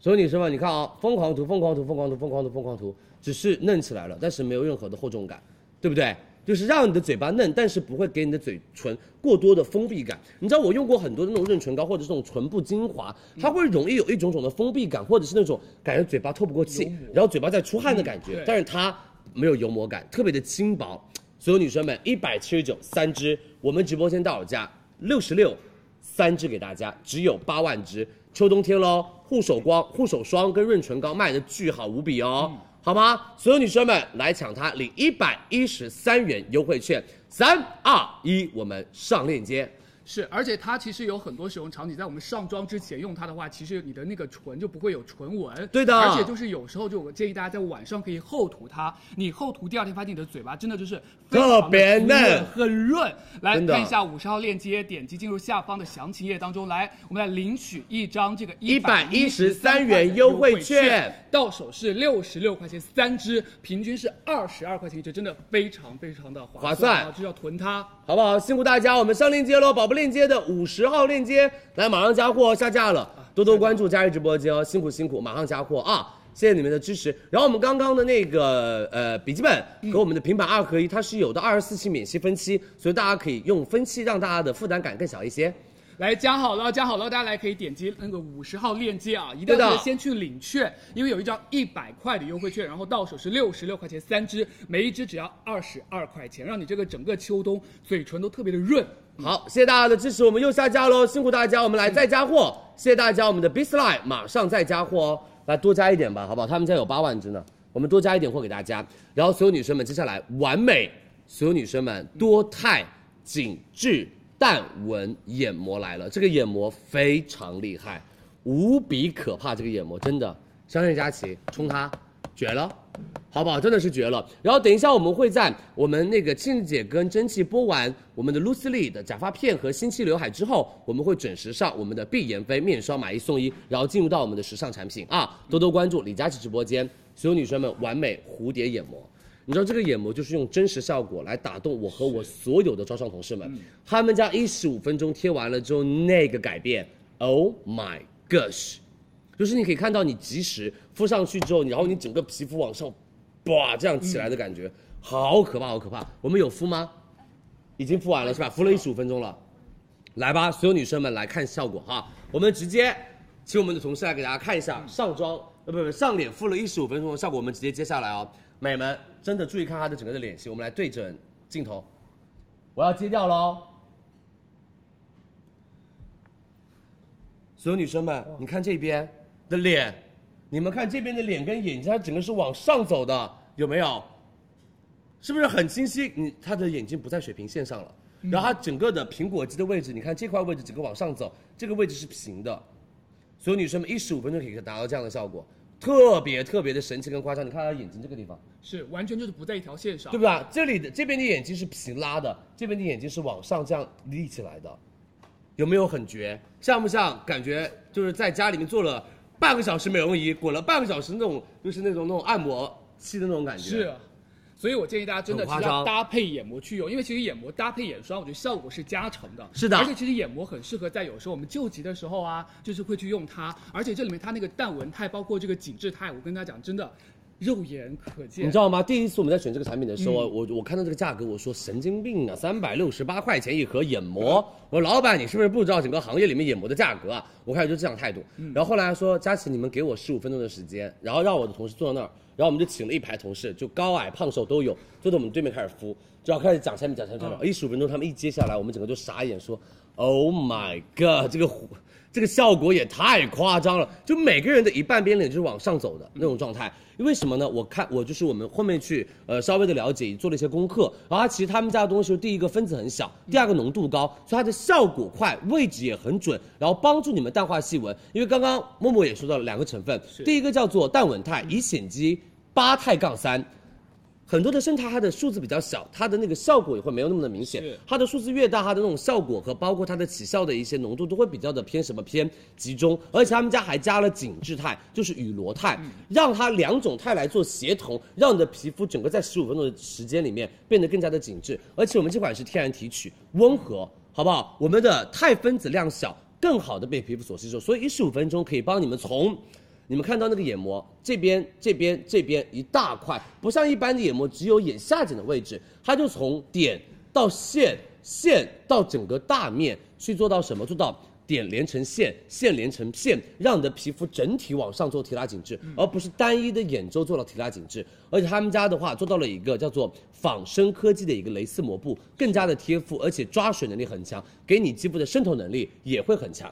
Speaker 8: 所有女生们你看啊，疯狂涂，疯狂涂，疯狂涂，疯狂涂，疯狂涂，只是嫩起来了，但是没有任何的厚重感，对不对？就是让你的嘴巴嫩，但是不会给你的嘴唇过多的封闭感。你知道我用过很多的那种润唇膏或者这种唇部精华，它会容易有一种种的封闭感，或者是那种感觉嘴巴透不过气，然后嘴巴在出汗的感觉，
Speaker 12: 对
Speaker 8: 但是它没有油膜感，特别的轻薄。所有女生们，一百七十九三支，我们直播间到手价六十六，三支给大家，只有八万支。秋冬天喽，护手光、护手霜跟润唇膏卖的巨好无比哦，好吗？所有女生们来抢它，领一百一十三元优惠券。三二一，我们上链接。
Speaker 12: 是，而且它其实有很多使用场景，在我们上妆之前用它的话，其实你的那个唇就不会有唇纹。
Speaker 8: 对的
Speaker 12: 而且就是有时候就我建议大家在晚上可以厚涂它，你厚涂第二天发现你的嘴巴真的就是非常的
Speaker 8: 特别
Speaker 12: 滋润
Speaker 8: 嫩
Speaker 12: 很润。来
Speaker 8: 真的
Speaker 12: 看一下五十号链接，点击进入下方的详情页当中来，我们来领取一张这个
Speaker 8: 113元优
Speaker 12: 优
Speaker 8: 惠
Speaker 12: 券
Speaker 8: 券，
Speaker 12: 到手是六十六块钱三支，平均是二十二块钱一支，真的非常非常的
Speaker 8: 划
Speaker 12: 划
Speaker 8: 算
Speaker 12: 啊就要囤它。
Speaker 8: 好不好？辛苦大家，我们上链接喽，宝贝链接的五十号链接，来马上加货哦，下架了，多多关注佳怡直播间哦，辛苦辛苦，马上加货啊！谢谢你们的支持。然后我们刚刚的那个呃笔记本和我们的平板二合一，它是有的二十四期免息分期，所以大家可以用分期让大家的负担感更小一些。
Speaker 12: 来加好了，加好了，大家来可以点击那个五十号链接啊，一定
Speaker 8: 对
Speaker 12: 要
Speaker 8: 的
Speaker 12: 记得先去领券，因为有一张一百块的优惠券，然后到手是六十六块钱三支，每一支只要二十二块钱，让你这个整个秋冬嘴唇都特别的润。
Speaker 8: 好，谢谢大家的支持，我们又下架喽，辛苦大家，我们来再加货，谢谢大家，我们的 b i s l i n e 马上再加货哦，来多加一点吧，好不好？他们家有八万只呢，我们多加一点货给大家。然后所有女生们，接下来完美，所有女生们多肽紧致淡纹眼膜来了，这个眼膜非常厉害，无比可怕，这个眼膜真的，相信佳琪冲它，绝了。好不好？真的是绝了。然后等一下我们会在我们那个庆姐跟蒸汽播完我们的 Lucy Lee 的假发片和新期刘海之后，我们会准时上我们的碧妍霏面霜买一送一，然后进入到我们的时尚产品啊，多多关注李佳琦直播间，所有女生们完美蝴蝶眼膜。你知道这个眼膜就是用真实效果来打动我和我所有的招商同事们，他们家一十五分钟贴完了之后那个改变，Oh my gosh！就是你可以看到你及时敷上去之后，然后你整个皮肤往上，哇，这样起来的感觉，好可怕，好可怕。我们有敷吗？已经敷完了是吧？敷了一十五分钟了。来吧，所有女生们来看效果哈。我们直接请我们的同事来给大家看一下上妆，呃，不不，上脸敷了一十五分钟的效果。我们直接接下来哦，美们真的注意看她的整个的脸型，我们来对准镜头，我要揭掉哦喽。所有女生们，你看这边哦的脸，你们看这边的脸跟眼睛，它整个是往上走的，有没有？是不是很清晰？你他的眼睛不在水平线上了，然后他整个的苹果肌的位置，你看这块位置整个往上走，这个位置是平的，所有女生们一十五分钟可以达到这样的效果，特别特别的神奇跟夸张。你看她眼睛这个地方，
Speaker 12: 是完全就是不在一条线上，
Speaker 8: 对吧？这里的这边的眼睛是平拉的，这边的眼睛是往上这样立起来的，有没有很绝？像不像？感觉就是在家里面做了半个小时美容仪，滚了半个小时那种，就是那种那种按摩器的那种感觉。
Speaker 12: 是，啊所以我建议大家真的
Speaker 8: 很
Speaker 12: 其
Speaker 8: 夸
Speaker 12: 实
Speaker 8: 张
Speaker 12: 要搭配眼膜去用，因为其实眼膜搭配眼霜，我觉得效果是加成的。
Speaker 8: 是的
Speaker 12: 而且其实眼膜很适合在有时候我们救急的时候啊，就是会去用它。而且这里面它那个淡纹肽，包括这个紧致肽，我跟大家讲，真的肉眼可见。
Speaker 8: 你知道吗？第一次我们在选这个产品的时候，啊我我看到这个价格，我说神经病啊，三百六十八块钱一盒眼膜。我说老板，你是不是不知道整个行业里面眼膜的价格啊？我开始就这样态度。然后后来说，佳琪，你们给我十五分钟的时间，然后让我的同事坐到那儿，然后我们就请了一排同事，就高矮胖瘦都有，坐在我们对面开始敷，然后开始讲产品讲产品讲产品。一十五分钟，他们一接下来，我们整个就傻眼，说，Oh my god，这个虎。这个效果也太夸张了，就每个人的一半边脸就是往上走的那种状态。因为什么呢？我看我就是我们后面去呃稍微的了解，做了一些功课。然后它其实他们家的东西，第一个分子很小，第二个浓度高，所以它的效果快，位置也很准，然后帮助你们淡化细纹。因为刚刚默默也说到了两个成分，第一个叫做淡稳肽乙酰基八肽杠三。很多的生态它的数字比较小，它的那个效果也会没有那么的明显
Speaker 12: 是。
Speaker 8: 它的数字越大，它的那种效果和包括它的起效的一些浓度都会比较的偏什么偏集中。而且他们家还加了紧致肽，就是雨罗肽，让它两种肽来做协同，让你的皮肤整个在十五分钟的时间里面变得更加的紧致。而且我们这款是天然提取，温和，好不好？我们的肽分子量小，更好的被皮肤所吸收，所以一十五分钟可以帮你们从你们看到那个眼膜这边、这边、这边一大块，不像一般的眼膜只有眼下睑的位置，它就从点到线、线到整个大面去做到什么？做到点连成线，线连成片，让你的皮肤整体往上做提拉紧致，而不是单一的眼周做到提拉紧致。而且他们家的话做到了一个叫做仿生科技的一个蕾丝膜布，更加的贴肤，而且抓水能力很强，给你肌肤的渗透能力也会很强。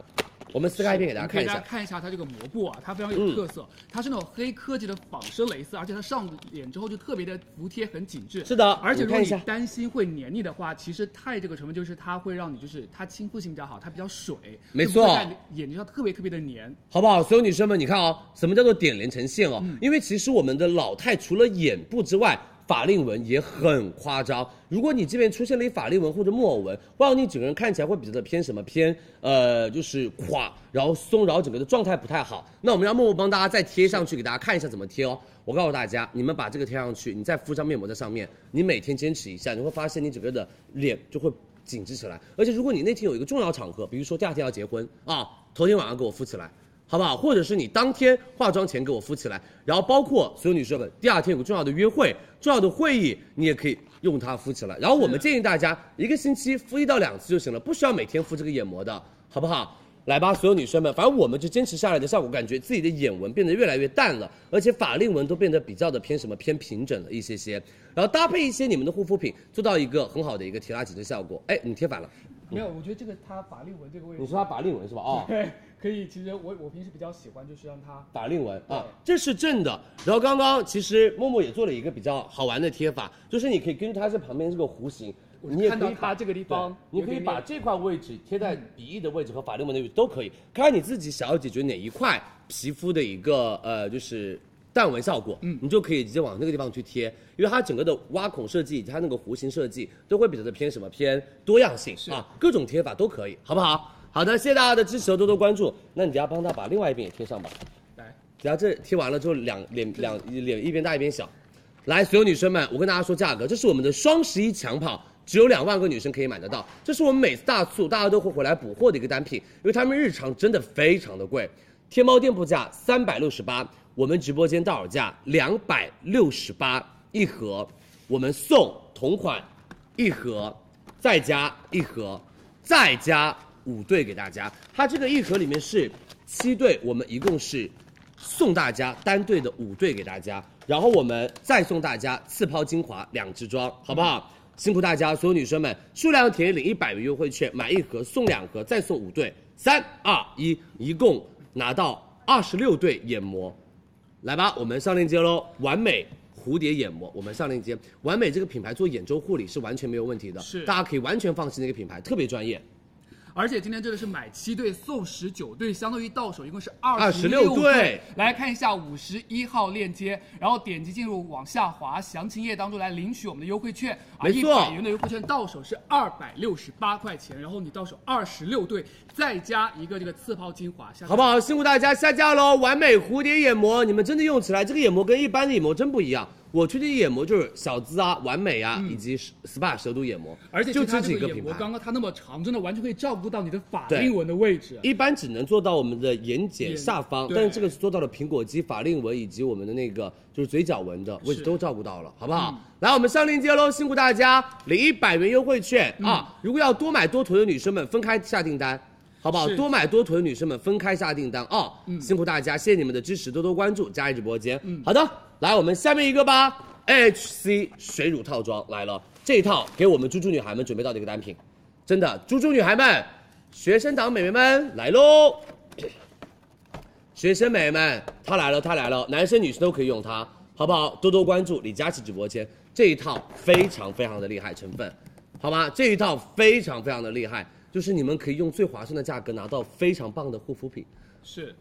Speaker 8: 我们撕开一片给大家啊
Speaker 12: 可
Speaker 8: 看
Speaker 12: 以
Speaker 8: 一
Speaker 12: 大家
Speaker 8: 下，嗯
Speaker 12: 看一下它这个膜布啊，它非常有特色，它是那种黑科技的仿生蕾丝，而且它上脸之后就特别的服帖，很紧致。
Speaker 8: 是的
Speaker 12: 而且
Speaker 8: 你
Speaker 12: 如果
Speaker 8: 看一
Speaker 12: 你
Speaker 8: 下
Speaker 12: 担心会黏腻的话，其实钛这个成分就是它会让你就是它亲肤性比较好，它比较水，
Speaker 8: 没
Speaker 12: 就不会
Speaker 8: 错
Speaker 12: 在你眼睛上特别特别的黏。
Speaker 8: 好不好？所有女生们，你看哦，什么叫做点连成线哦？因为其实我们的老态除了眼部之外，法令纹也很夸张。如果你这边出现了一法令纹或者木偶纹，会让你整个人看起来会比较的偏什么偏呃，就是垮，然后松，然后整个的状态不太好。那我们让默默帮大家再贴上去，给大家看一下怎么贴哦。我告诉大家，你们把这个贴上去，你再敷上面膜在上面，你每天坚持一下，你会发现你整个的脸就会紧致起来。而且如果你那天有一个重要场合，比如说第二天要结婚啊，头天晚上给我敷起来。好不好？或者是你当天化妆前给我敷起来，然后包括所有女生们，第二天有个重要的约会、重要的会议，你也可以用它敷起来。然后我们建议大家一个星期敷一到两次就行了，不需要每天敷这个眼膜的，好不好？来吧，所有女生们，反正我们就坚持下来的效果，感觉自己的眼纹变得越来越淡了，而且法令纹都变得比较的偏什么偏平整了一些些，然后搭配一些你们的护肤品，做到一个很好的一个提拉紧致效果。哎，你贴反了，
Speaker 12: 没有，我觉得这个它法令纹这个位置，
Speaker 8: 你说它法令纹是吧？哦， <laughs>
Speaker 12: 对， <laughs> 可以。其实我我平时比较喜欢就是让它
Speaker 8: 法令纹啊，这是正的。然后刚刚其实默默也做了一个比较好玩的贴法，就是你可以根据它这旁边这个弧形，你也
Speaker 12: 看
Speaker 8: 可
Speaker 12: 到
Speaker 8: 以
Speaker 12: 它
Speaker 8: 把
Speaker 12: 这个地
Speaker 8: 对
Speaker 12: 方
Speaker 8: 你
Speaker 12: 有
Speaker 8: 可以
Speaker 12: 点
Speaker 8: 把
Speaker 12: 面
Speaker 8: 这块位置贴在鼻翼的位置和法令纹的位置都可以，看你自己想要解决哪一块皮肤的一个呃就是淡纹效果，嗯，你就可以直接往那个地方去贴，因为它整个的挖孔设计以及它那个弧形设计都会比较的偏什么偏多样性啊，各种贴法都可以，好不好？好的，谢谢大家的支持和多多关注。那你等一下帮他把另外一边也贴上吧。
Speaker 12: 来，
Speaker 8: 然后这贴完了之后，两脸两脸一边大一边小。来，所有女生们，我跟大家说价格，这是我们的双十一抢跑，只有两万个女生可以买得到。这是我们每次大促大家都会回来补货的一个单品，因为他们日常真的非常的贵。天猫店铺价三百六十八，我们直播间到手价两百六十八一盒，我们送同款一盒，再加一盒，再加五对给大家。它这个一盒里面是七对，我们一共是送大家单对的五对给大家，然后我们再送大家次抛精华两支装，好不好？辛苦大家，所有女生们，数量填一领一百元优惠券，买一盒送两盒，再送五对。三二一，一共拿到二十六对眼膜，来吧，我们上链接喽！完美蝴蝶眼膜，我们上链接。完美这个品牌做眼周护理是完全没有问题的，
Speaker 12: 是
Speaker 8: 大家可以完全放心的一个品牌，特别专业。
Speaker 12: 而且今天这个是买七对送十九对，相当于到手一共是
Speaker 8: 26
Speaker 12: 六
Speaker 8: 对。
Speaker 12: 来看一下五十一号链接，然后点击进入往下滑详情页当中来领取我们的优惠券。啊，
Speaker 8: 没错
Speaker 12: 100元的优惠券到手是二百六十八块钱，然后你到手二十六对，再加一个这个次抛精华，下次
Speaker 8: 好不好？辛苦大家下架喽！完美蝴蝶眼膜，你们真的用起来，这个眼膜跟一般的眼膜真不一样。我推荐的眼膜就是小资啊、完美啊，以及 SPA 蛇毒眼膜，
Speaker 12: 嗯而且
Speaker 8: 就
Speaker 12: 其实它
Speaker 8: 这几
Speaker 12: 这
Speaker 8: 个
Speaker 12: 眼
Speaker 8: 品
Speaker 12: 膜
Speaker 8: 牌。
Speaker 12: 刚刚它那么长，真的完全可以照顾到你的法
Speaker 8: 对
Speaker 12: 令纹的位置。
Speaker 8: 一般只能做到我们的眼睑下方，
Speaker 12: 对
Speaker 8: 但是这个是做到了苹果肌、法令纹以及我们的那个就是嘴角纹的位置
Speaker 12: 是嗯
Speaker 8: 都照顾到了，好不好？来，我们上链接喽，辛苦大家，领一百元优惠券、啊！如果要多买多囤的女生们，分开下订单。好不好？
Speaker 12: 是
Speaker 8: 多买多囤的女生们分开下订单啊、辛苦大家，谢谢你们的支持，多多关注佳怡直播间。好的，来我们下面一个吧，HC 水乳套装来了，这一套给我们猪猪女孩们准备到的一个单品，真的，猪猪女孩们，学生党美眉们来喽！ <clears throat> 学生美眉们，它来了，它来了，男生女生都可以用它，好不好？多多关注李佳琦直播间，这一套非常非常的厉害成分，好吗？这一套非常非常的厉害，就是你们可以用最划算的价格拿到非常棒的护肤品。
Speaker 12: 是，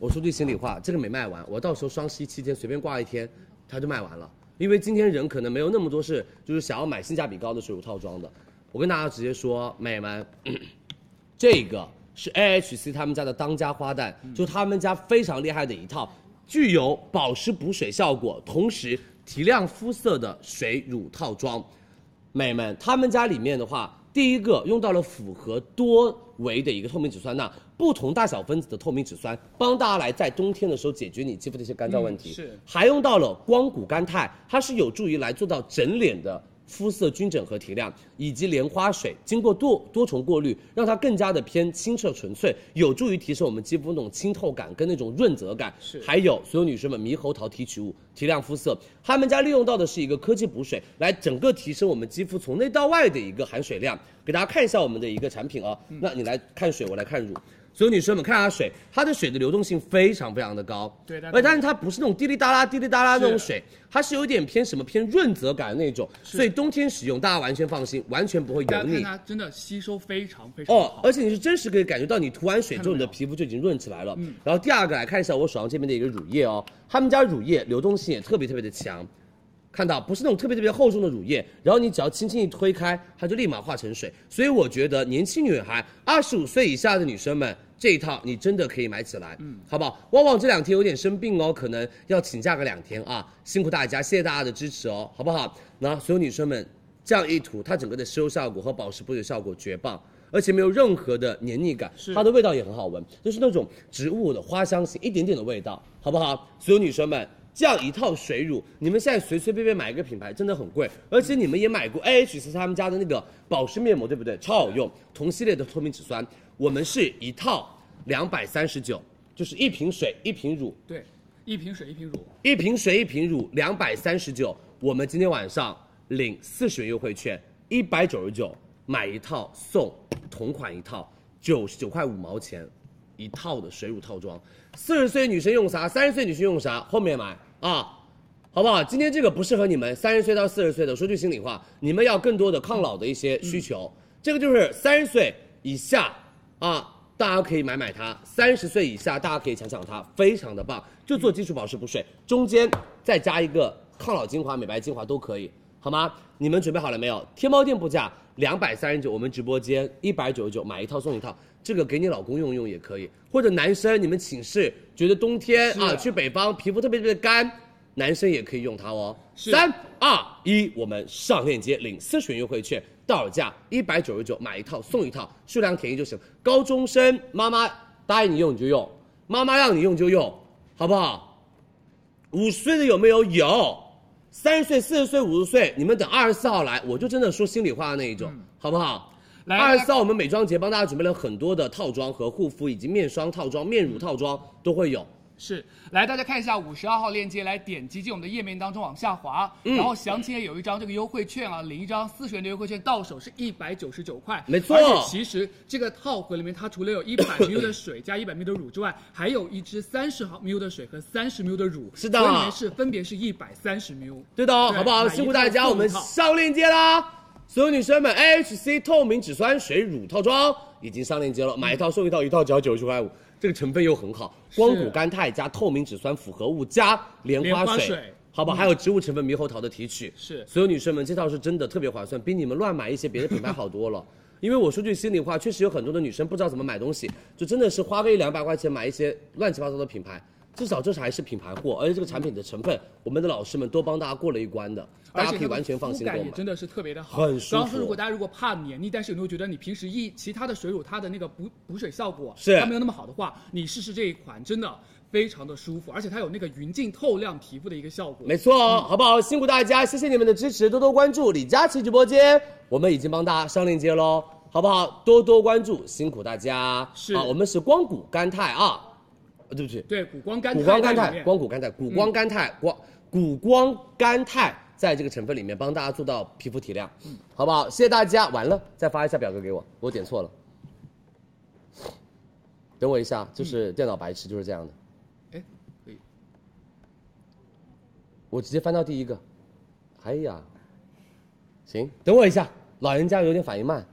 Speaker 8: 我说句心里话，这个没卖完，我到时候双十一期间随便挂一天，它就卖完了。因为今天人可能没有那么多是就是想要买性价比高的水乳套装的。我跟大家直接说，美们，这个是 AHC 他们家的当家花旦，
Speaker 12: 嗯
Speaker 8: 就是他们家非常厉害的一套，具有保湿补水效果，同时提亮肤色的水乳套装。美们，他们家里面的话，第一个用到了符合多维的一个透明质酸钠，不同大小分子的透明质酸，帮大家来在冬天的时候解决你肌肤的一些干燥问题。
Speaker 12: 嗯是
Speaker 8: 还用到了光谷甘肽，它是有助于来做到整脸的。肤色均整和提亮，以及莲花水经过多多重过滤，让它更加的偏清澈纯粹，有助于提升我们肌肤那种清透感跟那种润泽感。
Speaker 12: 是
Speaker 8: 还有所有女生们猕猴桃提取物提亮肤色，他们家利用到的是一个科技补水，来整个提升我们肌肤从内到外的一个含水量。给大家看一下我们的一个产品啊，那你来看水，我来看乳。所有女生们看一下水，它的水的流动性非常非常的高，
Speaker 12: 对大家
Speaker 8: 而但是它不是那种滴哩哒啦滴哩哒啦那种
Speaker 12: 是
Speaker 8: 水，它是有点偏什么偏润泽感的那种，所以冬天使用大家完全放心，完全不会
Speaker 12: 大
Speaker 8: 油
Speaker 12: 家看
Speaker 8: 腻。
Speaker 12: 它真的吸收非常非常
Speaker 8: 哦
Speaker 12: 好，，
Speaker 8: 而且你是真实可以感觉到，你涂完水之后，你
Speaker 12: 看到没有嗯
Speaker 8: 的皮肤就已经润起来了。然后第二个来看一下我手上这边的一个乳液哦，他们家乳液流动性也特别特别的强，看到不是那种特别特别厚重的乳液，然后你只要轻轻一推开，它就立马化成水。所以我觉得年轻女孩，二十五岁以下的女生们。这一套你真的可以买起来，嗯，好不好？旺旺这两天有点生病哦，可能要请假个两天啊，辛苦大家，谢谢大家的支持哦，好不好？那所有女生们，这样一涂，它整个的吸收效果和保湿补水效果绝棒，而且没有任何的黏腻感，它的味道也很好闻，就是那种植物的花香型，一点点的味道，好不好？所有女生们。这样一套水乳，你们现在随随便便买一个品牌真的很贵，而且你们也买过 AHC 他们家的那个保湿面膜，对不对？超好用，同系列的透明质酸，我们是一套两百三十九，就是一瓶水一瓶乳，
Speaker 12: 对，一瓶水一瓶乳，
Speaker 8: 一瓶水一瓶乳两百三十九，我们今天晚上领四十元优惠券，一百九十九买一套送同款一套，九十九块五毛钱一套的水乳套装。四十岁女生用啥？三十岁女生用啥？后面买啊，好不好？今天这个不适合你们三十岁到四十岁的，说句心里话，你们要更多的抗老的一些需求。这个就是三十岁以下啊，大家可以买买它；三十岁以下，大家可以抢抢它，非常的棒。就做基础保湿补水，中间再加一个抗老精华、美白精华都可以，好吗？你们准备好了没有？天猫店铺价两百三十九，我们直播间一百九十九，买一套送一套。这个给你老公用用也可以，或者男生你们寝室觉得冬天啊去北方皮肤特别特别干，男生也可以用它哦。三二一，我们上链接领四十元优惠券，到手价一百九十九，买一套送一套，数量填一就行。高中生妈妈答应你用你就用，妈妈让你用就用，好不好？五十岁的有没有？有。三十岁、四十岁、五十岁，你们等二十四号来，我就真的说心里话的那一种，好不好？
Speaker 12: 来
Speaker 8: 二十四号我们美妆节帮大家准备了很多的套装和护肤，以及面霜套装、面乳套装都会有。
Speaker 12: 是，来大家看一下五十二号链接，来点击进我们的页面当中往下滑，
Speaker 8: 嗯
Speaker 12: 然后详情页有一张这个优惠券啊，领一张四十元的优惠券，到手是一百九十九块，
Speaker 8: 没错
Speaker 12: 而且其实这个套盒里面，它除了有一百 <coughs> ml 的水加一百 ml 的乳之外，还有一支三十毫 ml 的水和三十 ml 的乳，
Speaker 8: 是的
Speaker 12: 所以里面是分别是一百三十 ml。
Speaker 8: 对的哦，
Speaker 12: 对
Speaker 8: 好不好？
Speaker 12: 买一
Speaker 8: 辛苦大家，
Speaker 12: 套
Speaker 8: 我们
Speaker 12: 送一套
Speaker 8: 上链接啦！所有女生们，AHC 透明质酸水乳套装已经上链接
Speaker 12: 嗯
Speaker 8: 了，买一套送一套，一套只要九十九块五，这个成分又很好，光谷甘肽加透明质酸复合物加莲花
Speaker 12: 莲花
Speaker 8: 水。
Speaker 12: 水嗯
Speaker 8: 好不好？还有植物成分猕猴桃的提取，
Speaker 12: 是
Speaker 8: 所有女生们，这套是真的特别划算，比你们乱买一些别的
Speaker 12: <laughs>
Speaker 8: 品牌好多了。因为我说句心里话，确实有很多的女生不知道怎么买东西，就真的是花个一两百块钱买一些乱七八糟的品牌，至少这是还是品牌货，而且这个产品的成分，我们的老师们都帮大家过了一关的，大
Speaker 12: 而
Speaker 8: 家
Speaker 12: 且
Speaker 8: 可以完全放心
Speaker 12: 它的
Speaker 8: 购
Speaker 12: 肤感
Speaker 8: 买
Speaker 12: 也。真的是特别的好，
Speaker 8: 很舒服
Speaker 12: 刚刚说，如果大家如果怕黏腻，但是你会觉得你平时一其他的水乳它的那个补补水效果
Speaker 8: 是
Speaker 12: 它没有那么好的话，你试试这一款真的非常的舒服，而且它有那个匀净透亮皮肤的一个效果。嗯
Speaker 8: 没错哦，好不好？辛苦大家，谢谢你们的支持，多多关注李佳琦直播间，我们已经帮大家上链接喽，好不好？多多关注，辛苦大家。
Speaker 12: 是
Speaker 8: 啊，我们是光谷甘肽啊，呃对不起，
Speaker 12: 对，谷胱甘
Speaker 8: 谷胱
Speaker 12: 肽
Speaker 8: 甘
Speaker 12: 在里
Speaker 8: 肽，
Speaker 12: 面嗯
Speaker 8: 光谷甘肽，谷胱甘肽，光谷胱甘肽在这个成分里面帮大家做到皮肤提亮，
Speaker 12: 嗯
Speaker 8: 好不好？谢谢大家。完了，再发一下表格给我，我点错了。等我一下，就是电脑白痴就是这样的。
Speaker 12: 哎，可以，
Speaker 8: 我直接翻到第一个。哎呀，行，等我一下，老人家有点反应慢。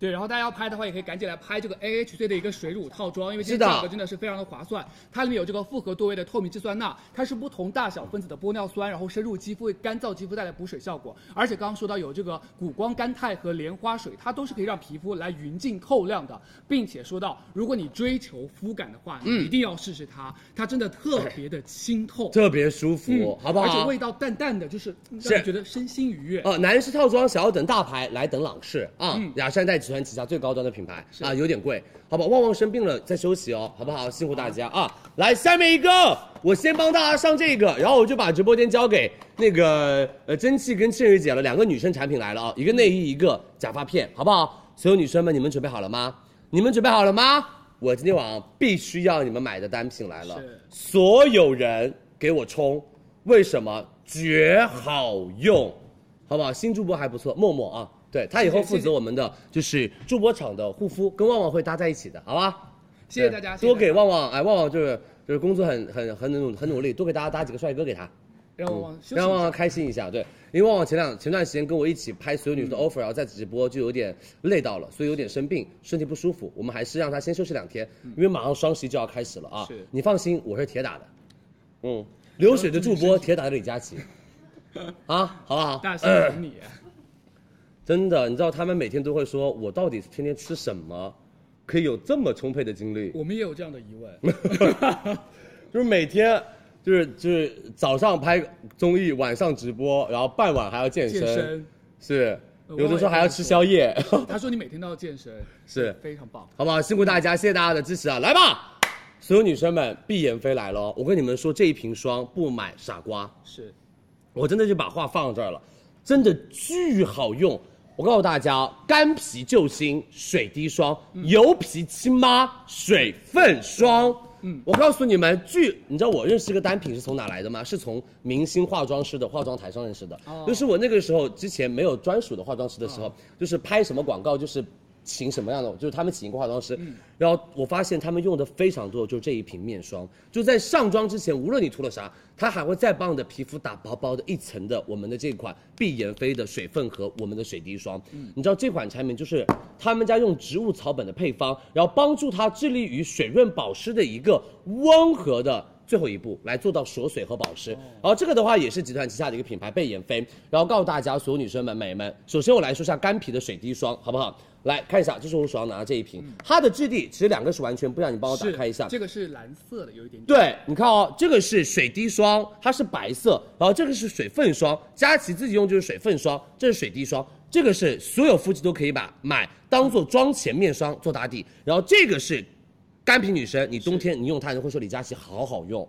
Speaker 12: 对，然后大家要拍的话，也可以赶紧来拍这个 AHC 的一个水乳套装，因为这
Speaker 8: 是
Speaker 12: 个
Speaker 8: 的
Speaker 12: 价格真的是非常的划算。它里面有这个复合多维的透明质酸钠，它是不同大小分子的玻尿酸，然后深入肌肤为干燥肌肤带来补水效果。而且刚刚说到有这个谷胱甘肽和莲花水，它都是可以让皮肤来匀净透亮的，并且说到如果你追求肤感的
Speaker 8: 嗯
Speaker 12: 话，你一定要试试它，它真的特别的清透，嗯
Speaker 8: 特别舒服，好不好？
Speaker 12: 而且味道淡淡的，就是让
Speaker 8: 是哦
Speaker 12: 你觉得身心愉悦。
Speaker 8: 呃，男士套装想要等大牌来等朗仕啊，雅诗兰黛集团旗下最高端的品牌啊，有点贵，好不好？旺旺生病了在休息哦，好不好？辛苦大家啊！来，下面一个，我先帮大家上这个，然后我就把直播间交给那个呃蒸汽跟倩蕊姐了，两个女生产品来了啊，一个内衣，一个假发片，好不好？所有女生们，你们准备好了吗？你们准备好了吗？我今天晚上必须要你们买的单品来了
Speaker 12: 是，
Speaker 8: 所有人给我冲！为什么？绝好用，好不好？新主播还不错，默默啊，对他以后负责我们的就是助播场的护肤，跟旺旺会搭在一起的，好吧？
Speaker 12: 谢谢大家
Speaker 8: 对
Speaker 12: 谢谢
Speaker 8: 多给旺旺，哎，旺旺就是就是工作很很很努很努力，多给大家搭几个帅哥给他。
Speaker 12: 让我往休息
Speaker 8: 嗯
Speaker 12: 一
Speaker 8: 让旺
Speaker 12: 下
Speaker 8: 旺开心一下，对，因为旺旺前两前段时间跟我一起拍所有女生的 offer，、然后在直播就有点累到了，所以有点生病，身体不舒服，我们还是让她先休息两天，因为马上双十一就要开始了啊。
Speaker 12: 嗯是
Speaker 8: 你放心，我是铁打的，嗯，流水的助播，铁打的李佳琦，啊，好不好？ <clears throat>
Speaker 12: 大兴有你，
Speaker 8: 真的，你知道他们每天都会说，我到底是天天吃什么，可以有这么充沛的精力？
Speaker 12: 我们也有这样的疑问。
Speaker 8: 就是每天，就是就是早上拍综艺，晚上直播，然后傍晚还要健身，
Speaker 12: 健身
Speaker 8: 是
Speaker 12: 呃
Speaker 8: 有的时候还要吃宵夜，
Speaker 12: 他说你每天都要健身，
Speaker 8: 是
Speaker 12: 非常棒。
Speaker 8: 好不好？辛苦大家，谢谢大家的支持啊！来吧，所有女生们，碧妍霏来了哦，我跟你们说，这一瓶霜不买傻瓜。
Speaker 12: 是，
Speaker 8: 我真的就把话放到这儿了，真的巨好用。我告诉大家哦，干皮救星水滴霜，
Speaker 12: 嗯
Speaker 8: 油皮亲妈水分霜。嗯，我告诉你们，巨，你知道我认识一个单品是从哪来的吗？是从明星化妆师的化妆台上认识的。
Speaker 12: 哦
Speaker 8: 就是我那个时候之前没有专属的化妆师的时候，就是拍什么广告就是请什么样的，就是他们请一个化妆师，然后我发现他们用的非常多，就这一瓶面霜，就在上妆之前，无论你涂了啥，它还会再帮你的皮肤打薄薄的一层的我们的这款碧妍霏的水分和我们的水滴霜。
Speaker 12: 嗯
Speaker 8: 你知道这款产品就是他们家用植物草本的配方，然后帮助它致力于水润保湿的一个温和的。最后一步来做到锁水和保湿。然后这个的话也是集团旗下的一个品牌贝妍霏。然后告诉大家所有女生们、美们，首先我来说一下干皮的水滴霜，好不好？来看一下，这是我手上拿的这一瓶，它的质地其实两个是完全不一样，你帮我打
Speaker 12: 是
Speaker 8: 开一下。
Speaker 12: 这个是蓝色的，有一点点。
Speaker 8: 对，你看哦，这个是水滴霜，它是白色，然后这个是水分霜，佳琦自己用就是水分霜，这是水滴霜，这个是所有肤质都可以把买当做妆前面霜做打底，然后这个是干皮女生，你冬天你用它，你会说李佳琦好好用。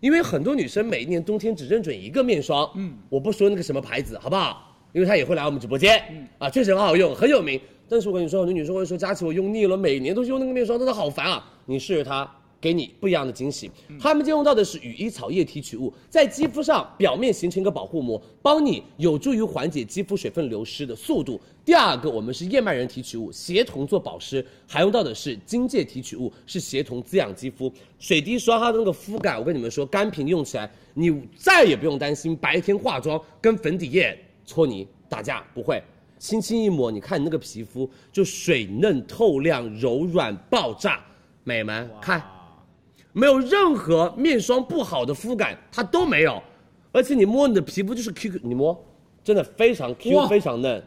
Speaker 8: 因为很多女生每一年冬天只认准一个面霜，嗯，我不说那个什么牌子，好不好？因为她也会来我们直播间，嗯，啊，确实很好用，很有名。但是我跟你说，很多女生会说佳琪，我用腻了，每年都是用那个面霜，真的好烦啊！你试试它，给你不一样的惊喜。他们今天用到的是羽衣草液提取物，在肌肤上表面形成一个保护膜，帮你有助于缓解肌肤水分流失的速度。第二个，我们是燕麦仁提取物，协同做保湿，还用到的是荆芥提取物，是协同滋养肌肤。水滴霜它的那个肤感，我跟你们说，干瓶用起来，你再也不用担心白天化妆跟粉底液搓泥打架，不会。轻轻一抹，你看你那个皮肤就水嫩透亮、柔软爆炸，美们看，没有任何面霜不好的肤感，它都没有，而且你摸你的皮肤就是 Q Q，你摸，真的非常 Q，
Speaker 12: 哇
Speaker 8: 非常嫩。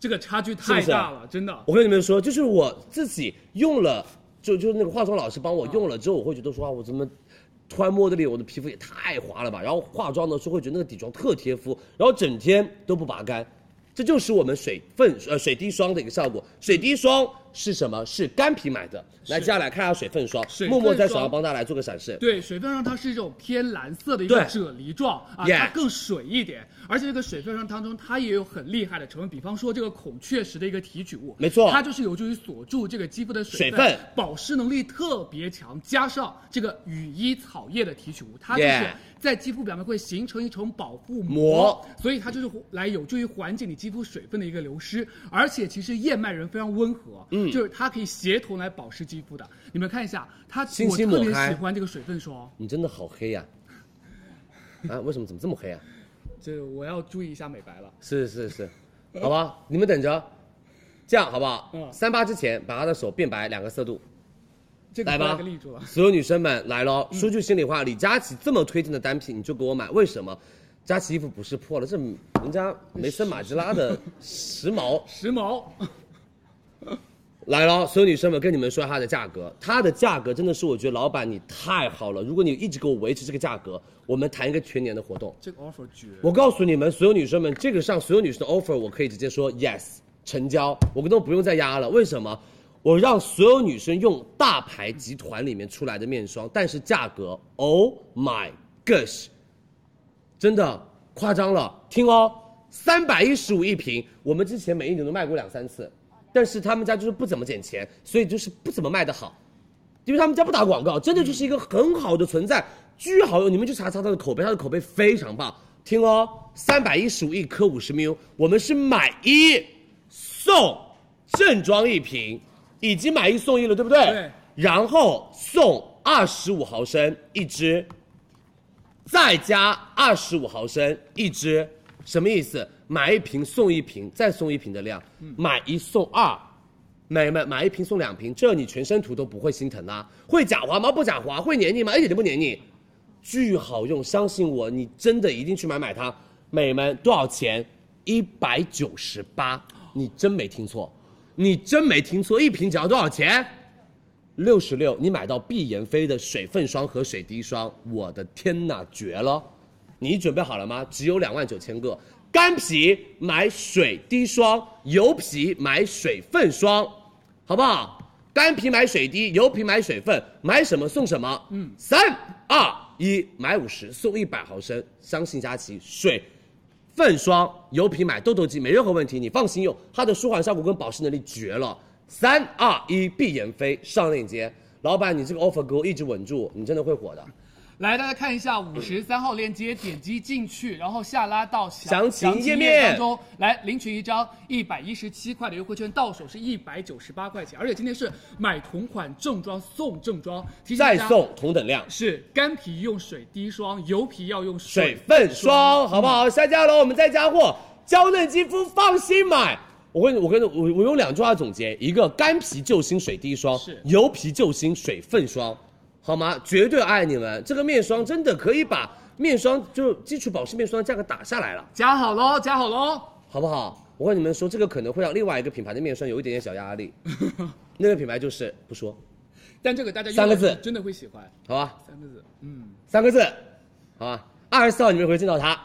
Speaker 12: 这个差距
Speaker 8: 是啊不
Speaker 12: 太
Speaker 8: 是
Speaker 12: 大了，真的。
Speaker 8: 我跟你们说，就是我自己用了，就就是那个化妆老师帮我用了之后，我会觉得说啊，我怎么突然摸这里，我的皮肤也太滑了吧。然后化妆的时候会觉得那个底妆特贴肤，然后整天都不拔干。这就是我们水分呃水滴霜的一个效果。水滴霜是什么？是干皮买的。来，接下来看一下水分霜
Speaker 12: 水，分
Speaker 8: 默默在手上
Speaker 12: 霜
Speaker 8: 帮大家来做个展示。
Speaker 12: 对，水分霜它是一种偏蓝色的一种
Speaker 8: 对
Speaker 12: 啫喱状啊，
Speaker 8: Yeah
Speaker 12: 它更水一点。而且这个水分霜当中，它也有很厉害的成分，比方说这个孔雀石的一个提取物，
Speaker 8: 没错
Speaker 12: 它就是有助于锁住这个肌肤的
Speaker 8: 水
Speaker 12: 水
Speaker 8: 分
Speaker 12: 保湿能力特别强。加上这个羽衣草叶的提取物，它就是
Speaker 8: Yeah
Speaker 12: 在肌肤表面会形成一层保护膜
Speaker 8: 膜，
Speaker 12: 所以它就是来有助于缓解你肌肤水分的一个流失，而且其实燕麦仁非常温和，嗯，就是它可以协同来保湿肌肤的。你们看一下，它
Speaker 8: 轻
Speaker 12: 我
Speaker 8: 轻
Speaker 12: 特
Speaker 8: 抹
Speaker 12: 别
Speaker 8: 开
Speaker 12: 喜欢这个水分霜，
Speaker 8: 你真的好黑呀、啊！为什么怎么这么黑啊？
Speaker 12: 这我要注意一下美白了。
Speaker 8: 是是是，好
Speaker 12: <laughs>
Speaker 8: 吧，你们等着，这样好不好？
Speaker 12: 嗯
Speaker 8: 三八之前把他的手变白两个色度，
Speaker 12: 这个
Speaker 8: 来吧
Speaker 12: 给嗯立住了，
Speaker 8: 所有女生们来喽！说句心里话，李佳琦这么推荐的单品，你就给我买，为什么？佳琦衣服不是破了，这人家梅森马吉拉的时髦
Speaker 12: <laughs> 时髦，
Speaker 8: <laughs> 来喽！所有女生们，跟你们说它的价格，它的价格真的是我觉得老板你太好了，如果你一直给我维持这个价格，我们谈一个全年的活动。
Speaker 12: 这个 offer 绝。
Speaker 8: 我告诉你们，所有女生们，这个上所有女生的 offer，我可以直接说 yes，成交，我根本不用再压了。为什么？我让所有女生用大牌集团里面出来的面霜，但是价格，Oh my gosh，真的夸张了。听哦，三百一十五一瓶，我们之前每一年都卖过两三次，但是他们家就是不怎么捡钱，所以就是不怎么卖的好。因为他们家不打广告，真的就是一个很好的存在，巨好用。你们去查查它的口碑，它的口碑非常棒。听哦，三百一十五一颗五十 ml，我们是买一送正装一瓶，已经买一送一了，对不对？
Speaker 12: 对。
Speaker 8: 然后送二十五毫升一支，再加二十五毫升一支，什么意思？买一瓶送一瓶，再送一瓶的量，买一送二。买买买一瓶送两瓶，这你全身涂都不会心疼啊！会假滑吗？不假滑，会黏腻吗？一点都不黏腻，巨好用，相信我，你真的一定去买买它。美们多少钱？一百九十八，你真没听错，你真没听错，一瓶只要多少钱？六十六，你买到碧妍霏的水分霜和水滴霜，我的天呐，绝了！你准备好了吗？只有两万九千个，干皮买水滴霜，油皮买水分霜，好不好？干皮买水滴，油皮买水分，买什么送什么。嗯，三二一，买五十送一百毫升，相信佳琪水。份霜、油皮买痘痘肌没任何问题，你放心用，它的舒缓效果跟保湿能力绝了。三二一，碧妍霏上链接，老板你这个 offer 给我一直稳住，你真的会火的。
Speaker 12: 来，大家看一下五十三号链接，点击进去，然后下拉到
Speaker 8: 详情
Speaker 12: 情
Speaker 8: 页
Speaker 12: 页
Speaker 8: 面
Speaker 12: 当中来领取一张一百一十七块的优惠券，到手是一百九十八块钱，而且今天是买同款正装送正装，提醒大啊
Speaker 8: 再
Speaker 12: 家
Speaker 8: 送同等量
Speaker 12: 是干皮用水滴霜，油皮要用
Speaker 8: 水
Speaker 12: 分
Speaker 8: 分霜，好不好？下架喽，我们再加货，娇嫩肌肤放心买。我跟你，我跟你，我我用两句话总结：一个干皮救星水滴霜，
Speaker 12: 是
Speaker 8: 油皮救星水分霜，好吗？绝对爱你们！这个面霜真的可以把面霜就基础保湿面霜价格打下来了。
Speaker 12: 加好喽，加好喽。
Speaker 8: 好不好？我跟你们说，这个可能会让另外一个品牌的面霜有一点点小压
Speaker 12: <laughs>
Speaker 8: 力。那个品牌就是不说，
Speaker 12: 但这个大家用
Speaker 8: 三个
Speaker 12: 了
Speaker 8: 字
Speaker 12: 真的会喜欢，
Speaker 8: 好吧，
Speaker 12: 三个字，嗯，
Speaker 8: 三个字，好吧。二十四号你们会见到它，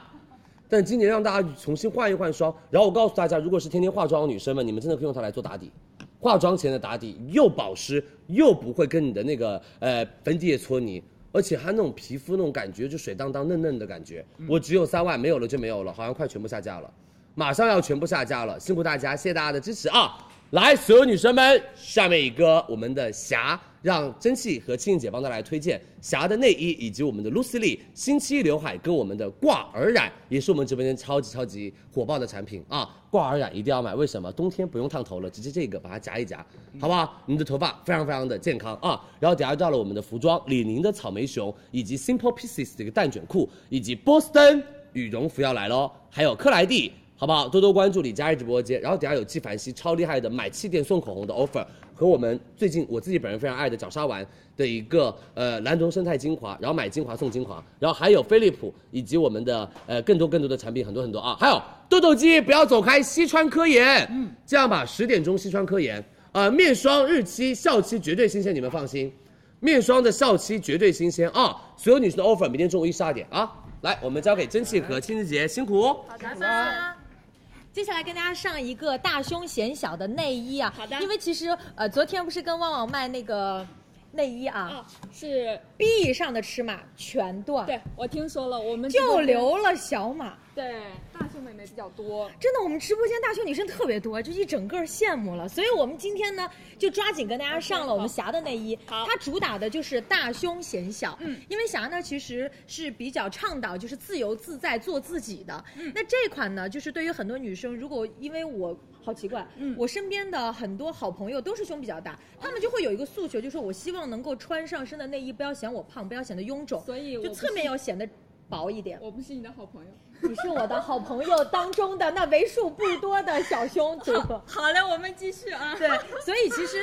Speaker 8: 但今年让大家重新换一换霜。然后我告诉大家，如果是天天化妆的女生们，你们真的可以用它来做打底，化妆前的打底，又保湿又不会跟你的那个呃粉底液搓泥。而且它那种皮肤那种感觉，就水当当嫩嫩的感觉。我只有三万，没有了就没有了，好像快全部下架了。马上要全部下架了，辛苦大家，谢谢大家的支持啊！来，所有女生们，下面一个我们的霞，让蒸汽和青青姐帮大家来推荐霞的内衣，以及我们的 Lucy Lee 星期一刘海跟我们的挂耳染，也是我们直播间超级超级火爆的产品啊！挂耳染一定要买，为什么？冬天不用烫头了，直接这个把它夹一夹，好不好？你的头发非常非常的健康啊！然后等下到了我们的服装，李宁的草莓熊，以及 Simple Pieces 的一个蛋卷裤，以及波司登羽绒服要来喽，还有克莱蒂。好不好？多多关注李佳琦直播间，然后等下有纪梵希超厉害的买气垫送口红的 offer 和我们最近我自己本人非常爱的角鲨烷的一个呃蓝铜生态精华，然后买精华送精华，然后还有飞利浦以及我们的呃更多更多的产品很多很多啊，还有痘痘肌不要走开，西川科研，嗯，这样吧，十点钟西川科研，呃面霜日期效期绝对新鲜，你们放心，面霜的效期绝对新鲜啊，所有女生的 offer 明天中午一十二点啊，来我们交给蒸汽和青子姐辛苦。
Speaker 1: 接下来跟大家上一个大胸显小的内衣啊，好的，因为其实呃昨天不是跟旺旺卖那个内衣
Speaker 13: 哦
Speaker 1: 啊，
Speaker 13: 是
Speaker 1: B 以上的尺码全断，
Speaker 13: 对，我听说了，我们直播
Speaker 1: 就
Speaker 13: 间
Speaker 1: 留了小码。
Speaker 13: 对大胸妹妹比较多。
Speaker 1: 真的，我们直播间大胸女生特别多，就一整个羡慕了。所以我们今天呢，就抓紧跟大家上了我们霞的内衣，它主打的就是大胸显小。嗯，因为霞呢其实是比较倡导就是自由自在做自己的。嗯，那这款呢，就是对于很多女生，如果因为我好奇怪，嗯，我身边的很多好朋友都是胸比较大，她们就会有一个诉求，就说我希望能够穿上身的内衣不要显我胖，不要显得臃肿，
Speaker 13: 所以我
Speaker 1: 就
Speaker 13: 不
Speaker 1: 侧面
Speaker 13: 是
Speaker 1: 要显得薄一点。
Speaker 13: 我不是你的好朋友，
Speaker 1: <laughs> 你是我的
Speaker 9: <laughs>
Speaker 1: 好朋友当中的 <laughs> 那为数不多的小胸族。
Speaker 13: 好嘞，我们继续啊。
Speaker 1: 对，所以其实。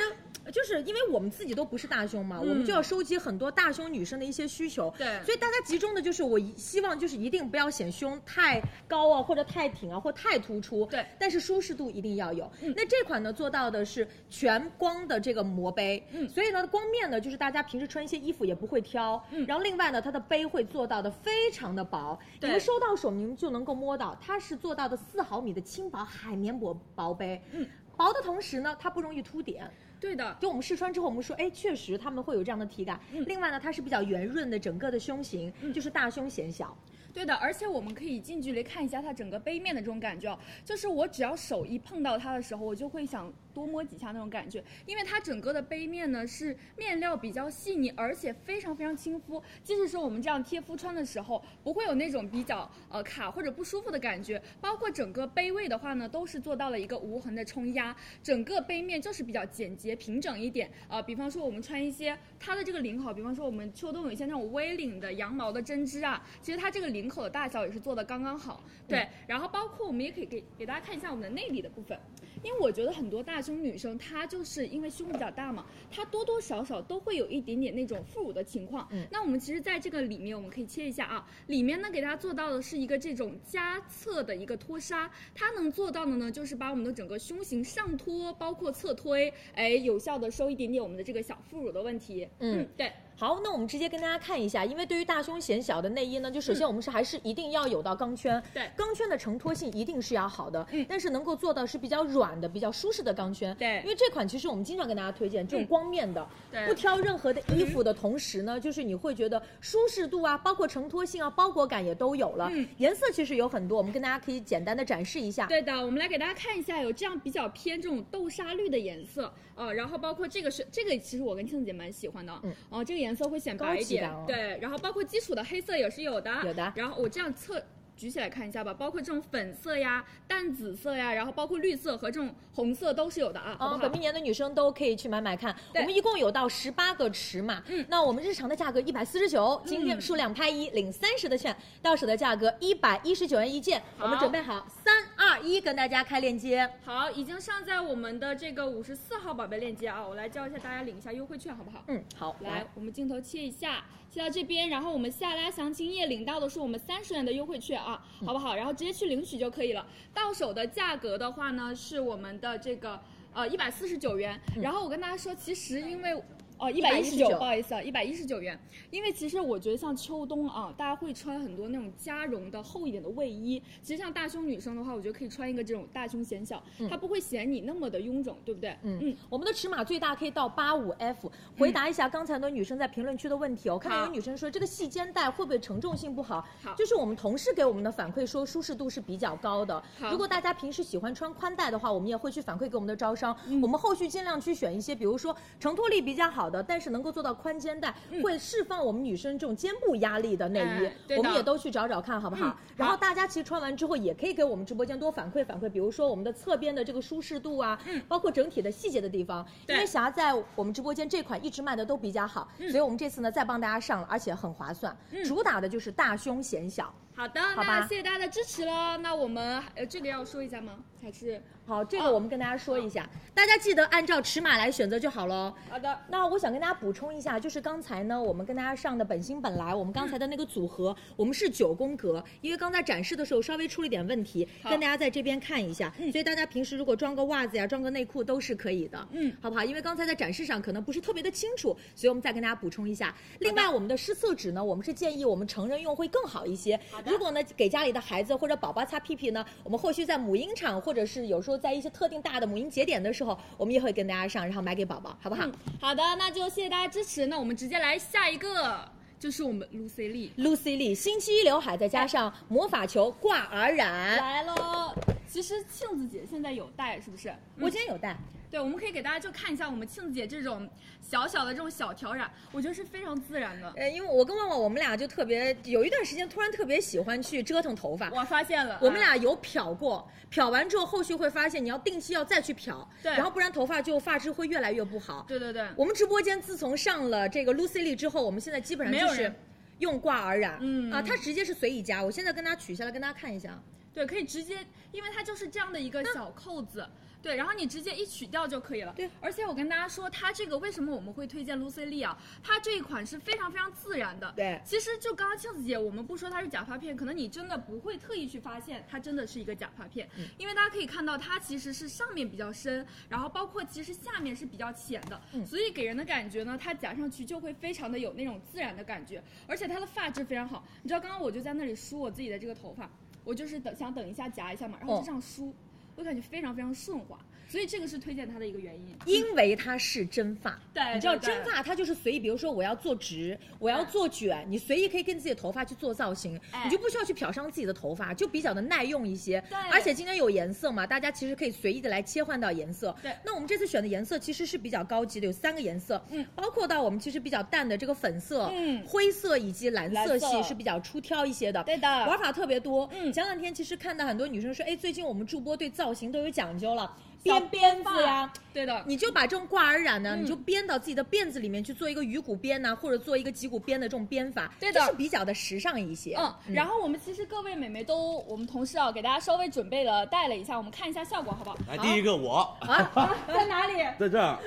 Speaker 1: 就是因为我们自己都不是大胸嘛，我们就要收集很多大胸女生的一些需求。
Speaker 2: 对
Speaker 1: 所以大家集中的就是我一希望就是一定不要显胸太高啊，或者太挺啊，或太突出。
Speaker 2: 对，嗯
Speaker 1: 但是舒适度一定要有。那这款呢做到的是全光的这个膜杯，
Speaker 2: 嗯
Speaker 1: 所以呢光面呢就是大家平时穿一些衣服也不会挑，
Speaker 2: 嗯
Speaker 1: 然后另外呢它的杯会做到的非常的薄，你
Speaker 2: 对
Speaker 1: 们收到手你们就能够摸到，它是做到的四毫米的轻薄海绵薄薄杯，嗯，薄的同时呢它不容易凸点。
Speaker 9: 对的，嗯
Speaker 1: 就我们试穿之后，我们说，哎，确实他们会有这样的体感。另外呢，它是比较圆润的，整个的胸型、就是大胸显小。
Speaker 9: 对的，而且我们可以近距离看一下它整个杯面的这种感觉哦，就是我只要手一碰到它的时候，我就会想多摸几下那种感觉，因为它整个的杯面呢是面料比较细腻，而且非常非常亲肤，即使是我们这样贴肤穿的时候，不会有那种比较呃卡或者不舒服的感觉，包括整个杯位的话呢，都是做到了一个无痕的冲压，整个杯面就是比较简洁平整一点啊、呃比方说我们穿一些它的这个领口，比方说我们秋冬有一些那种微领的羊毛的针织啊，其实它这个领口的大小也是做的刚刚好。对，然后包括我们也可以给给大家看一下我们的内里的部分，因为我觉得很多大胸女生她就是因为胸比较大嘛，她多多少少都会有一点点那种副乳的情况。
Speaker 1: 嗯
Speaker 9: 那我们其实在这个里面我们可以切一下啊，里面呢给大家做到的是一个这种加侧的一个托纱，它能做到的呢就是把我们的整个胸型上托，包括侧推，哎，有效的收一点点我们的这个小副乳的问题。
Speaker 1: 嗯
Speaker 9: 对。
Speaker 1: 好，那我们直接跟大家看一下，因为对于大胸显小的内衣呢，就首先我们是还是一定要有到钢圈，
Speaker 9: 嗯对
Speaker 1: 钢圈的承托性一定是要好的，嗯，但是能够做到是比较软的、比较舒适的钢圈，
Speaker 9: 对嗯
Speaker 1: 因为这款其实我们经常跟大家推荐这种光面的，
Speaker 9: 对嗯
Speaker 1: 不挑任何的衣服的同时呢，就是你会觉得舒适度啊，包括承托性啊、包裹感也都有了，
Speaker 9: 嗯
Speaker 1: 颜色其实有很多，我们跟大家可以简单的展示一下，
Speaker 9: 对的，我们来给大家看一下，有这样比较偏这种豆沙绿的颜色，呃，然后包括这个是这个，其实我跟庆子姐蛮喜欢的，哦、
Speaker 1: 嗯
Speaker 9: 这个颜色会显
Speaker 1: 高
Speaker 9: 白一
Speaker 1: 级
Speaker 9: 点，
Speaker 1: 感哦
Speaker 9: 对，然后包括基础的黑色也是有的，
Speaker 1: 有的
Speaker 9: 然后我这样侧。举起来看一下吧，包括这种粉色呀、淡紫色呀，然后包括绿色和这种红色都是有的啊，好
Speaker 1: 我
Speaker 9: 不
Speaker 1: 们
Speaker 9: 好
Speaker 1: 本？命年的女生都可以去买买看。我
Speaker 9: 对
Speaker 1: 们一共有到十八个尺码，嗯，那我们日常的价格一百四十九，今天数量拍一领三十的券，到手的价格一百一十九元一件。我们准备好三二一，跟大家开链接。
Speaker 9: 好，已经上在我们的这个五十四号宝贝链接啊，我来教一下大家领一下优惠券，好不好？
Speaker 1: 嗯，好，
Speaker 9: 来，我们镜头切一下，切到这边，然后我们下拉详情页领到的是我们三十元的优惠券啊，好不好？然后直接去领取就可以了。到手的价格的话呢，是我们的这个呃一百四十九元。然后我跟大家说，其实因为。哦，嗯一百一十九，不好意思啊，一百一十九元。因为其实我觉得像秋冬啊，大家会穿很多那种加绒的厚一点的卫衣。其实像大胸女生的话，我觉得可以穿一个这种大胸显小，它不会显你那么的臃肿，对不对？
Speaker 1: 嗯
Speaker 9: 嗯，
Speaker 1: 我们的尺码最大可以到八五 F。回答一下刚才很多女生在评论区的问题哦，我看到有
Speaker 9: 好
Speaker 1: 女生说这个细肩带会不会承重性不好？
Speaker 9: 好
Speaker 1: 就是我们同事给我们的反馈说舒适度是比较高的。
Speaker 9: 好
Speaker 1: 如果大家平时喜欢穿宽带的话，我们也会去反馈给我们的招商，
Speaker 9: 嗯
Speaker 1: 我们后续尽量去选一些，比如说承托力比较好的，但是能够做到宽肩带，会释放我们女生这种肩部压力的内
Speaker 9: 嗯哎
Speaker 1: 衣，
Speaker 9: 对
Speaker 1: 我们
Speaker 9: 的
Speaker 1: 也都去找找看好不好？然后大家其实穿完之后也可以给我们直播间多反馈反馈，比如说我们的侧边的这个舒适度啊，包括整体的细节的地方，因
Speaker 9: 对
Speaker 1: 为霞在我们直播间这款一直卖的都比较好，所以我们这次呢再帮大家上了，而且很划算，主打的就是大胸显小。
Speaker 9: 好的，
Speaker 1: 好吧
Speaker 9: 那谢谢大家的支持喽。那我们呃，这个要说一下吗？还是
Speaker 1: 好，这
Speaker 9: 哦
Speaker 1: 个我们跟大家说一下，大家记得按照尺码来选择就好喽。
Speaker 9: 好的，
Speaker 1: 那我想跟大家补充一下，就是刚才呢，我们跟大家上的本心本来，我们刚才的那个组合，我们是九宫格，因为刚才展示的时候稍微出了一点问题，
Speaker 9: 好
Speaker 1: 跟大家在这边看一下。所以大家平时如果装个袜子呀、装个内裤都是可以的，
Speaker 9: 嗯，
Speaker 1: 好不好？因为刚才在展示上可能不是特别的清楚，所以我们再跟大家补充一下。另外，我们的湿厕纸呢，我们是建议我们成人用会更好一些。如果呢给家里的孩子或者宝宝擦屁屁呢，我们后续在母婴场或者是有时候在一些特定大的母婴节点的时候，我们也会跟大家上，然后买给宝宝，好不好？
Speaker 9: 好的，那就谢谢大家支持。那我们直接来下一个，就是我们 Lucy Lee。
Speaker 1: Lucy Lee 星期一刘海，再加上魔法球挂耳染，
Speaker 9: 来喽！其实庆子姐现在有带，是不是？
Speaker 1: 我今天有带，
Speaker 9: 对，我们可以给大家就看一下我们庆子姐这种小小的这种小挑染，我觉得是非常自然的。
Speaker 1: 呃，因为我跟旺旺我们俩就特别有一段时间突然特别喜欢去折腾头发。
Speaker 9: 我发现了，啊
Speaker 1: 我们俩有漂过，漂完之后，后续会发现你要定期要再去漂，
Speaker 9: 对
Speaker 1: 然后不然头发就发质会越来越不好。
Speaker 9: 对对对，
Speaker 1: 我们直播间自从上了这个 Lucy Lee 之后，我们现在基本上
Speaker 9: 没有
Speaker 1: 就是
Speaker 9: 人
Speaker 1: 用挂耳染，
Speaker 9: 嗯
Speaker 1: 啊，它直接是随意夹，我现在跟大家取下来，跟大家看一下，啊
Speaker 9: 对，可以直接，因为它就是这样的一个小扣子，对，然后你直接一取掉就可以了。对，而且我跟大家说，它这个为什么我们会推荐 Lucy Lee 啊？它这一款是非常非常自然的。
Speaker 1: 对
Speaker 9: 其实就刚刚庆子姐，我们不说它是假发片，可能你真的不会特意去发现它真的是一个假发片，因为大家可以看到它其实是上面比较深，然后包括其实下面是比较浅的，
Speaker 14: 嗯
Speaker 9: 所以给人的感觉呢，它夹上去就会非常的有那种自然的感觉，而且它的发质非常好。你知道刚刚我就在那里梳我自己的这个头发，我就是等想等一下夹一下嘛，然后就这样梳，我感觉非常非常顺滑，所以这个是推荐它的一个原因。
Speaker 1: 因为它是真发，
Speaker 9: <laughs> 对
Speaker 1: 你知道
Speaker 9: 对对嗯
Speaker 1: 真发它就是随意，比如说我要做直，我要做卷，你随意可以跟自己的头发去做造型，
Speaker 9: 哎
Speaker 1: 你就不需要去漂伤自己的头发，就比较的耐用一些。
Speaker 9: 对
Speaker 1: 而且今天有颜色嘛，大家其实可以随意的来切换到颜色。
Speaker 9: 对
Speaker 1: 那我们这次选的颜色其实是比较高级的，有三个颜色，嗯，包括到我们其实比较淡的这个粉色、
Speaker 9: 嗯
Speaker 1: 灰色以及蓝色
Speaker 9: 蓝
Speaker 1: 系
Speaker 9: 色
Speaker 1: 是比较出挑一些的。
Speaker 9: 对的
Speaker 1: 玩法特别多。嗯，前两天其实看到很多女生说，哎，最近我们助播对造型都有讲究了，编辫子呀。
Speaker 9: 对的，嗯
Speaker 1: 你就把这种挂耳染呢，你就编到自己的辫子里面去做一个鱼骨编呐、或者做一个脊骨编的这种编法，
Speaker 9: 对的
Speaker 1: 就是比较的时尚一些。
Speaker 9: 嗯，然后我们其实各位美眉都，我们同事啊，给大家稍微准备了带了一下，我们看一下效果好不好？
Speaker 8: 来，第一个
Speaker 1: <laughs>
Speaker 8: 我，
Speaker 9: 啊，在哪里？
Speaker 8: 在这儿，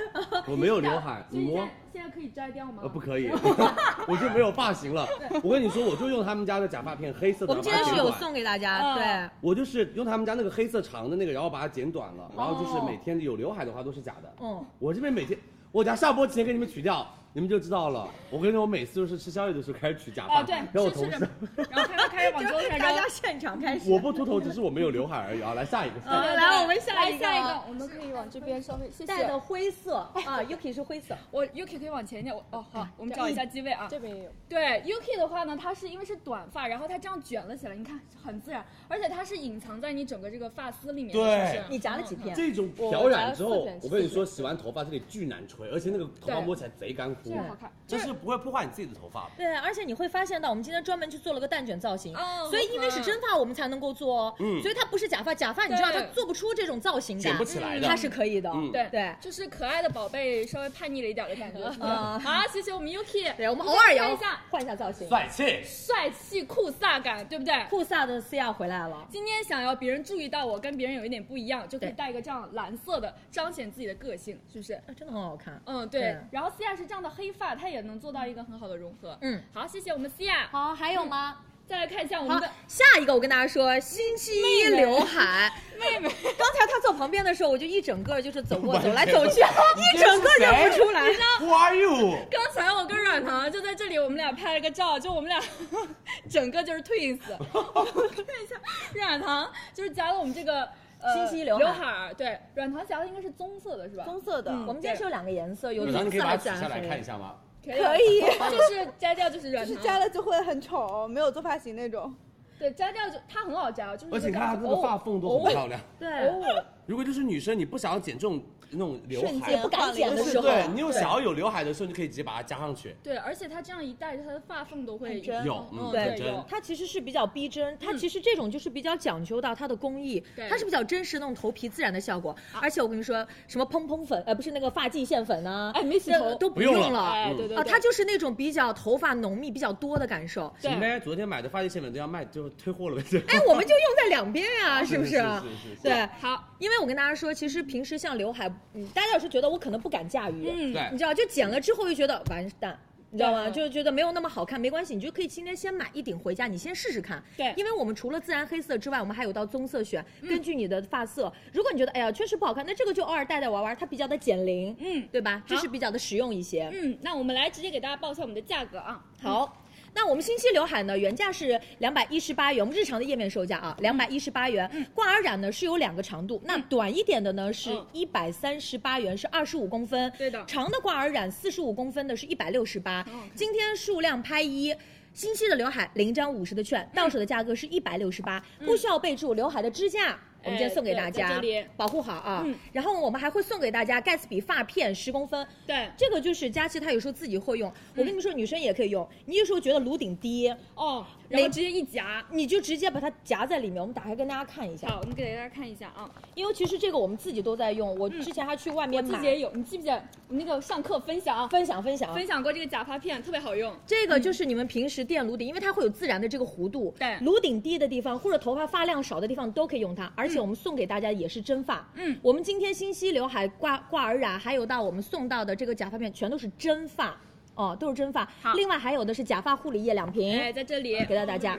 Speaker 8: 我没有刘海，
Speaker 9: 所
Speaker 8: 你
Speaker 9: 以现
Speaker 8: 摸
Speaker 9: 在。现在可以摘掉吗？
Speaker 8: 呃，不可以， <laughs> 我就没有发型
Speaker 1: <laughs>
Speaker 8: 了。我跟你说，我就用他们家的假发片，黑色的。
Speaker 1: 我们今天是有送给大家，
Speaker 9: 嗯
Speaker 1: 对，
Speaker 8: 我就是用他们家那个黑色长的那个，然后把它剪短了，然后就是
Speaker 1: 哦
Speaker 8: 每天有刘海的话都是假的。
Speaker 1: 嗯，
Speaker 8: <laughs> 我这边每天，我家下播之前给你们取掉，你们就知道了。我跟你说，我每次就是吃宵夜的时候开始取假发，
Speaker 1: 哦
Speaker 9: 啊，对
Speaker 8: 然，后我同
Speaker 9: 是
Speaker 8: 事
Speaker 9: 是，然后开始开始往桌子上
Speaker 1: 大
Speaker 9: 扔
Speaker 1: 家。现场开始。
Speaker 8: 我不秃头，只是我没有刘海而已啊。来
Speaker 1: <laughs>
Speaker 8: 下一个，下一个
Speaker 9: 对
Speaker 1: 来我们
Speaker 9: 对
Speaker 1: 下一个
Speaker 9: 来下一个，我们可以往这边稍微，谢
Speaker 1: 带的
Speaker 9: 谢。
Speaker 1: 灰色啊，Yuki 是灰色，
Speaker 9: 我 Yuki 可以往前一点，我哦好，我们找一下机位啊。
Speaker 15: 边也有。
Speaker 9: 对 Yuki 的话呢，它是因为是短发，然后它这样卷了起来，你看很自然，而且它是隐藏在你整个这个发丝里面的，
Speaker 8: 对
Speaker 9: 是嗯不是
Speaker 1: 你夹了几片？
Speaker 8: 这种漂染之
Speaker 15: 我夹
Speaker 8: 后
Speaker 15: 了四片，
Speaker 8: 我跟你说，洗完头发这里巨难吹，而且那个头发
Speaker 9: 对
Speaker 8: 摸起来贼干枯
Speaker 9: 这样好看，
Speaker 8: 就是不会破坏你自己的头发。
Speaker 1: 对，而且你会发现到，我们今天专门去做了个蛋卷造型，
Speaker 9: 哦
Speaker 1: 所以因为是真发，我们才能够做哦。
Speaker 8: 嗯
Speaker 1: 所以它不是假发，假发你知道它
Speaker 9: 对
Speaker 1: 做不出这种造型感，
Speaker 8: 卷不起来的
Speaker 1: 它是可以的。
Speaker 8: 嗯
Speaker 9: 对
Speaker 1: 对
Speaker 9: 就是可爱的宝贝，稍微叛逆了一点的感觉。
Speaker 1: <laughs> 啊
Speaker 9: 好，谢谢我们 Yuki。
Speaker 1: 对，我们偶尔也
Speaker 9: 看
Speaker 1: 要
Speaker 9: 一下
Speaker 1: 换一下造型。
Speaker 8: 帅气，
Speaker 9: 帅气酷飒感，对不对？
Speaker 1: 酷飒的 C R 回来了，
Speaker 9: 今天想要别人注意到我，跟别人有一点不一样，就可以
Speaker 1: 对
Speaker 9: 戴一个这样蓝色的，彰显自己的个性，是不是？
Speaker 1: 啊真的很好看。
Speaker 9: 嗯，对。
Speaker 1: 对
Speaker 9: 然后西亚是这样的黑发，它也能做到一个很好的融合。
Speaker 1: 嗯，
Speaker 9: 好，谢谢我们西亚。嗯
Speaker 14: 好，还有吗？
Speaker 9: 再来看一下我
Speaker 1: 好
Speaker 9: 们的，
Speaker 1: 下一个我跟大家说，星期一刘海，妹妹，刚才她坐旁边的时候，我就一整个就是
Speaker 8: <laughs>
Speaker 1: 走过走来走去，一整个认不出来。
Speaker 8: ，Who are you？
Speaker 9: 刚才我跟软糖就在这里，我们俩拍了个照，就我们俩 <laughs> 整个就
Speaker 8: <laughs>
Speaker 9: 是 twins。我看一下，软糖就是夹了我们这个。呃
Speaker 1: 星期刘海
Speaker 9: 刘海儿，对，软糖夹的应该是棕色的，是吧？
Speaker 1: 棕色的，
Speaker 9: 嗯
Speaker 1: 我们今天是有两个颜色，有
Speaker 8: 有
Speaker 1: 棕
Speaker 8: 张，
Speaker 1: 色
Speaker 8: 你可以把它
Speaker 1: 的
Speaker 8: 取下
Speaker 1: 展
Speaker 8: 来看一
Speaker 1: 黑。
Speaker 8: 下吗？
Speaker 9: 可以，啊就是摘掉就是软
Speaker 16: 就是 <laughs>
Speaker 9: 糖，
Speaker 16: 摘了就会很丑，没有做发型那种。
Speaker 9: 对，摘掉就它很好摘哦，就是
Speaker 8: 而且
Speaker 9: 一个
Speaker 8: 看它
Speaker 9: 这
Speaker 8: 这
Speaker 9: 样
Speaker 8: 个发缝都很漂亮。
Speaker 1: 哦对，哦
Speaker 8: 如果就是女生，你不想要剪这种那种刘
Speaker 1: 瞬
Speaker 8: 海啊
Speaker 1: 间，不敢剪的
Speaker 8: 就是
Speaker 1: 时候，啊
Speaker 8: 对你有想要有刘海的时候，你就可以直接把它加上去。
Speaker 9: 对，而且它这样一戴，它的发缝都会
Speaker 16: 真
Speaker 8: 有，嗯，
Speaker 9: 嗯
Speaker 8: 很
Speaker 9: 对
Speaker 8: 真
Speaker 9: 有。嗯
Speaker 1: 它其实是比较逼真，它其实这种就是比较讲究到它的工艺，
Speaker 9: 对啊
Speaker 1: 它是比较真实那种头皮自然的效果。而且我跟你说，什么蓬蓬粉，呃，不是那个发际线粉呐、
Speaker 9: 哎没洗
Speaker 1: 这
Speaker 9: 头
Speaker 1: 都不
Speaker 8: 不用
Speaker 1: 用
Speaker 8: 了
Speaker 1: 了。
Speaker 9: 哎，对对
Speaker 1: 啊，
Speaker 9: 对，
Speaker 1: 它就是那种比较头发浓密、比较多的感受。
Speaker 8: 行呗，昨天买的发际线粉都要卖，就退货了呗。
Speaker 1: <laughs> 哎，我们就用在两边
Speaker 8: <laughs>
Speaker 1: 呀、是不
Speaker 8: 是是是是
Speaker 1: 对，
Speaker 9: 好，
Speaker 1: 因为我跟大家说，其实平时像刘海，嗯，大家有时候觉得我可能不敢驾驭，
Speaker 9: 嗯
Speaker 8: 对
Speaker 1: 你知道，就剪了之后就觉得完蛋。你知道吗？
Speaker 9: 对
Speaker 1: 就是觉得没有那么好看，没关系，你就可以今天先买一顶回家，你先试试看。
Speaker 9: 对嗯
Speaker 1: 因为我们除了自然黑色之外，我们还有到棕色选，根据你的发色。如果你觉得哎呀确实不好看，那这个就偶尔戴戴玩玩，它比较的减龄，
Speaker 9: 嗯
Speaker 1: 对吧？这是比较的实用一些。
Speaker 9: 嗯，那我们来直接给大家报一下我们的价格啊，
Speaker 1: 好。那我们星期刘海呢，原价是两百一十八元，我们日常的页面售价啊，两百一十八元。挂耳染呢是有两个长度，那短一点的呢是
Speaker 9: 嗯
Speaker 1: 一百三十八元，是二十五公分。
Speaker 9: 对的哦
Speaker 1: 长的挂耳染四十五公分的是一百六十八。今天数量拍一。星期的刘海领一张五十的券，到手的价格是一百六十八，不需要备注刘海的支架，我们今天送给大
Speaker 9: 嗯哎
Speaker 1: 家
Speaker 9: 对在这里，
Speaker 1: 保护好啊
Speaker 9: 嗯。
Speaker 1: 然后我们还会送给大家盖茨比发片十公分，
Speaker 9: 对嗯
Speaker 1: 这个就是佳琪，她有时候自己会用。我跟你们说，女生也可以用。你有时候觉得颅顶低，
Speaker 9: 哦，然后
Speaker 1: 每
Speaker 9: 直接一夹，
Speaker 1: 你就直接把它夹在里面。我们打开跟大家看一下
Speaker 9: 好，，我们给大家看一下啊，嗯
Speaker 1: 因为其实这个我们自己都在用。我之前还去外面
Speaker 9: 自
Speaker 1: 买
Speaker 9: 己也有，你记不记得我们那个上课分享啊，
Speaker 1: 分享分享。
Speaker 9: 分享过这个假发片，特别好
Speaker 17: 嗯
Speaker 9: 用，
Speaker 1: 这个就是你们平时垫颅顶，因为它会有自然的这个弧度，
Speaker 9: 对
Speaker 1: 颅顶低的地方或者头发发量少的地方都可以用它，而且
Speaker 17: 嗯
Speaker 1: 我们送给大家的也是真发。嗯，我们今天新稀刘海挂挂耳染，还有到我们送到的这个假发片，全都是真发。哦，都是真发。另外还有的是假发护理液两瓶，
Speaker 17: 哎在这里
Speaker 1: 给到大家。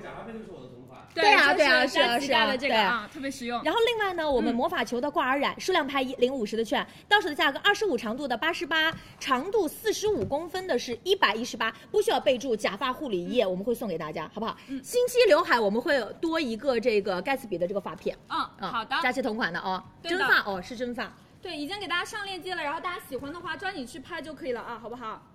Speaker 17: 对
Speaker 1: 啊，
Speaker 17: 就是
Speaker 1: 对啊，是
Speaker 17: 大
Speaker 1: 啊，
Speaker 17: 吉
Speaker 1: 是
Speaker 17: 大
Speaker 1: 啊，
Speaker 17: 的这个
Speaker 1: 对
Speaker 17: 啊特别实用
Speaker 1: 然后另外呢，我们
Speaker 17: 嗯
Speaker 1: 魔法球的挂耳染，数量拍一领五十的券，到手的价格二十五长度的八十八，长度四十五公分的是一百一十八，不需要备注假发护理
Speaker 17: 嗯
Speaker 1: 液，我们会送给大家，好不好？星期刘海我们会有多一个这个盖茨比的这个发片，
Speaker 17: 嗯好的
Speaker 1: 佳琦同款的哦，
Speaker 17: 对
Speaker 1: 真
Speaker 17: 的
Speaker 1: 发哦，是真发。
Speaker 17: 对，已经给大家上链接了，然后大家喜欢的话抓紧去拍就可以了啊，好不好？嗯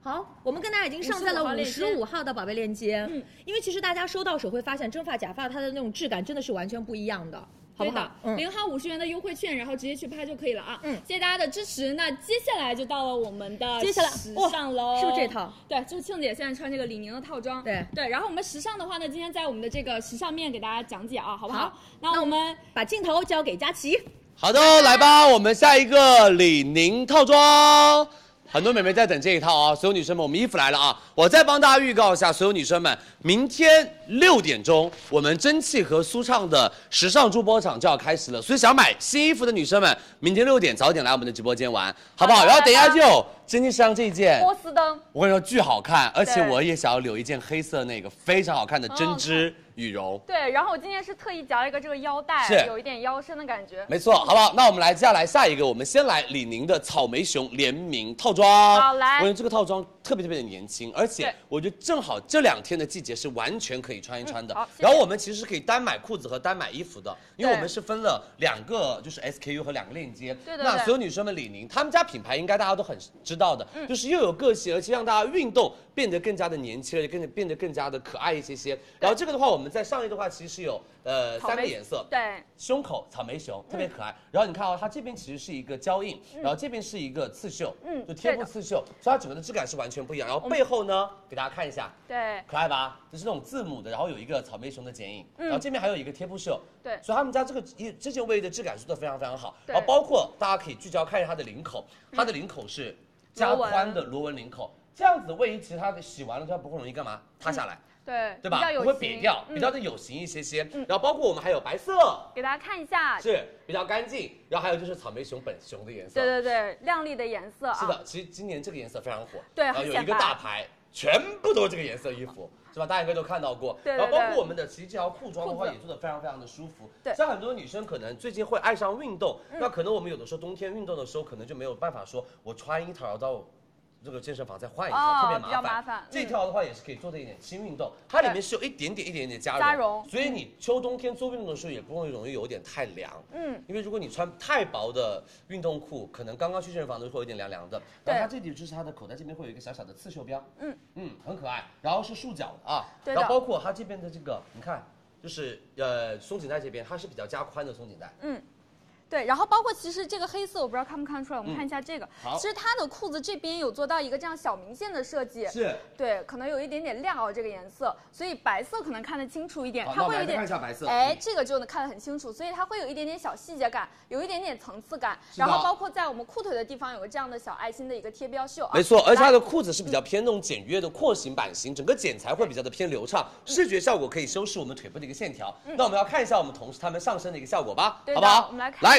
Speaker 1: 好，我们跟大家已经上在了五十五号的宝贝链接，嗯，因为其实大家收到手会发现真发假发它的那种质感真的是完全不一样的，好不好？嗯，
Speaker 17: 领好五十元的优惠券，然后直接去拍就可以了啊！
Speaker 1: 嗯
Speaker 17: 谢谢大家的支持。那接下来就到了我们的
Speaker 1: 接下来
Speaker 17: 时
Speaker 1: 哇
Speaker 17: 尚喽，
Speaker 1: 是不是这套？
Speaker 17: 对，就是庆姐现在穿这个李宁的套装。
Speaker 1: 对
Speaker 17: 对，然后我们时尚的话呢，今天在我们的这个时尚面给大家讲解啊，好不好？
Speaker 1: 好
Speaker 17: 那我们
Speaker 1: 把镜头交给佳琦。
Speaker 8: 好的，来吧，我们下一个李宁套装。很多美眉在等这一套啊，所有女生们，我们衣服来了啊！我再帮大家预告一下，所有女生们，明天六点钟，我们蒸汽和舒畅的时尚珠宝场就要开始了，所以想买新衣服的女生们，明天六点早点来我们的直播间玩，好不好？
Speaker 18: 好的
Speaker 8: 然后等一下
Speaker 18: 来吧
Speaker 8: 就有蒸汽时尚这一件，
Speaker 18: 波司登，
Speaker 8: 我跟你说巨好看，而且
Speaker 18: 对
Speaker 8: 我也想要留一件黑色那个非常好看的针织羽绒，
Speaker 9: 对，然后我今天是特意夹了一个这个腰带
Speaker 8: 是，
Speaker 9: 有一点腰身的感觉。
Speaker 8: 没错，好不好？那我们来，接下来下一个，我们先来李宁的草莓熊联名套装。
Speaker 9: 好来
Speaker 8: 我觉得这个套装特别特别的年轻，而且
Speaker 9: 对
Speaker 8: 我觉得正好这两天的季节是完全可以穿一穿的。
Speaker 9: 嗯好谢谢
Speaker 8: 然后我们其实是可以单买裤子和单买衣服的，因为
Speaker 9: 对
Speaker 8: 我们是分了两个，就是 SKU 和两个链接。
Speaker 9: 对对
Speaker 8: 那
Speaker 9: 对
Speaker 8: 所有女生们，李宁他们家品牌应该大家都很知道的，
Speaker 9: 嗯
Speaker 8: 就是又有个性，而且让大家运动变得更加的年轻，而且更变得更加的可爱一些些。然后这个的话，我们在上衣的话其实有呃
Speaker 9: 草
Speaker 8: 三个
Speaker 9: 莓
Speaker 8: 颜色，
Speaker 9: 对，
Speaker 8: 胸口草莓熊特别可爱。然后你看啊，它这边其实是一个胶印，
Speaker 9: 嗯
Speaker 8: 然后这边是一个刺绣，
Speaker 9: 嗯
Speaker 8: 就贴
Speaker 9: 对
Speaker 8: 布
Speaker 9: 的嗯
Speaker 8: 刺绣，所以它整个的质感是完全不一样。然后背后呢，给大家看一下，
Speaker 9: 对，
Speaker 8: 可爱吧？就是那种字母的，然后有一个草莓熊的剪影，
Speaker 9: 嗯
Speaker 8: 然后这边还有一个贴布绣，
Speaker 9: 对
Speaker 8: 所以他们家这个一这件卫衣的质感做的非常非常好。
Speaker 9: 对嗯
Speaker 8: 然后包括大家可以聚焦看一下它的领口，它的领口是加宽的螺纹领口，这样子卫衣其实它洗完了之后不会容易干嘛塌下来，
Speaker 9: 对，
Speaker 8: 对吧
Speaker 9: 嗯比较？有
Speaker 8: 不会
Speaker 9: 型
Speaker 8: 瘪掉，
Speaker 9: 嗯
Speaker 8: 比较的有型一些些。然后包括我们还有白色。
Speaker 9: 给大家看一下，
Speaker 8: 是比较干净，然后还有就是草莓熊本熊的颜色，
Speaker 9: 对对对，亮丽的颜色啊，
Speaker 8: 是的，其实今年这个颜色非常火，
Speaker 9: 对
Speaker 8: 然后有一个大牌，全部都是这个颜色衣服，是吧？大家应该都看到过，
Speaker 9: 对对
Speaker 8: 然后包
Speaker 9: 对
Speaker 8: 括我们的其实这条裤装的话
Speaker 9: 裤子
Speaker 8: 也做的非常非常的舒服，
Speaker 9: 对
Speaker 8: 像很多女生可能最近会爱上运动，
Speaker 9: 嗯
Speaker 8: 那可能我们有的时候冬天运动的时候可能就没有办法说我穿一套然后到。这个健身房再换一套，
Speaker 9: 哦
Speaker 8: 特别
Speaker 9: 比
Speaker 8: 麻
Speaker 9: 较
Speaker 8: 烦。
Speaker 9: 麻烦
Speaker 8: 这
Speaker 9: 嗯
Speaker 8: 条的话也是可以做的一点轻运动，它里面是有一点点、一点点加绒，
Speaker 9: 加绒
Speaker 8: 所以你秋冬天做运动的时候也不会容易有点太凉。
Speaker 9: 嗯，
Speaker 8: 因为如果你穿太薄的运动裤，可能刚刚去健身房都会有点凉凉的。
Speaker 9: 对
Speaker 8: 然后它这里就是它的口袋这边会有一个小小的刺绣标，
Speaker 9: 嗯
Speaker 8: 嗯，很可爱。然后是束脚的啊，
Speaker 9: 对的
Speaker 8: 然后包括它这边的这个，你看，就是呃松紧带这边，它是比较加宽的松紧带。
Speaker 9: 嗯。对，然后包括其实这个黑色，我不知道看不看出来，我们
Speaker 8: 嗯
Speaker 9: 看一下这个。
Speaker 8: 好
Speaker 9: 其实它的裤子这边有做到一个这样小明线的设计，
Speaker 8: 是
Speaker 9: 对，可能有一点点亮哦，这个颜色，所以白色可能看得清楚一点，
Speaker 8: 好
Speaker 9: 它
Speaker 8: 那我
Speaker 9: 会
Speaker 8: 们来
Speaker 9: 有一点
Speaker 8: 看一下白色
Speaker 9: 哎
Speaker 8: 嗯，
Speaker 9: 这个就能看得很清楚，所以它会有一点点小细节感，有一点点层次感，
Speaker 8: 是的
Speaker 9: 然后包括在我们裤腿的地方有个这样的小爱心的一个贴标绣啊，嗯
Speaker 8: 没错，而且它的
Speaker 9: 来
Speaker 8: 裤子是比较偏那种简约的廓形版型，整个剪裁会比较的偏流畅，视觉效果可以修饰我们腿部的一个线条。
Speaker 9: 嗯
Speaker 8: 那我们要看一下我们同事他们上身的一个效果吧，
Speaker 9: 对
Speaker 8: 好
Speaker 9: 的
Speaker 8: 不好？
Speaker 9: 我们来看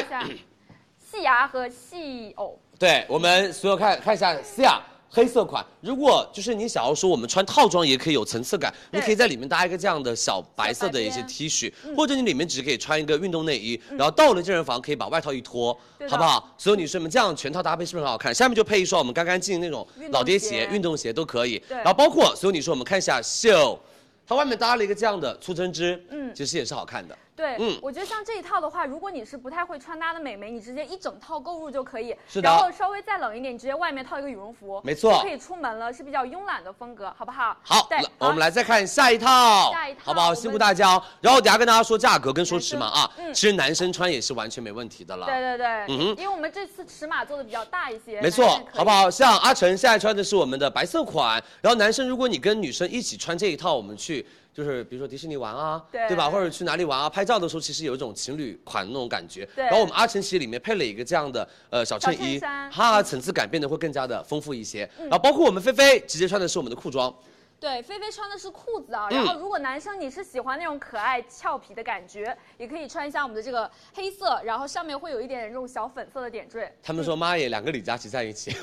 Speaker 9: 一下细牙啊和细藕，
Speaker 8: 对我们所有看看一下思雅黑色款，如果就是你想要说我们穿套装也可以有层次感，
Speaker 9: 对
Speaker 8: 你可以在里面搭一个这样的小白色的一些
Speaker 9: 小白边
Speaker 8: T 恤，
Speaker 9: 嗯
Speaker 8: 或者你里面只可以穿一个运动内衣，
Speaker 9: 嗯
Speaker 8: 然后到了健身房可以把外套一脱，
Speaker 9: 对的
Speaker 8: 好不好？所有女生们这样全套搭配是不是很好看？下面就配一双我们干干净净那种
Speaker 9: 运动
Speaker 8: 老爹
Speaker 9: 鞋
Speaker 8: 运动鞋都可以，
Speaker 9: 对
Speaker 8: 然后包括所有女生我们看一下袖，它外面搭了一个这样的粗针织，
Speaker 9: 嗯
Speaker 8: 其实也是好看的。
Speaker 9: 对，
Speaker 8: 嗯
Speaker 9: 我觉得像这一套的话，如果你是不太会穿搭的美眉，你直接一整套购入就可以。
Speaker 8: 是的
Speaker 9: 然后稍微再冷一点，你直接外面套一个羽绒服，
Speaker 8: 没错
Speaker 9: 就可以出门了，是比较慵懒的风格，好不好？
Speaker 8: 好，
Speaker 9: 对
Speaker 8: 来，我们来再看下一套，
Speaker 9: 下一套
Speaker 8: 好不好？
Speaker 9: 我们
Speaker 8: 辛苦大家哦。然后等下跟大家说价格跟说尺码啊，
Speaker 9: 男生嗯
Speaker 8: 其实男生穿也是完全没问题的了。
Speaker 9: 对对对，
Speaker 8: 嗯哼
Speaker 9: 因为我们这次尺码做的比较大一些，
Speaker 8: 没错
Speaker 9: 男生也，可以
Speaker 8: 好不？好？像阿晨现在穿的是我们的白色款，然后男生如果你跟女生一起穿这一套，我们去就是比如说迪士尼玩啊，
Speaker 9: 对
Speaker 8: 吧？或者去哪里玩啊，拍照的时候其实有一种情侣款那种感觉。
Speaker 9: 对
Speaker 8: 然后我们阿晨其实里面配了一个这样的呃小衬
Speaker 9: 小
Speaker 8: 衣
Speaker 9: 衬，衫
Speaker 8: 它层次感变得会更加的丰富一些。
Speaker 9: 嗯
Speaker 8: 然后包括我们菲菲直接穿的是我们的裤装。
Speaker 9: 对，菲菲穿的是裤子啊，
Speaker 8: 嗯
Speaker 9: 然后如果男生你是喜欢那种可爱俏皮的感觉，也可以穿一下我们的这个黑色，然后上面会有一点这种小粉色的点缀。
Speaker 8: 他们说妈耶，两个李佳琦在一起，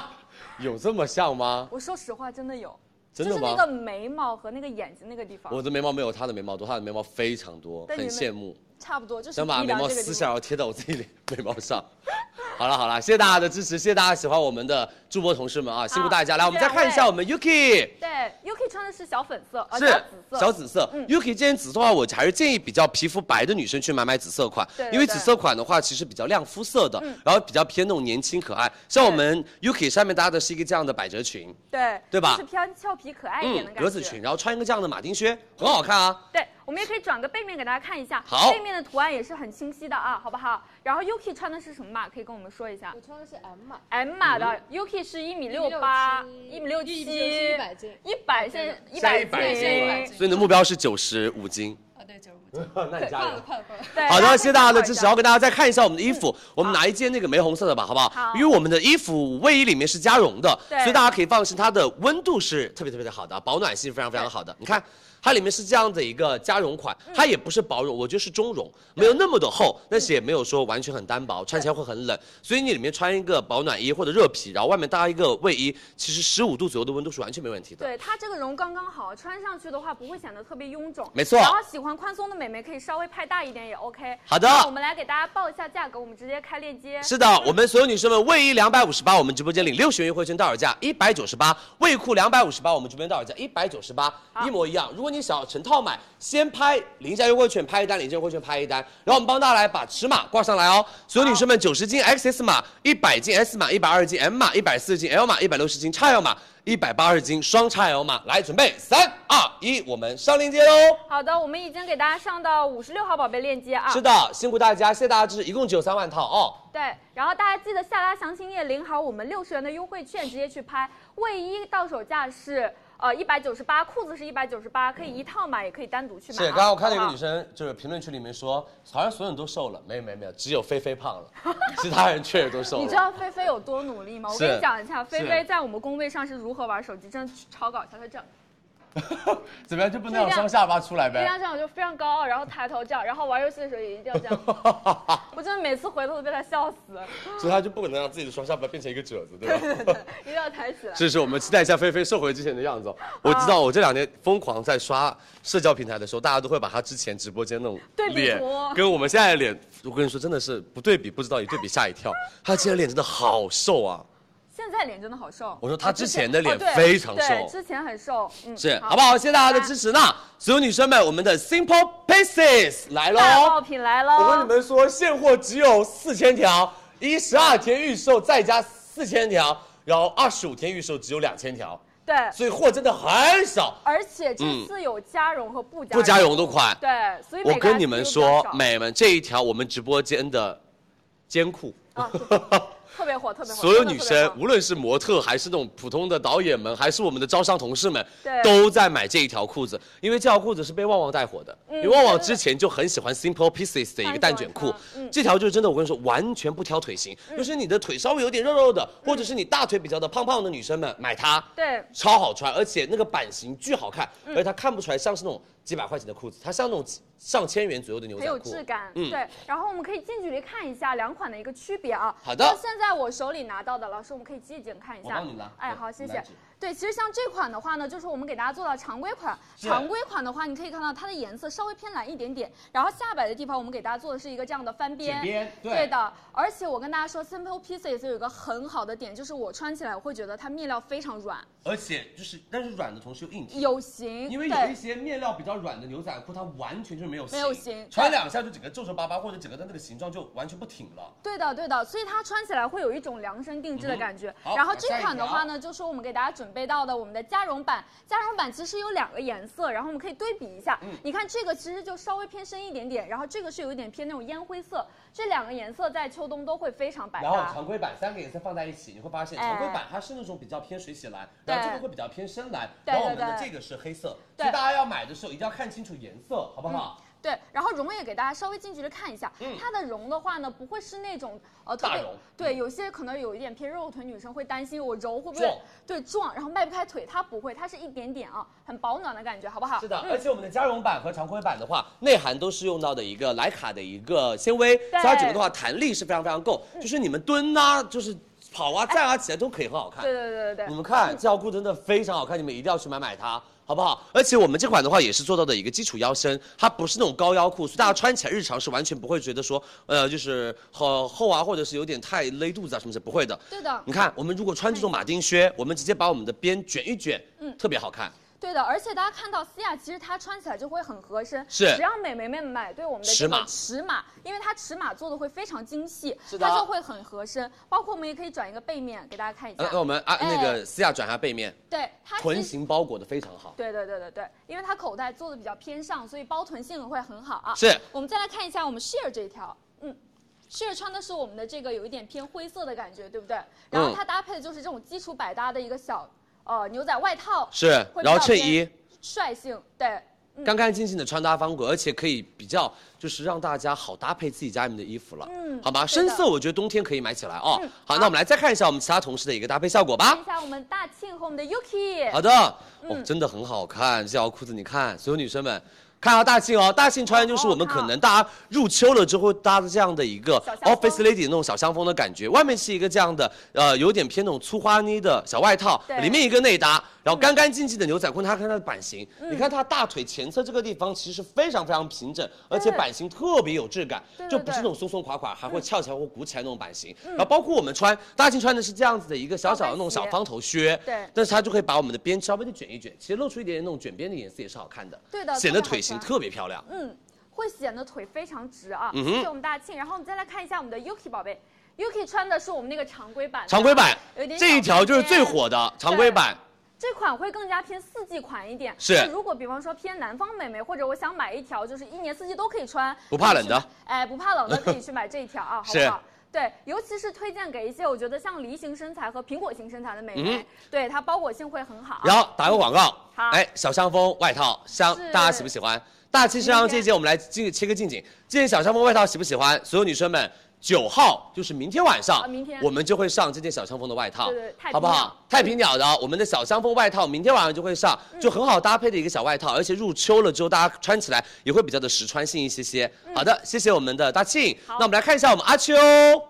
Speaker 8: <laughs> 有这么像吗？
Speaker 9: 我说实话，真的有，
Speaker 8: 真的
Speaker 9: 就是
Speaker 8: 吗
Speaker 9: 那个眉毛和那个眼睛那个地方，
Speaker 8: 我的眉毛没有她的眉毛多，她的眉毛非常多，
Speaker 9: 但你
Speaker 8: 很
Speaker 9: 们
Speaker 8: 羡慕。
Speaker 9: 差不多就是
Speaker 8: 想把眉
Speaker 9: 鼻梁
Speaker 8: 毛
Speaker 9: 这个地
Speaker 8: 撕
Speaker 9: 方
Speaker 8: 下，然后贴到我自己的眉毛上。好了好了，谢谢大家的支持，谢谢大家喜欢我们的助播同事们啊，辛苦大家。来，我们再看一下我们 Yuki，
Speaker 9: 对，Yuki 穿的是小粉色，啊，
Speaker 8: 是
Speaker 9: 小紫色，嗯
Speaker 8: 小紫色。Yuki 建议紫色的话，我还是建议比较皮肤白的女生去买买紫色款
Speaker 9: 对，对
Speaker 8: 因为
Speaker 9: 对
Speaker 8: 紫色款的话其实比较亮肤色的
Speaker 9: 嗯，
Speaker 8: 然后比较偏那种年轻可爱。像我们 Yuki 上面搭的是一个这样的百褶裙，
Speaker 9: 对，
Speaker 8: 对吧
Speaker 9: 就是偏俏皮可爱一点的
Speaker 8: 嗯，
Speaker 9: 感觉。
Speaker 8: 格子裙，然后穿一个这样的马丁靴，很好看啊。
Speaker 9: 对，我们也可以转个背面给大家看一下，
Speaker 8: 好
Speaker 9: 背面的图案也是很清晰的啊，好不好？然后 Yuki 穿的是什么码？可以跟我们说一下。我穿的是 M 码，M 码的、Yuki 是一米六八，一米六七，
Speaker 19: 167 100斤
Speaker 9: 一百现在一
Speaker 19: 现在100
Speaker 9: 百
Speaker 19: 斤
Speaker 9: 斤，
Speaker 8: 所以你的目标是九十五斤。
Speaker 19: 啊，对，九十五
Speaker 8: 那你加油。
Speaker 19: 快了，快了，
Speaker 9: 对
Speaker 8: 好的，谢谢大家的支持，然后给大
Speaker 9: 跟
Speaker 8: 家再看一下我们的衣服，我们拿一件那个玫红色的吧，好不好？
Speaker 9: 好
Speaker 8: 因为我们的衣服卫衣里面是加绒的，
Speaker 9: 对
Speaker 8: 所以大家可以放心，它的温度是特别特别的好的，保暖性非常非常好的。你看，它里面是这样的一个加绒款，
Speaker 9: 嗯
Speaker 8: 它也不是薄绒，我觉得是中绒，没有那么的厚，但是也没有说完全很单薄，穿起来会很冷。所以你里面穿一个保暖衣或者热皮，然后外面搭一个卫衣，其实十五度左右的温度是完全没问题的。
Speaker 9: 对它这个绒刚刚好，穿上去的话不会显得特别臃肿。
Speaker 8: 没错
Speaker 9: 然后喜欢宽松的美眉可以稍微拍大一点也 OK。
Speaker 8: 好的
Speaker 9: 那我们来给大家报一下价格，我们直接开链接。
Speaker 8: 是的，我们所有女生们，卫衣两百五十八，我们直播间领六十元优惠券到手价一百九十八；卫裤两百五十八，我们直播间到手价一百九十八，一模一样。如果你想要成套买，先拍零价优惠券拍一单，零价优惠券拍一单，然后我们帮大家来把尺码挂上来哦。所有女生们，九十斤 XS 码，一百斤 S 码，一百二斤 M 码，一百四十斤 L 码，一百六十斤 XL 码，一百八十斤双 XL 码。来，准备三二一，我们上链接喽。
Speaker 9: 好的，我们已经给大家上到五十六号宝贝链接啊。
Speaker 8: 是的，辛苦大家，谢谢大家支持，一共只有三万套哦。
Speaker 9: 对，然后大家记得下拉详情页领好我们六十元的优惠券，直接去拍。卫衣到手价是呃一百九十八，裤子是一百九十八，可以一套买，也可以单独去买、啊。
Speaker 8: 嗯是，刚刚我看到一个
Speaker 9: 好不
Speaker 8: 女生，就是评论区里面说，好像所有人都瘦了，没有没有没有，只有菲菲胖了， <laughs> 其他人确实都瘦
Speaker 9: 好。
Speaker 8: 了。
Speaker 9: 你知道菲菲有多努力吗？我
Speaker 8: 是
Speaker 9: 跟你讲一下，菲
Speaker 8: 是
Speaker 9: 菲在我们工位上是如何玩手机，真的超搞笑，她这样。
Speaker 8: 怎么样就不
Speaker 9: 就
Speaker 8: 能让
Speaker 9: 这样
Speaker 8: 双下巴出来
Speaker 9: 一定要
Speaker 8: 呗？
Speaker 9: 这样，就非常高傲，然后抬头这样，然后玩游戏的时候也一定要这样。
Speaker 8: <laughs>
Speaker 9: 我真的每次回头都被她笑死，
Speaker 8: 所以她就不可能让自己的双下巴变成一个褶子，对吧？
Speaker 9: 一定要抬起
Speaker 8: <laughs>
Speaker 9: 来。
Speaker 8: 这是我们期待一下菲菲瘦回之前的样子哦。我
Speaker 9: 啊
Speaker 8: 知道我这两天疯狂在刷社交平台的时候，大家都会把她之前直播间那种
Speaker 9: 对比
Speaker 8: 脸
Speaker 9: 图
Speaker 8: 跟我们现在的脸，我跟你说真的是不对比不知道，一对比吓一跳。她之前脸真的好瘦啊，
Speaker 9: 现在脸真的好瘦。
Speaker 8: 我说她
Speaker 9: 啊
Speaker 8: 之前的脸
Speaker 9: 哦对
Speaker 8: 非常瘦
Speaker 9: 对，之前很瘦，嗯，
Speaker 8: 是，好不好？谢谢大家的支持。那所有女生们，我们的 Simple Pieces 来
Speaker 9: 大
Speaker 8: 喽
Speaker 9: 爆！品来
Speaker 8: 我跟你
Speaker 9: 喽！
Speaker 8: 们说，现货只有四千条，一十二天预售，再加四千条，然后二十五天预售只有两千条，
Speaker 9: 对，
Speaker 8: 所以货真的很少。
Speaker 9: 而且这次有加绒和不
Speaker 8: 嗯
Speaker 9: 加
Speaker 8: 不加绒的款
Speaker 9: 对，所以
Speaker 8: 我
Speaker 9: 每个
Speaker 8: 跟
Speaker 9: 人
Speaker 8: 你们
Speaker 9: 几乎比较
Speaker 8: 说，
Speaker 9: 少
Speaker 8: 美们，这一条我们直播间的监库，
Speaker 9: 啊，特别火，特别火，
Speaker 8: 所有
Speaker 9: 真的
Speaker 8: 女
Speaker 9: 特别
Speaker 8: 生
Speaker 9: 火，
Speaker 8: 无论是模特还是那种普通的导演们，还是我们的招商同事们
Speaker 9: 对，
Speaker 8: 都在买这一条裤子，因为这条裤子是被旺旺带火的。
Speaker 9: 嗯
Speaker 8: 因为旺旺之前就很喜欢 Simple Pieces 的一个蛋卷裤，
Speaker 9: 嗯
Speaker 8: 这条就是真的，我跟你说，完全不挑腿型，就是你的腿稍微有点肉肉
Speaker 9: 嗯
Speaker 8: 的，或者是你大腿比较的胖胖的女生们买它，
Speaker 9: 对，
Speaker 8: 超好穿，而且那个版型巨好看，
Speaker 9: 嗯
Speaker 8: 而且它看不出来像是那种几百块钱的裤子，它像那种上千元左右的牛
Speaker 9: 很
Speaker 8: 仔
Speaker 9: 有
Speaker 8: 裤，
Speaker 9: 质感，
Speaker 8: 嗯
Speaker 9: 对。然后我们可以近距离看一下两款的一个区别啊。
Speaker 8: 好的
Speaker 9: 那现在我手里拿到的，老师我们可以近景看一
Speaker 8: 我
Speaker 9: 下。
Speaker 8: 帮你拿
Speaker 9: 哎，
Speaker 8: 对
Speaker 9: 好，谢
Speaker 8: 拿
Speaker 9: 谢
Speaker 8: 纸。
Speaker 9: 对，其实像这款的话呢，就是我们给大家做到常规款。
Speaker 8: 是
Speaker 9: 常规款的话，你可以看到它的颜色稍微偏蓝一点点，然后下摆的地方我们给大家做的是一个这样的翻边。
Speaker 8: 卷边对
Speaker 9: 对的，而且我跟大家说，Simple Pieces 有一个很好的点，就是我穿起来我会觉得它面料非常软，
Speaker 8: 而且就是但是软的同时又硬挺。
Speaker 9: 有型。
Speaker 8: 因为
Speaker 9: 对
Speaker 8: 有一些面料比较软的牛仔裤，它完全就是没有
Speaker 9: 没有型
Speaker 8: 穿
Speaker 9: 对
Speaker 8: 两下就整个皱皱巴巴，或者整个的那个形状就完全不挺了。
Speaker 9: 对的，对的，所以它穿起来会有一种量身定制的感觉。
Speaker 8: 嗯好
Speaker 9: 然后这款的话呢，就是我们给大家准备到的我们的加绒版，加绒版其实有两个颜色，然后我们可以对比一
Speaker 8: 嗯
Speaker 9: 下。你看这个其实就稍微偏深一点点，然后这个是有一点偏那种烟灰色，这两个颜色在秋冬都会非常百
Speaker 8: 然后
Speaker 9: 搭。
Speaker 8: 常规版三个颜色放在一起，你会发现
Speaker 9: 哎
Speaker 8: 常规版它是那种比较偏水洗蓝，
Speaker 9: 对
Speaker 8: 然后这个会比较偏深蓝，
Speaker 9: 对
Speaker 8: 然后我们的
Speaker 9: 对对
Speaker 8: 这个是黑色，
Speaker 9: 对
Speaker 8: 所以大家要买的时候一定要看清楚颜色，好不好？
Speaker 9: 嗯
Speaker 8: 嗯
Speaker 9: 对，然后绒也给大家稍微近距离看一下，它的绒的话呢，不会是那种呃特
Speaker 8: 大嗯
Speaker 9: 别
Speaker 8: 绒
Speaker 9: 对，有些可能有一点偏肉臀女生会担心我揉会不
Speaker 8: 壮
Speaker 9: 会对壮，然后迈不开腿，它不会，它是一点点啊，很保暖的感觉，好不好？
Speaker 8: 是的，
Speaker 9: 嗯
Speaker 8: 而且我们的加绒版和常规版的话，内涵都是用到的一个莱卡的一个纤维，所以它整个的话弹力是非常非常够，
Speaker 9: 嗯
Speaker 8: 就是你们蹲呐、就是跑啊、站啊起来都可以很好看。
Speaker 9: 哎对对对对对，
Speaker 8: 你们看这条裤真的非常好看，你们一定要去买买它，好不好？而且我们这款的话也是做到的一个基础腰身，它不是那种高腰裤，所以大家穿起来日常是完全不会觉得说，呃，就是好厚啊，或者是有点太勒肚子啊什么是不会的。
Speaker 9: 对的
Speaker 8: 你看我们如果穿这种马丁靴，我们直接把我们的边卷一卷，
Speaker 9: 嗯
Speaker 8: 特别好看。
Speaker 9: 对的，而且大家看到西亚，其实它穿起来就会很合身。
Speaker 8: 是
Speaker 9: 只要美眉们买对我们的
Speaker 8: 尺
Speaker 9: 这
Speaker 8: 码
Speaker 9: 个尺码，因为它尺码做的会非常精细，
Speaker 8: 是的
Speaker 9: 它就会很合身。包括我们也可以转一个背面给大家看一下。
Speaker 8: 呃，那我们啊，那
Speaker 9: 嗯哎
Speaker 8: 个私下转一下背面，
Speaker 9: 对它其实
Speaker 8: 臀型包裹的非常好。
Speaker 9: 对对对对对，因为它口袋做的比较偏上，所以包臀性会很好啊。
Speaker 8: 是
Speaker 9: 我们再来看一下我们 sheer 这一条，嗯。sheer 穿的是我们的这个有一点偏灰色的感觉，对不对？然后
Speaker 8: 嗯
Speaker 9: 它搭配的就是这种基础百搭的一个小呃牛仔外套，
Speaker 8: 是
Speaker 9: 会比
Speaker 8: 然后
Speaker 9: 较
Speaker 8: 衬
Speaker 9: 偏
Speaker 8: 衣
Speaker 9: 率性，对，嗯
Speaker 8: 干干净净的穿搭风格，而且可以比较就是让大家好搭配自己家里面的衣服了，
Speaker 9: 嗯
Speaker 8: 好吗？
Speaker 9: 对的
Speaker 8: 深色我觉得冬天可以买起来哦。
Speaker 9: 嗯
Speaker 8: 好，那我们来再看一下我们其他同事的一个搭配效果吧
Speaker 9: 看一。下我们大庆和我们的 Yuki。
Speaker 8: 好的，哦，
Speaker 9: 嗯
Speaker 8: 真的很好看，这条裤子你看，所有女生们。看下大庆哦，大庆穿的就是我们可能大家入秋了之后搭的这样的一个 office lady 那种小香风的感觉，外面是一个这样的呃有点偏那种粗花呢的小外套
Speaker 9: 对，
Speaker 8: 里面一个内搭，然后干干净净的牛仔裤。它看它的版型，
Speaker 9: 嗯
Speaker 8: 你看它大腿前侧这个地方其实非常非常平整，而且版型特别有质感
Speaker 9: 对，对
Speaker 8: 就不是
Speaker 9: 对
Speaker 8: 那种松松垮垮，还会翘起来或鼓起来那种版型。
Speaker 9: 嗯
Speaker 8: 然后包括我们穿大庆穿的是这样子的一个小小的那种
Speaker 9: 高
Speaker 8: 小
Speaker 9: 跟鞋
Speaker 8: 方头靴，
Speaker 9: 对
Speaker 8: 但是它就可以把我们的边稍微的卷一卷，其实露出一点点那种卷边的颜色也是好看的，
Speaker 9: 对的
Speaker 8: 显得
Speaker 9: 特别好
Speaker 8: 腿型
Speaker 9: 看
Speaker 8: 特别漂亮。
Speaker 9: 嗯，会显得腿非常直啊。
Speaker 8: 嗯哼
Speaker 9: 谢谢我们大庆，然后我们再来看一下我们的 Yuki 宝贝，Yuki 穿的是我们那个常规版的，啊
Speaker 8: 常规版
Speaker 9: 有一点小
Speaker 8: 这一条就是最火
Speaker 9: 空
Speaker 8: 的
Speaker 9: 间
Speaker 8: 常规版，。
Speaker 9: 对这款会更加偏四季款一点，
Speaker 8: 是
Speaker 9: 那如果比方说偏南方美眉，或者我想买一条就是一年四季都可以穿，
Speaker 8: 不怕
Speaker 9: 可以
Speaker 8: 冷
Speaker 9: 去
Speaker 8: 的
Speaker 9: 买，哎，不怕冷的可以去买这一条啊，好
Speaker 8: <laughs> 是
Speaker 9: 不好？对，尤其是推荐给一些我觉得像梨形身材和苹果型身材的美眉，
Speaker 8: 嗯
Speaker 9: 对它包裹性会很好。嗯
Speaker 8: 然后打个广告，
Speaker 9: 好
Speaker 8: 哎，小香风外套香
Speaker 9: 是，
Speaker 8: 大家喜不喜欢？大气身上这一件我们来进切个近景，这件小香风外套喜不喜欢？所有女生们，九号就是明天晚上，
Speaker 9: 啊明天
Speaker 8: 我们就会上这件小香风的外套，
Speaker 9: 对对太平
Speaker 8: 好不好？太平鸟的我们的小香风外套，明天晚上就会上，
Speaker 9: 嗯
Speaker 8: 就很好搭配的一个小外套，而且入秋了之后大家穿起来也会比较的实穿性一些些。好的，谢谢我们的大庆，
Speaker 9: 嗯好
Speaker 8: 那我们来看一下我们阿秋，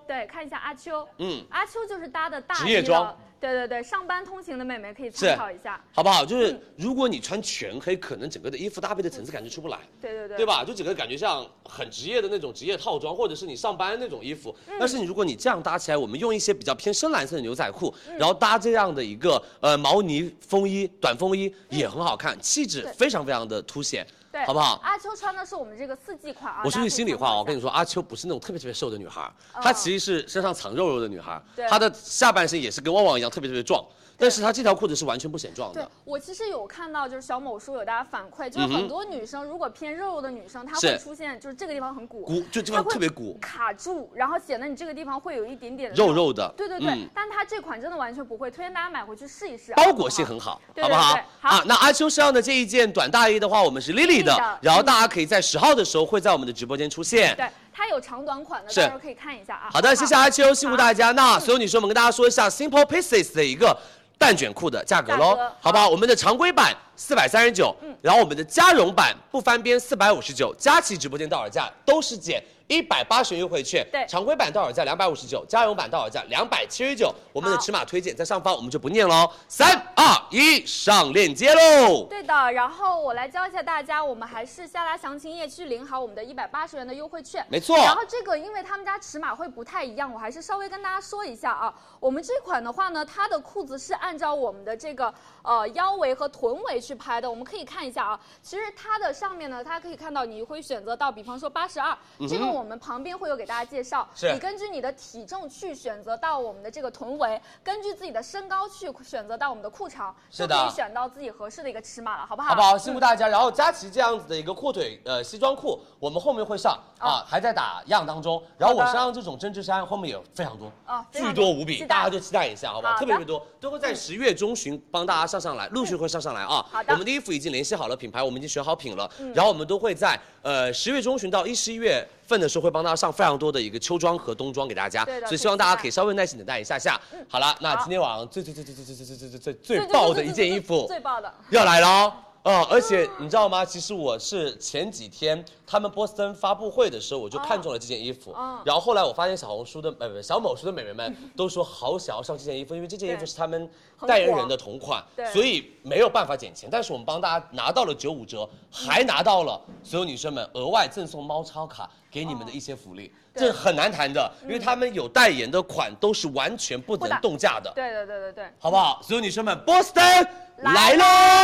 Speaker 9: 对，看一下阿秋，
Speaker 8: 嗯，
Speaker 9: 阿秋就是搭的大
Speaker 8: 职
Speaker 9: 衣
Speaker 8: 业
Speaker 9: 了
Speaker 8: 装
Speaker 9: 对对对，上班通勤的妹妹可以参
Speaker 8: 是
Speaker 9: 考一下，
Speaker 8: 好不好？就是
Speaker 9: 嗯
Speaker 8: 如果你穿全黑，可能整个的衣服搭配的层次感就出不来。
Speaker 9: 对对对，
Speaker 8: 对吧？就整个感觉像很职业的那种职业套装，或者是你上班那种衣服。
Speaker 9: 嗯
Speaker 8: 但是你如果你这样搭起来，我们用一些比较偏深蓝色的牛仔裤，
Speaker 9: 嗯
Speaker 8: 然后搭这样的一个呃毛呢风衣、短风衣也很好看，气质
Speaker 9: 嗯对
Speaker 8: 非常非常的凸显
Speaker 9: 对，，
Speaker 8: 好不好？
Speaker 9: 阿秋穿的是我们这个四季款啊，
Speaker 8: 我说句
Speaker 9: 大家可以
Speaker 8: 心里
Speaker 9: 参
Speaker 8: 话
Speaker 9: 考
Speaker 8: 啊，
Speaker 9: 一
Speaker 8: 我跟
Speaker 9: 下
Speaker 8: 你说，阿秋不是那种特别特别瘦的女孩儿，
Speaker 9: 哦
Speaker 8: 她其实是身上藏肉肉的女孩儿
Speaker 9: 对，
Speaker 8: 她的下半身也是跟旺旺一样特别特别壮，但是她这条裤子是完全不显壮
Speaker 9: 对
Speaker 8: 的。
Speaker 9: 我其实有看到，就是小某书有大家反馈，就是
Speaker 8: 嗯哼
Speaker 9: 很多女生如果偏肉肉的女生，她
Speaker 8: 是
Speaker 9: 会出现就是这个地方很鼓，
Speaker 8: 鼓就这
Speaker 9: 她
Speaker 8: 边
Speaker 9: 会
Speaker 8: 特别鼓
Speaker 9: 卡住，然后显得你这个地方会有一点点的
Speaker 8: 肉
Speaker 9: 那种
Speaker 8: 肉的
Speaker 9: 对对对
Speaker 8: 嗯，
Speaker 9: 但它这款真的完全不会，推荐大家买回去试一试啊。
Speaker 8: 包裹性很好，
Speaker 9: 对
Speaker 8: 好不
Speaker 9: 对对好
Speaker 8: 啊，那阿秋身上的这一件短大衣的话，我们是 Lily 的
Speaker 9: Lily 的，
Speaker 8: 然后大家可以在十号的时候会在我们的直播间出现。
Speaker 9: 对，它有长短款的，
Speaker 8: 是
Speaker 9: 到时候可以看一下啊。
Speaker 8: 好的，谢谢阿秋，辛苦大家。那所有女生，我们跟大家说一下 Simple Pieces 的一个蛋卷裤的价格
Speaker 9: 价
Speaker 8: 喽
Speaker 9: 格，
Speaker 8: 好不好？我们的常规版四百三十九，然后我们的加绒版不翻边四百五十九，佳琦直播间到手价都是减。一百八十元优惠券，
Speaker 9: 对
Speaker 8: 常规版到手价两百五十九，加绒版到手价两百七十九。我们的尺码推荐在上方，我们就不念喽。三二一，上链接喽！
Speaker 9: 对的，然后我来教一下大家，我们还是下拉详情页去领好我们的一百八十元的优惠券。
Speaker 8: 没错
Speaker 9: 然后这个因为他们家尺码会不太一样，我还是稍微跟大家说一下啊。我们这款的话呢，它的裤子是按照我们的这个呃腰围和臀围去拍的，我们可以看一下啊。其实它的上面呢，大家可以看到你会选择到，比方说八十二，
Speaker 8: 嗯哼
Speaker 9: 这个我们旁边会有给大家介绍，
Speaker 8: 是
Speaker 9: 你根据你的体重去选择到我们的这个臀围，根据自己的身高去选择到我们的裤长，
Speaker 8: 是的
Speaker 9: 就可以选。选到自己合适的一个尺码了，好不好？嗯
Speaker 8: 好不好？辛苦大家。然后佳琦这样子的一个阔腿呃西装裤，我们后面会上啊，还在打样当中。然后我
Speaker 9: 好的
Speaker 8: 身上这种针织衫后面也哦非常多
Speaker 9: 啊，非
Speaker 8: 巨
Speaker 9: 常
Speaker 8: 多
Speaker 9: 多
Speaker 8: 无比，
Speaker 9: 期待
Speaker 8: 大家就期待一下，好不好？嗯
Speaker 9: 好的
Speaker 8: 特别特别多，都会在十月中旬帮大家上上来，陆续会上上来啊。
Speaker 9: 好的
Speaker 8: 我们的衣服已经联系好了品牌，我们已经选好品了，
Speaker 9: 嗯
Speaker 8: 然后我们都会在呃十月中旬到一十一月份的时候，会帮大家上非常多的一个秋装和冬装给大家
Speaker 9: 对，的
Speaker 8: 所以希望大家
Speaker 9: 可以期待
Speaker 8: 可以稍微耐心等待一下下。好了，那
Speaker 9: 好
Speaker 8: 今天晚上最最最最最最最最最最最最爆的一件衣服
Speaker 9: 最爆的，
Speaker 8: 要来了哦。哦，而且你知道吗？其实我是前几天他们波士登发布会的时候，我就看中了这件衣服。
Speaker 9: 哦
Speaker 8: 然后后来我发现小红书的呃不小某书的美眉
Speaker 9: <laughs>
Speaker 8: 们都说好想要上这件衣服，因为这件衣服
Speaker 9: 对
Speaker 8: 是他们
Speaker 9: 很
Speaker 8: 代言
Speaker 9: 火
Speaker 8: 人的同款
Speaker 9: 对，
Speaker 8: 所以没有办法减钱。但是我们帮大家拿到了九五折，还拿到了
Speaker 9: 嗯
Speaker 8: 所有女生们额外赠送猫超卡给你们的一些福利，
Speaker 9: 对
Speaker 8: 这很难谈的，因为他们有代言的款都是完全不
Speaker 9: 不
Speaker 8: 能
Speaker 9: 打
Speaker 8: 动价的，
Speaker 9: 对对对对对，
Speaker 8: 好不好？所有女生们，波士登来哦
Speaker 9: 来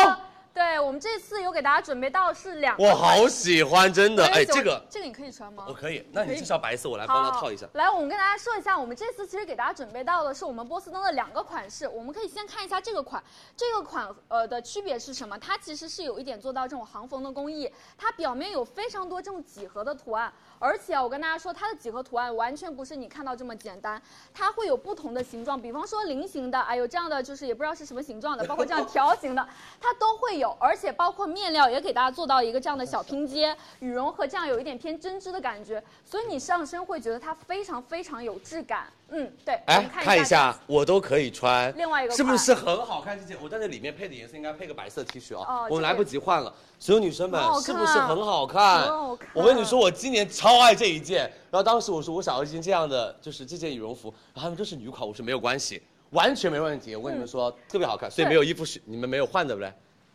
Speaker 8: 喽！
Speaker 9: 对我们这次有给大家准备到是两个
Speaker 8: 我
Speaker 9: 款，
Speaker 8: 好喜欢，真的，
Speaker 9: 我也
Speaker 8: 哎，
Speaker 9: 喜欢
Speaker 8: 这个
Speaker 9: 这个你可以穿吗？
Speaker 8: 我可以，那
Speaker 9: 可
Speaker 8: 你
Speaker 9: 以
Speaker 8: 至少白色，我来
Speaker 9: 好，
Speaker 8: 帮他套一下。
Speaker 9: 来，我们跟大家说一下，我们这次其实给大家准备到的是我们波司登的两个款式，我们可以先看一下这个款，这个款呃的区别是什么？它其实是有一点做到这种行缝的工艺，它表面有非常多这种几何的图案，而且啊，我跟大家说，它的几何图案完全不是你看到这么简单，它会有不同的形状，比方说菱形的，哎呦这样的就是也不知道是什么形状的，包括这样条形的，它都会有，而且包括面料也给大家做到一个这样的小拼接，羽绒和这样有一点偏针织的感觉，所以你上身会觉得它非常非常有质感。嗯，对，我
Speaker 8: 哎
Speaker 9: 们，
Speaker 8: 看一下，我都可以穿。
Speaker 9: 另外一个款
Speaker 8: 是不是很好看？这件我但是里面配的颜色应该配个白色 T 恤
Speaker 9: 哦
Speaker 8: 啊，
Speaker 9: 这
Speaker 8: 我
Speaker 9: 个
Speaker 8: 们来不及换了。所有女生们
Speaker 9: 好好看
Speaker 8: 是不是很好看
Speaker 9: 很好看？
Speaker 8: 我跟你说，我今年超爱这一件。然后当时我说我想要一件这样的，就是这件羽绒服，然后他们都是女款，我说没有关系，完全没问题。我跟你们说，特别好看，所以
Speaker 9: 对
Speaker 8: 没有衣服是你们没有换的，对不对？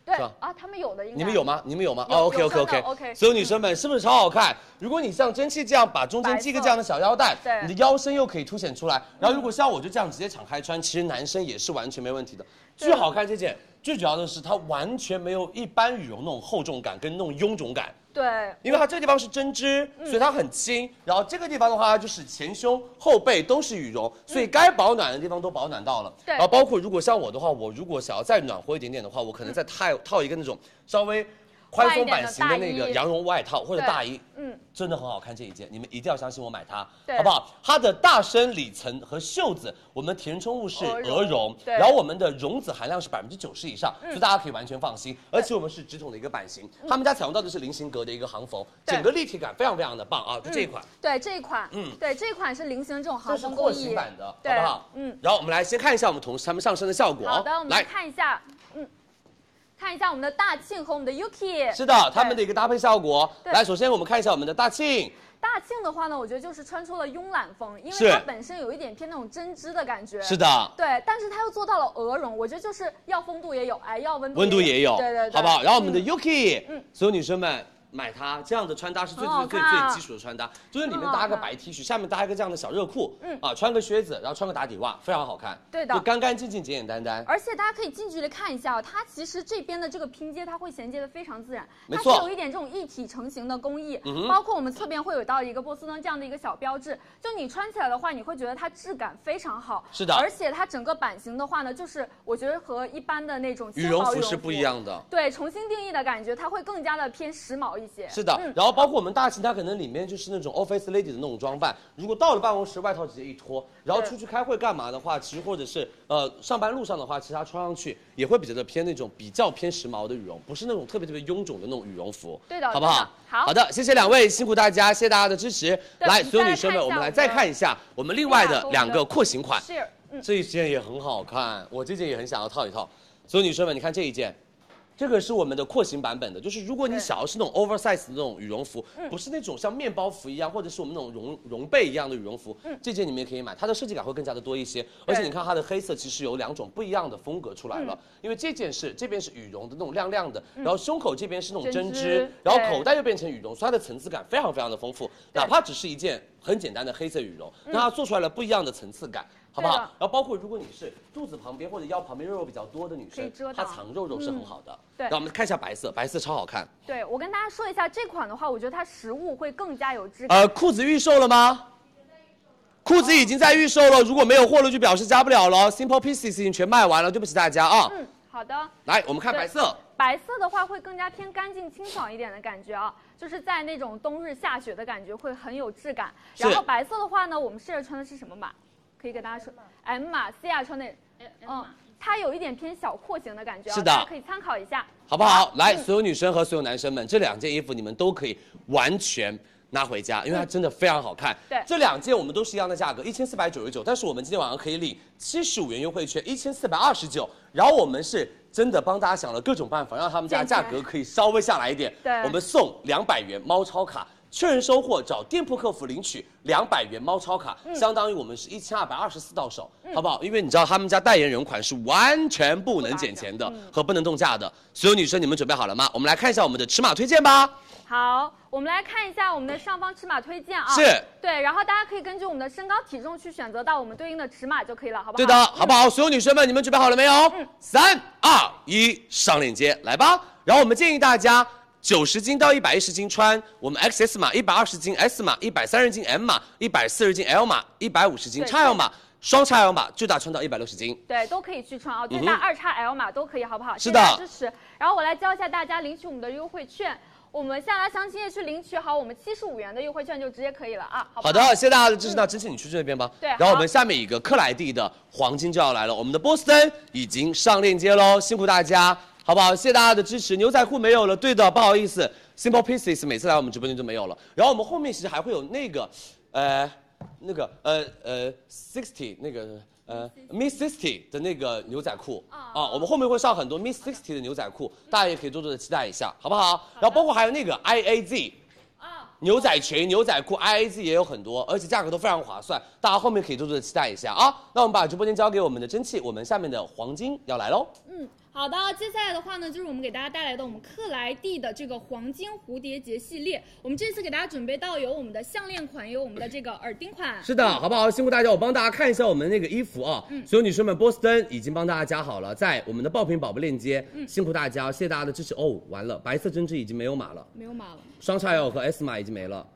Speaker 9: 对
Speaker 8: 是吧
Speaker 9: 啊，他们有的应该
Speaker 8: 你们有？吗？你们有吗？
Speaker 9: 有
Speaker 8: 哦，OK
Speaker 9: 有
Speaker 8: OK
Speaker 9: 看
Speaker 8: OK
Speaker 9: 到 OK
Speaker 8: 所有女生们是不是超好看？如果你像蒸汽这样把中间系个这样的小腰带
Speaker 9: 白色，对
Speaker 8: 你的腰身又可以凸显出来。然后如果像我就这样直接敞开穿，其实男生也是完全没问题的，巨好看这件。最主要的是它完全没有一般羽绒那种厚重感跟那种臃肿感。
Speaker 9: 对，嗯
Speaker 8: 因为它这个地方是针织，所以它很轻。然后这个地方的话，就是前胸、后背都是羽绒，所以该保暖的地方都保暖到了。
Speaker 9: 嗯对
Speaker 8: 然后包括如果像我的话，我如果想要再暖和一点点的话，我可能再套套一个那种稍微宽松版型的那
Speaker 9: 大一点的大
Speaker 8: 个
Speaker 9: 衣
Speaker 8: 羊绒外套或者
Speaker 9: 对
Speaker 8: 大衣。
Speaker 9: 嗯，
Speaker 8: 真的很好看这一件，你们一定要相信我买它
Speaker 9: 对，
Speaker 8: 好不好？它的大身里层和袖子，我们填充物是
Speaker 9: 鹅绒
Speaker 8: 鹅绒，
Speaker 9: 对
Speaker 8: 然后我们的绒子含量是百分之九十以上，
Speaker 9: 嗯
Speaker 8: 所以大家可以完全放心。而且我们是直筒的一个版型，他们家采用到的是菱形格的一个行缝，
Speaker 9: 对嗯
Speaker 8: 整个立体感非常非常的棒啊！就这一款，
Speaker 9: 对这一款，
Speaker 8: 嗯
Speaker 9: 对这一款是菱形这种
Speaker 8: 这
Speaker 9: 航
Speaker 8: 是
Speaker 9: 空工
Speaker 8: 廓
Speaker 9: 艺
Speaker 8: 形版的，好
Speaker 9: 对，
Speaker 8: 不好？
Speaker 9: 嗯，
Speaker 8: 然后我们来先看一下我们同事他们上身的效果哦。
Speaker 9: 好的，我们来
Speaker 8: 来，
Speaker 9: 看一下，嗯，看一下我们的大庆和我们的 Yuki。
Speaker 8: 是的，他们的一个搭配效果。
Speaker 9: 对
Speaker 8: 来，首先我们看一下我们的大庆，
Speaker 9: 大庆的话呢，我觉得就是穿出了慵懒风，因为
Speaker 8: 是
Speaker 9: 它本身有一点偏那种针织的感觉。
Speaker 8: 是的
Speaker 9: 对，但是它又做到了鹅绒，我觉得就是要风度也有，哎，要温度
Speaker 8: 温度也
Speaker 9: 也
Speaker 8: 有，
Speaker 9: 对对对，
Speaker 8: 好不好？然后我
Speaker 9: 嗯
Speaker 8: 们的 Yuki，、
Speaker 9: 嗯
Speaker 8: 所有女生们。买它这样的穿搭是最
Speaker 9: 很好
Speaker 8: 最最
Speaker 9: 看
Speaker 8: 最基础的穿搭，就是里面搭个白 T 恤，下面搭一个这样的小热裤，
Speaker 9: 嗯
Speaker 8: 啊，穿个靴子，然后穿个打底袜，非常好看。
Speaker 9: 对的
Speaker 8: 就干干净净、简简单单。
Speaker 9: 而且大家可以近距离看一下、哦，它其实这边的这个拼接，它会衔接的非常自然，
Speaker 8: 没
Speaker 9: 它是
Speaker 8: 错
Speaker 9: 有一点这种一体成型的工艺，
Speaker 8: 嗯哼
Speaker 9: 包括我们侧边会有到一个波司登这样的一个小标志，就你穿起来的话，你会觉得它质感非常好。
Speaker 8: 是的
Speaker 9: 而且它整个版型的话呢，就是我觉得和一般的那种纤
Speaker 8: 羽绒
Speaker 9: 薄
Speaker 8: 服是不一样的。
Speaker 9: 对，重新定义的感觉，它会更加的偏时髦一些。
Speaker 8: 是的，
Speaker 9: 嗯，
Speaker 8: 然后包括我们大庆，它可能里面就是那种 office lady 的那种装扮。如果到了办公室，外套直接一脱，然后
Speaker 9: 对
Speaker 8: 出去开会干嘛的话，其实或者是呃上班路上的话，其实它穿上去也会比较的偏那种比较偏时髦的羽绒，不是那种特别特别臃肿的那种羽绒服。
Speaker 9: 对的
Speaker 8: 好不
Speaker 9: 对的
Speaker 8: 好？
Speaker 9: 好
Speaker 8: 的，谢谢两位，辛苦大家，谢谢大家的支持。
Speaker 9: 对
Speaker 8: 来，
Speaker 9: 我们
Speaker 8: 所有
Speaker 9: 再
Speaker 8: 女生
Speaker 9: 看
Speaker 8: 们，我们
Speaker 9: 一下我
Speaker 8: 来
Speaker 9: 们
Speaker 8: 再
Speaker 9: 的
Speaker 8: 看一下我们另外
Speaker 9: 另外
Speaker 8: 的
Speaker 9: 和我
Speaker 8: 两
Speaker 9: 们的
Speaker 8: 个廓形款。
Speaker 9: 是，嗯，
Speaker 8: 这一件也很好看，我这件也很想要套一套。所有女生们，你看这一件，这个是我们的廓形版本的，就是如果你想要是那种 oversize 的那种羽绒服，不是那种像面包服一样，或者是我们那种绒绒被一样的羽绒服，这件你们也可以买，它的设计感会更加的多一些。而且你看它的黑色其实有两种不一样的风格出来了，因为这件是这边是羽绒的那种亮亮的，然后胸口这边是那种
Speaker 9: 针
Speaker 8: 嗯针
Speaker 9: 织
Speaker 8: 织，然后
Speaker 9: 对
Speaker 8: 口袋。它又变成羽绒，所以它的层次感非常非常的丰富。哪怕只是一件很简单的黑色羽绒，那它做出来了不一样的层次感，好不好
Speaker 9: 对啊的？
Speaker 8: 然后包括如果你是肚子旁边或者腰旁边肉肉比较多的女
Speaker 9: 可以
Speaker 8: 生
Speaker 9: 遮，挡
Speaker 8: 它藏肉肉是很好的。
Speaker 9: 对
Speaker 8: 然后我们看一下白色，白色超好看。
Speaker 9: 对我跟大家说一下，这款的话，我觉得它实物会更加有质感。
Speaker 8: 呃，裤子预售了吗？裤子已经在预售了，如果没有货了就表示加不了了。Simple Pieces 已经全卖完了，对不起大家啊。
Speaker 9: 嗯，好的。
Speaker 8: 来，我们看
Speaker 9: 对
Speaker 8: 白色。
Speaker 9: 白色的话会更加偏干净清爽一点的感觉啊，就是在那种冬日下雪的感觉会很有质感。
Speaker 8: 是
Speaker 9: 然后白色的话呢，我们试着穿的是什么码？可以给大家说，M 码，C 亚穿的，嗯，它有一点偏小廓形的感觉啊，
Speaker 20: 是的
Speaker 9: 大家可以参考一下。
Speaker 20: 好不好？
Speaker 9: 嗯
Speaker 20: 来，所有女生和所有男生们，这两件衣服你们都可以完全拿回家，因为它真的非常好看。
Speaker 9: 嗯对
Speaker 20: 这两件我们都是一样的价格，一千四百九十九，但是我们今天晚上可以领七十五元优惠券，一千四百二十九。然后我们是真的帮大家想了各种办法，让他们家
Speaker 9: 减价
Speaker 20: 价格可以稍微下来一点。
Speaker 9: 对
Speaker 20: 我们送两百元猫超卡。确认收货，找店铺客服领取两百元猫超卡，
Speaker 9: 嗯
Speaker 20: 相当于我们是一千二百二十四到手，
Speaker 9: 嗯
Speaker 20: 好不好？因为你知道他们家代言人款是完全不能减钱
Speaker 9: 嗯
Speaker 20: 的和不能动价的。所有女生，你们准备好了吗？我们来看一下我们的尺码推荐吧。
Speaker 9: 好，我们来看一下我们的上方尺码推荐啊，
Speaker 20: 是
Speaker 9: 对，然后大家可以根据我们的身高体重去选择到我们对应的尺码就可以了，好不好？嗯
Speaker 20: 对的，好不好？所有女生们，你们准备好了没有？三二一，上链接来吧。然后我们建议大家。九十斤到一百一十斤穿我们 XS 码，一百二十斤 S 码，一百三十斤 M 码，一百四十斤 L 码，一百五十斤
Speaker 9: 对
Speaker 20: XL 码，双 XL 码最大穿到一百六十斤。
Speaker 9: 对，都可以去穿啊，最
Speaker 20: 嗯哼
Speaker 9: 大二叉 L 码都可以，好不好？
Speaker 20: 是
Speaker 9: 谢谢大家
Speaker 20: 的
Speaker 9: 支持。然后我来教一下大家领取我们的优惠券，我们下拉相亲页去领取好我们七十五元的优惠券就直接可以了啊，好不
Speaker 20: 好的，谢谢大家的支持。那真情你去这边吧。
Speaker 9: 对
Speaker 20: 然后我
Speaker 9: 好
Speaker 20: 们下面一个克莱蒂的黄金就要来了，我们的波司登已经上链接喽，辛苦大家，好不好？谢谢大家的支持。牛仔裤没有了，对的，不好意思，Simple Pieces 每次来我们直播间就没有了。然后我们后面其实还会有那个，呃，那个呃呃 Sixty 那个。呃，Miss Sixty 的那个牛仔裤啊，我们后面会上很多 Miss Sixty 的牛仔裤，大家也可以多多的期待一下，好不好？然后包括还有那个 I A Z，牛仔裙、牛仔裤，I A Z 也有很多，而且价格都非常划算，大家后面可以多多的期待一下啊。那我们把直播间交给我们的蒸汽，我们下面的黄金要来喽。
Speaker 13: 嗯，好的，接下来的话呢，就是我们给大家带来的我们克莱蒂的这个黄金蝴蝶结系列。我们这次给大家准备到有我们的项链款，有我们的这个耳钉款。
Speaker 8: 是的，好不好？辛苦大家，我帮大家看一下我们那个衣服啊。
Speaker 20: 嗯
Speaker 8: 所有女生们，波司登已经帮大家加好了，在我们的爆品宝贝链接。
Speaker 13: 嗯
Speaker 8: 辛苦大家，谢谢大家的支持。哦，完了，白色针织已经没有码了，
Speaker 13: 没有码了。
Speaker 8: 双 XL 和 S 码已经没了，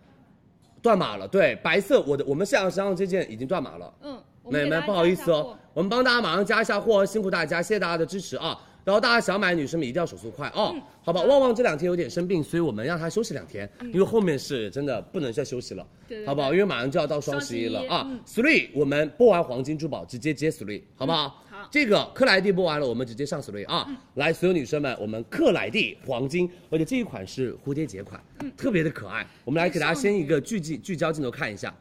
Speaker 8: 断码了。对，白色我的我们现场身上这件已经断码了。
Speaker 13: 嗯，我们给
Speaker 8: 美
Speaker 13: 大
Speaker 8: 们
Speaker 13: 家
Speaker 8: 不好意思
Speaker 13: 加
Speaker 8: 哦
Speaker 13: 货，
Speaker 8: 我们帮大家马上加一下货，辛苦大家，谢谢大家的支持啊。然后大家想买，女生们一定要手速快哦，好吧？旺旺这两天有点生病，所以我们让她休息两天，
Speaker 20: 嗯
Speaker 8: 因为后面是真的不能再休息了，
Speaker 20: 对对
Speaker 8: 好不好？
Speaker 20: 对
Speaker 8: 因为马上就要到双十一
Speaker 20: 双
Speaker 8: 了
Speaker 20: 十一
Speaker 8: 啊
Speaker 20: 嗯。
Speaker 8: three，我们播完黄金珠宝直接接 three，好不好？好，这个克莱蒂播完了，我们直接上 three 啊。来，所有女生们，我们克莱蒂黄金，而且这一款是蝴蝶结款，特别的可爱。我们来给大家先一个聚镜聚焦镜头看一下。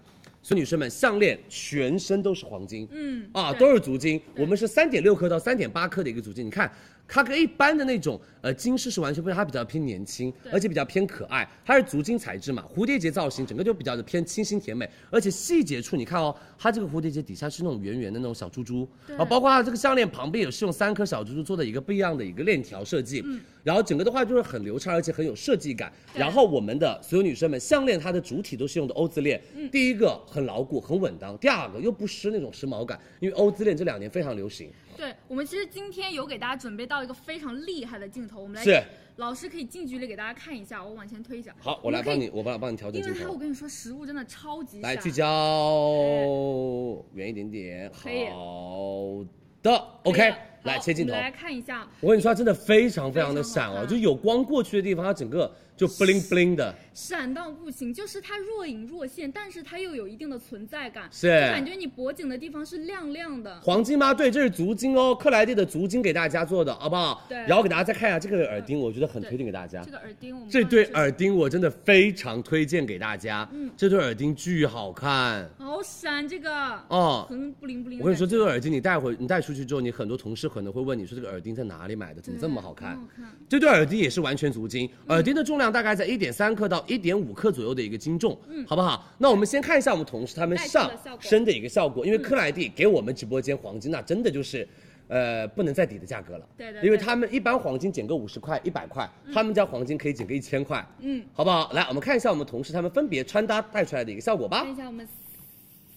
Speaker 8: 所以女生们，项链全身都是黄金，
Speaker 13: 嗯
Speaker 8: 啊，
Speaker 13: 对
Speaker 8: 都是足金。我们是三点六克到三点八克的一个足金，你看它跟一般的那种呃金饰是完全不一样，它比较偏年轻，而且比较偏可爱。它是足金材质嘛，蝴蝶结造型，整个就比较的偏清新甜美，而且细节处你看哦，它这个蝴蝶结底下是那种圆圆的那种小珠珠，
Speaker 20: 对
Speaker 8: 然后包括它这个项链旁边也是用三颗小珠珠做的一个不一样的一个链条设计，
Speaker 20: 嗯
Speaker 8: 然后整个的话就是很流畅，而且很有设计感。
Speaker 20: 对
Speaker 8: 然后我们的所有女生们，项链它的主体都是用的欧姿链，
Speaker 20: 嗯
Speaker 8: 第一个很牢固、很稳当，第二个又不失那种时髦感，因为欧姿链这两年非常流行。
Speaker 13: 对我们其实今天有给大家准备到一个非常厉害的镜头，我们来
Speaker 8: 是
Speaker 13: 老师可以近距离给大家看一下，我往前推一下。
Speaker 8: 好，我来
Speaker 13: 们可以
Speaker 8: 帮你，我帮帮你调整
Speaker 13: 因为
Speaker 8: 镜
Speaker 13: 它，我
Speaker 8: 头，
Speaker 13: 跟你说，实物真的超级
Speaker 8: 来
Speaker 13: 闪
Speaker 8: 聚焦，远一点点，
Speaker 13: 呃可以
Speaker 8: 好的，OK，来切镜头
Speaker 13: 我们。来看一下，
Speaker 8: 我跟你说，它真的非常非常的闪哦，就有光过去的地方，它整个就 bling bling 的。
Speaker 13: 闪到不行，就是它若隐若现，但是它又有一定的存在感，
Speaker 8: 是
Speaker 13: 就感觉你脖颈的地方是亮亮的。
Speaker 8: 黄金吗？对，这是足金哦，克莱蒂的足金给大家做的，好不好？
Speaker 13: 对
Speaker 8: 然后给大家再看一下这个耳钉，我觉得很推荐给大家。
Speaker 13: 这个耳钉我们
Speaker 8: 这对耳钉我真的非常推荐给大家，
Speaker 13: 嗯
Speaker 8: 这对耳钉巨好看。
Speaker 13: 好闪这个，
Speaker 8: 哦
Speaker 13: 很不灵不灵。
Speaker 8: 我跟你说，这对耳钉你带回你带出去之后，你很多同事可能会问你说这个耳钉在哪里买的，怎么这么好看？
Speaker 13: 嗯
Speaker 8: 这对耳钉也是完全足金，
Speaker 20: 嗯
Speaker 8: 耳钉的重量大概在一点三克到一点五克左右的一个斤重，
Speaker 20: 嗯
Speaker 8: 好不好？那我们先看一下我们同事他们上
Speaker 20: 戴上的效果嗯
Speaker 8: 身的一个效果，因为克莱蒂给我们直播间黄金那真的就是。呃，不能再抵的价格了，
Speaker 20: 对对对嗯
Speaker 8: 因为他们一般黄金减个五十块、一百块，他们家黄金可以减个一千块，
Speaker 13: 嗯，
Speaker 8: 好不好？来，我们看一下我们同事他们分别穿搭带出来的一个效果吧。
Speaker 13: 看一下我们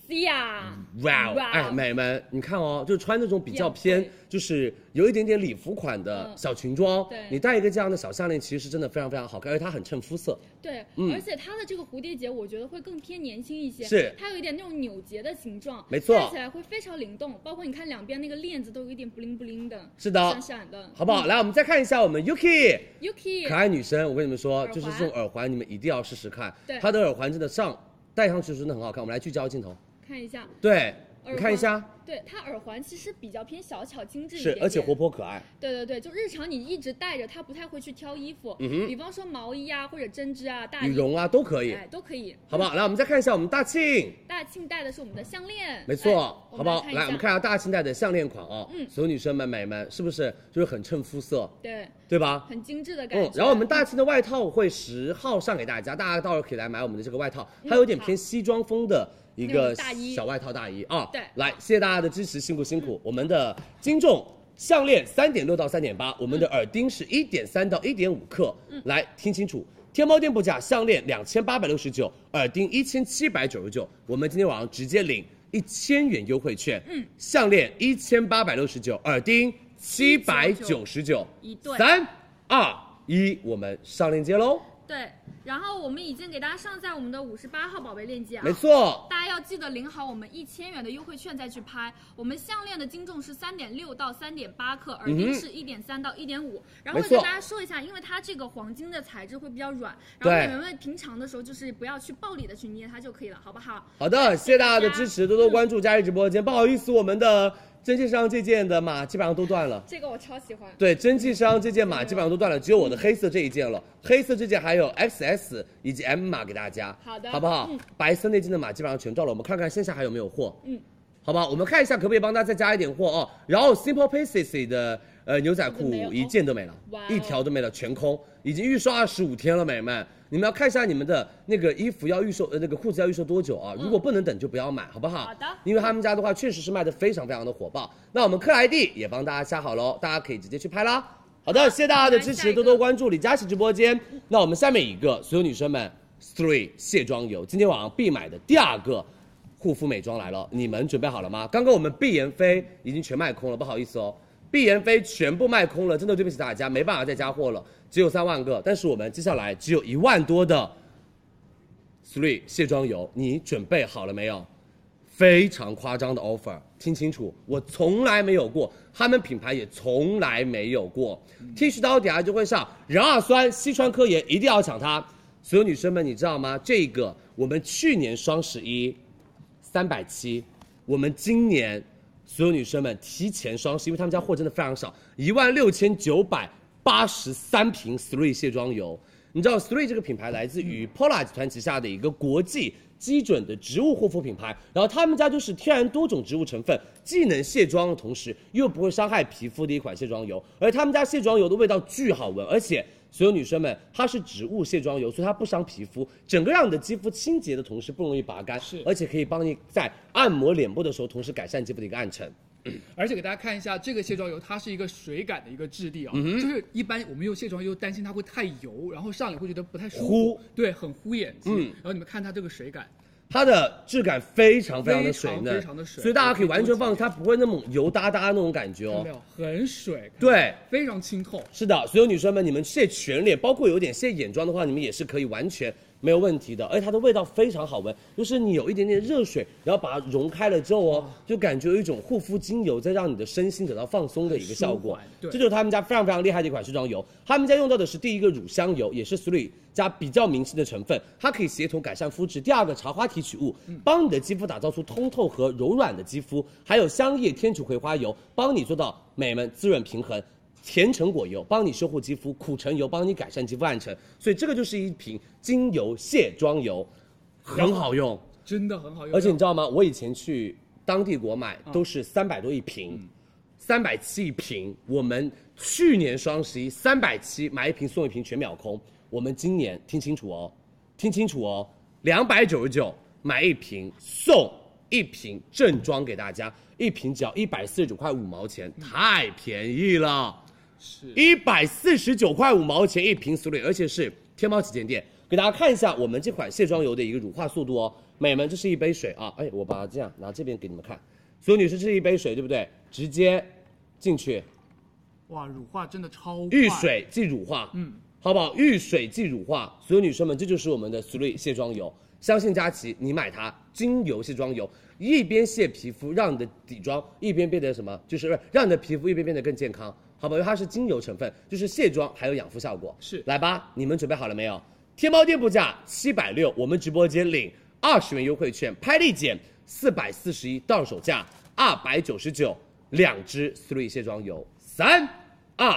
Speaker 13: C 呀，
Speaker 8: 哇哦！
Speaker 13: 哇哦
Speaker 8: 哎，美们，你看哦，就穿那种比较偏，就是有一点点礼服款的小裙装，
Speaker 13: 嗯对
Speaker 8: 你戴一个这样的小项链，其实真的非常非常好看，而且它很衬肤色。
Speaker 13: 对，
Speaker 8: 嗯
Speaker 13: 而且它的这个蝴蝶结，我觉得会更偏年轻一些，
Speaker 8: 是
Speaker 13: 它有一点那种扭结的形状，
Speaker 8: 没错
Speaker 13: 戴起来会非常灵动。包括你看两边那个链子都有一点布灵布灵的，
Speaker 8: 是的
Speaker 13: 闪闪的，嗯
Speaker 8: 好不好？来，我们再看一下我们 Yuki。
Speaker 13: ，Yuki，
Speaker 8: 可爱女生，我跟你们说，
Speaker 13: 耳环
Speaker 8: 就是这种耳环，你们一定要试试看
Speaker 13: 对。
Speaker 8: 她的耳环真的上戴上去真的很好看。我们来聚焦镜头，
Speaker 13: 看一下，
Speaker 8: 对，
Speaker 13: 耳
Speaker 8: 你看一下，
Speaker 13: 环，对它耳环其实比较偏小巧精致一点
Speaker 8: 是
Speaker 13: 点，
Speaker 8: 而且活泼可爱。
Speaker 13: 对对对，就日常你一直戴着它，不太会去挑衣服，
Speaker 8: 嗯哼
Speaker 13: 比方说毛衣啊或者针织啊、大衣
Speaker 8: 羽绒啊都可以
Speaker 13: 哎，都可以，
Speaker 8: 好不好？来，我们再看一下我们大庆，
Speaker 13: 大庆戴的是我们的项链，
Speaker 8: 没
Speaker 13: 嗯
Speaker 8: 错，
Speaker 13: 哎
Speaker 8: 好不好？来，我们
Speaker 13: 一下，
Speaker 8: 看一下大庆戴的项链款哦，
Speaker 13: 嗯
Speaker 8: 所有女生们、美们，是不是就是很衬肤色，
Speaker 13: 对，
Speaker 8: 对吧？
Speaker 13: 很精致的感觉。
Speaker 8: 嗯，然后我们大庆的外套会十号上给大家，大家到时候可以来买我们的这个外套，它有点偏西装风的一个
Speaker 13: 嗯大衣
Speaker 8: 小外套大衣啊。
Speaker 13: 对
Speaker 8: 来，谢谢大家的支持，辛苦辛苦。我们的斤重项链三点六到三点八，我们的耳钉是一点三到一点五克。
Speaker 13: 嗯
Speaker 8: 来听清楚，天猫店铺价项链两千八百六十九，耳钉一千七百九十九，我们今天晚上直接领一千元优惠券。
Speaker 13: 嗯，
Speaker 8: 项链一千八百六十九，耳钉七百九十九，
Speaker 13: 一对
Speaker 8: 三二一，我们上链接喽。
Speaker 13: 对，然后我们已经给大家上在我们的五十八号宝贝链接啊，
Speaker 8: 没错
Speaker 13: 大家要记得领好我们一千元的优惠券再去拍。我们项链的斤重是三点六到三点八克，耳钉
Speaker 8: 嗯哼
Speaker 13: 是一点三到一点五。然后
Speaker 8: 没
Speaker 13: 跟
Speaker 8: 错
Speaker 13: 大家说一下，因为它这个黄金的材质会比较软，然后
Speaker 8: 对
Speaker 13: 你们平常的时候就是不要去暴力的去捏它就可以了，好不好？
Speaker 8: 好的，谢谢大家的支持，多多关注佳怡直播间。不好意思，我们的针线上这件的码基本上都断了。
Speaker 13: 这个我超喜欢。
Speaker 8: 啊对，针线上这件码基本上都断了，只有我的黑色这一件了。黑色这件还有 XS 以及 M 码给大家，
Speaker 13: 好的
Speaker 8: 好不好
Speaker 13: 嗯？
Speaker 8: 白色那件的码基本上全到了，我们看看线下还有没有货。
Speaker 13: 嗯，
Speaker 8: 好吧，我们看一下可不可以帮大家再加一点货哦。然后 Simple Pieces 的呃牛仔裤一件都没了，
Speaker 13: 哇哦
Speaker 8: 一条都没了，全空，已经预售二十五天了，美们。你们要看一下你们的那个衣服要预售，呃，那个裤子要预售多久啊？如果不能等就不要买，好不好？
Speaker 13: 好的
Speaker 8: 因为他们家的话确实是卖的非常非常的火爆。那我们克莱蒂也帮大家加好喽，大家可以直接去拍啦。好的，谢谢大家的支持，多多关注李佳琦直播间。那我们下面一个，所有女生们，Three 卸妆油，今天晚上必买的第二个护肤美妆来了，你们准备好了吗？刚刚我们碧妍霏已经全卖空了，不好意思哦，碧妍霏全部卖空了，真的对不起大家，没办法再加货了，只有三万个，但是我们接下来只有一万多的 Three 卸妆油，你准备好了没有？非常夸张的 offer，听清楚，我从来没有过，他们品牌也从来没有过。剃须刀底下就会上壬二酸西川科研，一定要抢它。所有女生们，你知道吗？这个我们去年双十一三百七，我们今年所有女生们提前双十一，因为他们家货真的非常少，一万六千九百八十三瓶 Three 卸妆油。你知道 Three 这个品牌来自于 Pola 集团旗下的一个国际基准的植物护肤品牌，然后他们家就是天然多种植物成分，既能卸妆的同时又不会伤害皮肤的一款卸妆油，而他们家卸妆油的味道巨好闻，而且所有女生们，它是植物卸妆油，所以它不伤皮肤，整个让你的肌肤清洁的同时不容易拔干，是，而且可以帮你在按摩脸部的时候，同时改善肌肤的一个暗沉。 <clears throat>
Speaker 12: 而且给大家看一下这个卸妆油，它是一个水感的一个质地啊、
Speaker 8: 嗯哼
Speaker 12: 就是一般我们用卸妆油担心它会太油，然后上脸会觉得不太舒
Speaker 8: 糊
Speaker 12: 服，对，很糊眼睛。
Speaker 8: 嗯
Speaker 12: 然后你们看它这个水感，
Speaker 8: 它的质感非常非常的水
Speaker 12: 非
Speaker 8: 嫩，
Speaker 12: 常地水
Speaker 8: 所以大家可以完全放心，它不会那么油哒哒那种感觉
Speaker 12: 看
Speaker 8: 哦
Speaker 12: 到没。有，很水，
Speaker 8: 对，
Speaker 12: 非常清透。
Speaker 8: 是的，所有女生们，你们卸全脸，包括有点卸眼妆的话，你们也是可以完全没有问题的。而且它的味道非常好闻，就是你有一点点热水，然后把它融开了之后哦，就感觉有一种护肤精油在让你的身心得到放松的一个效果
Speaker 12: 很舒缓。对
Speaker 8: 这就是他们家非常非常厉害的一款卸妆油。他们家用到的是第一个乳香油，也是 Three 加比较明星的成分，它可以协同改善肤质。第二个茶花提取物，帮你的肌肤打造出通透和柔软的肌肤。还有香叶天竺葵花油，帮你做到美们滋润平衡。甜橙果油帮你修护肌肤，苦橙油帮你改善肌肤暗沉，所以这个就是一瓶精油卸妆油，很好用。
Speaker 12: 真的很好用。
Speaker 8: 而且你知道吗？我以前去当地国买
Speaker 12: 嗯
Speaker 8: 都是三百多一瓶，三百七一瓶。我们去年双十一三百七买一瓶送一瓶全秒空，我们今年听清楚哦，听清楚哦，两百九十九买一瓶送一瓶正装给大家，一瓶只要一百四十九块五毛钱，太便宜了。一百四十九块五毛钱一瓶 Three，而且是天猫旗舰店。给大家看一下我们这款卸妆油的一个乳化速度哦，美们，这是一杯水啊，哎，我把它这样拿这边给你们看，所有女士，这是一杯水，对不对？直接进去，
Speaker 12: 哇，乳化真的超快
Speaker 8: 遇水即乳化，
Speaker 12: 嗯，
Speaker 8: 好不好？遇水即乳化，所有女生们，这就是我们的 Three 卸妆油。相信佳琦，你买它精油卸妆油，一边卸皮肤，让你的底妆一边变得什么，就是不是让你的皮肤一边变得更健康，好吧？因为它是精油成分，就是卸妆还有养肤效果。
Speaker 12: 是，
Speaker 8: 来吧，你们准备好了没有？天猫店铺价七百六，我们直播间领二十元优惠券，拍立减
Speaker 21: 四百四十一，到手价二百九十九，两支 Three 卸妆油，三二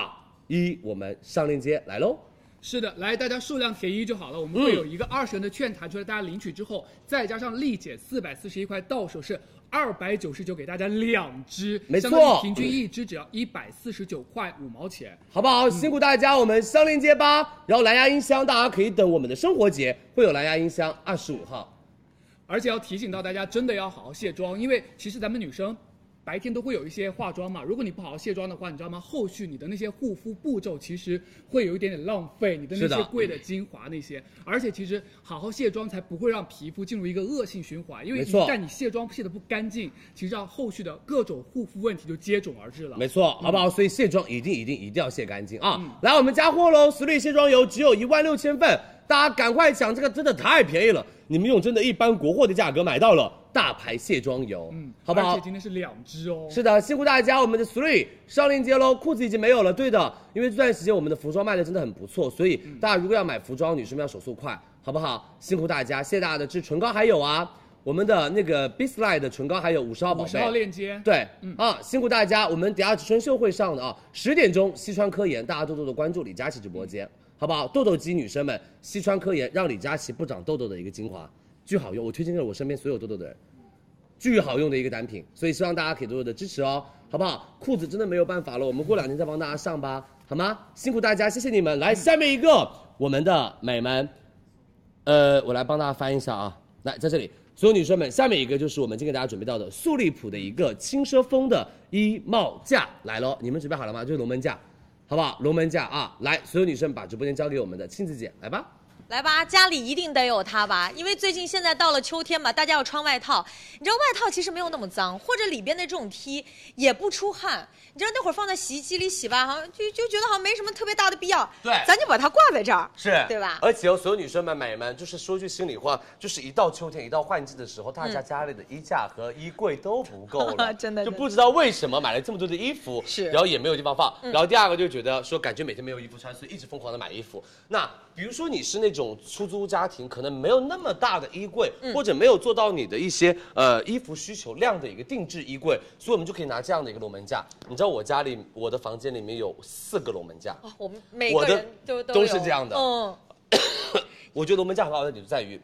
Speaker 21: 一，我们上链接来喽。
Speaker 12: 是的，来大家数量填一就好了。我们
Speaker 21: 嗯
Speaker 12: 会有一个二十元的券弹出来，大家领取之后，再加上丽姐四百四十一块，到手是二百九十九，给大家两支，
Speaker 21: 没错
Speaker 12: 相当于平均一支只要一百四十九块五毛钱。
Speaker 21: 好不好？辛苦大家，我们上链接吧。然后蓝牙音箱，大家可以等我们的生活节会有蓝牙音箱，二十五号。
Speaker 12: 而且要提醒到大家，真的要好好卸妆，因为其实咱们女生。白天都会有一些化妆嘛，如果你不好好卸妆的话，你知道吗？后续你的那些护肤步骤其实会有一点点浪费，你的那
Speaker 21: 是的
Speaker 12: 些贵的精华那些。而且其实好好卸妆才不会让皮肤进入一个恶性循环，因为
Speaker 21: 没
Speaker 12: 一
Speaker 21: 错
Speaker 12: 旦你卸妆卸的不干净，其实让后续的各种护肤问题就接踵而至了。嗯
Speaker 21: 没错，好不好？所以卸妆一定一定一定要卸干净啊！来，我们加货喽，十粒卸妆油只有一万六千份，大家赶快抢，这个真的太便宜了，你们用真的一般国货的价格买到了大牌卸妆油，嗯，好不
Speaker 12: 而
Speaker 21: 好
Speaker 12: 且？今天是两支哦。
Speaker 21: 是的，辛苦大家，我们的 three 上链接喽，裤子已经没有了。对的，因为这段时间我们的服装卖的真的很不错，所以大家如果要买服装，女生们要手速快，好不好？辛苦大家，谢谢大家的支持。唇膏还有啊，我们的那个 b i s l i 的唇膏还有五十号宝
Speaker 12: 五
Speaker 21: 贝，
Speaker 12: 十号链接。
Speaker 21: 哎对，啊，辛苦大家，我们等下春秀会上的啊，十点钟西川科研，大家多多的关注李佳琦直播间，好不好？痘痘肌女生们，西川科研让李佳琦不长痘痘的一个精华，巨好用，我推荐给我身边所有痘痘的人，巨好用的一个单品，所以希望大家可以多多的支持哦，好不好？裤子真的没有办法了，我们过两天再帮大家上吧，好吗？辛苦大家，谢谢你们。来，下面一个我们的美们，呃，我来帮大家翻一下啊，来在这里，所有女生们，下面一个就是我们今天给大家准备到的素丽普的一个轻奢风的衣帽架来喽，你们准备好了吗？就是龙门架，好不好？龙门架啊，来，所有女生把直播间交给我们的庆子姐，来吧。
Speaker 1: 来吧，家里一定得有它吧，因为最近现在到了秋天嘛，大家要穿外套。你知道外套其实没有那么脏，或者里边的这种 T 也不出汗。你知道那会儿放在洗衣机里洗吧，好像就就觉得好像没什么特别大的必要。
Speaker 8: 对
Speaker 1: 咱就把它挂在这儿，对吧？
Speaker 8: 而且哦，所有女生们、美们，就是说句心里话，就是一到秋天、一到换季的时候，大家家里的衣架和衣柜都不够了，
Speaker 1: 嗯 <laughs> 真的
Speaker 8: 就
Speaker 1: 真的
Speaker 8: 不知道为什么买了这么多的衣服，是，然后也没有地方放。
Speaker 1: 嗯
Speaker 8: 然后第二个就觉得说，感觉每天没有衣服穿，所以一直疯狂的买衣服。那比如说你是那种出租家庭，可能没有那么大的衣柜，
Speaker 1: 嗯
Speaker 8: 或者没有做到你的一些呃衣服需求量的一个定制衣柜，所以我们就可以拿这样的一个龙门架。你知道我家里我的房间里面有四个龙门架，
Speaker 1: 哦我们每
Speaker 8: 我
Speaker 1: 个
Speaker 8: 的
Speaker 1: 人都
Speaker 8: 都
Speaker 1: 有
Speaker 8: 是这样的
Speaker 1: 嗯，
Speaker 8: 我觉得龙门架很好的点就在于，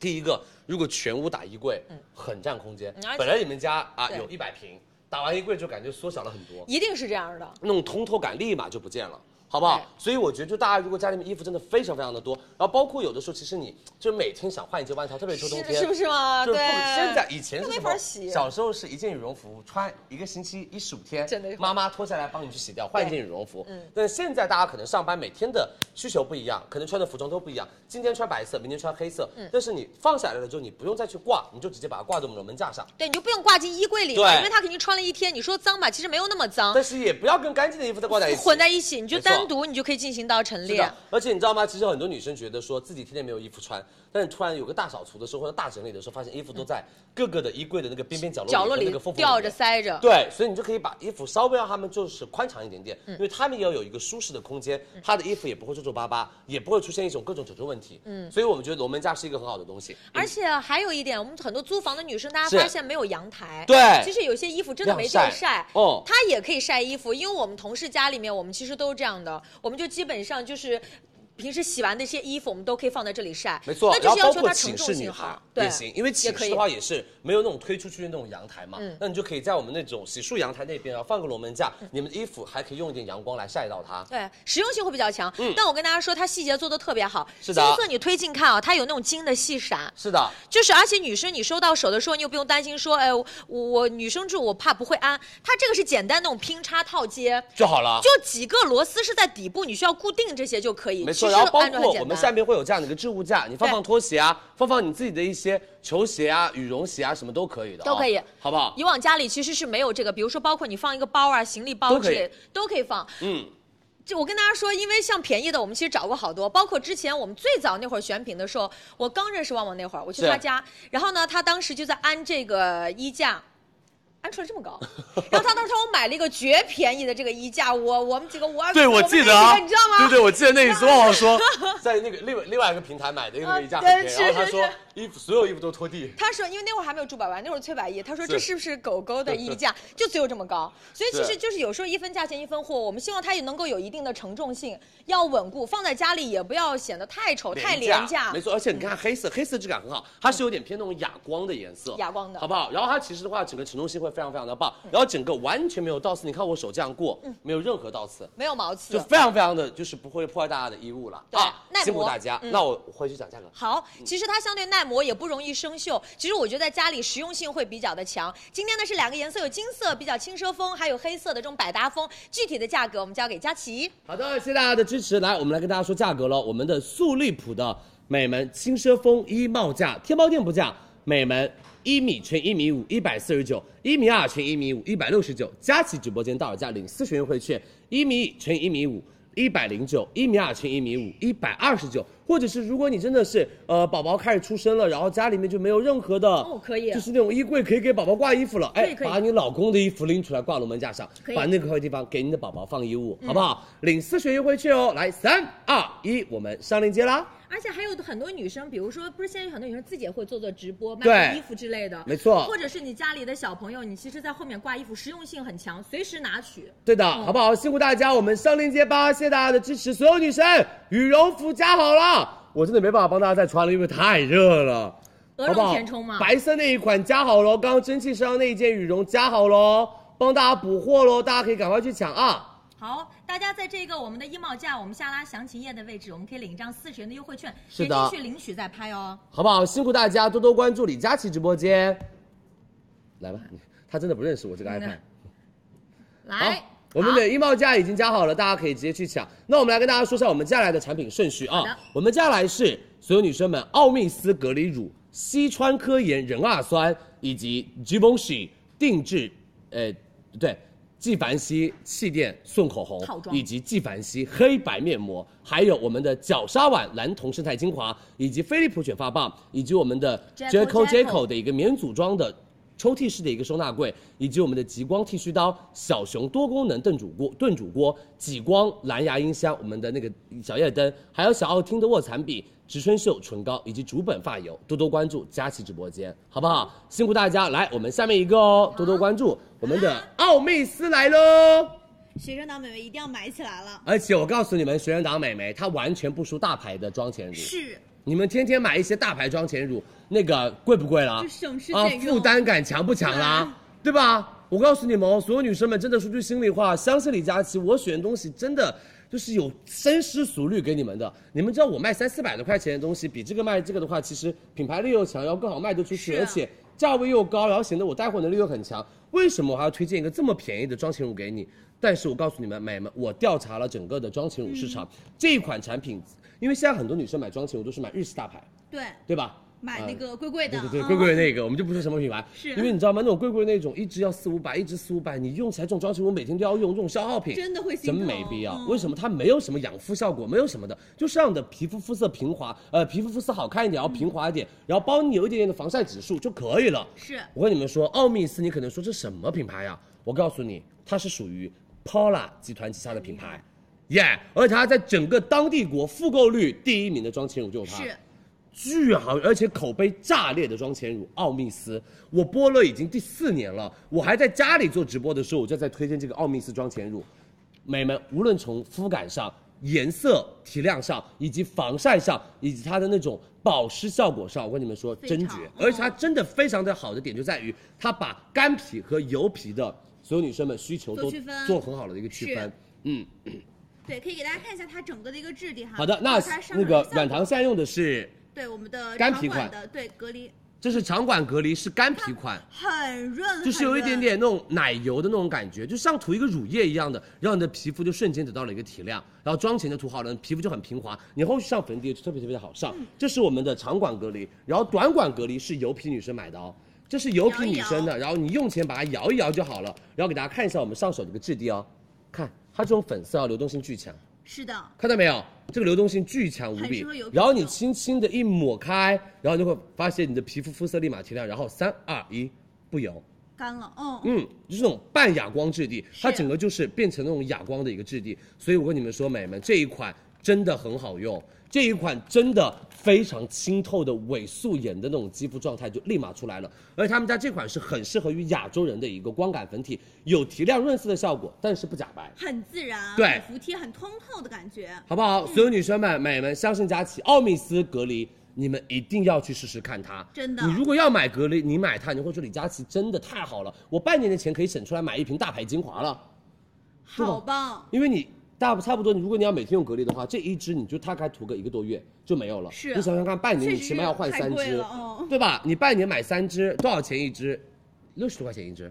Speaker 8: 第一个，如果全屋打衣柜，很占空间
Speaker 1: 嗯而且。
Speaker 8: 本来你们家啊
Speaker 1: 对
Speaker 8: 有一百平，打完衣柜就感觉缩小了很多，
Speaker 1: 一定是这样的。
Speaker 8: 那种通透感立马就不见了。好不好？所以我觉得，就大家如果家里面衣服真的非常非常的多，然后包括有的时候，其实你就每天想换一件外套，特别秋冬天，
Speaker 1: 是是不是嘛
Speaker 8: 就是
Speaker 1: 对
Speaker 8: 不现在以前是
Speaker 1: 都没
Speaker 8: 什么
Speaker 1: 法洗
Speaker 8: 小时候是一件羽绒服穿一个星期一十五天，
Speaker 1: 真的是
Speaker 8: 妈妈脱下来帮你去洗掉，换一件羽绒服。
Speaker 1: 嗯
Speaker 8: 但现在大家可能上班每天的需求不一样，可能穿的服装都不一样，今天穿白色，明天穿黑色。
Speaker 1: 嗯
Speaker 8: 但是你放下来了之后，你不用再去挂，你就直接把它挂在我们的门架上。
Speaker 1: 对，你就不用挂进衣柜里嘛，
Speaker 8: 对
Speaker 1: 因为它肯定穿了一天。你说脏吧，其实没有那么脏，
Speaker 8: 但是也不要跟干净的衣服再挂在一起，
Speaker 1: 混在一啊起，你就
Speaker 8: 没错
Speaker 1: 单独你就可以进行到陈
Speaker 8: 是
Speaker 1: 列
Speaker 8: 的。，而且你知道吗？其实很多女生觉得说自己天天没有衣服穿，但是突然有个大扫除的时候或者大整理的时候，发现衣服都在各个的衣柜的那个边边角落
Speaker 1: 嗯角落
Speaker 8: 里
Speaker 1: 里
Speaker 8: 和那个缝缝
Speaker 1: 吊
Speaker 8: 面
Speaker 1: 着塞着，
Speaker 8: 对，所以你就可以把衣服稍微让他们就是宽敞一点
Speaker 1: 嗯
Speaker 8: 点，因为他们也要有一个舒适的空间，他的衣服也不会皱皱巴巴，也不会出现一种各种褶皱问题。
Speaker 1: 嗯
Speaker 8: 嗯，所以我们觉得龙门架是一个很好的东西。
Speaker 1: 而且还有一点，我们很多租房的女生，大
Speaker 8: 是
Speaker 1: 家发现没有阳台，
Speaker 8: 对
Speaker 1: 其实有些衣服真的没地
Speaker 8: 晾
Speaker 1: 儿
Speaker 8: 晒
Speaker 1: 晒，
Speaker 8: 哦
Speaker 1: 她也可以晒衣服，因为我们同事家里面，我们其实都是这样的，我们就基本上就是。平时洗完的一些衣服，我们都可以放在这里晒，
Speaker 8: 没错
Speaker 1: 那，就
Speaker 8: 然
Speaker 1: 是
Speaker 8: 后包
Speaker 1: 要求
Speaker 8: 括
Speaker 1: 它
Speaker 8: 寝
Speaker 1: 承
Speaker 8: 室
Speaker 1: 重
Speaker 8: 女
Speaker 1: 性
Speaker 8: 孩
Speaker 1: 好，对
Speaker 8: 也，行，因为
Speaker 1: 也
Speaker 8: 寝
Speaker 1: 可
Speaker 8: 室
Speaker 1: 以
Speaker 8: 的话也是没有那种推出去的那种阳台嘛，
Speaker 1: 嗯
Speaker 8: 那你就可以在我们那种洗漱阳台那边，然后放个龙门架，你们的衣服还可以用一点阳光来晒到它。
Speaker 1: 对，实用性会比较强。
Speaker 8: 嗯
Speaker 1: 但我跟大家说，它细节做的特别好。
Speaker 8: 是的
Speaker 1: 金色你推近看啊，它有那种金的细闪，
Speaker 8: 是的，
Speaker 1: 就是，而且女生你收到手的时候，你又不用担心说，哎，我我女生住我怕不会安。它这个是简单那种拼插套接
Speaker 8: 就好了
Speaker 1: 就几个螺丝是在底部，你需要固定这些就可以。
Speaker 8: 没错，
Speaker 1: 其
Speaker 8: 然
Speaker 1: 实
Speaker 8: 后包
Speaker 1: 安装很
Speaker 8: 括
Speaker 1: 简
Speaker 8: 我们
Speaker 1: 单
Speaker 8: 下面会有这样的一个置物架，你放放拖鞋啊，放放你自己的一些球鞋啊、羽绒鞋啊，什么都可以的、哦，
Speaker 1: 都可以
Speaker 8: 好不好？
Speaker 1: 以往家里其实是没有这个，比如说包括你放一个包啊、行李包
Speaker 8: 都
Speaker 1: 之
Speaker 8: 可以
Speaker 1: 类的都可以放。
Speaker 8: 嗯，
Speaker 1: 就我跟大家说，因为像便宜的，我们其实找过好多，包括之前我们最早那会儿选品的时候，我刚认识旺旺那会儿，我去
Speaker 8: 是
Speaker 1: 他家，然后呢，他当时就在安这个衣架。安出来这么高，然后他当时说我买了一个绝便宜的这个衣架，我我们几个我
Speaker 8: 对，我
Speaker 1: 们
Speaker 8: 记
Speaker 1: 那
Speaker 8: 得啊，
Speaker 1: 几个你知道吗？
Speaker 8: 对对，我记得那一次旺旺说，在那个另外另外一个平台买的那个衣架很便宜，
Speaker 1: 嗯
Speaker 8: 然后他
Speaker 1: 对是
Speaker 8: 说
Speaker 1: 是是
Speaker 20: 衣服所有衣服都拖地。
Speaker 6: 他说，因为那会儿还没有朱百万，那会儿崔百亿，他说
Speaker 20: 是
Speaker 6: 这是不是狗狗的衣架就只有这么高？所以其实
Speaker 20: 是
Speaker 6: 就是有时候一分价钱一分货，我们希望它也能够有一定的承重性，要稳固，放在家里也不要显得太
Speaker 1: 哦
Speaker 6: 丑、太廉价。
Speaker 20: 没错。而且你看它黑色，黑色质感很好，它是有点偏那种哑光的颜色，
Speaker 6: 哑光的
Speaker 20: 好不好？然后它其实的话，整个承重性会非常非常的棒，然后整个完全没有倒刺，你看我手这样过
Speaker 6: 嗯，
Speaker 20: 没有任何倒刺，
Speaker 6: 没有毛刺，
Speaker 20: 就非常非常的就是不会破坏大家的衣物了
Speaker 6: 对
Speaker 20: 啊
Speaker 6: 耐磨
Speaker 20: 辛苦大家。
Speaker 6: 嗯
Speaker 20: 那我回去讲价格。
Speaker 6: 好，其实它相对耐磨，也不容易生锈。其实我觉得在家里实用性会比较的强。今天呢是两个颜色，有金色比较轻奢风，还有黑色的这种百搭风。具体的价格我们交给佳琪。
Speaker 8: 好的，谢谢大家的支持。来，我们来跟大家说价格了。我们的素丽普的美门轻奢风衣帽价，天猫店铺价，美门一米乘一米五一百四十九，一米二乘一米五一百六十九。佳琦直播间到手价领四十元优惠券，一米乘一米五。一百零九，一米二乘一米五，一百二十九，或者是如果你真的是呃宝宝开始出生了，然后家里面就没有任何的
Speaker 1: 哦可以
Speaker 8: 就是那种衣柜可以给宝宝挂衣服了，
Speaker 1: 可以
Speaker 8: 哎，
Speaker 1: 可以
Speaker 8: 把你老公的衣服拎出来挂龙门架上
Speaker 1: 可，以嗯
Speaker 8: 把那块地方给你的宝宝放衣物，好不好？领四十元优惠券哦！来，三二一，我们上链接啦！
Speaker 1: 而且还有很多女生，比如说，不是现在有很多女生自己也会做做直播，卖
Speaker 8: 对
Speaker 1: 卖衣服之类的，
Speaker 8: 没错
Speaker 1: 或者是你家里的小朋友，你其实在后面挂衣服，实用性很强，随时拿取。
Speaker 8: 对的，好不好？辛苦大家，我们上链接吧！谢谢大家的支持，所有女生羽绒服加好了，我真的没办法帮大家再穿了，因为太热了。
Speaker 1: 鹅
Speaker 8: 好不
Speaker 1: 绒
Speaker 8: 好
Speaker 1: 填充嘛，
Speaker 8: 白色那一款加好喽，刚刚蒸汽身上那一件羽绒加好喽，帮大家补货喽，大家可以赶快去抢啊！
Speaker 1: 好，大家在这个我们的衣帽架，我们下拉详情页的位置，我们可以领一张四十元的优惠券，
Speaker 8: 是的
Speaker 1: 点进去领取再拍哦。
Speaker 8: 好不好？辛苦大家多多关注李佳琦直播间。来吧，你他真的不认识我这个 iPad。
Speaker 1: 来，
Speaker 8: 我们的衣帽架已经加好了，大家可以直接去抢。那我们来跟大家说一下我们接下来的产品顺序啊
Speaker 1: 好的。
Speaker 8: 我们接下来是所有女生们奥密斯隔离乳、西川科研壬二酸以及 Givenchy 定制，呃，对。纪梵希气垫送口红
Speaker 20: 套，装
Speaker 8: 以及纪梵希黑白面膜，还有我们的角鲨烷蓝铜生态精华，以及飞利浦卷发棒，以及我们的
Speaker 20: Jacko
Speaker 8: Jacko
Speaker 20: Jacko
Speaker 8: Jacko 的一个免组装的抽屉式的一个收纳柜，以及我们的极光剃须刀、小熊多功能炖煮锅、炖煮锅、极光蓝牙音箱，我们的那个小夜灯，还有小奥汀的卧蚕笔、植村秀唇膏以及竹本发油，多多关注佳琦直播间，好不好？辛苦大家，来，我们下面一个哦，多多关注我们的奥妹斯来喽。
Speaker 16: 学生党美眉一定要买起来了。
Speaker 8: 而且我告诉你们，学生党美眉她完全不输大牌的妆前乳，
Speaker 16: 是，
Speaker 8: 你们天天买一些大牌妆前乳，那个贵不贵啦？
Speaker 16: 就省吃
Speaker 8: 啊
Speaker 16: 俭，用
Speaker 8: 负担感强不强啦？
Speaker 16: 啊
Speaker 8: 对吧？我告诉你们哦，所有女生们真的说句心里话，相信李佳琦，我选东西真的就是有深思熟虑给你们的。你们知道我卖三四百多块钱的东西，比这个卖这个的话，其实品牌力又强，然后更好卖得出
Speaker 16: 啊
Speaker 8: 去，而且价位又高，然后显得我带货能力又很强。为什么我还要推荐一个这么便宜的妆前乳给你？但是我告诉你们，美们，我调查了整个的妆前乳市场，
Speaker 16: 嗯
Speaker 8: 这一款产品，因为现在很多女生买妆前乳都是买日系大牌，
Speaker 16: 对，
Speaker 8: 对吧？
Speaker 16: 买
Speaker 8: 呃
Speaker 16: 那个贵贵的，
Speaker 8: 对对对，
Speaker 16: 嗯
Speaker 8: 贵贵的那个，我们就不说什么品牌，
Speaker 16: 是
Speaker 8: 因为你知道吗？那种贵贵的那种，一支要四五百，一支四五百，你用起来这种妆前乳每天都要用，这种消耗品
Speaker 16: 真的会心
Speaker 8: 真
Speaker 16: 疼
Speaker 8: 没必要。
Speaker 16: 嗯
Speaker 8: 为什么它没有什么养肤效果，没有什么的，就是让你的皮肤肤色平滑，呃，皮肤肤色好看一点，然后平滑一点，然后帮你有一点点的防晒指数就可以了。
Speaker 16: 是
Speaker 8: 我跟你们说，奥密斯，你可能说这什么品牌呀、我告诉你，它是属于 Pola 集团旗下的品
Speaker 16: 嗯
Speaker 8: 牌，耶、而且它在整个当地国复购率第一名的妆前乳就是它。
Speaker 16: 是
Speaker 8: 巨好，而且口碑炸裂的妆前乳奥密斯，我播了已经第四年了。我还在家里做直播的时候，我就在推荐这个奥密斯妆前乳。美们，无论从肤感上、颜色提亮上，以及防晒上，以及它的那种保湿效果上，我跟你们说，真绝！而且它真的非常的好的点就在于，它把干皮和油皮的所有女生们需求都
Speaker 16: 做区分
Speaker 8: 做很好的一个区
Speaker 16: 是
Speaker 8: 分。嗯，
Speaker 16: 对，可以给大家看一下它整个的一个质地哈。
Speaker 8: 好的，那
Speaker 16: 还有它上
Speaker 8: 那
Speaker 16: 面
Speaker 8: 个
Speaker 16: 的
Speaker 8: 软
Speaker 16: 效
Speaker 8: 糖现在用的是，
Speaker 16: 果对我们的
Speaker 8: 干
Speaker 16: 长
Speaker 8: 皮
Speaker 16: 管
Speaker 8: 款
Speaker 16: 的，对隔离
Speaker 8: 这是长管隔离，是干皮款。
Speaker 16: 很润，
Speaker 8: 就是
Speaker 16: 很
Speaker 8: 有一
Speaker 16: 润
Speaker 8: 点点那种奶油的那种感觉，就像涂一个乳液一样的，让你的皮肤就瞬间得到了一个提亮，然后妆前就涂好了，皮肤就很平滑，你后续上粉底液就特别特别的好上。这是我们的长管隔离，然后短管隔离是油皮女生买的哦。这是油皮女生的，然后你用前把它摇一摇就好了，然后给大家看一下我们上手的一个质地哦，看它这种粉色啊，流动性巨强，
Speaker 16: 是的，
Speaker 8: 看到没有？这个流动性巨强无
Speaker 16: 很
Speaker 8: 比
Speaker 16: 适合油，皮
Speaker 8: 然后你轻轻的一抹开，然后你会发现你的皮肤肤色立马提亮，然后三二一，不油。
Speaker 16: 干了，嗯
Speaker 8: 嗯，就是那种半哑光质地，它
Speaker 16: 是
Speaker 8: 整个就是变成那种哑光的一个质地。所以我跟你们说，美们，这一款真的很好用，这一款真的非常清透的伪素颜的那种肌肤状态就立马出来了。而且他们家这款是很适合于亚洲人的一个光感粉体，有提亮润色的效果，但是不假白。
Speaker 16: 很自然，
Speaker 8: 对
Speaker 16: 很服帖，很通透的感觉。
Speaker 8: 好不好？所有女生们、美们，相信佳琦奥密斯隔离，你们一定要去试试看它。
Speaker 16: 真的
Speaker 8: 你如果要买隔离，你买它，你会说李佳琦真的太好了，我半年的钱可以省出来买一瓶大牌精华了，对吧
Speaker 16: 好棒，
Speaker 8: 因为你。大差不多，你如果你要每天用隔离的话，这一支你就大概涂个一个多月就没有了。
Speaker 16: 是啊
Speaker 8: 你想想看，半年你
Speaker 16: 确实
Speaker 8: 起码要换
Speaker 16: 太
Speaker 8: 三
Speaker 16: 贵
Speaker 8: 支，
Speaker 16: 了哦
Speaker 8: 对吧？你半年买三支，多少钱一支？六十多块钱一支，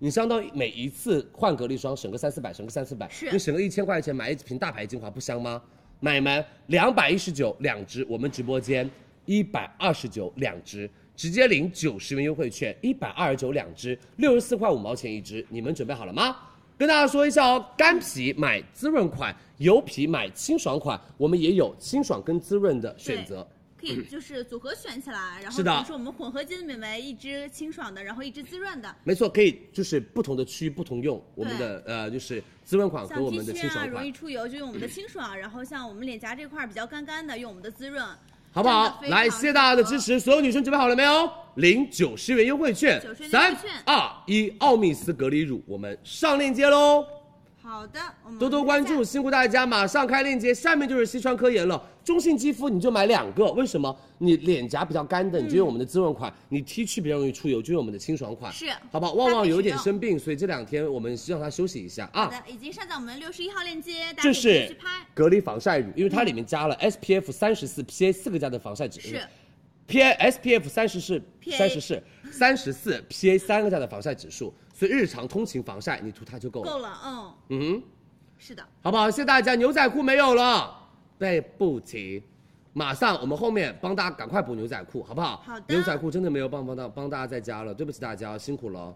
Speaker 8: 你相当于每一次换隔离霜省个三四百，省个三四百，
Speaker 20: 是
Speaker 8: 你省个一千块钱买一瓶大牌精华不香吗？买们两百一十九两支，我们直播间一百二十九两支，直接领九十元优惠券，一百二十九两支，六十四块五毛钱一支，你们准备好了吗？跟大家说一下哦，干皮买滋润款，油皮买清爽款，我们也有清爽跟滋润的选择。
Speaker 16: 可以就是组合选起来，然后
Speaker 8: 是的
Speaker 16: 比如说我们混合肌美白，一支清爽的，然后一支滋润的，
Speaker 8: 没错，可以就是不同的区域不同用我们的呃就是滋润款
Speaker 16: 像
Speaker 8: 和我
Speaker 16: T
Speaker 8: 们的清
Speaker 16: 恤啊
Speaker 8: 爽
Speaker 16: 容易
Speaker 8: 款，
Speaker 16: 出油就用我们的
Speaker 8: <clears throat>
Speaker 16: 清爽，然后像我们脸颊这块儿比较干干的用我们的滋润，
Speaker 8: 好不好？
Speaker 16: 真的非常
Speaker 8: 来，谢谢大家的支持，所有女生准备好了没有？领九十元优惠券
Speaker 16: 90元优惠，
Speaker 8: 三
Speaker 16: 券
Speaker 8: 二一，奥密斯隔离乳，我们上链接喽！
Speaker 16: 好的，我们
Speaker 8: 多多关注，辛苦大家，马上开链接。下面就是西川科研了，中性肌肤你就买两个，为什么？你脸颊比较干的，你就用我们的滋润款；你 T 区比较容易出油，就用我们的清爽款，
Speaker 16: 嗯是
Speaker 8: 好不好？旺旺有点
Speaker 16: 搭配使
Speaker 8: 生病，所以这两天我们让他休息一下啊
Speaker 16: 好。的，已经上在我们六十一号链接，大家可
Speaker 8: 这
Speaker 16: 以直接
Speaker 8: 是
Speaker 16: 去拍。
Speaker 8: 隔离防晒乳，因为它里面加了 SPF 三十四 PA 四个加的防晒指
Speaker 16: 嗯是
Speaker 8: PA SPF 三十四
Speaker 16: PA
Speaker 8: 三十
Speaker 16: <laughs>
Speaker 8: 四三十四 PA 三个加的防晒指数，所以日常通勤防晒你涂它就够了。
Speaker 16: 够了，嗯，
Speaker 8: 嗯哼，
Speaker 16: 是的，
Speaker 8: 好不好？谢谢大家。牛仔裤没有了，对不起，马上我们后面帮大家赶快补牛仔裤，好不好？
Speaker 16: 好的
Speaker 8: 牛仔裤真的没有帮帮到帮大家在家了，对不起大家，辛苦了。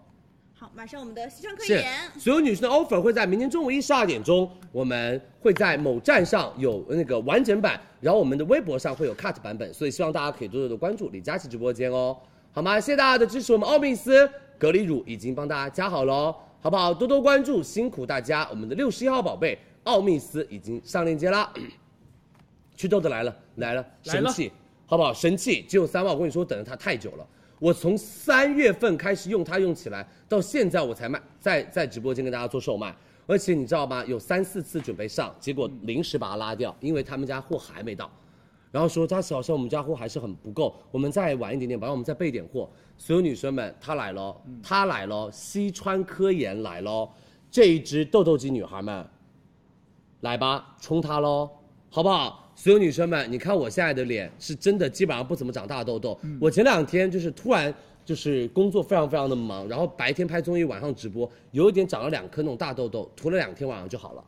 Speaker 16: 好，马上我们的西川科
Speaker 8: 是
Speaker 16: 研，
Speaker 8: 所有女生的 offer 会在明天中午一十二点钟，我们会在某站上有呃那个完整版，然后我们的微博上会有 cut 版本，所以希望大家可以多多的关注李佳琦直播间哦，好吗？谢谢大家的支持，我们奥密斯隔离乳已经帮大家加好了哦，好不好？多多关注，辛苦大家，我们的六十一号宝贝奥密斯已经上链接啦。祛痘的来了，来了，
Speaker 12: 来
Speaker 8: 神
Speaker 12: 了
Speaker 8: 器，好不好？神器只有三万，我跟你说，我等了它太久了。我从三月份开始用它用起来，到现在我才卖，在在直播间跟大家做售卖。而且你知道吗？有三四次准备上，结
Speaker 12: 嗯
Speaker 8: 果临时把它拉掉，因为他们家货还没到。然后说佳琪老师，我们家货还是很不够，我们再晚一点点吧，让我们再备点货。所有女生们，她来了，
Speaker 12: 嗯
Speaker 8: 她来了，西川科研来了，这一支痘痘肌女孩们，来吧，冲它喽，好不好？所有女生们，你看我现在的脸是真的基本上不怎么长大痘痘。我前两天就是突然就是工作非常非常的忙，然后白天拍综艺，晚上直播，有一点长了两颗那种大痘痘，涂了两天晚上就好了。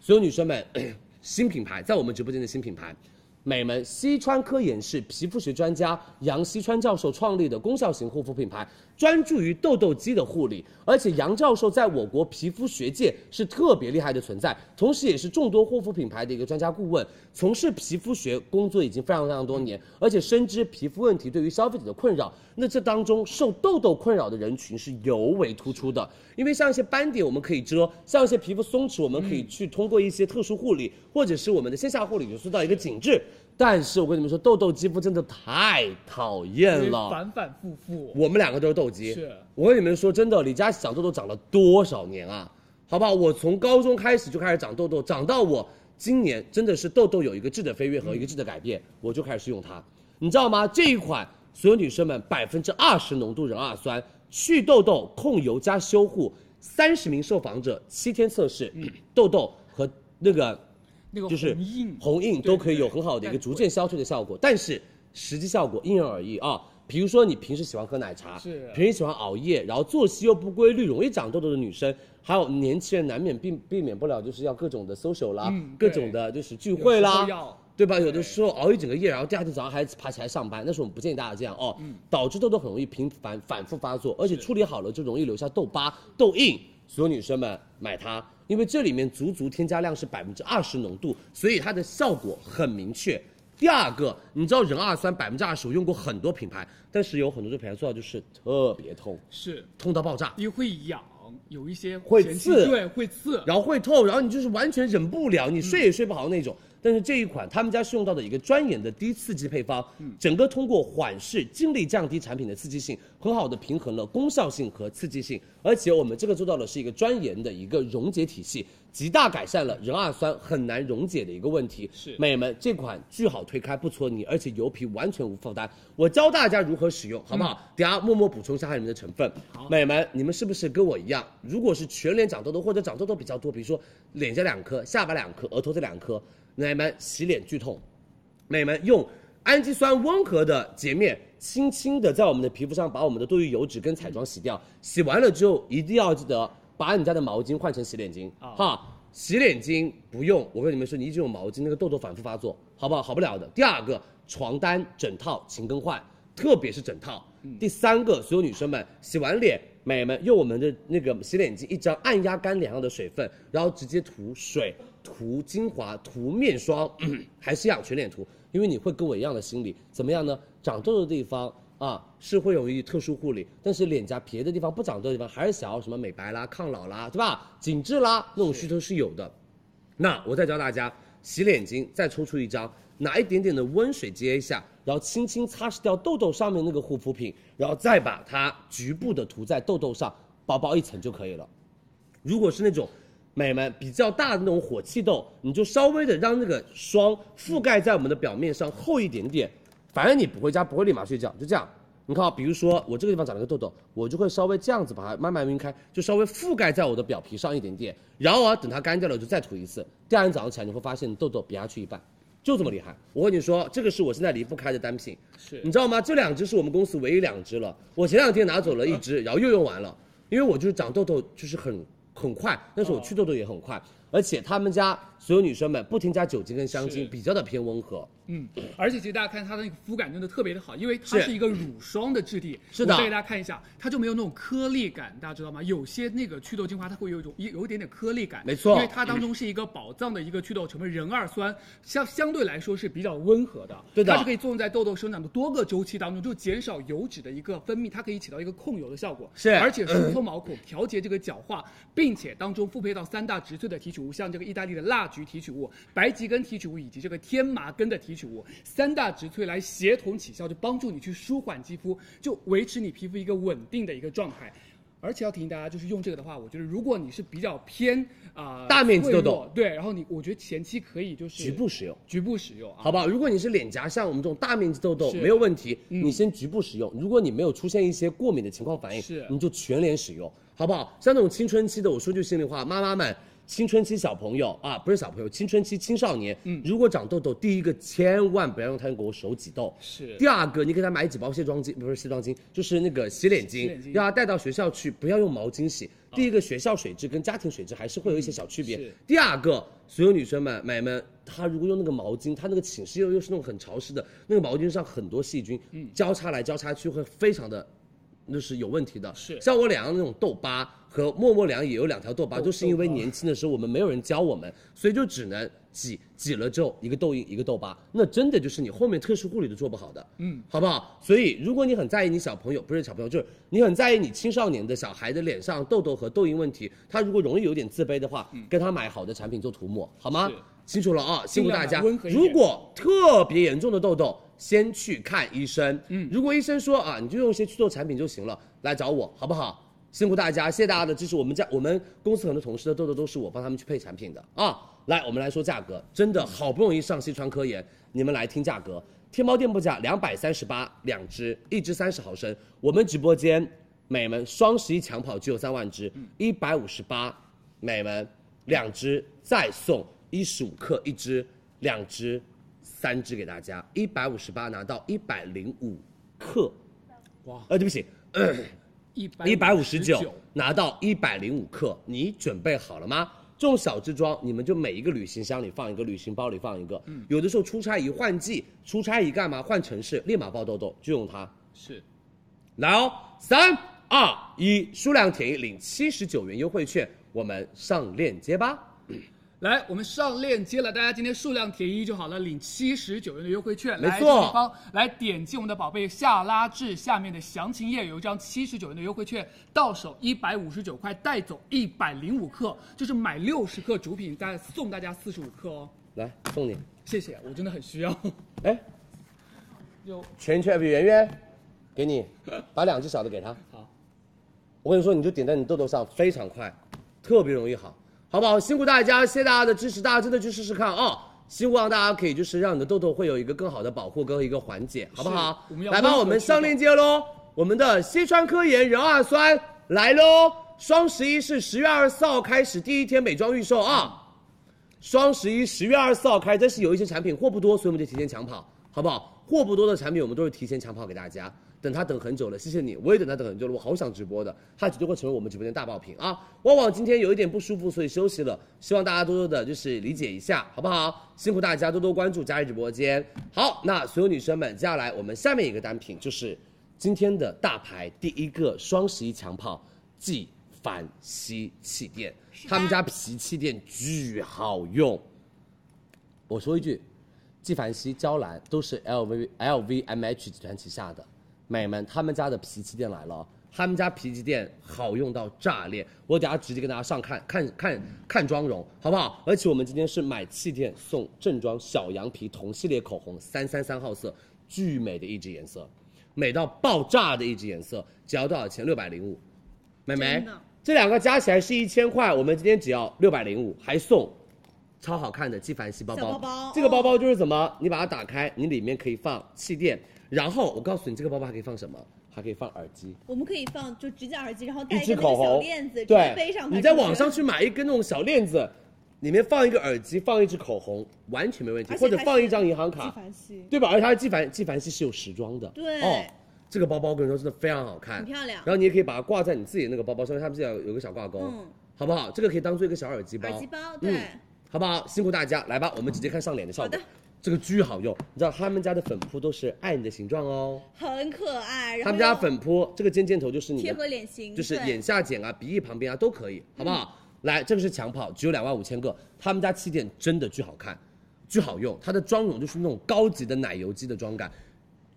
Speaker 8: 所有女生们， <coughs> 新品牌在我们直播间的新品牌，美们西川科研是皮肤学专家杨西川教授创立的功效型护肤品牌，专注于痘痘肌的护理。而且杨教授在我国皮肤学界是特别厉害的存在，同时也是众多护肤品牌的一个专家顾问，从事皮肤学工作已经非常非常多年，而且深知皮肤问题对于消费者的困扰。那这当中受痘痘困扰的人群是尤为突出的，因为像一些斑点我们可以遮，像一些皮肤松弛我们可以去通过一些特殊护理，或者是我们的线下护理，就塑造一个紧致。但是我跟你们说，痘痘肌肤真的太讨厌了，
Speaker 12: 反反复复。
Speaker 8: 我们两个都是痘肌。
Speaker 12: 是
Speaker 8: 我跟你们说，真的，李佳琦长痘痘长了多少年啊？好不好？我从高中开始就开始长痘痘，长到我今年真的是痘痘有一个质的飞跃和一个质的改变，我就开始用它。你知道吗？这一款所有女生们百分之二十浓度壬二酸，去痘痘、控油加修护，三十名受访者七天测试，痘痘和那个
Speaker 12: 那个
Speaker 8: 就是
Speaker 12: 红印
Speaker 8: 红印都可以有很好的一个逐渐消退的效果，但是实际效果因人而异啊。比如说你平时喜欢喝奶茶，
Speaker 12: 是啊
Speaker 8: 平时喜欢熬夜，然后作息又不规律，容易长痘痘的女生，还有年轻人难免避避免不了就是要各种的 social 啦，
Speaker 12: 嗯
Speaker 8: 各
Speaker 12: 对
Speaker 8: 种的就是聚会啦
Speaker 12: 有时候要，
Speaker 8: 对吧？有的时候熬一整个夜，然后第二天早上还爬起来上班，但是我们不建议大家这样哦，
Speaker 12: 嗯
Speaker 8: 导致痘痘很容易频繁反复发作，而且处理好了就容易留下痘疤、痘印。所有女生们买它，因为这里面足足添加量是百分之二十浓度，所以它的效果很明确。第二个，你知道壬二酸百分之二十，我用过很多品牌，但是有很多的品牌做到就是特别痛，
Speaker 12: 是
Speaker 8: 痛到爆炸。
Speaker 12: 因为会痒，有一些
Speaker 8: 会
Speaker 12: 前期
Speaker 8: 刺
Speaker 12: 对，会刺。嗯
Speaker 8: 然后会痛，然后你就是完全忍不了，你睡也睡不好那种。但是这一款他们家是用到的一个专研的低刺激配方，
Speaker 12: 嗯
Speaker 8: 整个通过缓释，尽力降低产品的刺激性，很好的平衡了功效性和刺激性，而且我们这个做到的是一个专研的一个溶解体系。极大改善了壬二酸很难溶解的一个问题。
Speaker 19: 是
Speaker 8: 美们，这款巨好推开，不搓泥，而且油皮完全无负担。我教大家如何使用，好不
Speaker 12: 嗯
Speaker 8: 好？等下默默补充一下它里面的成分。
Speaker 19: 好
Speaker 8: 美们，你们是不是跟我一样？如果是全脸长痘痘或者长痘痘比较多，比如说脸颊两颗、下巴两颗、额头这两颗，美们洗脸剧痛，美们用氨基酸温和的洁面，轻轻的在我们的皮肤上把我们的多余油脂跟彩妆洗掉。洗完了之后，一定要记得把你家的毛巾换成洗脸巾、哈。洗脸巾不用，我跟你们说，你一直用毛巾，那个痘痘反复发作，好不好？好不了的。第二个，床单、枕套勤更换，特别是枕套。第三个，所有女生们洗完脸，美们用我们的那个洗脸巾一张按压干脸上的水分，然后直接涂水、涂精华、涂面霜， <coughs> 还是养全脸涂，因为你会跟我一样的心理，怎么样呢？长痘痘的地方啊是会容易特殊护理，但是脸颊别的地方不长痘的地方还是想要什么美白啦、抗老啦，对吧？紧致啦那种需求是有的。那我再教大家，洗脸巾再抽出一张，拿一点点的温水接一下，然后轻轻擦拭掉痘痘上面那个护肤品，然后再把它局部的涂在痘痘上，薄薄一层就可以了。如果是那呃种美们比较大的那种火气痘，你就稍微的让那个霜覆盖在我们的表面上厚一点点，反正你不回家不会立马睡觉，就这样。你看啊，比如说我这个地方长了个痘痘，我就会稍微这样子把它慢慢晕开，就稍微覆盖在我的表皮上一点点，然后啊等它干掉了我就再涂一次。第二天早上起来你会发现痘痘比下去一半，就这么厉害。我跟你说，这个是我现在离不开的单品，
Speaker 19: 是
Speaker 8: 你知道吗？这两只是我们公司唯一两只了。我前两天拿走了一只，然后又用完了，因为我就是长痘痘就是很很快，但是我去痘痘也很快，而且他们家所有女生们不添加酒精跟香精，比较的偏温和。
Speaker 12: 嗯，而且其实大家看它的那个肤感真的特别的好，因为它
Speaker 8: 是
Speaker 12: 是一个乳霜的质地。
Speaker 8: 是的
Speaker 12: 我再给大家看一下，它就没有那种颗粒感，大家知道吗？有些那个祛痘精华它会有一种有有一点点颗粒感，
Speaker 8: 没错
Speaker 12: 因为它当中是一个宝藏的一个祛痘成分壬二酸，相相对来说是比较温和的，
Speaker 8: 对的
Speaker 12: 它是可以作用在痘痘生长的多个周期当中，就减少油脂的一个分泌，它可以起到一个控油的效果，
Speaker 8: 是
Speaker 12: 而
Speaker 8: <laughs>
Speaker 12: 且疏
Speaker 8: 嗯
Speaker 12: 通毛孔，调节这个角化，并且当中复配到三大植萃的提取物，像这个意大利的蜡菊提取物、白桔根提取物以及这个天麻根的提取物，三大植萃来协同起效，就帮助你去舒缓肌肤，就维持你皮肤一个稳定的一个状态。而且要提醒大家，就是用这个的话，我觉得如果你是比较偏啊、呃
Speaker 8: 大面积痘痘
Speaker 12: 脆弱对，然后你我觉得前期可以就是
Speaker 8: 局部使用，
Speaker 12: 局部使用啊，
Speaker 8: 好不好？如果你是脸颊像我们这种大面积痘痘，
Speaker 12: 是嗯
Speaker 8: 没有问题，你先局部使用。如果你没有出现一些过敏的情况反应，
Speaker 12: 是
Speaker 8: 你就全脸使用，好不好？像那种青春期的，我说句心里话，妈妈们。青春期小朋友啊，不是小朋友，青春期青少年，嗯，如果长痘痘，第一个千万不要用它给我手挤痘，
Speaker 12: 是
Speaker 8: 第二个，你给他买几包卸妆巾，不是卸妆巾，就是那个洗脸
Speaker 12: 洗
Speaker 8: 巾
Speaker 12: 脸巾，哦
Speaker 8: 让他带到学校去，不要用毛巾洗。第一个，学校水质跟家庭水质还是会有一些小区别。
Speaker 12: 是
Speaker 8: 第二个，所有女生们、美们，她如果用那个毛巾，她那个寝室又又是那种很潮湿的，那个毛巾上很多细菌，
Speaker 12: 嗯
Speaker 8: 交叉来交叉去会非常的那是有问题的。
Speaker 12: 是
Speaker 8: 像我脸上那种痘疤和默默脸上也有两条痘疤，
Speaker 12: 哦痘
Speaker 8: 都是因为年轻的时候我们没有人教我们，所以就只能挤挤了之后一个痘印一个痘疤，那真的就是你后面特殊护理都做不好的，
Speaker 12: 嗯，
Speaker 8: 好不好？所以如果你很在意你小朋友不是小朋友，就是你很在意你青少年的小孩的脸上痘痘和痘印问题，他如果容易有点自卑的话，跟他买好的产品做涂抹，好吗
Speaker 12: 嗯是？
Speaker 8: 清楚了啊，辛苦大家。
Speaker 12: 尽量温和一点
Speaker 8: 如果特别严重的痘痘，先去看医生。嗯，如果医生说啊，你就用一些祛痘产品就行了，来找我好不好？辛苦大家，谢谢大家的支持。我们家我们公司很多同事的痘痘都是我帮他们去配产品的啊。来，我们来说价格，真的好不容易上西川科研，你们来听价格。天猫店铺价两百三十八两支，一支三十毫升。我们直播间美们双十一抢跑只有三万支，
Speaker 12: 嗯
Speaker 8: 一百五十八美们两支再送一十五克一支，两支三支给大家，一百五十八拿到一百零五克，
Speaker 12: 哇，
Speaker 8: 呃，对不起，
Speaker 12: 一
Speaker 8: 一百五十九拿到一百零五克，你准备好了吗？这种小支装，你们就每一个旅行箱里放一个，旅行包里放一个。
Speaker 12: 嗯
Speaker 8: 有的时候出差一换季，出差一干嘛换城市，立马爆痘痘，就用它。
Speaker 12: 是
Speaker 8: 来哦，三二一，数量填一领七十九元优惠券，我们上链接吧。
Speaker 12: 来，我们上链接了，大家今天数量填一就好了，领七十九元的优惠券。
Speaker 8: 没
Speaker 12: 来
Speaker 8: 错
Speaker 12: 这个地方来点击我们的宝贝下拉至下面的详情页，有一张七十九元的优惠券，到手一百五十九块，带走一百零五克，就是买六十克主品，再送大家四十五克哦。
Speaker 8: 来，送你。
Speaker 12: 谢谢，我真的很需要。 <laughs>
Speaker 8: 哎，
Speaker 12: 有
Speaker 8: 圈圈不圆圆，给你，把两只小的给他。
Speaker 12: 好，
Speaker 8: 我跟你说，你就点在你痘痘上，非常快，特别容易好，好不好？辛苦大家，谢谢大家的支持，大家真的去试试看啊、希望大家可以就是让你的痘痘会有一个更好的保护跟一个缓解，好不好
Speaker 12: 嗯是我们？要
Speaker 8: 来吧，
Speaker 12: 温和
Speaker 8: 我们
Speaker 12: 驱
Speaker 8: 上链接喽，我们的西川科研壬二酸来喽！双十一是十月二十四号开始第一天美妆预售啊。双十一十月二十四号开始，但是有一些产品货不多，所以我们就提前抢跑，好不好？货不多的产品我们都是提前抢跑给大家，等它等很久了，谢谢你，我也等它等很久了，我好想直播的，它绝对会成为我们直播间大爆品啊！旺旺今天有一点不舒服，所以休息了，希望大家多多的就是理解一下，好不好？辛苦大家多多关注佳怡直播间。好，那所有女生们，接下来我们下面一个单品就是今天的大牌第一个双十一抢跑纪梵希气垫，他们家皮气垫巨好用。我说一句，纪梵希、娇兰都是 LV LVMH 集团旗下的，美们，他们家的皮气垫来了哦，他们家皮气垫好用到炸裂，我等下直接跟大家上看看看看妆容，好不好？而且我们今天是买气垫送正装小羊皮同系列口红三三三号色，巨美的一支颜色，美到爆炸的一支颜色，只要多少钱？六百零五，美眉
Speaker 10: 真的，
Speaker 8: 这两个加起来是一千块，我们今天只要六百零五，还送超好看的纪梵希包
Speaker 10: 小包
Speaker 8: 包。
Speaker 10: 包
Speaker 8: 这个包
Speaker 16: 哦
Speaker 8: 包就是怎么？你把它打开，你里面可以放气垫，然后我告诉你，这个包包还可以放什么？还可以放耳机。
Speaker 16: 我们可以放就直接耳机，然后
Speaker 8: 一
Speaker 16: 带一个
Speaker 8: 支
Speaker 16: 那
Speaker 8: 口
Speaker 16: 个小
Speaker 8: 红，
Speaker 16: 链子，直接背
Speaker 8: 对
Speaker 16: 上，它
Speaker 8: 你在
Speaker 16: 出去
Speaker 8: 网上去买一根那种小链子，里面放一个耳机，放一支口红，完全没问题，
Speaker 16: 而且
Speaker 8: 或者
Speaker 16: 它
Speaker 8: 放
Speaker 16: 是
Speaker 8: 一张银行卡
Speaker 16: 纪，梵希
Speaker 8: 对吧？而且它纪梵纪梵希是有时装的，
Speaker 16: 对
Speaker 8: 哦，这个包包我跟你说真的非常好看，
Speaker 16: 很漂亮
Speaker 8: 然后你也可以把它挂在你自己的那个包包上面，它不是有有个小挂钩，
Speaker 16: 嗯
Speaker 8: 好不好？这个可以当做一个小耳机包，
Speaker 16: 耳机包对
Speaker 8: 嗯，好不好？辛苦大家，来吧，我们直接看上脸的效果。这个巨好用，你知道他们家的粉扑都是爱你的形状哦。
Speaker 16: 很可爱。然后
Speaker 8: 他们家
Speaker 16: 又
Speaker 8: 粉扑这个尖尖头就是你的
Speaker 16: 贴合脸型
Speaker 8: 就是
Speaker 16: 对
Speaker 8: 眼下睑啊、鼻翼旁边啊都可以，好不好？来，这个是抢跑，只有两万五千个。他们家气垫真的巨好看，巨好用，它的妆容就是那种高级的奶油肌的妆感，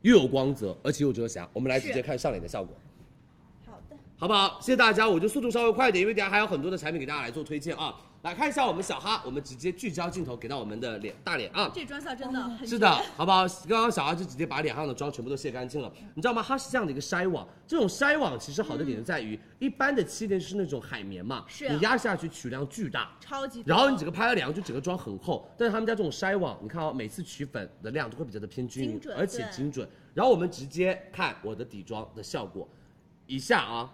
Speaker 8: 又有光泽，而且又有遮瑕。我们来直接看上脸的效果。好的，好不好？谢谢大家，我就速度稍微快一点，因为等下还有很多的产品给大家来做推荐啊。来看一下我们小哈，我们直接聚焦镜头给到我们的脸大脸啊。
Speaker 16: 这妆效真的很
Speaker 8: 是
Speaker 16: 绝
Speaker 8: 的，好不好？刚刚小阿就直接把脸上的妆全部都卸干净了，你知道吗？它是这样的一个筛网，这种筛网其实好的点就在于，一般的气垫是那种海绵嘛，
Speaker 16: 是啊
Speaker 8: 你压下去取量巨大，
Speaker 16: 超级多。
Speaker 8: 然后你整个拍了两个就整个妆很厚，但是他们家这种筛网，你看啊、每次取粉的量都会比较的偏均匀
Speaker 16: 精，准
Speaker 8: 而且
Speaker 16: 对
Speaker 8: 精准。然后我们直接看我的底妆的效果，以下啊，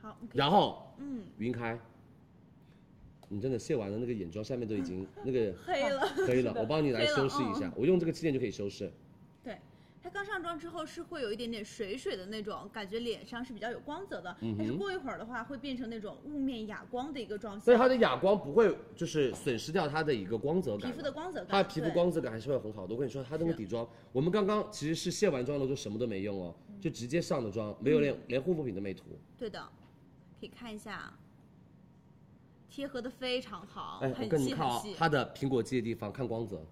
Speaker 16: 好，你可以
Speaker 8: 然后
Speaker 16: 嗯，
Speaker 8: 云开，你真的卸完了那个眼妆下面都已经那个
Speaker 16: <laughs> 黑了
Speaker 8: <laughs> 黑了
Speaker 16: 是，的
Speaker 8: 我帮你来
Speaker 16: 黑了
Speaker 8: 修饰一下
Speaker 16: 嗯，
Speaker 8: 我用这个气垫就可以修饰。
Speaker 16: 对，它刚上妆之后是会有一点点水水的那种感觉，脸上是比较有光泽的。
Speaker 8: 嗯哼
Speaker 16: 但是过一会儿的话，会变成那种雾面哑光的一个妆效。
Speaker 8: 所以它的哑光不会就是损失掉它的一个光泽感，
Speaker 16: 皮肤的光泽感
Speaker 8: 它的皮肤
Speaker 16: 对
Speaker 8: 光泽感还是会很好的。我跟你说，它那个底妆，我们刚刚其实是卸完妆了之后什么都没用哦，
Speaker 16: 嗯
Speaker 8: 就直接上的妆，没有连连护肤品都没涂。
Speaker 16: 对的，可以看一下，贴合的非常好，
Speaker 8: 哎，我
Speaker 16: 哦很
Speaker 8: 跟你
Speaker 16: 细
Speaker 8: 们看
Speaker 16: 很
Speaker 8: 啊
Speaker 16: 细。，
Speaker 8: 它的苹果肌的地方看光泽，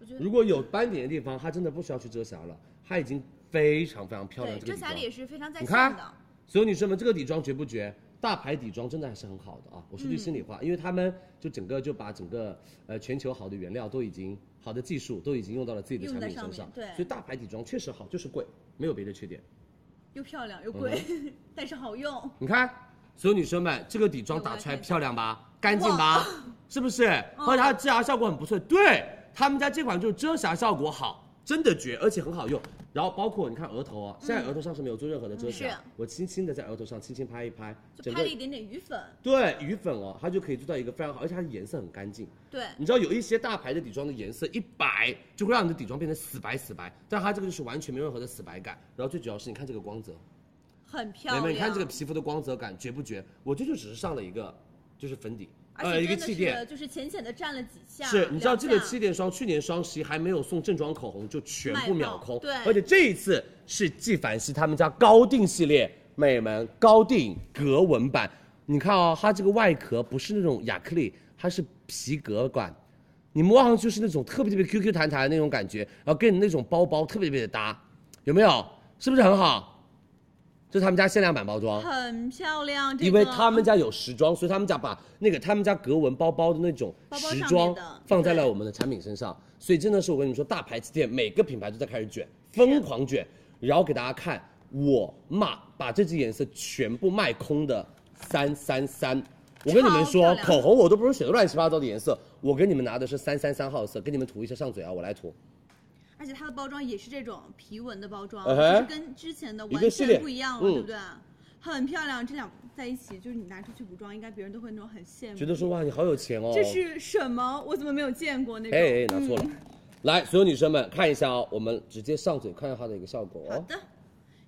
Speaker 16: 我觉得
Speaker 8: 如果有斑点的地方，它真的不需要去遮瑕了，它已经非常非常漂亮。
Speaker 16: 对
Speaker 8: 这个
Speaker 16: 遮
Speaker 8: 底
Speaker 16: 瑕
Speaker 8: 妆
Speaker 16: 力也是非常在
Speaker 8: 你
Speaker 16: 线
Speaker 8: 看
Speaker 16: 的。，
Speaker 8: 所有女生们，这个底妆绝不绝？大牌底妆真的还是很好的啊！我说句
Speaker 16: 嗯
Speaker 8: 心里话，因为他们就整个就把整个呃全球好的原料都已经好的技术都已经用到了自己的
Speaker 16: 用
Speaker 8: 产
Speaker 16: 在
Speaker 8: 品
Speaker 16: 上
Speaker 8: 身
Speaker 16: 面对
Speaker 8: 所以大牌底妆确实好，就是贵，没有别的缺点。
Speaker 16: 又漂亮又贵，
Speaker 8: 嗯
Speaker 16: 但是好用。
Speaker 8: 你看，所有女生们，这个底妆打出来漂亮吧，干净吧，是不是？
Speaker 16: 嗯
Speaker 8: 而且它的遮瑕效果很不错。对他们家这款就是遮瑕效果好，真的绝，而且很好用。然后包括你看额头啊，现在额头上是没有做任何的遮瑕，
Speaker 16: 嗯是
Speaker 8: 我轻轻的在额头上轻轻拍一拍，
Speaker 16: 就
Speaker 8: 整
Speaker 16: 拍
Speaker 8: 个
Speaker 16: 了一点点鱼粉，
Speaker 8: 对鱼粉哦，它就可以做到一个非常好，而且它的颜色很干净。
Speaker 16: 对，
Speaker 8: 你知道有一些大牌的底妆的颜色一白就会让你的底妆变成死白死白，但它这个就是完全没有任何的死白感。然后最主要是你看这个光泽，
Speaker 16: 很漂
Speaker 8: 美
Speaker 16: 亮。
Speaker 8: 眉，你看这个皮肤的光泽感绝不绝？我这就只是上了一个，就是粉底，
Speaker 16: 而
Speaker 8: 呃，一
Speaker 16: 且
Speaker 8: 个
Speaker 16: 真的
Speaker 8: 气
Speaker 16: 是
Speaker 8: 垫。
Speaker 16: 就是浅浅的蘸了几下，
Speaker 8: 是，你知道这个
Speaker 16: 两下
Speaker 8: 气垫霜去年双十一还没有送正装口红就全部秒空，
Speaker 16: 卖爆对
Speaker 8: 而且这一次是纪梵希他们家高定系列，美们高定格纹版，你看哦，它这个外壳不是那种亚克力，它是皮革感，你摸上去是那种特别特别 QQ 弹弹的那种感觉，然后跟你那种包包特别特别的搭，有没有？是不是很好？就是他们家限量版包装，
Speaker 16: 很漂亮。这
Speaker 8: 因为
Speaker 16: 个
Speaker 8: 他们家有时装，所以他们家把那个他们家格纹包包的那种
Speaker 16: 包包
Speaker 8: 时
Speaker 16: 上面
Speaker 8: 装
Speaker 16: 的
Speaker 8: 放在了我们的产品身上，所以真的是我跟你们说，大牌子店每个品牌都在开始卷，疯狂卷，然后给大家看我骂把这支颜色全部卖空的三三三。我跟你们
Speaker 20: 超漂
Speaker 8: 说，
Speaker 20: 亮
Speaker 8: 口红我都不是选的乱七八糟的颜色，我给你们拿的是三三三号色，给你们涂一下上嘴啊，我来涂。
Speaker 16: 而且它的包装也是这种皮纹的包装，
Speaker 8: 嗯
Speaker 16: 就
Speaker 8: 哼
Speaker 16: 是跟之前的
Speaker 8: 一个
Speaker 16: 完
Speaker 8: 系列
Speaker 16: 全不一样了，
Speaker 8: 嗯
Speaker 16: 对不对？很漂亮，这两在一起，就是你拿出去补妆，应该别人都会那种很羡慕。
Speaker 8: 觉得说哇，你好有钱哦。
Speaker 16: 嗯这是什么？我怎么没有见过那种？
Speaker 8: 哎哎，拿错了。
Speaker 16: 嗯
Speaker 8: 来，所有女生们看一下哦，我们直接上嘴看一下它的一个效果
Speaker 16: 好
Speaker 8: 哦。
Speaker 16: 的，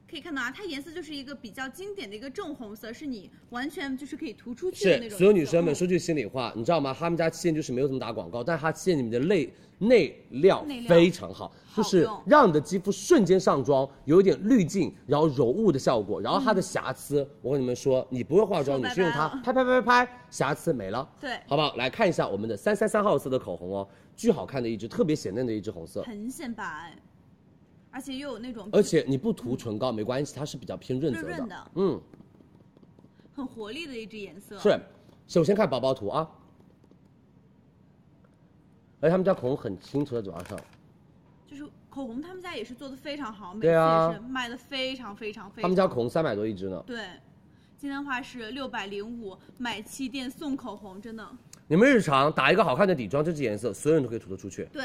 Speaker 16: 可以看到啊，它颜色就是一个比较经典的一个正红色，是你完全就是可以涂出去的那
Speaker 8: 是，
Speaker 16: 种。嗯
Speaker 8: 所有女生们，说句心里话，你知道吗？他们家气垫就是没有怎么打广告，但它气垫里面的内内料
Speaker 16: 内料
Speaker 8: 非常好，就是让你的肌肤瞬间上妆，有一点滤镜，然后柔雾的效果，然后它的瑕疵，我跟你们说，你不会化妆，
Speaker 16: 嗯
Speaker 8: 你
Speaker 16: 说拜
Speaker 8: 是用它
Speaker 16: 拜了
Speaker 8: 拍拍拍拍拍，瑕疵没了，
Speaker 16: 对
Speaker 8: 好不好？来看一下我们的三三三号色的口红哦，巨好看的一支，特别显嫩的一支红色，
Speaker 16: 很显白，而且又有那种
Speaker 8: 而且你不涂唇膏没关系，它是比较偏润泽
Speaker 16: 润润的
Speaker 8: 嗯，
Speaker 16: 很活力的一支颜色。
Speaker 8: 是，首先看薄薄涂啊，而且他们家口红很清澈，在嘴巴上，
Speaker 16: 就是口红，他们家也是做的非常好，每次
Speaker 8: 对啊
Speaker 16: 也是卖的非常非常非常。
Speaker 8: 他们家口红三百多一支呢。
Speaker 16: 对，今天的话是六百零五买气垫送口红，真的
Speaker 8: 你们日常打一个好看的底妆，这支颜色所有人都可以涂得出去。
Speaker 16: 对，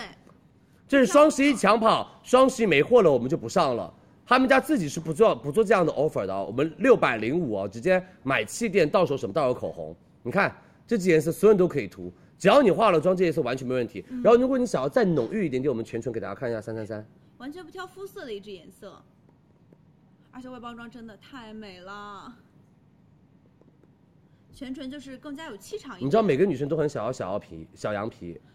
Speaker 8: 这是双十一抢跑，双十一没货了，我们就不上了。他们家自己是不做不做这样的 offer 的哦，我们六百零五哦，直接买气垫，到手什么到手口红。你看这支颜色，所有人都可以涂，只要你化了妆，这颜色完全没问题。然后如果你想要再浓郁一点点，我们全唇给大家看一下，三三三。
Speaker 16: 完全不挑肤色的一支颜色，而且外包装真的太美了，全唇就是更加有气场一点。
Speaker 8: 你知道每个女生都很想要小羊皮，小羊皮，
Speaker 16: 嗯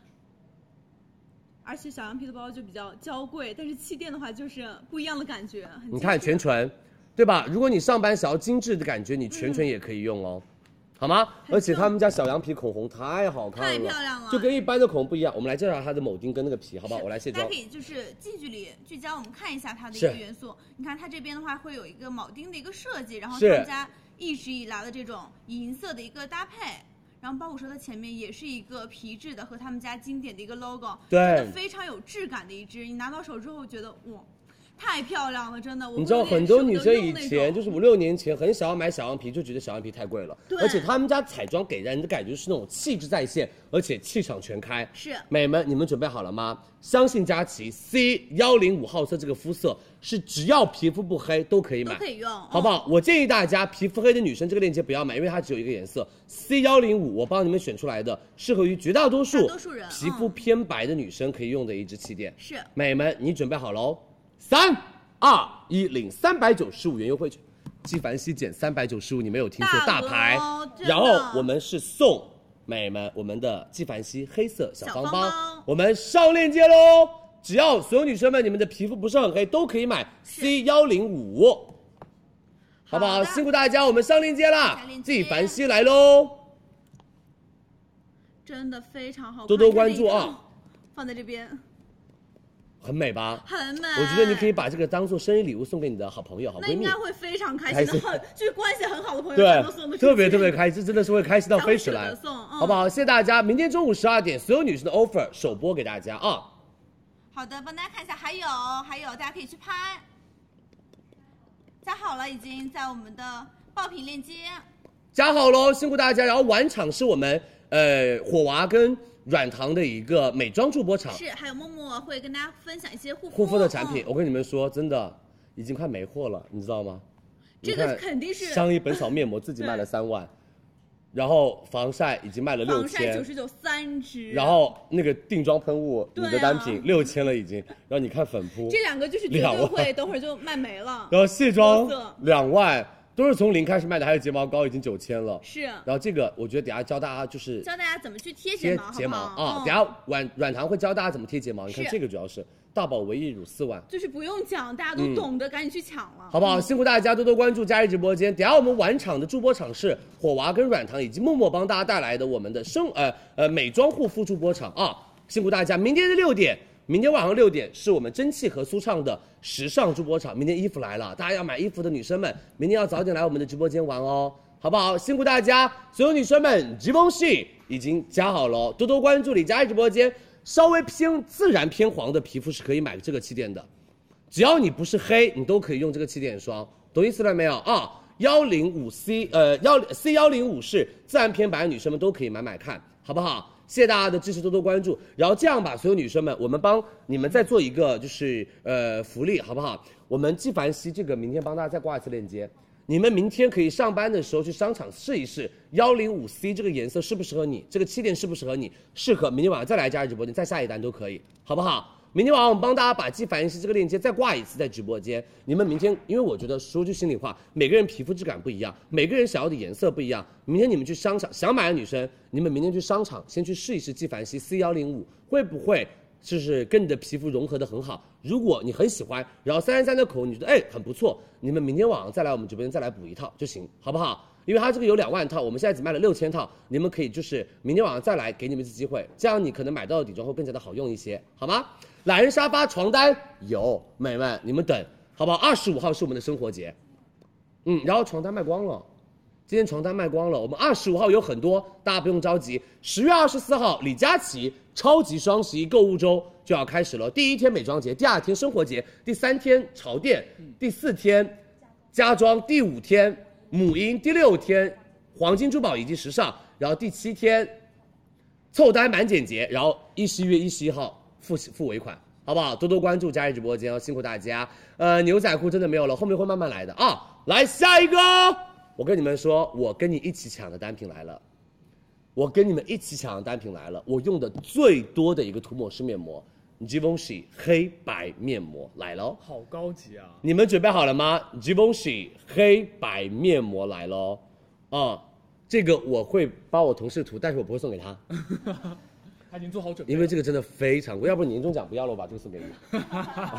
Speaker 16: 而且小羊皮的包包就比较娇贵，但是气垫的话就是不一样的感觉。很
Speaker 8: 你看
Speaker 16: 精致
Speaker 8: 全唇，对吧？如果你上班想要精致的感觉，你全唇也可以用哦，好吗？而且他们家小羊皮口红太好看了，
Speaker 16: 太漂亮了
Speaker 8: 就跟一般的口红不一样。我们来介绍它的铆钉跟那个皮，好不好？我来卸
Speaker 16: 大家
Speaker 8: 妆
Speaker 16: 可。以就是近距离聚焦，我们看一下它的一个
Speaker 8: 是
Speaker 16: 元素。你看它这边的话会有一个铆钉的一个设计，然后
Speaker 8: 是
Speaker 16: 更加一直以来的这种银色的一个搭配。然后包括说它前面也是一个皮质的和他们家经典的一个 logo，
Speaker 8: 对
Speaker 16: 真的非常有质感的一支。你拿到手之后觉得哇，太漂亮了，真的。我
Speaker 8: 你知道
Speaker 16: 会有
Speaker 8: 很
Speaker 16: 点
Speaker 8: 多女
Speaker 16: 舍不
Speaker 8: 生
Speaker 16: 得
Speaker 8: 以
Speaker 16: 用那
Speaker 8: 前
Speaker 16: 种
Speaker 8: 就是五六年前很想要买小羊皮，就觉得小羊皮太贵了，
Speaker 16: 对
Speaker 8: 而且他们家彩妆给人的感觉是那种气质在线，而且气场全开。
Speaker 16: 是
Speaker 8: 美们，你们准备好了吗？相信佳琪 C 幺零五号色这个肤色是只要皮肤不黑都可以买，
Speaker 16: 都可以用嗯
Speaker 8: 好不好？我建议大家皮肤黑的女生这个链接不要买，因为它只有一个颜色 C 幺零五，我帮你们选出来的，适合于绝大多数
Speaker 16: 大多数人
Speaker 8: 皮肤偏白的女生可以用的一支气垫。
Speaker 16: 是
Speaker 8: 美们，你准备好喽？三二一，领三百九十五元优惠券，纪梵希减三百九十五，你没有听错，大
Speaker 16: 大额哦
Speaker 8: 牌。
Speaker 16: 真的
Speaker 8: 然后我们是送美们我们的纪梵希黑色小
Speaker 16: 小
Speaker 8: 方
Speaker 16: 方
Speaker 8: 方，
Speaker 16: 包
Speaker 8: 我们上链接喽。只要所有女生们，你们的皮肤不是很黑，都可以买 C 幺零五，好不好？辛苦大家，我们上链接啦
Speaker 16: 下链！接
Speaker 8: 纪梵希来喽，
Speaker 16: 真的非常好看，
Speaker 8: 多多
Speaker 16: 看这
Speaker 8: 关注
Speaker 16: 一个
Speaker 8: 啊，
Speaker 16: 放在这边
Speaker 8: 很美吧？
Speaker 16: 很美。
Speaker 8: 我觉得你可以把这个当做生日礼物送给你的好朋友、好
Speaker 16: 那
Speaker 8: 闺
Speaker 16: 应
Speaker 8: 蜜
Speaker 16: 该。会非常开心
Speaker 8: 开心
Speaker 16: <laughs> 的，很就是关系很好的朋友全都送
Speaker 8: 对，
Speaker 16: 得出去
Speaker 8: 特别特
Speaker 16: <laughs>
Speaker 8: 别开心，这真的是会开心到飞起来
Speaker 16: 当时的送嗯，
Speaker 8: 好不好？谢谢大家，明天中午十二点，所有女生的 offer 首播给大家啊！
Speaker 16: 好的，帮大家看一下，还有还有，大家可以去拍，加好了，已经在我们的爆品链接。
Speaker 8: 加好喽，辛苦大家。然后晚场是我们呃火娃跟软糖的一个美妆助播场，
Speaker 16: 是，还有默默会跟大家分享一些护肤
Speaker 8: 护肤的产品
Speaker 16: 嗯。
Speaker 8: 我跟你们说，真的已经快没货了，你知道吗？你
Speaker 16: 这个
Speaker 8: 看
Speaker 16: 肯定是
Speaker 8: 香依本草面膜自己卖了三万，然后防晒已经卖了六
Speaker 16: 防晒
Speaker 8: 千
Speaker 16: 九，十九三支，
Speaker 8: 然后那个定妆喷雾你
Speaker 16: 对啊
Speaker 8: 的单品六千了已经，然后你看粉扑
Speaker 16: 这两个就是绝
Speaker 8: 两
Speaker 16: 对
Speaker 8: 万
Speaker 16: 会，等会儿就卖没了。
Speaker 8: 然后卸妆
Speaker 16: 特色
Speaker 8: 两万，都是从零开始卖的，还有睫毛膏已经九千了。
Speaker 16: 是
Speaker 8: 然后这个我觉得等下教大家就是
Speaker 16: 教大家怎么去贴
Speaker 8: 贴
Speaker 16: 睫毛，
Speaker 8: 睫毛
Speaker 16: 好不好？
Speaker 8: 啊，
Speaker 16: 嗯
Speaker 8: 等下软软糖会教大家怎么贴睫毛。你看
Speaker 16: 是
Speaker 8: 这个主要是大宝维 E 乳四万，
Speaker 16: 就是不用讲，大家都
Speaker 8: 嗯
Speaker 16: 懂得，赶紧去抢了，
Speaker 8: 好不好？
Speaker 16: 嗯
Speaker 8: 辛苦大家多多关注佳怡直播间。等下我们晚场的助播场是火娃跟软糖以及默默帮大家带来的我们的生呃呃美妆护肤助播场啊，辛苦大家！明天的六点明天晚上六点是我们蒸汽和舒畅的时尚助播场，明天衣服来了，大家要买衣服的女生们，明天要早点来我们的直播间玩哦，好不好？辛苦大家，所有女生们，直播系已经加好了哦，多多关注李佳琦直播间。稍微偏自然偏黄的皮肤是可以买这个气垫的，只要你不是黑，你都可以用这个气垫霜，懂意思了没有啊？幺零五 C 呃幺 C 幺零五是自然偏白的女生们都可以买买看，好不好？谢谢大家的支持，多多关注。然后这样吧，所有女生们，我们帮你们再做一个就是呃福利，好不好？我们纪梵希这个明天帮大家再挂一次链接，你们明天可以上班的时候去商场试一试幺零五 C 这个颜色适不适合你，这个气垫适不适合你，适合明天晚上再来佳怡直播间再下一单都可以，好不好？明天晚上我们帮大家把纪梵希这个链接再挂一次在直播间。你们明天，因为我觉得说句心里话，每个人皮肤质感不一样，每个人想要的颜色不一样。明天你们去商场，想买的女生，你们明天去商场先去试一试纪梵希 C 幺零五会不会就是跟你的皮肤融合的很好。如果你很喜欢，然后三三三的口红你觉得哎很不错，你们明天晚上再来我们直播间再来补一套就行，好不好？因为它这个有两万套，我们现在只卖了六千套，你们可以就是明天晚上再来，给你们一次机会，这样你可能买到的底妆会更加的好用一些，好吗？懒人沙发床单有，美们你们等，好不好？二十五号是我们的生活节，嗯，然后床单卖光了，今天床单卖光了，我们二十五号有很多，大家不用着急。十月二十四号，李佳琦超级双十一购物周就要开始了，第一天美妆节，第二天生活节，第三天潮店，第四天家装，第五天母婴，第六天黄金珠宝以及时尚，然后第七天凑单满减节，然后一十一月一十一号付付尾款，好不好？多多关注佳怡直播间哦，辛苦大家。呃，牛仔裤真的没有了，后面会慢慢来的啊。来下一个，我跟你们说，我跟你一起抢的单品来了，我跟你们一起抢的单品来了，我用的最多的一个涂抹式面膜，Givenchy 黑白面膜来喽。
Speaker 12: 好高级啊！
Speaker 8: 你们准备好了吗？Givenchy 黑白面膜来喽，啊、这个我会帮我同事涂，但是我不会送给他，
Speaker 12: 他已经做好准备了，
Speaker 8: 因为这个真的非常贵，要不然年终奖不要了，我把这个送给你。 <laughs>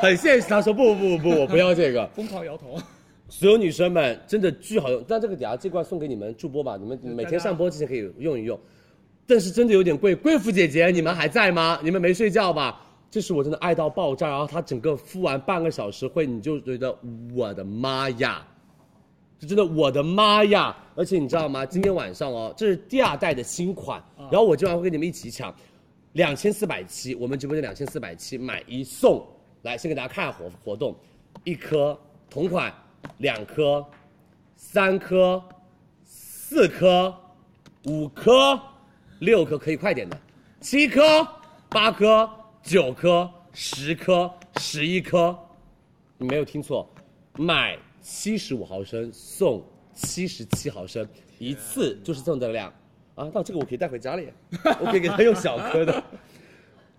Speaker 8: 很现实，他说不不不不，我不要这个。
Speaker 12: 疯狂摇头。
Speaker 8: 所有女生们真的巨好用，但这个等下这罐送给你们助播吧，你们每天上播之前可以用一用。但是真的有点贵，贵妇姐姐你们还在吗？你们没睡觉吧？这是我真的爱到爆炸，然后它整个敷完半个小时会，你就觉得我的妈呀！就真的我的妈呀！而且你知道吗？今天晚上哦，这是第二代的新款，然后我今晚会跟你们一起抢，两千四百七，我们直播间两千四百七买一送。来，先给大家看下活活动，一颗同款，两颗，三颗，四颗，五颗，六颗可以快点的，七颗，八颗，九颗，十颗，十一颗，你没有听错，买七十五毫升送七十七毫升，一次就是这么的量啊！那这个我可以带回家里， <laughs> 我可以给他用小颗的。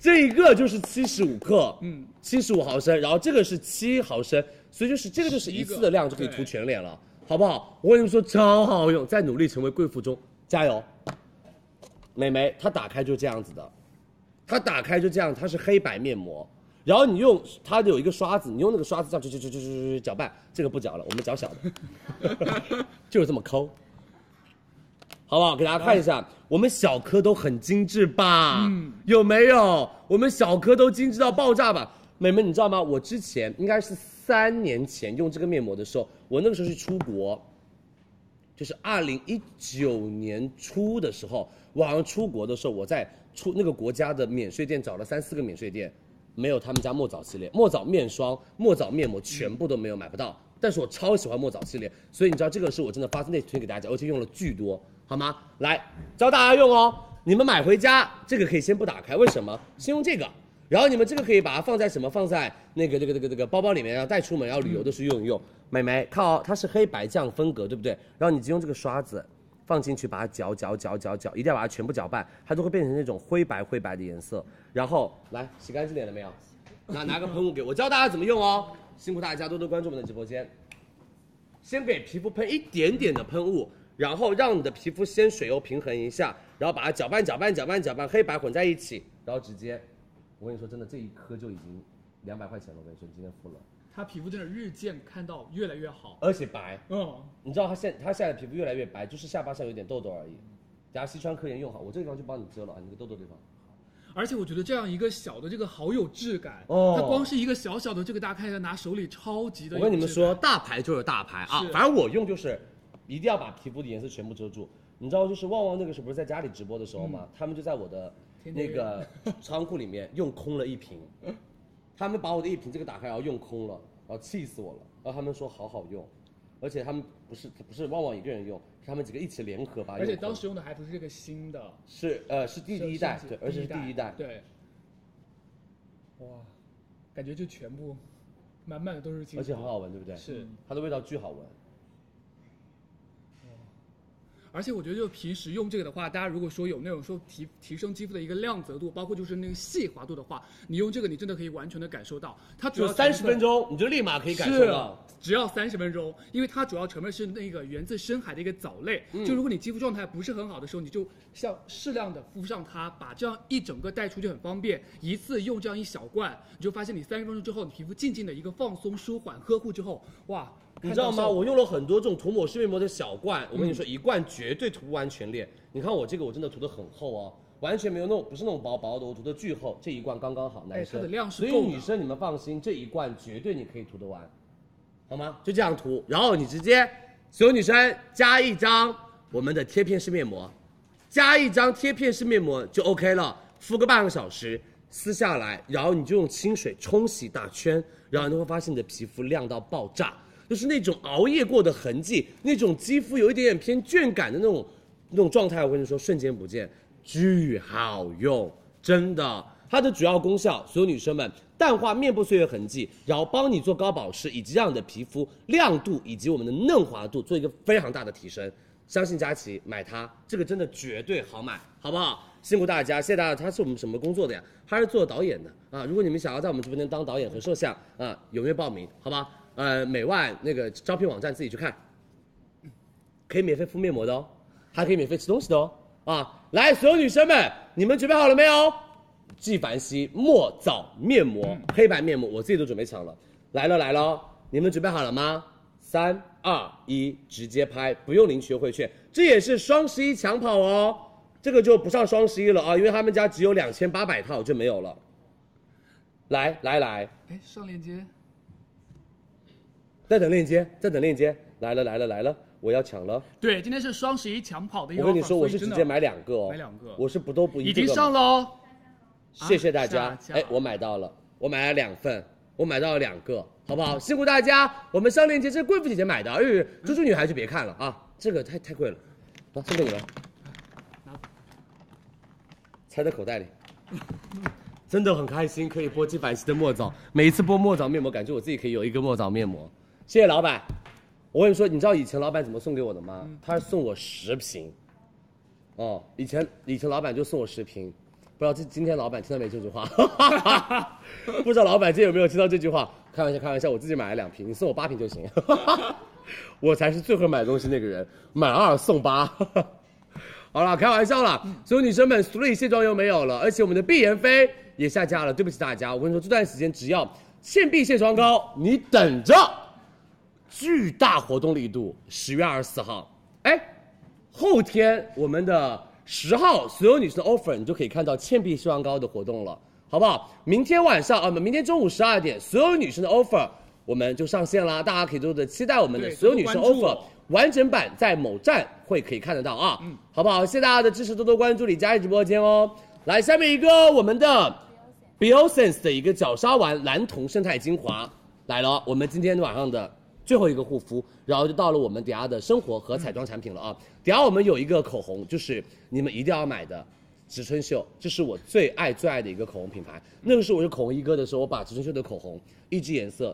Speaker 8: 这一个就是七十五克，嗯，七十五毫升，然后这个是七毫升，所以就是这个就是一次的量就可以涂全脸了，好不好？我跟你们说超好用，在努力成为贵妇中，加油！美眉，它打开就这样子的，它打开就这样，它是黑白面膜，然后你用它有一个刷子，你用那个刷子这样去去去去去去搅拌，这个不搅了，我们搅小的， <laughs> 就是这么抠，好不好？给大家看一下，我们小颗都很精致吧？嗯，有没有？我们小颗都精致到爆炸吧？美们，你知道吗？我之前应该是三年前用这个面膜的时候，我那个时候是出国，就是二零一九年初的时候，我好像出国的时候，我在出那个国家的免税店找了三四个免税店，没有他们家墨藻系列，墨藻面霜、墨藻面膜全部都没有买不到。但是我超喜欢墨藻系列，所以你知道这个是我真的发自内心推给大家，而且用了巨多，好吗？来教大家用哦，你们买回家这个可以先不打开，为什么？先用这个，然后你们这个可以把它放在什么？放在那个这个这个这个包包里面，然后带出门，然后旅游的时候用一用。美眉，看哦，它是黑白酱风格，对不对？然后你就用这个刷子放进去，把它搅搅搅搅搅，一定要把它全部搅拌，它都会变成那种灰白灰白的颜色。然后来洗干净脸了没有？拿拿个喷雾给我，教大家怎么用哦。辛苦大家多多关注我们的直播间。先给皮肤喷一点点的喷雾，然后让你的皮肤先水油平衡一下，然后把它搅拌搅拌搅拌搅拌，黑白混在一起，然后直接，我跟你说真的，这一颗就已经两百块钱了，我跟你说，你今天付了，
Speaker 12: 他皮肤真的日渐看到越来越好。
Speaker 8: 而且白，
Speaker 12: 嗯，
Speaker 8: 你知道他现他现在的皮肤越来越白，就是下巴上有点痘痘而已。等下西川科研用好，我这个地方就帮你遮了啊，你那个痘痘地方。
Speaker 12: 而且我觉得这样一个小的这个好有质感，
Speaker 8: 哦
Speaker 12: 它光是一个小小的这个，大家看一下，拿手里超级的。
Speaker 8: 我跟你们说，，大牌就是大牌啊
Speaker 12: 是，
Speaker 8: 反正我用就是一定要把皮肤的颜色全部遮住。你知道，就是旺旺那个时候不是在家里直播的时候嘛，他们就在我的
Speaker 12: 嗯天天
Speaker 8: 那
Speaker 12: 用
Speaker 8: 个仓库里面用空了一瓶，他们把我的一瓶这个打开，然后用空了，然后气死我了。然后他们说好好用，而且他们不是不是旺旺一个人用，是他们几个一起联合把它
Speaker 12: 而
Speaker 8: 用
Speaker 12: 且
Speaker 8: 空。
Speaker 12: 当时用的还不是这个新的，
Speaker 8: 是呃是第一代
Speaker 12: 是，
Speaker 8: 对，而且是第一代，
Speaker 12: 对。哇，感觉就全部满满的都是金，
Speaker 8: 而且很好闻，对不对？
Speaker 12: 是，
Speaker 8: 它的味道巨好闻。
Speaker 12: 嗯而且我觉得，就平时用这个的话，大家如果说有那种说提提升肌肤的一个亮泽度，包括就是那个细滑度的话，你用这个你真的可以完全的感受到。它主
Speaker 8: 就
Speaker 12: 要
Speaker 8: 三十
Speaker 12: 成分
Speaker 8: 分钟，你就立马可以感受到。
Speaker 12: 是，啊只要三十分钟，因为它主要成分是那个源自深海的一个藻类。
Speaker 8: 嗯
Speaker 12: 就如果你肌肤状态不是很好的时候，你就像适量的敷上它，把这样一整个带出去很方便，一次用这样一小罐，你就发现你三十分钟之后，你皮肤静静的一个放松、舒缓、呵护之后，哇，
Speaker 8: 你知道
Speaker 12: 看到
Speaker 8: 吗？
Speaker 12: 效果
Speaker 8: 我用了很多这种涂抹式面膜的小罐，我跟你
Speaker 12: 嗯
Speaker 8: 说，一罐绝对涂不完全脸。你看我这个，我真的涂的很厚哦，完全没有那种不是那种薄薄的，我涂的巨厚，这一罐刚刚好，男
Speaker 12: 哎
Speaker 8: 生。
Speaker 12: 它的量是
Speaker 8: 所以
Speaker 12: 够的
Speaker 8: 女生你们放心，这一罐绝对你可以涂得完，好吗？就这样涂，然后你直接，所有女生加一张我们的贴片式面膜，加一张贴片式面膜就 OK 了，敷个半个小时，撕下来，然后你就用清水冲洗大圈，然后你会发现你的皮肤亮到爆炸，就是那种熬夜过的痕迹，那种肌肤有一点点偏倦感的那种那种状态，我跟你说瞬间不见，巨好用，真的。它的主要功效，所有女生们淡化面部岁月痕迹，然后帮你做高保湿，以及让你的皮肤亮度以及我们的嫩滑度做一个非常大的提升。相信佳琪买它，这个真的绝对好买，好不好？辛苦大家，谢谢大家。他是我们什么工作的呀？他是做导演的啊。如果你们想要在我们直播间当导演和摄像啊，踊跃报名，好吧？呃，美万那个招聘网站自己去看，可以免费敷面膜的哦，还可以免费吃东西的哦。啊，来，所有女生们，你们准备好了没有？纪梵希墨藻面膜，
Speaker 12: 嗯
Speaker 8: 黑白面膜，我自己都准备抢了。来了来了哦，你们准备好了吗？三二一，直接拍，不用领取优惠券，这也是双十一抢跑哦。这个就不上双十一了啊，因为他们家只有两千八百套就没有了。来来来，
Speaker 12: 哎上链接，
Speaker 8: 再等链接，再等链接，来了来了来了，我要抢了。
Speaker 12: 对，今天是双十一抢跑的一个
Speaker 8: 我
Speaker 12: offer，所
Speaker 8: 跟
Speaker 12: 以
Speaker 8: 你
Speaker 12: 真
Speaker 8: 说，我是直
Speaker 12: 的。啊
Speaker 8: 接买两个哦，
Speaker 12: 买两个
Speaker 8: 我是不都不一
Speaker 12: 已
Speaker 8: 个
Speaker 12: 经
Speaker 8: 买
Speaker 12: 上了哦。
Speaker 8: 谢谢大
Speaker 12: 啊
Speaker 8: 家。
Speaker 12: 下
Speaker 8: 哎、我买到了，我买了两份，我买到了两个，好不好？辛苦大家，我们上链接，这是贵妇姐姐买的，哎
Speaker 12: 嗯
Speaker 8: 呦，猪猪女孩就别看了啊，这个太太贵了，来送给你了，揣在口
Speaker 12: <laughs>
Speaker 8: 袋里。真的很开心，可以播纪梵希的墨藻，每一次播墨藻面膜，感觉我自己可以有一个墨藻面膜。谢谢老板，我跟你说，你知道以前老板怎么送给我的吗？
Speaker 12: 嗯
Speaker 8: 他是送我十瓶，哦，以前以前老板就送我十瓶，不知道这今天老板听到没这句话， <laughs> 不知道老板今天有没有听到这句话？开玩笑，开玩笑，我自己买了两瓶，你送我八瓶就行， <laughs> 我才是最会买东西那个人，买二送八。好了，开玩笑啦，所有女生们，Three 卸妆油没有了，而且我们的碧妍霏也下架了，对不起大家，我跟你说，这段时间只要倩碧卸妆膏，你等着，巨大活动力度，十月二十四号，哎，后天我们的十号所有女生的 offer，你就可以看到倩碧卸妆膏的活动了，好不好？明天晚上啊，不明天中午十二点，所有女生的 offer 我们就上线啦，大家可以多多地期待我们的
Speaker 12: 对
Speaker 8: 所有女生
Speaker 12: 多多关注
Speaker 8: offer 完整版，在某站会可以看得到啊，好不好？谢谢大家的支持，多多关注李佳琦直播间哦。来，下面一个我们的 Biosense 的一个角鲨烷蓝铜生态精华来了，哦我们今天晚上的最后一个护肤，然后就到了我们底下的生活和彩妆产品了啊。底下我们有一个口红，就是你们一定要买的。植村秀，这是我最爱最爱的一个口红品牌。那个时候我是口红一哥的时候，我把植村秀的口红一支颜色、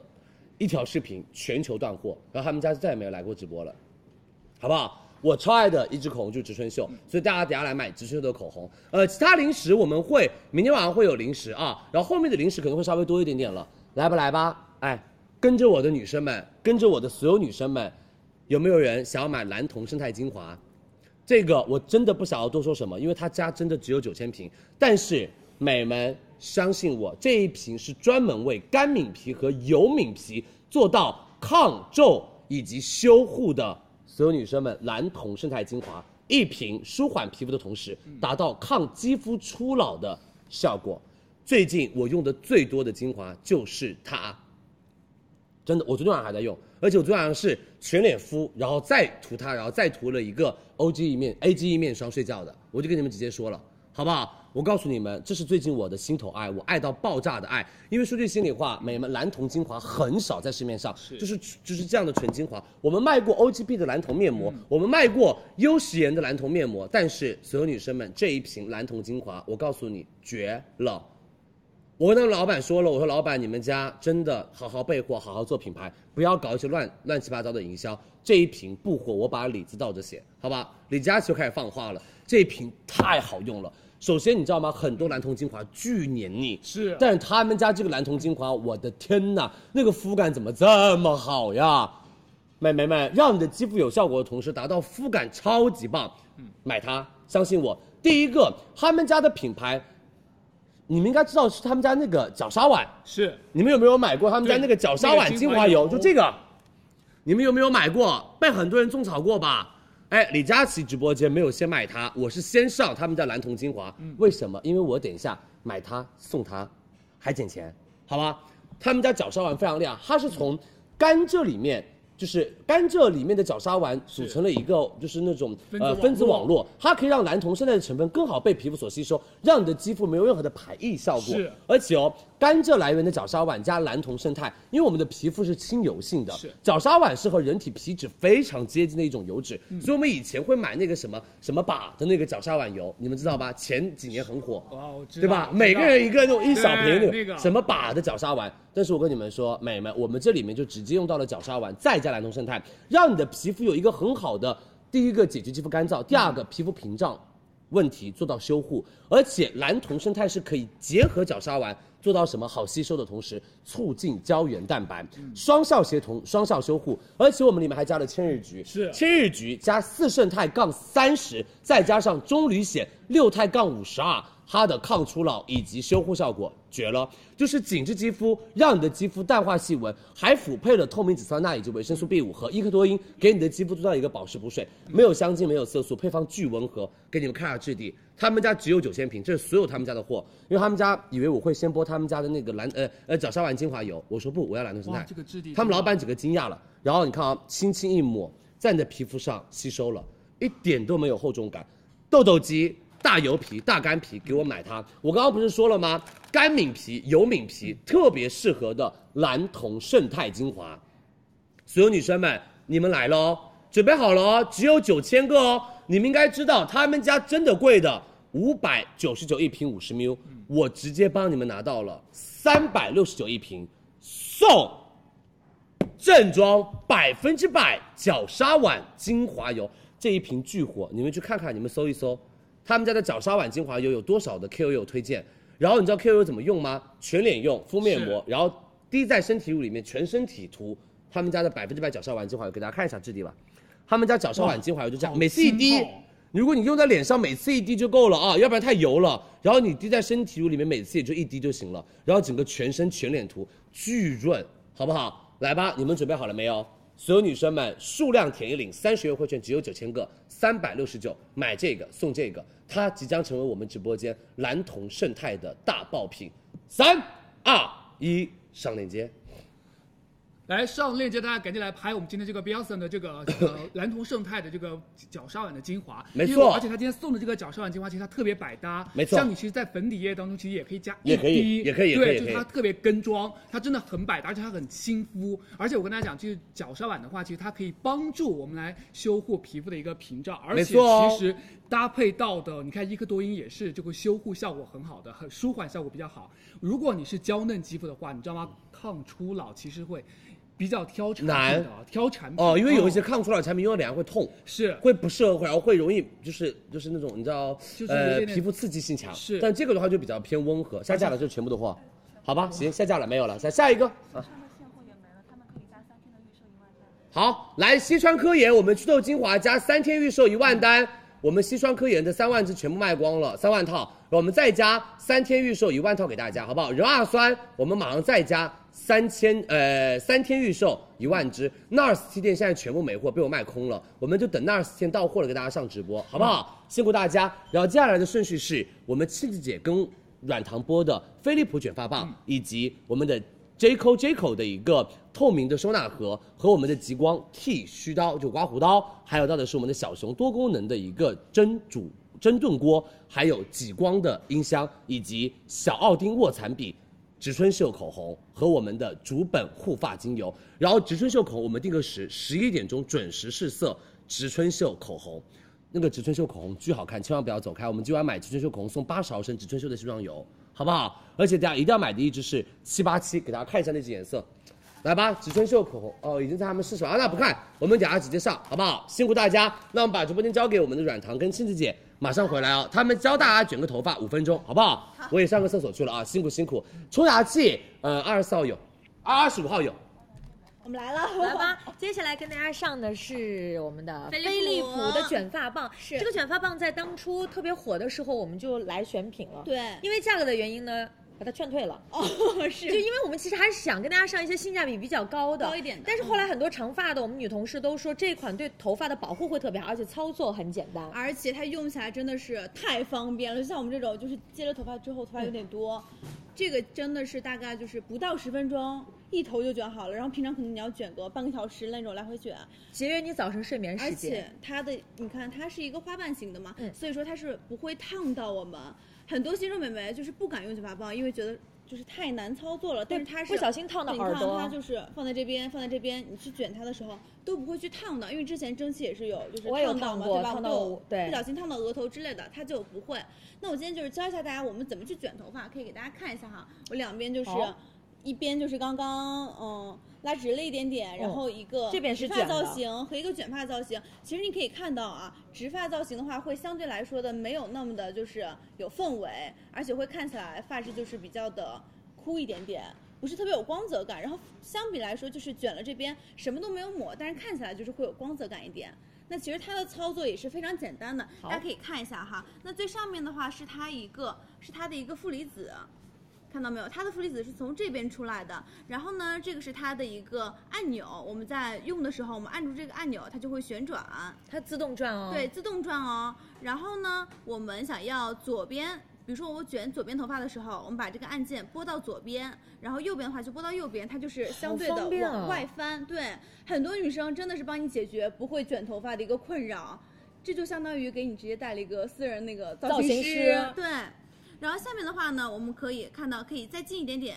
Speaker 8: 一条视频全球断货，然后他们家就再也没有来过直播了。好不好？我超爱的一支口红就是植村秀，所以大家等下来买植村秀的口红。呃，其他零食我们会明天晚上会有零食啊，然后后面的零食可能会稍微多一点点了，来吧来吧，哎，跟着我的女生们，跟着我的所有女生们，有没有人想要买蓝铜生态精华？这个我真的不想要多说什么，因为他家真的只有九千瓶，但是美们相信我，这一瓶是专门为干敏皮和油敏皮做到抗皱以及修护的。所有女生们，蓝铜生态精华一瓶，舒缓皮肤的同时，达到抗肌肤初老的效果。最近我用的最多的精华就是它，真的，我昨天晚上还在用，而且我昨天晚上是全脸敷，然后再涂它，然后再涂了一个 O G E 面 A G E 面霜睡觉的，我就跟你们直接说了，好不好？我告诉你们，这是最近我的心头爱，我爱到爆炸的爱。因为说句心里话，美们蓝铜精华很少在市面上，就是就是这样的纯精华。我们卖过 O G P 的蓝铜面膜，我们卖过优时颜的蓝铜面膜，但是所有女生们这一瓶蓝铜精华，我告诉你绝了。我跟他们老板说了，我说老板，你们家真的好好备货，好好做品牌，不要搞一些乱乱七八糟的营销。这一瓶不火，我把李子倒着写，好吧？李佳琦又开始放话了，这一瓶太好用了。首先你知道吗？很多蓝铜精华巨黏腻，
Speaker 12: 是，
Speaker 8: 但是他们家这个蓝铜精华，我的天呐，那个肤感怎么这么好呀？买买买，让你的肌肤有效果的同时，达到肤感超级棒。
Speaker 12: 嗯
Speaker 8: 买它，相信我。第一个，他们家的品牌你们应该知道是他们家那个绞杀碗，
Speaker 12: 是
Speaker 8: 你们有没有买过他们家
Speaker 12: 对
Speaker 8: 那个绞杀
Speaker 12: 那
Speaker 8: 碗
Speaker 12: 个
Speaker 8: 精
Speaker 12: 精华
Speaker 8: 华油？
Speaker 12: 油
Speaker 8: 就这个，你们有没有买过？被很多人种草过吧？哎，李佳琦直播间没有先买它，我是先上他们家蓝铜精华，
Speaker 12: 嗯
Speaker 8: 为什么？因为我等一下买它送它，还减钱，好吧？他们家绞杀丸非常厉害，它是从甘蔗里面。就是甘蔗里面的绞杀丸组成了一个，就是那种
Speaker 12: 分子
Speaker 8: 呃
Speaker 12: 网
Speaker 8: 分子
Speaker 12: 络
Speaker 8: 网络，它可以让蓝铜现在的成分更好被皮肤所吸收，让你的肌肤没有任何的排异效果。
Speaker 12: 是
Speaker 8: 而且哦，甘蔗来源的角鲨烷加蓝铜胜肽，因为我们的皮肤是亲油性的，
Speaker 12: 是
Speaker 8: 角鲨烷是和人体皮脂非常接近的一种油脂，
Speaker 12: 嗯
Speaker 8: 所以我们以前会买那个什么什么把的那个角鲨烷油，你们知道吧？前几年很火，
Speaker 12: 哇，我知道
Speaker 8: 对吧？
Speaker 12: 我知道
Speaker 8: 每个人一个那种一小瓶
Speaker 12: 对
Speaker 8: 那
Speaker 12: 那
Speaker 8: 个
Speaker 12: 个
Speaker 8: 什么把的角鲨烷，但是我跟你们说，美们，我们这里面就直接用到了角鲨烷，再加蓝铜胜肽，让你的皮肤有一个很好的，第一个解决肌肤干燥，第二
Speaker 12: 嗯
Speaker 8: 个皮肤屏障问题做到修护，而且蓝铜胜肽是可以结合角鲨烷。做到什么好吸收的同时，促进胶原蛋白，双效协同，双效修护，而且我们里面还加了千日菊，
Speaker 12: 是
Speaker 8: 千日菊加四胜肽杠三十，再加上棕榈酰六肽杠五十二，它的抗初老以及修护效果绝了，就是紧致肌肤，让你的肌肤淡化细纹，还辅配了透明质酸钠以及维生素 B 五和伊克多因，给你的肌肤做到一个保湿补水，没有香精，没有色素，配方巨温和，给你们看一下质地。他们家只有九千瓶，这是所有他们家的货，因为他们家以为我会先播他们家的那个蓝呃呃角鲨烷精华油，我说不，我要蓝铜生态
Speaker 12: 哇，。这个质地，
Speaker 8: 他们老板整个惊讶了，然后你看啊，轻轻一抹，在你的皮肤上吸收了，一点都没有厚重感，痘痘肌、大油皮、大干皮，给我买它。我刚刚不是说了吗？干敏皮、油敏皮特别适合的蓝铜胜肽精华，所有女生们，你们来喽，准备好了哦，只有九千个哦。你们应该知道，他们家真的贵的，五百九十九一瓶五十 ml，我直接帮你们拿到了三百六十九一瓶，送正装百分之百角鲨烷精华油，这一瓶巨火，你们去看看，你们搜一搜，他们家的角鲨烷精华油有多少的 KOL 推荐？然后你知道 KOL 怎么用吗？全脸用，敷面膜，然后滴在身体乳里面，全身体涂。他们家的百分之百角鲨烷精华油，给大家看一下质地吧。他们家角鲨烷精华油就这样，
Speaker 12: 哇
Speaker 8: 每次一滴
Speaker 12: 好轻哦，
Speaker 8: 如果你用在脸上，每次一滴就够了啊，要不然太油了。然后你滴在身体乳里面，每次也就一滴就行了。然后整个全身全脸涂，巨润，好不好？来吧，你们准备好了没有？所有女生们，数量填一领，三十元优惠券只有九千个，三百六十九，买这个送这个，它即将成为我们直播间蓝铜胜肽的大爆品。三二一，上链接。
Speaker 12: 来上链接，大家赶紧来拍我们今天这个 Beyonce 的这个
Speaker 8: <coughs>
Speaker 12: 呃蓝铜胜肽的这个角鲨烷的精华，
Speaker 8: 没错
Speaker 12: 因为我而且他今天送的这个角鲨烷精华，其实它特别百搭，
Speaker 8: 没错
Speaker 12: 像你其实，在粉底液当中其实也可以加
Speaker 8: 也
Speaker 12: 一滴，
Speaker 8: 可以也可以也可以
Speaker 12: 对，
Speaker 8: 也
Speaker 12: 就
Speaker 8: 可以
Speaker 12: 是它特别跟妆，它真的很百搭，而且它很亲肤。而且我跟大家讲，就是角鲨烷的话，其实它可以帮助我们来修护皮肤的一个屏障，而
Speaker 8: 没
Speaker 12: 且
Speaker 8: 错哦
Speaker 12: 其实搭配到的，你看伊克多因也是这个修护效果很好的，很舒缓效果比较好。如果你是娇嫩肌肤的话，你知道吗？抗初老其实会比较挑产品的啊
Speaker 8: 难，
Speaker 12: 挑产品
Speaker 8: 哦，因为有一些抗初老产品用到脸上会痛，
Speaker 12: 是
Speaker 8: 会不适合，然后会容易就是就是那种你知道，
Speaker 12: 就是有
Speaker 8: 呃
Speaker 12: 点点
Speaker 8: 皮肤刺激性强。
Speaker 12: 是
Speaker 8: 但这个的话就比较偏温和。下架了就全部的货，好吧，行，下架了没有了，下下一个啊。好，来西川科研，我们祛痘精华加三天预售一万单，我们西川科研的三万支全部卖光了，三万套，然后我们再加三天预售一万套给大家，好不好？壬二酸，我们马上再加三千呃三天预售一万支，那二十七店现在全部没货，被我卖空了，我们就等那二十七店到货了给大家上直播，好不好？辛苦大家。然后接下来的顺序是我们妻子姐跟软糖波的飞利浦卷发棒，以及我们的 J.Co J.Co 的一个透明的收纳盒和我们的极光剃须刀，就刮胡刀，还有到的是我们的小熊多功能的一个蒸煮蒸炖锅，还有极光的音箱，以及小奥丁卧蚕笔。植村秀口红和我们的竹本护发精油，然后植村秀口红我们定个时，十一点钟准时试色植村秀口红，那个植村秀口红巨好看，千万不要走开，我们今晚买植村秀口红送八十毫升植村秀的卸妆油，好不好？而且大家一定要买的一支是七八七，给大家看一下那支颜色，来吧，植村秀口红哦，已经在他们试手啊，那不看，我们等下直接上，好不好？辛苦大家，那我们把直播间交给我们的软糖跟庆子姐，马上回来哦，他们教大家卷个头发五分钟，好不好？我也上个厕所去了啊，辛苦辛苦。冲牙器，呃，二十四号有，二十五号有，
Speaker 1: 我们来了，来吧。接下来跟大家上的是我们的飞利浦的卷发棒，
Speaker 2: 是
Speaker 1: 这个卷发棒在当初特别火的时候，我们就来选品了。
Speaker 2: 对
Speaker 1: 因为价格的原因呢，把它劝退了。哦，
Speaker 16: <laughs>
Speaker 1: 是，就因为我们其实还是想跟大家上一些性价比比较高的，
Speaker 2: 高一点的
Speaker 1: 但是
Speaker 16: 嗯
Speaker 1: 后来很多长发的我们女同事都说这款对头发的保护会特别好，而且操作很简单。
Speaker 16: 而且它用起来真的是太方便了，就像我们这种就是接了头发之后头发有点多，这个真的是大概就是不到十分钟一头就卷好了，然后平常可能你要卷个半个小时那种来回卷，
Speaker 1: 节约你早晨睡眠
Speaker 16: 而
Speaker 1: 时
Speaker 16: 且
Speaker 1: 间。嗯
Speaker 16: 它的，你看它是一个花瓣型的嘛，所以说它是不会烫到我们。很多新手美眉就是不敢用卷发棒，因为觉得就是太难操作了。但是它是
Speaker 1: 不小心烫到
Speaker 16: 对你看
Speaker 1: 耳朵
Speaker 16: 它就是放在这边，放在这边，你去卷它的时候都不会去烫到，因为之前蒸汽也是有，就是
Speaker 1: 我也有
Speaker 16: 到嘛，
Speaker 1: 烫过
Speaker 16: 对吧？
Speaker 1: 烫到
Speaker 16: 我们都
Speaker 1: 我对
Speaker 16: 不小心烫到额头之类的，它就不会。那我今天就是教一下大家我们怎么去卷头发，可以给大家看一下哈。我两边就是
Speaker 1: 好。
Speaker 16: 一边就是刚刚嗯拉直了一点点，然
Speaker 1: 嗯
Speaker 16: 后一个
Speaker 1: 这边是
Speaker 16: 直发
Speaker 1: 卷的
Speaker 16: 造型，和一个卷发造型，其实你可以看到啊，直发造型的话会相对来说的没有那么的，就是有氛围，而且会看起来发质就是比较的枯一点点，不是特别有光泽感。然后相比来说，就是卷了这边什么都没有抹，但是看起来就是会有光泽感一点。那其实它的操作也是非常简单的，大家可以看一下哈。那最上面的话是它一个是它的一个负离子，看到没有？它的负离子是从这边出来的。然后呢，这个是它的一个按钮，我们在用的时候，我们按住这个按钮，它就会旋转。
Speaker 1: 它自动转哦。
Speaker 16: 对，自动转哦。然后呢，我们想要左边。比如说我卷左边头发的时候，我们把这个按键拨到左边，然后右边的话就拨到右边，它就是相对
Speaker 1: 好
Speaker 16: 的
Speaker 1: 方便啊
Speaker 16: 往外翻。对，很多女生真的是帮你解决不会卷头发的一个困扰，这就相当于给你直接带了一个私人那个
Speaker 1: 造型
Speaker 16: 型
Speaker 1: 师
Speaker 16: 对，然后下面的话呢，我们可以看到可以再近一点点，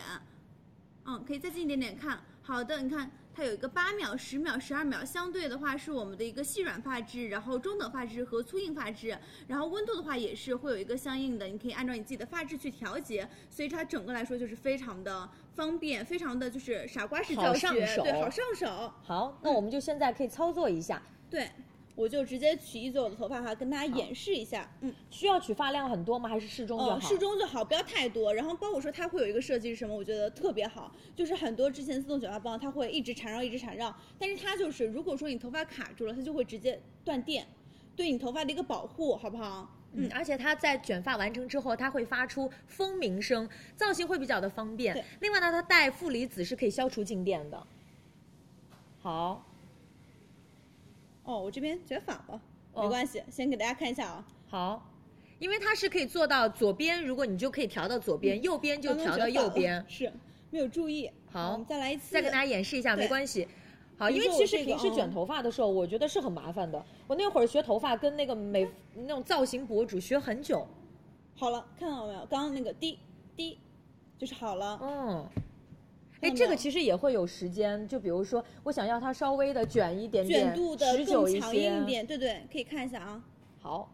Speaker 16: 嗯，可以再近一点点看。好的，你看它有一个八秒、十秒、十二秒，相对的话是我们的一个细软发质，然后中等发质和粗硬发质，然后温度的话也是会有一个相应的，你可以按照你自己的发质去调节，所以它整个来说就是非常的方便，非常的就是傻瓜式
Speaker 1: 好
Speaker 16: 教
Speaker 1: 上
Speaker 16: 学，
Speaker 1: 手
Speaker 16: 对，好上手。
Speaker 1: 好，那我们就现在可以操作一下。
Speaker 16: 对，我就直接取一撮我的头发哈，跟大家演示一下。嗯，
Speaker 1: 需要取发量很多吗？还是适中就好？
Speaker 16: 哦，适中就好，不要太多。然后包括说它会有一个设计是什么，我觉得特别好，就是很多之前自动卷发棒它会一直缠绕，一直缠绕，但是它就是如果说你头发卡住了，它就会直接断电，对你头发的一个保护，好不好？
Speaker 1: 嗯，而且它在卷发完成之后，它会发出蜂鸣声，造型会比较的方便。另外呢，它带负离子是可以消除静电的。好，
Speaker 16: 哦，我这边卷反了，
Speaker 1: 哦
Speaker 16: 没关系，先给大家看一下啊。
Speaker 1: 好，因为它是可以做到左边，如果你就可以调到左
Speaker 16: 嗯
Speaker 1: 边，右边就调到右
Speaker 16: <laughs>
Speaker 1: 边。
Speaker 16: 是，没有注意。
Speaker 1: 好，
Speaker 16: 我们再来一次，
Speaker 1: 再给大家演示一下，
Speaker 16: 对
Speaker 1: 没关系。好，
Speaker 16: 比
Speaker 1: 因
Speaker 16: 如
Speaker 1: 为
Speaker 16: 说
Speaker 1: 其
Speaker 16: 我
Speaker 1: 实
Speaker 16: 这
Speaker 1: 平
Speaker 16: 个
Speaker 1: 时
Speaker 16: 嗯
Speaker 1: 卷头发的时候，我觉得是很麻烦的。我那会儿学头发跟那个美那种造型博主学很久。
Speaker 16: 好了，看到没有？刚刚那个滴滴，就是好了。
Speaker 1: 嗯。哎，
Speaker 16: 看到
Speaker 1: 这
Speaker 16: 没
Speaker 1: 个
Speaker 16: 有
Speaker 1: 其实也会有时间，就比如说，我想要它稍微的卷一点点，
Speaker 16: 卷度的
Speaker 1: 持久
Speaker 16: 更
Speaker 1: 一
Speaker 16: 强
Speaker 1: 些
Speaker 16: 硬一点，对对，可以看一下啊。
Speaker 1: 好，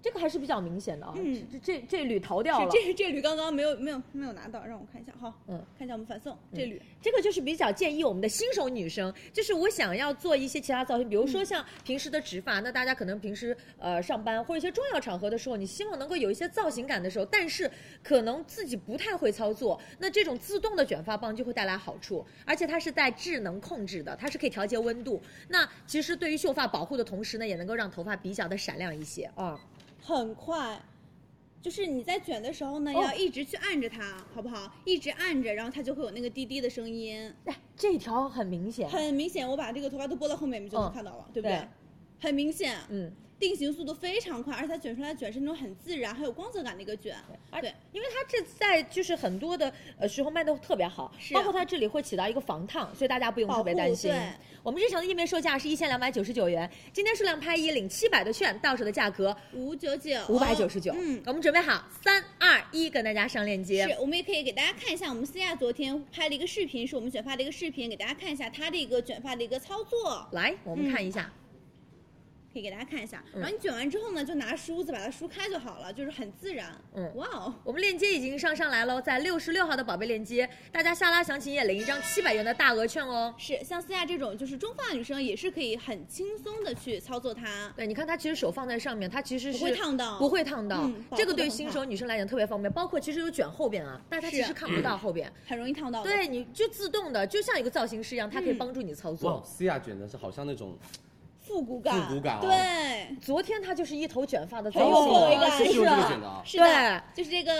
Speaker 1: 这个还是比较明显的啊，
Speaker 16: 嗯
Speaker 1: 这这这缕逃掉了，
Speaker 16: 是 <laughs> 这这缕刚刚没有没有没有拿到，让我看一下哈。
Speaker 1: 嗯，
Speaker 16: 看一下我们反送这缕。
Speaker 1: 这个就是比较建议我们的新手女生，就是我想要做一些其他造型，比如说像平时的直发，那大家可能平时呃上班或者一些重要场合的时候，你希望能够有一些造型感的时候，但是可能自己不太会操作，那这种自动的卷发棒就会带来好处，而且它是带智能控制的，它是可以调节温度。那其实对于秀发保护的同时呢，也能够让头发比较的闪亮一些啊。
Speaker 16: 很快，就是你在卷的时候呢，
Speaker 1: 哦
Speaker 16: 要一直去按着它，好不好？一直按着，然后它就会有那个滴滴的声音。
Speaker 1: 哎这条很明显，
Speaker 16: 很明显，我把这个头发都拨到后面，你就能
Speaker 1: 嗯
Speaker 16: 看到了，对不对？很明显，
Speaker 1: 嗯。
Speaker 16: 定型速度非常快，而且它卷出来的卷是那种很自然、很有光泽感的一个卷。对，
Speaker 1: 因为它这在就是很多的呃时候卖的特别好，包括它这里会起到一个防烫，所以大家不用特别担心
Speaker 16: 保护对。
Speaker 1: 我们日常的页面售价是一千两百九十九元，今天数量拍一领七百的券，到手的价格
Speaker 16: 五九九，
Speaker 1: 五百九十九。
Speaker 16: 嗯，
Speaker 1: 我们准备好，三二一，跟大家上链接。
Speaker 16: 是我们也可以给大家看一下，我们思亚昨天拍了一个视频，是我们卷发的一个视频，给大家看一下它的一个卷发的一个操作。
Speaker 1: 来，我们
Speaker 16: 嗯
Speaker 1: 看一下。
Speaker 16: 可以给大家看一下。
Speaker 1: 嗯
Speaker 16: 然后你卷完之后呢，就拿梳子把它梳开就好了，就是很自然。
Speaker 1: 嗯，
Speaker 16: 哇哦，
Speaker 1: 我们链接已经上上来喽，在六十六号的宝贝链接，大家下拉详情页领一张七百元的大额券哦。
Speaker 16: 是，像思亚这种就是中发女生也是可以很轻松的去操作它。
Speaker 1: 对，你看它其实手放在上面，它其实是
Speaker 16: 不会烫到
Speaker 1: 不会烫到
Speaker 16: 嗯。保
Speaker 1: 这个
Speaker 16: 护得
Speaker 1: 对
Speaker 16: 很
Speaker 1: 新
Speaker 16: 好
Speaker 1: 手女生来讲特别方便，包括其实有卷后边啊，但它其
Speaker 16: 是嗯
Speaker 1: 实看不到后边，
Speaker 16: 很容易烫到的
Speaker 1: 对，你就自动的，就像一个造型师一样，它可以帮助你操
Speaker 8: 哇
Speaker 1: 作，。
Speaker 8: 西亚卷的是好像那种
Speaker 16: 复古
Speaker 8: 感嗯复古感哦
Speaker 16: 对，
Speaker 1: 昨天它就是一头卷发的造
Speaker 8: 很有
Speaker 1: 型，
Speaker 8: 氛围感是是这个卷的啊
Speaker 16: 是
Speaker 1: 对
Speaker 16: 的，。就是这个。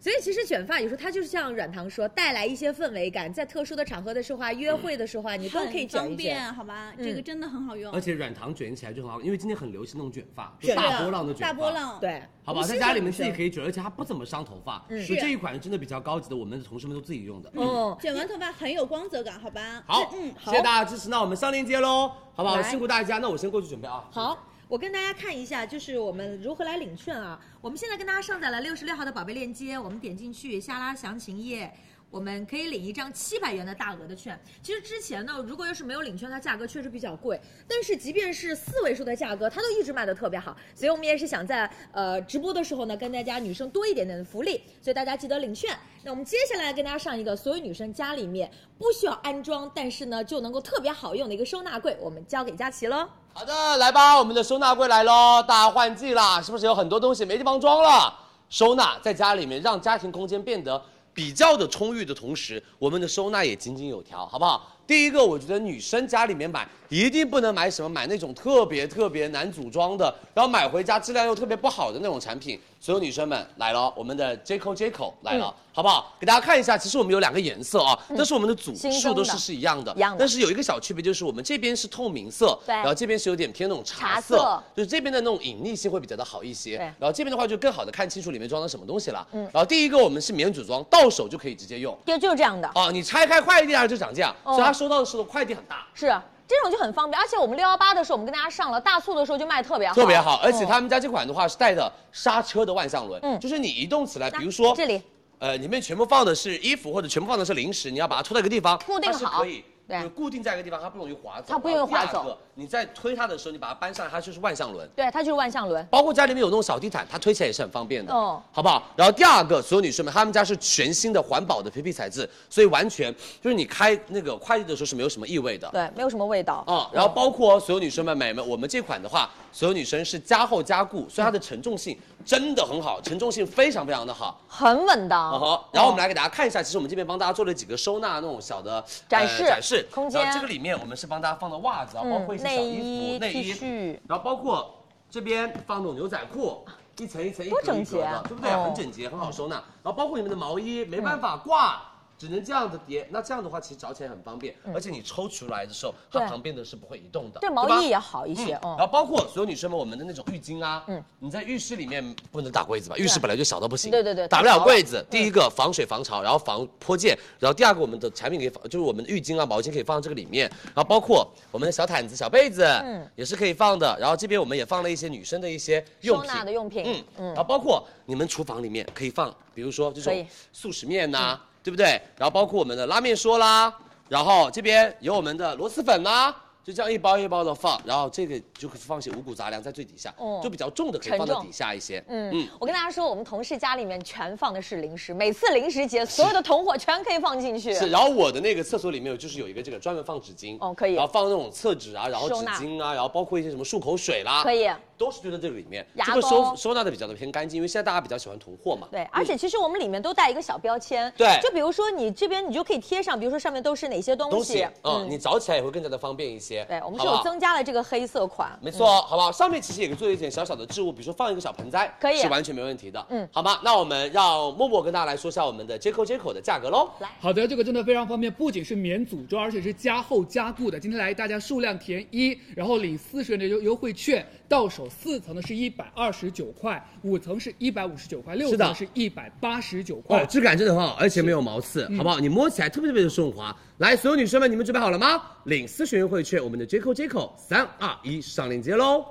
Speaker 1: 所以其实卷发有时候它就是像软糖说，带来一些氛围感，在特殊的场合的时候啊，约
Speaker 8: 嗯
Speaker 1: 会的时候啊，你都可以
Speaker 16: 很
Speaker 1: 卷一
Speaker 16: 方
Speaker 1: 卷。
Speaker 16: 便，好吧？
Speaker 1: 嗯
Speaker 16: 这个真的很好用，
Speaker 8: 而且软糖卷起来就很好，因为今天很流行那种卷发，就
Speaker 16: 卷
Speaker 8: 大波浪的卷发，
Speaker 16: 大波浪对
Speaker 8: 好
Speaker 16: 我
Speaker 8: 吧，
Speaker 16: 们
Speaker 8: 在
Speaker 16: 新
Speaker 8: 家
Speaker 16: 手
Speaker 8: 里面
Speaker 16: 女
Speaker 8: 自己
Speaker 16: 生
Speaker 8: 可以卷，而且它不怎么伤头发，
Speaker 16: 嗯
Speaker 8: 所以
Speaker 16: 是
Speaker 8: 这一款真的比较高级的，我们的同事们都自己用的。
Speaker 1: 嗯，
Speaker 16: 卷完头发很有光泽感，好吧？
Speaker 8: 好，
Speaker 16: 嗯，好，
Speaker 8: 谢谢大家支持，那我们上链接喽，好不好？
Speaker 1: 来
Speaker 8: 辛苦大家，那我先过去准备啊。
Speaker 1: 好，我跟大家看一下，就是我们如何来领券啊。我们现在跟大家上载了六十六号的宝贝链接，我们点进去下拉详情页。我们可以领一张七百元的大额的券。其实之前呢，如果要是没有领券，它价格确实比较贵。但是即便是四位数的价格，它都一直卖的特别好。所以我们也是想在呃直播的时候呢，跟大家女生多一点点的福利。所以大家记得领券。那我们接下来跟大家上一个，所有女生家里面不需要安装，但是呢就能够特别好用的一个收纳柜，我们交给佳琪喽。
Speaker 8: 好的，来吧，我们的收纳柜来喽，大家换季啦，是不是有很多东西没地方装了？收纳在家里面，让家庭空间变得比较的充裕的同时，我们的收纳也井井有条，好不好？第一个，我觉得女生家里面买一定不能买什么买那种特别特别难组装的，然后买回家质量又特别不好的那种产品。所有女生们来了，我们的 J Co J Co 来了，
Speaker 12: 嗯
Speaker 8: 好不好？给大家看一下，其实我们有两个颜色啊，但是我们的组
Speaker 12: 新
Speaker 8: 数
Speaker 12: 增
Speaker 8: 都
Speaker 12: 的
Speaker 8: 是是一样的，
Speaker 12: 一样的
Speaker 8: 但是有一个小区别就是我们这边是透明色，
Speaker 12: 对
Speaker 8: 然后这边是有点偏那种茶
Speaker 12: 茶
Speaker 8: 色，
Speaker 12: 色
Speaker 8: 就是这边的那种隐匿性会比较的好一些。
Speaker 12: 对
Speaker 8: 然后这边的话就更好的看清楚里面装的什么东西了。
Speaker 12: 嗯
Speaker 8: 然后第一个我们是免组装，到手就可以直接用。
Speaker 11: 就就是这样的。
Speaker 8: 啊，你拆开快递啊就长这样，
Speaker 11: 哦
Speaker 8: 所以他收到的时候快递很大。
Speaker 11: 是啊这种就很方便，而且我们六幺八的时候，我们跟大家上了大促的时候就卖特别好，
Speaker 8: 特别好，而且
Speaker 11: 嗯
Speaker 8: 他们家这款的话是带的刹车的万向轮，
Speaker 11: 嗯
Speaker 8: 就是你移动起来，比如说
Speaker 11: 这里，
Speaker 8: 呃，里面全部放的是衣服或者全部放的是零食，你要把它拖到一个地方，
Speaker 11: 固定
Speaker 8: 它是
Speaker 11: 好
Speaker 8: 可以。
Speaker 11: 对
Speaker 8: 就固定在一个地方，它不容易滑走。
Speaker 11: 它不容易滑
Speaker 8: 然后
Speaker 11: 走
Speaker 8: 第二个。你在推它的时候，你把它搬上来，它就是万向轮。
Speaker 11: 对，它就是万向轮。
Speaker 8: 包括家里面有那种小地毯，它推起来也是很方便的，
Speaker 11: 哦
Speaker 8: 好不好？然后第二个，所有女生们，他们家是全新的环保的 PP 材质，所以完全就是你开那个快递的时候是没有什么异味的。
Speaker 11: 对，没有什么味道。嗯
Speaker 8: 啊，然后包括所有女生们、美们，我们这款的话，所有女生是加厚加固，所以它的承重性真的很好，承重性非常非常的好。
Speaker 11: 很稳当。
Speaker 8: 嗯哼，然后我们来给大家看一下，其实我们这边帮大家做了几个收纳那种小的
Speaker 11: 哦
Speaker 8: 呃
Speaker 11: 展示
Speaker 8: 展示
Speaker 11: 空间
Speaker 8: 然后这个里面我们是帮大家放的袜子啊，
Speaker 11: 嗯
Speaker 8: 包括一些小衣服、
Speaker 11: 内
Speaker 8: 内
Speaker 11: 衣 T
Speaker 8: 衣，然后包括这边放那种牛仔裤。一层一层一
Speaker 11: 啊多
Speaker 8: 格一
Speaker 11: 整洁
Speaker 8: 格
Speaker 11: 啊
Speaker 8: 的，对不对？
Speaker 11: 哦嗯
Speaker 8: 很整洁，很好收纳。然后包括你们的毛衣，没办法挂，只能这样子叠。那这样的话，其实找起来很方便，而且你抽出来的时候，它
Speaker 11: 嗯对
Speaker 8: 旁边的是不会移动的。
Speaker 11: 对毛
Speaker 8: 吧
Speaker 11: 衣也好一些
Speaker 8: 嗯
Speaker 11: 哦
Speaker 8: 然后包括所有女生们，我们的那种浴巾啊，嗯，你在浴室里面不能打柜子吧？浴室本来就小到不行，
Speaker 11: 对对对
Speaker 8: 打不了柜子
Speaker 11: 太。
Speaker 8: 第一个防水防潮，然后防泼溅，然后第二个我们的产品可以放，就是我们的浴巾啊、毛巾可以放到这个里面，然后包括我们的小毯子、小被子，
Speaker 11: 嗯
Speaker 8: 也是可以放的。然后这边我们也放了一些女生的一些用
Speaker 11: 收
Speaker 8: 品，
Speaker 11: 纳的用品，
Speaker 8: 嗯然后包括你们厨房里面可以放，比如说这
Speaker 11: 可以嗯
Speaker 8: 种速食面呐、对不对？然后包括我们的拉面说啦，然后这边有我们的螺蛳粉啦、就这样一包一包的放，然后这个就可以放些五谷杂粮在最底下，
Speaker 11: 哦
Speaker 8: 就比较重的可以
Speaker 11: 沉
Speaker 8: 放到
Speaker 11: 重
Speaker 8: 底下一些。
Speaker 11: 嗯，我跟大家说，我们同事家里面全放的是零食，每次零食节所有的同伙全可以放进去。
Speaker 8: 是，然后我的那个厕所里面有就是有一个这个专门放纸巾，
Speaker 11: 哦可以
Speaker 8: 然后放那种厕纸啊，然后纸
Speaker 11: 收纳
Speaker 8: 巾啊，然后包括一些什么漱口水啦，
Speaker 11: 可以
Speaker 20: 都是堆在这个里面。
Speaker 7: 牙
Speaker 20: 这个
Speaker 7: 膏
Speaker 20: 收收纳的比较的偏干净，因为现在大家比较喜欢囤货嘛。嗯
Speaker 7: 对，而且其实我们里面都带一个小标签，
Speaker 20: 对
Speaker 7: 就比如说你这边你就可以贴上，比如说上面都是哪些东
Speaker 20: 东西，嗯，
Speaker 7: 嗯，
Speaker 20: 你找起来也会更加的方便一些。
Speaker 7: 对，我们
Speaker 20: 好不
Speaker 7: 是有
Speaker 20: 好
Speaker 7: 增加了这个黑色款，
Speaker 20: 没错，
Speaker 8: 哦
Speaker 20: 哦好不好？上面其实也做了一点小小的置物，比如说放一个小盆栽，
Speaker 7: 可以
Speaker 20: 是完全没问题的。
Speaker 7: 嗯
Speaker 20: 嗯，好吗？那我们让默默跟大家来说一下我们的 Jaco Jaco 的价格喽。来，
Speaker 12: 好的，这个真的非常方便，不仅是免组装，而且是加厚加固的。今天来大家数量填一，然后领四十元的优优惠券，到手四层的是一百二十九块，五层是一百五十九块，六
Speaker 8: 是的
Speaker 12: 层是一百八十九块。
Speaker 8: 哦，质感真的很好，而且没有毛刺，
Speaker 12: 嗯
Speaker 8: 好不好？你摸起来特别特别的顺滑。来，所有女生们，你们准备好了吗？领四十元优惠券，我们的 Jaco Jaco 三二一上链接喽！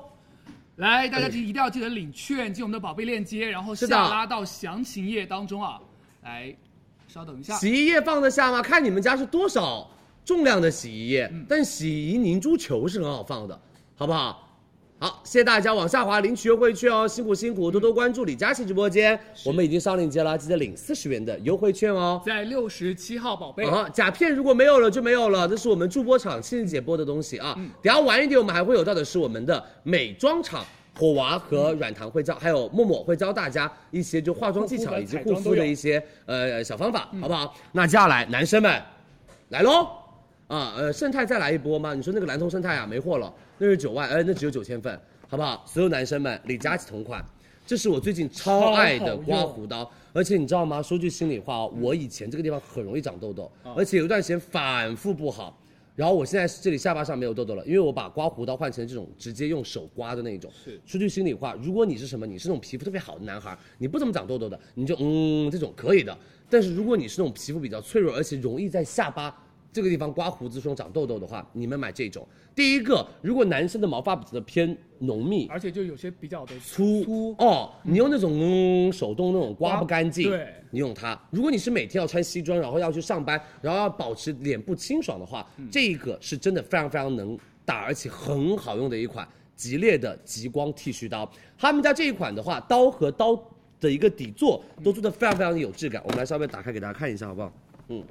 Speaker 12: 来，大家记一定要记得领券，进我们的宝贝链接，然后
Speaker 8: 是
Speaker 12: 下
Speaker 8: 的
Speaker 12: 拉到详情页当中啊。来，稍等一下。
Speaker 8: 洗衣液放得下吗？看你们家是多少重量的洗衣
Speaker 12: 嗯
Speaker 8: 液，但洗衣凝珠球是很好放的，好不好？好，谢谢大家，往下滑领取优惠券哦，辛苦辛苦，多多关注李佳琦直播间，我们已经上链接了，记得领四十元的优惠券哦。
Speaker 12: 在六十七号宝贝。
Speaker 8: 啊，甲片如果没有了就没有了，这是我们助播场亲子姐播的东西啊。
Speaker 12: 嗯
Speaker 8: 等下晚一点我们还会有到的是我们的美妆场。火娃和软糖会教，还有默默会教大家一些就化妆技
Speaker 12: 护肤
Speaker 8: 巧
Speaker 12: 和
Speaker 8: 以及
Speaker 12: 彩
Speaker 8: 护
Speaker 12: 妆
Speaker 8: 肤
Speaker 12: 都
Speaker 8: 的
Speaker 12: 有嗯
Speaker 8: 一些呃小方法，好不好？那接下来男生们来喽，啊呃胜肽再来一波吗？你说那个蓝通胜肽啊没货了，那是九万，呃那只有九千份，好不好？所有男生们，李佳琦同款，这是我最近超爱的刮胡刀，而且你知道吗？说句心里话哦，我以前这个地方很容易长痘痘，
Speaker 12: 哦
Speaker 8: 而且有一段时间反复不好。然后我现在这里下巴上没有痘痘了，因为我把刮胡刀换成这种直接用手刮的那一种。
Speaker 12: 是
Speaker 8: 说句心里话，如果你是什么，你是那种皮肤特别好的男孩，你不怎么长痘痘的，你就嗯这种可以的。但是如果你是那种皮肤比较脆弱，而且容易在下巴这个地方刮胡子中长痘痘的话，你们买这种。第一个，如果男生的毛发比较偏浓密，
Speaker 12: 而且就有些比较的
Speaker 8: 粗哦，你用那种嗯手动那种刮
Speaker 12: 刮
Speaker 8: 不干净，
Speaker 12: 对
Speaker 8: 你用它。如果你是每天要穿西装，然后要去上班，然后要保持脸部清爽的话，这个是真的非常非常能打，而且很好用的一款吉列的极光剃须刀。他们家这一款的话，刀和刀的一个底座都做的非常非常的有质感。我们来稍微打开给大家看一下，好不好？嗯，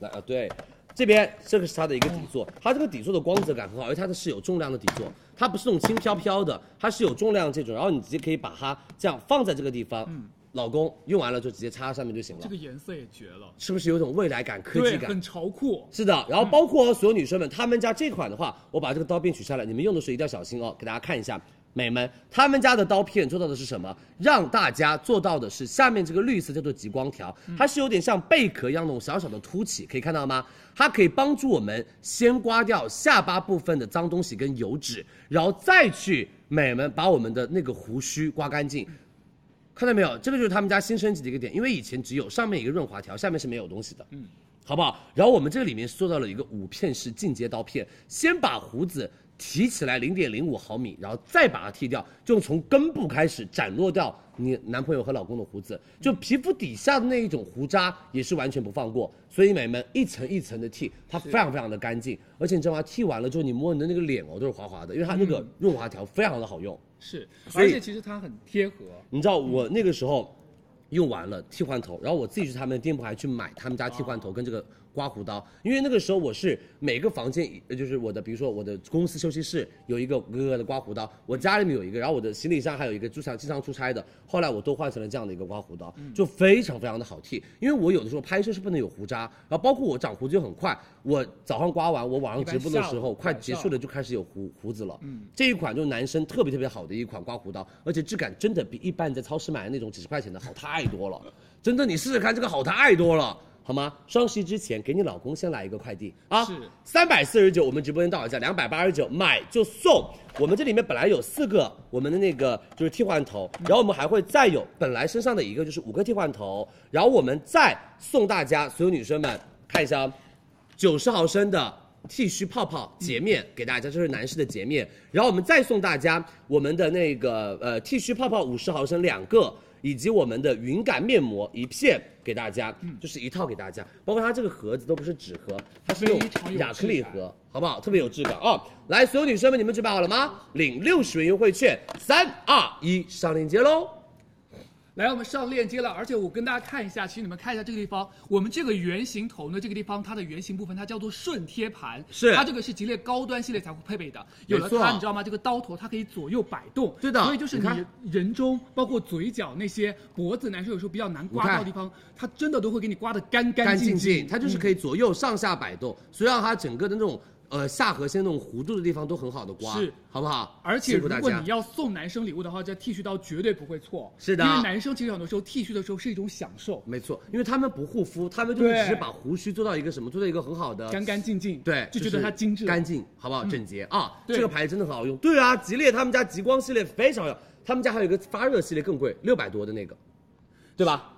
Speaker 8: 来啊，对，这边这个是它的一个底座，它这个底座的光泽感很好，而且它是有重量的底座，它不是那种轻飘飘的，它是有重量这种，然后你直接可以把它这样放在这个地方，老公用完了就直接插上面就行了
Speaker 12: 嗯这个，颜色也绝了，
Speaker 8: 是不是有种未来感、科技
Speaker 12: 对，
Speaker 8: 感
Speaker 12: 很？潮酷。
Speaker 8: 是的，然后包括所有女生们，她们家这款的话，我把这个刀片取下来，你们用的时候一定要小心哦，给大家看一下。美们，他们家的刀片做到的是什么？让大家做到的是下面这个绿色叫做极光条，它是有点像贝壳一样那种小小的凸起，可以看到吗？它可以帮助我们先刮掉下巴部分的脏东西跟油脂，然后再去美们把我们的那个胡须刮干净。看到没有？这个就是他们家新升级的一个点，因为以前只有上面一个润滑条，下面是没有东西的。嗯。好不好？然后我们这个里面是做到了一个五片式进阶刀片，先把胡子提起来零点零五毫米，然后再把它剃掉，就从根部开始斩落掉你男朋友和老公的胡子，就皮肤底下的那一种胡渣也是完全不放过。所以美们一层一层的剃，它非常非常的干净，而且你知道吗？剃完了之后，你摸你的那个脸哦，都是滑滑的，因为它那个
Speaker 12: 嗯
Speaker 8: 润滑条非常的好用。
Speaker 12: 是，
Speaker 8: 所
Speaker 12: 而
Speaker 8: 以
Speaker 12: 且其实它很贴合。
Speaker 8: 你知道我
Speaker 12: 嗯
Speaker 8: 那个时候用完了剃换头，然后我自己去他们的店铺还去买他们家剃换
Speaker 12: 啊
Speaker 8: 头跟这个刮胡刀，因为那个时候我是每个房间呃就是我的，比如说我的公司休息室有一个格格的刮胡刀，我家里面有一个，然后我的行李箱还有一个，经常经常出差的，后来我都换成了这样的一个刮胡刀，
Speaker 12: 嗯
Speaker 8: 就非常非常的好剃，因为我有的时候拍摄是不能有胡渣，然后包括我长胡子又很快，我早上刮完，我晚上直播的时候
Speaker 12: 一般下午
Speaker 8: 快结束
Speaker 12: 晚
Speaker 8: 了
Speaker 12: 上
Speaker 8: 就开始有胡胡子了，
Speaker 12: 嗯
Speaker 8: 这一款就是男生特别特别好的一款刮胡刀，而且质感真的比一般你在超市买的那种几十块钱的好太多了，真的你试试看，这个好太多了。好吗？双十一之前给你老公先来一个快递啊！
Speaker 12: 是
Speaker 8: 三百四十九，我们直播间到手价两百八十九，买就送。我们这里面本来有四个我们的那个就是替换头，然后我们还会再有本来身上的一个就是五个替换头，然后我们再送大家所有女生们看一下哦，九十毫升的剃须泡泡洁
Speaker 12: 嗯
Speaker 8: 面给大家，这是男士的洁面。然后我们再送大家我们的那个呃剃须泡泡五十毫升两个，以及我们的云感面膜一片给大家，
Speaker 12: 嗯
Speaker 8: 就是一套给大家。包括它这个盒子都不是纸盒，它是用
Speaker 12: 非常有
Speaker 8: 亚克力
Speaker 12: 质感
Speaker 8: 盒，好不好？特别有质感哦。来，所有女生们，你们准备好了吗？领六十元优惠券，三二一，上链接喽！
Speaker 12: 来，我们上链接了，而且我跟大家看一下，其实你们看一下这个地方，我们这个圆形头呢，这个地方它的圆形部分它叫做顺贴盘，
Speaker 19: 是
Speaker 12: 它这个是吉列高端系列才会配备的，
Speaker 19: 没
Speaker 12: 有
Speaker 19: 错
Speaker 12: 了它，你知道吗？这个刀头它可以左右摆动，
Speaker 19: 对的
Speaker 12: 所以就是
Speaker 19: 你看
Speaker 12: 你人中包括嘴角那些脖子，男生有时候比较难刮
Speaker 19: 你看
Speaker 12: 到的地方，它真的都会给你刮的干
Speaker 19: 干
Speaker 12: 净
Speaker 19: 净净，它就
Speaker 12: 嗯
Speaker 19: 是可以左右上下摆动，所以让它整个的那种呃下颌线那种弧度的地方都很好的刮，
Speaker 12: 是
Speaker 19: 好不好？
Speaker 12: 嗯而且
Speaker 19: 辛
Speaker 12: 如
Speaker 19: 苦大
Speaker 12: 果
Speaker 19: 家
Speaker 12: 你。要送男生礼物的话，这剃须刀绝对不会错。
Speaker 19: 是的
Speaker 12: 因为男生其实很多时候剃须的时候是一种享受。
Speaker 19: 没错，因为他们不护肤，他们就是
Speaker 12: 对
Speaker 19: 只是把胡须做到一个什么，做到一个很好的
Speaker 12: 干干净净
Speaker 19: 对，
Speaker 12: 就觉得
Speaker 19: 是
Speaker 12: 它精致了
Speaker 19: 干净，好不好？整洁啊，
Speaker 12: 对
Speaker 19: 这个牌子真的很好用。对啊，吉列他们家极光系列非常好用，他们家还有一个发热系列更贵，六百多的那个，对吧？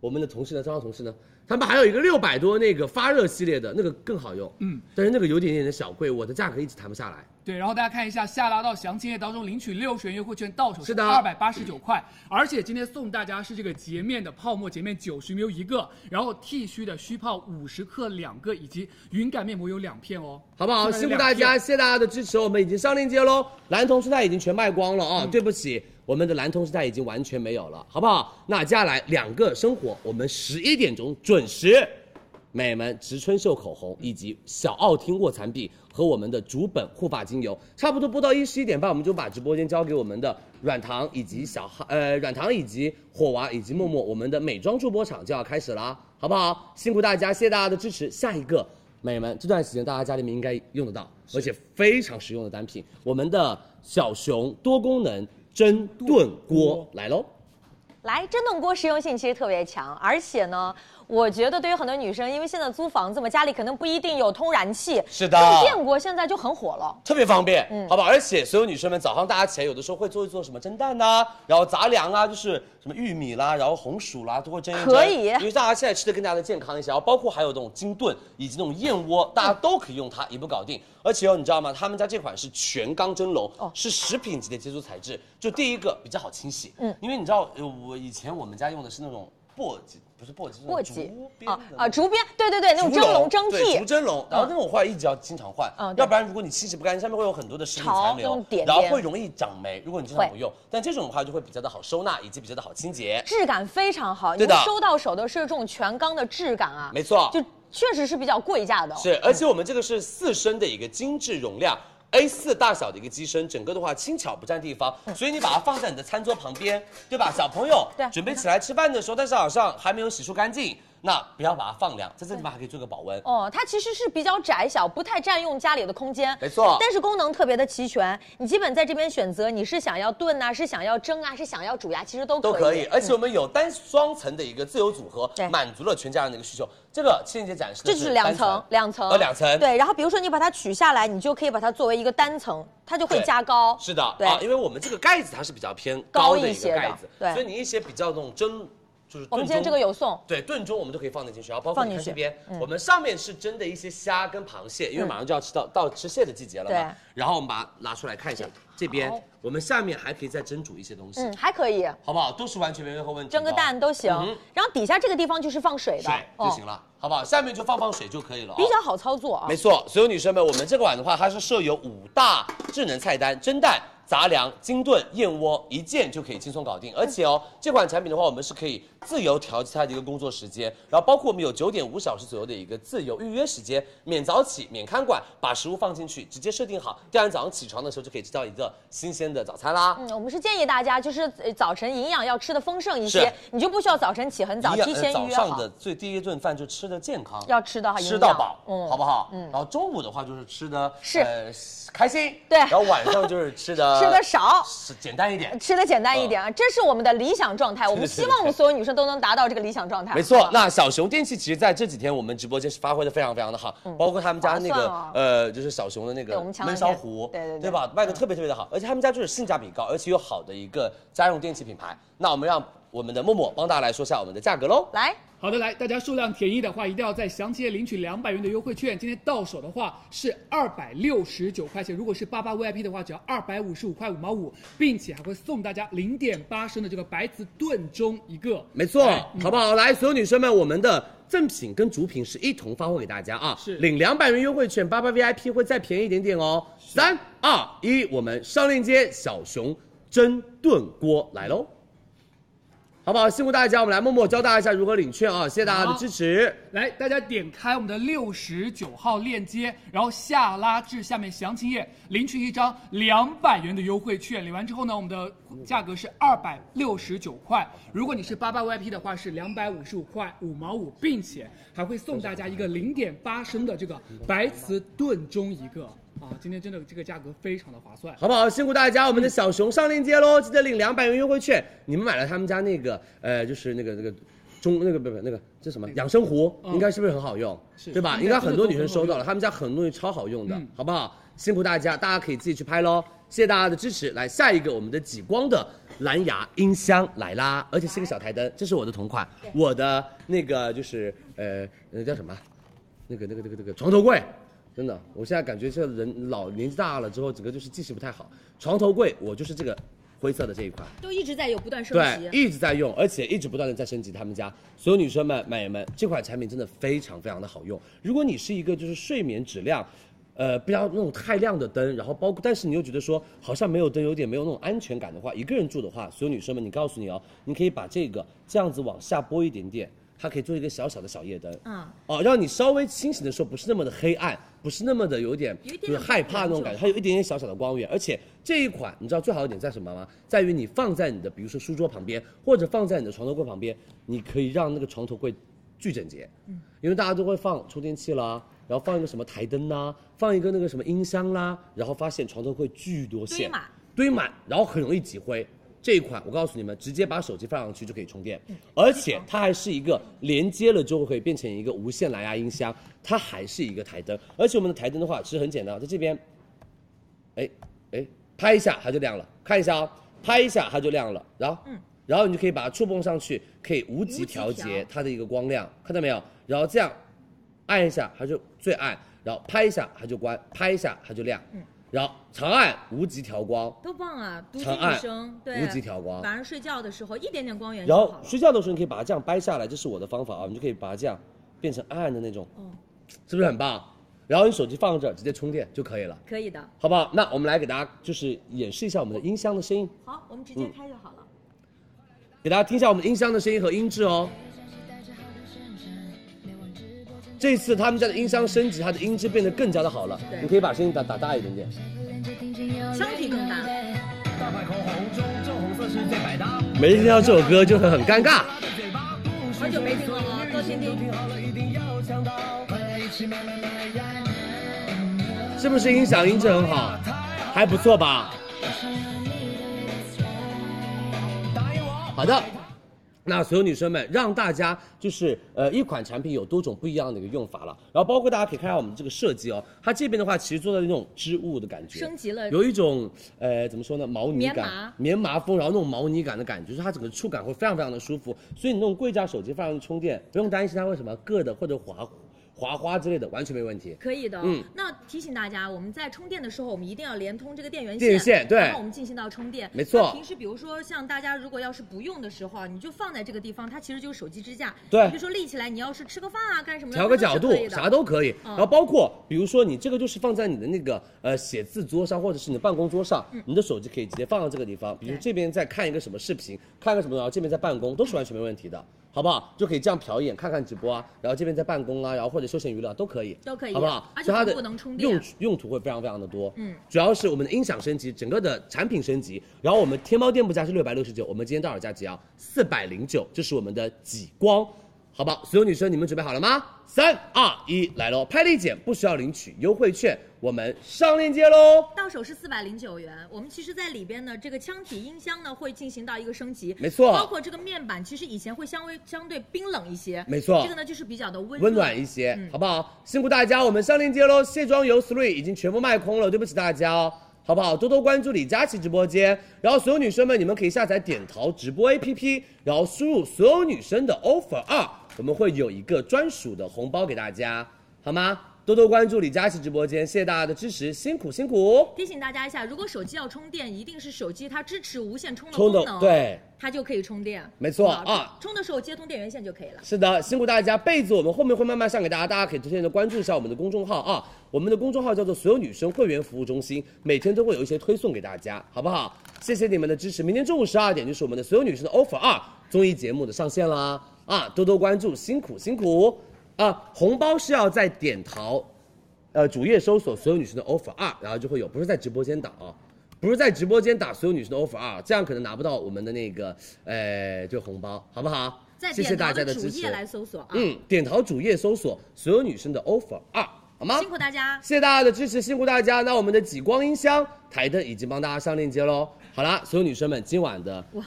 Speaker 19: 我们的同事呢，招商同事呢，他们还有一个六百多那个发热系列的那个更好用，
Speaker 12: 嗯，
Speaker 19: 但是那个有点点的小贵，我的价格一直谈不下来。
Speaker 12: 对，然后大家看一下下拉到详情页当中领取六十元优惠券，到手
Speaker 19: 是的
Speaker 12: 二百八十九块。而且今天送大家是这个洁面的泡沫洁面九十 ml 一个，然后剃须的须泡五十克两个，以及云感面膜有两片哦，
Speaker 19: 好不好？
Speaker 12: 送
Speaker 19: 辛苦大
Speaker 12: 两
Speaker 19: 家，
Speaker 12: 片。
Speaker 19: 谢谢大家的支持，我们已经上链接喽。蓝铜时代已经全卖光了啊，对不起，我们的蓝铜时代已经完全没有了，好不好？那接下来两个生活，我们十一点钟准时，美们植村秀口红以及小奥汀卧蚕笔和我们的竹本护发精油，差不多播到一十一点半，我们就把直播间交给我们的软糖以及小哈呃软糖以及火娃以及默默，我们的美妆助播场就要开始啦，好不好？辛苦大家，谢谢大家的支持，下一个。美们，这段时间大家家里面应该用得到，而且非常实用的单品，我们的小熊多功能蒸炖锅来喽！
Speaker 1: 来，蒸炖锅实用性其实特别强，而且呢，我觉得对于很多女生，因为现在租房子嘛，家里可能不一定有通燃气，
Speaker 8: 是的
Speaker 1: 用电锅现在就很火了。
Speaker 8: 特别方便，
Speaker 1: 嗯
Speaker 8: 好不好？而且所有女生们早上大家起来，有的时候会做一做什么蒸蛋呐、然后杂粮啊，就是什么玉米啦，然后红薯啦，都会蒸一蒸。
Speaker 1: 可以
Speaker 8: 因为大家现在吃的更加的健康一些，然后包括还有那种金炖以及那种燕
Speaker 1: 嗯
Speaker 8: 窝，大家都可以用它一步搞定。而且哦，你知道吗？他们家这款是全钢蒸笼，
Speaker 1: 哦
Speaker 8: 是食品级的接触材质，就第一个比较好清洗，
Speaker 1: 嗯
Speaker 8: 嗯，因为你知道，呃我以前我们家用的是那种簸箕，不是簸箕，是那种
Speaker 1: 簸
Speaker 8: 嗯竹
Speaker 1: 箕啊啊，竹编，对对对，那种蒸笼蒸
Speaker 8: 对
Speaker 1: 屉，嗯
Speaker 8: 竹蒸笼，然后那种话一直要经常换
Speaker 1: 嗯，对
Speaker 8: 要不然如果你清洗不干净，上面会有很多的食品
Speaker 1: 潮
Speaker 8: 残
Speaker 1: 那种
Speaker 8: 留
Speaker 1: 点，
Speaker 8: 然后
Speaker 1: 点
Speaker 8: 会容易长霉。如果你经常不用，但这种的话就会比较的好收纳，以及比较的好清洁。
Speaker 1: 质感非常好，你
Speaker 8: 对的
Speaker 1: 们收到手的是这种全钢的质感啊，
Speaker 8: 没错
Speaker 1: 就确实是比较贵价的、哦。
Speaker 8: 是，而且我们这个是四升的一个精致容量。A 4大小的一个机身，整个的话轻巧不占地方，所以你把它放在你的餐桌旁边，对吧？小朋友
Speaker 1: 嗯对啊嗯
Speaker 8: 准备起来吃饭的时候，但是好像还没有洗漱干净，那不要把它放凉，在这地方还可以做个保温。
Speaker 1: 哦，它其实是比较窄小，不太占用家里的空间，
Speaker 8: 没错
Speaker 1: 但是功能特别的齐全，你基本在这边选择你是想要炖啊，是想要蒸啊，是想要煮呀、其实都可以。嗯
Speaker 8: 都可以。而且我们有单双层的一个自由组合
Speaker 1: 对，
Speaker 8: 满足了全家人的一个需求。这个青年节展示的
Speaker 1: 这就是两
Speaker 8: 单
Speaker 1: 层，两层，
Speaker 8: 呃两层
Speaker 1: 对，然后比如说你把它取下来，你就可以把它作为一个单层，它就会
Speaker 8: 对
Speaker 1: 加高。
Speaker 8: 是的
Speaker 1: 对
Speaker 8: 啊，因为我们这个盖子它是比较偏
Speaker 1: 高
Speaker 8: 高
Speaker 1: 一
Speaker 8: 的一
Speaker 1: 些
Speaker 8: 个
Speaker 1: 的
Speaker 8: 盖子，
Speaker 1: 对
Speaker 8: 所以你一些比较那种蒸。就是
Speaker 1: 我
Speaker 8: 炖
Speaker 1: 们今天
Speaker 8: 盅
Speaker 1: 这个有送
Speaker 8: 对炖盅我们都可以放得进去，然后包括
Speaker 1: 放
Speaker 8: 你
Speaker 1: 进
Speaker 8: 看
Speaker 1: 去
Speaker 8: 这边，
Speaker 1: 嗯
Speaker 8: 我们上面是蒸的一些虾跟螃蟹，因为
Speaker 1: 嗯
Speaker 8: 马上就要吃到到吃蟹的季节了
Speaker 1: 对
Speaker 8: 嘛。然后我们把它拿出来看一下，这边
Speaker 1: 好
Speaker 8: 我们下面还可以再蒸煮一些东西，
Speaker 1: 嗯，还可以
Speaker 8: 好不好？都是完全没有任何问题的哦。
Speaker 1: 蒸个蛋都行。
Speaker 8: 嗯哼
Speaker 1: 然后底下这个地方就是放水的，
Speaker 8: 水
Speaker 1: 哦
Speaker 8: 就行了，好不好？下面就放放水就可以了哦。
Speaker 1: 比较好操作啊。
Speaker 8: 没错，所有女生们，我们这款的话，它是设有五大智能菜单：蒸蛋、杂粮、金炖、燕窝，一键就可以轻松搞定。而且哦，这款产品的话，我们是可以自由调节它的一个工作时间，然后包括我们有九点五小时左右的一个自由预约时间，免早起、免看管，把食物放进去，直接设定好，第二天早上起床的时候就可以吃到一个新鲜的早餐啦。
Speaker 1: 嗯，我们是建议大家就是呃早晨营养要吃的丰盛一些
Speaker 8: 是，
Speaker 1: 你就不需要早晨起很早，
Speaker 8: 一样
Speaker 1: 提
Speaker 8: 呃
Speaker 1: 前
Speaker 8: 早
Speaker 1: 预约
Speaker 8: 上
Speaker 1: 好
Speaker 8: 的。最第一顿饭就吃的健康，
Speaker 1: 要吃得好
Speaker 8: 吃
Speaker 1: 营
Speaker 8: 到
Speaker 1: 养
Speaker 8: 饱，
Speaker 1: 嗯
Speaker 8: 好不好？
Speaker 1: 嗯
Speaker 8: 然后中午的话就是吃的
Speaker 1: 是
Speaker 8: 呃开心，
Speaker 1: <laughs> 对
Speaker 8: 然后晚上就是吃的
Speaker 1: <laughs> 吃得少
Speaker 8: 是简单一点。
Speaker 1: 呃吃的简单一点啊，这是我们的理想
Speaker 8: <laughs>
Speaker 1: 状态。我
Speaker 8: 嗯
Speaker 1: 们
Speaker 8: 对对
Speaker 1: 希望我们所有女生都能达到这个理想状态。
Speaker 8: 没错，那小熊电器其实在这几天我们直播间是发挥的非常非常的好，包括他们家那
Speaker 1: 嗯划
Speaker 8: 个、
Speaker 1: 算哦
Speaker 8: 呃，就是小熊的那
Speaker 1: 对
Speaker 8: 个
Speaker 1: 我们前两
Speaker 8: 焖
Speaker 1: 天
Speaker 8: 烧壶，
Speaker 1: 对对嗯对
Speaker 8: 吧？卖的特别特别的好，而且他们家就是性价比高，而且有好的一个家用电器品牌。那我们让我们的默默帮大家来说一下我们的价格喽。
Speaker 1: 来，
Speaker 12: 好的，来，大家数量填一的话，一定要在详情页领取两百元的优惠券。今天到手的话是二百六十九块钱，如果是八八 VIP 的话，只要二百五十五块五毛五，并且还会送大家零点八升的这个白瓷炖盅一个。
Speaker 19: 没错
Speaker 12: 哎，嗯
Speaker 19: 好不好？来，所有女生们，我们的赠品跟主品是一同发货给大家啊，
Speaker 12: 是
Speaker 19: 领两百元优惠券，八八 VIP 会再便宜一点点哦。三二一，我们上链接，小熊蒸炖锅来喽！
Speaker 8: 好不好？辛苦大家，我们来默默教大家一下如何领券啊！谢谢大家的支持。
Speaker 12: 来，大家点开我们的六十九号链接，然后下拉至下面详情页，领取一张两百元的优惠券。领完之后呢，我们的价格是二百六十九块。如果你是八八 VIP 的话，是两百五十五块五毛五，并且还会送大家一个零点八升的这个白瓷炖盅一个啊！今天真的这个价格非常的划算。
Speaker 8: 好不好？辛苦大家，我
Speaker 12: 嗯
Speaker 8: 们的小熊上链接喽，记得领两百元优惠券。你们买了他们家那个，呃，就是那个那个中那个不不那个这什么养生壶，应该是不是很好用？
Speaker 12: 嗯是
Speaker 8: 对吧？
Speaker 12: 他们家
Speaker 8: 应该很多
Speaker 12: 真的都
Speaker 8: 女生
Speaker 12: 很好
Speaker 8: 收到了，
Speaker 12: 用
Speaker 8: 他们家很多东西超好用的
Speaker 12: 嗯，
Speaker 8: 好不好？辛苦大家，大家可以自己去拍喽。谢谢大家的支持，来下一个我们的极光的蓝牙音箱来啦，而且是个小台灯，这是我的同款，我的那个就是呃那叫什么？那个那个那个那个床头柜，真的，我现在感觉这人老年纪大了之后，整个就是记性不太好。床头柜我就是这个灰色的这一款，
Speaker 1: 就一直在有不断升
Speaker 8: 对，
Speaker 1: 级。
Speaker 8: 一直在用，而且一直不断的在升级。他们家所有女生们、美人们，这款产品真的非常非常的好用。如果你是一个就是睡眠质量。呃，不要那种太亮的灯，然后包括，但是你又觉得说好像没有灯有点没有那种安全感的话，一个人住的话，所有女生们，你告诉你哦，你可以把这个这样子往下拨一点点，它可以做一个小小的小夜灯，
Speaker 1: 嗯，
Speaker 8: 哦，让你稍微清醒的时候不是那么的黑暗，不是那么的有点就是害怕那种感觉，它有一点点小小的光源。而且这一款你知道最好的点在什么吗？在于你放在你的比如说书桌旁边，或者放在你的床头柜旁边，你可以让那个床头柜巨整洁。嗯，因为大家都会放充电器啦，然后放一个什么台灯啦，放一个那个什么音箱啦，然后发现床头柜巨多线，
Speaker 6: 堆满
Speaker 8: 堆满，然后很容易积灰。这一款我告诉你们，直接把手机放上去就可以充电，
Speaker 6: 嗯
Speaker 8: 而且它还是一个连接了之后可以变成一个无线蓝牙音箱，它还是一个台灯，而且我们的台灯的话其实很简单，在这边，哎哎拍一下它就亮了，看一下哦，拍一下它就亮了，然后、然后你就可以把它触碰上去，可以嗯无极调节它的一个光亮，看到没有？然后这样按一下它就最暗，然后拍一下它就关，拍一下它就亮，
Speaker 1: 嗯
Speaker 8: 然后长按无极调光。
Speaker 1: 多棒啊！独
Speaker 8: 哦
Speaker 1: 居
Speaker 8: 长
Speaker 1: 女
Speaker 8: 按
Speaker 1: 生，对，
Speaker 8: 无极调光
Speaker 1: 晚上睡觉的时候一点点光源就
Speaker 8: 然
Speaker 1: 好
Speaker 8: 后
Speaker 1: 了。
Speaker 8: 睡觉的时候，你可以把它这样掰下来，这是我的方法啊，你就可以把它这样变成暗暗的那种，
Speaker 1: 哦，
Speaker 8: 是不是很棒？然后你手机放这儿，直接充电就可以了，
Speaker 1: 可以的。
Speaker 8: 好不好？那我们来给大家就是演示一下我们的音箱的声音，
Speaker 1: 好，我们直接
Speaker 8: 嗯
Speaker 1: 开就好了。
Speaker 8: 给大家听一下我们音箱的声音和音质哦。这次他们家的音箱升级，它的音质变得更加的好了，你可以把声音打打大一点点。
Speaker 1: 箱体更大。
Speaker 8: 每次听到这首歌就会很尴尬。
Speaker 1: 好久没听了啊，多听听。
Speaker 8: 是不是音响音质很好？啊还不错吧？好的。那所有女生们，让大家就是呃一款产品有多种不一样的一个用法了，然后包括大家可以看一下我们这个设计哦，它这边的话其实做到那种织物的感觉，
Speaker 1: 升级了
Speaker 8: 有一种呃怎么说呢毛呢
Speaker 1: 棉
Speaker 8: 感
Speaker 1: 麻
Speaker 8: 棉麻风，然后那种毛呢感的感觉，就是它整个触感会非常非常的舒服，所以你那种柜架手机放上去充电，不用担心它会什么硌的或者滑滑花之类的，完全没问题。
Speaker 1: 可以的。
Speaker 8: 嗯
Speaker 1: 那提醒大家，我们在充电的时候，我们一定要连通这个电源线，
Speaker 8: 电源线对
Speaker 1: 然后我们进行到充电。
Speaker 8: 没错
Speaker 1: 那平时比如说像大家如果要是不用的时候啊，你就放在这个地方，它其实就是手机支架。
Speaker 8: 对
Speaker 1: 你比如说立起来，你要是吃个饭啊，干什么的，
Speaker 8: 调个
Speaker 1: 它
Speaker 8: 角
Speaker 1: 是
Speaker 8: 度
Speaker 1: 可以，的
Speaker 8: 啥都可以。
Speaker 1: 嗯
Speaker 8: 然后包括比如说你这个就是放在你的那个呃写字桌上，或者是你的办公桌上，你的手机可以直接放到这个地方。比如
Speaker 1: 嗯对
Speaker 8: 这边在看一个什么视频，看个什么，然后这边在办公，都是完全没问题的，好不好？就可以这样瞟一眼，看看直播啊，然后这边在办公啊，然后或者休闲娱乐都可以，
Speaker 1: 都可以
Speaker 8: 好不好？
Speaker 1: 而且
Speaker 8: 所以它
Speaker 1: 同
Speaker 8: 的
Speaker 1: 步能充电
Speaker 8: 用用途会非常非常的多。
Speaker 1: 嗯
Speaker 8: 主要是我们的音响升级，整个的产品升级，然后我们天猫店铺价是六百六十九，我们今天到手价只要啊四百零九，这是我们的极光，好不好？所有女生你们准备好了吗？三二一，来喽！拍立减不需要领取优惠券，我们上链接喽。
Speaker 1: 到手是四百零九元，我们其实在里边呢，这个腔体音箱呢会进行到一个升级，
Speaker 8: 没错
Speaker 1: 包括这个面板，其实以前会相微相对冰冷一些，
Speaker 8: 没错
Speaker 1: 这个呢就是比较的温
Speaker 8: 温暖一些，好不好？辛苦大家，我们上链接喽。卸妆油 three 已经全部卖空了，对不起大家哦，好不好？多多关注李佳琦直播间，然后所有女生们，你们可以下载点淘直播 APP，然后输入所有女生的 offer 二，我们会有一个专属的红包给大家，好吗？多多关注李佳琦直播间，谢谢大家的支持，辛苦辛苦。
Speaker 1: 提醒大家一下，如果手机要充电，一定是手机它支持无线充的
Speaker 8: 充的
Speaker 1: 功能，
Speaker 8: 对，
Speaker 1: 它就可以充电。
Speaker 8: 没错
Speaker 1: 好吧
Speaker 8: 啊
Speaker 1: 充的时候接通电源线就可以了。
Speaker 8: 是的，辛苦大家。被子我们后面会慢慢上给大家，大家可以提前的关注一下我们的公众号啊。我们的公众号叫做“所有女生会员服务中心”，每天都会有一些推送给大家，好不好？谢谢你们的支持。明天中午十二点就是我们的所有女生的 offer 二综艺节目的上线啦啊！多多关注，辛苦辛苦啊！红包是要在点淘，呃主页搜索“所有女生的 offer 二”，然后就会有，不是在直播间打啊。不是在直播间打所有女生的 offer 二，这样可能拿不到我们的那个，呃，就红包，好不好？
Speaker 1: 在
Speaker 8: 谢谢
Speaker 1: 点
Speaker 8: 大
Speaker 1: 淘
Speaker 8: 家
Speaker 1: 的主
Speaker 8: 支持。
Speaker 1: 页来搜索啊，
Speaker 8: 嗯，点淘主页搜索所有女生的 offer 二，好吗？
Speaker 1: 辛苦大家。
Speaker 8: 谢谢大家的支持，辛苦大家。那我们的极光音箱、台灯已经帮大家上链接喽。好啦，所有女生们，今晚的
Speaker 1: 哇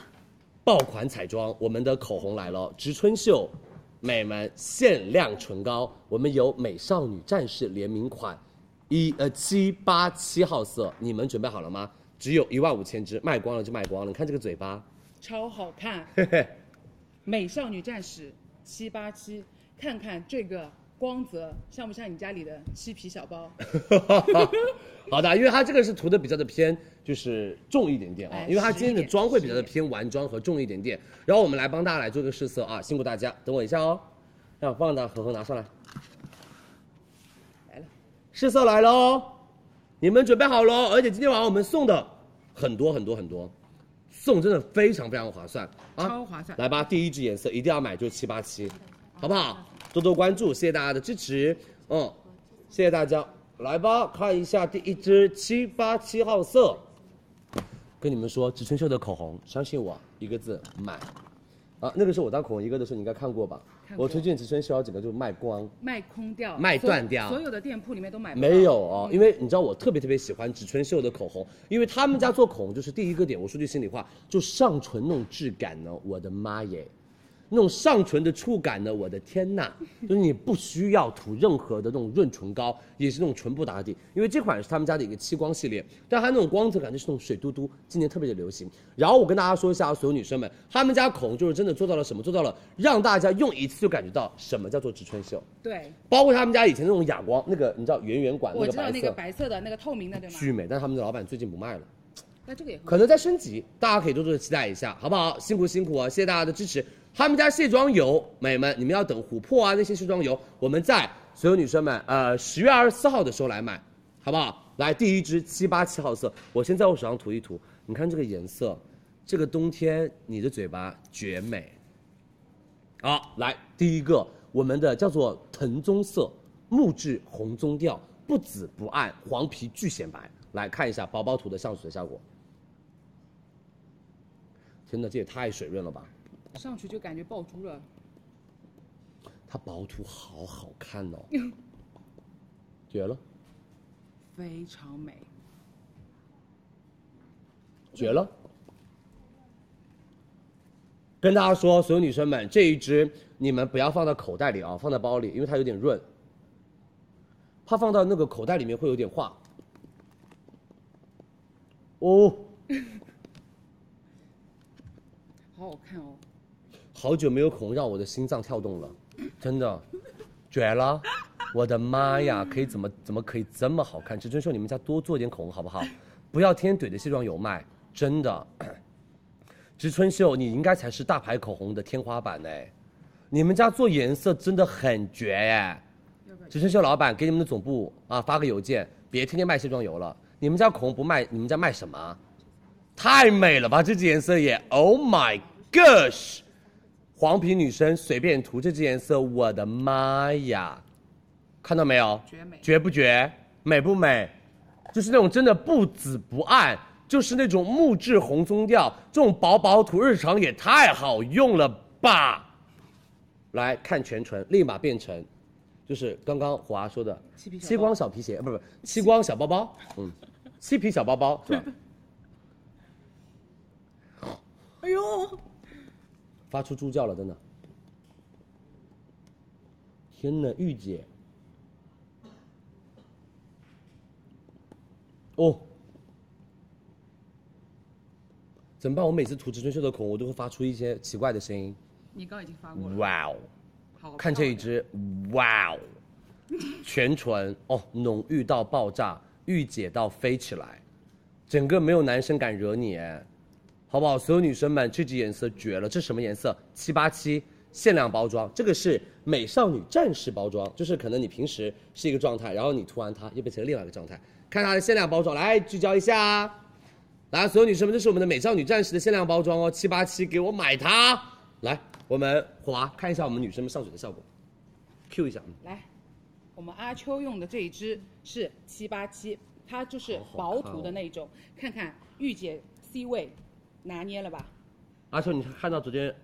Speaker 8: 爆款彩妆，我们的口红来喽，植村秀美们限量唇膏，我们有美少女战士联名款，一呃七八七号色，你们准备好了吗？只有一万五千支，卖光了就卖光了。你看这个嘴巴，
Speaker 19: 超好看，
Speaker 8: 嘿嘿，
Speaker 19: 美少女战士七八七，看看这个光泽像不像你家里的漆皮小包？
Speaker 8: 好的，因为它这个是涂的比较的偏，就是重一点点啊，
Speaker 19: 哎
Speaker 8: 因为它今天的妆会比较的偏完妆和重一点点。然后我们来帮大家来做个试色啊，辛苦大家，等我一下哦，让我帮大家盒盒拿上来。来了，试色来喽，你们准备好喽，而且今天晚上我们送的很多很多很多，送真的非常非常划算啊，
Speaker 19: 超划算
Speaker 8: 来吧，第一支颜色一定要买，就是七八七，好不好？多多关注，谢谢大家的支持，嗯，谢谢大家。来吧，看一下第一支七八七号色。跟你们说，植村秀的口红，相信我，一个字买。啊，那个时候我当口红一哥的时候，你应该看过吧？
Speaker 19: 看过
Speaker 8: 我推荐植村秀，整个就卖光。
Speaker 19: 卖空掉，
Speaker 8: <laughs> 卖
Speaker 19: 所有
Speaker 8: 断掉
Speaker 19: 所有的店铺里面都买不到嗯
Speaker 8: 没有哦，因为你知道我特别特别喜欢植村秀的口红，因为他们家做口红就是第一个点，我说句心里话，就上唇那种质感呢，我的妈耶！那种上唇的触感呢，我的天
Speaker 19: <laughs>
Speaker 8: 呐！就是你不需要涂任何的那种润唇膏，也是那种唇部打底，因为这款是他们家的一个七光系列，但它那种光泽感就是那种水嘟嘟，今年特别的流行。然后我跟大家说一下，啊，所有女生们，他们家口红就是真的做到了什么？做到了让大家用一次就感觉到什么叫做植村秀。
Speaker 19: 对，
Speaker 8: 包括他们家以前那种哑光，那个你知道圆圆管
Speaker 19: 我
Speaker 8: 个
Speaker 19: 知道
Speaker 8: 白
Speaker 19: 那个
Speaker 8: 色，
Speaker 19: 白色的那个透明的对吗？
Speaker 8: 巨美，但是他们的老板最近不卖了，
Speaker 19: 那这个也很
Speaker 8: 可能在升级，大家可以多多的期待一下，好不好？辛苦辛苦啊，谢谢大家的支持。他们家卸妆油，美们，你们要等琥珀啊那些卸妆油，我们在所有女生们，呃， <laughs> 十月二十四号的时候来买，好不好？来第一支七八七号色，我先在我手上涂一涂，你看这个颜色，这个冬天你的嘴巴绝美。好，来第一个，我们的叫做藤棕色木质红棕调，不紫不暗，黄皮巨显白。来看一下薄薄涂的上去的效果。天呐，这也太水润了吧！
Speaker 19: 上去就感觉爆珠了。 <laughs>
Speaker 8: 它薄涂好好看哦，绝了，
Speaker 19: 非常美，
Speaker 8: 绝了！跟大家说，所有女生们，这一支你们不要放到口袋里啊，放在包里，因为它有点润，怕放到那个口袋里面会有点化。哦，
Speaker 19: 好好看哦。
Speaker 8: 好久没有口红让我的心脏跳动了，真的，绝了！我的妈呀，可以怎么怎么可以这么好看？植村秀，你们家多做点口红好不好？不要天天怼着卸妆油卖，真的。植村秀，你应该才是大牌口红的天花板哎，你们家做颜色真的很绝哎。植村秀老板给你们的总部啊发个邮件，别天天卖卸妆油了。你们家口红不卖，你们家卖什么啊？太美了吧，这支颜色也，Oh my gosh！黄皮女生随便涂这支颜色，我的妈呀！看到没有？
Speaker 19: 绝美
Speaker 8: 绝不绝？美不美？就是那种真的不紫不暗，就是那种木质红棕调，这种薄薄涂日常也太好用了吧！来看全唇，立马变成，就是刚刚华说的
Speaker 19: 漆皮小包
Speaker 8: 漆光小皮鞋，不是不是漆光小包包，嗯，漆皮小包包是吧？
Speaker 19: 哎呦，
Speaker 8: 发出猪叫了，真的。天呐，御姐。哦，怎么办？我每次涂植村秀的口红，我都会发出一些奇怪的声音。
Speaker 19: 你刚刚已经发过了。
Speaker 8: 哇哦！
Speaker 19: 好，
Speaker 8: 看这一支，哇哦！全唇哦浓郁到爆炸，御姐到飞起来，整个没有男生敢惹你哎，好不好？所有女生们，这支颜色绝了，这什么颜色？七八七。限量包装，这个是美少女战士包装，就是可能你平时是一个状态，然后你涂完它又变成另外一个状态。看它的限量包装，来聚焦一下，啊来，所有女生们，这是我们的美少女战士的限量包装哦，七八七，给我买它！来，我们滑看一下我们女生们上嘴的效果，Q 一下，嗯
Speaker 19: 来，我们阿秋用的这一支是七八七，它就是薄涂的那一种，看看御姐 C 位拿捏了吧？
Speaker 8: 阿秋，你看到昨天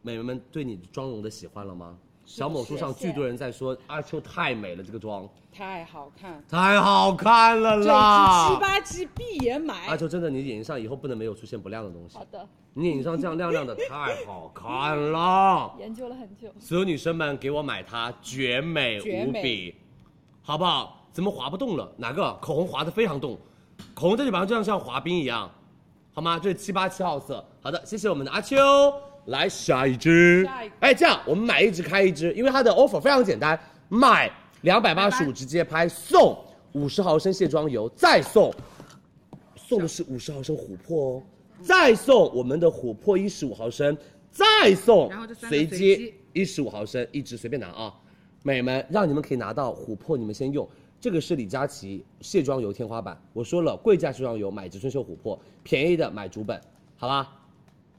Speaker 8: 美眉们对你妆容的喜欢了吗？小某书上巨多人在说阿秋太美了，这个妆
Speaker 19: 太好看，
Speaker 8: 太好看了
Speaker 19: 这一支
Speaker 8: 啦！
Speaker 19: 七八七必也买
Speaker 8: 阿。秋，真的，你眼睛上以后不能没有出现不亮的东西。
Speaker 9: 好的，
Speaker 8: 你眼睛上这样亮亮的，太好看了！
Speaker 9: 研究了很久。
Speaker 8: 所有女生们给我买它，绝美
Speaker 9: 绝
Speaker 8: 无比
Speaker 9: 美，
Speaker 8: 好不好？怎么滑不动了？哪个口红滑的非常动？口红在你板上就像像滑冰一样，好吗？这是七八七号色。好的，谢谢我们的阿秋。来下一支，
Speaker 19: 下一个
Speaker 8: 哎，这样我们买一支开一支，因为它的 offer 非常简单，买两百八十五直接拍送五十毫升卸妆油，再送送的是五十毫升琥珀哦，再送我们的琥珀一十五毫升，再送
Speaker 19: 然后这三个
Speaker 8: 随
Speaker 19: 随
Speaker 8: 机
Speaker 19: 机
Speaker 8: 一十五毫升，一支随便拿啊，美们，让你们可以拿到琥珀，你们先用。这个是李佳琦卸妆油天花板，我说了，贵价卸妆油买植村秀琥珀，便宜的买竹本，好吧？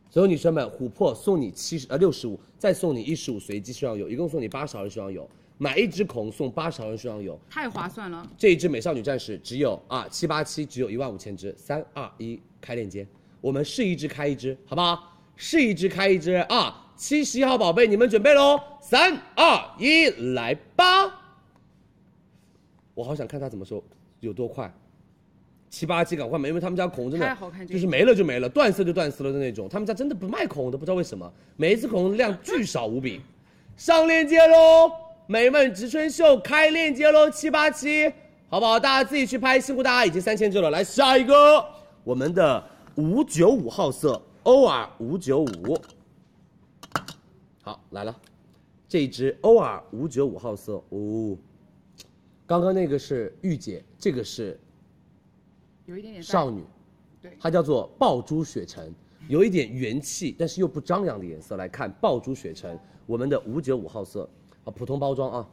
Speaker 8: 所有女生们，琥珀送你七十呃六十五，再送你一十五随机卸妆油，一共送你八十毫升卸妆油，买一支口红送八十毫升卸妆油，
Speaker 19: 太划算了！
Speaker 8: 这一支美少女战士只有啊七八七只有一万五千支，三二一开链接，我们试一支开一支，好不好？试一支开一支啊！七十一号宝贝，你们准备喽，三二一，来吧！我好想看他怎么说，有多快。七八七赶快买，因为他们家口红真的
Speaker 19: 太好看这
Speaker 8: 就
Speaker 19: 个
Speaker 8: 是没了就没了，断色就断色了的那种。他们家真的不卖口红的，不知道为什么，每一次口红量巨少无比。上链接喽，美们植村秀开链接喽，七八七，好不好？大家自己去拍，辛苦大家已经三千只了。来下一个，我们的五九五号色 OR 五九五，好来了，这一支 OR 五九五号色哦，刚刚那个是御姐，这个是
Speaker 19: 有一点点淡
Speaker 8: 少女，
Speaker 19: 对
Speaker 8: 它叫做爆珠雪橙，有一点元气，但是又不张扬的颜色。来看爆珠雪橙，我们的五九五号色啊，普通包装啊。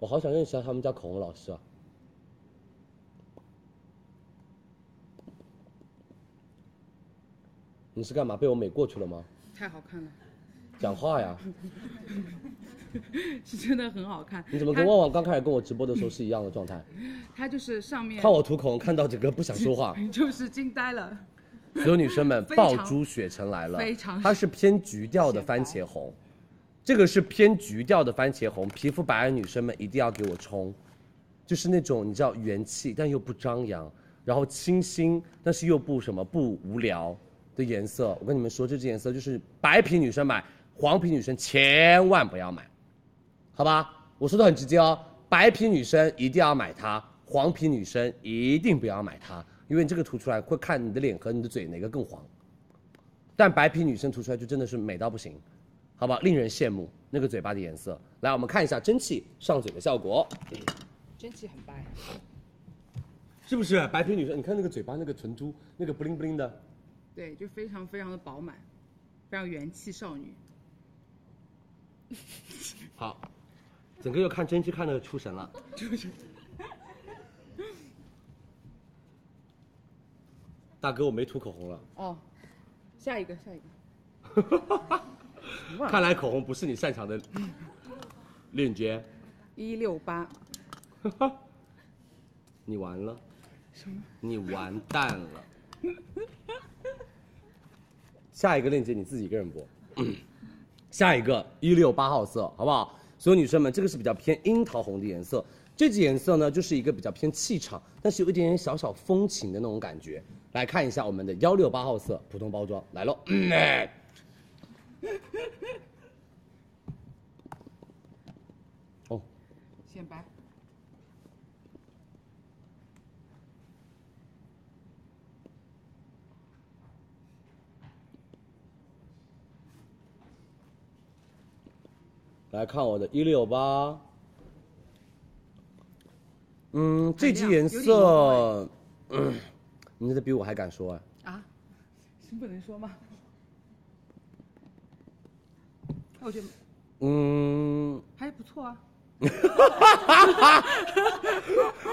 Speaker 8: 我好想认识一下他们家口红老师啊。你是干嘛？被我美过去了吗？
Speaker 19: 太好看了， <laughs>
Speaker 8: 讲话呀！
Speaker 19: 是真的很好看。
Speaker 8: 你怎么跟旺旺刚开始跟我直播的时候是一样的状态？
Speaker 19: 它？它就是上面
Speaker 8: 看我涂口红，看到整个不想说话。
Speaker 19: <laughs> 就是惊呆了。
Speaker 8: 所有女生们，
Speaker 19: 嗯 <laughs> 非
Speaker 8: 爆
Speaker 19: 常
Speaker 8: 珠雪橙来了，
Speaker 19: 非常
Speaker 8: 它是偏橘调的番茄红，这个是偏橘调的番茄红，皮肤白的女生们一定要给我冲，就是那种你知道元气但又不张扬，然后清新但是又不什么不无聊的颜色。我跟你们说，这支颜色就是白皮女生买，黄皮女生千万不要买。好吧？我说的很直接哦，白皮女生一定要买它，黄皮女生一定不要买它，因为你这个涂出来会看你的脸和你的嘴哪个更黄。但白皮女生涂出来就真的是美到不行，好吧？令人羡慕那个嘴巴的颜色。来，我们看一下蒸汽上嘴的效果，
Speaker 19: 蒸汽很白，
Speaker 8: 是不是？白皮女生，你看那个嘴巴那个唇珠，那个不灵不灵的，
Speaker 19: 对，就非常非常的饱满，非常元气少女。
Speaker 8: 好，整个又看蒸汽看的出神了。
Speaker 19: 就是
Speaker 8: 大哥，我没涂口红了，
Speaker 19: 哦，下一个，下一个，
Speaker 8: <laughs> 看来口红不是你擅长的 <laughs> 链接，
Speaker 19: 一六八，
Speaker 8: 你完了。
Speaker 19: 什么？
Speaker 8: 你完蛋了。 <laughs> 下一个链接你自己一个人播。 <coughs> 下一个一六八号色，好不好？所有女生们，这个是比较偏樱桃红的颜色。这支颜色呢，就是一个比较偏气场，但是有一点点小小风情的那种感觉。来看一下我们的幺六八号色，普通包装来喽。嗯哎
Speaker 19: 显白，
Speaker 8: <coughs> 来看我的一六八，嗯，这支颜
Speaker 19: 有点
Speaker 8: 色，嗯，你这比我还敢说哎、
Speaker 19: 啊，是不能说吗？那我觉得
Speaker 8: 嗯，
Speaker 19: 哦
Speaker 8: <laughs>
Speaker 19: 还不错啊。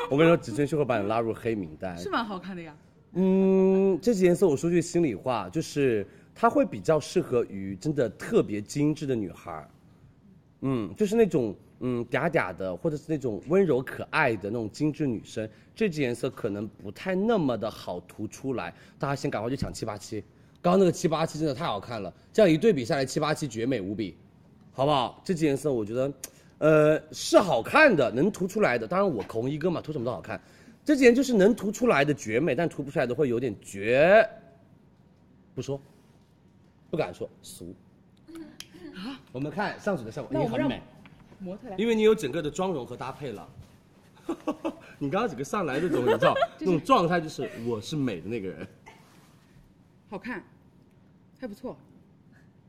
Speaker 8: 我跟你说，只争秀会把你拉入黑名单。
Speaker 19: 是蛮好看的呀。
Speaker 8: 嗯，这支颜色我说句心里话，就是它会比较适合于真的特别精致的女孩儿，嗯，就是那种嗯嗲嗲的，或者是那种温柔可爱的那种精致女生，这支颜色可能不太那么的好涂出来，大家先赶快去抢七八七，刚刚那个七八七真的太好看了，这样一对比下来，七八七绝美无比，好不好？这支颜色我觉得，呃，是好看的，能涂出来的。当然我红一哥嘛，涂什么都好看。这几年就是能涂出来的绝美，但涂不出来的会有点绝，不说，不敢说俗。我们看上嘴的效果，
Speaker 19: 那
Speaker 8: 你
Speaker 19: 我们
Speaker 8: 很
Speaker 19: 让
Speaker 8: 美，
Speaker 19: 啊模特来，
Speaker 8: 因为你有整个的妆容和搭配了。 <laughs> 你刚刚整个上来那种，你知
Speaker 19: <laughs>
Speaker 8: 道那种状态就是我是美的那个人。
Speaker 19: 好看，还不错。
Speaker 13: <laughs>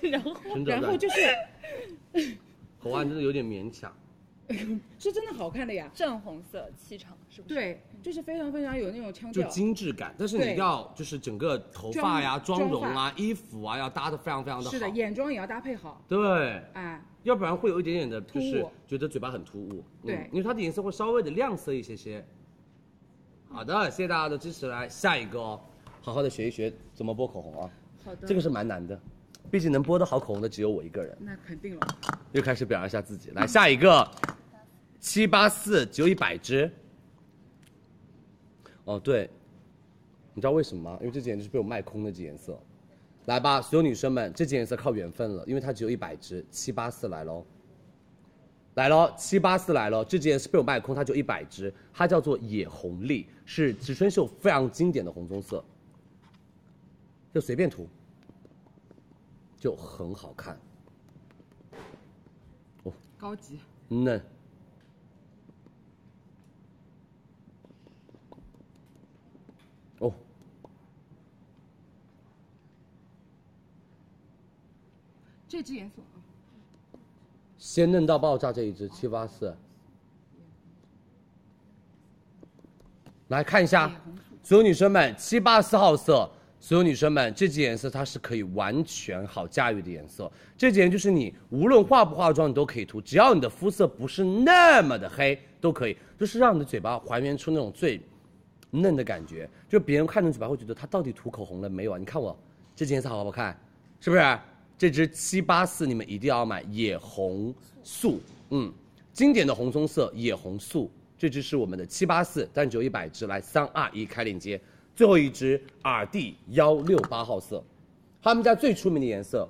Speaker 13: 然后
Speaker 8: 真的
Speaker 19: 然后就是，
Speaker 8: 口岸真的有点勉强。
Speaker 19: 是真的好看的呀，
Speaker 13: 正红色气场是不是？
Speaker 19: 对，就是非常非常有那种腔
Speaker 8: 就
Speaker 19: 调。
Speaker 8: 精致感，但是你
Speaker 19: 对
Speaker 8: 要就是整个头发呀、
Speaker 19: 妆
Speaker 8: 妆容啊
Speaker 19: 妆、
Speaker 8: 衣服啊，要搭的非常非常的好。
Speaker 19: 是的，眼妆也要搭配好。
Speaker 8: 对，
Speaker 19: 哎，
Speaker 8: 要不然会有一点点的，就是
Speaker 19: 突兀
Speaker 8: 觉得嘴巴很突兀。嗯
Speaker 19: 对
Speaker 8: 因为它的颜色会稍微的亮色一些些。好的，谢谢大家的支持，来下一个哦，好好的学一学怎么播口红啊。
Speaker 19: 好的
Speaker 8: 这个是蛮难的，毕竟能播的好口红的只有我一个人。
Speaker 19: 那肯定了。
Speaker 8: 又开始表扬一下自己，来下一个，七八四只有一百支。哦，对，你知道为什么吗？因为这件就是被我卖空的这颜色。来吧，所有女生们，这件颜色靠缘分了，因为它只有一百支，七八四来喽。来喽，七八四来喽，这件是被我卖空，它就一百支，它叫做野红丽，是植村秀非常经典的红棕色，就随便涂，就很好看。
Speaker 19: 高级。
Speaker 8: 嫩。哦，
Speaker 19: 这支颜色啊，
Speaker 8: 鲜嫩到爆炸这一支七八四，来看一下，所有女生们七八四号色，所有女生们这支颜色它是可以完全好驾驭的颜色，这几颜就是你无论化不化妆你都可以涂，只要你的肤色不是那么的黑都可以，就是让你的嘴巴还原出那种最嫩的感觉，就别人看你嘴巴会觉得她到底涂口红了没有啊？你看我这支颜色好不好看？是不是？这支七八四你们一定要买野红素，嗯，经典的红棕色野红素，这支是我们的七八四，但只有一百支。来，三二一，开链接。最后一支 RD 幺六八号色，他们家最出名的颜色。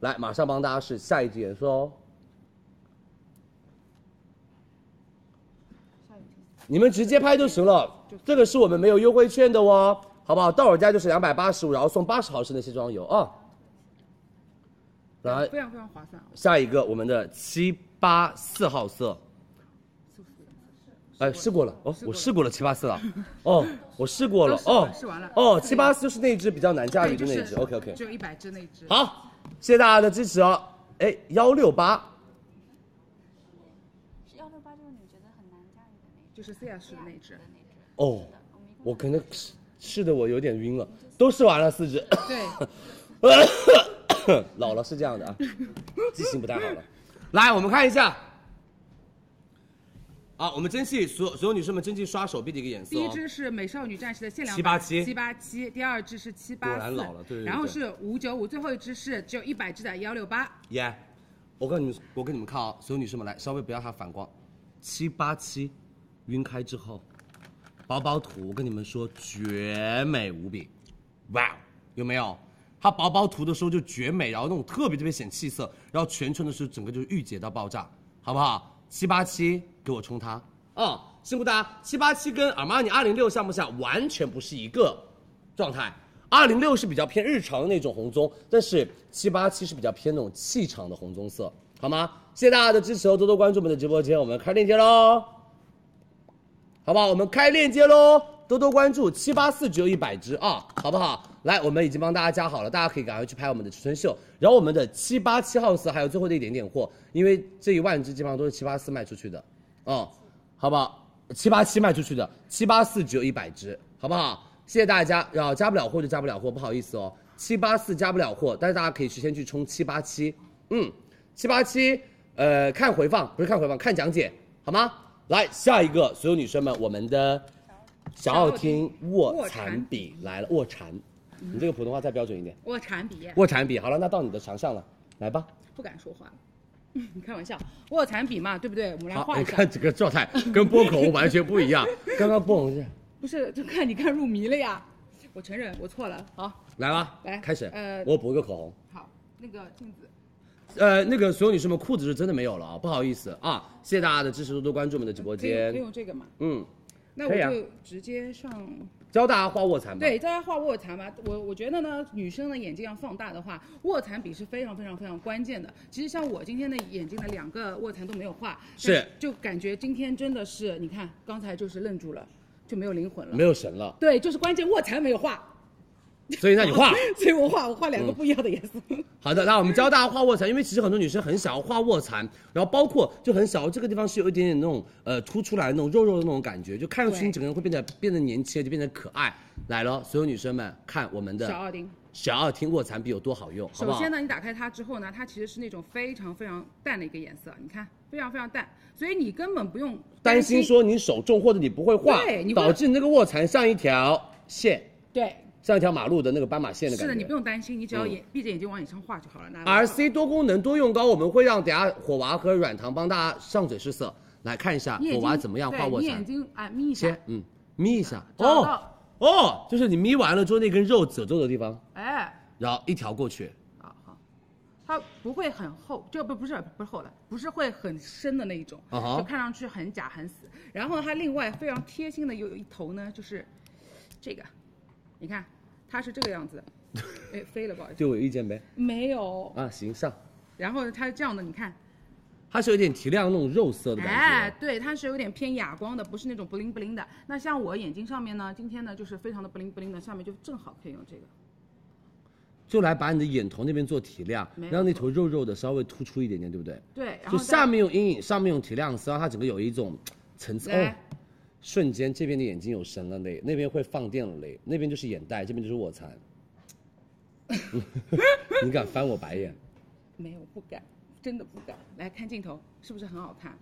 Speaker 8: 来，马上帮大家试下一支颜色哦。你们直接拍就行了。这个是我们没有优惠券的哦，好不好？到我家就是两百八十五，然后送八十毫升的卸妆油啊。来，
Speaker 19: 非常非常划算啊。
Speaker 8: 下一个我们的七八四号色，哎，试过了哦，我试过了七八四
Speaker 19: <laughs>
Speaker 8: 了，哦，我试过了
Speaker 19: 都试完
Speaker 8: 哦
Speaker 19: 了试完了，
Speaker 8: 哦，
Speaker 19: 对
Speaker 8: 七八四就是那一只比较难驾驭的那一
Speaker 19: 对
Speaker 8: 只
Speaker 19: 就是
Speaker 8: ，OK OK，
Speaker 19: 只有一百支那一支。
Speaker 8: 好，谢谢大家的支持哦，哎，幺六八，
Speaker 9: 幺六八就是你觉得很难驾驭的那一
Speaker 19: 就是 C S 的那一只。
Speaker 8: 哦，我可能试试的我有点晕了，都试完了四只，对， <laughs> 老了是这样的啊，记性不太好了，来，我们看一下。啊，我们争气，所有所有女生们争气刷手臂的一个颜色、
Speaker 19: 第
Speaker 8: 哦。
Speaker 19: 一支是美少女战士的限量
Speaker 8: 787
Speaker 19: 七八七，第二支是七八
Speaker 8: 果然老了对对对
Speaker 19: 然后是五九五，最后一支是只有一百支的幺六八，
Speaker 8: 耶、我跟你们，我跟你们看啊，所有女生们来，稍微不要它反光，七八七，晕开之后，薄薄涂，我跟你们说绝美无比，哇，哦有没有？它薄薄涂的时候就绝美，然后那种特别特别显气色，然后全唇的时候整个就是御姐到爆炸，好不好？七八七，给我冲它，嗯，辛苦大家。七八七跟阿玛尼二零六相不像，完全不是一个状态。二零六是比较偏日常的那种红棕，但是七八七是比较偏那种气场的红棕色，好吗？谢谢大家的支持哦，多多关注我们的直播间，我们开链接喽，好不好？我们开链接喽，多多关注，七八四只有一百只啊，好不好？来，我们已经帮大家加好了，大家可以赶快去拍我们的池春秀。然后我们的七八七号四还有最后的一点点货，因为这一万只基本上都是七八四卖出去的，哦、好不好？七八七卖出去的，七八四只有一百只，好不好？谢谢大家，然后加不了货就加不了货，不好意思哦。七八四加不了货，但是大家可以去先去冲七八七，嗯，七八七，呃，看回放不是看回放，看讲解好吗？来，下一个，所有女生们，我们的小奥汀卧蚕笔来了，卧蚕，
Speaker 19: 嗯
Speaker 8: 你这个普通话再标准一点，
Speaker 19: 卧蚕笔，
Speaker 8: 卧蚕笔好了，那到你的长项了，来吧。
Speaker 19: 不敢说话了。 <laughs> 你开玩笑，卧蚕笔嘛，对不对？我们来
Speaker 8: 好， <laughs>
Speaker 19: 画
Speaker 8: 我
Speaker 19: 一下
Speaker 8: 看。这个状态跟波口完全不一
Speaker 19: <laughs>
Speaker 8: 样，刚刚波口是
Speaker 19: 不是，就看你看入迷了呀。我承认我错了，好，
Speaker 8: 来吧，
Speaker 19: 来
Speaker 8: 开始，
Speaker 19: 呃
Speaker 8: 我补一个口红。
Speaker 19: 好，那个镜子，
Speaker 8: 呃，那个所有女生们，裤子是真的没有了啊，不好意思啊，谢谢大家的支持，多多关注我们的直播
Speaker 19: 可以用可以
Speaker 8: 间
Speaker 19: 用。这个嘛？
Speaker 8: 嗯，
Speaker 19: 那
Speaker 8: 可
Speaker 19: 我
Speaker 8: 以啊
Speaker 19: 就直接上。
Speaker 8: 教大家画卧蚕吧。
Speaker 19: 对，大家画卧蚕吧。我我觉得呢，女生的眼睛要放大的话，卧蚕笔是非常非常非常关键的。其实像我今天的眼睛的两个卧蚕都没有画，
Speaker 8: 是
Speaker 19: 但就感觉今天真的是，你看刚才就是愣住了，就没有灵魂了。
Speaker 8: 没有神了，
Speaker 19: 对，就是关键卧蚕没有画，
Speaker 8: <laughs> 所以那你画。
Speaker 19: <laughs> 所以我画我画两个
Speaker 8: 嗯
Speaker 19: 不一样的颜
Speaker 8: <laughs>
Speaker 19: 色。
Speaker 8: 好的，那我们教大家画卧蚕，因为其实很多女生很想要画卧蚕，然后包括就很想要这个地方是有一点点那种呃凸出来的那种肉肉的那种感觉，就看上去
Speaker 19: 对
Speaker 8: 你整个人会变得变得年轻，就变得可爱。来了，所有女生们看我们的
Speaker 19: 小奥丁。
Speaker 8: 小奥汀卧蚕笔有多好用，好不
Speaker 19: 首
Speaker 8: 好
Speaker 19: 先？呢，你打开它之后呢，它其实是那种非常非常淡的一个颜色，你看非常非常淡，所以你根本不用
Speaker 8: 担心说你手重或者你不会画
Speaker 19: 对你，会
Speaker 8: 导致你那个卧蚕像一条线，
Speaker 19: 对，
Speaker 8: 像一条马路的那个斑马线的感
Speaker 19: 是
Speaker 8: 觉。
Speaker 19: 的，你不用担心，你只要
Speaker 8: 嗯
Speaker 19: 眼、闭着眼睛往眼上画就好了。那
Speaker 8: RC 多功能多用膏，我们会让等下火娃和软糖帮大家上嘴试色，来看一下
Speaker 19: 你眼
Speaker 8: 火
Speaker 19: 睛
Speaker 8: 啊娃怎么样画
Speaker 19: 对
Speaker 8: 卧
Speaker 19: 你眼
Speaker 8: 蚕。
Speaker 19: 睛啊眯一下
Speaker 8: 先，嗯，眯一下，
Speaker 19: <laughs> 找到
Speaker 8: 哦哦，就是你眯完了之后那根肉褶皱的地方，
Speaker 19: 哎，
Speaker 8: 然后一条过去，
Speaker 19: 好好，它不会很厚，这不不是不是厚的，不是会很深的那一种，
Speaker 8: 啊哈
Speaker 19: 就看上去很假很死。然后它另外非常贴心的有一头呢，就是这个，你看它是这个样子的，哎飞了，不好意思，
Speaker 8: 对我有意见没？
Speaker 19: 没有。
Speaker 8: 啊，行上，
Speaker 19: 然后它是这样的，你看，
Speaker 8: 它是有点提亮那种肉色的感觉。
Speaker 19: 哎，对，它是有点偏哑光的，不是那种不灵不灵的。那像我眼睛上面呢，今天呢就是非常的不灵不灵的，下面就正好可以用这个。
Speaker 8: 就来把你的眼头那边做提亮
Speaker 19: 没，有
Speaker 8: 让那头肉肉的稍微突出一点点，对不对？
Speaker 19: 对，然
Speaker 8: 就
Speaker 19: 后
Speaker 8: 下面用阴影，上面用提亮色，让它整个有一种层次。哦
Speaker 19: 来，
Speaker 8: 瞬间这边的眼睛有神了嘞，那边会放电了嘞，那边就是眼袋，这边就是卧蚕。 <laughs> 你敢翻我白眼？
Speaker 19: 没有不敢，真的不敢。来看镜头，是不是很好看？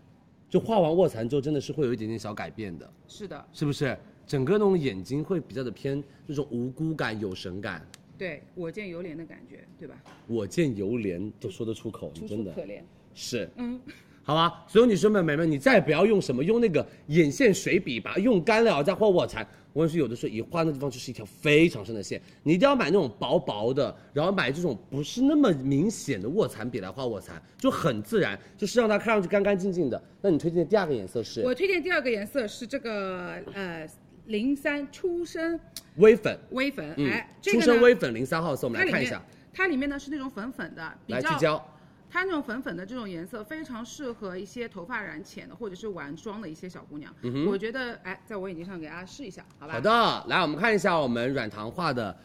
Speaker 8: 就画完卧蚕之后，真的是会有一点点小改变的，
Speaker 19: 是的，
Speaker 8: 是不是？整个那种眼睛会比较的偏那种无辜感、有神感。
Speaker 19: 对我见犹怜的感觉，对吧？
Speaker 8: 我见犹怜都说得出口，
Speaker 19: 楚
Speaker 8: 哦真
Speaker 19: 楚
Speaker 8: 的
Speaker 19: 可怜。
Speaker 8: 是。
Speaker 19: 嗯，
Speaker 8: 好吧，所有女生们、美们，你再也不要用什么用那个眼线水笔，把它用干了，然后再画卧蚕。我跟你说，有的时候一画那地方就是一条非常深的线，你一定要买那种薄薄的，然后买这种不是那么明显的卧蚕笔来画卧蚕，就很自然，就是让它看上去干干净净的。那你推荐的第二个颜色是
Speaker 19: 我推荐第二个颜色是这个呃零三初生
Speaker 8: 微粉，
Speaker 19: 微粉，
Speaker 8: 嗯
Speaker 19: 哎，，这个
Speaker 8: 初
Speaker 19: 呢
Speaker 8: 生微粉零三号色，我们
Speaker 19: 它
Speaker 8: 来看一
Speaker 19: 里面
Speaker 8: 下，
Speaker 19: 它里面呢是那种粉粉的，比
Speaker 8: 来
Speaker 19: 较
Speaker 8: 聚焦。
Speaker 19: 它那种粉粉的这种颜色非常适合一些头发染浅的或者是晚妆的一些小姑娘。
Speaker 8: 嗯哼
Speaker 19: 我觉得哎，在我眼睛上给大家试一下，好吧？
Speaker 8: 好。的，来我们看一下我们软糖画的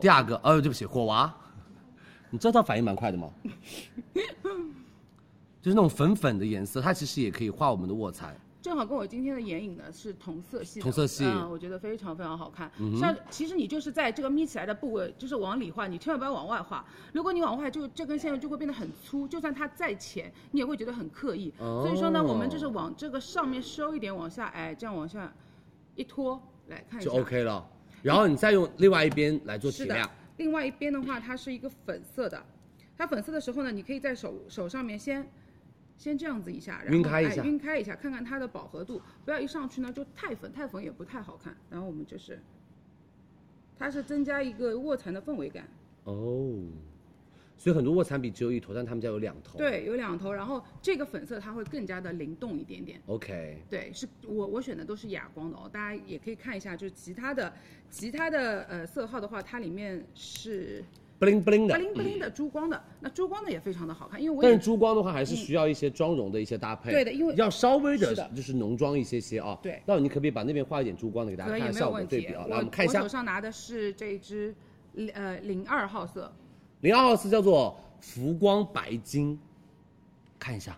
Speaker 8: 第二个，呃，对不起，火娃，你知道它反应蛮快的吗？ <laughs> 就是那种粉粉的颜色，它其实也可以画我们的卧蚕。
Speaker 19: 正好跟我今天的眼影呢是同色系的，
Speaker 8: 同色系
Speaker 19: 嗯，我觉得非常非常好看。
Speaker 8: 嗯哼
Speaker 19: 像其实你就是在这个眯起来的部位，就是往里画，你千万不要往外画。如果你往外，就这根线就会变得很粗，就算它再浅，你也会觉得很刻意。
Speaker 8: 哦
Speaker 19: 所以说呢，我们就是往这个上面收一点，往下，哎，这样往下一拖，来看一下
Speaker 8: 就 OK 了。然后你再用另外一边来做提
Speaker 19: 是的
Speaker 8: 亮，。
Speaker 19: 另外一边的话，它是一个粉色的，它粉色的时候呢，你可以在手手上面先。先这样子一下，然后
Speaker 8: 晕开一下
Speaker 19: 哎晕开一下，看看它的饱和度，不要一上去呢就太粉，太粉也不太好看。然后我们就是，它是增加一个卧蚕的氛围感，
Speaker 8: 哦，所以很多卧蚕笔只有一头，但他们家有两头。
Speaker 19: 对，有两头，然后这个粉色它会更加的灵动一点点。
Speaker 8: ，OK，
Speaker 19: 对，是我我选的都是哑光的哦，大家也可以看一下，就是其他的其他的呃色号的话，它里面是
Speaker 8: 不灵不灵的，嗯
Speaker 19: 不灵不灵的珠光的，那珠光的也非常的好看，因为我
Speaker 8: 但
Speaker 19: 也
Speaker 8: 是珠光的话，还是需要一些妆容的一些搭配。
Speaker 19: 嗯对的因为
Speaker 8: 要稍微
Speaker 19: 是
Speaker 8: 的
Speaker 19: 的，
Speaker 8: 就是浓妆一些些啊。
Speaker 19: 对
Speaker 8: 那你可不可以把那边画一点珠光的给大家
Speaker 19: 可以
Speaker 8: 看
Speaker 19: 没
Speaker 8: 看
Speaker 19: 有
Speaker 8: 效果
Speaker 19: 问
Speaker 8: 对
Speaker 19: 题
Speaker 8: 比啊？。来，
Speaker 19: 我
Speaker 8: 我们看一
Speaker 19: 我
Speaker 8: 下
Speaker 19: 手，上拿的是这一支，呃，零二号色，
Speaker 8: 零二号是叫做浮光白金，看一下。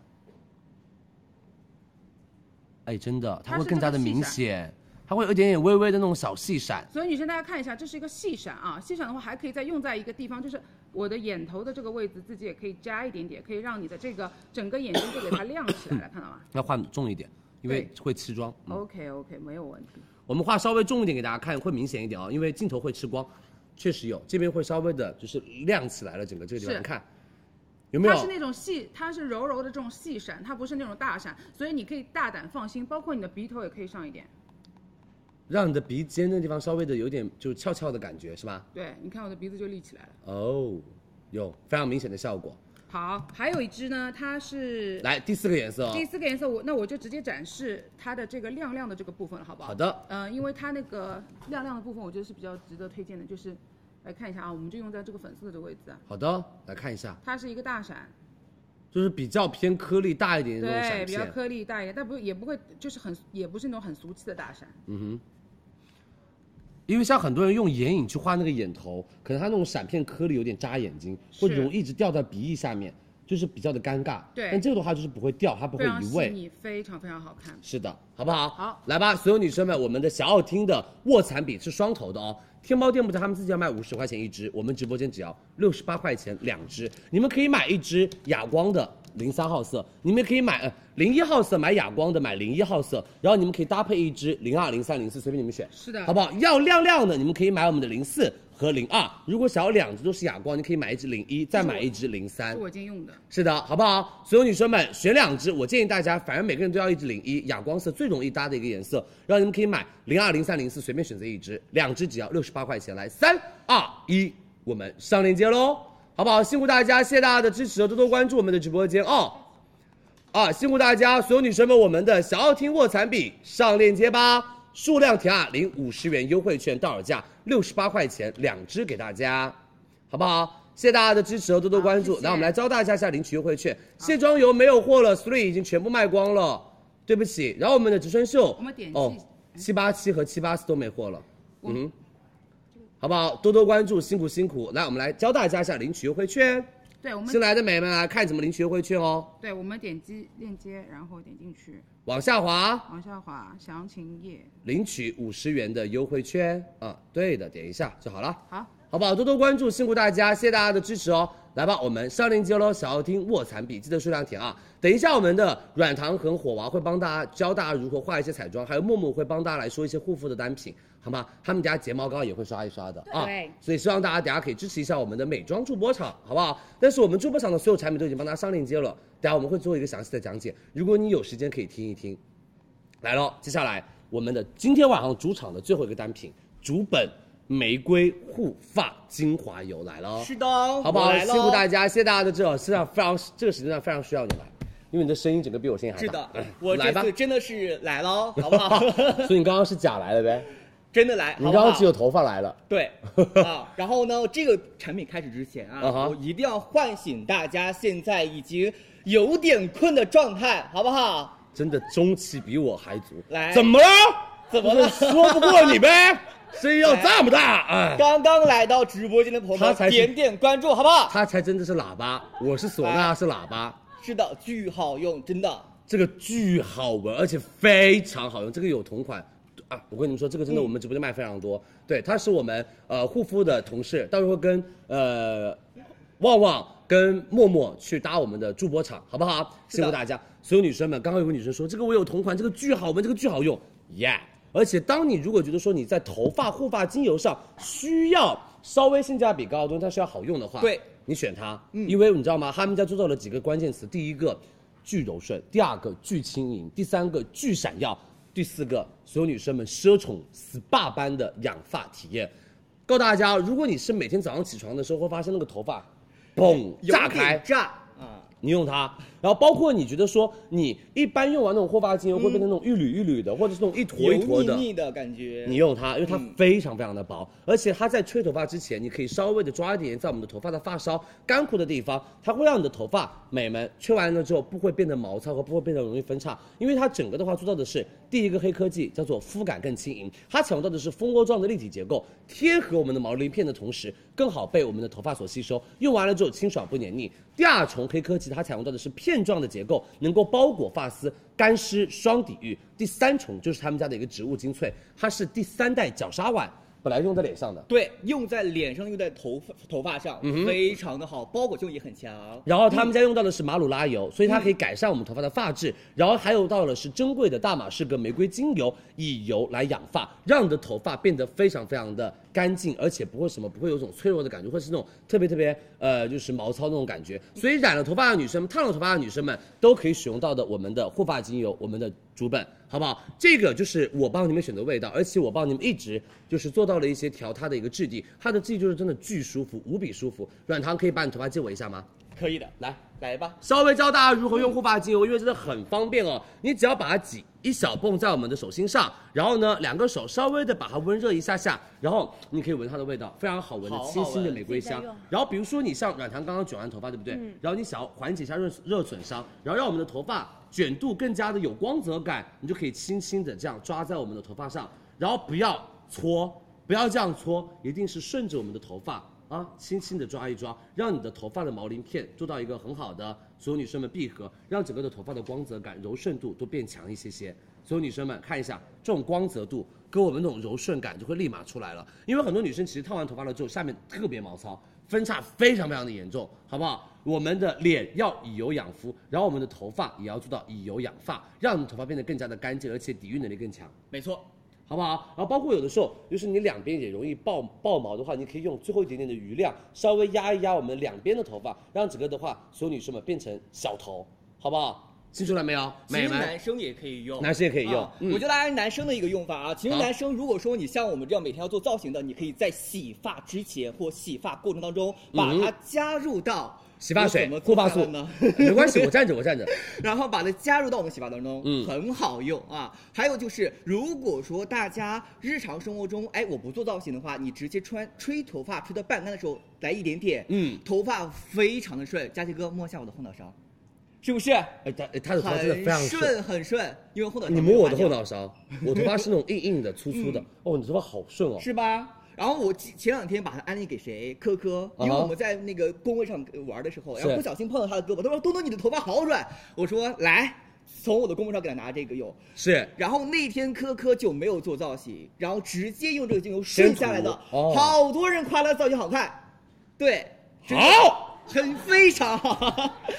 Speaker 8: 哎，真的，它
Speaker 19: 它
Speaker 8: 会
Speaker 19: 是
Speaker 8: 更
Speaker 19: 这
Speaker 8: 加的
Speaker 19: 个细
Speaker 8: 明
Speaker 19: 闪
Speaker 8: 显，它会有一点点微微的那种小细闪。
Speaker 19: 所以女生大家看一下，这是一个细闪啊，细闪的话还可以再用在一个地方，就是我的眼头的这个位置，自己也可以加一点点，可以让你的这个整个眼睛就给它亮起来了，看到吗
Speaker 8: 要画重一点，因为会吃妆。
Speaker 19: <coughs>
Speaker 8: 嗯
Speaker 19: ？OK OK，没有问题。
Speaker 8: 我们画稍微重一点给大家看，会明显一点啊、因为镜头会吃光，确实有这边会稍微的就是亮起来了，整个这个地方
Speaker 19: 是
Speaker 8: 你看有没有？
Speaker 19: 它是那种细，它是柔柔的这种细闪，它不是那种大闪，所以你可以大胆放心，包括你的鼻头也可以上一点。
Speaker 8: 让你的鼻尖那地方稍微的有点就是翘翘的感觉是吧？
Speaker 19: 对，你看我的鼻子就立起来了。
Speaker 8: 哦，有非常明显的效果。
Speaker 19: 好，还有一支呢，它是
Speaker 8: 来第四个颜色、哦，
Speaker 19: 第四个颜色，我那我就直接展示它的这个亮亮的这个部分了，好不好？
Speaker 8: 好的
Speaker 19: 嗯、因为它那个亮亮的部分，我觉得是比较值得推荐的，就是来看一下啊，我们就用在这个粉色的位置啊，
Speaker 8: 好的，来看一下，
Speaker 19: 它是一个大闪，
Speaker 8: 就是比较偏颗粒大一点的那种
Speaker 19: 对，
Speaker 8: 闪
Speaker 19: 比较
Speaker 8: 片。
Speaker 19: 颗粒大一点，但不也不会就是很也不是那种很俗气的大闪，
Speaker 8: 嗯哼。因为像很多人用眼影去画那个眼头，可能它那种闪片颗粒有点扎眼睛，
Speaker 19: 是
Speaker 8: 或者容易一直掉在鼻翼下面，就是比较的尴尬。
Speaker 19: 对
Speaker 8: 但这个的话就是不会掉，它不
Speaker 19: 非
Speaker 8: 会
Speaker 19: 常
Speaker 8: 移
Speaker 19: 细
Speaker 8: 位。
Speaker 19: 腻，非常非常好看。
Speaker 8: 是的，好不好？
Speaker 19: 嗯好，
Speaker 8: 来吧，所有女生们，我们的小奥汀的卧蚕笔是双头的哦。天猫店铺的他们自己要卖五十块钱一支，我们直播间只要六十八块钱两支。你们可以买一支哑光的零三号色，你们也可以买零一、01号色，买哑光的，买零一号色，然后你们可以搭配一支零二、零三、零四，随便你们选，
Speaker 19: 是的
Speaker 8: 好不好？要亮亮的，你们可以买我们的零四和零二。如果想要两支都是哑光，你可以买一支零一，再买一支零三
Speaker 19: 是。我今天用的，
Speaker 8: 是的，好不好？所有女生们选两支，我建议大家，反正每个人都要一支零一，哑光色最容易搭的一个颜色，然后你们可以买零二、零三、零四，随便选择一支，两支只要六十八块钱。来，三二一，我们上链接喽，好不好？辛苦大家，谢谢大家的支持，多多关注我们的直播间哦。啊，辛苦大家，所有女生们，我们的小奥汀卧蚕笔上链接吧，数量填啊，领五十元优惠券，到手价六十八块钱两支给大家，好不好？谢谢大家的支持哦，多多关注。来，我们来教大家一下领取优惠券，卸妆油没有货了，three 已经全部卖光了，对不起。然后我们的植村秀，
Speaker 19: 我们点击
Speaker 8: 哦，七八七和七八四都没货了，嗯哼，好不好？多多关注，辛苦辛苦。来，我们来教大家一下领取优惠券，
Speaker 19: 对我们
Speaker 8: 新来的美们来看怎么领取优惠券哦，
Speaker 19: 对我们点击链接，然后点进去，
Speaker 8: 往下滑。
Speaker 19: 往下滑，详情页，
Speaker 8: 领取五十元的优惠券啊，对的，点一下就好了，
Speaker 19: 好，
Speaker 8: 好不好？多多关注，辛苦大家，谢谢大家的支持哦。来吧，我们上链接喽，小奥汀卧蚕笔，记得数量填啊。等一下，我们的软糖和火娃会帮大家教大家如何画一些彩妆，还有默默会帮大家来说一些护肤的单品，好吗？他们家睫毛膏也会刷一刷的啊
Speaker 19: 对，
Speaker 8: 所以希望大家等下可以支持一下我们的美妆助播场，好不好？但是我们助播场的所有产品都已经帮大家上链接了，等下我们会做一个详细的讲解，如果你有时间可以听一听。来喽，接下来我们的今天晚上主场的最后一个单品——竹本玫瑰护发精华油来了。
Speaker 11: 是的哦，
Speaker 8: 好不好
Speaker 11: 我？来
Speaker 8: 辛
Speaker 11: 喽
Speaker 8: 苦大家，谢谢大家的支持。现在非常这个时间段非常需要你来，因为你的声音整个比我声音还大。<laughs>
Speaker 11: 是的，我
Speaker 8: 来
Speaker 11: 这 <laughs>
Speaker 8: 吧
Speaker 11: 次，真的是来了哦，好不 <laughs> 好？
Speaker 8: 所以你刚刚是假来的呗？
Speaker 11: 真的来，
Speaker 8: 你
Speaker 11: 哎好
Speaker 8: 刚
Speaker 11: 不
Speaker 8: 刚只
Speaker 11: 好？
Speaker 8: 有头发来了。 <laughs>
Speaker 11: 对啊，然后呢，这个产品开始之前
Speaker 8: 嗯
Speaker 11: 啊，
Speaker 8: 哼
Speaker 11: 我一定要唤醒大家，现在已经有点困的状态，好不好？
Speaker 8: 真的中气比我还足。
Speaker 11: <laughs> 来
Speaker 8: 怎么了？
Speaker 11: 怎么了
Speaker 8: 我说不过你
Speaker 11: <laughs>
Speaker 8: 呗，声音要这么大，哎，
Speaker 11: 刚刚来到直播间的朋友
Speaker 8: 他才
Speaker 11: 们，
Speaker 8: 是
Speaker 11: 点点关注，好不好？哎
Speaker 8: 他才真的是喇叭，我是唢呐，是喇叭。
Speaker 11: 是的，巨好用，真的。
Speaker 8: 这个巨好闻，而且非常好用。这个有同款啊！我跟你们说，这个
Speaker 11: 嗯
Speaker 8: 真的我们直播间卖非常多。对，它是我们呃护肤的同事，到时候跟呃旺旺跟默默去搭我们的助播场，好不好？
Speaker 11: 是
Speaker 8: 辛
Speaker 11: 的
Speaker 8: 苦大家，所有女生们。刚刚有个女生说，这个我有同款，这个巨好闻，这个巨好用，yeah。而且当你如果觉得说你在头发护发精油上需要稍微性价比高的东西，但是要好用的话，
Speaker 11: 对，
Speaker 8: 你选它，因为你知道吗？他们家做到了几个关键词，第一个巨柔顺，第二个巨轻盈，第三个巨闪耀，第四个所有女生们奢宠 SPA 般的养发体验。告诉大家，如果你是每天早上起床的时候会发现那个头发，嘣
Speaker 11: 有
Speaker 8: 炸
Speaker 11: 点
Speaker 8: 开，
Speaker 11: 炸啊！
Speaker 8: 你用它，然后包括你觉得说你一般用完那种护发精油会变成那种一缕一缕的，或者是那种一坨一坨
Speaker 11: 油
Speaker 8: 的，嗯
Speaker 11: 腻腻的感觉。
Speaker 8: 你用它，因为它非常非常的薄，而且它在吹头发之前，你可以稍微的抓一点在我们的头发的发梢干枯的地方，它会让你的头发美们吹完了之后不会变得毛糙和不会变得容易分叉，因为它整个的话做到的是第一个黑科技叫做肤感更轻盈，它强调的是蜂窝状的立体结构，贴合我们的毛鳞片的同时，更好被我们的头发所吸收，用完了之后清爽不黏腻。第二重黑科技它采用到的是片状的结构，能够包裹发丝。干湿双抵御。第三重就是他们家的一个植物精粹，它是第三代角鲨烷，本来用在脸上的。
Speaker 11: 对，用在脸上，用在头发头发上，
Speaker 8: 嗯哼
Speaker 11: 非常的好，包裹性也很强。
Speaker 8: 然后他们家用到的是马鲁拉油，所以它可以改善我们头发的发质。然后还有到了是珍贵的大马士革玫瑰精油，以油来养发，让你的头发变得非常非常的干净，而且不会什么不会有一种脆弱的感觉，或是那种特别特别呃就是毛糙那种感觉。所以染了头发的女生们、烫了头发的女生们都可以使用到的我们的护发精油，我们的竹本。好不好？这个就是我帮你们选的味道，而且我帮你们一直就是做到了一些调它的一个质地，它的质地就是真的巨舒服，无比舒服。软糖可以把你头发借我一下吗？
Speaker 11: 可以的，来来吧。
Speaker 8: 稍微教大家如何用护发精油，因为真的很方便哦。你只要把它挤一小泵在我们的手心上，然后呢，两个手稍微的把它温热一下下，然后你可以闻它的味道，非常好闻的
Speaker 11: 好好
Speaker 8: 清新的
Speaker 11: 闻
Speaker 8: 玫瑰
Speaker 11: 自己在
Speaker 8: 香
Speaker 11: 用。
Speaker 8: 然后比如说你像软糖刚刚卷完头发，对不对？
Speaker 11: 嗯
Speaker 8: 然后你想要缓解一下热热损伤，然后让我们的头发卷度更加的有光泽感，你就可以轻轻的这样抓在我们的头发上，然后不要搓，不要这样搓，一定是顺着我们的头发啊，轻轻的抓一抓，让你的头发的毛鳞片做到一个很好的，所有女生们闭合，让整个的头发的光泽感、柔顺度都变强一些些。所有女生们看一下，这种光泽度跟我们那种柔顺感就会立马出来了。因为很多女生其实烫完头发了之后，下面特别毛糙，分叉非常非常的严重，好不好？我们的脸要以油养肤，然后我们的头发也要做到以油养发，让你头发变得更加的干净，而且抵御能力更强。
Speaker 11: 没错，
Speaker 8: 好不好？然后包括有的时候，就是你两边也容易爆爆毛的话，你可以用最后一点点的余量，稍微压一压我们两边的头发，让整个的话，所有女生们变成小头，好不好？听出来没有？
Speaker 11: 其实
Speaker 8: 美们，
Speaker 11: 男生也可以用，
Speaker 8: 男生也可以用
Speaker 11: 啊
Speaker 8: 嗯
Speaker 11: 我教大家男生的一个用法啊，其实
Speaker 8: 好
Speaker 11: 男生如果说你像我们这样每天要做造型的，你可以在洗发之前或洗发过程当中把
Speaker 8: 嗯
Speaker 11: 它加入到。
Speaker 8: 洗发水
Speaker 11: 我怎么
Speaker 8: 护
Speaker 11: 做
Speaker 8: 发
Speaker 11: 到的
Speaker 8: 素
Speaker 11: 呢？
Speaker 8: <laughs> 没关系我站着我站着。
Speaker 11: 然后把它加入到我们洗发当中，
Speaker 8: 嗯
Speaker 11: 很好用啊。还有就是，如果说大家日常生活中，哎，我不做造型的话，你直接穿吹头发吹到半干的时候来一点点，
Speaker 8: 嗯，
Speaker 11: 头发非常的顺。佳琪哥摸一下我的后脑勺， <laughs> 是不是？
Speaker 8: 哎，他哎他的头发真的非常
Speaker 11: 很顺，很顺，因为后脑勺
Speaker 8: 你
Speaker 11: 没
Speaker 8: 摸
Speaker 11: 有
Speaker 8: 我的
Speaker 11: 发胶
Speaker 8: 后脑勺，我头发是那种硬硬的、粗粗的
Speaker 11: 嗯。
Speaker 8: 哦，你头发好顺哦。
Speaker 11: 是吧？然后我前前两天把它安利给谁？科科，因为
Speaker 8: 啊哈
Speaker 11: 我们在那个工位上玩的时候，然
Speaker 8: 是
Speaker 11: 后不小心碰到他的胳膊，他说：“东东，你的头发好软。”我说：“来，从我的工位上给他拿这个用。”
Speaker 8: 是。
Speaker 11: 然后那天科科就没有做造型，然后直接用这个精油顺下来的
Speaker 8: 先，涂哦
Speaker 11: 好多人夸他造型好看，对，真的
Speaker 8: 好，
Speaker 11: 很非常好，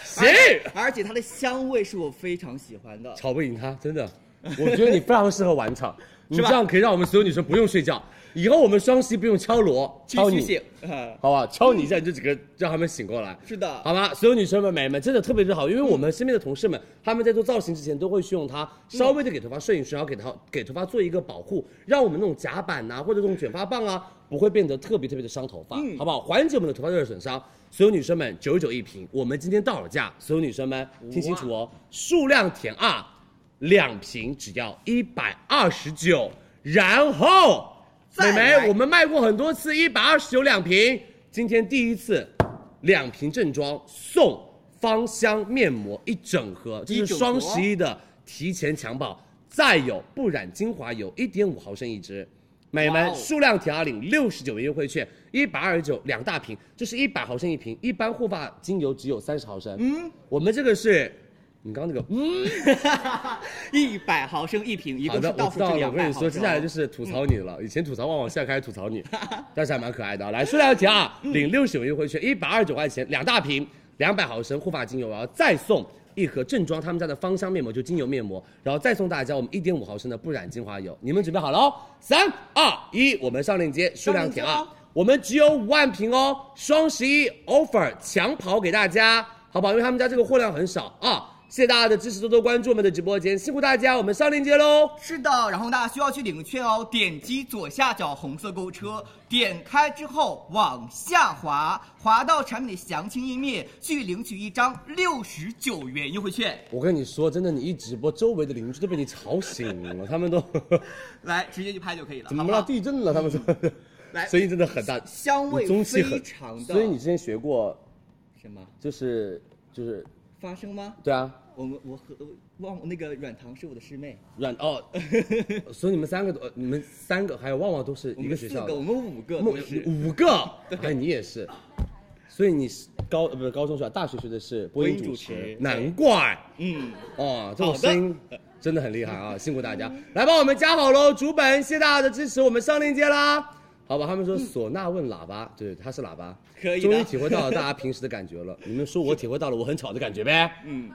Speaker 8: 行
Speaker 11: 而且它的香味是我非常喜欢的，
Speaker 8: 吵不赢他，真 <laughs> 的。我觉得你非常适合晚场，你
Speaker 11: 是
Speaker 8: 这
Speaker 11: 吧
Speaker 8: 样可以让我们所有女生不用睡觉，以后我们双十一不用敲锣敲
Speaker 11: 去
Speaker 8: 你
Speaker 11: 去，醒，呃
Speaker 8: 好不好？敲你一下，你就几个让他们醒过来。
Speaker 11: 是的，
Speaker 8: 好吧，所有女生们、美们，真的特别的好，因为我们身边的同事们，他们在做造型之前都会去用它，稍微的给头发顺一顺，然后给头给头发做一个保护，让我们那种夹板呐、或者这种卷发棒啊，不会变得特别特别的伤头发，
Speaker 11: 嗯
Speaker 8: 好不好？缓解我们的头发热损伤。所有女生们，九九一瓶，我们今天到手价，所有女生们听清楚哦，数量填二，两瓶只要一百二十九，然后美眉，我们卖过很多次一百二十九两瓶，今天第一次两瓶正装送芳香面膜一整盒，这
Speaker 11: 一
Speaker 8: 是
Speaker 11: 整
Speaker 8: 双
Speaker 11: 盒
Speaker 8: 十一的提前抢宝，再有不染精华油一点五毫升一支。美
Speaker 11: 哇
Speaker 8: 们，
Speaker 11: 哦
Speaker 8: 数量填二领六十九元优惠券，一百二十九两大瓶，这是一百毫升一瓶，一般护发精油只有三十毫升。嗯，我们这个是，你刚刚那个嗯， <laughs>
Speaker 11: <laughs> 一百毫升一瓶，一
Speaker 8: 好
Speaker 11: 共
Speaker 8: 的
Speaker 11: 是，
Speaker 8: 我
Speaker 11: 到
Speaker 8: 知
Speaker 11: 手
Speaker 8: 道
Speaker 11: 是
Speaker 8: 了。
Speaker 11: 两
Speaker 8: 我跟
Speaker 11: 百
Speaker 8: 你
Speaker 11: 毫
Speaker 8: 说，
Speaker 11: 升。哦
Speaker 8: 接下来就是吐槽你了。以前吐槽旺旺，现在开始吐槽你，但是还蛮可爱的啊。来，数量填啊，
Speaker 11: 嗯
Speaker 8: 领六十元优惠券，一百二十九块钱，两大瓶，两百毫升护发精油，然后再送一盒正装他们家的芳香面膜，就精油面膜，然后再送大家我们一点五毫升的不染精华油。你们准备好了哦？三二一，我们上链接，数量填啊。我们只有五万瓶哦，双十一 offer 抢跑给大家，好不好？因为他们家这个货量很少啊，谢谢大家的支持，多多关注我们的直播间，辛苦大家，我们上链接喽。
Speaker 11: 哦是的，然后大家需要去领券哦，点击左下角红色购物车，点开之后往下滑，滑到产品的详情页面去领取一张六十九元优惠券。
Speaker 8: 我跟你说，真的，你一直播，周围的邻居都被你吵醒了，他
Speaker 11: <laughs>
Speaker 8: 们都
Speaker 11: 来直接去拍就可以了。
Speaker 8: 怎么
Speaker 11: 好不
Speaker 8: 了？
Speaker 11: 好
Speaker 8: 地震了，他们说，
Speaker 11: 来
Speaker 8: 声音真的很大，
Speaker 11: 香味
Speaker 8: 你中气很
Speaker 11: 非常的
Speaker 8: 所以你之前学过
Speaker 11: 什么
Speaker 8: 就是就是
Speaker 11: 发声吗？
Speaker 8: 对啊，
Speaker 11: 我们我和忘那个软糖是我的师妹，
Speaker 8: 软哦， <laughs> 所以你们三个都，呃你们三个还有旺旺都是一个学校的，
Speaker 11: 我们四个我们五个
Speaker 8: 梦
Speaker 11: 都是
Speaker 8: 五个，哎，你也是，所以你是高呃不是高中学，大学学的是播音
Speaker 11: 播音
Speaker 8: 主
Speaker 11: 主
Speaker 8: 持
Speaker 11: 持，
Speaker 8: 难怪，
Speaker 11: 嗯，
Speaker 8: 哦，这种
Speaker 11: 好的
Speaker 8: 声音真的很厉害啊，辛苦大家，来帮我们加好喽，主本，谢谢大家的支持，我们上链接啦。好吧，他们说唢呐问喇叭，对，他是喇叭，
Speaker 11: 嗯可以的
Speaker 8: 终于体会到了大家平时的感觉了。你们说我体会到了我很吵的感觉呗？
Speaker 11: 嗯，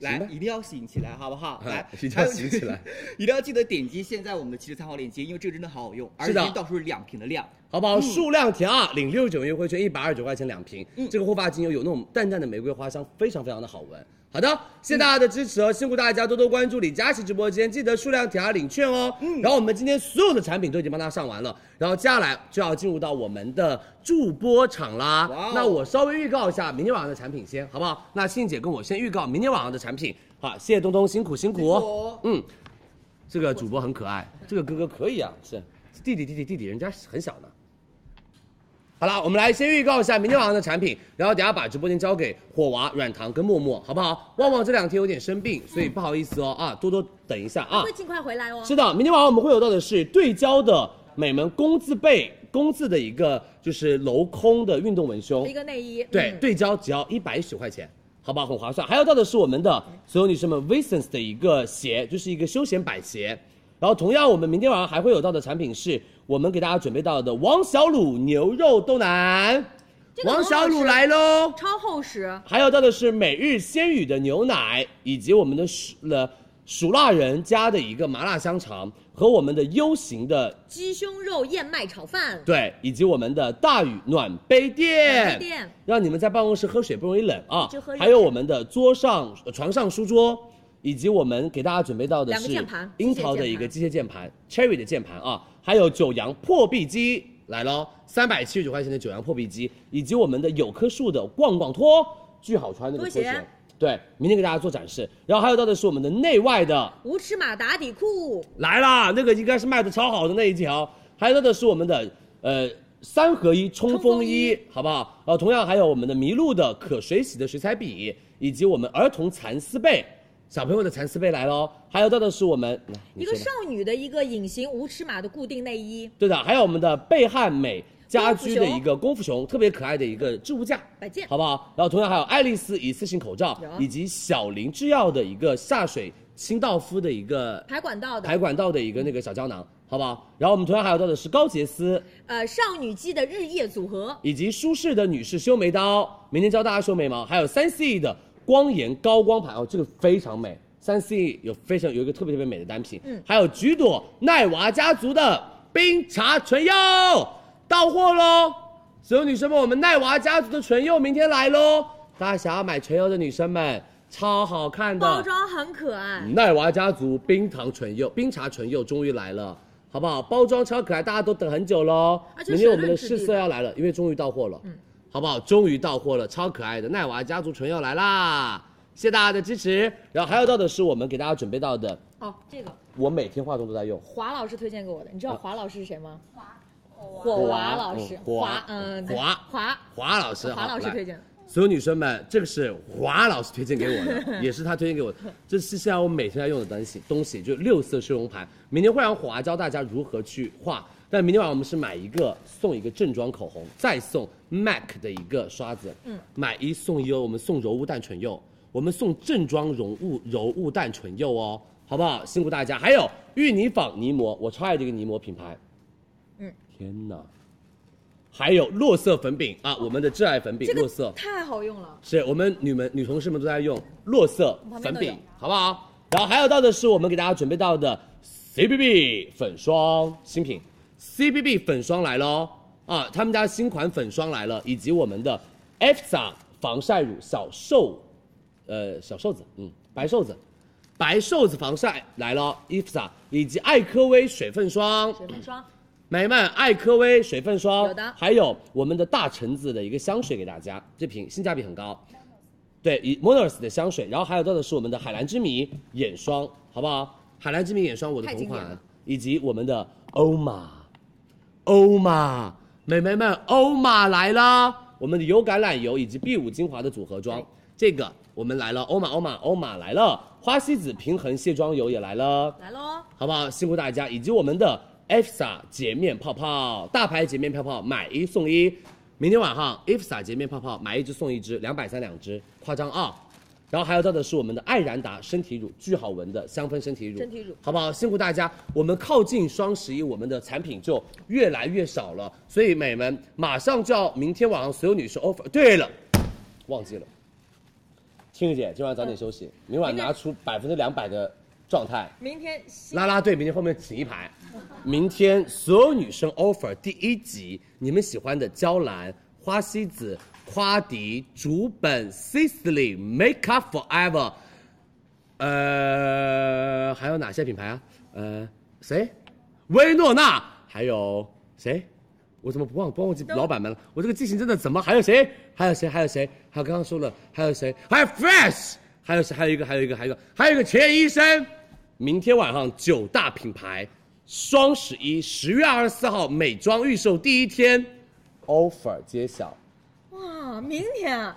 Speaker 11: 来
Speaker 8: 行吧嗯，
Speaker 11: 一定要醒起来，好不好？来
Speaker 8: 一定要醒起来，
Speaker 11: <laughs> 一定要记得点击现在我们的七十三号链接，因为这个真的好好用，而
Speaker 8: 是
Speaker 11: 且
Speaker 8: 的
Speaker 11: 到时候两瓶的量。
Speaker 8: 好不好？
Speaker 11: 嗯
Speaker 8: 数量填二，领六十九元优惠券，一百二十九块钱两瓶。这个护发精油有那种淡淡的玫瑰花香，非常非常的好闻。好的，谢谢大家的支
Speaker 11: 嗯
Speaker 8: 持哦，辛苦大家多多关注李佳琦直播间，记得数量填二领券哦。嗯，然后我们今天所有的产品都已经帮大家上完了，然后接下来就要进入到我们的助播场啦。
Speaker 11: 哇哦
Speaker 8: 那我稍微预告一下明天晚上的产品先，好不好？那欣姐跟我先预告明天晚上的产品。好，谢谢东东，辛苦辛苦。
Speaker 11: 辛苦哦
Speaker 8: 嗯，这个主播很可爱，这个哥哥可以啊，是弟弟弟弟弟弟，人家很小呢。好啦，我们来先预告一下明天晚上的产品，然后等下把直播间交给火娃、软糖跟默默，好不好？旺旺这两天有点生病，所以不好意思哦啊，多多等一下啊
Speaker 6: 会。尽快回来哦。
Speaker 8: 是的，明天晚上我们会有到的是对焦的美门工字背工字的一个就是镂空的运动文胸，
Speaker 1: 一个内衣，
Speaker 8: 对，
Speaker 1: 嗯
Speaker 8: 对焦只要一百一十块钱，好不好？很划算。还有到的是我们的所有女生们 v i s e n s 的一个鞋，就是一个休闲板鞋。然后同样，我们明天晚上还会有到的产品是我们给大家准备到的王小卤牛肉豆奶，
Speaker 1: 这个很
Speaker 8: 王
Speaker 1: 好吃
Speaker 8: 小卤来喽。
Speaker 1: 超厚实，
Speaker 8: 还有到的是每日鲜语的牛奶，以及我们的熟了熟辣人家的一个麻辣香肠和我们的 U 型的
Speaker 1: 鸡胸肉燕麦炒饭，
Speaker 8: 对，以及我们的大宇暖杯
Speaker 1: 暖
Speaker 8: 垫，
Speaker 1: 杯垫
Speaker 8: 让你们在办公室喝水不容易冷啊
Speaker 1: 就喝。热
Speaker 8: 还有我们的桌上、呃床上书桌，以及我们给大家准备到的
Speaker 1: 两个
Speaker 8: 是
Speaker 1: 键盘
Speaker 8: 樱桃的一个机械键盘，Cherry 的键盘啊，还有九阳破壁机来喽，三百七十九块钱的九阳破壁机，以及我们的有棵树的逛逛拖，巨好穿那个拖
Speaker 1: 拖
Speaker 8: 鞋
Speaker 1: 鞋。
Speaker 8: 对，明天给大家做展示。然后还有到的是我们的内外的
Speaker 1: 无尺码打底裤，
Speaker 8: 来啦，那个应该是卖的超好的那一条。还有的是我们的呃三合一冲锋衣，好不好？然后同样还有我们的麋鹿的可水洗的水彩笔，以及我们儿童蚕丝被，小朋友的蚕丝被来喽。还有到的是我们来你
Speaker 1: 一个
Speaker 8: 说吧
Speaker 1: 少女的一个隐形无尺码的固定内衣，
Speaker 8: 对的，还有我们的贝汉美家居的一个功夫熊，特别可爱的一个置物架，
Speaker 1: 摆件
Speaker 8: 好不好？然后同样还有爱丽丝一次性口罩
Speaker 1: 有，
Speaker 8: 以及小林制药的一个下水清道夫的一个
Speaker 1: 排管道的
Speaker 8: 排管道的一个那个小胶囊，好不好？然后我们同样还有到的是高洁丝，
Speaker 1: 呃，少女肌的日夜组合，
Speaker 8: 以及舒适的女士修眉刀，明天教大家修眉毛，还有三 C 的光研高光盘哦，这个非常美。三 C 有非常有一个特别特别美的单品，
Speaker 1: 嗯
Speaker 8: 还有橘朵奈娃家族的冰茶唇釉到货喽！所有女生们，我们奈娃家族的唇釉明天来喽！大家想要买唇釉的女生们，超好看的，
Speaker 1: 包装很可爱，
Speaker 8: 奈娃家族冰糖唇釉、冰茶唇釉终于来了，好不好？包装超可爱，大家都等很久喽
Speaker 1: 而。且
Speaker 8: 明天我们的
Speaker 1: 水润质地嗯
Speaker 8: 试色要来了，因为终于到货了，好不好？终于到货了，超可爱的奈娃家族唇釉来啦！谢谢大家的支持。然后还有到的是我们给大家准备到的，
Speaker 1: 哦，这个
Speaker 8: 我每天化妆都在用，
Speaker 1: 华老师推荐给我的，你
Speaker 8: 哦
Speaker 1: 知道华老师是谁吗？
Speaker 8: 娃
Speaker 1: 火娃老师，
Speaker 8: 嗯火娃
Speaker 1: 华，嗯，
Speaker 8: 火娃
Speaker 1: 华
Speaker 8: 华老师，
Speaker 1: 华
Speaker 8: 好
Speaker 1: 老师
Speaker 8: 来
Speaker 1: 推荐的，
Speaker 8: 所有女生们，这个是华老师推荐给我
Speaker 1: <laughs>
Speaker 8: 的，也是他推荐给我的，这是现在我每天在用的东西，东西就六色修容盘。明天会让华教大家如何去画，但明天晚上我们是买一个送一个正装口红，再送 MAC 的一个刷子，
Speaker 1: 嗯
Speaker 8: 买一送一哦，我们送柔雾淡唇釉，我们送正装柔雾柔雾淡唇釉哦，好不好？辛苦大家。还有芋泥坊泥膜，我超爱这个泥膜品牌，
Speaker 1: 嗯，
Speaker 8: 天哪！还有洛色粉饼啊，我们的挚爱粉饼，
Speaker 1: 这
Speaker 8: 洛
Speaker 1: 个
Speaker 8: 色，
Speaker 1: 太好用了，
Speaker 8: 是我们女们女同事们都在用洛色粉
Speaker 1: 嗯旁边都有
Speaker 8: 饼，好不好？然后还有到的是我们给大家准备到的 CBB 粉霜新品，CBB 粉霜来喽啊，他们家新款粉霜来了，以及我们的 EFSA 防晒乳小瘦呃小瘦子，嗯，白瘦子，白瘦子防晒来了，IFSA 以及艾科威水分霜，
Speaker 6: 水粉霜。
Speaker 8: 美漫艾科威水分霜，
Speaker 6: 有的
Speaker 8: 还有我们的大橙子的一个香水给大家，这瓶性价比很高。对，以 Moners 的香水，然后还有到的是我们的海蓝之谜眼霜，好不好？海蓝之谜眼霜我的
Speaker 6: 太
Speaker 8: 同
Speaker 6: 经典
Speaker 8: 款
Speaker 6: 了，
Speaker 8: 以及我们的欧玛，欧玛，美眉们，欧玛来啦！我们的有橄榄油以及 B 五精华的组合装，这个我们来了，欧玛欧玛欧玛来了，花西子平衡卸妆油也来了，
Speaker 6: 来喽，
Speaker 8: 好不好？辛苦大家，以及我们的 EFSA 洁面泡泡，大牌洁面泡泡买一送一，明天晚上 EFSA 洁面泡泡买一支送一支，两百三两支，夸张啊！然后还有到的是我们的艾然达身体乳，巨好闻的香氛身体乳，
Speaker 1: 身体乳
Speaker 8: 好不好？辛苦大家，我们靠近双十一，我们的产品就越来越少了，所以美们马上就要明天晚上所有女生 offer。对了，忘记了，青玉姐今晚
Speaker 1: 嗯
Speaker 8: 早点休息，明晚拿出百分之两百的状态。
Speaker 1: 明天新
Speaker 8: 啦啦队明天后面请一排，明天所有女生 offer 第一集，你们喜欢的娇兰、花西子、夸迪、竹本、Sisley、Make Up Forever，呃，还有哪些品牌啊？呃，谁？薇诺娜，还有谁？我怎么不忘不忘记老板们了？我这个记性真的怎么？还有谁？还有谁？还有谁？还有刚刚说了，还有谁？还有 Fresh，还有谁？还有一个，还有一个，还有一个，还有一个钱医生。明天晚上九大品牌，双十一十月二十四号美妆预售第一天，offer 揭晓
Speaker 1: <laughs> 哇，明天啊，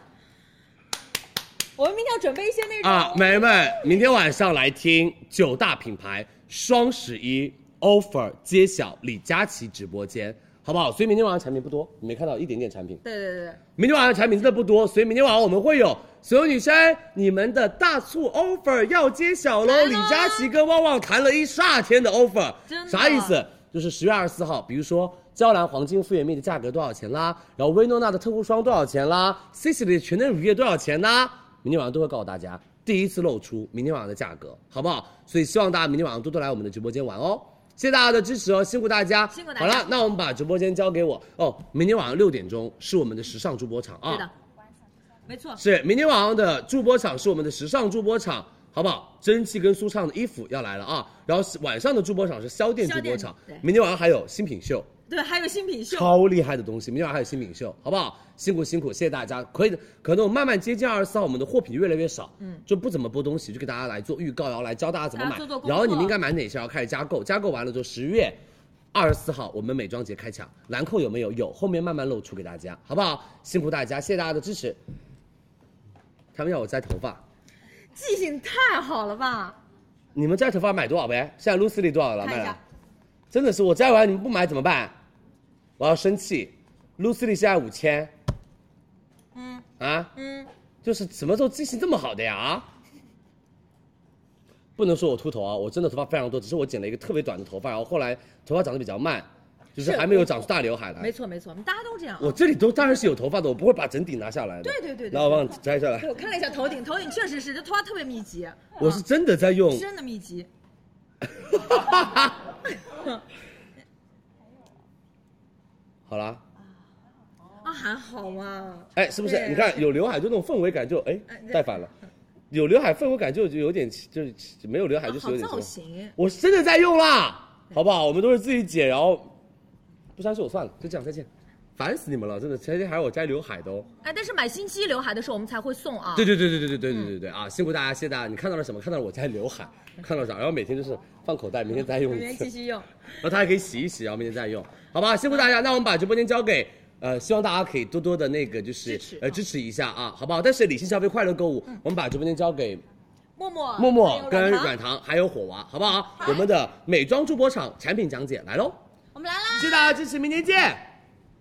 Speaker 1: 我们明天要准备一些那种
Speaker 8: 啊，美眉们，明天晚上来听九大品牌双十一 offer 揭晓，李佳琦直播间，好不好？所以明天晚上产品不多，你没看到一点点产品。
Speaker 6: 对对对，
Speaker 8: 明天晚上产品真的不多，所以明天晚上我们会有所有女生你们的大促 offer 要揭晓喽。李佳琦跟旺旺谈了一霎天的 offer，
Speaker 6: 真的
Speaker 8: 啥意思？就是十月二十四号，比如说娇兰黄金复原蜜的价格多少钱啦，然后薇诺娜的特护霜多少钱啦，Sisley 的全能乳液多少钱啦，明天晚上都会告诉大家第一次露出明天晚上的价格，好不好？所以希望大家明天晚上多多来我们的直播间玩哦。谢谢大家的支持哦，辛苦大家。辛
Speaker 6: 苦大
Speaker 8: 好
Speaker 6: 家
Speaker 8: 了，那我们把直播间交给我哦。明天晚上六点钟是我们的时尚助播场啊。
Speaker 6: 对的，没错，
Speaker 8: 是明天晚上的助播场是我们的时尚助播场，好不好？蒸汽跟舒畅的衣服要来了啊！然后晚上的助播场是销店助播
Speaker 6: 销
Speaker 8: 场
Speaker 6: 店对，
Speaker 8: 明天晚上还有新品秀，
Speaker 6: 对，还有新品秀，
Speaker 8: 超厉害的东西，明天晚上还有新品秀，好不好？辛苦辛苦，谢谢大家。可以的，可能我慢慢接近二十四号，我们的货品越来越少，
Speaker 6: 嗯
Speaker 8: 就不怎么播东西，就给大家来做预告，然啊后来教大家怎么
Speaker 6: 大
Speaker 8: 买，
Speaker 6: 家做做功课
Speaker 8: 然后你们应该买哪些，然后开始加购，加购完了之后十月。二十四号，我们美妆节开抢，兰蔻有没有？有，后面慢慢露出给大家，好不好？辛苦大家，谢谢大家的支持。他们要我摘头发，
Speaker 6: 记性太好了吧？
Speaker 8: 你们摘头发买多少呗？现在 Lucy 里多少了？
Speaker 6: 看一
Speaker 8: 卖了
Speaker 6: 下，
Speaker 8: 真的是我摘完你们不买怎么办？我要生气。Lucy 里现在五千
Speaker 6: 嗯
Speaker 8: 啊，
Speaker 6: 嗯，
Speaker 8: 就是什么时候记性这么好的呀？啊，不能说我秃头啊，我真的头发非常多，只是我剪了一个特别短的头发，然后后来头发长得比较慢，就是
Speaker 6: 是
Speaker 8: 还没有长出大刘海来
Speaker 6: 没。错没错，我们大家都这样啊。
Speaker 8: 我这里都当然是有头发的，我不会把整顶拿下来的。
Speaker 6: 对对对对
Speaker 8: 然后我帮你摘下来
Speaker 6: 对，。我看了一下头顶，头顶确实是这头发特别密集，
Speaker 8: 我是真的在用，
Speaker 6: 真的密集。
Speaker 8: 好啦，
Speaker 6: 啊，还好嘛。
Speaker 8: 哎，是不是？
Speaker 6: 对
Speaker 8: 你看有刘海就那种氛围感就，哎
Speaker 6: 哎对
Speaker 8: 带反了。有刘海氛围感就就有点就是没有刘
Speaker 16: 啊
Speaker 8: 海就
Speaker 6: 啊
Speaker 8: 是
Speaker 6: 好
Speaker 8: 有点什
Speaker 6: 造
Speaker 8: 么。
Speaker 6: 型，
Speaker 8: 我是真的在用啦，好不好？我们都是自己剪，然后不相信我算了，就这样，再见。烦死你们了，真的，前天还有我摘刘海的哦。
Speaker 6: 哎，但是买新机刘海的时候我们才会送啊。
Speaker 8: 对对对对对对对对对对啊！辛苦大家，谢谢大家。你看到了什么？看到了我摘刘海，看到啥？然后每天就是放口袋，明天再用
Speaker 6: 明
Speaker 8: 一
Speaker 6: 天
Speaker 8: 次
Speaker 6: 继。续用。
Speaker 8: 然后它还可以洗一洗，然后明天再用，好吧？辛苦大家，那我们把直播间交给。呃，希望大家可以多多的那个就是呃支持一下啊，好不好？但是理性消费，快乐购物。我们把直播间交给
Speaker 6: 默默，
Speaker 8: 默默
Speaker 6: 还有
Speaker 8: 跟
Speaker 6: 糖
Speaker 8: 软糖还有火娃，好不好？我们的美妆助播场产品讲解来喽，
Speaker 6: 我们来啦！
Speaker 8: 谢谢大家支持，明天见。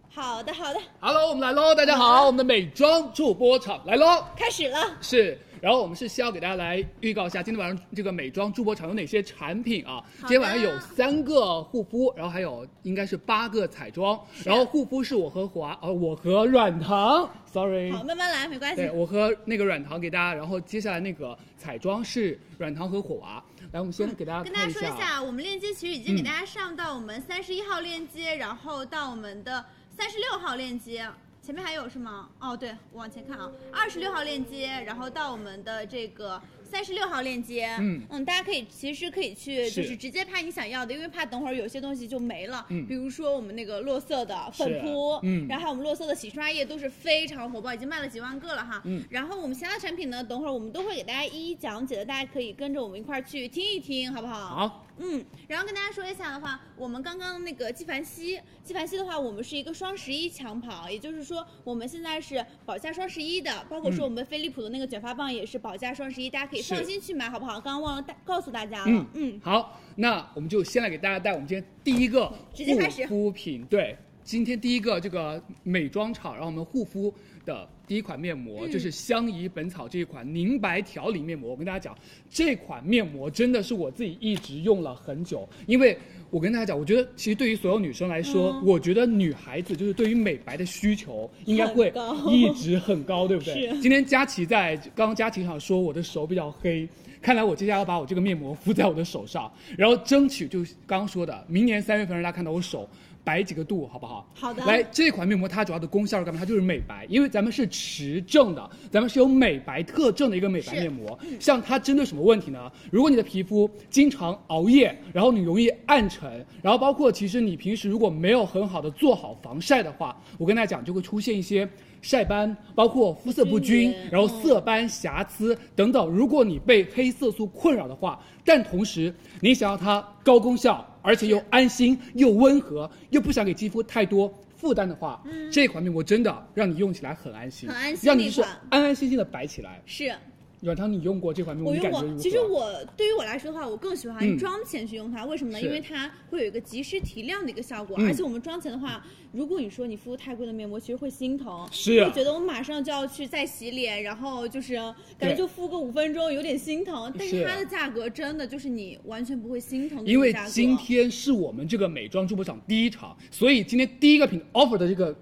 Speaker 22: 好的，好的，
Speaker 12: Hello，我们来喽！大家好，我们的美妆助播场来喽！
Speaker 22: 开始了。
Speaker 12: 是，然后我们是先要给大家来预告一下今天晚上这个美妆助播场有哪些产品啊？
Speaker 6: 好的
Speaker 12: 今天晚上有三个护肤，然后还有应该是八个彩妆，然后护肤是我和华，呃，我和软糖，sorry，
Speaker 8: 嗯
Speaker 22: 好，慢慢来，没关系
Speaker 12: 对。我和那个软糖给大家，然后接下来那个彩妆是软糖和火娃，来，我们先给大家
Speaker 16: 跟大
Speaker 12: 看
Speaker 16: 家
Speaker 12: 一
Speaker 16: 说
Speaker 12: 下
Speaker 16: 一
Speaker 12: 啊。
Speaker 16: 下，我们链接其实已经
Speaker 23: 嗯
Speaker 16: 给大家上到我们三十一号链接，然后到我们的三十六号链接。前面还有是吗？哦，对，我往前看啊，二十六号链接，然后到我们的这个三十六号链接，
Speaker 23: 嗯
Speaker 16: 大家可以其实可以去
Speaker 23: 是
Speaker 16: 就是直接拍你想要的，因为怕等会儿有些东西就没了，
Speaker 23: 嗯
Speaker 16: 比如说我们那个落色的粉扑
Speaker 23: 是，嗯
Speaker 16: 然后还有我们落色的洗刷液都是非常火爆，已经卖了几万个了哈，
Speaker 23: 嗯
Speaker 16: 然后我们其他产品呢，等会儿我们都会给大家一一讲解的，大家可以跟着我们一块儿去听一听，好不好？
Speaker 23: 好。
Speaker 16: 嗯，然后跟大家说一下的话，我们刚刚那个纪梵希，纪梵希的话，我们是一个双十一抢跑，也就是说我们现在是保价双十一的，包括说
Speaker 23: 嗯
Speaker 16: 我们飞利浦的那个卷发棒也是保价双十一，大家可以
Speaker 12: 是
Speaker 16: 放心去买，好不好？刚刚忘了大告诉大家了，
Speaker 12: 嗯
Speaker 16: 嗯。
Speaker 12: 好，那我们就先来给大家带我们今天第一个
Speaker 16: 直接开始
Speaker 12: 护肤品，对，今天第一个这个美妆厂让我们护肤的第一款面膜、
Speaker 23: 嗯
Speaker 12: 就是香怡本草这一款凝白调理面膜。我跟大家讲，这款面膜真的是我自己一直用了很久，因为我跟大家讲，我觉得其实对于所有女生来说，
Speaker 23: 嗯
Speaker 12: 我觉得女孩子就是对于美白的需求应该会
Speaker 23: 很高
Speaker 12: 一直很高，对不对？
Speaker 23: 是
Speaker 12: 今天佳琪在刚刚佳琪想说我的手比较黑，看来我接下来要把我这个面膜敷在我的手上，然后争取就是刚刚说的，明年三月份让大家看到我手白几个度，好不好？
Speaker 23: 好的
Speaker 12: 来，这款面膜它主要的功效是干嘛？它就是美白，因为咱们是持证的，咱们是有美白特证的一个美白
Speaker 23: 是
Speaker 12: 面膜。像它针对什么问题呢？如果你的皮肤经常熬夜，然后你容易暗沉，然后包括其实你平时如果没有很好的做好防晒的话，我跟大家讲就会出现一些晒斑，包括肤色不均，然后色斑、瑕疵等等。如果你被黑色素困扰的话，但同时你想要它高功效，而且又安心又温和，又不想给肌肤太多。负担的话，
Speaker 16: 嗯
Speaker 12: 这款面膜真的让你用起来很安心，
Speaker 16: 很安心
Speaker 12: 让你
Speaker 16: 的一
Speaker 12: 就是
Speaker 16: 款
Speaker 12: 安安心心的白起来。
Speaker 16: 是
Speaker 12: 软糖，你用过这款面膜，
Speaker 16: 我
Speaker 12: 你
Speaker 16: 用
Speaker 12: 感觉
Speaker 16: 过
Speaker 12: 如何？，
Speaker 16: 其实我对于我来说的话，我更喜欢
Speaker 12: 嗯
Speaker 16: 妆前去用它。为什么呢？
Speaker 12: 是
Speaker 16: 因为它会有一个及时提亮的一个效果，
Speaker 12: 嗯
Speaker 16: 而且我们妆前的话，如果你说你敷太贵的面膜，其实会心疼，
Speaker 23: 是啊
Speaker 16: 会觉得我马上就要去再洗脸，然后就是感觉
Speaker 12: 对
Speaker 16: 就敷个五分钟，有点心疼。但是
Speaker 12: 是啊
Speaker 16: 它的价格真的就是你完全不会心疼的
Speaker 12: 因为
Speaker 16: 价格
Speaker 12: 今天是我们这个哦美妆助播场第一场，所以今天第一个品 offer 的这个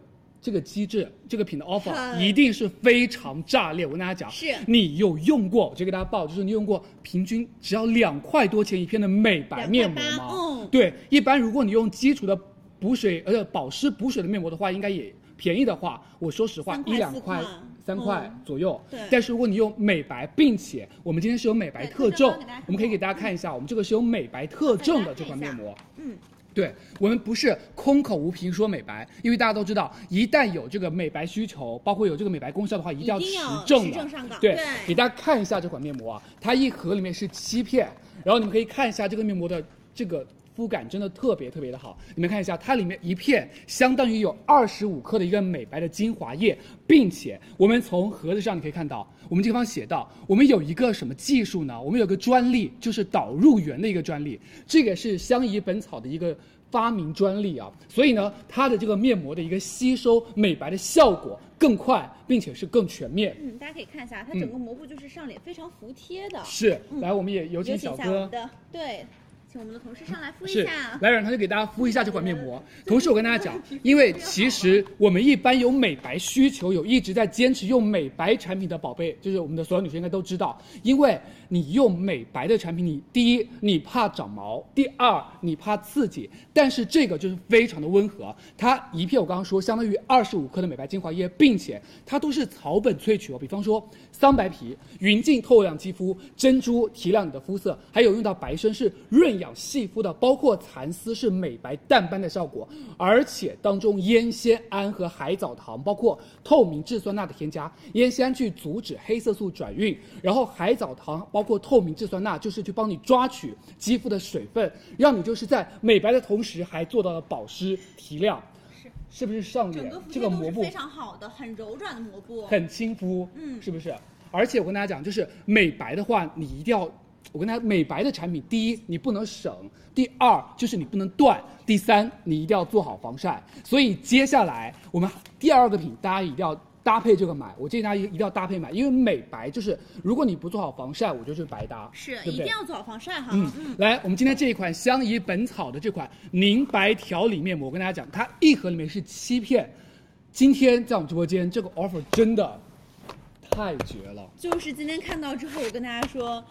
Speaker 12: 这个机制，这个品的 offer
Speaker 23: 很
Speaker 12: 一定是非常炸裂。我跟大家讲，
Speaker 23: 是
Speaker 12: 你有用过，我就给大家报，就是你用过平均只要两块多钱一片的美白面膜吗？
Speaker 23: 嗯
Speaker 12: 对，一般如果你用基础的补水，呃，保湿补水的面膜的话，应该也便宜的话，我说实话
Speaker 23: 三，块
Speaker 12: 一两
Speaker 23: 四
Speaker 12: 块
Speaker 23: 块。
Speaker 12: 三块
Speaker 23: 嗯
Speaker 12: 左右，
Speaker 23: 对
Speaker 12: 但是如果你用美白，并且我们今天是有美白特证
Speaker 23: 特证给大家，嗯看
Speaker 12: 我们可以给大家看一下，我们这个是有美白特证的这款面膜。
Speaker 16: 嗯，
Speaker 12: 对我们不是空口无凭说美白，因为大家都知道，一旦有这个美白需求，包括有这个美白功效的话，一定
Speaker 23: 一定要
Speaker 12: 持证的。
Speaker 23: 持证上岗
Speaker 12: 对，
Speaker 23: 对
Speaker 12: 给大家看一下这款面膜啊，它一盒里面是七片，然后你们可以看一下这个面膜的这个肤感真的特别特别的好。你们看一下，它里面一片相当于有二十五克的一个美白的精华液，并且我们从盒子上你可以看到，我们这个地方写到，我们有一个什么技术呢？我们有个专利，就是导入源的一个专利，这个是香怡本草的一个。发明专利啊，所以呢，它的这个面膜的一个吸收美白的效果更快，并且是更全面。
Speaker 16: 嗯，大家可以看一下，它整个膜布就是上脸非常服帖的。
Speaker 12: 嗯是，
Speaker 16: 嗯
Speaker 12: 来，我们也有请
Speaker 16: 有
Speaker 12: 小
Speaker 16: 请一下我
Speaker 12: 哥
Speaker 16: 们。的对，请我们的同事上来敷一
Speaker 12: 是
Speaker 16: 下，。
Speaker 12: 来软糖就给大家敷一下这款面膜。同时，我跟大家讲，因为其实我们一般有美白需求，有一直在坚持用美白产品的宝贝，就是我们的所有女生应该都知道，因为你用美白的产品，你第一你怕长毛，第二你怕刺激，但是这个就是非常的温和，它一片我刚刚说相当于二十五克的美白精华液，并且它都是草本萃取哦，比方说桑白皮、匀净透亮肌肤、珍珠提亮你的肤色，还有用到白参是润养细肤的，包括蚕丝是美白淡斑的效果，而且当中烟酰胺和海藻糖，包括透明质酸钠的添加，烟酰胺去阻止黑色素转运，然后海藻糖包括透明质酸钠就是去帮你抓取肌肤的水分，让你就是在美白的同时还做到了保湿提亮，是是不是上
Speaker 16: 整
Speaker 12: 脸
Speaker 16: 个服
Speaker 12: 这
Speaker 16: 帖
Speaker 12: 个
Speaker 16: 都
Speaker 12: 膜
Speaker 16: 是
Speaker 12: 布
Speaker 16: 非常好的，很柔软的膜布，
Speaker 12: 很亲肤，
Speaker 16: 嗯
Speaker 12: 是不是？而且我跟大家讲，就是美白的话，你一定要，我跟大家，美白的产品，第一你不能省，第二就是你不能断，第三你一定要做好防晒。所以接下来我们第二个品，大家一定要。搭配这个买，我建议大家一定要搭配买，因为美白就是如果你不做好防晒，我就是白搭，
Speaker 16: 是
Speaker 12: 对不
Speaker 16: 一定
Speaker 12: 对？
Speaker 16: 要做好防晒哈。
Speaker 12: 嗯，来，我们今天这一款香怡本草的这款凝白调理面膜，我跟大家讲，它一盒里面是七片。今天在我们直播间，这个 offer 真的太绝了。
Speaker 16: 就是今天看到之后，我跟大家说，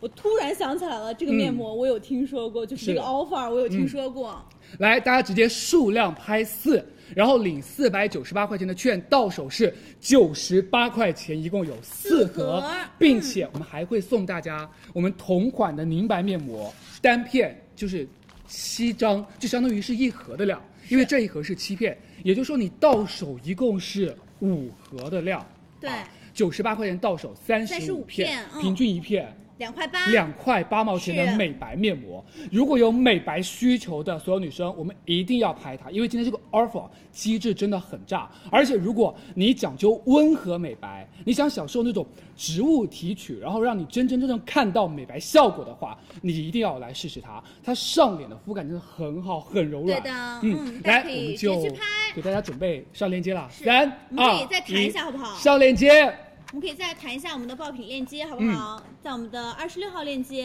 Speaker 16: 我突然想起来了，这个面膜我有听说过，就是是这个
Speaker 12: 的
Speaker 16: offer 我有
Speaker 12: 嗯
Speaker 16: 听说过。
Speaker 12: 来，大家直接数量拍四，然后领四百九十八块钱的券，到手是九十八块钱，一共有四盒，并且我们还会送大家我们同款的凝白面膜单片，就是七张，就相当于是一盒的量，因为这一盒是七片，也就是说你到手一共是五盒的量，
Speaker 16: 对，
Speaker 12: 九十八块钱到手三十
Speaker 16: 35片嗯
Speaker 12: 平均一片。
Speaker 16: 两块八，
Speaker 12: 两块八毛钱的
Speaker 16: 是
Speaker 12: 美白面膜。如果有美白需求的所有女生，我们一定要拍它，因为今天这个 offer 机制真的很炸。而且如果你讲究温和美白，你想享受那种植物提取，然后让你真真正正看到美白效果的话，你一定要来试试它。它上脸的肤感真的很好，很柔软。
Speaker 16: 对的嗯
Speaker 12: 嗯，
Speaker 16: 大家
Speaker 12: 来，
Speaker 16: 可以
Speaker 12: 我们
Speaker 16: 直
Speaker 12: 就
Speaker 16: 接去拍
Speaker 12: 给大家准备上链接了。三
Speaker 16: 我们可以
Speaker 12: 二
Speaker 16: 再谈一
Speaker 12: 一，
Speaker 16: 下好不好
Speaker 12: 上链接。
Speaker 16: 我们可以再谈一下我们的爆品链接，
Speaker 12: 嗯
Speaker 16: 好不好？在我们的二十六号链接，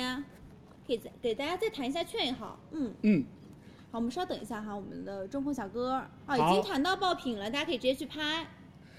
Speaker 16: 可以再给大家再谈一下券也好。嗯，
Speaker 12: 嗯，
Speaker 16: 好，我们稍等一下哈，我们的中控小哥啊，已
Speaker 12: 好
Speaker 16: 经谈到爆品了，大家可以直接去拍。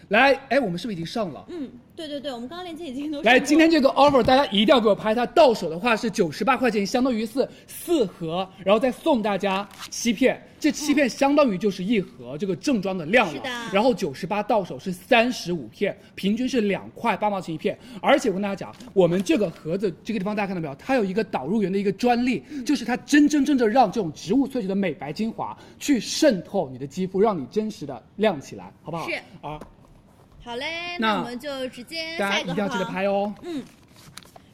Speaker 12: 来，哎，我们是不是已经上了？
Speaker 16: 嗯，对对对，我们刚刚链接已经
Speaker 12: <laughs>
Speaker 16: 都
Speaker 12: 来，
Speaker 16: 上过
Speaker 12: 今天这个 offer 大家一定要给我拍它，到手的话是九十八块钱，相当于是四盒，然后再送大家七片，这
Speaker 16: 嗯
Speaker 12: 七片相当于就是一盒这个正装的量了。
Speaker 24: 是的
Speaker 12: 然后九十八到手是三十五片，平均是两块八毛钱一片。而且我跟大家讲，我们这个盒子这个地方大家看到没有？它有一个导入源的一个专利，
Speaker 16: 嗯
Speaker 12: 就是它真真正正让这种植物萃取的美白精华去渗透你的肌肤，让你真实的亮起来，好不好？
Speaker 16: 是
Speaker 12: 啊，
Speaker 16: 好嘞，
Speaker 12: 那
Speaker 16: 那我们就直接
Speaker 12: 大家
Speaker 16: 下
Speaker 12: 一
Speaker 16: 一个
Speaker 12: 定要记得
Speaker 16: 好不好
Speaker 12: 拍哦。
Speaker 16: 嗯，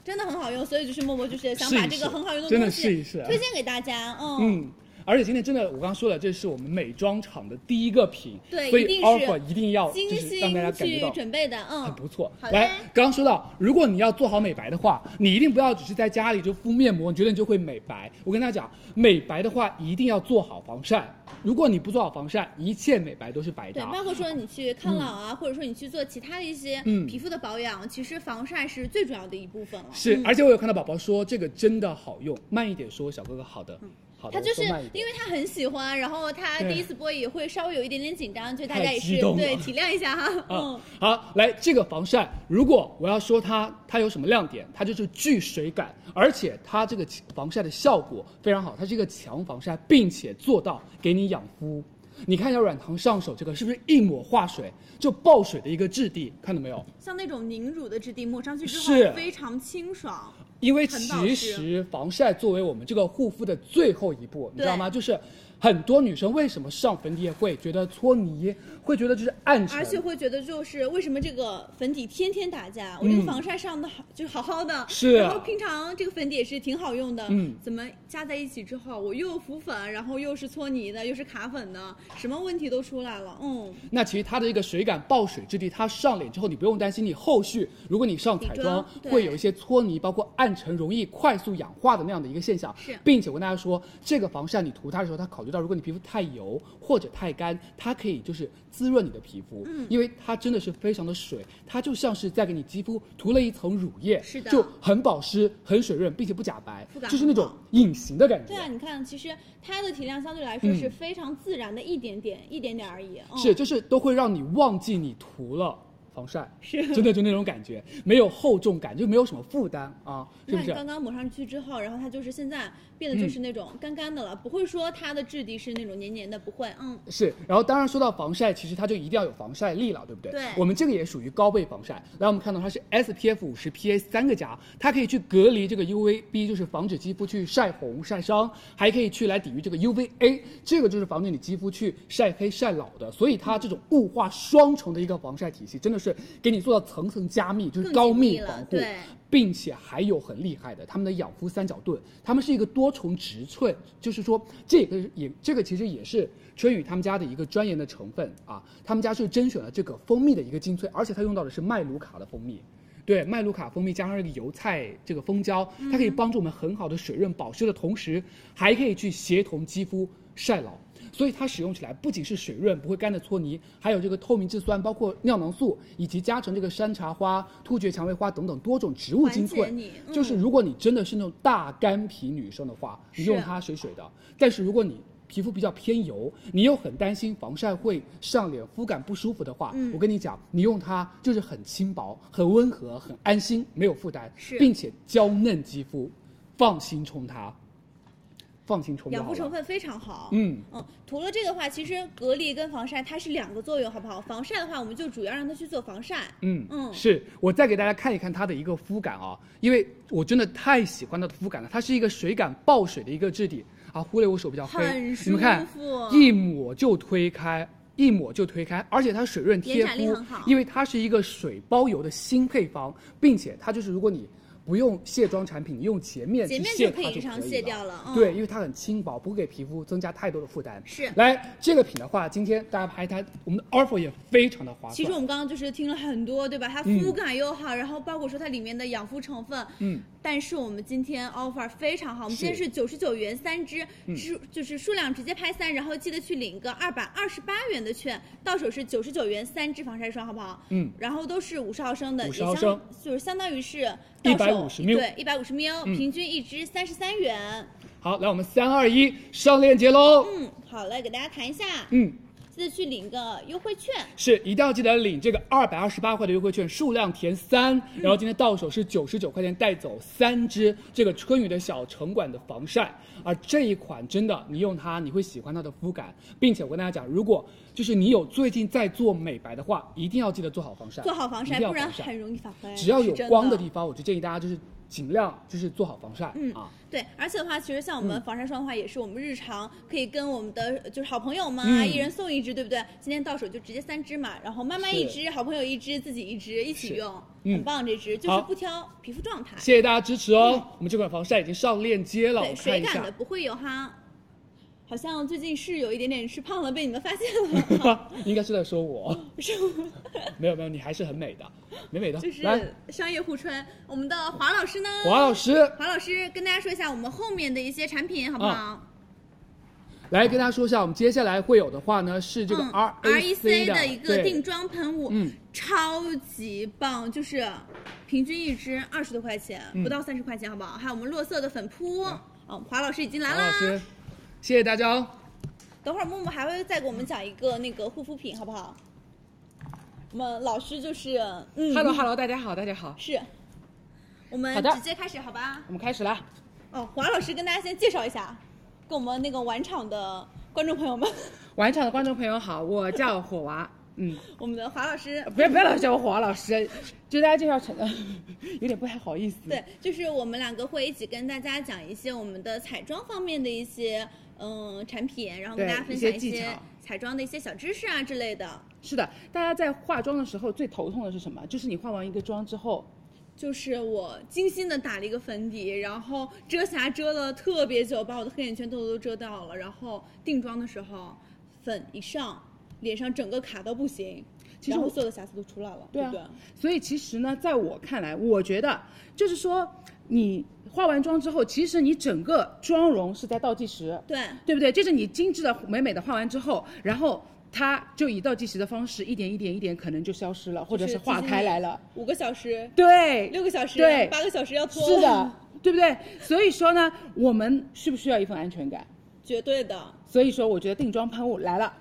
Speaker 16: 真的很好用，所以就是默默就是想把
Speaker 12: 试一
Speaker 16: 这
Speaker 12: 试
Speaker 16: 个很好用
Speaker 12: 真的
Speaker 16: 东西
Speaker 12: 试一试啊
Speaker 16: 推荐给大家。嗯，
Speaker 12: 嗯，而且今天真的，我刚刚说了，这是我们美妆厂的第一个品，
Speaker 16: 对，
Speaker 12: 所
Speaker 16: 一
Speaker 12: 以
Speaker 16: 定
Speaker 12: offer
Speaker 16: 是
Speaker 12: 一定要
Speaker 16: 精
Speaker 12: 就是让大家
Speaker 16: 心
Speaker 12: 感觉
Speaker 16: 去
Speaker 12: 到
Speaker 16: 准备的，嗯，
Speaker 12: 很不错。
Speaker 16: 好嘞
Speaker 12: 来，刚刚说到，如果你要做好美白的话，你一定不要只是在家里就敷面膜，你觉得你就会美白。我跟大家讲，美白的话一定要做好防晒。如果你不做好防晒，一切美白都是白
Speaker 16: 对，
Speaker 12: 搭。
Speaker 16: 包括说你去抗老啊，或者说你去做其他的一些
Speaker 12: 嗯
Speaker 16: 皮肤的保养，其实防晒是最主要的一部分了。
Speaker 12: 是
Speaker 16: 嗯，
Speaker 12: 而且我有看到宝宝说这个真的好用，慢一点说，小哥哥，好的，好的，
Speaker 16: 他嗯就是
Speaker 12: 说慢一点
Speaker 16: 因为他很喜欢，然后他
Speaker 12: 对
Speaker 16: 第一次播也会稍微有一点点紧张，就大
Speaker 12: 太
Speaker 16: 家也
Speaker 12: 激
Speaker 16: 是
Speaker 12: 动
Speaker 16: 对
Speaker 12: 了
Speaker 16: 体谅一下哈。
Speaker 12: 啊
Speaker 16: 嗯，，
Speaker 12: 好，来这个防晒，如果我要说它，它有什么亮点？它就是聚水感，而且它这个防晒的效果非常好，它是一个强防晒，并且做到给你养肤。你看一下软糖上手这个是不是一抹化水就爆水的一个质地，看到没有？
Speaker 16: 像那种凝乳的质地，抹上去之
Speaker 12: 是
Speaker 16: 后非常清爽。
Speaker 12: 因为
Speaker 16: 很保
Speaker 12: 其
Speaker 16: 湿
Speaker 12: 实防晒作为我们这个护肤的最后一步，你知道吗？
Speaker 16: 对
Speaker 12: 就是很多女生为什么上粉底液会觉得搓泥，会觉得就是暗沉，
Speaker 16: 而且会觉得就是为什么这个粉底天天打架，我这个
Speaker 12: 嗯
Speaker 16: 防晒上的好就是好好的，
Speaker 12: 是啊
Speaker 16: 然后平常这个粉底也是挺好用的，
Speaker 12: 嗯
Speaker 16: 怎么加在一起之后，我又浮粉，然后又是搓泥的，又是卡粉的，什么问题都出来了，嗯，
Speaker 12: 那其实它的一个水感爆水质地，它上脸之后你不用担心，你后续如果你上彩
Speaker 16: 底妆
Speaker 12: 妆
Speaker 16: 对
Speaker 12: 会有一些搓泥，包括暗沉容易快速氧化的那样的一个现象
Speaker 16: 是。
Speaker 12: 并且我跟大家说，这个防晒你涂它的时候，它考虑到如果你皮肤太油或者太干，它可以就是滋润你的皮肤，
Speaker 16: 嗯
Speaker 12: 因为它真的是非常的水，它就像是在给你肌肤涂了一层乳液，
Speaker 16: 是的
Speaker 12: 就很保湿、很水润，并且不假白
Speaker 16: 肤，感
Speaker 12: 就是
Speaker 16: 很
Speaker 12: 那种隐形的感觉。
Speaker 16: 对啊，你看，其实它的体量相对来说是
Speaker 12: 嗯
Speaker 16: 非常自然的一点点，一点点而已，嗯、
Speaker 12: 是，就是都会让你忘记你涂了防晒，
Speaker 16: 是
Speaker 12: 真的就那种感觉，没有厚重感，就没有什么负担啊，
Speaker 16: 你
Speaker 12: 是不
Speaker 16: 看
Speaker 12: 是？
Speaker 16: 刚刚抹上去之后，然后它就是现在变
Speaker 12: 嗯
Speaker 16: 得就是那种干干的了，不会说它的质地是那种黏黏的，不会，嗯，
Speaker 12: 是，然后当然说到防晒，其实它就一定要有防晒力了，对不对？
Speaker 16: 对
Speaker 12: 我们这个也属于高倍防晒。来，我们看到它是 SPF 五十 PA 三个加，它可以去隔离这个 UVB，就是防止肌肤去晒红晒伤，还可以去来抵御这个 UVA，这个就是防止你肌肤去晒黑晒老的。所以它这种雾化双重的一个防晒体系，真的是给你做到层层加密，就是
Speaker 16: 更
Speaker 12: 高
Speaker 16: 紧
Speaker 12: 密
Speaker 16: 密了
Speaker 12: 防护
Speaker 16: 对。
Speaker 12: 并且还有很厉害的，他们的养肤三角盾，他们是一个多重植萃，就是说这个也这个其实也是春雨他们家的一个专研的成分啊，他们家是甄选了这个蜂蜜的一个精粹，而且它用到的是麦卢卡的蜂蜜。对，麦卢卡蜂蜜加上这个油菜这个蜂胶，
Speaker 16: 嗯
Speaker 12: 它可以帮助我们很好的水润保湿的同时，还可以去协同肌肤晒老。所以它使用起来不仅是水润，不会干的搓泥，还有这个透明质酸，包括尿囊素，以及加成这个山茶花、突厥蔷薇花等等多种植物精粹
Speaker 16: 缓解你。嗯
Speaker 12: 就是如果你真的是那种大干皮女生的话，你
Speaker 16: 是
Speaker 12: 用它水水的。但是如果你皮肤比较偏油，你又很担心防晒会上脸肤感不舒服的话，
Speaker 16: 嗯
Speaker 12: 我跟你讲，你用它就是很轻薄、很温和、很安心，没有负担
Speaker 16: 是，
Speaker 12: 并且娇嫩肌肤，放心冲它。放心冲就
Speaker 16: 养
Speaker 12: 好
Speaker 16: 肤成
Speaker 12: 了。
Speaker 16: 分非常好。
Speaker 12: 嗯
Speaker 16: 嗯，涂了这个话，其实隔离跟防晒它是两个作用，好不好？防晒的话，我们就主要让它去做防晒。
Speaker 12: 嗯
Speaker 16: 嗯
Speaker 12: 是我再给大家看一看它的一个肤感啊，因为我真的太喜欢它的肤感了，它是一个水感爆水的一个质地啊。忽略我手比较黑
Speaker 16: 很，
Speaker 12: 你们看
Speaker 16: 舒服，
Speaker 12: 一抹就推开。一抹就推开，而且它水润贴
Speaker 16: 延展力
Speaker 12: 肤
Speaker 16: 很好，
Speaker 12: 因为它是一个水包油的新配方，并且它就是如果你不用卸妆产品，你用洁面
Speaker 16: 洁
Speaker 12: 去
Speaker 16: 面
Speaker 12: 卸
Speaker 16: 就可以
Speaker 12: 它就
Speaker 16: 日常
Speaker 12: 可以
Speaker 16: 卸
Speaker 12: 了
Speaker 16: 掉了嗯
Speaker 12: 对，因为它很轻薄，不会给皮肤增加太多的负担。
Speaker 16: 是
Speaker 12: 来这个品的话，今天大家拍它，我们的 offer 也非常的划算。
Speaker 16: 其实我们刚刚就是听了很多，对吧？它
Speaker 12: 嗯
Speaker 16: 肤感又好，然后包括说它里面的养肤成分，
Speaker 12: 嗯，
Speaker 16: 但是我们今天 offer 非常好，我们今天
Speaker 12: 是
Speaker 16: 是九十九元三支
Speaker 12: 嗯，
Speaker 16: 是就是数量直接拍三，然后记得去领个二百二十八元的券，到手是九十九元三支防晒霜，好不好？
Speaker 12: 嗯
Speaker 16: 然后都是五十毫升的，也
Speaker 12: 50毫
Speaker 16: 相
Speaker 12: 升
Speaker 16: 就是相当于是
Speaker 12: 150
Speaker 16: 到手
Speaker 12: ml
Speaker 16: 对，一百五十 ml，
Speaker 12: 嗯
Speaker 16: 平均一支三十三元。
Speaker 12: 好，来我们三二一上链接喽。
Speaker 16: 嗯，好了，给大家谈一下，
Speaker 12: 嗯，
Speaker 16: 记得去领个优惠券。
Speaker 12: 是一定要记得领这个二百二十八块的优惠券，数量填三，
Speaker 16: 嗯
Speaker 12: 然后今天到手是九十九块钱，带走三支这个春雨的小城管的防晒。而这一款真的，你用它你会喜欢它的肤感，并且我跟大家讲，如果就是你有最近在做美白的话，一定要记得做好防晒，
Speaker 16: 做好防
Speaker 12: 一
Speaker 16: 晒，
Speaker 12: 定要
Speaker 16: 不然
Speaker 12: 防晒
Speaker 16: 很容易发黑。
Speaker 12: 只要
Speaker 16: 是
Speaker 12: 有
Speaker 16: 真
Speaker 12: 光
Speaker 16: 的
Speaker 12: 的地方，我就建议大家就是尽量就是做好防晒、
Speaker 16: 嗯
Speaker 12: 啊。
Speaker 16: 对，而且的话，其实像我们
Speaker 12: 嗯
Speaker 16: 防晒霜的话，也是我们日常可以跟我们的呃就是好朋友嘛，
Speaker 12: 嗯
Speaker 16: 一人送一支，对不对？今天到手就直接三支嘛，然后妈妈一支，好朋友一支，自己一支，一起
Speaker 12: 是
Speaker 16: 用，
Speaker 12: 嗯
Speaker 16: 很棒。这支就
Speaker 12: 好
Speaker 16: 是不挑皮肤状态，
Speaker 12: 谢谢大家支持哦，我们这款防晒已经上链接了，我
Speaker 16: 对
Speaker 12: 看
Speaker 16: 水
Speaker 12: 一下
Speaker 16: 感的不会有哈。好像最近是有一点点吃胖了，被你们发
Speaker 12: <laughs>
Speaker 16: 现了，
Speaker 12: 应该是在说我， <laughs>
Speaker 16: 是吗？
Speaker 12: 没有没有，你还是很美的，美美的。
Speaker 16: 就是
Speaker 12: 来，
Speaker 16: 商业互吹。我们的华老师呢？
Speaker 12: 华老师
Speaker 16: 华老师跟大家说一下我们后面的一些产品好不好？
Speaker 12: 啊来跟大家说一下，我们接下来会有的话呢是这个
Speaker 16: 嗯
Speaker 12: R
Speaker 16: R E C
Speaker 12: 的
Speaker 16: 的一个定
Speaker 12: 妆，
Speaker 16: 妆喷雾，
Speaker 12: 嗯
Speaker 16: 超级棒，就是平均一支二十多块钱，
Speaker 12: 嗯
Speaker 16: 不到三十块钱，好不好？还有我们洛色的粉扑，哦，华老师已经来
Speaker 12: 对嗯老
Speaker 16: 啦。
Speaker 12: 师，谢谢大家哦。
Speaker 16: 等会儿木木还会再给我们讲一个那个护肤品，好不好？我们老师就是，嗯
Speaker 19: Hello Hello，大家好，大家好，
Speaker 16: 是我们
Speaker 19: 好的
Speaker 16: 直接开始，好吧？
Speaker 19: 我们开始了。
Speaker 16: 哦，华老师跟大家先介绍一下，跟我们那个晚场的观众朋友们， <laughs>
Speaker 19: 晚场的观众朋友好，我叫火娃，嗯，
Speaker 16: 我们的华老师，
Speaker 19: 不要不要呃老叫我火娃老师，就大家介绍成， <laughs> 有点不太好意思。
Speaker 16: 对，就是我们两个会一起跟大家讲一些我们的彩妆方面的一些嗯产品，然后跟
Speaker 19: 对
Speaker 16: 大家分享
Speaker 19: 一些技
Speaker 16: 些
Speaker 19: 巧
Speaker 16: 彩妆的一些小知识啊之类的。
Speaker 19: 是的，大家在化妆的时候最头痛的是什么？就是你化完一个妆之后，
Speaker 16: 就是我精心的打了一个粉底，然后遮瑕遮了特别久，把我的黑眼圈痘痘都遮到了。然后定妆的时候，粉一上，脸上整个卡到不行，
Speaker 19: 其实
Speaker 16: 然后
Speaker 19: 我
Speaker 16: 所有的瑕疵都出来了，
Speaker 19: 对
Speaker 16: 对
Speaker 19: 啊
Speaker 16: 不对？
Speaker 19: 所以其实呢，在我看来，我觉得就是说，你化完妆之后，其实你整个妆容是在倒计时，
Speaker 16: 对
Speaker 19: 对不对？就是你精致的、美美的化完之后，然后它就以倒计时的方式，一点一点一点，可能就消失了，或者
Speaker 16: 就是
Speaker 19: 化
Speaker 16: 提醒
Speaker 19: 开
Speaker 16: 你
Speaker 19: 来了。
Speaker 16: 五个小时，
Speaker 19: 对，
Speaker 16: 六个小时，
Speaker 19: 对，
Speaker 16: 八个小时要做，
Speaker 19: 是的，，对不对？所以说呢，我们需不需要一份安全感？
Speaker 16: 绝对的。
Speaker 19: 所以说，我觉得定妆喷雾来了。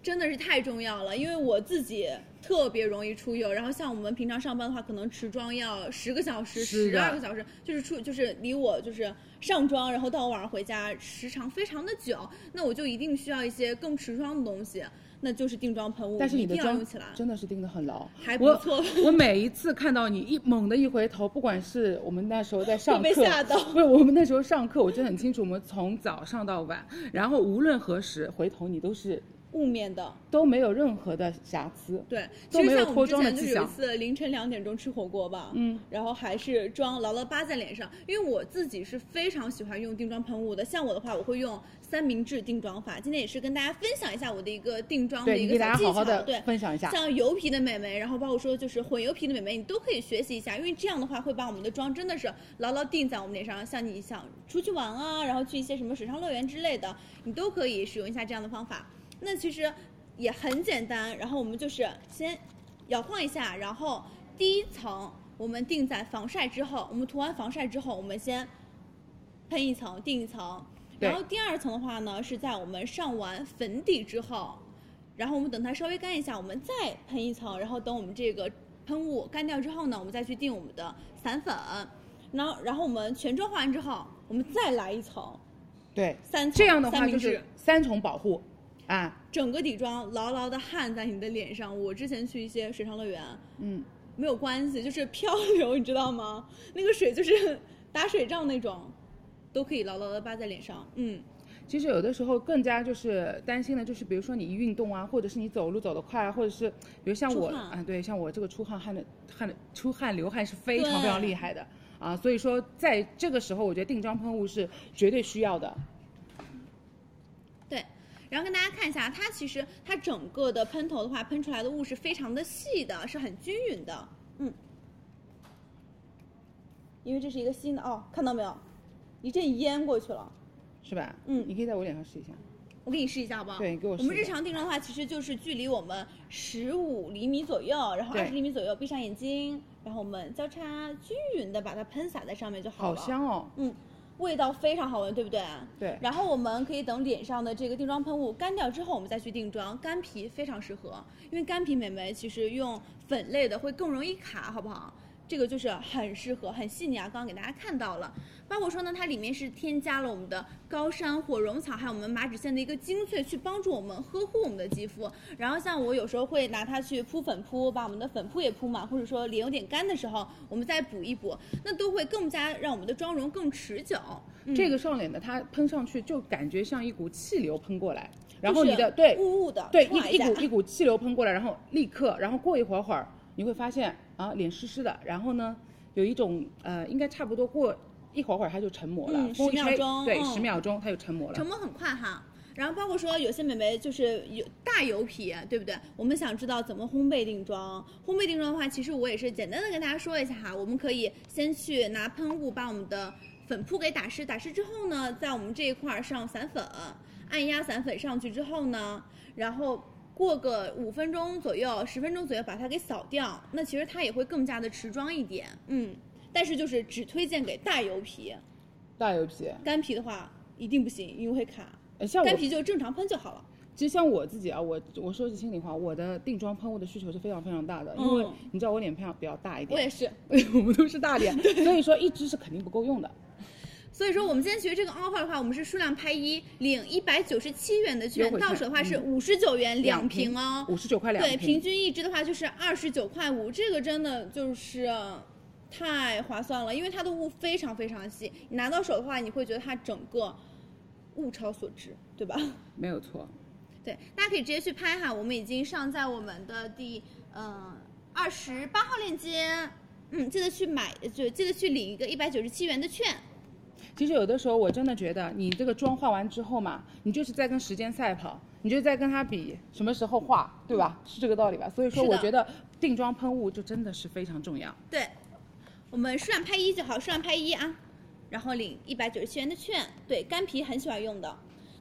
Speaker 16: 真的是太重要了，因为我自己特别容易出油，然后像我们平常上班的话，可能持妆要十个小时、
Speaker 19: 是
Speaker 16: 十
Speaker 19: 的
Speaker 16: 二个小时，就是出就是离我就是上妆，然后到我晚上回家时长非常的久，那我就一定需要一些更持妆的东西，那就是定妆喷雾，
Speaker 19: 但是你
Speaker 16: 一
Speaker 19: 的
Speaker 16: 定要
Speaker 19: 妆
Speaker 16: 用起来。
Speaker 19: 真的是定的很牢，
Speaker 16: 还
Speaker 19: 我
Speaker 16: 不错
Speaker 19: 我每一次看到你一猛的一回头，不管是我们那时候在上课，
Speaker 16: <laughs> 会被吓到
Speaker 19: 不是我们那时候上课，我真的很清楚，我们从早上到晚，然后无论何时回头，你都是
Speaker 16: 雾面的，
Speaker 19: 都没有任何的瑕疵，
Speaker 16: 对，
Speaker 19: 都
Speaker 16: 其实
Speaker 19: 没有
Speaker 16: 像我
Speaker 19: 脱
Speaker 16: 们
Speaker 19: 妆的迹
Speaker 16: 之前就是有一
Speaker 19: 象。
Speaker 16: 次凌晨两点钟吃火锅吧，
Speaker 19: 嗯，
Speaker 16: 然后还是妆牢牢扒在脸上，因为我自己是非常喜欢用定妆喷雾的。像我的话，我会用三明治定妆法。今天也是跟大家分享一下我的一个定妆的
Speaker 19: 对
Speaker 16: 一
Speaker 19: 你给
Speaker 16: 个小
Speaker 19: 大
Speaker 16: 技
Speaker 19: 家
Speaker 16: 巧，
Speaker 19: 好好的
Speaker 16: 对，
Speaker 19: 分享一下。
Speaker 16: 像油皮的美眉，然后包括说就是混油皮的美眉，你都可以学习一下，因为这样的话会把我们的妆真的是牢牢定在我们脸上。像你想出去玩啊，然后去一些什么水上乐园之类的，你都可以使用一下这样的方法。那其实也很简单，然后我们就是先摇晃一下，然后第一层我们定在防晒之后，我们涂完防晒之后，我们先喷一层，定一层。
Speaker 19: 对
Speaker 16: 然后第二层的话呢，是在我们上完粉底之后，然后我们等它稍微干一下，我们再喷一层，然后等我们这个喷雾干掉之后呢，我们再去定我们的散粉。然后，然后我们全妆化完之后，我们再来一层，
Speaker 19: 对，
Speaker 16: 三
Speaker 19: 这样的话
Speaker 16: 三明
Speaker 19: 就
Speaker 16: 治
Speaker 19: 是三重保护啊。
Speaker 16: 整个底妆牢牢的焊在你的脸上。我之前去一些水上乐园，
Speaker 19: 嗯，
Speaker 16: 没有关系，就是漂流，你知道吗？那个水就是 <laughs> 打水仗那种，都可以牢牢的扒在脸上。嗯，
Speaker 19: 其实有的时候更加就是担心的，就是比如说你一运动啊，或者是你走路走得快啊，或者是比如像我
Speaker 16: 出汗
Speaker 19: 啊，对，像我这个出汗汗的汗的出汗流汗是非
Speaker 16: 对
Speaker 19: 常非常厉害的啊，所以说在这个时候，我觉得定妆喷雾是绝对需要的。
Speaker 16: 对。然后跟大家看一下，啊它其实它整个的喷头的话，喷出来的雾是非常的细的，是很均匀的。嗯，因为这是一个新的哦，看到没有？一阵烟过去了。
Speaker 19: 是吧？
Speaker 16: 嗯，
Speaker 19: 你可以在我脸上试一下。
Speaker 16: 我给你试一下好不好？
Speaker 19: 对你给我
Speaker 16: 我
Speaker 19: 试一下
Speaker 16: 们日常定妆的话，其实就是距离我们十五厘米左右，然后
Speaker 19: 对
Speaker 16: 二十厘米左右，闭上眼睛，然后我们交叉均匀的把它喷洒在上面就好
Speaker 19: 好
Speaker 16: 了。
Speaker 19: 香哦！
Speaker 16: 嗯，味道非常好闻，对不对？
Speaker 19: 对
Speaker 16: 然后我们可以等脸上的这个定妆喷雾干掉之后，我们再去定妆。干皮非常适合，因为干皮美眉其实用粉类的会更容易卡，好不好？这个就是很适合，很细腻啊！刚刚给大家看到了，包括说呢，它里面是添加了我们的高山火绒草，还有我们马齿苋的一个精粹，去帮助我们呵护我们的肌肤。然后像我有时候会拿它去铺粉扑，把我们的粉扑也铺满，或者说脸有点干的时候，我们再补一补，那都会更加让我们的妆容更持久。嗯
Speaker 19: 这个上脸的，它喷上去就感觉像一股气流喷过来，然
Speaker 16: 就
Speaker 19: 后
Speaker 16: 是
Speaker 19: 你的对
Speaker 16: 雾雾的，
Speaker 19: 对
Speaker 16: 唰
Speaker 19: 一一
Speaker 16: 下 <laughs>
Speaker 19: 股一股气流喷过来，然后立刻，然后过一会儿会儿，你会发现啊脸湿湿的，然后呢有一种呃应该差不多过一会儿会儿它就成膜了，
Speaker 16: 嗯
Speaker 19: 风一
Speaker 16: 10秒
Speaker 19: 吹
Speaker 16: 钟
Speaker 19: 对
Speaker 16: 嗯
Speaker 19: 十秒钟它就成膜了，
Speaker 16: 成膜很快哈。然后包括说有些美眉就是有大油皮，对不对？我们想知道怎么烘焙定妆。烘焙定妆的话，其实我也是简单的跟大家说一下哈，我们可以先去拿喷雾把我们的粉扑给打湿，打湿之后呢，在我们这一块儿上散粉，按压散粉上去之后呢，然后。过个五分钟左右，十分钟左右把它给扫掉，那其实它也会更加的持妆一点，嗯。但是就是只推荐给大油皮，
Speaker 19: 大油皮。
Speaker 16: 干皮的话一定不行，因为会卡。
Speaker 19: 哎像我
Speaker 16: 干皮就正常喷就好了。
Speaker 19: 其实像我自己啊，我我说句心里话，我的定妆喷雾的需求是非常非常大的，因为
Speaker 16: 嗯
Speaker 19: 你知道我脸比较比较大一点，
Speaker 16: 我也是，
Speaker 19: <laughs> 我们都是大
Speaker 16: <laughs>
Speaker 19: 脸，所以说一支是肯定不够用的。
Speaker 16: 所以说我们今天其实这个 offer 的话，我们是数量拍一，领一百九十七元的券
Speaker 19: 优，惠券
Speaker 16: 到手的话是
Speaker 19: 嗯
Speaker 16: 五十九元两瓶哦，
Speaker 19: 两瓶59块两
Speaker 16: 对，
Speaker 19: 瓶
Speaker 16: 平均一支的话就是二十九块五，这个真的就是。呃太划算了，因为它的雾非常非常细，你拿到手的话，你会觉得它整个物超所值，对吧？
Speaker 19: 没有错，
Speaker 16: 对，大家可以直接去拍哈，我们已经上在我们的第嗯二十八号链接，嗯，记得去买，就记得去领一个一百九十七元的券。
Speaker 19: 其实有的时候我真的觉得，你这个妆化完之后嘛，你就是在跟时间赛跑，你就在跟它比什么时候化，对吧？是这个道理吧？所以说，
Speaker 16: 是的
Speaker 19: 我觉得定妆喷雾就真的是非常重要。
Speaker 16: 对，我们数量拍一就好，数量拍一啊，然后领一百九十七元的券。对，干皮很喜欢用的。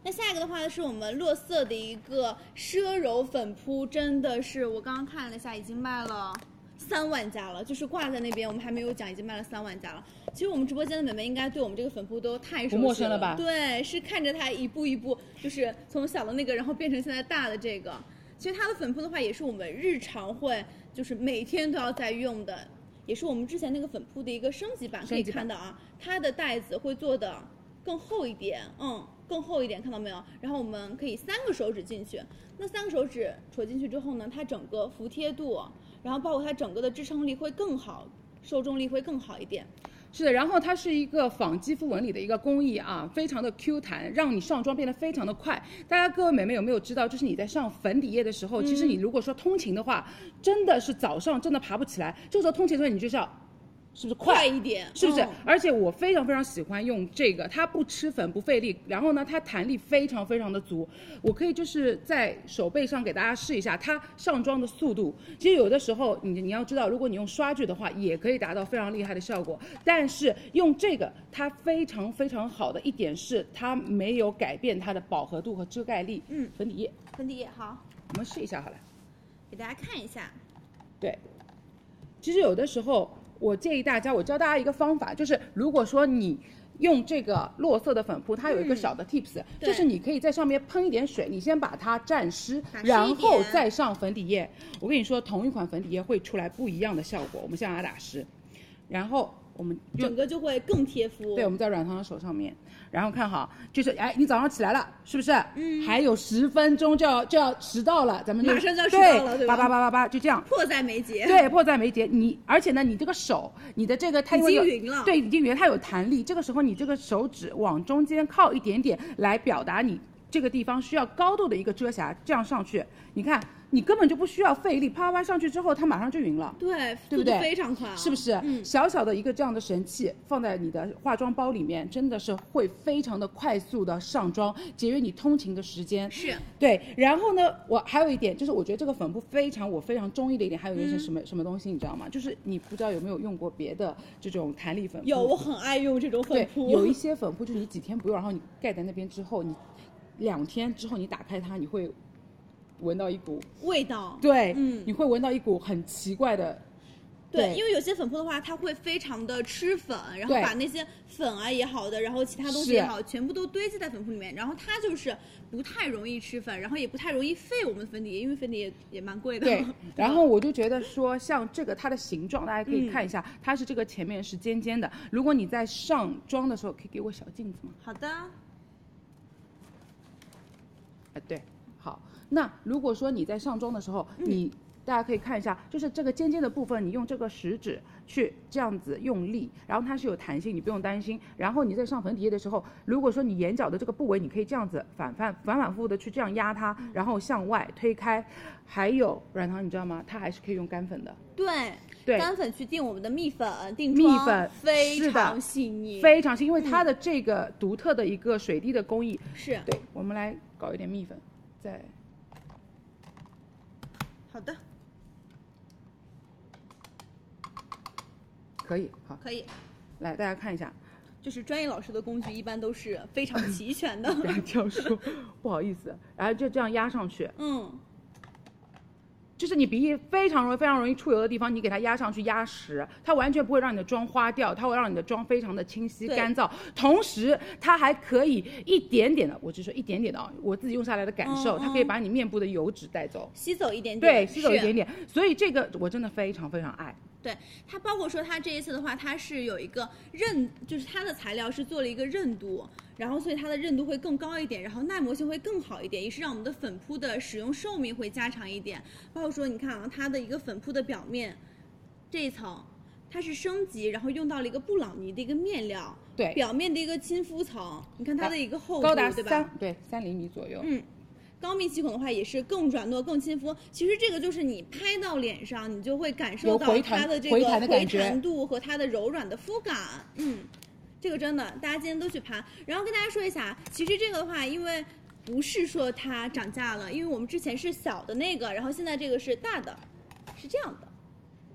Speaker 16: 那下一个的话呢，是我们洛色的一个奢柔粉扑，真的是我刚刚看了一下，已经卖了。三万加了，就是挂在那边，我们还没有讲，已经卖了三万加了。其实我们直播间的美眉应该对我们这个粉扑都太熟悉
Speaker 19: 不陌生了吧
Speaker 16: 对，是看着它一步一步，就是从小的那个，然后变成现在大的这个。其实它的粉扑的话，也是我们日常会就是每天都要在用的，也是我们之前那个粉扑的一个升级版。可
Speaker 19: 升
Speaker 16: 以
Speaker 19: 级版
Speaker 16: 看到啊，它的袋子会做的更厚一点，嗯，更厚一点，看到没有？然后我们可以三个手指进去，那三个手指戳进去之后呢，它整个服帖度，然后包括它整个的支撑力会更好，受重力会更好一点。
Speaker 19: 是的，然后它是一个仿肌肤纹理的一个工艺啊，非常的 Q 弹，让你上妆变得非常的快。大家各位美眉有没有知道，就是你在上粉底液的时候，
Speaker 16: 嗯
Speaker 19: 其实你如果说通勤的话，真的是早上真的爬不起来，这时候通勤的时候你就是要。是不是快
Speaker 16: 快一点
Speaker 19: 是不是？
Speaker 16: 嗯
Speaker 19: 而且我非常非常喜欢用这个，它不吃粉不费力，然后呢，它弹力非常非常的足。我可以就是在手背上给大家试一下它上妆的速度。其实有的时候你你要知道，如果你用刷具的话，也可以达到非常厉害的效果。但是用这个，它非常非常好的一点是它没有改变它的饱和度和遮盖力。
Speaker 16: 嗯，
Speaker 19: 粉底液，
Speaker 16: 粉底液好，
Speaker 19: 我们试一下好了。
Speaker 16: 给大家看一下，
Speaker 19: 对，其实有的时候我建议大家，我教大家一个方法，就是如果说你。用这个落色的粉扑，它有一个小的 tips，、
Speaker 16: 嗯对
Speaker 19: 就是你可以在上面喷一点水，你先把它蘸湿，
Speaker 16: 打湿一点
Speaker 19: 然后再上粉底液。我跟你说，同一款粉底液会出来不一样的效果。我们先把它打湿，然后我们用
Speaker 16: 整个就会更贴肤。
Speaker 19: 对，我们在软糖的手上面，然后看好，就是哎，你早上起来了，是不是？嗯。还有十分钟就要就要迟到了，咱们就
Speaker 16: 马上就要迟到了
Speaker 19: 对
Speaker 16: 对
Speaker 19: 叭
Speaker 16: 吧
Speaker 19: 叭叭叭叭，就这样。
Speaker 16: 迫在眉睫。
Speaker 19: 对，迫在眉睫。你而且呢，你这个手，你的这个它
Speaker 16: 已
Speaker 19: 因为
Speaker 16: 经
Speaker 19: 有
Speaker 16: 匀了
Speaker 19: 对，已经匀，它有弹力。这个时候你这个手指往中间靠一点点，来表达你这个地方需要高度的一个遮瑕。这样上去，你看你根本就不需要费力，啪啪啪上去之后，它马上就匀了。
Speaker 16: <laughs> 对，
Speaker 19: 对
Speaker 16: 速
Speaker 19: 不
Speaker 16: 度
Speaker 19: 对？
Speaker 16: 非常快啊，
Speaker 19: 是不是？
Speaker 16: 嗯，
Speaker 19: 小小的一个这样的神器放在你的化妆包里面，真的是会非常的快速的上妆，节约你通勤的时间。
Speaker 16: 是，
Speaker 19: 对。然后呢，我还有一点就是，我觉得这个粉扑非常我非常中意的一点，还有一些
Speaker 16: 嗯
Speaker 19: 什么、什么东西，你知道吗？就是你不知道有没有用过别的这种弹力粉扑？
Speaker 16: 有，我很爱用这种粉
Speaker 19: 嗯对，
Speaker 16: 扑。
Speaker 19: 有一些粉扑就是你几天不用，然后你盖在那边之后，你两天之后你打开它，你会闻到一股，
Speaker 16: <laughs> 味道，
Speaker 19: 对，
Speaker 16: 嗯，
Speaker 19: 你会闻到一股很奇怪的。
Speaker 16: 对，因为有些粉扑的话，它会非常的吃粉，然后
Speaker 19: 对
Speaker 16: 把那些粉啊也好的，然后其他东西
Speaker 19: 是
Speaker 16: 也好，全部都堆积在粉扑里面，然后它就是不太容易吃粉，然后也不太容易费我们的粉底液，因为粉底液也蛮贵的。
Speaker 19: 对，然后我就觉得说，像这个它的形状，大家可以看一下，它是这个前面是尖尖的。如果你在上妆的时候，可以给我小镜子吗？
Speaker 16: 好的，
Speaker 19: 啊，对，好。那如果说你在上妆的时候，你大家可以看一下，就是这个尖尖的部分，你用这个食指去这样子用力，然后它是有弹性，你不用担心。然后你在上粉底液的时候，如果说你眼角的这个部位，你可以这样子反反反反复复的去这样压它，然后向外推开。还有软糖，你知道吗？它还是可以用干粉的。
Speaker 16: 对
Speaker 19: 对
Speaker 16: 干粉去定我们的蜜粉，定
Speaker 19: 蜜
Speaker 16: 妆
Speaker 19: 粉
Speaker 16: 非
Speaker 19: 是的
Speaker 16: 常细腻，
Speaker 19: 非常新，因为它的这个独特的一个水滴的工艺。
Speaker 16: 嗯是
Speaker 19: 对，我们来搞一点蜜粉，再
Speaker 16: 好的，
Speaker 19: 可以好，
Speaker 16: 可以。
Speaker 19: 来大家看一
Speaker 16: <laughs>
Speaker 19: 下，
Speaker 16: 就是专业老师的工具一般都是非
Speaker 19: <laughs>
Speaker 16: 常齐全的。
Speaker 19: 不要这样说，不好意思，然后就这样压上去，
Speaker 16: <laughs> 嗯，
Speaker 19: 就是你鼻翼非常容易、非常容易出油的地方，你给它压上去压实，它完全不会让你的妆花掉，它会让你的妆非常的清晰
Speaker 12: 对
Speaker 19: 干燥，同时它还可以一点点的，我只说一点点的啊，我自己用下来的感受，
Speaker 16: 嗯
Speaker 19: 它可以
Speaker 16: 嗯
Speaker 19: 把你面部的油脂带走，
Speaker 16: 吸走一点点，
Speaker 19: 对，吸走一
Speaker 16: 是
Speaker 19: 点点，所以这个我真的非常非常爱。
Speaker 16: 对它，包括说它这一次的话，它是有一个韧，就是它的材料是做了一个韧度，然后所以它的韧度会更高一点，然后耐磨性会更好一点，也是让我们的粉扑的使用寿命会加长一点。包括说，你看啊，它的一个粉扑的表面这一层，它是升级，然后用到了一个布朗尼的一个面料，
Speaker 19: 对
Speaker 16: 表面的一个亲肤层，你看它的一个厚度，
Speaker 19: 高达
Speaker 16: 对吧？
Speaker 19: 三对三厘米左右。
Speaker 16: 嗯，高密细孔的话也是更软糯、更亲肤。其实这个就是你拍到脸上，你就会感受
Speaker 19: 有
Speaker 16: 到
Speaker 19: 回
Speaker 16: 它
Speaker 19: 弹
Speaker 16: 的这个
Speaker 19: 回弹的感觉
Speaker 16: 弹度和它的柔软的肤感。嗯，这个真的，大家今天都去盘。然后跟大家说一下，其实这个的话，因为不是说它涨价了，因为我们之前是小的那个，然后现在这个是大的，是这样的。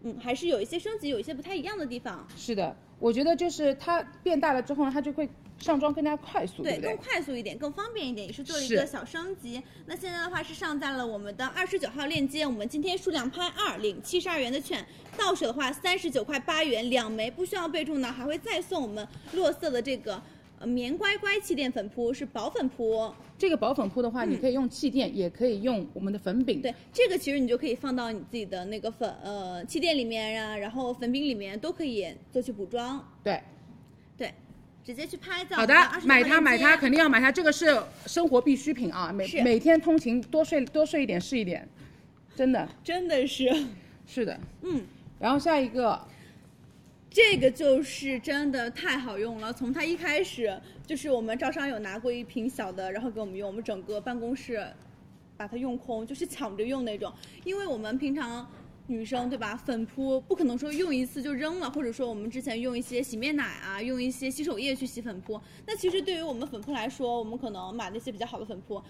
Speaker 16: 嗯，还是有一些升级，有一些不太一样的地方。
Speaker 19: 是的，我觉得就是它变大了之后呢，它就会上妆更加快速，
Speaker 16: 对，
Speaker 19: 不对？
Speaker 16: 更快速一点，更方便一点，也是做了一
Speaker 19: 是
Speaker 16: 个小升级。那现在的话是上在了我们的二十九号链接，我们今天数量拍二领七十二元的券，到手的话三十九块八元两枚，不需要备注呢，还会再送我们洛色的这个呃棉乖乖气垫粉扑，是薄粉扑。哦
Speaker 19: 这个薄粉扑的话，你可以用气垫，也可以用我们的粉饼。
Speaker 16: 对，这个其实你就可以放到你自己的那个粉呃气垫里面啊，然后粉饼里面都可以做去补妆。
Speaker 19: 对，
Speaker 16: 对，直接去拍照。
Speaker 19: 好的，买它买它，肯定要买它，这个是生活必需品啊，每
Speaker 16: 是
Speaker 19: 每天通勤多睡多睡一点是一点，真的
Speaker 16: 真的是。
Speaker 19: 是的。
Speaker 16: 嗯，
Speaker 19: 然后下一个，
Speaker 16: 这个就是真的太好用了，从它一开始就是我们招商有拿过一瓶小的，然后给我们用，我们整个办公室把它用空，就是抢着用那种，因为我们平常。女生对吧？粉扑不可能说用一次就扔了，或者说我们之前用一些洗面奶啊，用一些洗手液去洗粉扑。那其实对于我们粉扑来说，我们可能买那些比较好的粉扑，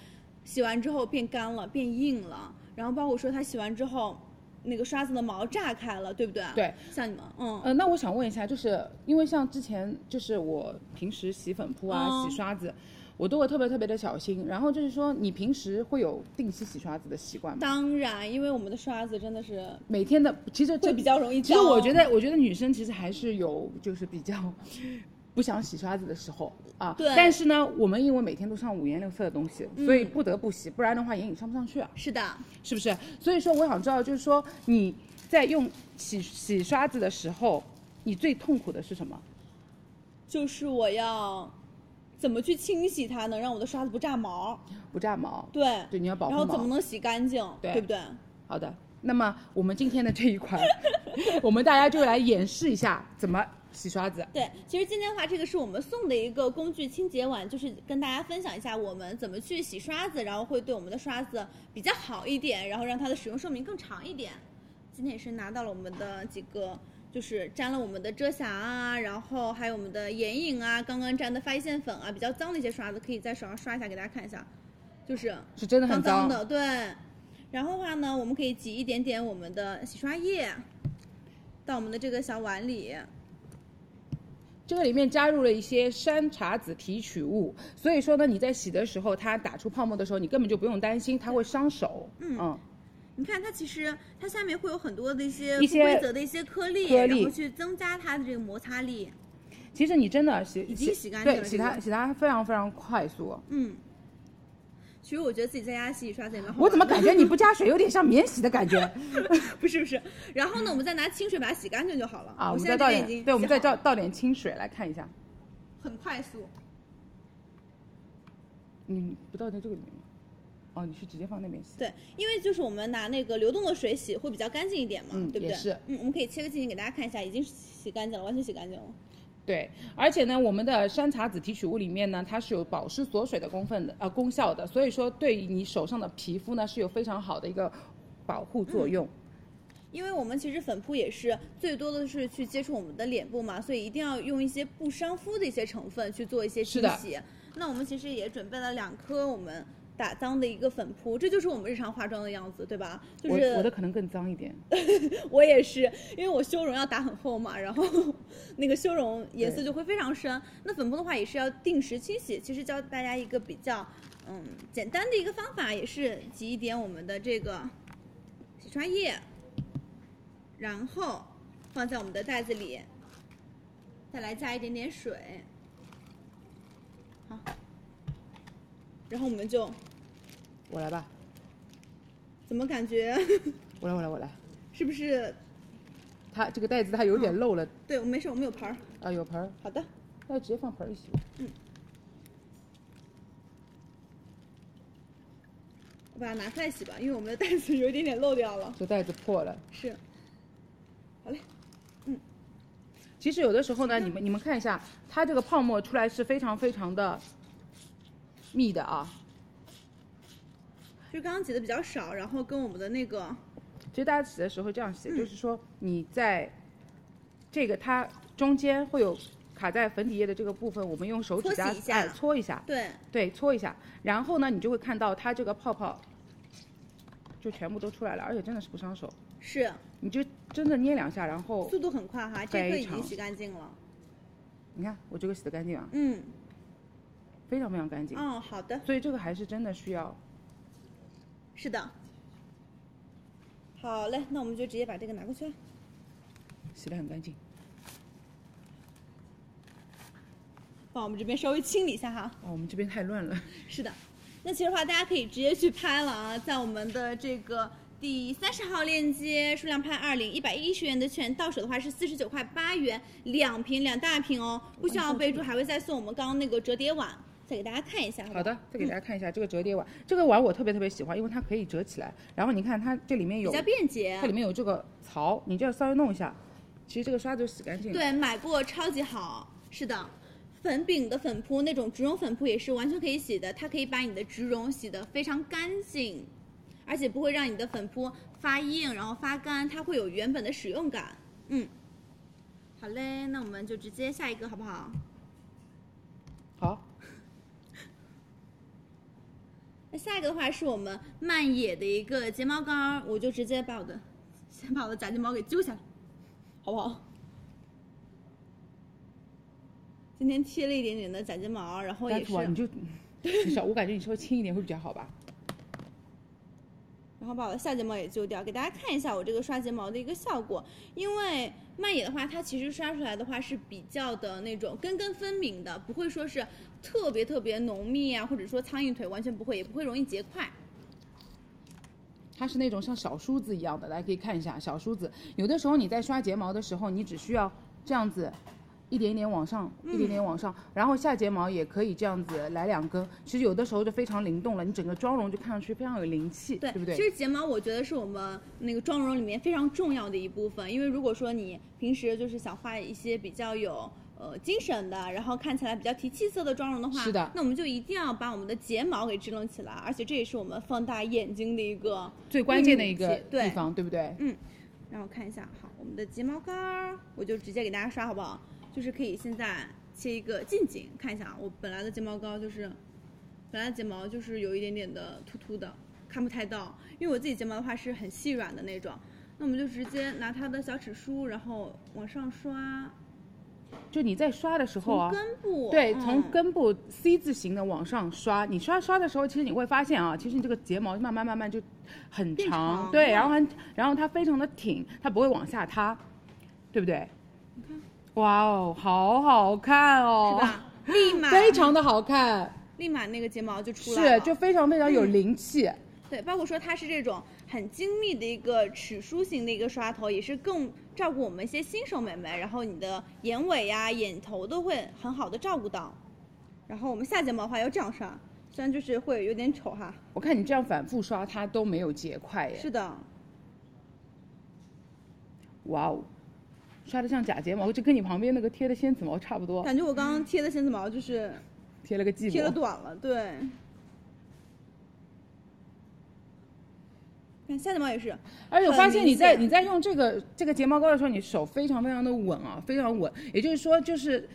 Speaker 16: 洗完之后变干了，变硬了，然后包括说它洗完之后，那个刷子的毛炸开了，对不对？
Speaker 19: 对，
Speaker 16: 像你们，嗯，
Speaker 19: 呃，那我想问一下，就是因为像之前就是我平时洗粉扑啊、
Speaker 16: 嗯
Speaker 19: 洗刷子，我都会特别特别的小心。然后就是说，你平时会有定期洗刷子的习惯吗？
Speaker 16: 当然，因为我们的刷子真的是
Speaker 19: 每天的其实这
Speaker 16: 会比较容易
Speaker 19: 其实
Speaker 16: 脏
Speaker 19: 我觉得，我觉得女生其实还是有就是比较 <laughs> 不想洗刷子的时候啊。
Speaker 16: 对
Speaker 19: 但是呢，我们因为每天都上五颜六色的东西，
Speaker 16: 嗯
Speaker 19: 所以不得不洗，不然的话眼影上不上去啊。
Speaker 16: 是的，
Speaker 19: 是不是？所以说，我想知道，就是说你在用洗洗刷子的时候，你最痛苦的是什么？
Speaker 16: 就是我要怎么去清洗它，能让我的刷子不炸毛？
Speaker 19: 不炸毛。
Speaker 16: 对
Speaker 19: 对，你要保护
Speaker 16: 然
Speaker 19: 毛。
Speaker 16: 后怎么能洗干净？
Speaker 19: 对
Speaker 16: 不对？
Speaker 19: 好的，那么我们今天的这一款， <laughs> 我们大家就来演示一下怎么洗刷子。
Speaker 16: 对，其实今天的话，这个是我们送的一个工具清洁碗，就是跟大家分享一下我们怎么去洗刷子，然后会对我们的刷子比较好一点，然后让它的使用寿命更长一点。今天也是拿到了我们的几个，就是沾了我们的遮瑕啊，然后还有我们的眼影啊，刚刚沾的发际线粉啊，比较脏的一些刷子，可以在手上刷一下，给大家看一下，就是
Speaker 19: 是真的很脏
Speaker 16: 脏的，对。然后的话呢，我们可以挤一点点我们的洗刷液到我们的这个小碗里。
Speaker 19: 这个里面加入了一些山茶籽提取物，所以说呢，你在洗的时候，它打出泡沫的时候，你根本就不用担心它会伤手。
Speaker 16: 嗯你看它其实它下面会有很多的一些
Speaker 19: 一
Speaker 16: 不
Speaker 19: 些
Speaker 16: 规则的一些颗粒，
Speaker 19: 颗粒
Speaker 16: 然后去增加它的这个摩擦力。
Speaker 19: 其实你真的洗
Speaker 16: 已经洗干净了
Speaker 19: 对，洗
Speaker 16: 这个
Speaker 19: 它洗它非常非常快速。
Speaker 16: 嗯，其实我觉得自己在家洗洗刷子也蛮好玩的。
Speaker 19: 我怎么感觉你不加水有点像免洗的感觉？
Speaker 16: <laughs> 不是不是？然后呢，我们再拿清水把它洗干净就好了。
Speaker 19: 啊，我
Speaker 16: 我
Speaker 19: 们
Speaker 16: 现
Speaker 19: 再
Speaker 16: 在
Speaker 19: 倒
Speaker 16: 这边已
Speaker 19: 点，
Speaker 16: 经
Speaker 19: 对，我们再
Speaker 16: 洗好
Speaker 19: 倒倒点清水来看一下。
Speaker 16: 很快速。
Speaker 19: 你不倒在这个里面吗？哦，你是直接放那边洗。
Speaker 16: 对，因为就是我们拿那个流动的水洗会比较干净一点嘛，
Speaker 19: 嗯
Speaker 16: 对不
Speaker 19: 也
Speaker 16: 对？
Speaker 19: 是
Speaker 16: 嗯，我们可以切个近景给大家看一下，已经洗干净了，完全洗干净了。
Speaker 19: 对，而且呢，我们的山茶籽提取物里面呢，它是有保湿锁水的功分的呃功效的，所以说对于你手上的皮肤呢是有非常好的一个保
Speaker 16: 嗯
Speaker 19: 护作用。
Speaker 16: 因为我们其实粉扑也是最多的是去接触我们的脸部嘛，所以一定要用一些不伤肤的一些成分去做一些
Speaker 19: 是
Speaker 16: 清
Speaker 19: 的
Speaker 16: 洗。那我们其实也准备了两颗我们打脏的一个粉扑，这就是我们日常化妆的样子，对吧？就是
Speaker 19: 我我的可能更脏一点，
Speaker 16: <laughs> 我也是，因为我修容要打很厚嘛，然后 <laughs> 那个修容颜色就会非常深。那粉扑的话也是要定时清洗。其实教大家一个比较嗯简单的一个方法，也是挤一点我们的这个洗刷液，然后放在我们的袋子里，再来加一点点水，好，然后我们就
Speaker 19: 我来吧，
Speaker 16: 怎么感觉 <laughs>
Speaker 19: 我来我来我来，
Speaker 16: 是不是？
Speaker 19: 它这个袋子它有点漏了、
Speaker 16: 对，我没事，我们有盘儿。
Speaker 19: 啊，有盆儿。
Speaker 16: 好的，嗯
Speaker 19: 那直接放盆儿里洗吧。
Speaker 16: 我把它拿出来洗吧，因为我们的袋子有一点点漏掉了。
Speaker 19: 这袋子破了。
Speaker 16: 是，
Speaker 19: 其实有的时候呢，你们你们看一下，它这个泡沫出来是非常非常的密的啊。
Speaker 16: 就刚刚挤的比较少，然后跟我们的那个，
Speaker 19: 其实大家洗的时候这样
Speaker 16: 嗯
Speaker 19: 洗，就是说你在这个它中间会有卡在粉底液的这个部分，我们用手指
Speaker 16: 搓
Speaker 19: 甲
Speaker 16: 洗一下
Speaker 19: 哎搓一下，
Speaker 16: 对，
Speaker 19: 对，搓一下，然后呢，你就会看到它这个泡泡就全部都出来了，而且真的是不伤手，
Speaker 16: 是
Speaker 19: 你就真的捏两下，然后
Speaker 16: 速度很快哈，这个
Speaker 19: 非
Speaker 16: 已经
Speaker 19: 常
Speaker 16: 洗干净了。
Speaker 19: 你看我这个洗的干净啊，
Speaker 16: 嗯，
Speaker 19: 非常非常干净，
Speaker 16: 哦，好的，
Speaker 19: 所以这个还是真的需要
Speaker 16: 是的。好嘞，那我们就直接把这个拿过去。啊
Speaker 19: 洗的很干净。
Speaker 16: 帮我们这边稍微清理一下哈。
Speaker 19: 哦，我们这边太乱了，
Speaker 16: 是的，那其实的话，大家可以直接去拍了啊，在我们的这个第三十号链接，数量拍二领一百一十元的券，到手的话是四十九块八元，两瓶两大瓶哦，不需要备注，还会再送我们刚刚那个折叠碗，再给大家看一下好不嗯
Speaker 19: 好的，再给大家看一下这个折叠碗，这个碗我特别特别喜欢，因为它可以折起来。然后你看它这里面有
Speaker 16: 嗯比较便捷啊
Speaker 19: 它里面有这个槽，你这样稍微弄一下，其实这个刷子就洗干净了。
Speaker 16: 对，买过超级好，是的。粉饼的粉扑那种植绒粉扑也是完全可以洗的，它可以把你的植绒洗得非常干净，而且不会让你的粉扑发硬，然后发干，它会有原本的使用感。嗯，好嘞，那我们就直接下一个好不好？
Speaker 19: 好，
Speaker 16: 那下一个的话是我们漫野的一个睫毛膏儿，我就直接把我的 <laughs> 先把我的假睫毛给揪下来，好不好？今天贴了一点点的假睫毛，然后
Speaker 19: 但
Speaker 16: 也
Speaker 19: 是
Speaker 16: 是，
Speaker 19: 吧，
Speaker 16: <laughs>
Speaker 19: 你就你稍，我感觉你稍微轻一点会比较好吧。
Speaker 16: 然后把我的下睫毛也揪掉，给大家看一下我这个刷睫毛的一个效果。因为漫野的话，它其实刷出来的话是比较的那种根根分明的，不会说是特别特别浓密啊，或者说苍蝇腿，完全不会，也不会容易结块。
Speaker 19: 它是那种像小梳子一样的，大家可以看一下小梳子。有的时候你在刷睫毛的时候，你只需要这样子。一点一点往上，
Speaker 16: 嗯
Speaker 19: 一点点往上，然后下睫毛也可以这样子来两根，其实有的时候就非常灵动了，你整个妆容就看上去非常有灵气，对不对？
Speaker 16: 其实睫毛我觉得是我们那个妆容里面非常重要的一部分，因为如果说你平时就是想画一些比较有呃精神的，然后看起来比较提气色的妆容的话，
Speaker 19: 是的
Speaker 16: 那我们就一定要把我们的睫毛给支棱起来，而且这也是我们放大眼睛的一个
Speaker 19: 最关键的一
Speaker 16: 秘
Speaker 19: 个
Speaker 16: 密对
Speaker 19: 地方，对不对？
Speaker 16: 嗯，让我看一下，好，我们的睫毛膏儿，我就直接给大家刷好不好？就是可以现在切一个近景，看一下啊，我本来的睫毛膏就是，本来的睫毛就是有一点点的突突的，看不太到，因为我自己睫毛的话是很细软的那种，那我们就直接拿它的小齿梳，然后往上刷，
Speaker 19: 就你在刷的时候啊，
Speaker 16: 从根部
Speaker 19: 对，
Speaker 16: 嗯
Speaker 19: 从根部 C 字形的往上刷。你刷刷的时候，其实你会发现啊，其实你这个睫毛慢慢慢慢就很
Speaker 16: 变
Speaker 19: 长，
Speaker 16: 长嗯
Speaker 19: 对，
Speaker 16: 了
Speaker 19: 然后很，然后它非常的挺，它不会往下塌，对不对？
Speaker 16: 你看，
Speaker 19: 哇哦，好好看哦，
Speaker 16: 是吧？立马
Speaker 19: 非常的好看，
Speaker 16: 立马那个睫毛就出来了，嗯
Speaker 19: 是就非常非常有灵气。
Speaker 16: 对，包括说它是这种很精密的一个齿梳型的一个刷头，也是更照顾我们一些新手美眉，然后你的眼尾呀、眼头都会很好的照顾到。然后我们下睫毛的话要这样刷，虽然就是会有点丑哈。
Speaker 19: 我看你这样反复刷，它都没有结块耶。
Speaker 16: 是的，
Speaker 19: 哇哦，刷的像假睫毛，就跟你旁边那个贴的仙子毛差不多，
Speaker 16: 感觉我刚刚贴的仙子毛就是
Speaker 19: 贴了个寂寞，
Speaker 16: 贴的短了，对。看下睫毛也是，
Speaker 19: 而且我发现你在
Speaker 16: 很
Speaker 19: 你
Speaker 16: 明显
Speaker 19: 在用这个这个睫毛膏的时候，你手非常非常的稳啊，非常稳。也就是说，就是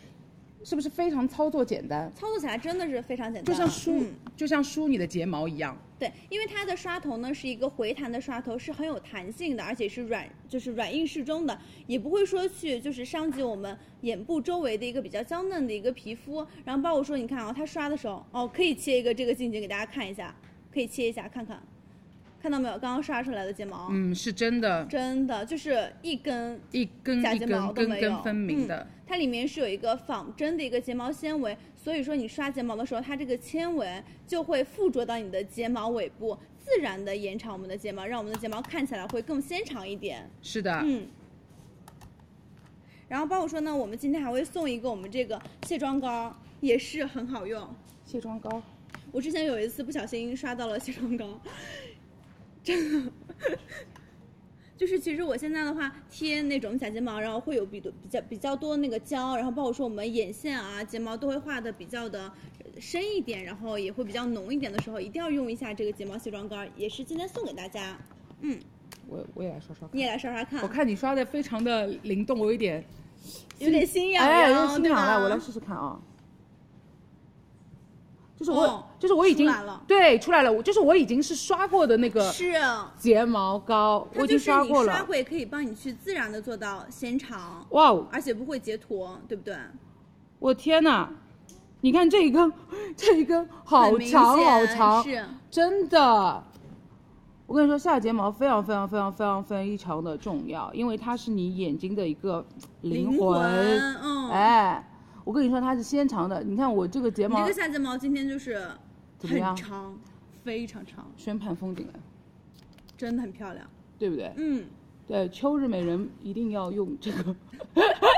Speaker 19: 是不是非常操作简单，
Speaker 16: 操作起来真的是非常简单，
Speaker 19: 就像梳、
Speaker 16: 嗯
Speaker 19: 就像梳你的睫毛一样。
Speaker 16: 对，因为它的刷头呢是一个回弹的刷头，是很有弹性的，而且是软，就是软硬适中的，也不会说去就是伤及我们眼部周围的一个比较娇嫩的一个皮肤。然后包括说，你看啊、它刷的时候，哦，可以切一个这个近景给大家看一下，可以切一下看看，看到没有？刚刚刷出来的睫毛，
Speaker 19: 嗯，是真的，
Speaker 16: 真的就是一根
Speaker 19: 一根
Speaker 16: 假
Speaker 19: 一
Speaker 16: 睫毛
Speaker 19: 根根
Speaker 16: 都没有，
Speaker 19: 根分明的。
Speaker 16: 嗯它里面是有一个仿真的一个睫毛纤维，所以说你刷睫毛的时候，它这个纤维就会附着到你的睫毛尾部，自然的延长我们的睫毛，让我们的睫毛看起来会更纤长一点。
Speaker 19: 是的，
Speaker 16: 嗯。然后包括说呢，我们今天还会送一个我们这个卸妆膏，也是很好用。
Speaker 19: 卸妆膏，
Speaker 16: 我之前有一次不小心刷到了卸妆膏，真的。就是其实我现在的话，贴那种假睫毛，然后会有比多比较比较多那个胶，然后包括说我们眼线啊、睫毛都会画的比较的深一点，然后也会比较浓一点的时候，一定要用一下这个睫毛卸妆膏，也是今天送给大家。嗯，
Speaker 19: 我我也来刷刷看。
Speaker 16: 你也来刷刷看，
Speaker 19: 我看你刷的非常的灵动，我有一点
Speaker 16: 有点心痒
Speaker 19: 哎，有
Speaker 16: 痒
Speaker 19: 点心
Speaker 16: 对
Speaker 19: 痒了，
Speaker 16: 吧
Speaker 19: 我来试试看啊。就是我，
Speaker 16: 哦
Speaker 19: 就是我已经
Speaker 16: 出来了
Speaker 19: 对出来了，我就是我已经是刷过的那个
Speaker 16: 是啊
Speaker 19: 睫毛膏，我
Speaker 16: 它
Speaker 19: 已
Speaker 16: 就
Speaker 19: 经
Speaker 16: 是
Speaker 19: 刷
Speaker 16: 你
Speaker 19: 过
Speaker 16: 刷
Speaker 19: 了。
Speaker 16: 会可以帮你去自然的做到纤长，
Speaker 19: 哇哦
Speaker 16: 而且不会截坨，对不对？
Speaker 19: 我天哪！你看这一根，这一根好
Speaker 16: 很明
Speaker 19: 长
Speaker 16: 显
Speaker 19: 好长，
Speaker 16: 是
Speaker 19: 真的。我跟你说，下睫毛非常非常非常非常非常的重要，因为它是你眼睛的一个
Speaker 16: 灵
Speaker 19: 魂。
Speaker 16: 魂嗯
Speaker 19: 哎，我跟你说，它是纤长的。你看我这个睫
Speaker 16: 你
Speaker 19: 毛
Speaker 16: 这个下睫毛今天就是
Speaker 19: 怎么
Speaker 16: 很
Speaker 19: 样
Speaker 16: 长，非常长，
Speaker 19: 宣判封顶了，
Speaker 16: 真的很漂亮。
Speaker 19: 对不对？
Speaker 16: 嗯，
Speaker 19: 对，秋日美人一定要用这个，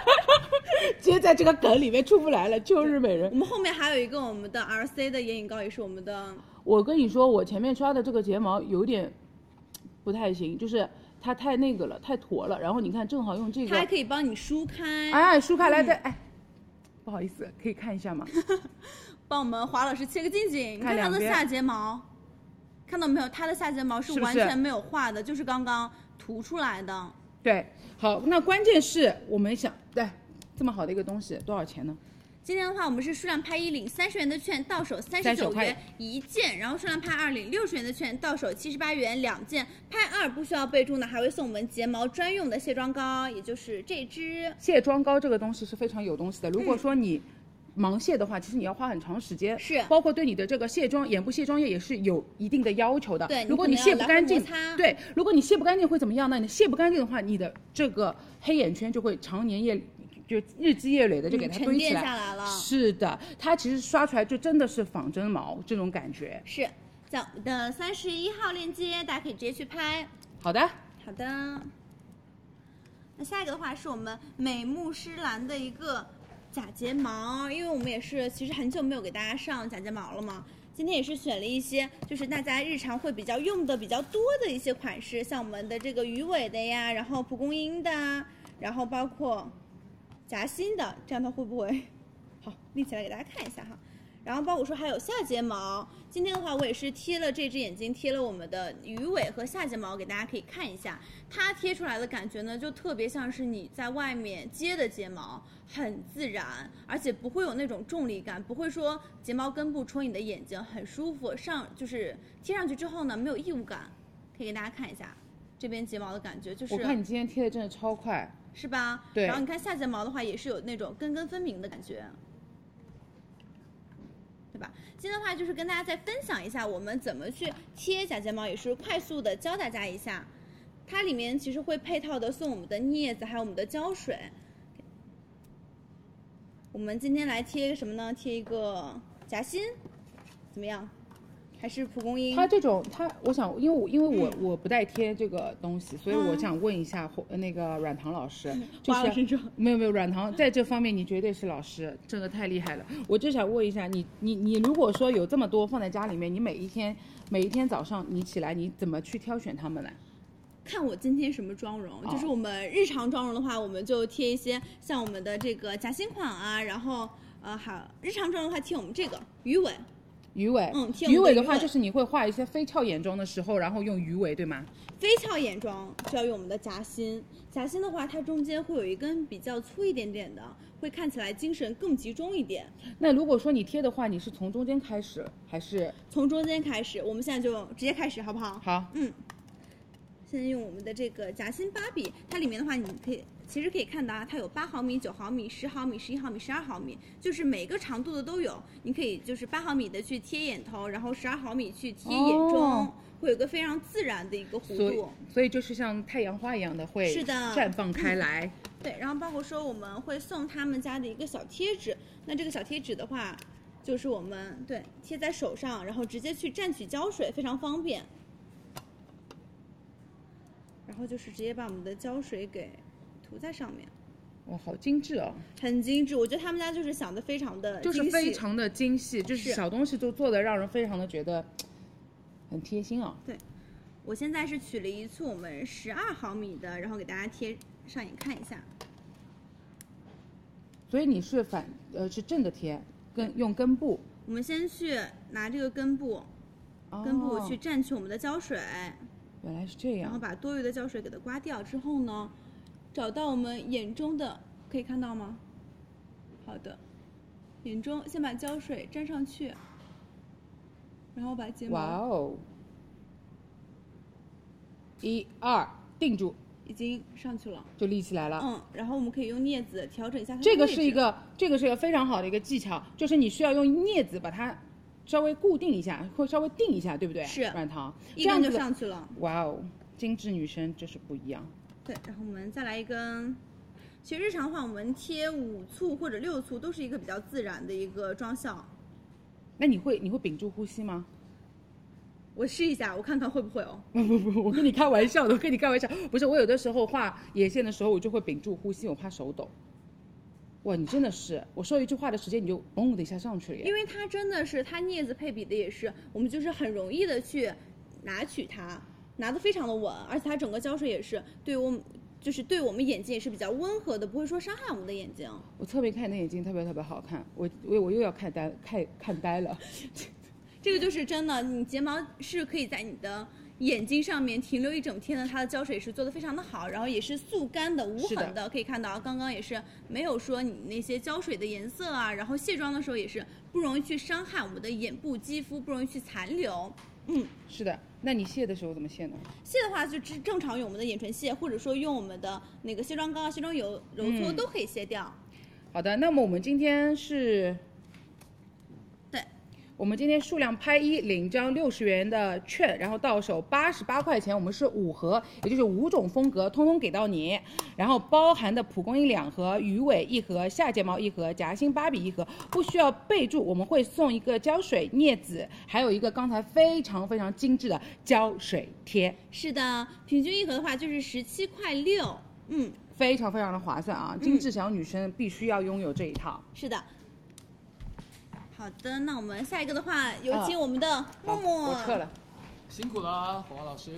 Speaker 19: <laughs> 接在这个梗里面出不来了。秋日美人，
Speaker 16: 我们后面还有一个我们的 RC 的眼影膏，也是我们的
Speaker 19: 我跟你说，我前面刷的这个睫毛有点不太行，就是它太那个了，太坨了。然后你看，正好用这个，
Speaker 16: 它还可以帮你梳开，
Speaker 19: 哎，梳开来再、
Speaker 16: 嗯
Speaker 19: 哎，不好意思，可以看一下吗？ <laughs>
Speaker 16: 帮我们华老师切个近景，你
Speaker 19: 看
Speaker 16: 看她
Speaker 19: 两
Speaker 16: 的
Speaker 19: 边
Speaker 16: 下睫毛，看到没有？她的下睫毛
Speaker 19: 是不
Speaker 16: 完
Speaker 19: 是
Speaker 16: 全没有画的，就是刚刚涂出来的。
Speaker 19: 对，好，那关键是我们想，对，这么好的一个东西，多少钱呢？
Speaker 16: 今天的话，我们是数量拍一领三十元的券，到手三十
Speaker 19: 39
Speaker 16: 九
Speaker 19: 块
Speaker 16: 元一件；然后数量拍二领六十元的券，到手七十八元两件。拍二不需要备注呢，还会送我们睫毛专用的卸妆膏，也就是这支。
Speaker 19: 卸妆膏这个东西是非常有东西
Speaker 16: 嗯
Speaker 19: 的。如果说你盲卸的话，其实你要花很长时间，
Speaker 16: 是
Speaker 19: 包括对你的这个卸妆眼部卸妆液也是有一定的要求的。
Speaker 16: 对你
Speaker 19: 如果
Speaker 16: 可
Speaker 19: 你
Speaker 16: 能
Speaker 19: 卸
Speaker 16: 要
Speaker 19: 不
Speaker 16: 来回
Speaker 19: 干净
Speaker 16: 摩擦，
Speaker 19: 对，如果你卸不干净会怎么样呢？你卸不干净的话，你的这个黑眼圈就会常年夜。就日积月累的就
Speaker 16: 嗯
Speaker 19: 给它
Speaker 16: 沉
Speaker 19: 堆起
Speaker 16: 淀
Speaker 19: 来，
Speaker 16: 下来了
Speaker 19: 是的，它其实刷出来就真的是仿真毛这种感觉。
Speaker 16: 是，在我们的三十一号链接，大家可以直接去拍。
Speaker 19: 好的，
Speaker 16: 好的。那下一个的话是我们美目诗兰的一个假睫毛，因为我们也是其实很久没有给大家上假睫毛了嘛。今天也是选了一些，就是大家日常会比较用的比较多的一些款式，像我们的这个鱼尾的呀，然后蒲公英的啊，然后包括夹心的，这样它会不会？ <laughs> 好，立起来给大家看一下哈。然后包括说还有下睫毛，今天的话我也是贴了这只眼睛，贴了我们的鱼尾和下睫毛，给大家可以看一下，它贴出来的感觉呢，就特别像是你在外面接的睫毛，很自然，而且不会有那种重力感，不会说睫毛根部戳你的眼睛，很舒服。上就是贴上去之后呢，没有异物感，可以给大家看一下这边睫毛的感觉，就是
Speaker 19: 我看你今天贴的真的超快，
Speaker 16: 是吧？
Speaker 19: 对
Speaker 16: 然后你看下睫毛的话，也是有那种根根分明的感觉。对吧？今天的话就是跟大家再分享一下我们怎么去贴假睫毛，也是快速的教大家一下。它里面其实会配套的送我们的镊子，还有我们的胶水。我们今天来贴一个什么呢？贴一个夹心，怎么样？还是蒲公英？
Speaker 19: 它这种，它我想，因为我因为我、
Speaker 16: 嗯
Speaker 19: 我不带贴这个东西，所以我想问一下或那个软糖老师，就
Speaker 16: 嗯花老师
Speaker 19: 是没有没有软糖在这方面你绝对是老师，真的太厉害了。我就想问一下你你你如果说有这么多放在家里面，你每一天每一天早上你起来你怎么去挑选它们呢？
Speaker 16: 看我今天什么妆容，
Speaker 19: 哦
Speaker 16: 就是我们日常妆容的话，我们就贴一些像我们的这个夹心款啊，然后呃好，日常妆容的话贴我们这个鱼尾，
Speaker 19: 鱼尾，
Speaker 16: 嗯贴我们
Speaker 19: 鱼尾
Speaker 16: 的
Speaker 19: 的
Speaker 16: 鱼
Speaker 19: 话
Speaker 16: 尾
Speaker 19: 就是你会画一些飞翘眼妆的时候，然后用鱼尾对吗？
Speaker 16: 飞翘眼妆就要用我们的夹心，夹心的话，它中间会有一根比较粗一点点的，会看起来精神更集中一点。
Speaker 19: 那如果说你贴的话，你是从中间开始还是？
Speaker 16: 从中间开始，我们现在就直接开始，好不好？
Speaker 19: 好，
Speaker 16: 嗯。先用我们的这个夹心芭比，它里面的话，你可以其实可以看到啊，它有八毫米、九毫米、十毫米、十一毫米、十二毫米，就是每个长度的都有。你可以就是八毫米的去贴眼头，然后十二毫米去贴眼妆，
Speaker 19: 哦
Speaker 16: 会有一个非常自然的一个弧
Speaker 19: 所以
Speaker 16: 度。
Speaker 19: 所以就是像太阳花一样的会
Speaker 16: 是的
Speaker 19: 绽放开
Speaker 16: <laughs>
Speaker 19: 来。
Speaker 16: 对，然后包括说我们会送他们家的一个小贴纸，那这个小贴纸的话，就是我们对贴在手上，然后直接去蘸取胶水，非常方便。然后就是直接把我们的胶水给涂在上面，
Speaker 19: 哇，好精致哦！
Speaker 16: 很精致。我觉得他们家就是想的非常的
Speaker 19: 就是
Speaker 16: 呃精细
Speaker 19: 非常的精细，就是
Speaker 16: 是
Speaker 19: 小东西都做的让人非常的觉得很贴心啊。
Speaker 16: 对。我现在是取了一簇我们十二毫米的，然后给大家贴上眼看一下。
Speaker 19: 所以你是反呃是正着贴，根用根部。
Speaker 16: 我们先去拿这个根部，根部去蘸取我们的胶水，
Speaker 19: 哦原来是这
Speaker 16: 然后
Speaker 19: 样。
Speaker 16: 把多余的胶水给它刮掉之后呢，找到我们眼中的，可以看到吗？好的，眼中先把胶水沾上去，然后把睫
Speaker 19: 哇
Speaker 16: 毛
Speaker 19: 哦！一二，定住，
Speaker 16: 已经上去了。
Speaker 19: 就立起来了。
Speaker 16: 嗯，然后我们可以用镊子调整一下它的
Speaker 19: 这个
Speaker 16: 位
Speaker 19: 是一
Speaker 16: 置
Speaker 19: 个，这个是一个非常好的一个技巧，就是你需要用镊子把它稍微固定一下，或稍微定一下，对不对？
Speaker 16: 是
Speaker 19: 软糖，
Speaker 16: 一
Speaker 19: 这样子
Speaker 16: 根就
Speaker 19: 的
Speaker 16: 上去了。
Speaker 19: 哇哦，精致女生就是不一样。
Speaker 16: 对，然后我们再来一根。其实日常的话，我们贴五簇或者六簇都是一个比较自然的一个妆效。
Speaker 19: 那你会你会屏住呼吸吗？ <laughs>
Speaker 16: 我试一下，我看看会不会哦。
Speaker 19: 不不不，我跟你开玩笑的，我跟你开玩笑。不是，我有的时候画眼线的时候，我就会屏住呼吸，我怕手抖。哇，你真的是，我说一句话的时间，你就嘣的一下上去了耶。
Speaker 16: 因为它真的是它镊子配比的也是，我们就是很容易的去拿取它，拿的非常的稳，而且它整个胶水也是对我们，就是对我们眼睛也是比较温和的，不会说伤害我们的眼睛。
Speaker 19: 我侧面看你的眼睛特别特别好看，我我我又要看呆看看呆了。
Speaker 16: 这个就是真的，你睫毛是可以在你的眼睛上面停留一整天的，它的胶水是做的非常的好，然后也是速干的、无
Speaker 19: 是
Speaker 16: 痕
Speaker 19: 的
Speaker 16: 的，可以看到啊刚刚也是没有说你那些胶水的颜色啊，然后卸妆的时候也是不容易去伤害我们的眼部肌肤，不容易去残留。嗯，
Speaker 19: 是的，那你卸的时候怎么卸呢？
Speaker 16: 卸的话就正正常用我们的眼唇卸，或者说用我们的那个卸妆膏啊、卸妆油揉搓
Speaker 19: 嗯
Speaker 16: 都可以卸掉。
Speaker 19: 好的，那么我们今天是，
Speaker 16: 对，
Speaker 19: 我们今天数量拍一领张六十元的券，然后到手八十八块钱，我们是五盒，也就是五种风格通通给到你，然后包含的蒲公英两盒，鱼尾一盒，下睫毛一盒，夹心芭比一盒，不需要备注，我们会送一个胶水镊子，还有一个刚才非常非常精致的胶水贴，
Speaker 16: 是的，平均一盒的话就是十七块六。嗯，嗯
Speaker 19: 非常非常的划算啊！精致小女生必须要拥有这一套。
Speaker 16: 是的。好的，那我们下一个的话，有请我们的默默。
Speaker 19: 我撤了。
Speaker 12: 辛苦了啊，火花老师。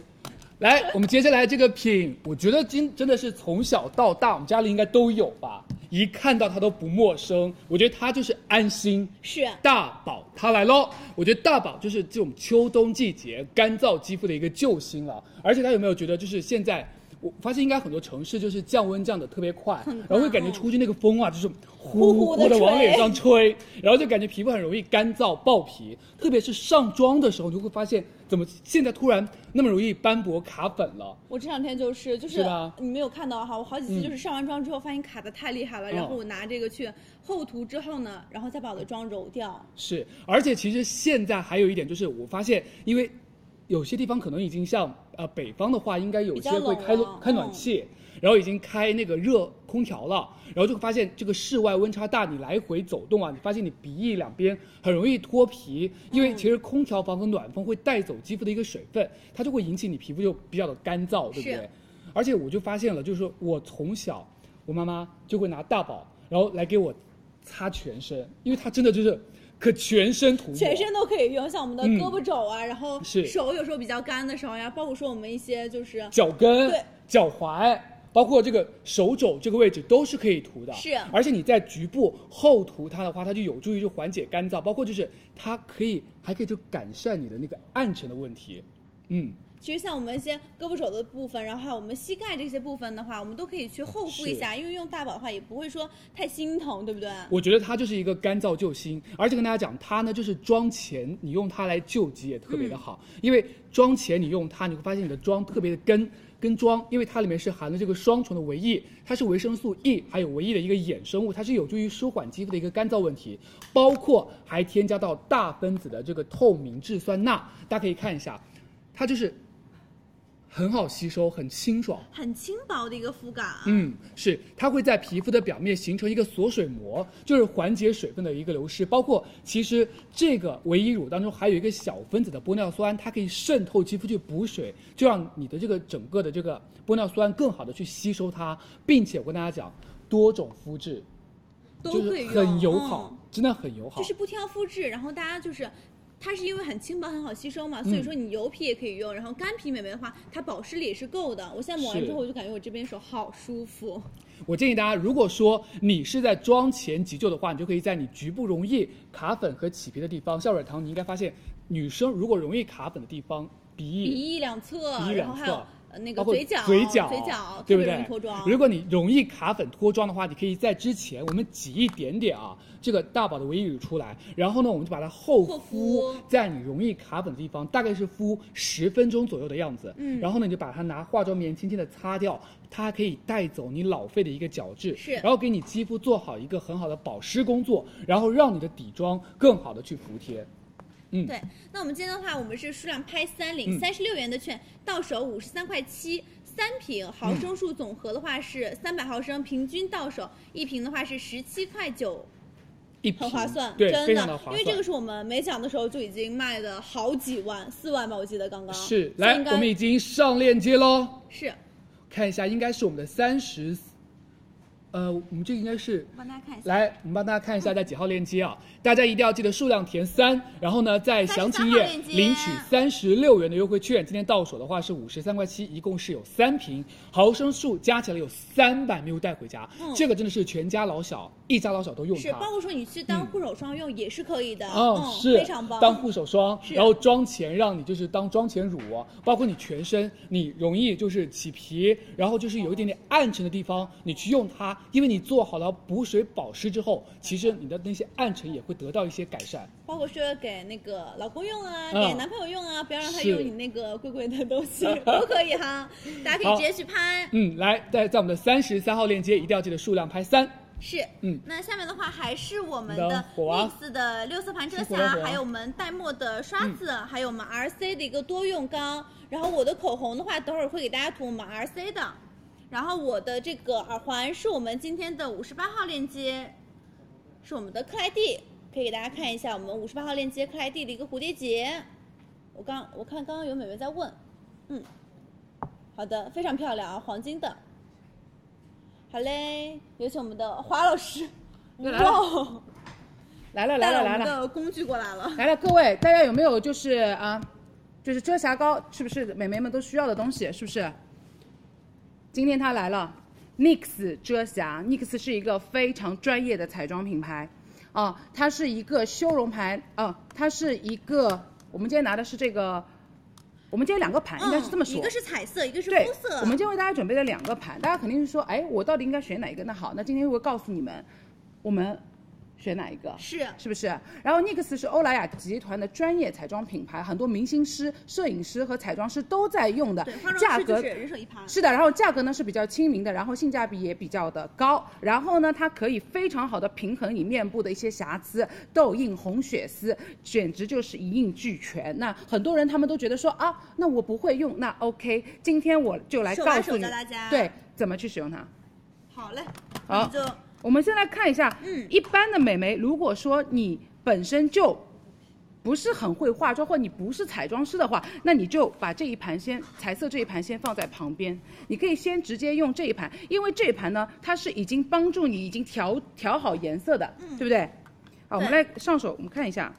Speaker 12: 来，我们接下来这个品，我觉得今真的是从小到大，我们家里应该都有吧，一看到它都不陌生。我觉得它就是安心，
Speaker 16: 是
Speaker 12: 大宝，它来喽。我觉得大宝就是这种秋冬季节干燥肌肤的一个救星了。而且大家有没有觉得，就是现在我发现应该很多城市就是降温降的特别快，
Speaker 16: 很快
Speaker 12: 然后会感觉出去那个风啊，就是
Speaker 16: 呼
Speaker 12: 呼
Speaker 16: 呼地
Speaker 12: 的往
Speaker 16: 吹
Speaker 12: 脸上吹，然后就感觉皮肤很容易干燥爆皮，特别是上妆的时候，你就会发现怎么现在突然那么容易斑驳卡粉了。
Speaker 16: 我这两天就是就是
Speaker 12: 是吧
Speaker 16: 你没有看到哈，我好几次
Speaker 12: 嗯
Speaker 16: 就是上完妆之后发现卡的太厉害了，
Speaker 12: 嗯
Speaker 16: 然后我拿这个去厚涂之后呢，然后再把我的妆揉掉。
Speaker 12: 是，而且其实现在还有一点就是，我发现因为有些地方可能已经像呃北方的话，应该有
Speaker 16: 比
Speaker 12: 些
Speaker 16: 较冷
Speaker 12: 会开
Speaker 16: 了嗯
Speaker 12: 开暖气，然后已经开那个热空调了，然后就会发现这个室外温差大，你来回走动啊，你发现你鼻翼两边很容易脱皮，因
Speaker 16: 嗯
Speaker 12: 为其实空调房和暖风会带走肌肤的一个水分，它就会引起你皮肤就比较的干燥，对不
Speaker 2: 是
Speaker 12: 对？而且我就发现了，就是说我从小，我妈妈就会拿大宝，然后来给我擦全身，因为它真的就是可全身涂抹，
Speaker 16: 全身都可以用，像我们的
Speaker 12: 嗯
Speaker 16: 胳膊肘啊，然后
Speaker 12: 是
Speaker 16: 手有时候比较干的时候呀，包括说我们一些就是
Speaker 12: 脚跟
Speaker 16: 对、
Speaker 12: 脚踝，包括这个手肘这个位置都是可以涂的。
Speaker 16: 是啊
Speaker 12: 而且你在局部厚涂它的话，它就有助于就缓解干燥，包括就是它可以还可以就改善你的那个暗沉的问题。嗯，
Speaker 16: 其实像我们一些胳膊肘的部分，然后还有我们膝盖这些部分的话，我们都可以去厚敷一下，因为用大宝的话也不会说太心疼，对不对？
Speaker 12: 我觉得它就是一个干燥救星，而且跟大家讲，它呢就是妆前你用它来救急也特别的好，因为妆前你用它，你会发现你的妆特别的跟跟妆，因为它里面是含了这个双重的维 E，它是维生素 E 还有维 E 的一个衍生物，它是有助于舒缓肌肤的一个干燥问题，包括还添加到大分子的这个透明质酸钠，大家可以看一下，它就是很好吸收，很清爽。
Speaker 16: 很轻薄的一个肤感啊。
Speaker 12: 嗯，是，它会在皮肤的表面形成一个锁水膜，就是缓解水分的一个流失。包括其实这个维 E 乳当中还有一个小分子的玻尿酸，它可以渗透肌肤去补水，就让你的这个整个的这个玻尿酸更好的去吸收它，并且我跟大家讲，多种肤质
Speaker 16: 都
Speaker 12: 就
Speaker 16: 会
Speaker 12: 是
Speaker 16: 用
Speaker 12: 很友好，
Speaker 16: 嗯
Speaker 12: 真的很友好。
Speaker 16: 就是不挑肤质，然后大家就是。它是因为很轻薄，很好吸收嘛，所以
Speaker 12: 嗯
Speaker 16: 说你油皮也可以用，然后干皮美眉的话，它保湿力也是够的。我现在抹完
Speaker 12: 是
Speaker 16: 之后，我就感觉我这边手好舒服。
Speaker 12: 我建议大家，如果说你是在妆前急救的话，你就可以在你局部容易卡粉和起皮的地方，笑水堂你应该发现，女生如果容易卡粉的地方，鼻翼、
Speaker 16: 鼻翼两侧，
Speaker 12: 鼻翼
Speaker 16: 然
Speaker 12: 两
Speaker 16: 后还
Speaker 12: 侧
Speaker 16: 有呃那个
Speaker 12: 包括
Speaker 16: 嘴角，
Speaker 12: 嘴角、
Speaker 16: 嘴角
Speaker 12: 对不
Speaker 16: 特别
Speaker 12: 对
Speaker 16: 容易脱妆。
Speaker 12: 如果你容易卡粉脱妆的话，你可以在之前我们挤一点点啊，这个大宝的维 E 乳出来，然后呢，我们就把它厚
Speaker 16: 厚
Speaker 12: 敷
Speaker 16: 敷
Speaker 12: 在你容易卡粉的地方，大概是敷十分钟左右的样子。
Speaker 16: 嗯
Speaker 12: 然后呢，你就把它拿化妆棉轻轻的擦掉，它还可以带走你老废的一个角质，
Speaker 16: 是
Speaker 12: 然后给你肌肤做好一个很好的保湿工作，然后让你的底妆更好的去服帖。嗯，
Speaker 16: 对，那我们今天的话，我们是数量拍三领
Speaker 12: 嗯
Speaker 16: 三十六元的券，到手五十三块七。三瓶毫升数总和的话
Speaker 12: 嗯
Speaker 16: 是三百毫升，平均到手一瓶的话是十七块九，
Speaker 12: 一
Speaker 16: 很
Speaker 12: 瓶
Speaker 16: 划算，
Speaker 12: 对，
Speaker 16: 真
Speaker 12: 非常的划算。
Speaker 16: 因为这个是我们美奖的时候就已经卖的好几万，四万吧，我记得刚刚
Speaker 12: 是，
Speaker 16: 所以
Speaker 12: 来
Speaker 16: 应，该
Speaker 12: 我们已经上链接喽。
Speaker 16: 是，
Speaker 12: 看一下，应该是我们的三十，呃，我们这个应该是，
Speaker 16: 帮大家看一下，
Speaker 12: 来，我们帮大家看一下在几号链接啊？大家一定要记得数量填三，然后呢，在详情页
Speaker 16: 号链接
Speaker 12: 领取三十六元的优惠券。今天到手的话是五十三块七，一共是有三瓶，毫升数加起来有三百 ml 带回家，
Speaker 16: 嗯
Speaker 12: 这个真的是全家老小、一家老小都用它。嗯
Speaker 16: 是，包括说你去当护手霜用也是可以的，
Speaker 12: 哦，
Speaker 16: 嗯，
Speaker 12: 是
Speaker 16: 非常棒，
Speaker 12: 当护手霜，
Speaker 16: 是
Speaker 12: 然后妆前让你就是当妆前乳，哦包括你全身，你容易就是起皮，然后就是有一点点暗沉的地方，你去用它，因为你做好了补水保湿之后，其实你的那些暗沉也会得到一些改善。
Speaker 16: 包括说给那个老公用啊，
Speaker 12: 嗯
Speaker 16: 给男朋友用啊，不要让他
Speaker 12: 是
Speaker 16: 用你那个贵贵的
Speaker 12: <laughs>
Speaker 16: 东西，都可以哈。大家可以
Speaker 12: 好
Speaker 16: 直接去拍。
Speaker 12: 嗯，来，在在我们的三十三号链接，一定要记得数量拍三。
Speaker 16: 是，
Speaker 12: 嗯
Speaker 16: 那下面的话还是我们
Speaker 12: 你的
Speaker 16: 的
Speaker 12: 火娃
Speaker 16: Mix 的六色盘遮
Speaker 12: 辛苦了
Speaker 16: 瑕
Speaker 12: 火，娃啊嗯
Speaker 16: 还有我们黛墨的刷子，还有我们 RC 的一个多用膏。然后我的口红的话，等会儿会给大家涂我们 RC 的。然后我的这个耳环是我们今天的五十八号链接，是我们的克莱蒂，可以给大家看一下我们五十八号链接克莱蒂的一个蝴蝶结。我刚我看刚刚有美眉在问，嗯，好的，非常漂亮啊，黄金的。好嘞，有请我们的华老师。
Speaker 19: 来了
Speaker 16: 哇
Speaker 19: 来了来了来
Speaker 16: 带我们
Speaker 19: 了
Speaker 16: 的工具过来了。
Speaker 19: 来了，各位，大家有没有就是啊，就是遮瑕膏是不是美眉们都需要的东西？是不是？今天它来了，NYX 遮瑕，NYX 是一个非常专业的彩妆品牌，啊，它是一个修容盘，啊，它是一个，我们今天拿的是这个，我们今天两个盘应该是这么说，
Speaker 16: 嗯一个是彩色，一个是
Speaker 19: 对
Speaker 16: 肤色。
Speaker 19: 我们今天为大家准备了两个盘，大家肯定是说，哎，我到底应该选哪一个？那好，那今天我会告诉你们，我们选哪一个？
Speaker 16: 是
Speaker 19: 是不是？然后 NYX 是欧莱雅集团的专业彩妆品牌，很多明星师、摄影师和彩妆师都在用的
Speaker 16: 对，化，
Speaker 19: 价
Speaker 16: 妆师就
Speaker 19: 格
Speaker 16: 是人手一盘。
Speaker 19: 是的，然后价格呢是比较亲民的，然后性价比也比较的高，然后呢它可以非常好的平衡你面部的一些瑕疵、痘印、红血丝，简直就是一应俱全。那很多人他们都觉得说啊，那我不会用，那 OK，今天我就来
Speaker 16: 手
Speaker 19: 告
Speaker 16: 把
Speaker 19: 诉
Speaker 16: 手
Speaker 19: 你，
Speaker 16: 教大家
Speaker 19: 对，怎么去使用它。
Speaker 16: 好嘞，
Speaker 19: 好，
Speaker 16: 就
Speaker 19: 我们先来看一下，嗯，一般的美眉，如果说你本身就不是很会化妆，或你不是彩妆师的话，那你就把这一盘先彩色这一盘先放在旁边，你可以先直接用这一盘，因为这一盘呢，它是已经帮助你已经调调好颜色的，对不对？好，我们来上手，我们看一下。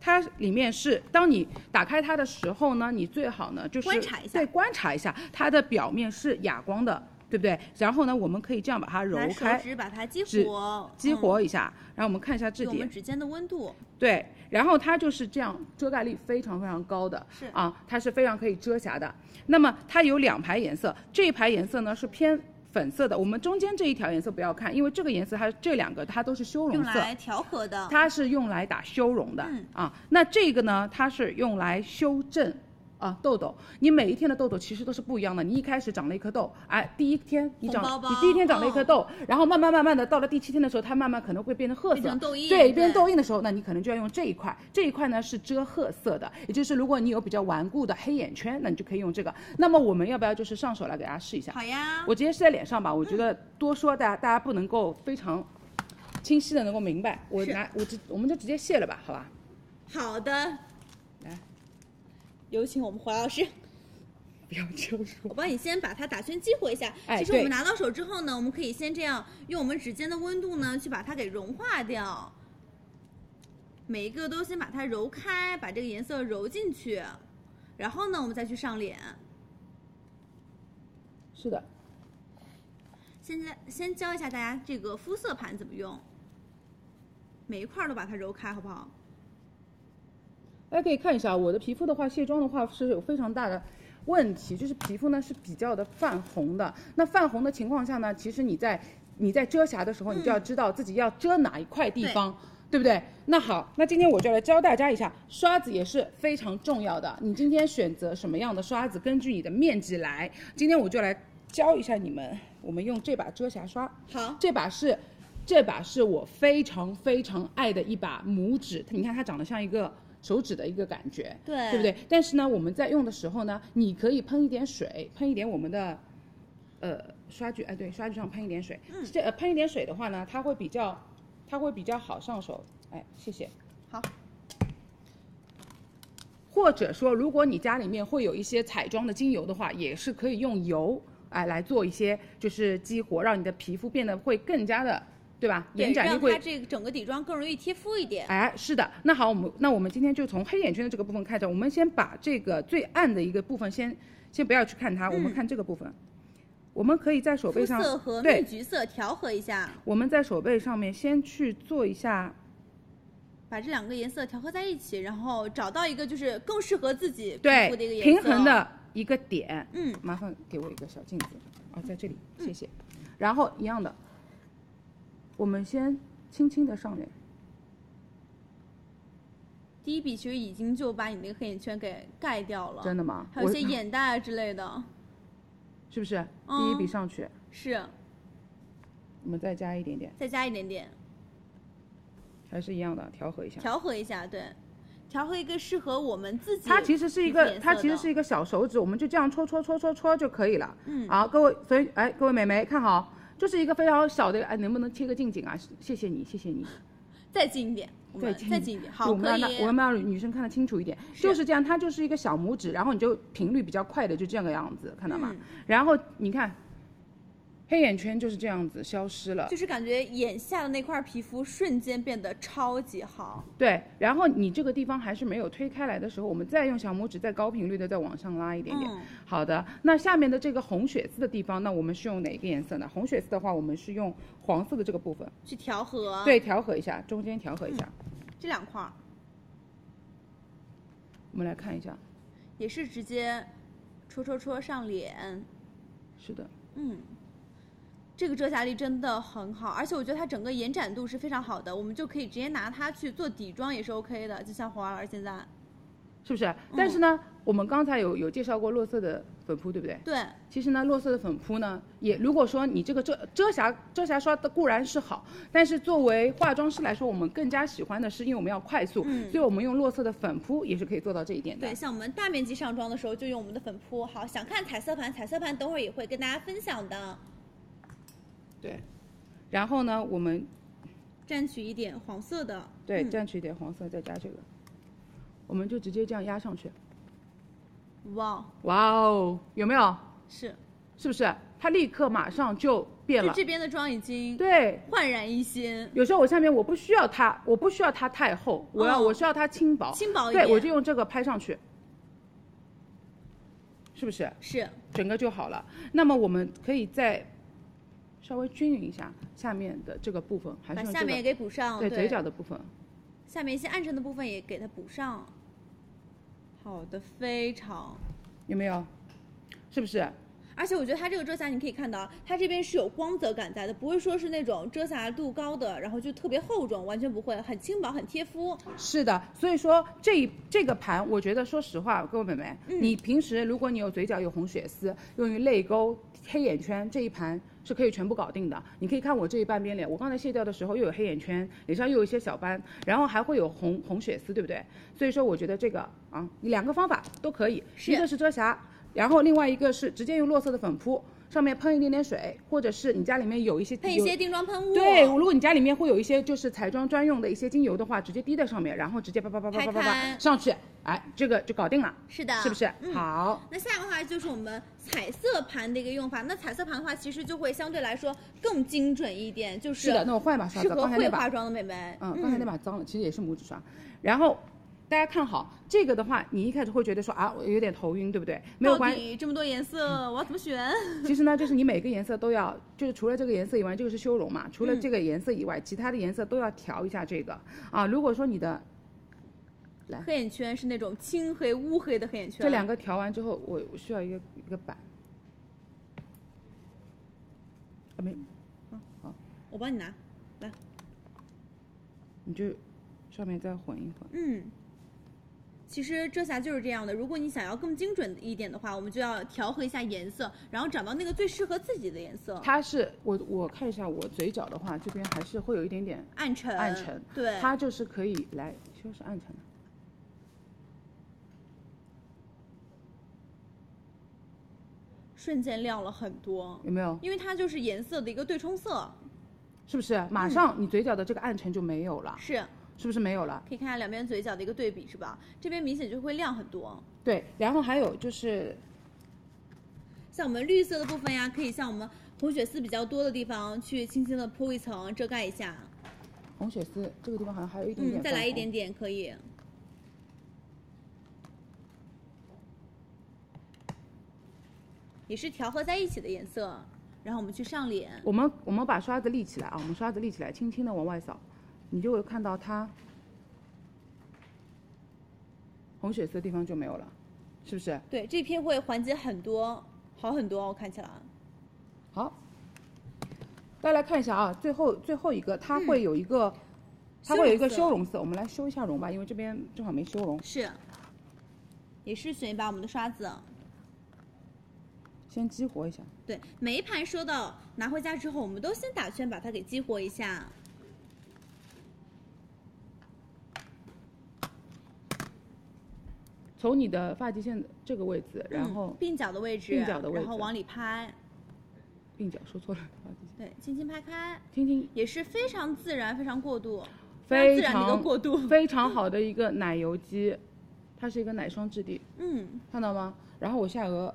Speaker 19: 它里面是，当你打开它的时候呢，你最好呢就是
Speaker 16: 观察一
Speaker 19: 下，对，观察一下它的表面是哑光的，对不对？然后呢，我们可以这样把它揉
Speaker 16: 拿手
Speaker 19: 开，
Speaker 16: 指把它激
Speaker 19: 指
Speaker 16: 活，
Speaker 19: 激活
Speaker 16: 嗯
Speaker 19: 一下，然后我们看一下质
Speaker 16: 我
Speaker 19: 地
Speaker 16: 们。指尖的温度。
Speaker 19: 对，然后它就是这样，遮盖力非常非常高的，
Speaker 16: 是
Speaker 19: 啊，它是非常可以遮瑕的。那么它有两排颜色，这一排颜色呢是偏粉色的，我们中间这一条颜色不要看，因为这个颜色它这两个它都是修容
Speaker 16: 用
Speaker 19: 色，
Speaker 16: 来调和的。
Speaker 19: 它是用来打修容的、
Speaker 16: 嗯
Speaker 19: 啊。那这个呢，它是用来修正啊痘痘。你每一天的痘痘其实都是不一样的。你一开始长了一颗痘，哎，第一天你长，
Speaker 16: 红包包
Speaker 19: 你第一天长了一颗痘，然后慢慢慢慢的到了第七天的时候，它慢慢可能会变成褐色，
Speaker 16: 变成痘印
Speaker 19: 对，
Speaker 16: 对
Speaker 19: 变成痘印的时候，那你可能就要用这一块，这一块呢是遮褐色的，也就是如果你有比较顽固的黑眼圈，那你就可以用这个。那么我们要不要就是上手来给大家试一下？
Speaker 16: 好呀
Speaker 19: 我直接试在脸上吧，我觉得多说大家大家不能够非常清晰的能够明白。我
Speaker 16: 是
Speaker 19: 拿我直我们就直接卸了吧，好吧？
Speaker 16: 好的，
Speaker 19: 来，
Speaker 16: 有请我们黄老师。
Speaker 19: 不要这样
Speaker 16: 我帮你先把它打圈激活一下。
Speaker 19: 哎
Speaker 16: 其实我们
Speaker 19: 对
Speaker 16: 拿到手之后呢，我们可以先这样用我们指尖的温度呢，去把它给融化掉。每一个都先把它揉开，把这个颜色揉进去，然后呢，我们再去上脸。
Speaker 19: 是的，
Speaker 16: 现在先教一下大家这个肤色盘怎么用，每一块儿都把它揉开，好不好？
Speaker 19: 大家可以看一下我的皮肤的话，卸妆的话是有非常大的问题，就是皮肤呢是比较的泛红的。那泛红的情况下呢，其实你在你在遮瑕的时候，
Speaker 16: 嗯
Speaker 19: 你就要知道自己要遮哪一块地方。对不对？那好，那今天我就来教大家一下，刷子也是非常重要的。你今天选择什么样的刷子，根据你的面积来。今天我就来教一下你们，我们用这把遮瑕刷。
Speaker 16: 好，
Speaker 19: 这把是，这把是我非常非常爱的一把拇指，你看它长得像一个手指的一个感觉，
Speaker 16: 对
Speaker 19: 对不对？但是呢，我们在用的时候呢，你可以喷一点水，喷一点我们的呃刷具，哎，对，刷具上喷一点水。
Speaker 16: 嗯
Speaker 19: 这、呃、喷一点水的话呢，它会比较，它会比较好上手。哎，谢谢。
Speaker 16: 好。
Speaker 19: 或者说，如果你家里面会有一些彩妆的精油的话，也是可以用油哎来做一些，就是激活，让你的皮肤变得会更加的，对吧？
Speaker 16: 对，
Speaker 19: 延展力
Speaker 16: 让
Speaker 19: 会
Speaker 16: 它这个整个底妆更容易贴肤一点。
Speaker 19: 哎，是的。那好，我们那我们今天就从黑眼圈的这个部分开始，我们先把这个最暗的一个部分先先不要去看它，我们看这个部分。我们可以在手
Speaker 16: 嗯肤
Speaker 19: 背上
Speaker 16: 色和
Speaker 19: 对
Speaker 16: 蜜橘色调和一下，
Speaker 19: 我们在手背上面先去做一下，
Speaker 16: 把这两个颜色调和在一起，然后找到一个就是更适合自己皮
Speaker 19: 对
Speaker 16: 肤的一个，颜
Speaker 19: 平
Speaker 16: 色，
Speaker 19: 衡的一个点。
Speaker 16: 嗯，
Speaker 19: 麻烦给我一个小镜子，哦，在这里，谢谢。然后一样的，我们先轻轻的上脸，
Speaker 16: 第一笔其实已经就把你那个黑眼圈给盖掉了。
Speaker 19: 真的吗
Speaker 16: 还有一
Speaker 19: 我
Speaker 16: 些眼袋啊之类的，
Speaker 19: 是不是？第一笔
Speaker 16: 嗯
Speaker 19: 上去，
Speaker 16: 是
Speaker 19: 我们再加一点点，
Speaker 16: 再加一点点，
Speaker 19: 还是一样的，调和一下。
Speaker 16: 调和一下，对，调和一个适合我们自己。
Speaker 19: 它其实是一个，它其实是一个小手指，我们就这样戳戳戳戳戳就可以了。
Speaker 16: 嗯
Speaker 19: 好，各位，所以哎，各位美眉看好，这是一个非常小的，哎，能不能贴个近景啊？谢谢你，谢谢你。
Speaker 16: 再近一点，我
Speaker 19: 再
Speaker 16: 们
Speaker 19: 近
Speaker 16: 再近一点，
Speaker 19: 就
Speaker 16: 好，
Speaker 19: 我们
Speaker 16: 可
Speaker 19: 要让
Speaker 16: 以。
Speaker 19: 我们要让女生看得清楚一点，就是这样，它就是一个小拇指，然后你就频率比较快的，就这样个样子，看到吗？
Speaker 16: 嗯
Speaker 19: 然后你看，黑眼圈就是这样子消失了，
Speaker 16: 就是感觉眼下的那块皮肤瞬间变得超级好。
Speaker 19: 对，然后你这个地方还是没有推开来的时候，我们再用小拇指再高频率的再往上拉一点点。
Speaker 16: 嗯
Speaker 19: 好的，那下面的这个红血丝的地方，那我们是用哪个颜色呢？红血丝的话，我们是用黄色的这个部分，
Speaker 16: 去调啊嗯和，
Speaker 19: 对，调和一下，中间调和一下。
Speaker 16: 这两块儿
Speaker 19: 我们来看一下，
Speaker 16: 也是直接戳戳戳上脸，
Speaker 19: 是的，
Speaker 16: 嗯，这个遮瑕力真的很好，而且我觉得它整个延展度是非常好的，我们就可以直接拿它去做底妆也是 OK 的，就像黄老师现在，
Speaker 19: 是不是？
Speaker 16: 嗯
Speaker 19: 但是呢，我们刚才有有介绍过洛色的粉扑，对不对？
Speaker 16: 对，
Speaker 19: 其实呢，洛色的粉扑呢，也如果说你这个遮遮瑕遮瑕刷的固然是好，但是作为化妆师来说，我们更加喜欢的是，因为我们要快速，
Speaker 16: 嗯
Speaker 19: 所以我们用洛色的粉扑也是可以做到这一点的。
Speaker 16: 对，像我们大面积上妆的时候就用我们的粉扑。好，想看彩色盘，彩色盘等会儿也会跟大家分享的。
Speaker 19: 对，然后呢，我们
Speaker 16: 蘸取一点黄色的，
Speaker 19: 对
Speaker 16: 嗯
Speaker 19: 蘸取一点黄色，再加这个，我们就直接这样压上去。
Speaker 16: 哇，
Speaker 19: 哇哦，有没有？
Speaker 16: 是，
Speaker 19: 是不是？它立刻马上就变
Speaker 16: 就
Speaker 19: 了。
Speaker 16: 这边的妆已经
Speaker 19: 对
Speaker 16: 焕然一新。
Speaker 19: 有时候我下面我不需要它，我不需要它太厚，我要、
Speaker 16: 嗯
Speaker 19: 我需要它轻薄，
Speaker 16: 轻薄一
Speaker 19: 对，
Speaker 16: 点
Speaker 19: 我就用这个拍上去，是不是？
Speaker 16: 是，
Speaker 19: 整个就好了。那么我们可以再稍微均匀一下下面的这个部分，还是
Speaker 16: 把
Speaker 19: 用
Speaker 16: 下
Speaker 19: 这个
Speaker 16: 面也给补上
Speaker 19: 对
Speaker 16: 对
Speaker 19: 嘴角的部分。
Speaker 16: 下面一些暗沉的部分也给它补上。好的，非常。
Speaker 19: 有没有？是不是？
Speaker 16: 而且我觉得它这个遮瑕，你可以看到，它这边是有光泽感在的，不会说是那种遮瑕度高的，然后就特别厚重，完全不会，很轻薄，很贴肤。
Speaker 19: 是的，所以说这一这个盘，我觉得说实话，各位美眉，
Speaker 16: 嗯
Speaker 19: 你平时如果你有嘴角有红血丝，用于泪沟、黑眼圈这一盘是可以全部搞定的。你可以看我这一半边脸，我刚才卸掉的时候又有黑眼圈，脸上又有一些小斑，然后还会有红红血丝，对不对？所以说我觉得这个啊，你两个方法都可以，一个是遮瑕，然后另外一个是直接用洛色的粉扑。上面喷一点点水，或者是你家里面有一些
Speaker 16: 配一
Speaker 19: 有
Speaker 16: 些定妆喷雾哦
Speaker 19: 对，如果你家里面会有一些就是彩妆专用的一些精油的话，直接滴在上面，然后直接叭叭叭叭叭叭
Speaker 16: 拍
Speaker 19: 叭
Speaker 16: 开
Speaker 19: 上去，哎，这个就搞定了。
Speaker 16: 是的
Speaker 19: 是不是？
Speaker 16: 嗯
Speaker 19: 好，
Speaker 16: 那下一个的话就是我们彩色盘的一个用法。那彩色盘的话，其实就会相对来说更精准一点，就是
Speaker 19: 的那我换一把刷子
Speaker 16: 适合
Speaker 19: 刚才那
Speaker 16: 会
Speaker 19: 把
Speaker 16: 化妆的美眉。
Speaker 19: 嗯，刚才那把脏了，其实也是拇指刷。然后大家看好这个的话，你一开始会觉得说啊，我有点头晕，对不对？没有
Speaker 16: 到
Speaker 19: 关
Speaker 16: 底这么多颜色，我要怎么选？ <laughs>
Speaker 19: 其实呢，就是你每个颜色都要，就是除了这个颜色以外，这个是修容嘛，除了
Speaker 16: 嗯
Speaker 19: 这个颜色以外，其他的颜色都要调一下这个啊。如果说你的来
Speaker 16: 黑眼圈是那种青黑、乌黑的黑眼圈。
Speaker 19: 这两个调完之后，我我需要一个一个板。啊，没，好，
Speaker 16: 我帮你拿，来，
Speaker 19: 你就上面再混一混。
Speaker 16: 嗯。其实遮瑕就是这样的，如果你想要更精准一点的话，我们就要调和一下颜色，然后找到那个最适合自己的颜色。
Speaker 19: 它是我我看一下我嘴角的话，这边还是会有一点点
Speaker 16: 暗沉
Speaker 19: 暗沉，
Speaker 16: 对
Speaker 19: 它就是可以来修饰暗沉的。
Speaker 16: 瞬间亮了很多，
Speaker 19: 有没有
Speaker 16: 因为它就是颜色的一个对冲色，
Speaker 19: 是不是？马上你嘴角的这个暗沉就没有了，
Speaker 16: 嗯是嗯
Speaker 19: 是不是没有了？
Speaker 16: 可以看下两边嘴角的一个对比，是吧？这边明显就会亮很多。
Speaker 19: 对，然后还有就是
Speaker 16: 像我们绿色的部分呀，可以像我们红血丝比较多的地方去轻轻的铺一层，遮盖一下。
Speaker 19: 红血丝这个地方好像还有一点点、
Speaker 16: 嗯，再来一点。点可以。也是调和在一起的颜色，然后我们去上脸。
Speaker 19: 我们我们把刷子立起来啊，我们刷子立起来，轻轻的往外扫，你就会看到它嗯红血丝的地方就没有了，是不是？
Speaker 16: 对这片会缓解很多，好很多哦，看起来。
Speaker 19: 好，大家来看一下啊，最后最后一个它会有一个，它会有一个修容色，我们来修一下容吧，因为这边正好没修容。
Speaker 16: 是，也是选一把我们的刷子。
Speaker 19: 先激活一下。
Speaker 16: 对，每一盘收到拿回家之后，我们都先打圈把它给激活一下。
Speaker 19: 从你的发际线的这个位置，然后
Speaker 16: 嗯、鬓角的位置，
Speaker 19: 鬓角的位置
Speaker 16: 然后往里拍，
Speaker 19: 鬓角说错了，发际线
Speaker 16: 对，轻轻拍开，
Speaker 19: 轻轻
Speaker 16: 也是非常自然，非常过渡，
Speaker 19: 非
Speaker 16: 自然的一个
Speaker 19: 常
Speaker 16: 过渡，
Speaker 19: 非常好的一个奶油肌，它是一个奶霜质地，
Speaker 16: 嗯，
Speaker 19: 看到吗？然后我下颚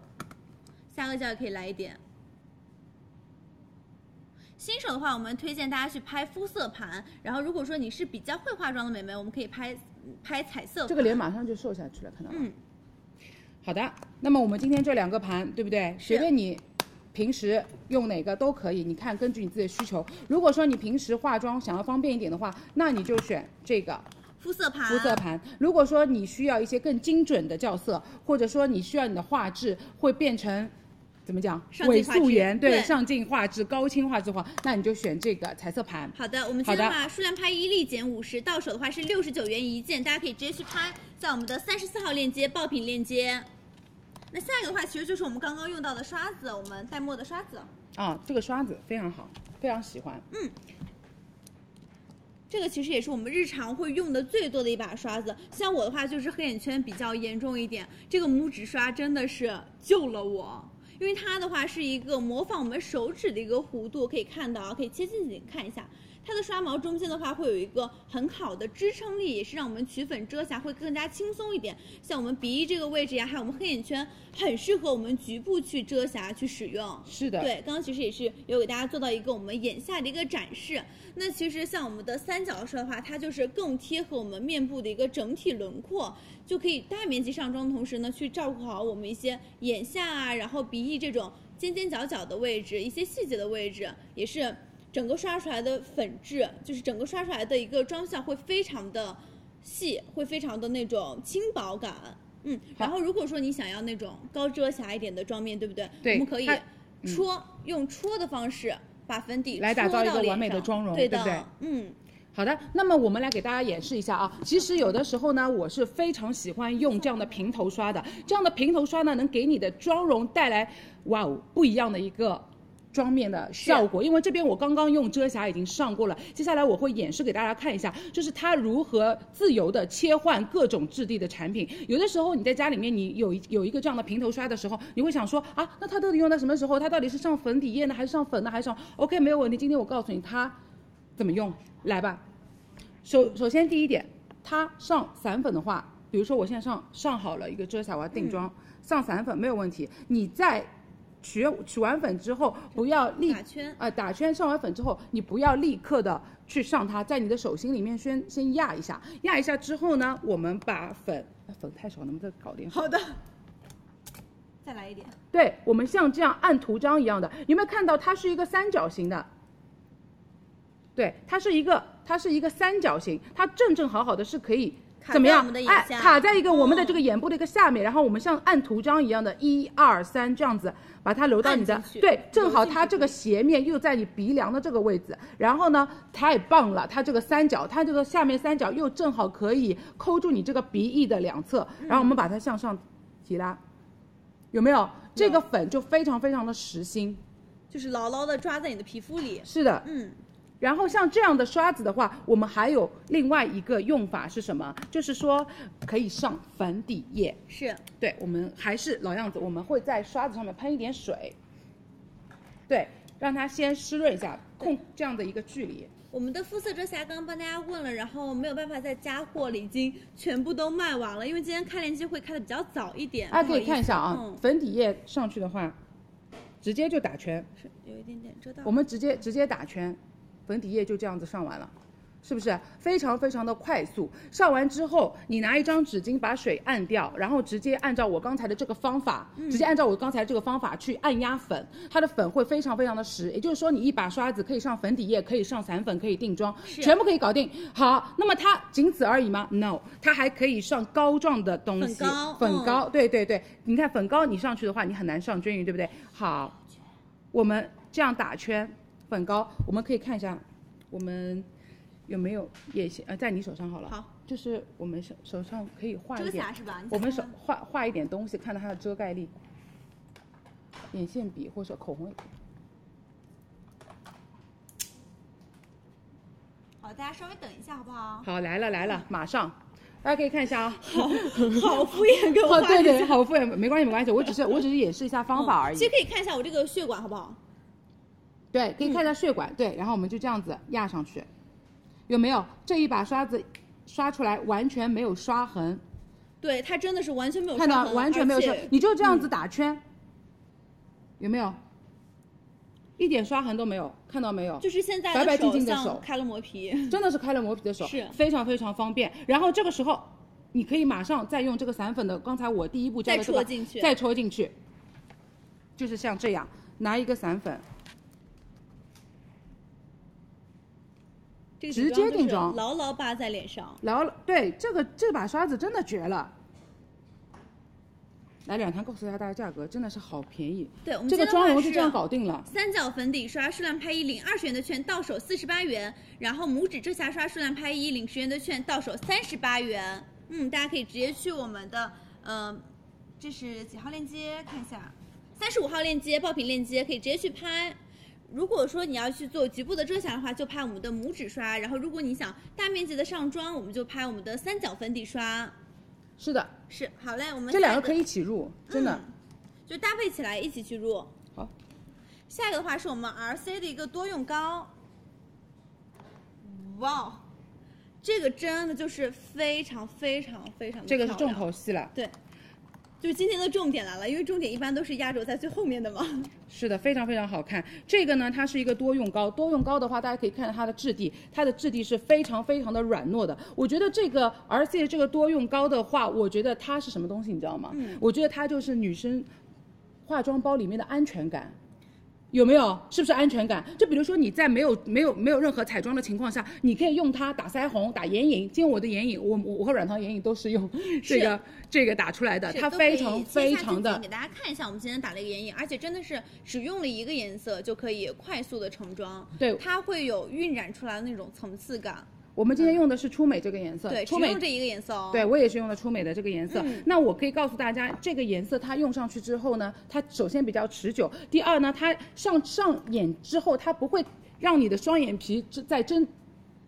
Speaker 16: 下颚角也可以来一点，新手的话，我们推荐大家去拍肤色盘，然后如果说你是比较会化妆的美眉，我们可以拍拍彩色盘。
Speaker 19: 这个脸马上就瘦下去了，看到吗？
Speaker 16: 嗯，
Speaker 19: 好的，那么我们今天这两个盘，对不对？随便你平时用哪个都可以，你看根据你自己的需求。如果说你平时化妆想要方便一点的话，那你就选这个。
Speaker 16: 肤色盘，
Speaker 19: 肤色盘。如果说你需要一些更精准的校色，或者说你需要你的画质会变成。怎么讲？
Speaker 16: 上
Speaker 19: 伪
Speaker 16: 镜画质
Speaker 19: 素颜对
Speaker 16: 对
Speaker 19: 上镜画质、高清画质的话，那你就选这个彩色盘。
Speaker 16: 好的，我们今天把数量拍一立减五十，到手的话是六十九元一件，大家可以直接去拍，在我们的三十四号链接爆品链接。那下一个的话，其实就是我们刚刚用到的刷子，我们带墨的刷子。
Speaker 19: 啊，这个刷子非常好，非常喜欢。
Speaker 16: 嗯，这个其实也是我们日常会用的最多的一把刷子。像我的话，就是黑眼圈比较严重一点，这个拇指刷真的是救了我。因为它的话是一个模仿我们手指的一个弧度，可以看到啊，可以切近点看一下。它的刷毛中间的话会有一个很好的支撑力，也是让我们取粉遮瑕会更加轻松一点。像我们鼻翼这个位置呀，还有我们黑眼圈，很适合我们局部去遮瑕去使用。
Speaker 19: 是的
Speaker 16: 对，刚刚其实也是有给大家做到一个我们眼下的一个展示。那其实像我们的三角刷的话，它就是更贴合我们面部的一个整体轮廓，就可以大面积上妆的同时呢，去照顾好我们一些眼下啊，然后鼻翼这种尖尖角角的位置，一些细节的位置，也是整个刷出来的粉质，就是整个刷出来的一个妆效会非常的细，会非常的那种轻薄感。嗯，然后如果说你想要那种高遮瑕一点的妆面，对不对？
Speaker 19: 对
Speaker 16: 我们可以
Speaker 19: 它嗯
Speaker 16: 戳，用戳的方式把粉底
Speaker 19: 来打
Speaker 16: 戳
Speaker 19: 造一
Speaker 16: 到
Speaker 19: 个
Speaker 16: 脸
Speaker 19: 完美的
Speaker 16: 上
Speaker 19: 妆容
Speaker 16: 对
Speaker 19: 对
Speaker 16: 的，
Speaker 19: 不对
Speaker 16: 嗯，
Speaker 19: 好的，那么我们来给大家演示一下啊。其实有的时候呢，我是非常喜欢用这样的平头刷的。这样的平头刷呢，能给你的妆容带来哇哦不一样的一个。妆面的效果，因为这边我刚刚用遮瑕已经上过了，接下来我会演示给大家看一下，就是它如何自由的切换各种质地的产品。有的时候你在家里面，你有一有一个这样的平头刷的时候，你会想说啊，那它到底用到什么时候？它到底是上粉底液呢，还是上粉呢，还是上？OK，没有问题。今天我告诉你它怎么用，来吧。首首先第一点，它上散粉的话，比如说我现在上上好了一个遮瑕，我要定妆，上散粉没有问题。你在取取完粉之后，不要立
Speaker 16: 打圈
Speaker 19: 呃打圈上完粉之后，你不要立刻的去上它，在你的手心里面先先压一下，压一下之后呢，我们把粉、哎粉太少，能不能再搞点？好的。
Speaker 16: 再来一点。
Speaker 19: 对，我们像这样按图章一样的，有没有看到它是一个三角形的？对，它是一个，它是一个三角形，它正正好好的是可以
Speaker 16: 卡
Speaker 19: 怎么
Speaker 16: 在
Speaker 19: 样？
Speaker 16: 我们的眼
Speaker 19: 哎，
Speaker 16: 下哦
Speaker 19: 卡在一个我们的这个眼部的一个下面，然后我们像按图章一样的，一二三这样子把它留到你的
Speaker 12: 按进去
Speaker 19: 对，正好它这个斜面又在你鼻梁的这个位置，然后呢，太棒了，它这个三角，它这个下面三角又正好可以抠住你这个鼻翼的两侧，然后我们把它向上提拉，有没有？这个粉就非常非常的实心。
Speaker 16: 就是牢牢的抓在你的皮肤里。
Speaker 19: 是的
Speaker 16: 嗯，
Speaker 19: 然后像这样的刷子的话，我们还有另外一个用法是什么？就是说可以上粉底液。
Speaker 16: 是，
Speaker 19: 对，我们还是老样子，我们会在刷子上面喷一点水，对，让它先湿润一下，控这样的一个距离。
Speaker 16: 我们的肤色遮瑕刚刚帮大家问了，然后没有办法再加货了，已经全部都卖完了，因为今天开链接会开的比较早一点。
Speaker 19: 大家可
Speaker 16: 不好
Speaker 19: 以
Speaker 16: 意思
Speaker 19: 看一下啊，
Speaker 16: 嗯，
Speaker 19: 粉底液上去的话，直接就打圈，
Speaker 16: 有一点点遮到。
Speaker 19: 我们直接直接打圈，粉底液就这样子上完了。是不是非常非常的快速？上完之后，你拿一张纸巾把水按掉，然后直接按照我刚才的这个方法，
Speaker 12: 嗯
Speaker 19: 直接按照我刚才这个方法去按压粉，它的粉会非常非常的实。也就是说，你一把刷子可以上粉底液，可以上散粉，可以定妆，全部可以搞定。好，那么它仅此而已吗？No，它还可以上膏状的东西，
Speaker 16: 粉膏
Speaker 19: 粉
Speaker 16: 嗯
Speaker 19: 膏，对对对。你看粉膏你上去的话，你很难上均匀，对不对？好，我们这样打圈，粉膏，我们可以看一下，我们有没有也行？呃，在你手上好了。
Speaker 16: 好，
Speaker 19: 就是我们手手上可以画一
Speaker 16: 遮
Speaker 19: 点，
Speaker 16: 瑕是吧你
Speaker 19: 我们手
Speaker 16: 想看
Speaker 19: 画画一点东西，看到它的遮盖力。眼线笔或者口红也可以。
Speaker 16: 哦好，大家稍微等一下好不好？
Speaker 19: 好，来了来了，马上，大家可以看一下啊。好，
Speaker 16: 好敷衍给我
Speaker 19: 哦，
Speaker 16: 画
Speaker 19: 对
Speaker 16: 一
Speaker 19: 对，
Speaker 16: 下
Speaker 19: 好敷衍，没关系没关系，我只是我只是演示一下方法而已。
Speaker 16: 嗯其实可以看一下我这个血管好不好？
Speaker 19: 对，
Speaker 16: 嗯
Speaker 19: 可以看一下血管，对，然后我们就这样子压上去，有没有？这一把刷子刷出来完全没有刷痕，
Speaker 16: 对，它真的是完全没有
Speaker 19: 看
Speaker 16: 刷
Speaker 19: 到
Speaker 16: 痕嗯
Speaker 19: 完全没有
Speaker 16: 而且
Speaker 19: 刷，你就这样子打圈，有没有？一点刷痕都没有，看到没有？
Speaker 16: 就是现在
Speaker 19: 白白净净的
Speaker 16: 像
Speaker 19: 手，
Speaker 16: 开了磨皮，
Speaker 19: 真的是开了磨皮的手，
Speaker 16: <laughs> 是
Speaker 19: 非常非常方便。然后这个时候，你可以马上再用这个散粉的，刚才我第一步教的
Speaker 16: 再
Speaker 19: 这个
Speaker 16: 戳进去
Speaker 19: 再戳进去，就是像这样，拿一个散粉，
Speaker 16: 这个
Speaker 19: 直接定妆
Speaker 16: 牢牢扒在脸上。
Speaker 19: 然后对这个这把刷子真的绝了。来两摊告诉一下大家价格，真的是好便宜。
Speaker 16: 对，我们
Speaker 19: 这个
Speaker 16: 今天的
Speaker 19: 妆
Speaker 16: 话
Speaker 19: 容就这样
Speaker 16: 是
Speaker 19: 搞定了。
Speaker 16: 三角粉底刷数量拍一领二十元的券到手四十八元，然后拇指遮瑕刷数量拍一领十元的券到手三十八元。嗯，大家可以直接去我们的，呃，这是几号链接看一下，三十五号链接爆品链接可以直接去拍。如果说你要去做局部的遮瑕的话，就拍我们的拇指刷；然后如果你想大面积的上妆，我们就拍我们的三角粉底刷。
Speaker 19: 是的，
Speaker 16: 是好嘞，我们嗯
Speaker 19: 这两
Speaker 16: 下
Speaker 19: 个
Speaker 16: 一
Speaker 19: 可以一起入，真的。
Speaker 16: 就搭配起来一起去入。
Speaker 19: 好，
Speaker 16: 下一个的话是我们 RC 的一个多用膏，哇哦，这个真的就是非常非常非常的
Speaker 19: 这个是
Speaker 16: 漂
Speaker 19: 重
Speaker 16: 亮
Speaker 19: 头戏了。
Speaker 16: 对，就是今天的重点来了，因为重点一般都是压轴在最后面的嘛。
Speaker 19: 是的，非常非常好看。这个呢，它是一个多用膏，多用膏的话，大家可以看到它的质地，它的质地是非常非常的软糯的。我觉得这个 RC 的这个多用膏的话，我觉得它是什么东西，你知道吗？
Speaker 16: 嗯
Speaker 19: 我觉得它就是女生化妆包里面的安全感。有没有？是不是安全感？就比如说你在没有没有没有任何彩妆的情况下，你可以用它打腮红、打眼影。今天我的眼影，我我我和软糖眼影都是用这个这个打出来的，
Speaker 16: 是
Speaker 19: 它
Speaker 16: 都可以
Speaker 19: 非常
Speaker 16: 切
Speaker 19: 非
Speaker 16: 一下
Speaker 19: 常
Speaker 16: 近景
Speaker 19: 的
Speaker 16: 给大家看一下，我们今天打了一个眼影，而且真的是只用了一个颜色就可以快速的成妆，
Speaker 19: 对
Speaker 16: 它会有晕染出来的那种层次感。
Speaker 19: 我们今天用的是初美这个颜色，
Speaker 16: 对，只
Speaker 19: 初美
Speaker 16: 用这一个颜色哦。
Speaker 19: 对，我也是用的初美的这个颜色。
Speaker 16: 嗯
Speaker 19: 那我可以告诉大家，这个颜色它用上去之后呢，它首先比较持久，第二呢，它上上眼之后，它不会让你的双眼皮只在睁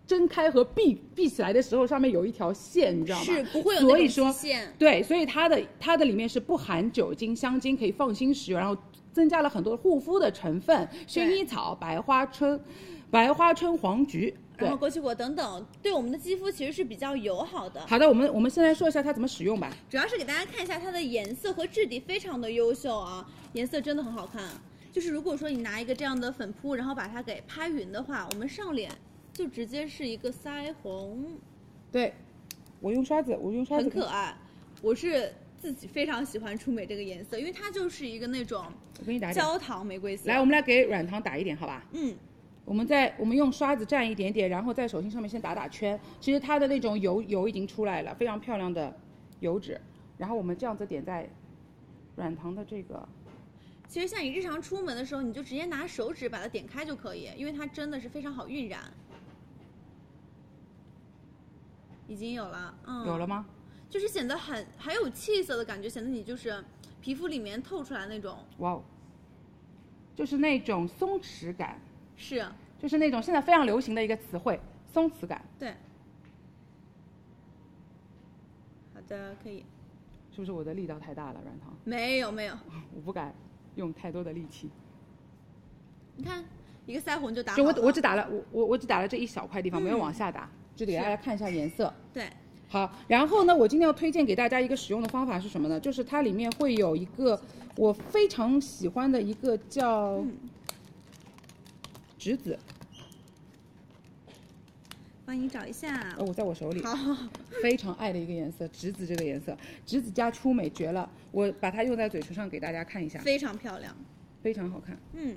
Speaker 19: 睁开和闭闭起来的时候上面有一条线，你知道吗？
Speaker 16: 是不会有那
Speaker 19: 所
Speaker 16: 种
Speaker 19: 以说
Speaker 16: 极限
Speaker 19: 对，所以它的它的里面是不含酒精、香精，可以放心使用，然后增加了很多护肤的成分，薰衣草、白花春、白花春黄菊。对
Speaker 16: 然后枸杞果等等，对我们的肌肤其实是比较友好的。
Speaker 19: 好的，我们我们现在说一下它怎么使用吧。
Speaker 16: 主要是给大家看一下它的颜色和质地非常的优秀啊，颜色真的很好看。就是如果说你拿一个这样的粉扑，然后把它给拍匀的话，我们上脸就直接是一个腮红，
Speaker 19: 对，我用刷子，我用刷子。
Speaker 16: 很可。爱。我是自己非常喜欢初美这个颜色，因为它就是一个那种
Speaker 19: 我给你打一点。
Speaker 16: 焦糖玫瑰色。
Speaker 19: 来，我们来给软糖打一点，好吧？
Speaker 16: 嗯。
Speaker 19: 我们再我们用刷子蘸一点点，然后在手心上面先打打圈。其实它的那种油油已经出来了，非常漂亮的油脂。然后我们这样子点在软糖的这个，
Speaker 16: 其实像你日常出门的时候，你就直接拿手指把它点开就可以，因为它真的是非常好晕染。已经有了，嗯，
Speaker 19: 有了？吗？
Speaker 16: 就是显得很很有气色的感觉，显得你就是皮肤里面透出来那种
Speaker 19: 哇哦，就是那种松弛感，
Speaker 16: 是，
Speaker 19: 就是那种现在非常流行的一个词汇——松弛感，
Speaker 16: 对。好的，可以。
Speaker 19: 是不是我的力道太大了？软糖，
Speaker 16: 没有没有，
Speaker 19: <laughs> 我不敢用太多的力气。
Speaker 16: 你看一个腮红就打好
Speaker 19: 就我我只
Speaker 16: 打
Speaker 19: 打了我我我只打了这一小块地方，没有
Speaker 16: 嗯
Speaker 19: 往下打，就得给大家
Speaker 16: 是
Speaker 19: 看一下颜色。
Speaker 16: 对，
Speaker 19: 好，然后呢，我今天要推荐给大家一个使用的方法是什么呢？就是它里面会有一个我非常喜欢的一个叫
Speaker 16: 嗯
Speaker 19: 栀子，
Speaker 16: 帮你找一下
Speaker 19: 呃、。我在我手里，
Speaker 16: 好，
Speaker 19: 非常爱的一个颜色，栀子这个颜色，栀子加初美绝了，我把它用在嘴唇上给大家看一下，
Speaker 16: 非常漂亮。
Speaker 19: 非常好看。
Speaker 16: 嗯，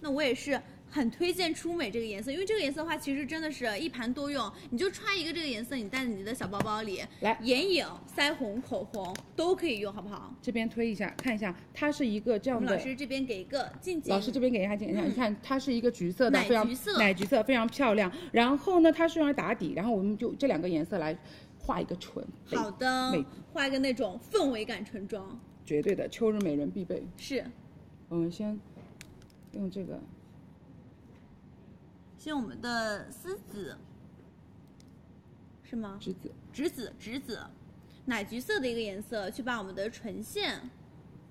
Speaker 16: 那我也是很推荐初美这个颜色，因为这个颜色的话，其实真的是一盘多用。你就揣一个这个颜色，你带在你的小包包里，
Speaker 19: 来
Speaker 16: 眼影、腮红、口红都可以用，好不好？
Speaker 19: 这边推一下，看一下，它是一个这
Speaker 16: 我
Speaker 19: 样
Speaker 16: 们
Speaker 19: 的。
Speaker 16: 老师这边给一个近景，
Speaker 19: 老师这边给大家讲一下，
Speaker 16: 嗯
Speaker 19: 你看它是一个橘色的，
Speaker 16: 奶
Speaker 19: 非常
Speaker 16: 橘色
Speaker 19: 奶橘色非常漂亮。然后呢，它是用来打底，然后我们就这两个颜色来画一个唇，美
Speaker 16: 好的
Speaker 19: 美，
Speaker 16: 画一个那种氛围感唇妆，
Speaker 19: 绝对的秋日美人必备。
Speaker 16: 是
Speaker 19: 我们先用这个，
Speaker 16: 先我们的丝子，是吗？
Speaker 19: 栀子，
Speaker 16: 栀子，栀子，奶橘色的一个颜色，去把我们的唇线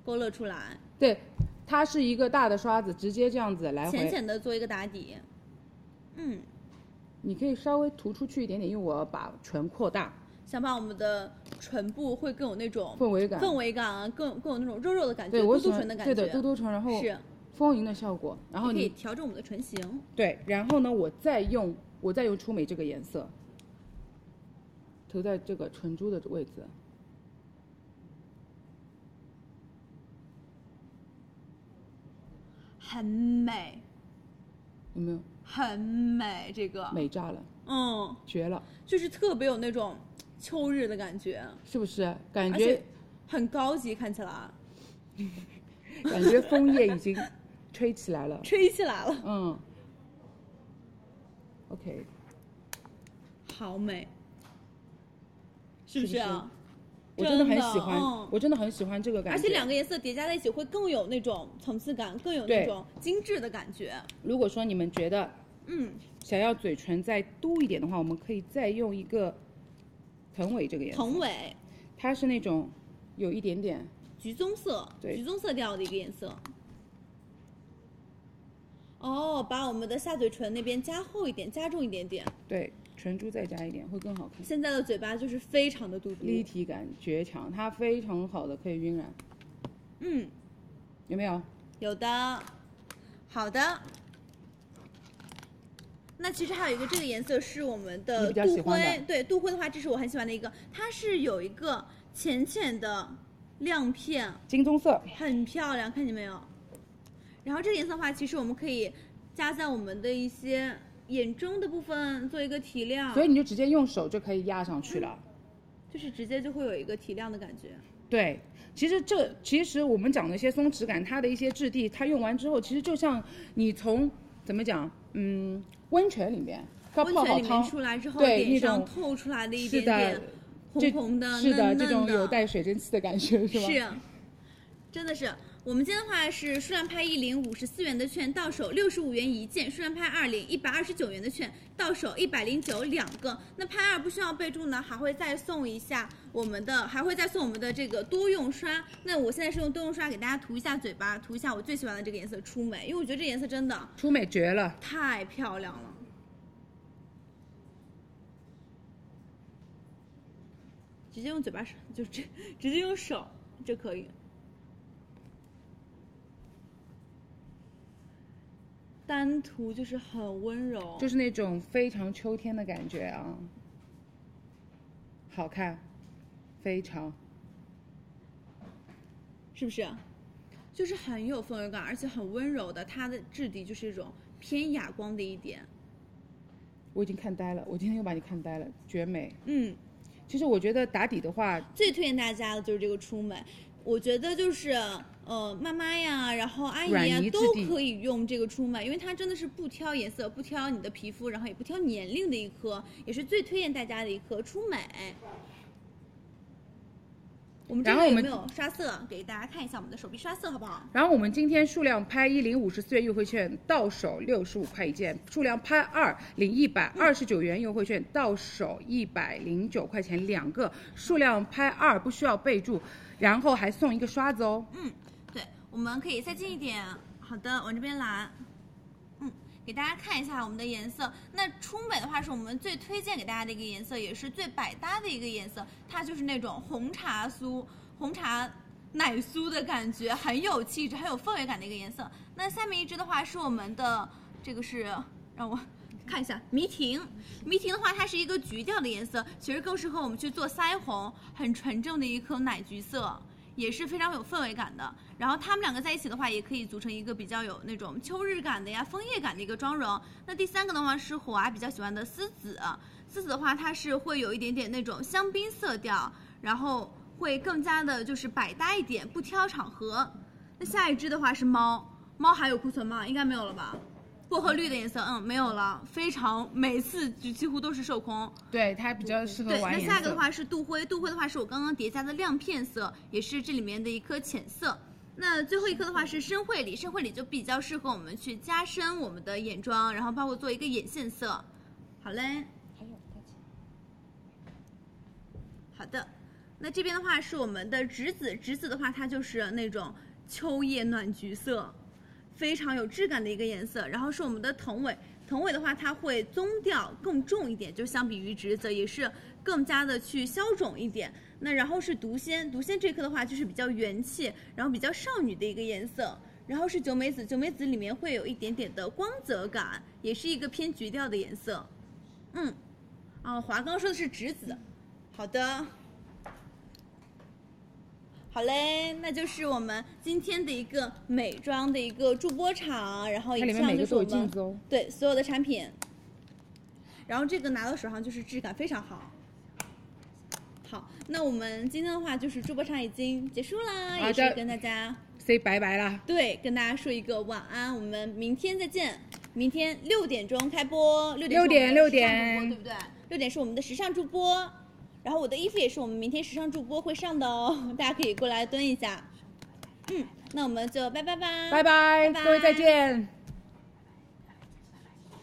Speaker 16: 勾勒出来，
Speaker 19: 对，它是一个大的刷子，直接这样子来回，
Speaker 16: 浅浅的做一个打底，嗯。
Speaker 19: 你可以稍微涂出去一点点，因为我要把唇扩大。
Speaker 16: 想把我们的唇部会更有那种
Speaker 19: 氛围感
Speaker 16: 氛围感啊，更更有那种肉肉的感觉，
Speaker 19: 对我
Speaker 16: 嘟
Speaker 19: 喜
Speaker 16: 嘟
Speaker 19: 欢
Speaker 16: 唇的感
Speaker 19: 对
Speaker 16: 觉，
Speaker 19: 的嘟嘟唇，然后
Speaker 16: 是
Speaker 19: 丰盈的效果。然后
Speaker 16: 可以
Speaker 19: 你
Speaker 16: 调整我们的唇形。
Speaker 19: 对，然后呢，我再用我再用初美这个颜色，涂在这个唇珠的位置。
Speaker 16: 很美，
Speaker 19: 有没有
Speaker 16: 很美，这个
Speaker 19: 美炸了？
Speaker 16: 嗯，
Speaker 19: 绝了，
Speaker 16: 就是特别有那种秋日的感觉，
Speaker 19: 是不是？感
Speaker 16: 而
Speaker 19: 觉
Speaker 16: 且很高级，看起来
Speaker 19: 感觉枫叶已经吹起来了。
Speaker 16: <laughs> 吹起来了，
Speaker 19: 嗯，OK，
Speaker 16: 好美，
Speaker 19: 是
Speaker 16: 不
Speaker 19: 是
Speaker 16: 啊？
Speaker 19: 我真的很
Speaker 16: 真的
Speaker 19: 喜欢，
Speaker 16: 嗯
Speaker 19: 我真的很喜欢这个感觉。
Speaker 16: 而且两个颜色叠加在一起会更有那种层次感，更有那
Speaker 19: 对
Speaker 16: 种精致的感觉。
Speaker 19: 如果说你们觉得
Speaker 16: 嗯，
Speaker 19: 想要嘴唇再嘟一点的话，我们可以再用一个藤尾这个颜色。
Speaker 16: 藤，尾
Speaker 19: 它是那种有一点点，
Speaker 16: 橘棕色，
Speaker 19: 对
Speaker 16: 橘棕色调的一个颜色。哦，把我们的下嘴唇那边加厚一点，加重一点点。
Speaker 19: 对，唇珠再加一点会更好看。
Speaker 16: 现在的嘴巴就是非常的嘟嘟，
Speaker 19: 立体感绝强，它非常好的可以晕染，
Speaker 16: 嗯，
Speaker 19: 有没有？
Speaker 16: 有的，好的。那其实还有一个这个颜色是我们
Speaker 19: 你
Speaker 16: 的
Speaker 19: 比较
Speaker 16: 杜
Speaker 19: 喜欢
Speaker 16: 灰
Speaker 19: 的，
Speaker 16: 对杜灰的话，这是我很喜欢的一个，它是有一个浅浅的亮片，
Speaker 19: 金棕色，
Speaker 16: 很漂亮，看见没有？然后这个颜色的话，其实我们可以加在我们的一些眼中的部分做一个提亮，
Speaker 19: 所以你就直接用手就可以压上去了。
Speaker 16: 就是直接就会有一个提亮的感觉。
Speaker 19: 对，其实这其实我们讲的一些松弛感，它的一些质地，它用完之后，其实就像你从怎么讲，嗯，温泉里面刚
Speaker 16: 温
Speaker 19: 泡
Speaker 16: 泉
Speaker 19: 好
Speaker 16: 里面
Speaker 19: 汤
Speaker 16: 出来之后，
Speaker 19: 对
Speaker 16: 脸上
Speaker 19: 那种
Speaker 16: 透出来的一
Speaker 19: 是
Speaker 16: 点
Speaker 19: 的
Speaker 16: 点
Speaker 19: 这
Speaker 16: 红红的、
Speaker 19: 是的，
Speaker 16: 嫩
Speaker 19: 这
Speaker 16: 嫩
Speaker 19: 种
Speaker 16: 的，
Speaker 19: 有带水蒸气的感觉是吧？
Speaker 16: 是，啊真的是。我们今天的话是数量拍一领五十四元的券到手，六十五元一件；数量拍二领一百二十九元的券到手，一百零九两个。那拍二不需要备注呢，还会再送一下我们的，还会再送我们的这个多用刷。那我现在是用多用刷给大家涂一下嘴巴，涂一下我最喜欢的这个颜色初美，因为我觉得这颜色真的
Speaker 19: 初美绝了，
Speaker 16: 太漂亮了。直接用嘴巴手，就直直接用手就可以。单涂就是很温柔，
Speaker 19: 就是那种非常秋天的感觉啊，好看，非常。
Speaker 16: 是不是？就是很有氛围感，而且很温柔的。它的质地就是一种偏哑光的一点，
Speaker 19: 我已经看呆了，我今天又把你看呆了，绝美。
Speaker 16: 嗯，
Speaker 19: 其实我觉得打底的话，
Speaker 16: 最推荐大家的就是这个初美，我觉得就是呃妈妈呀，然后阿姨呀
Speaker 19: 软泥质
Speaker 16: 都
Speaker 19: 地
Speaker 16: 可以用这个初美，因为它真的是不挑颜色，不挑你的皮肤，然后也不挑年龄的一颗，也是最推荐大家的一颗初美。我们这
Speaker 19: 然后
Speaker 16: 个
Speaker 19: 我
Speaker 16: 有
Speaker 19: 们
Speaker 16: 没有刷色？给大家看一下我们的手臂刷色好不好？
Speaker 19: 然后我们今天数量拍一领五十四元优惠券到手六十五块一件，数量拍二领一百二十九元优惠券到手一百零九块钱两个，数量拍二不需要备注，然后还送一个刷子哦。
Speaker 16: 嗯，对，我们可以再近一点。好的，往这边来。嗯，给大家看一下我们的颜色。那初美的话是我们最推荐给大家的一个颜色，也是最百搭的一个颜色。它就是那种红茶酥、红茶奶酥的感觉，很有气质、很有氛围感的一个颜色。那下面一支的话是我们的，这个是让我。看一下 <laughs> 迷婷，迷婷的话，它是一个橘调的颜色，其实更适合我们去做腮红，很纯正的一颗奶橘色，也是非常有氛围感的。然后它们两个在一起的话，也可以组成一个比较有那种秋日感的呀、枫叶感的一个妆容。那第三个的话是火娃、比较喜欢的丝子，丝子的话，它是会有一点点那种香槟色调，然后会更加的就是百搭一点，不挑场合。那下一支的话是猫，猫还有库存吗？应该没有了吧？薄荷绿的颜色，嗯，没有了，非常每次就几乎都是售空。
Speaker 19: 对，它比较适合
Speaker 16: 对，
Speaker 19: 玩
Speaker 16: 那
Speaker 19: 颜
Speaker 16: 下一个
Speaker 19: 色
Speaker 16: 的话是镀灰，镀灰的话是我刚刚叠加的亮片色，也是这里面的一颗浅色。那最后一颗的话是深绘里，深绘里就比较适合我们去加深我们的眼妆，然后包括做一个眼线色。好嘞。好的，那这边的话是我们的栀子，栀子的话它就是那种秋叶暖橘色，非常有质感的一个颜色。然后是我们的藤尾，藤尾的话它会棕调更重一点，就相比于栀子也是更加的去消肿一点。那然后是独仙，独仙这颗的话就是比较元气，然后比较少女的一个颜色。然后是九美紫，九美紫里面会有一点点的光泽感，也是一个偏橘调的颜色。嗯，啊，华刚说的是栀子，好的。好嘞，那就是我们今天的一个美妆的一个助播场，然后
Speaker 19: 它里
Speaker 16: 以
Speaker 19: 面每
Speaker 16: 上就
Speaker 19: 个
Speaker 16: 是
Speaker 19: 都
Speaker 16: 我
Speaker 19: 有镜
Speaker 16: 们
Speaker 19: 子哦。
Speaker 16: 对所有的产品，然后这个拿到手上就是质感非常好。好，那我们今天的话就是助播场已经结束啦，
Speaker 19: 好
Speaker 16: 也
Speaker 19: 的
Speaker 16: 是跟大家
Speaker 19: say 拜拜啦。
Speaker 16: 对跟大家说一个晚安，我们明天再见。明天六点钟开播，六点是我们的
Speaker 19: 6点
Speaker 16: 时
Speaker 19: 6
Speaker 16: 尚
Speaker 19: 点
Speaker 16: 主播对不对？六点是我们的时尚助播，然后我的衣服也是我们明天时尚助播会上的哦， <laughs> 大家可以过来蹲一下。嗯，那我们就拜拜吧，
Speaker 19: 拜拜
Speaker 16: 拜，拜
Speaker 19: 各位再见。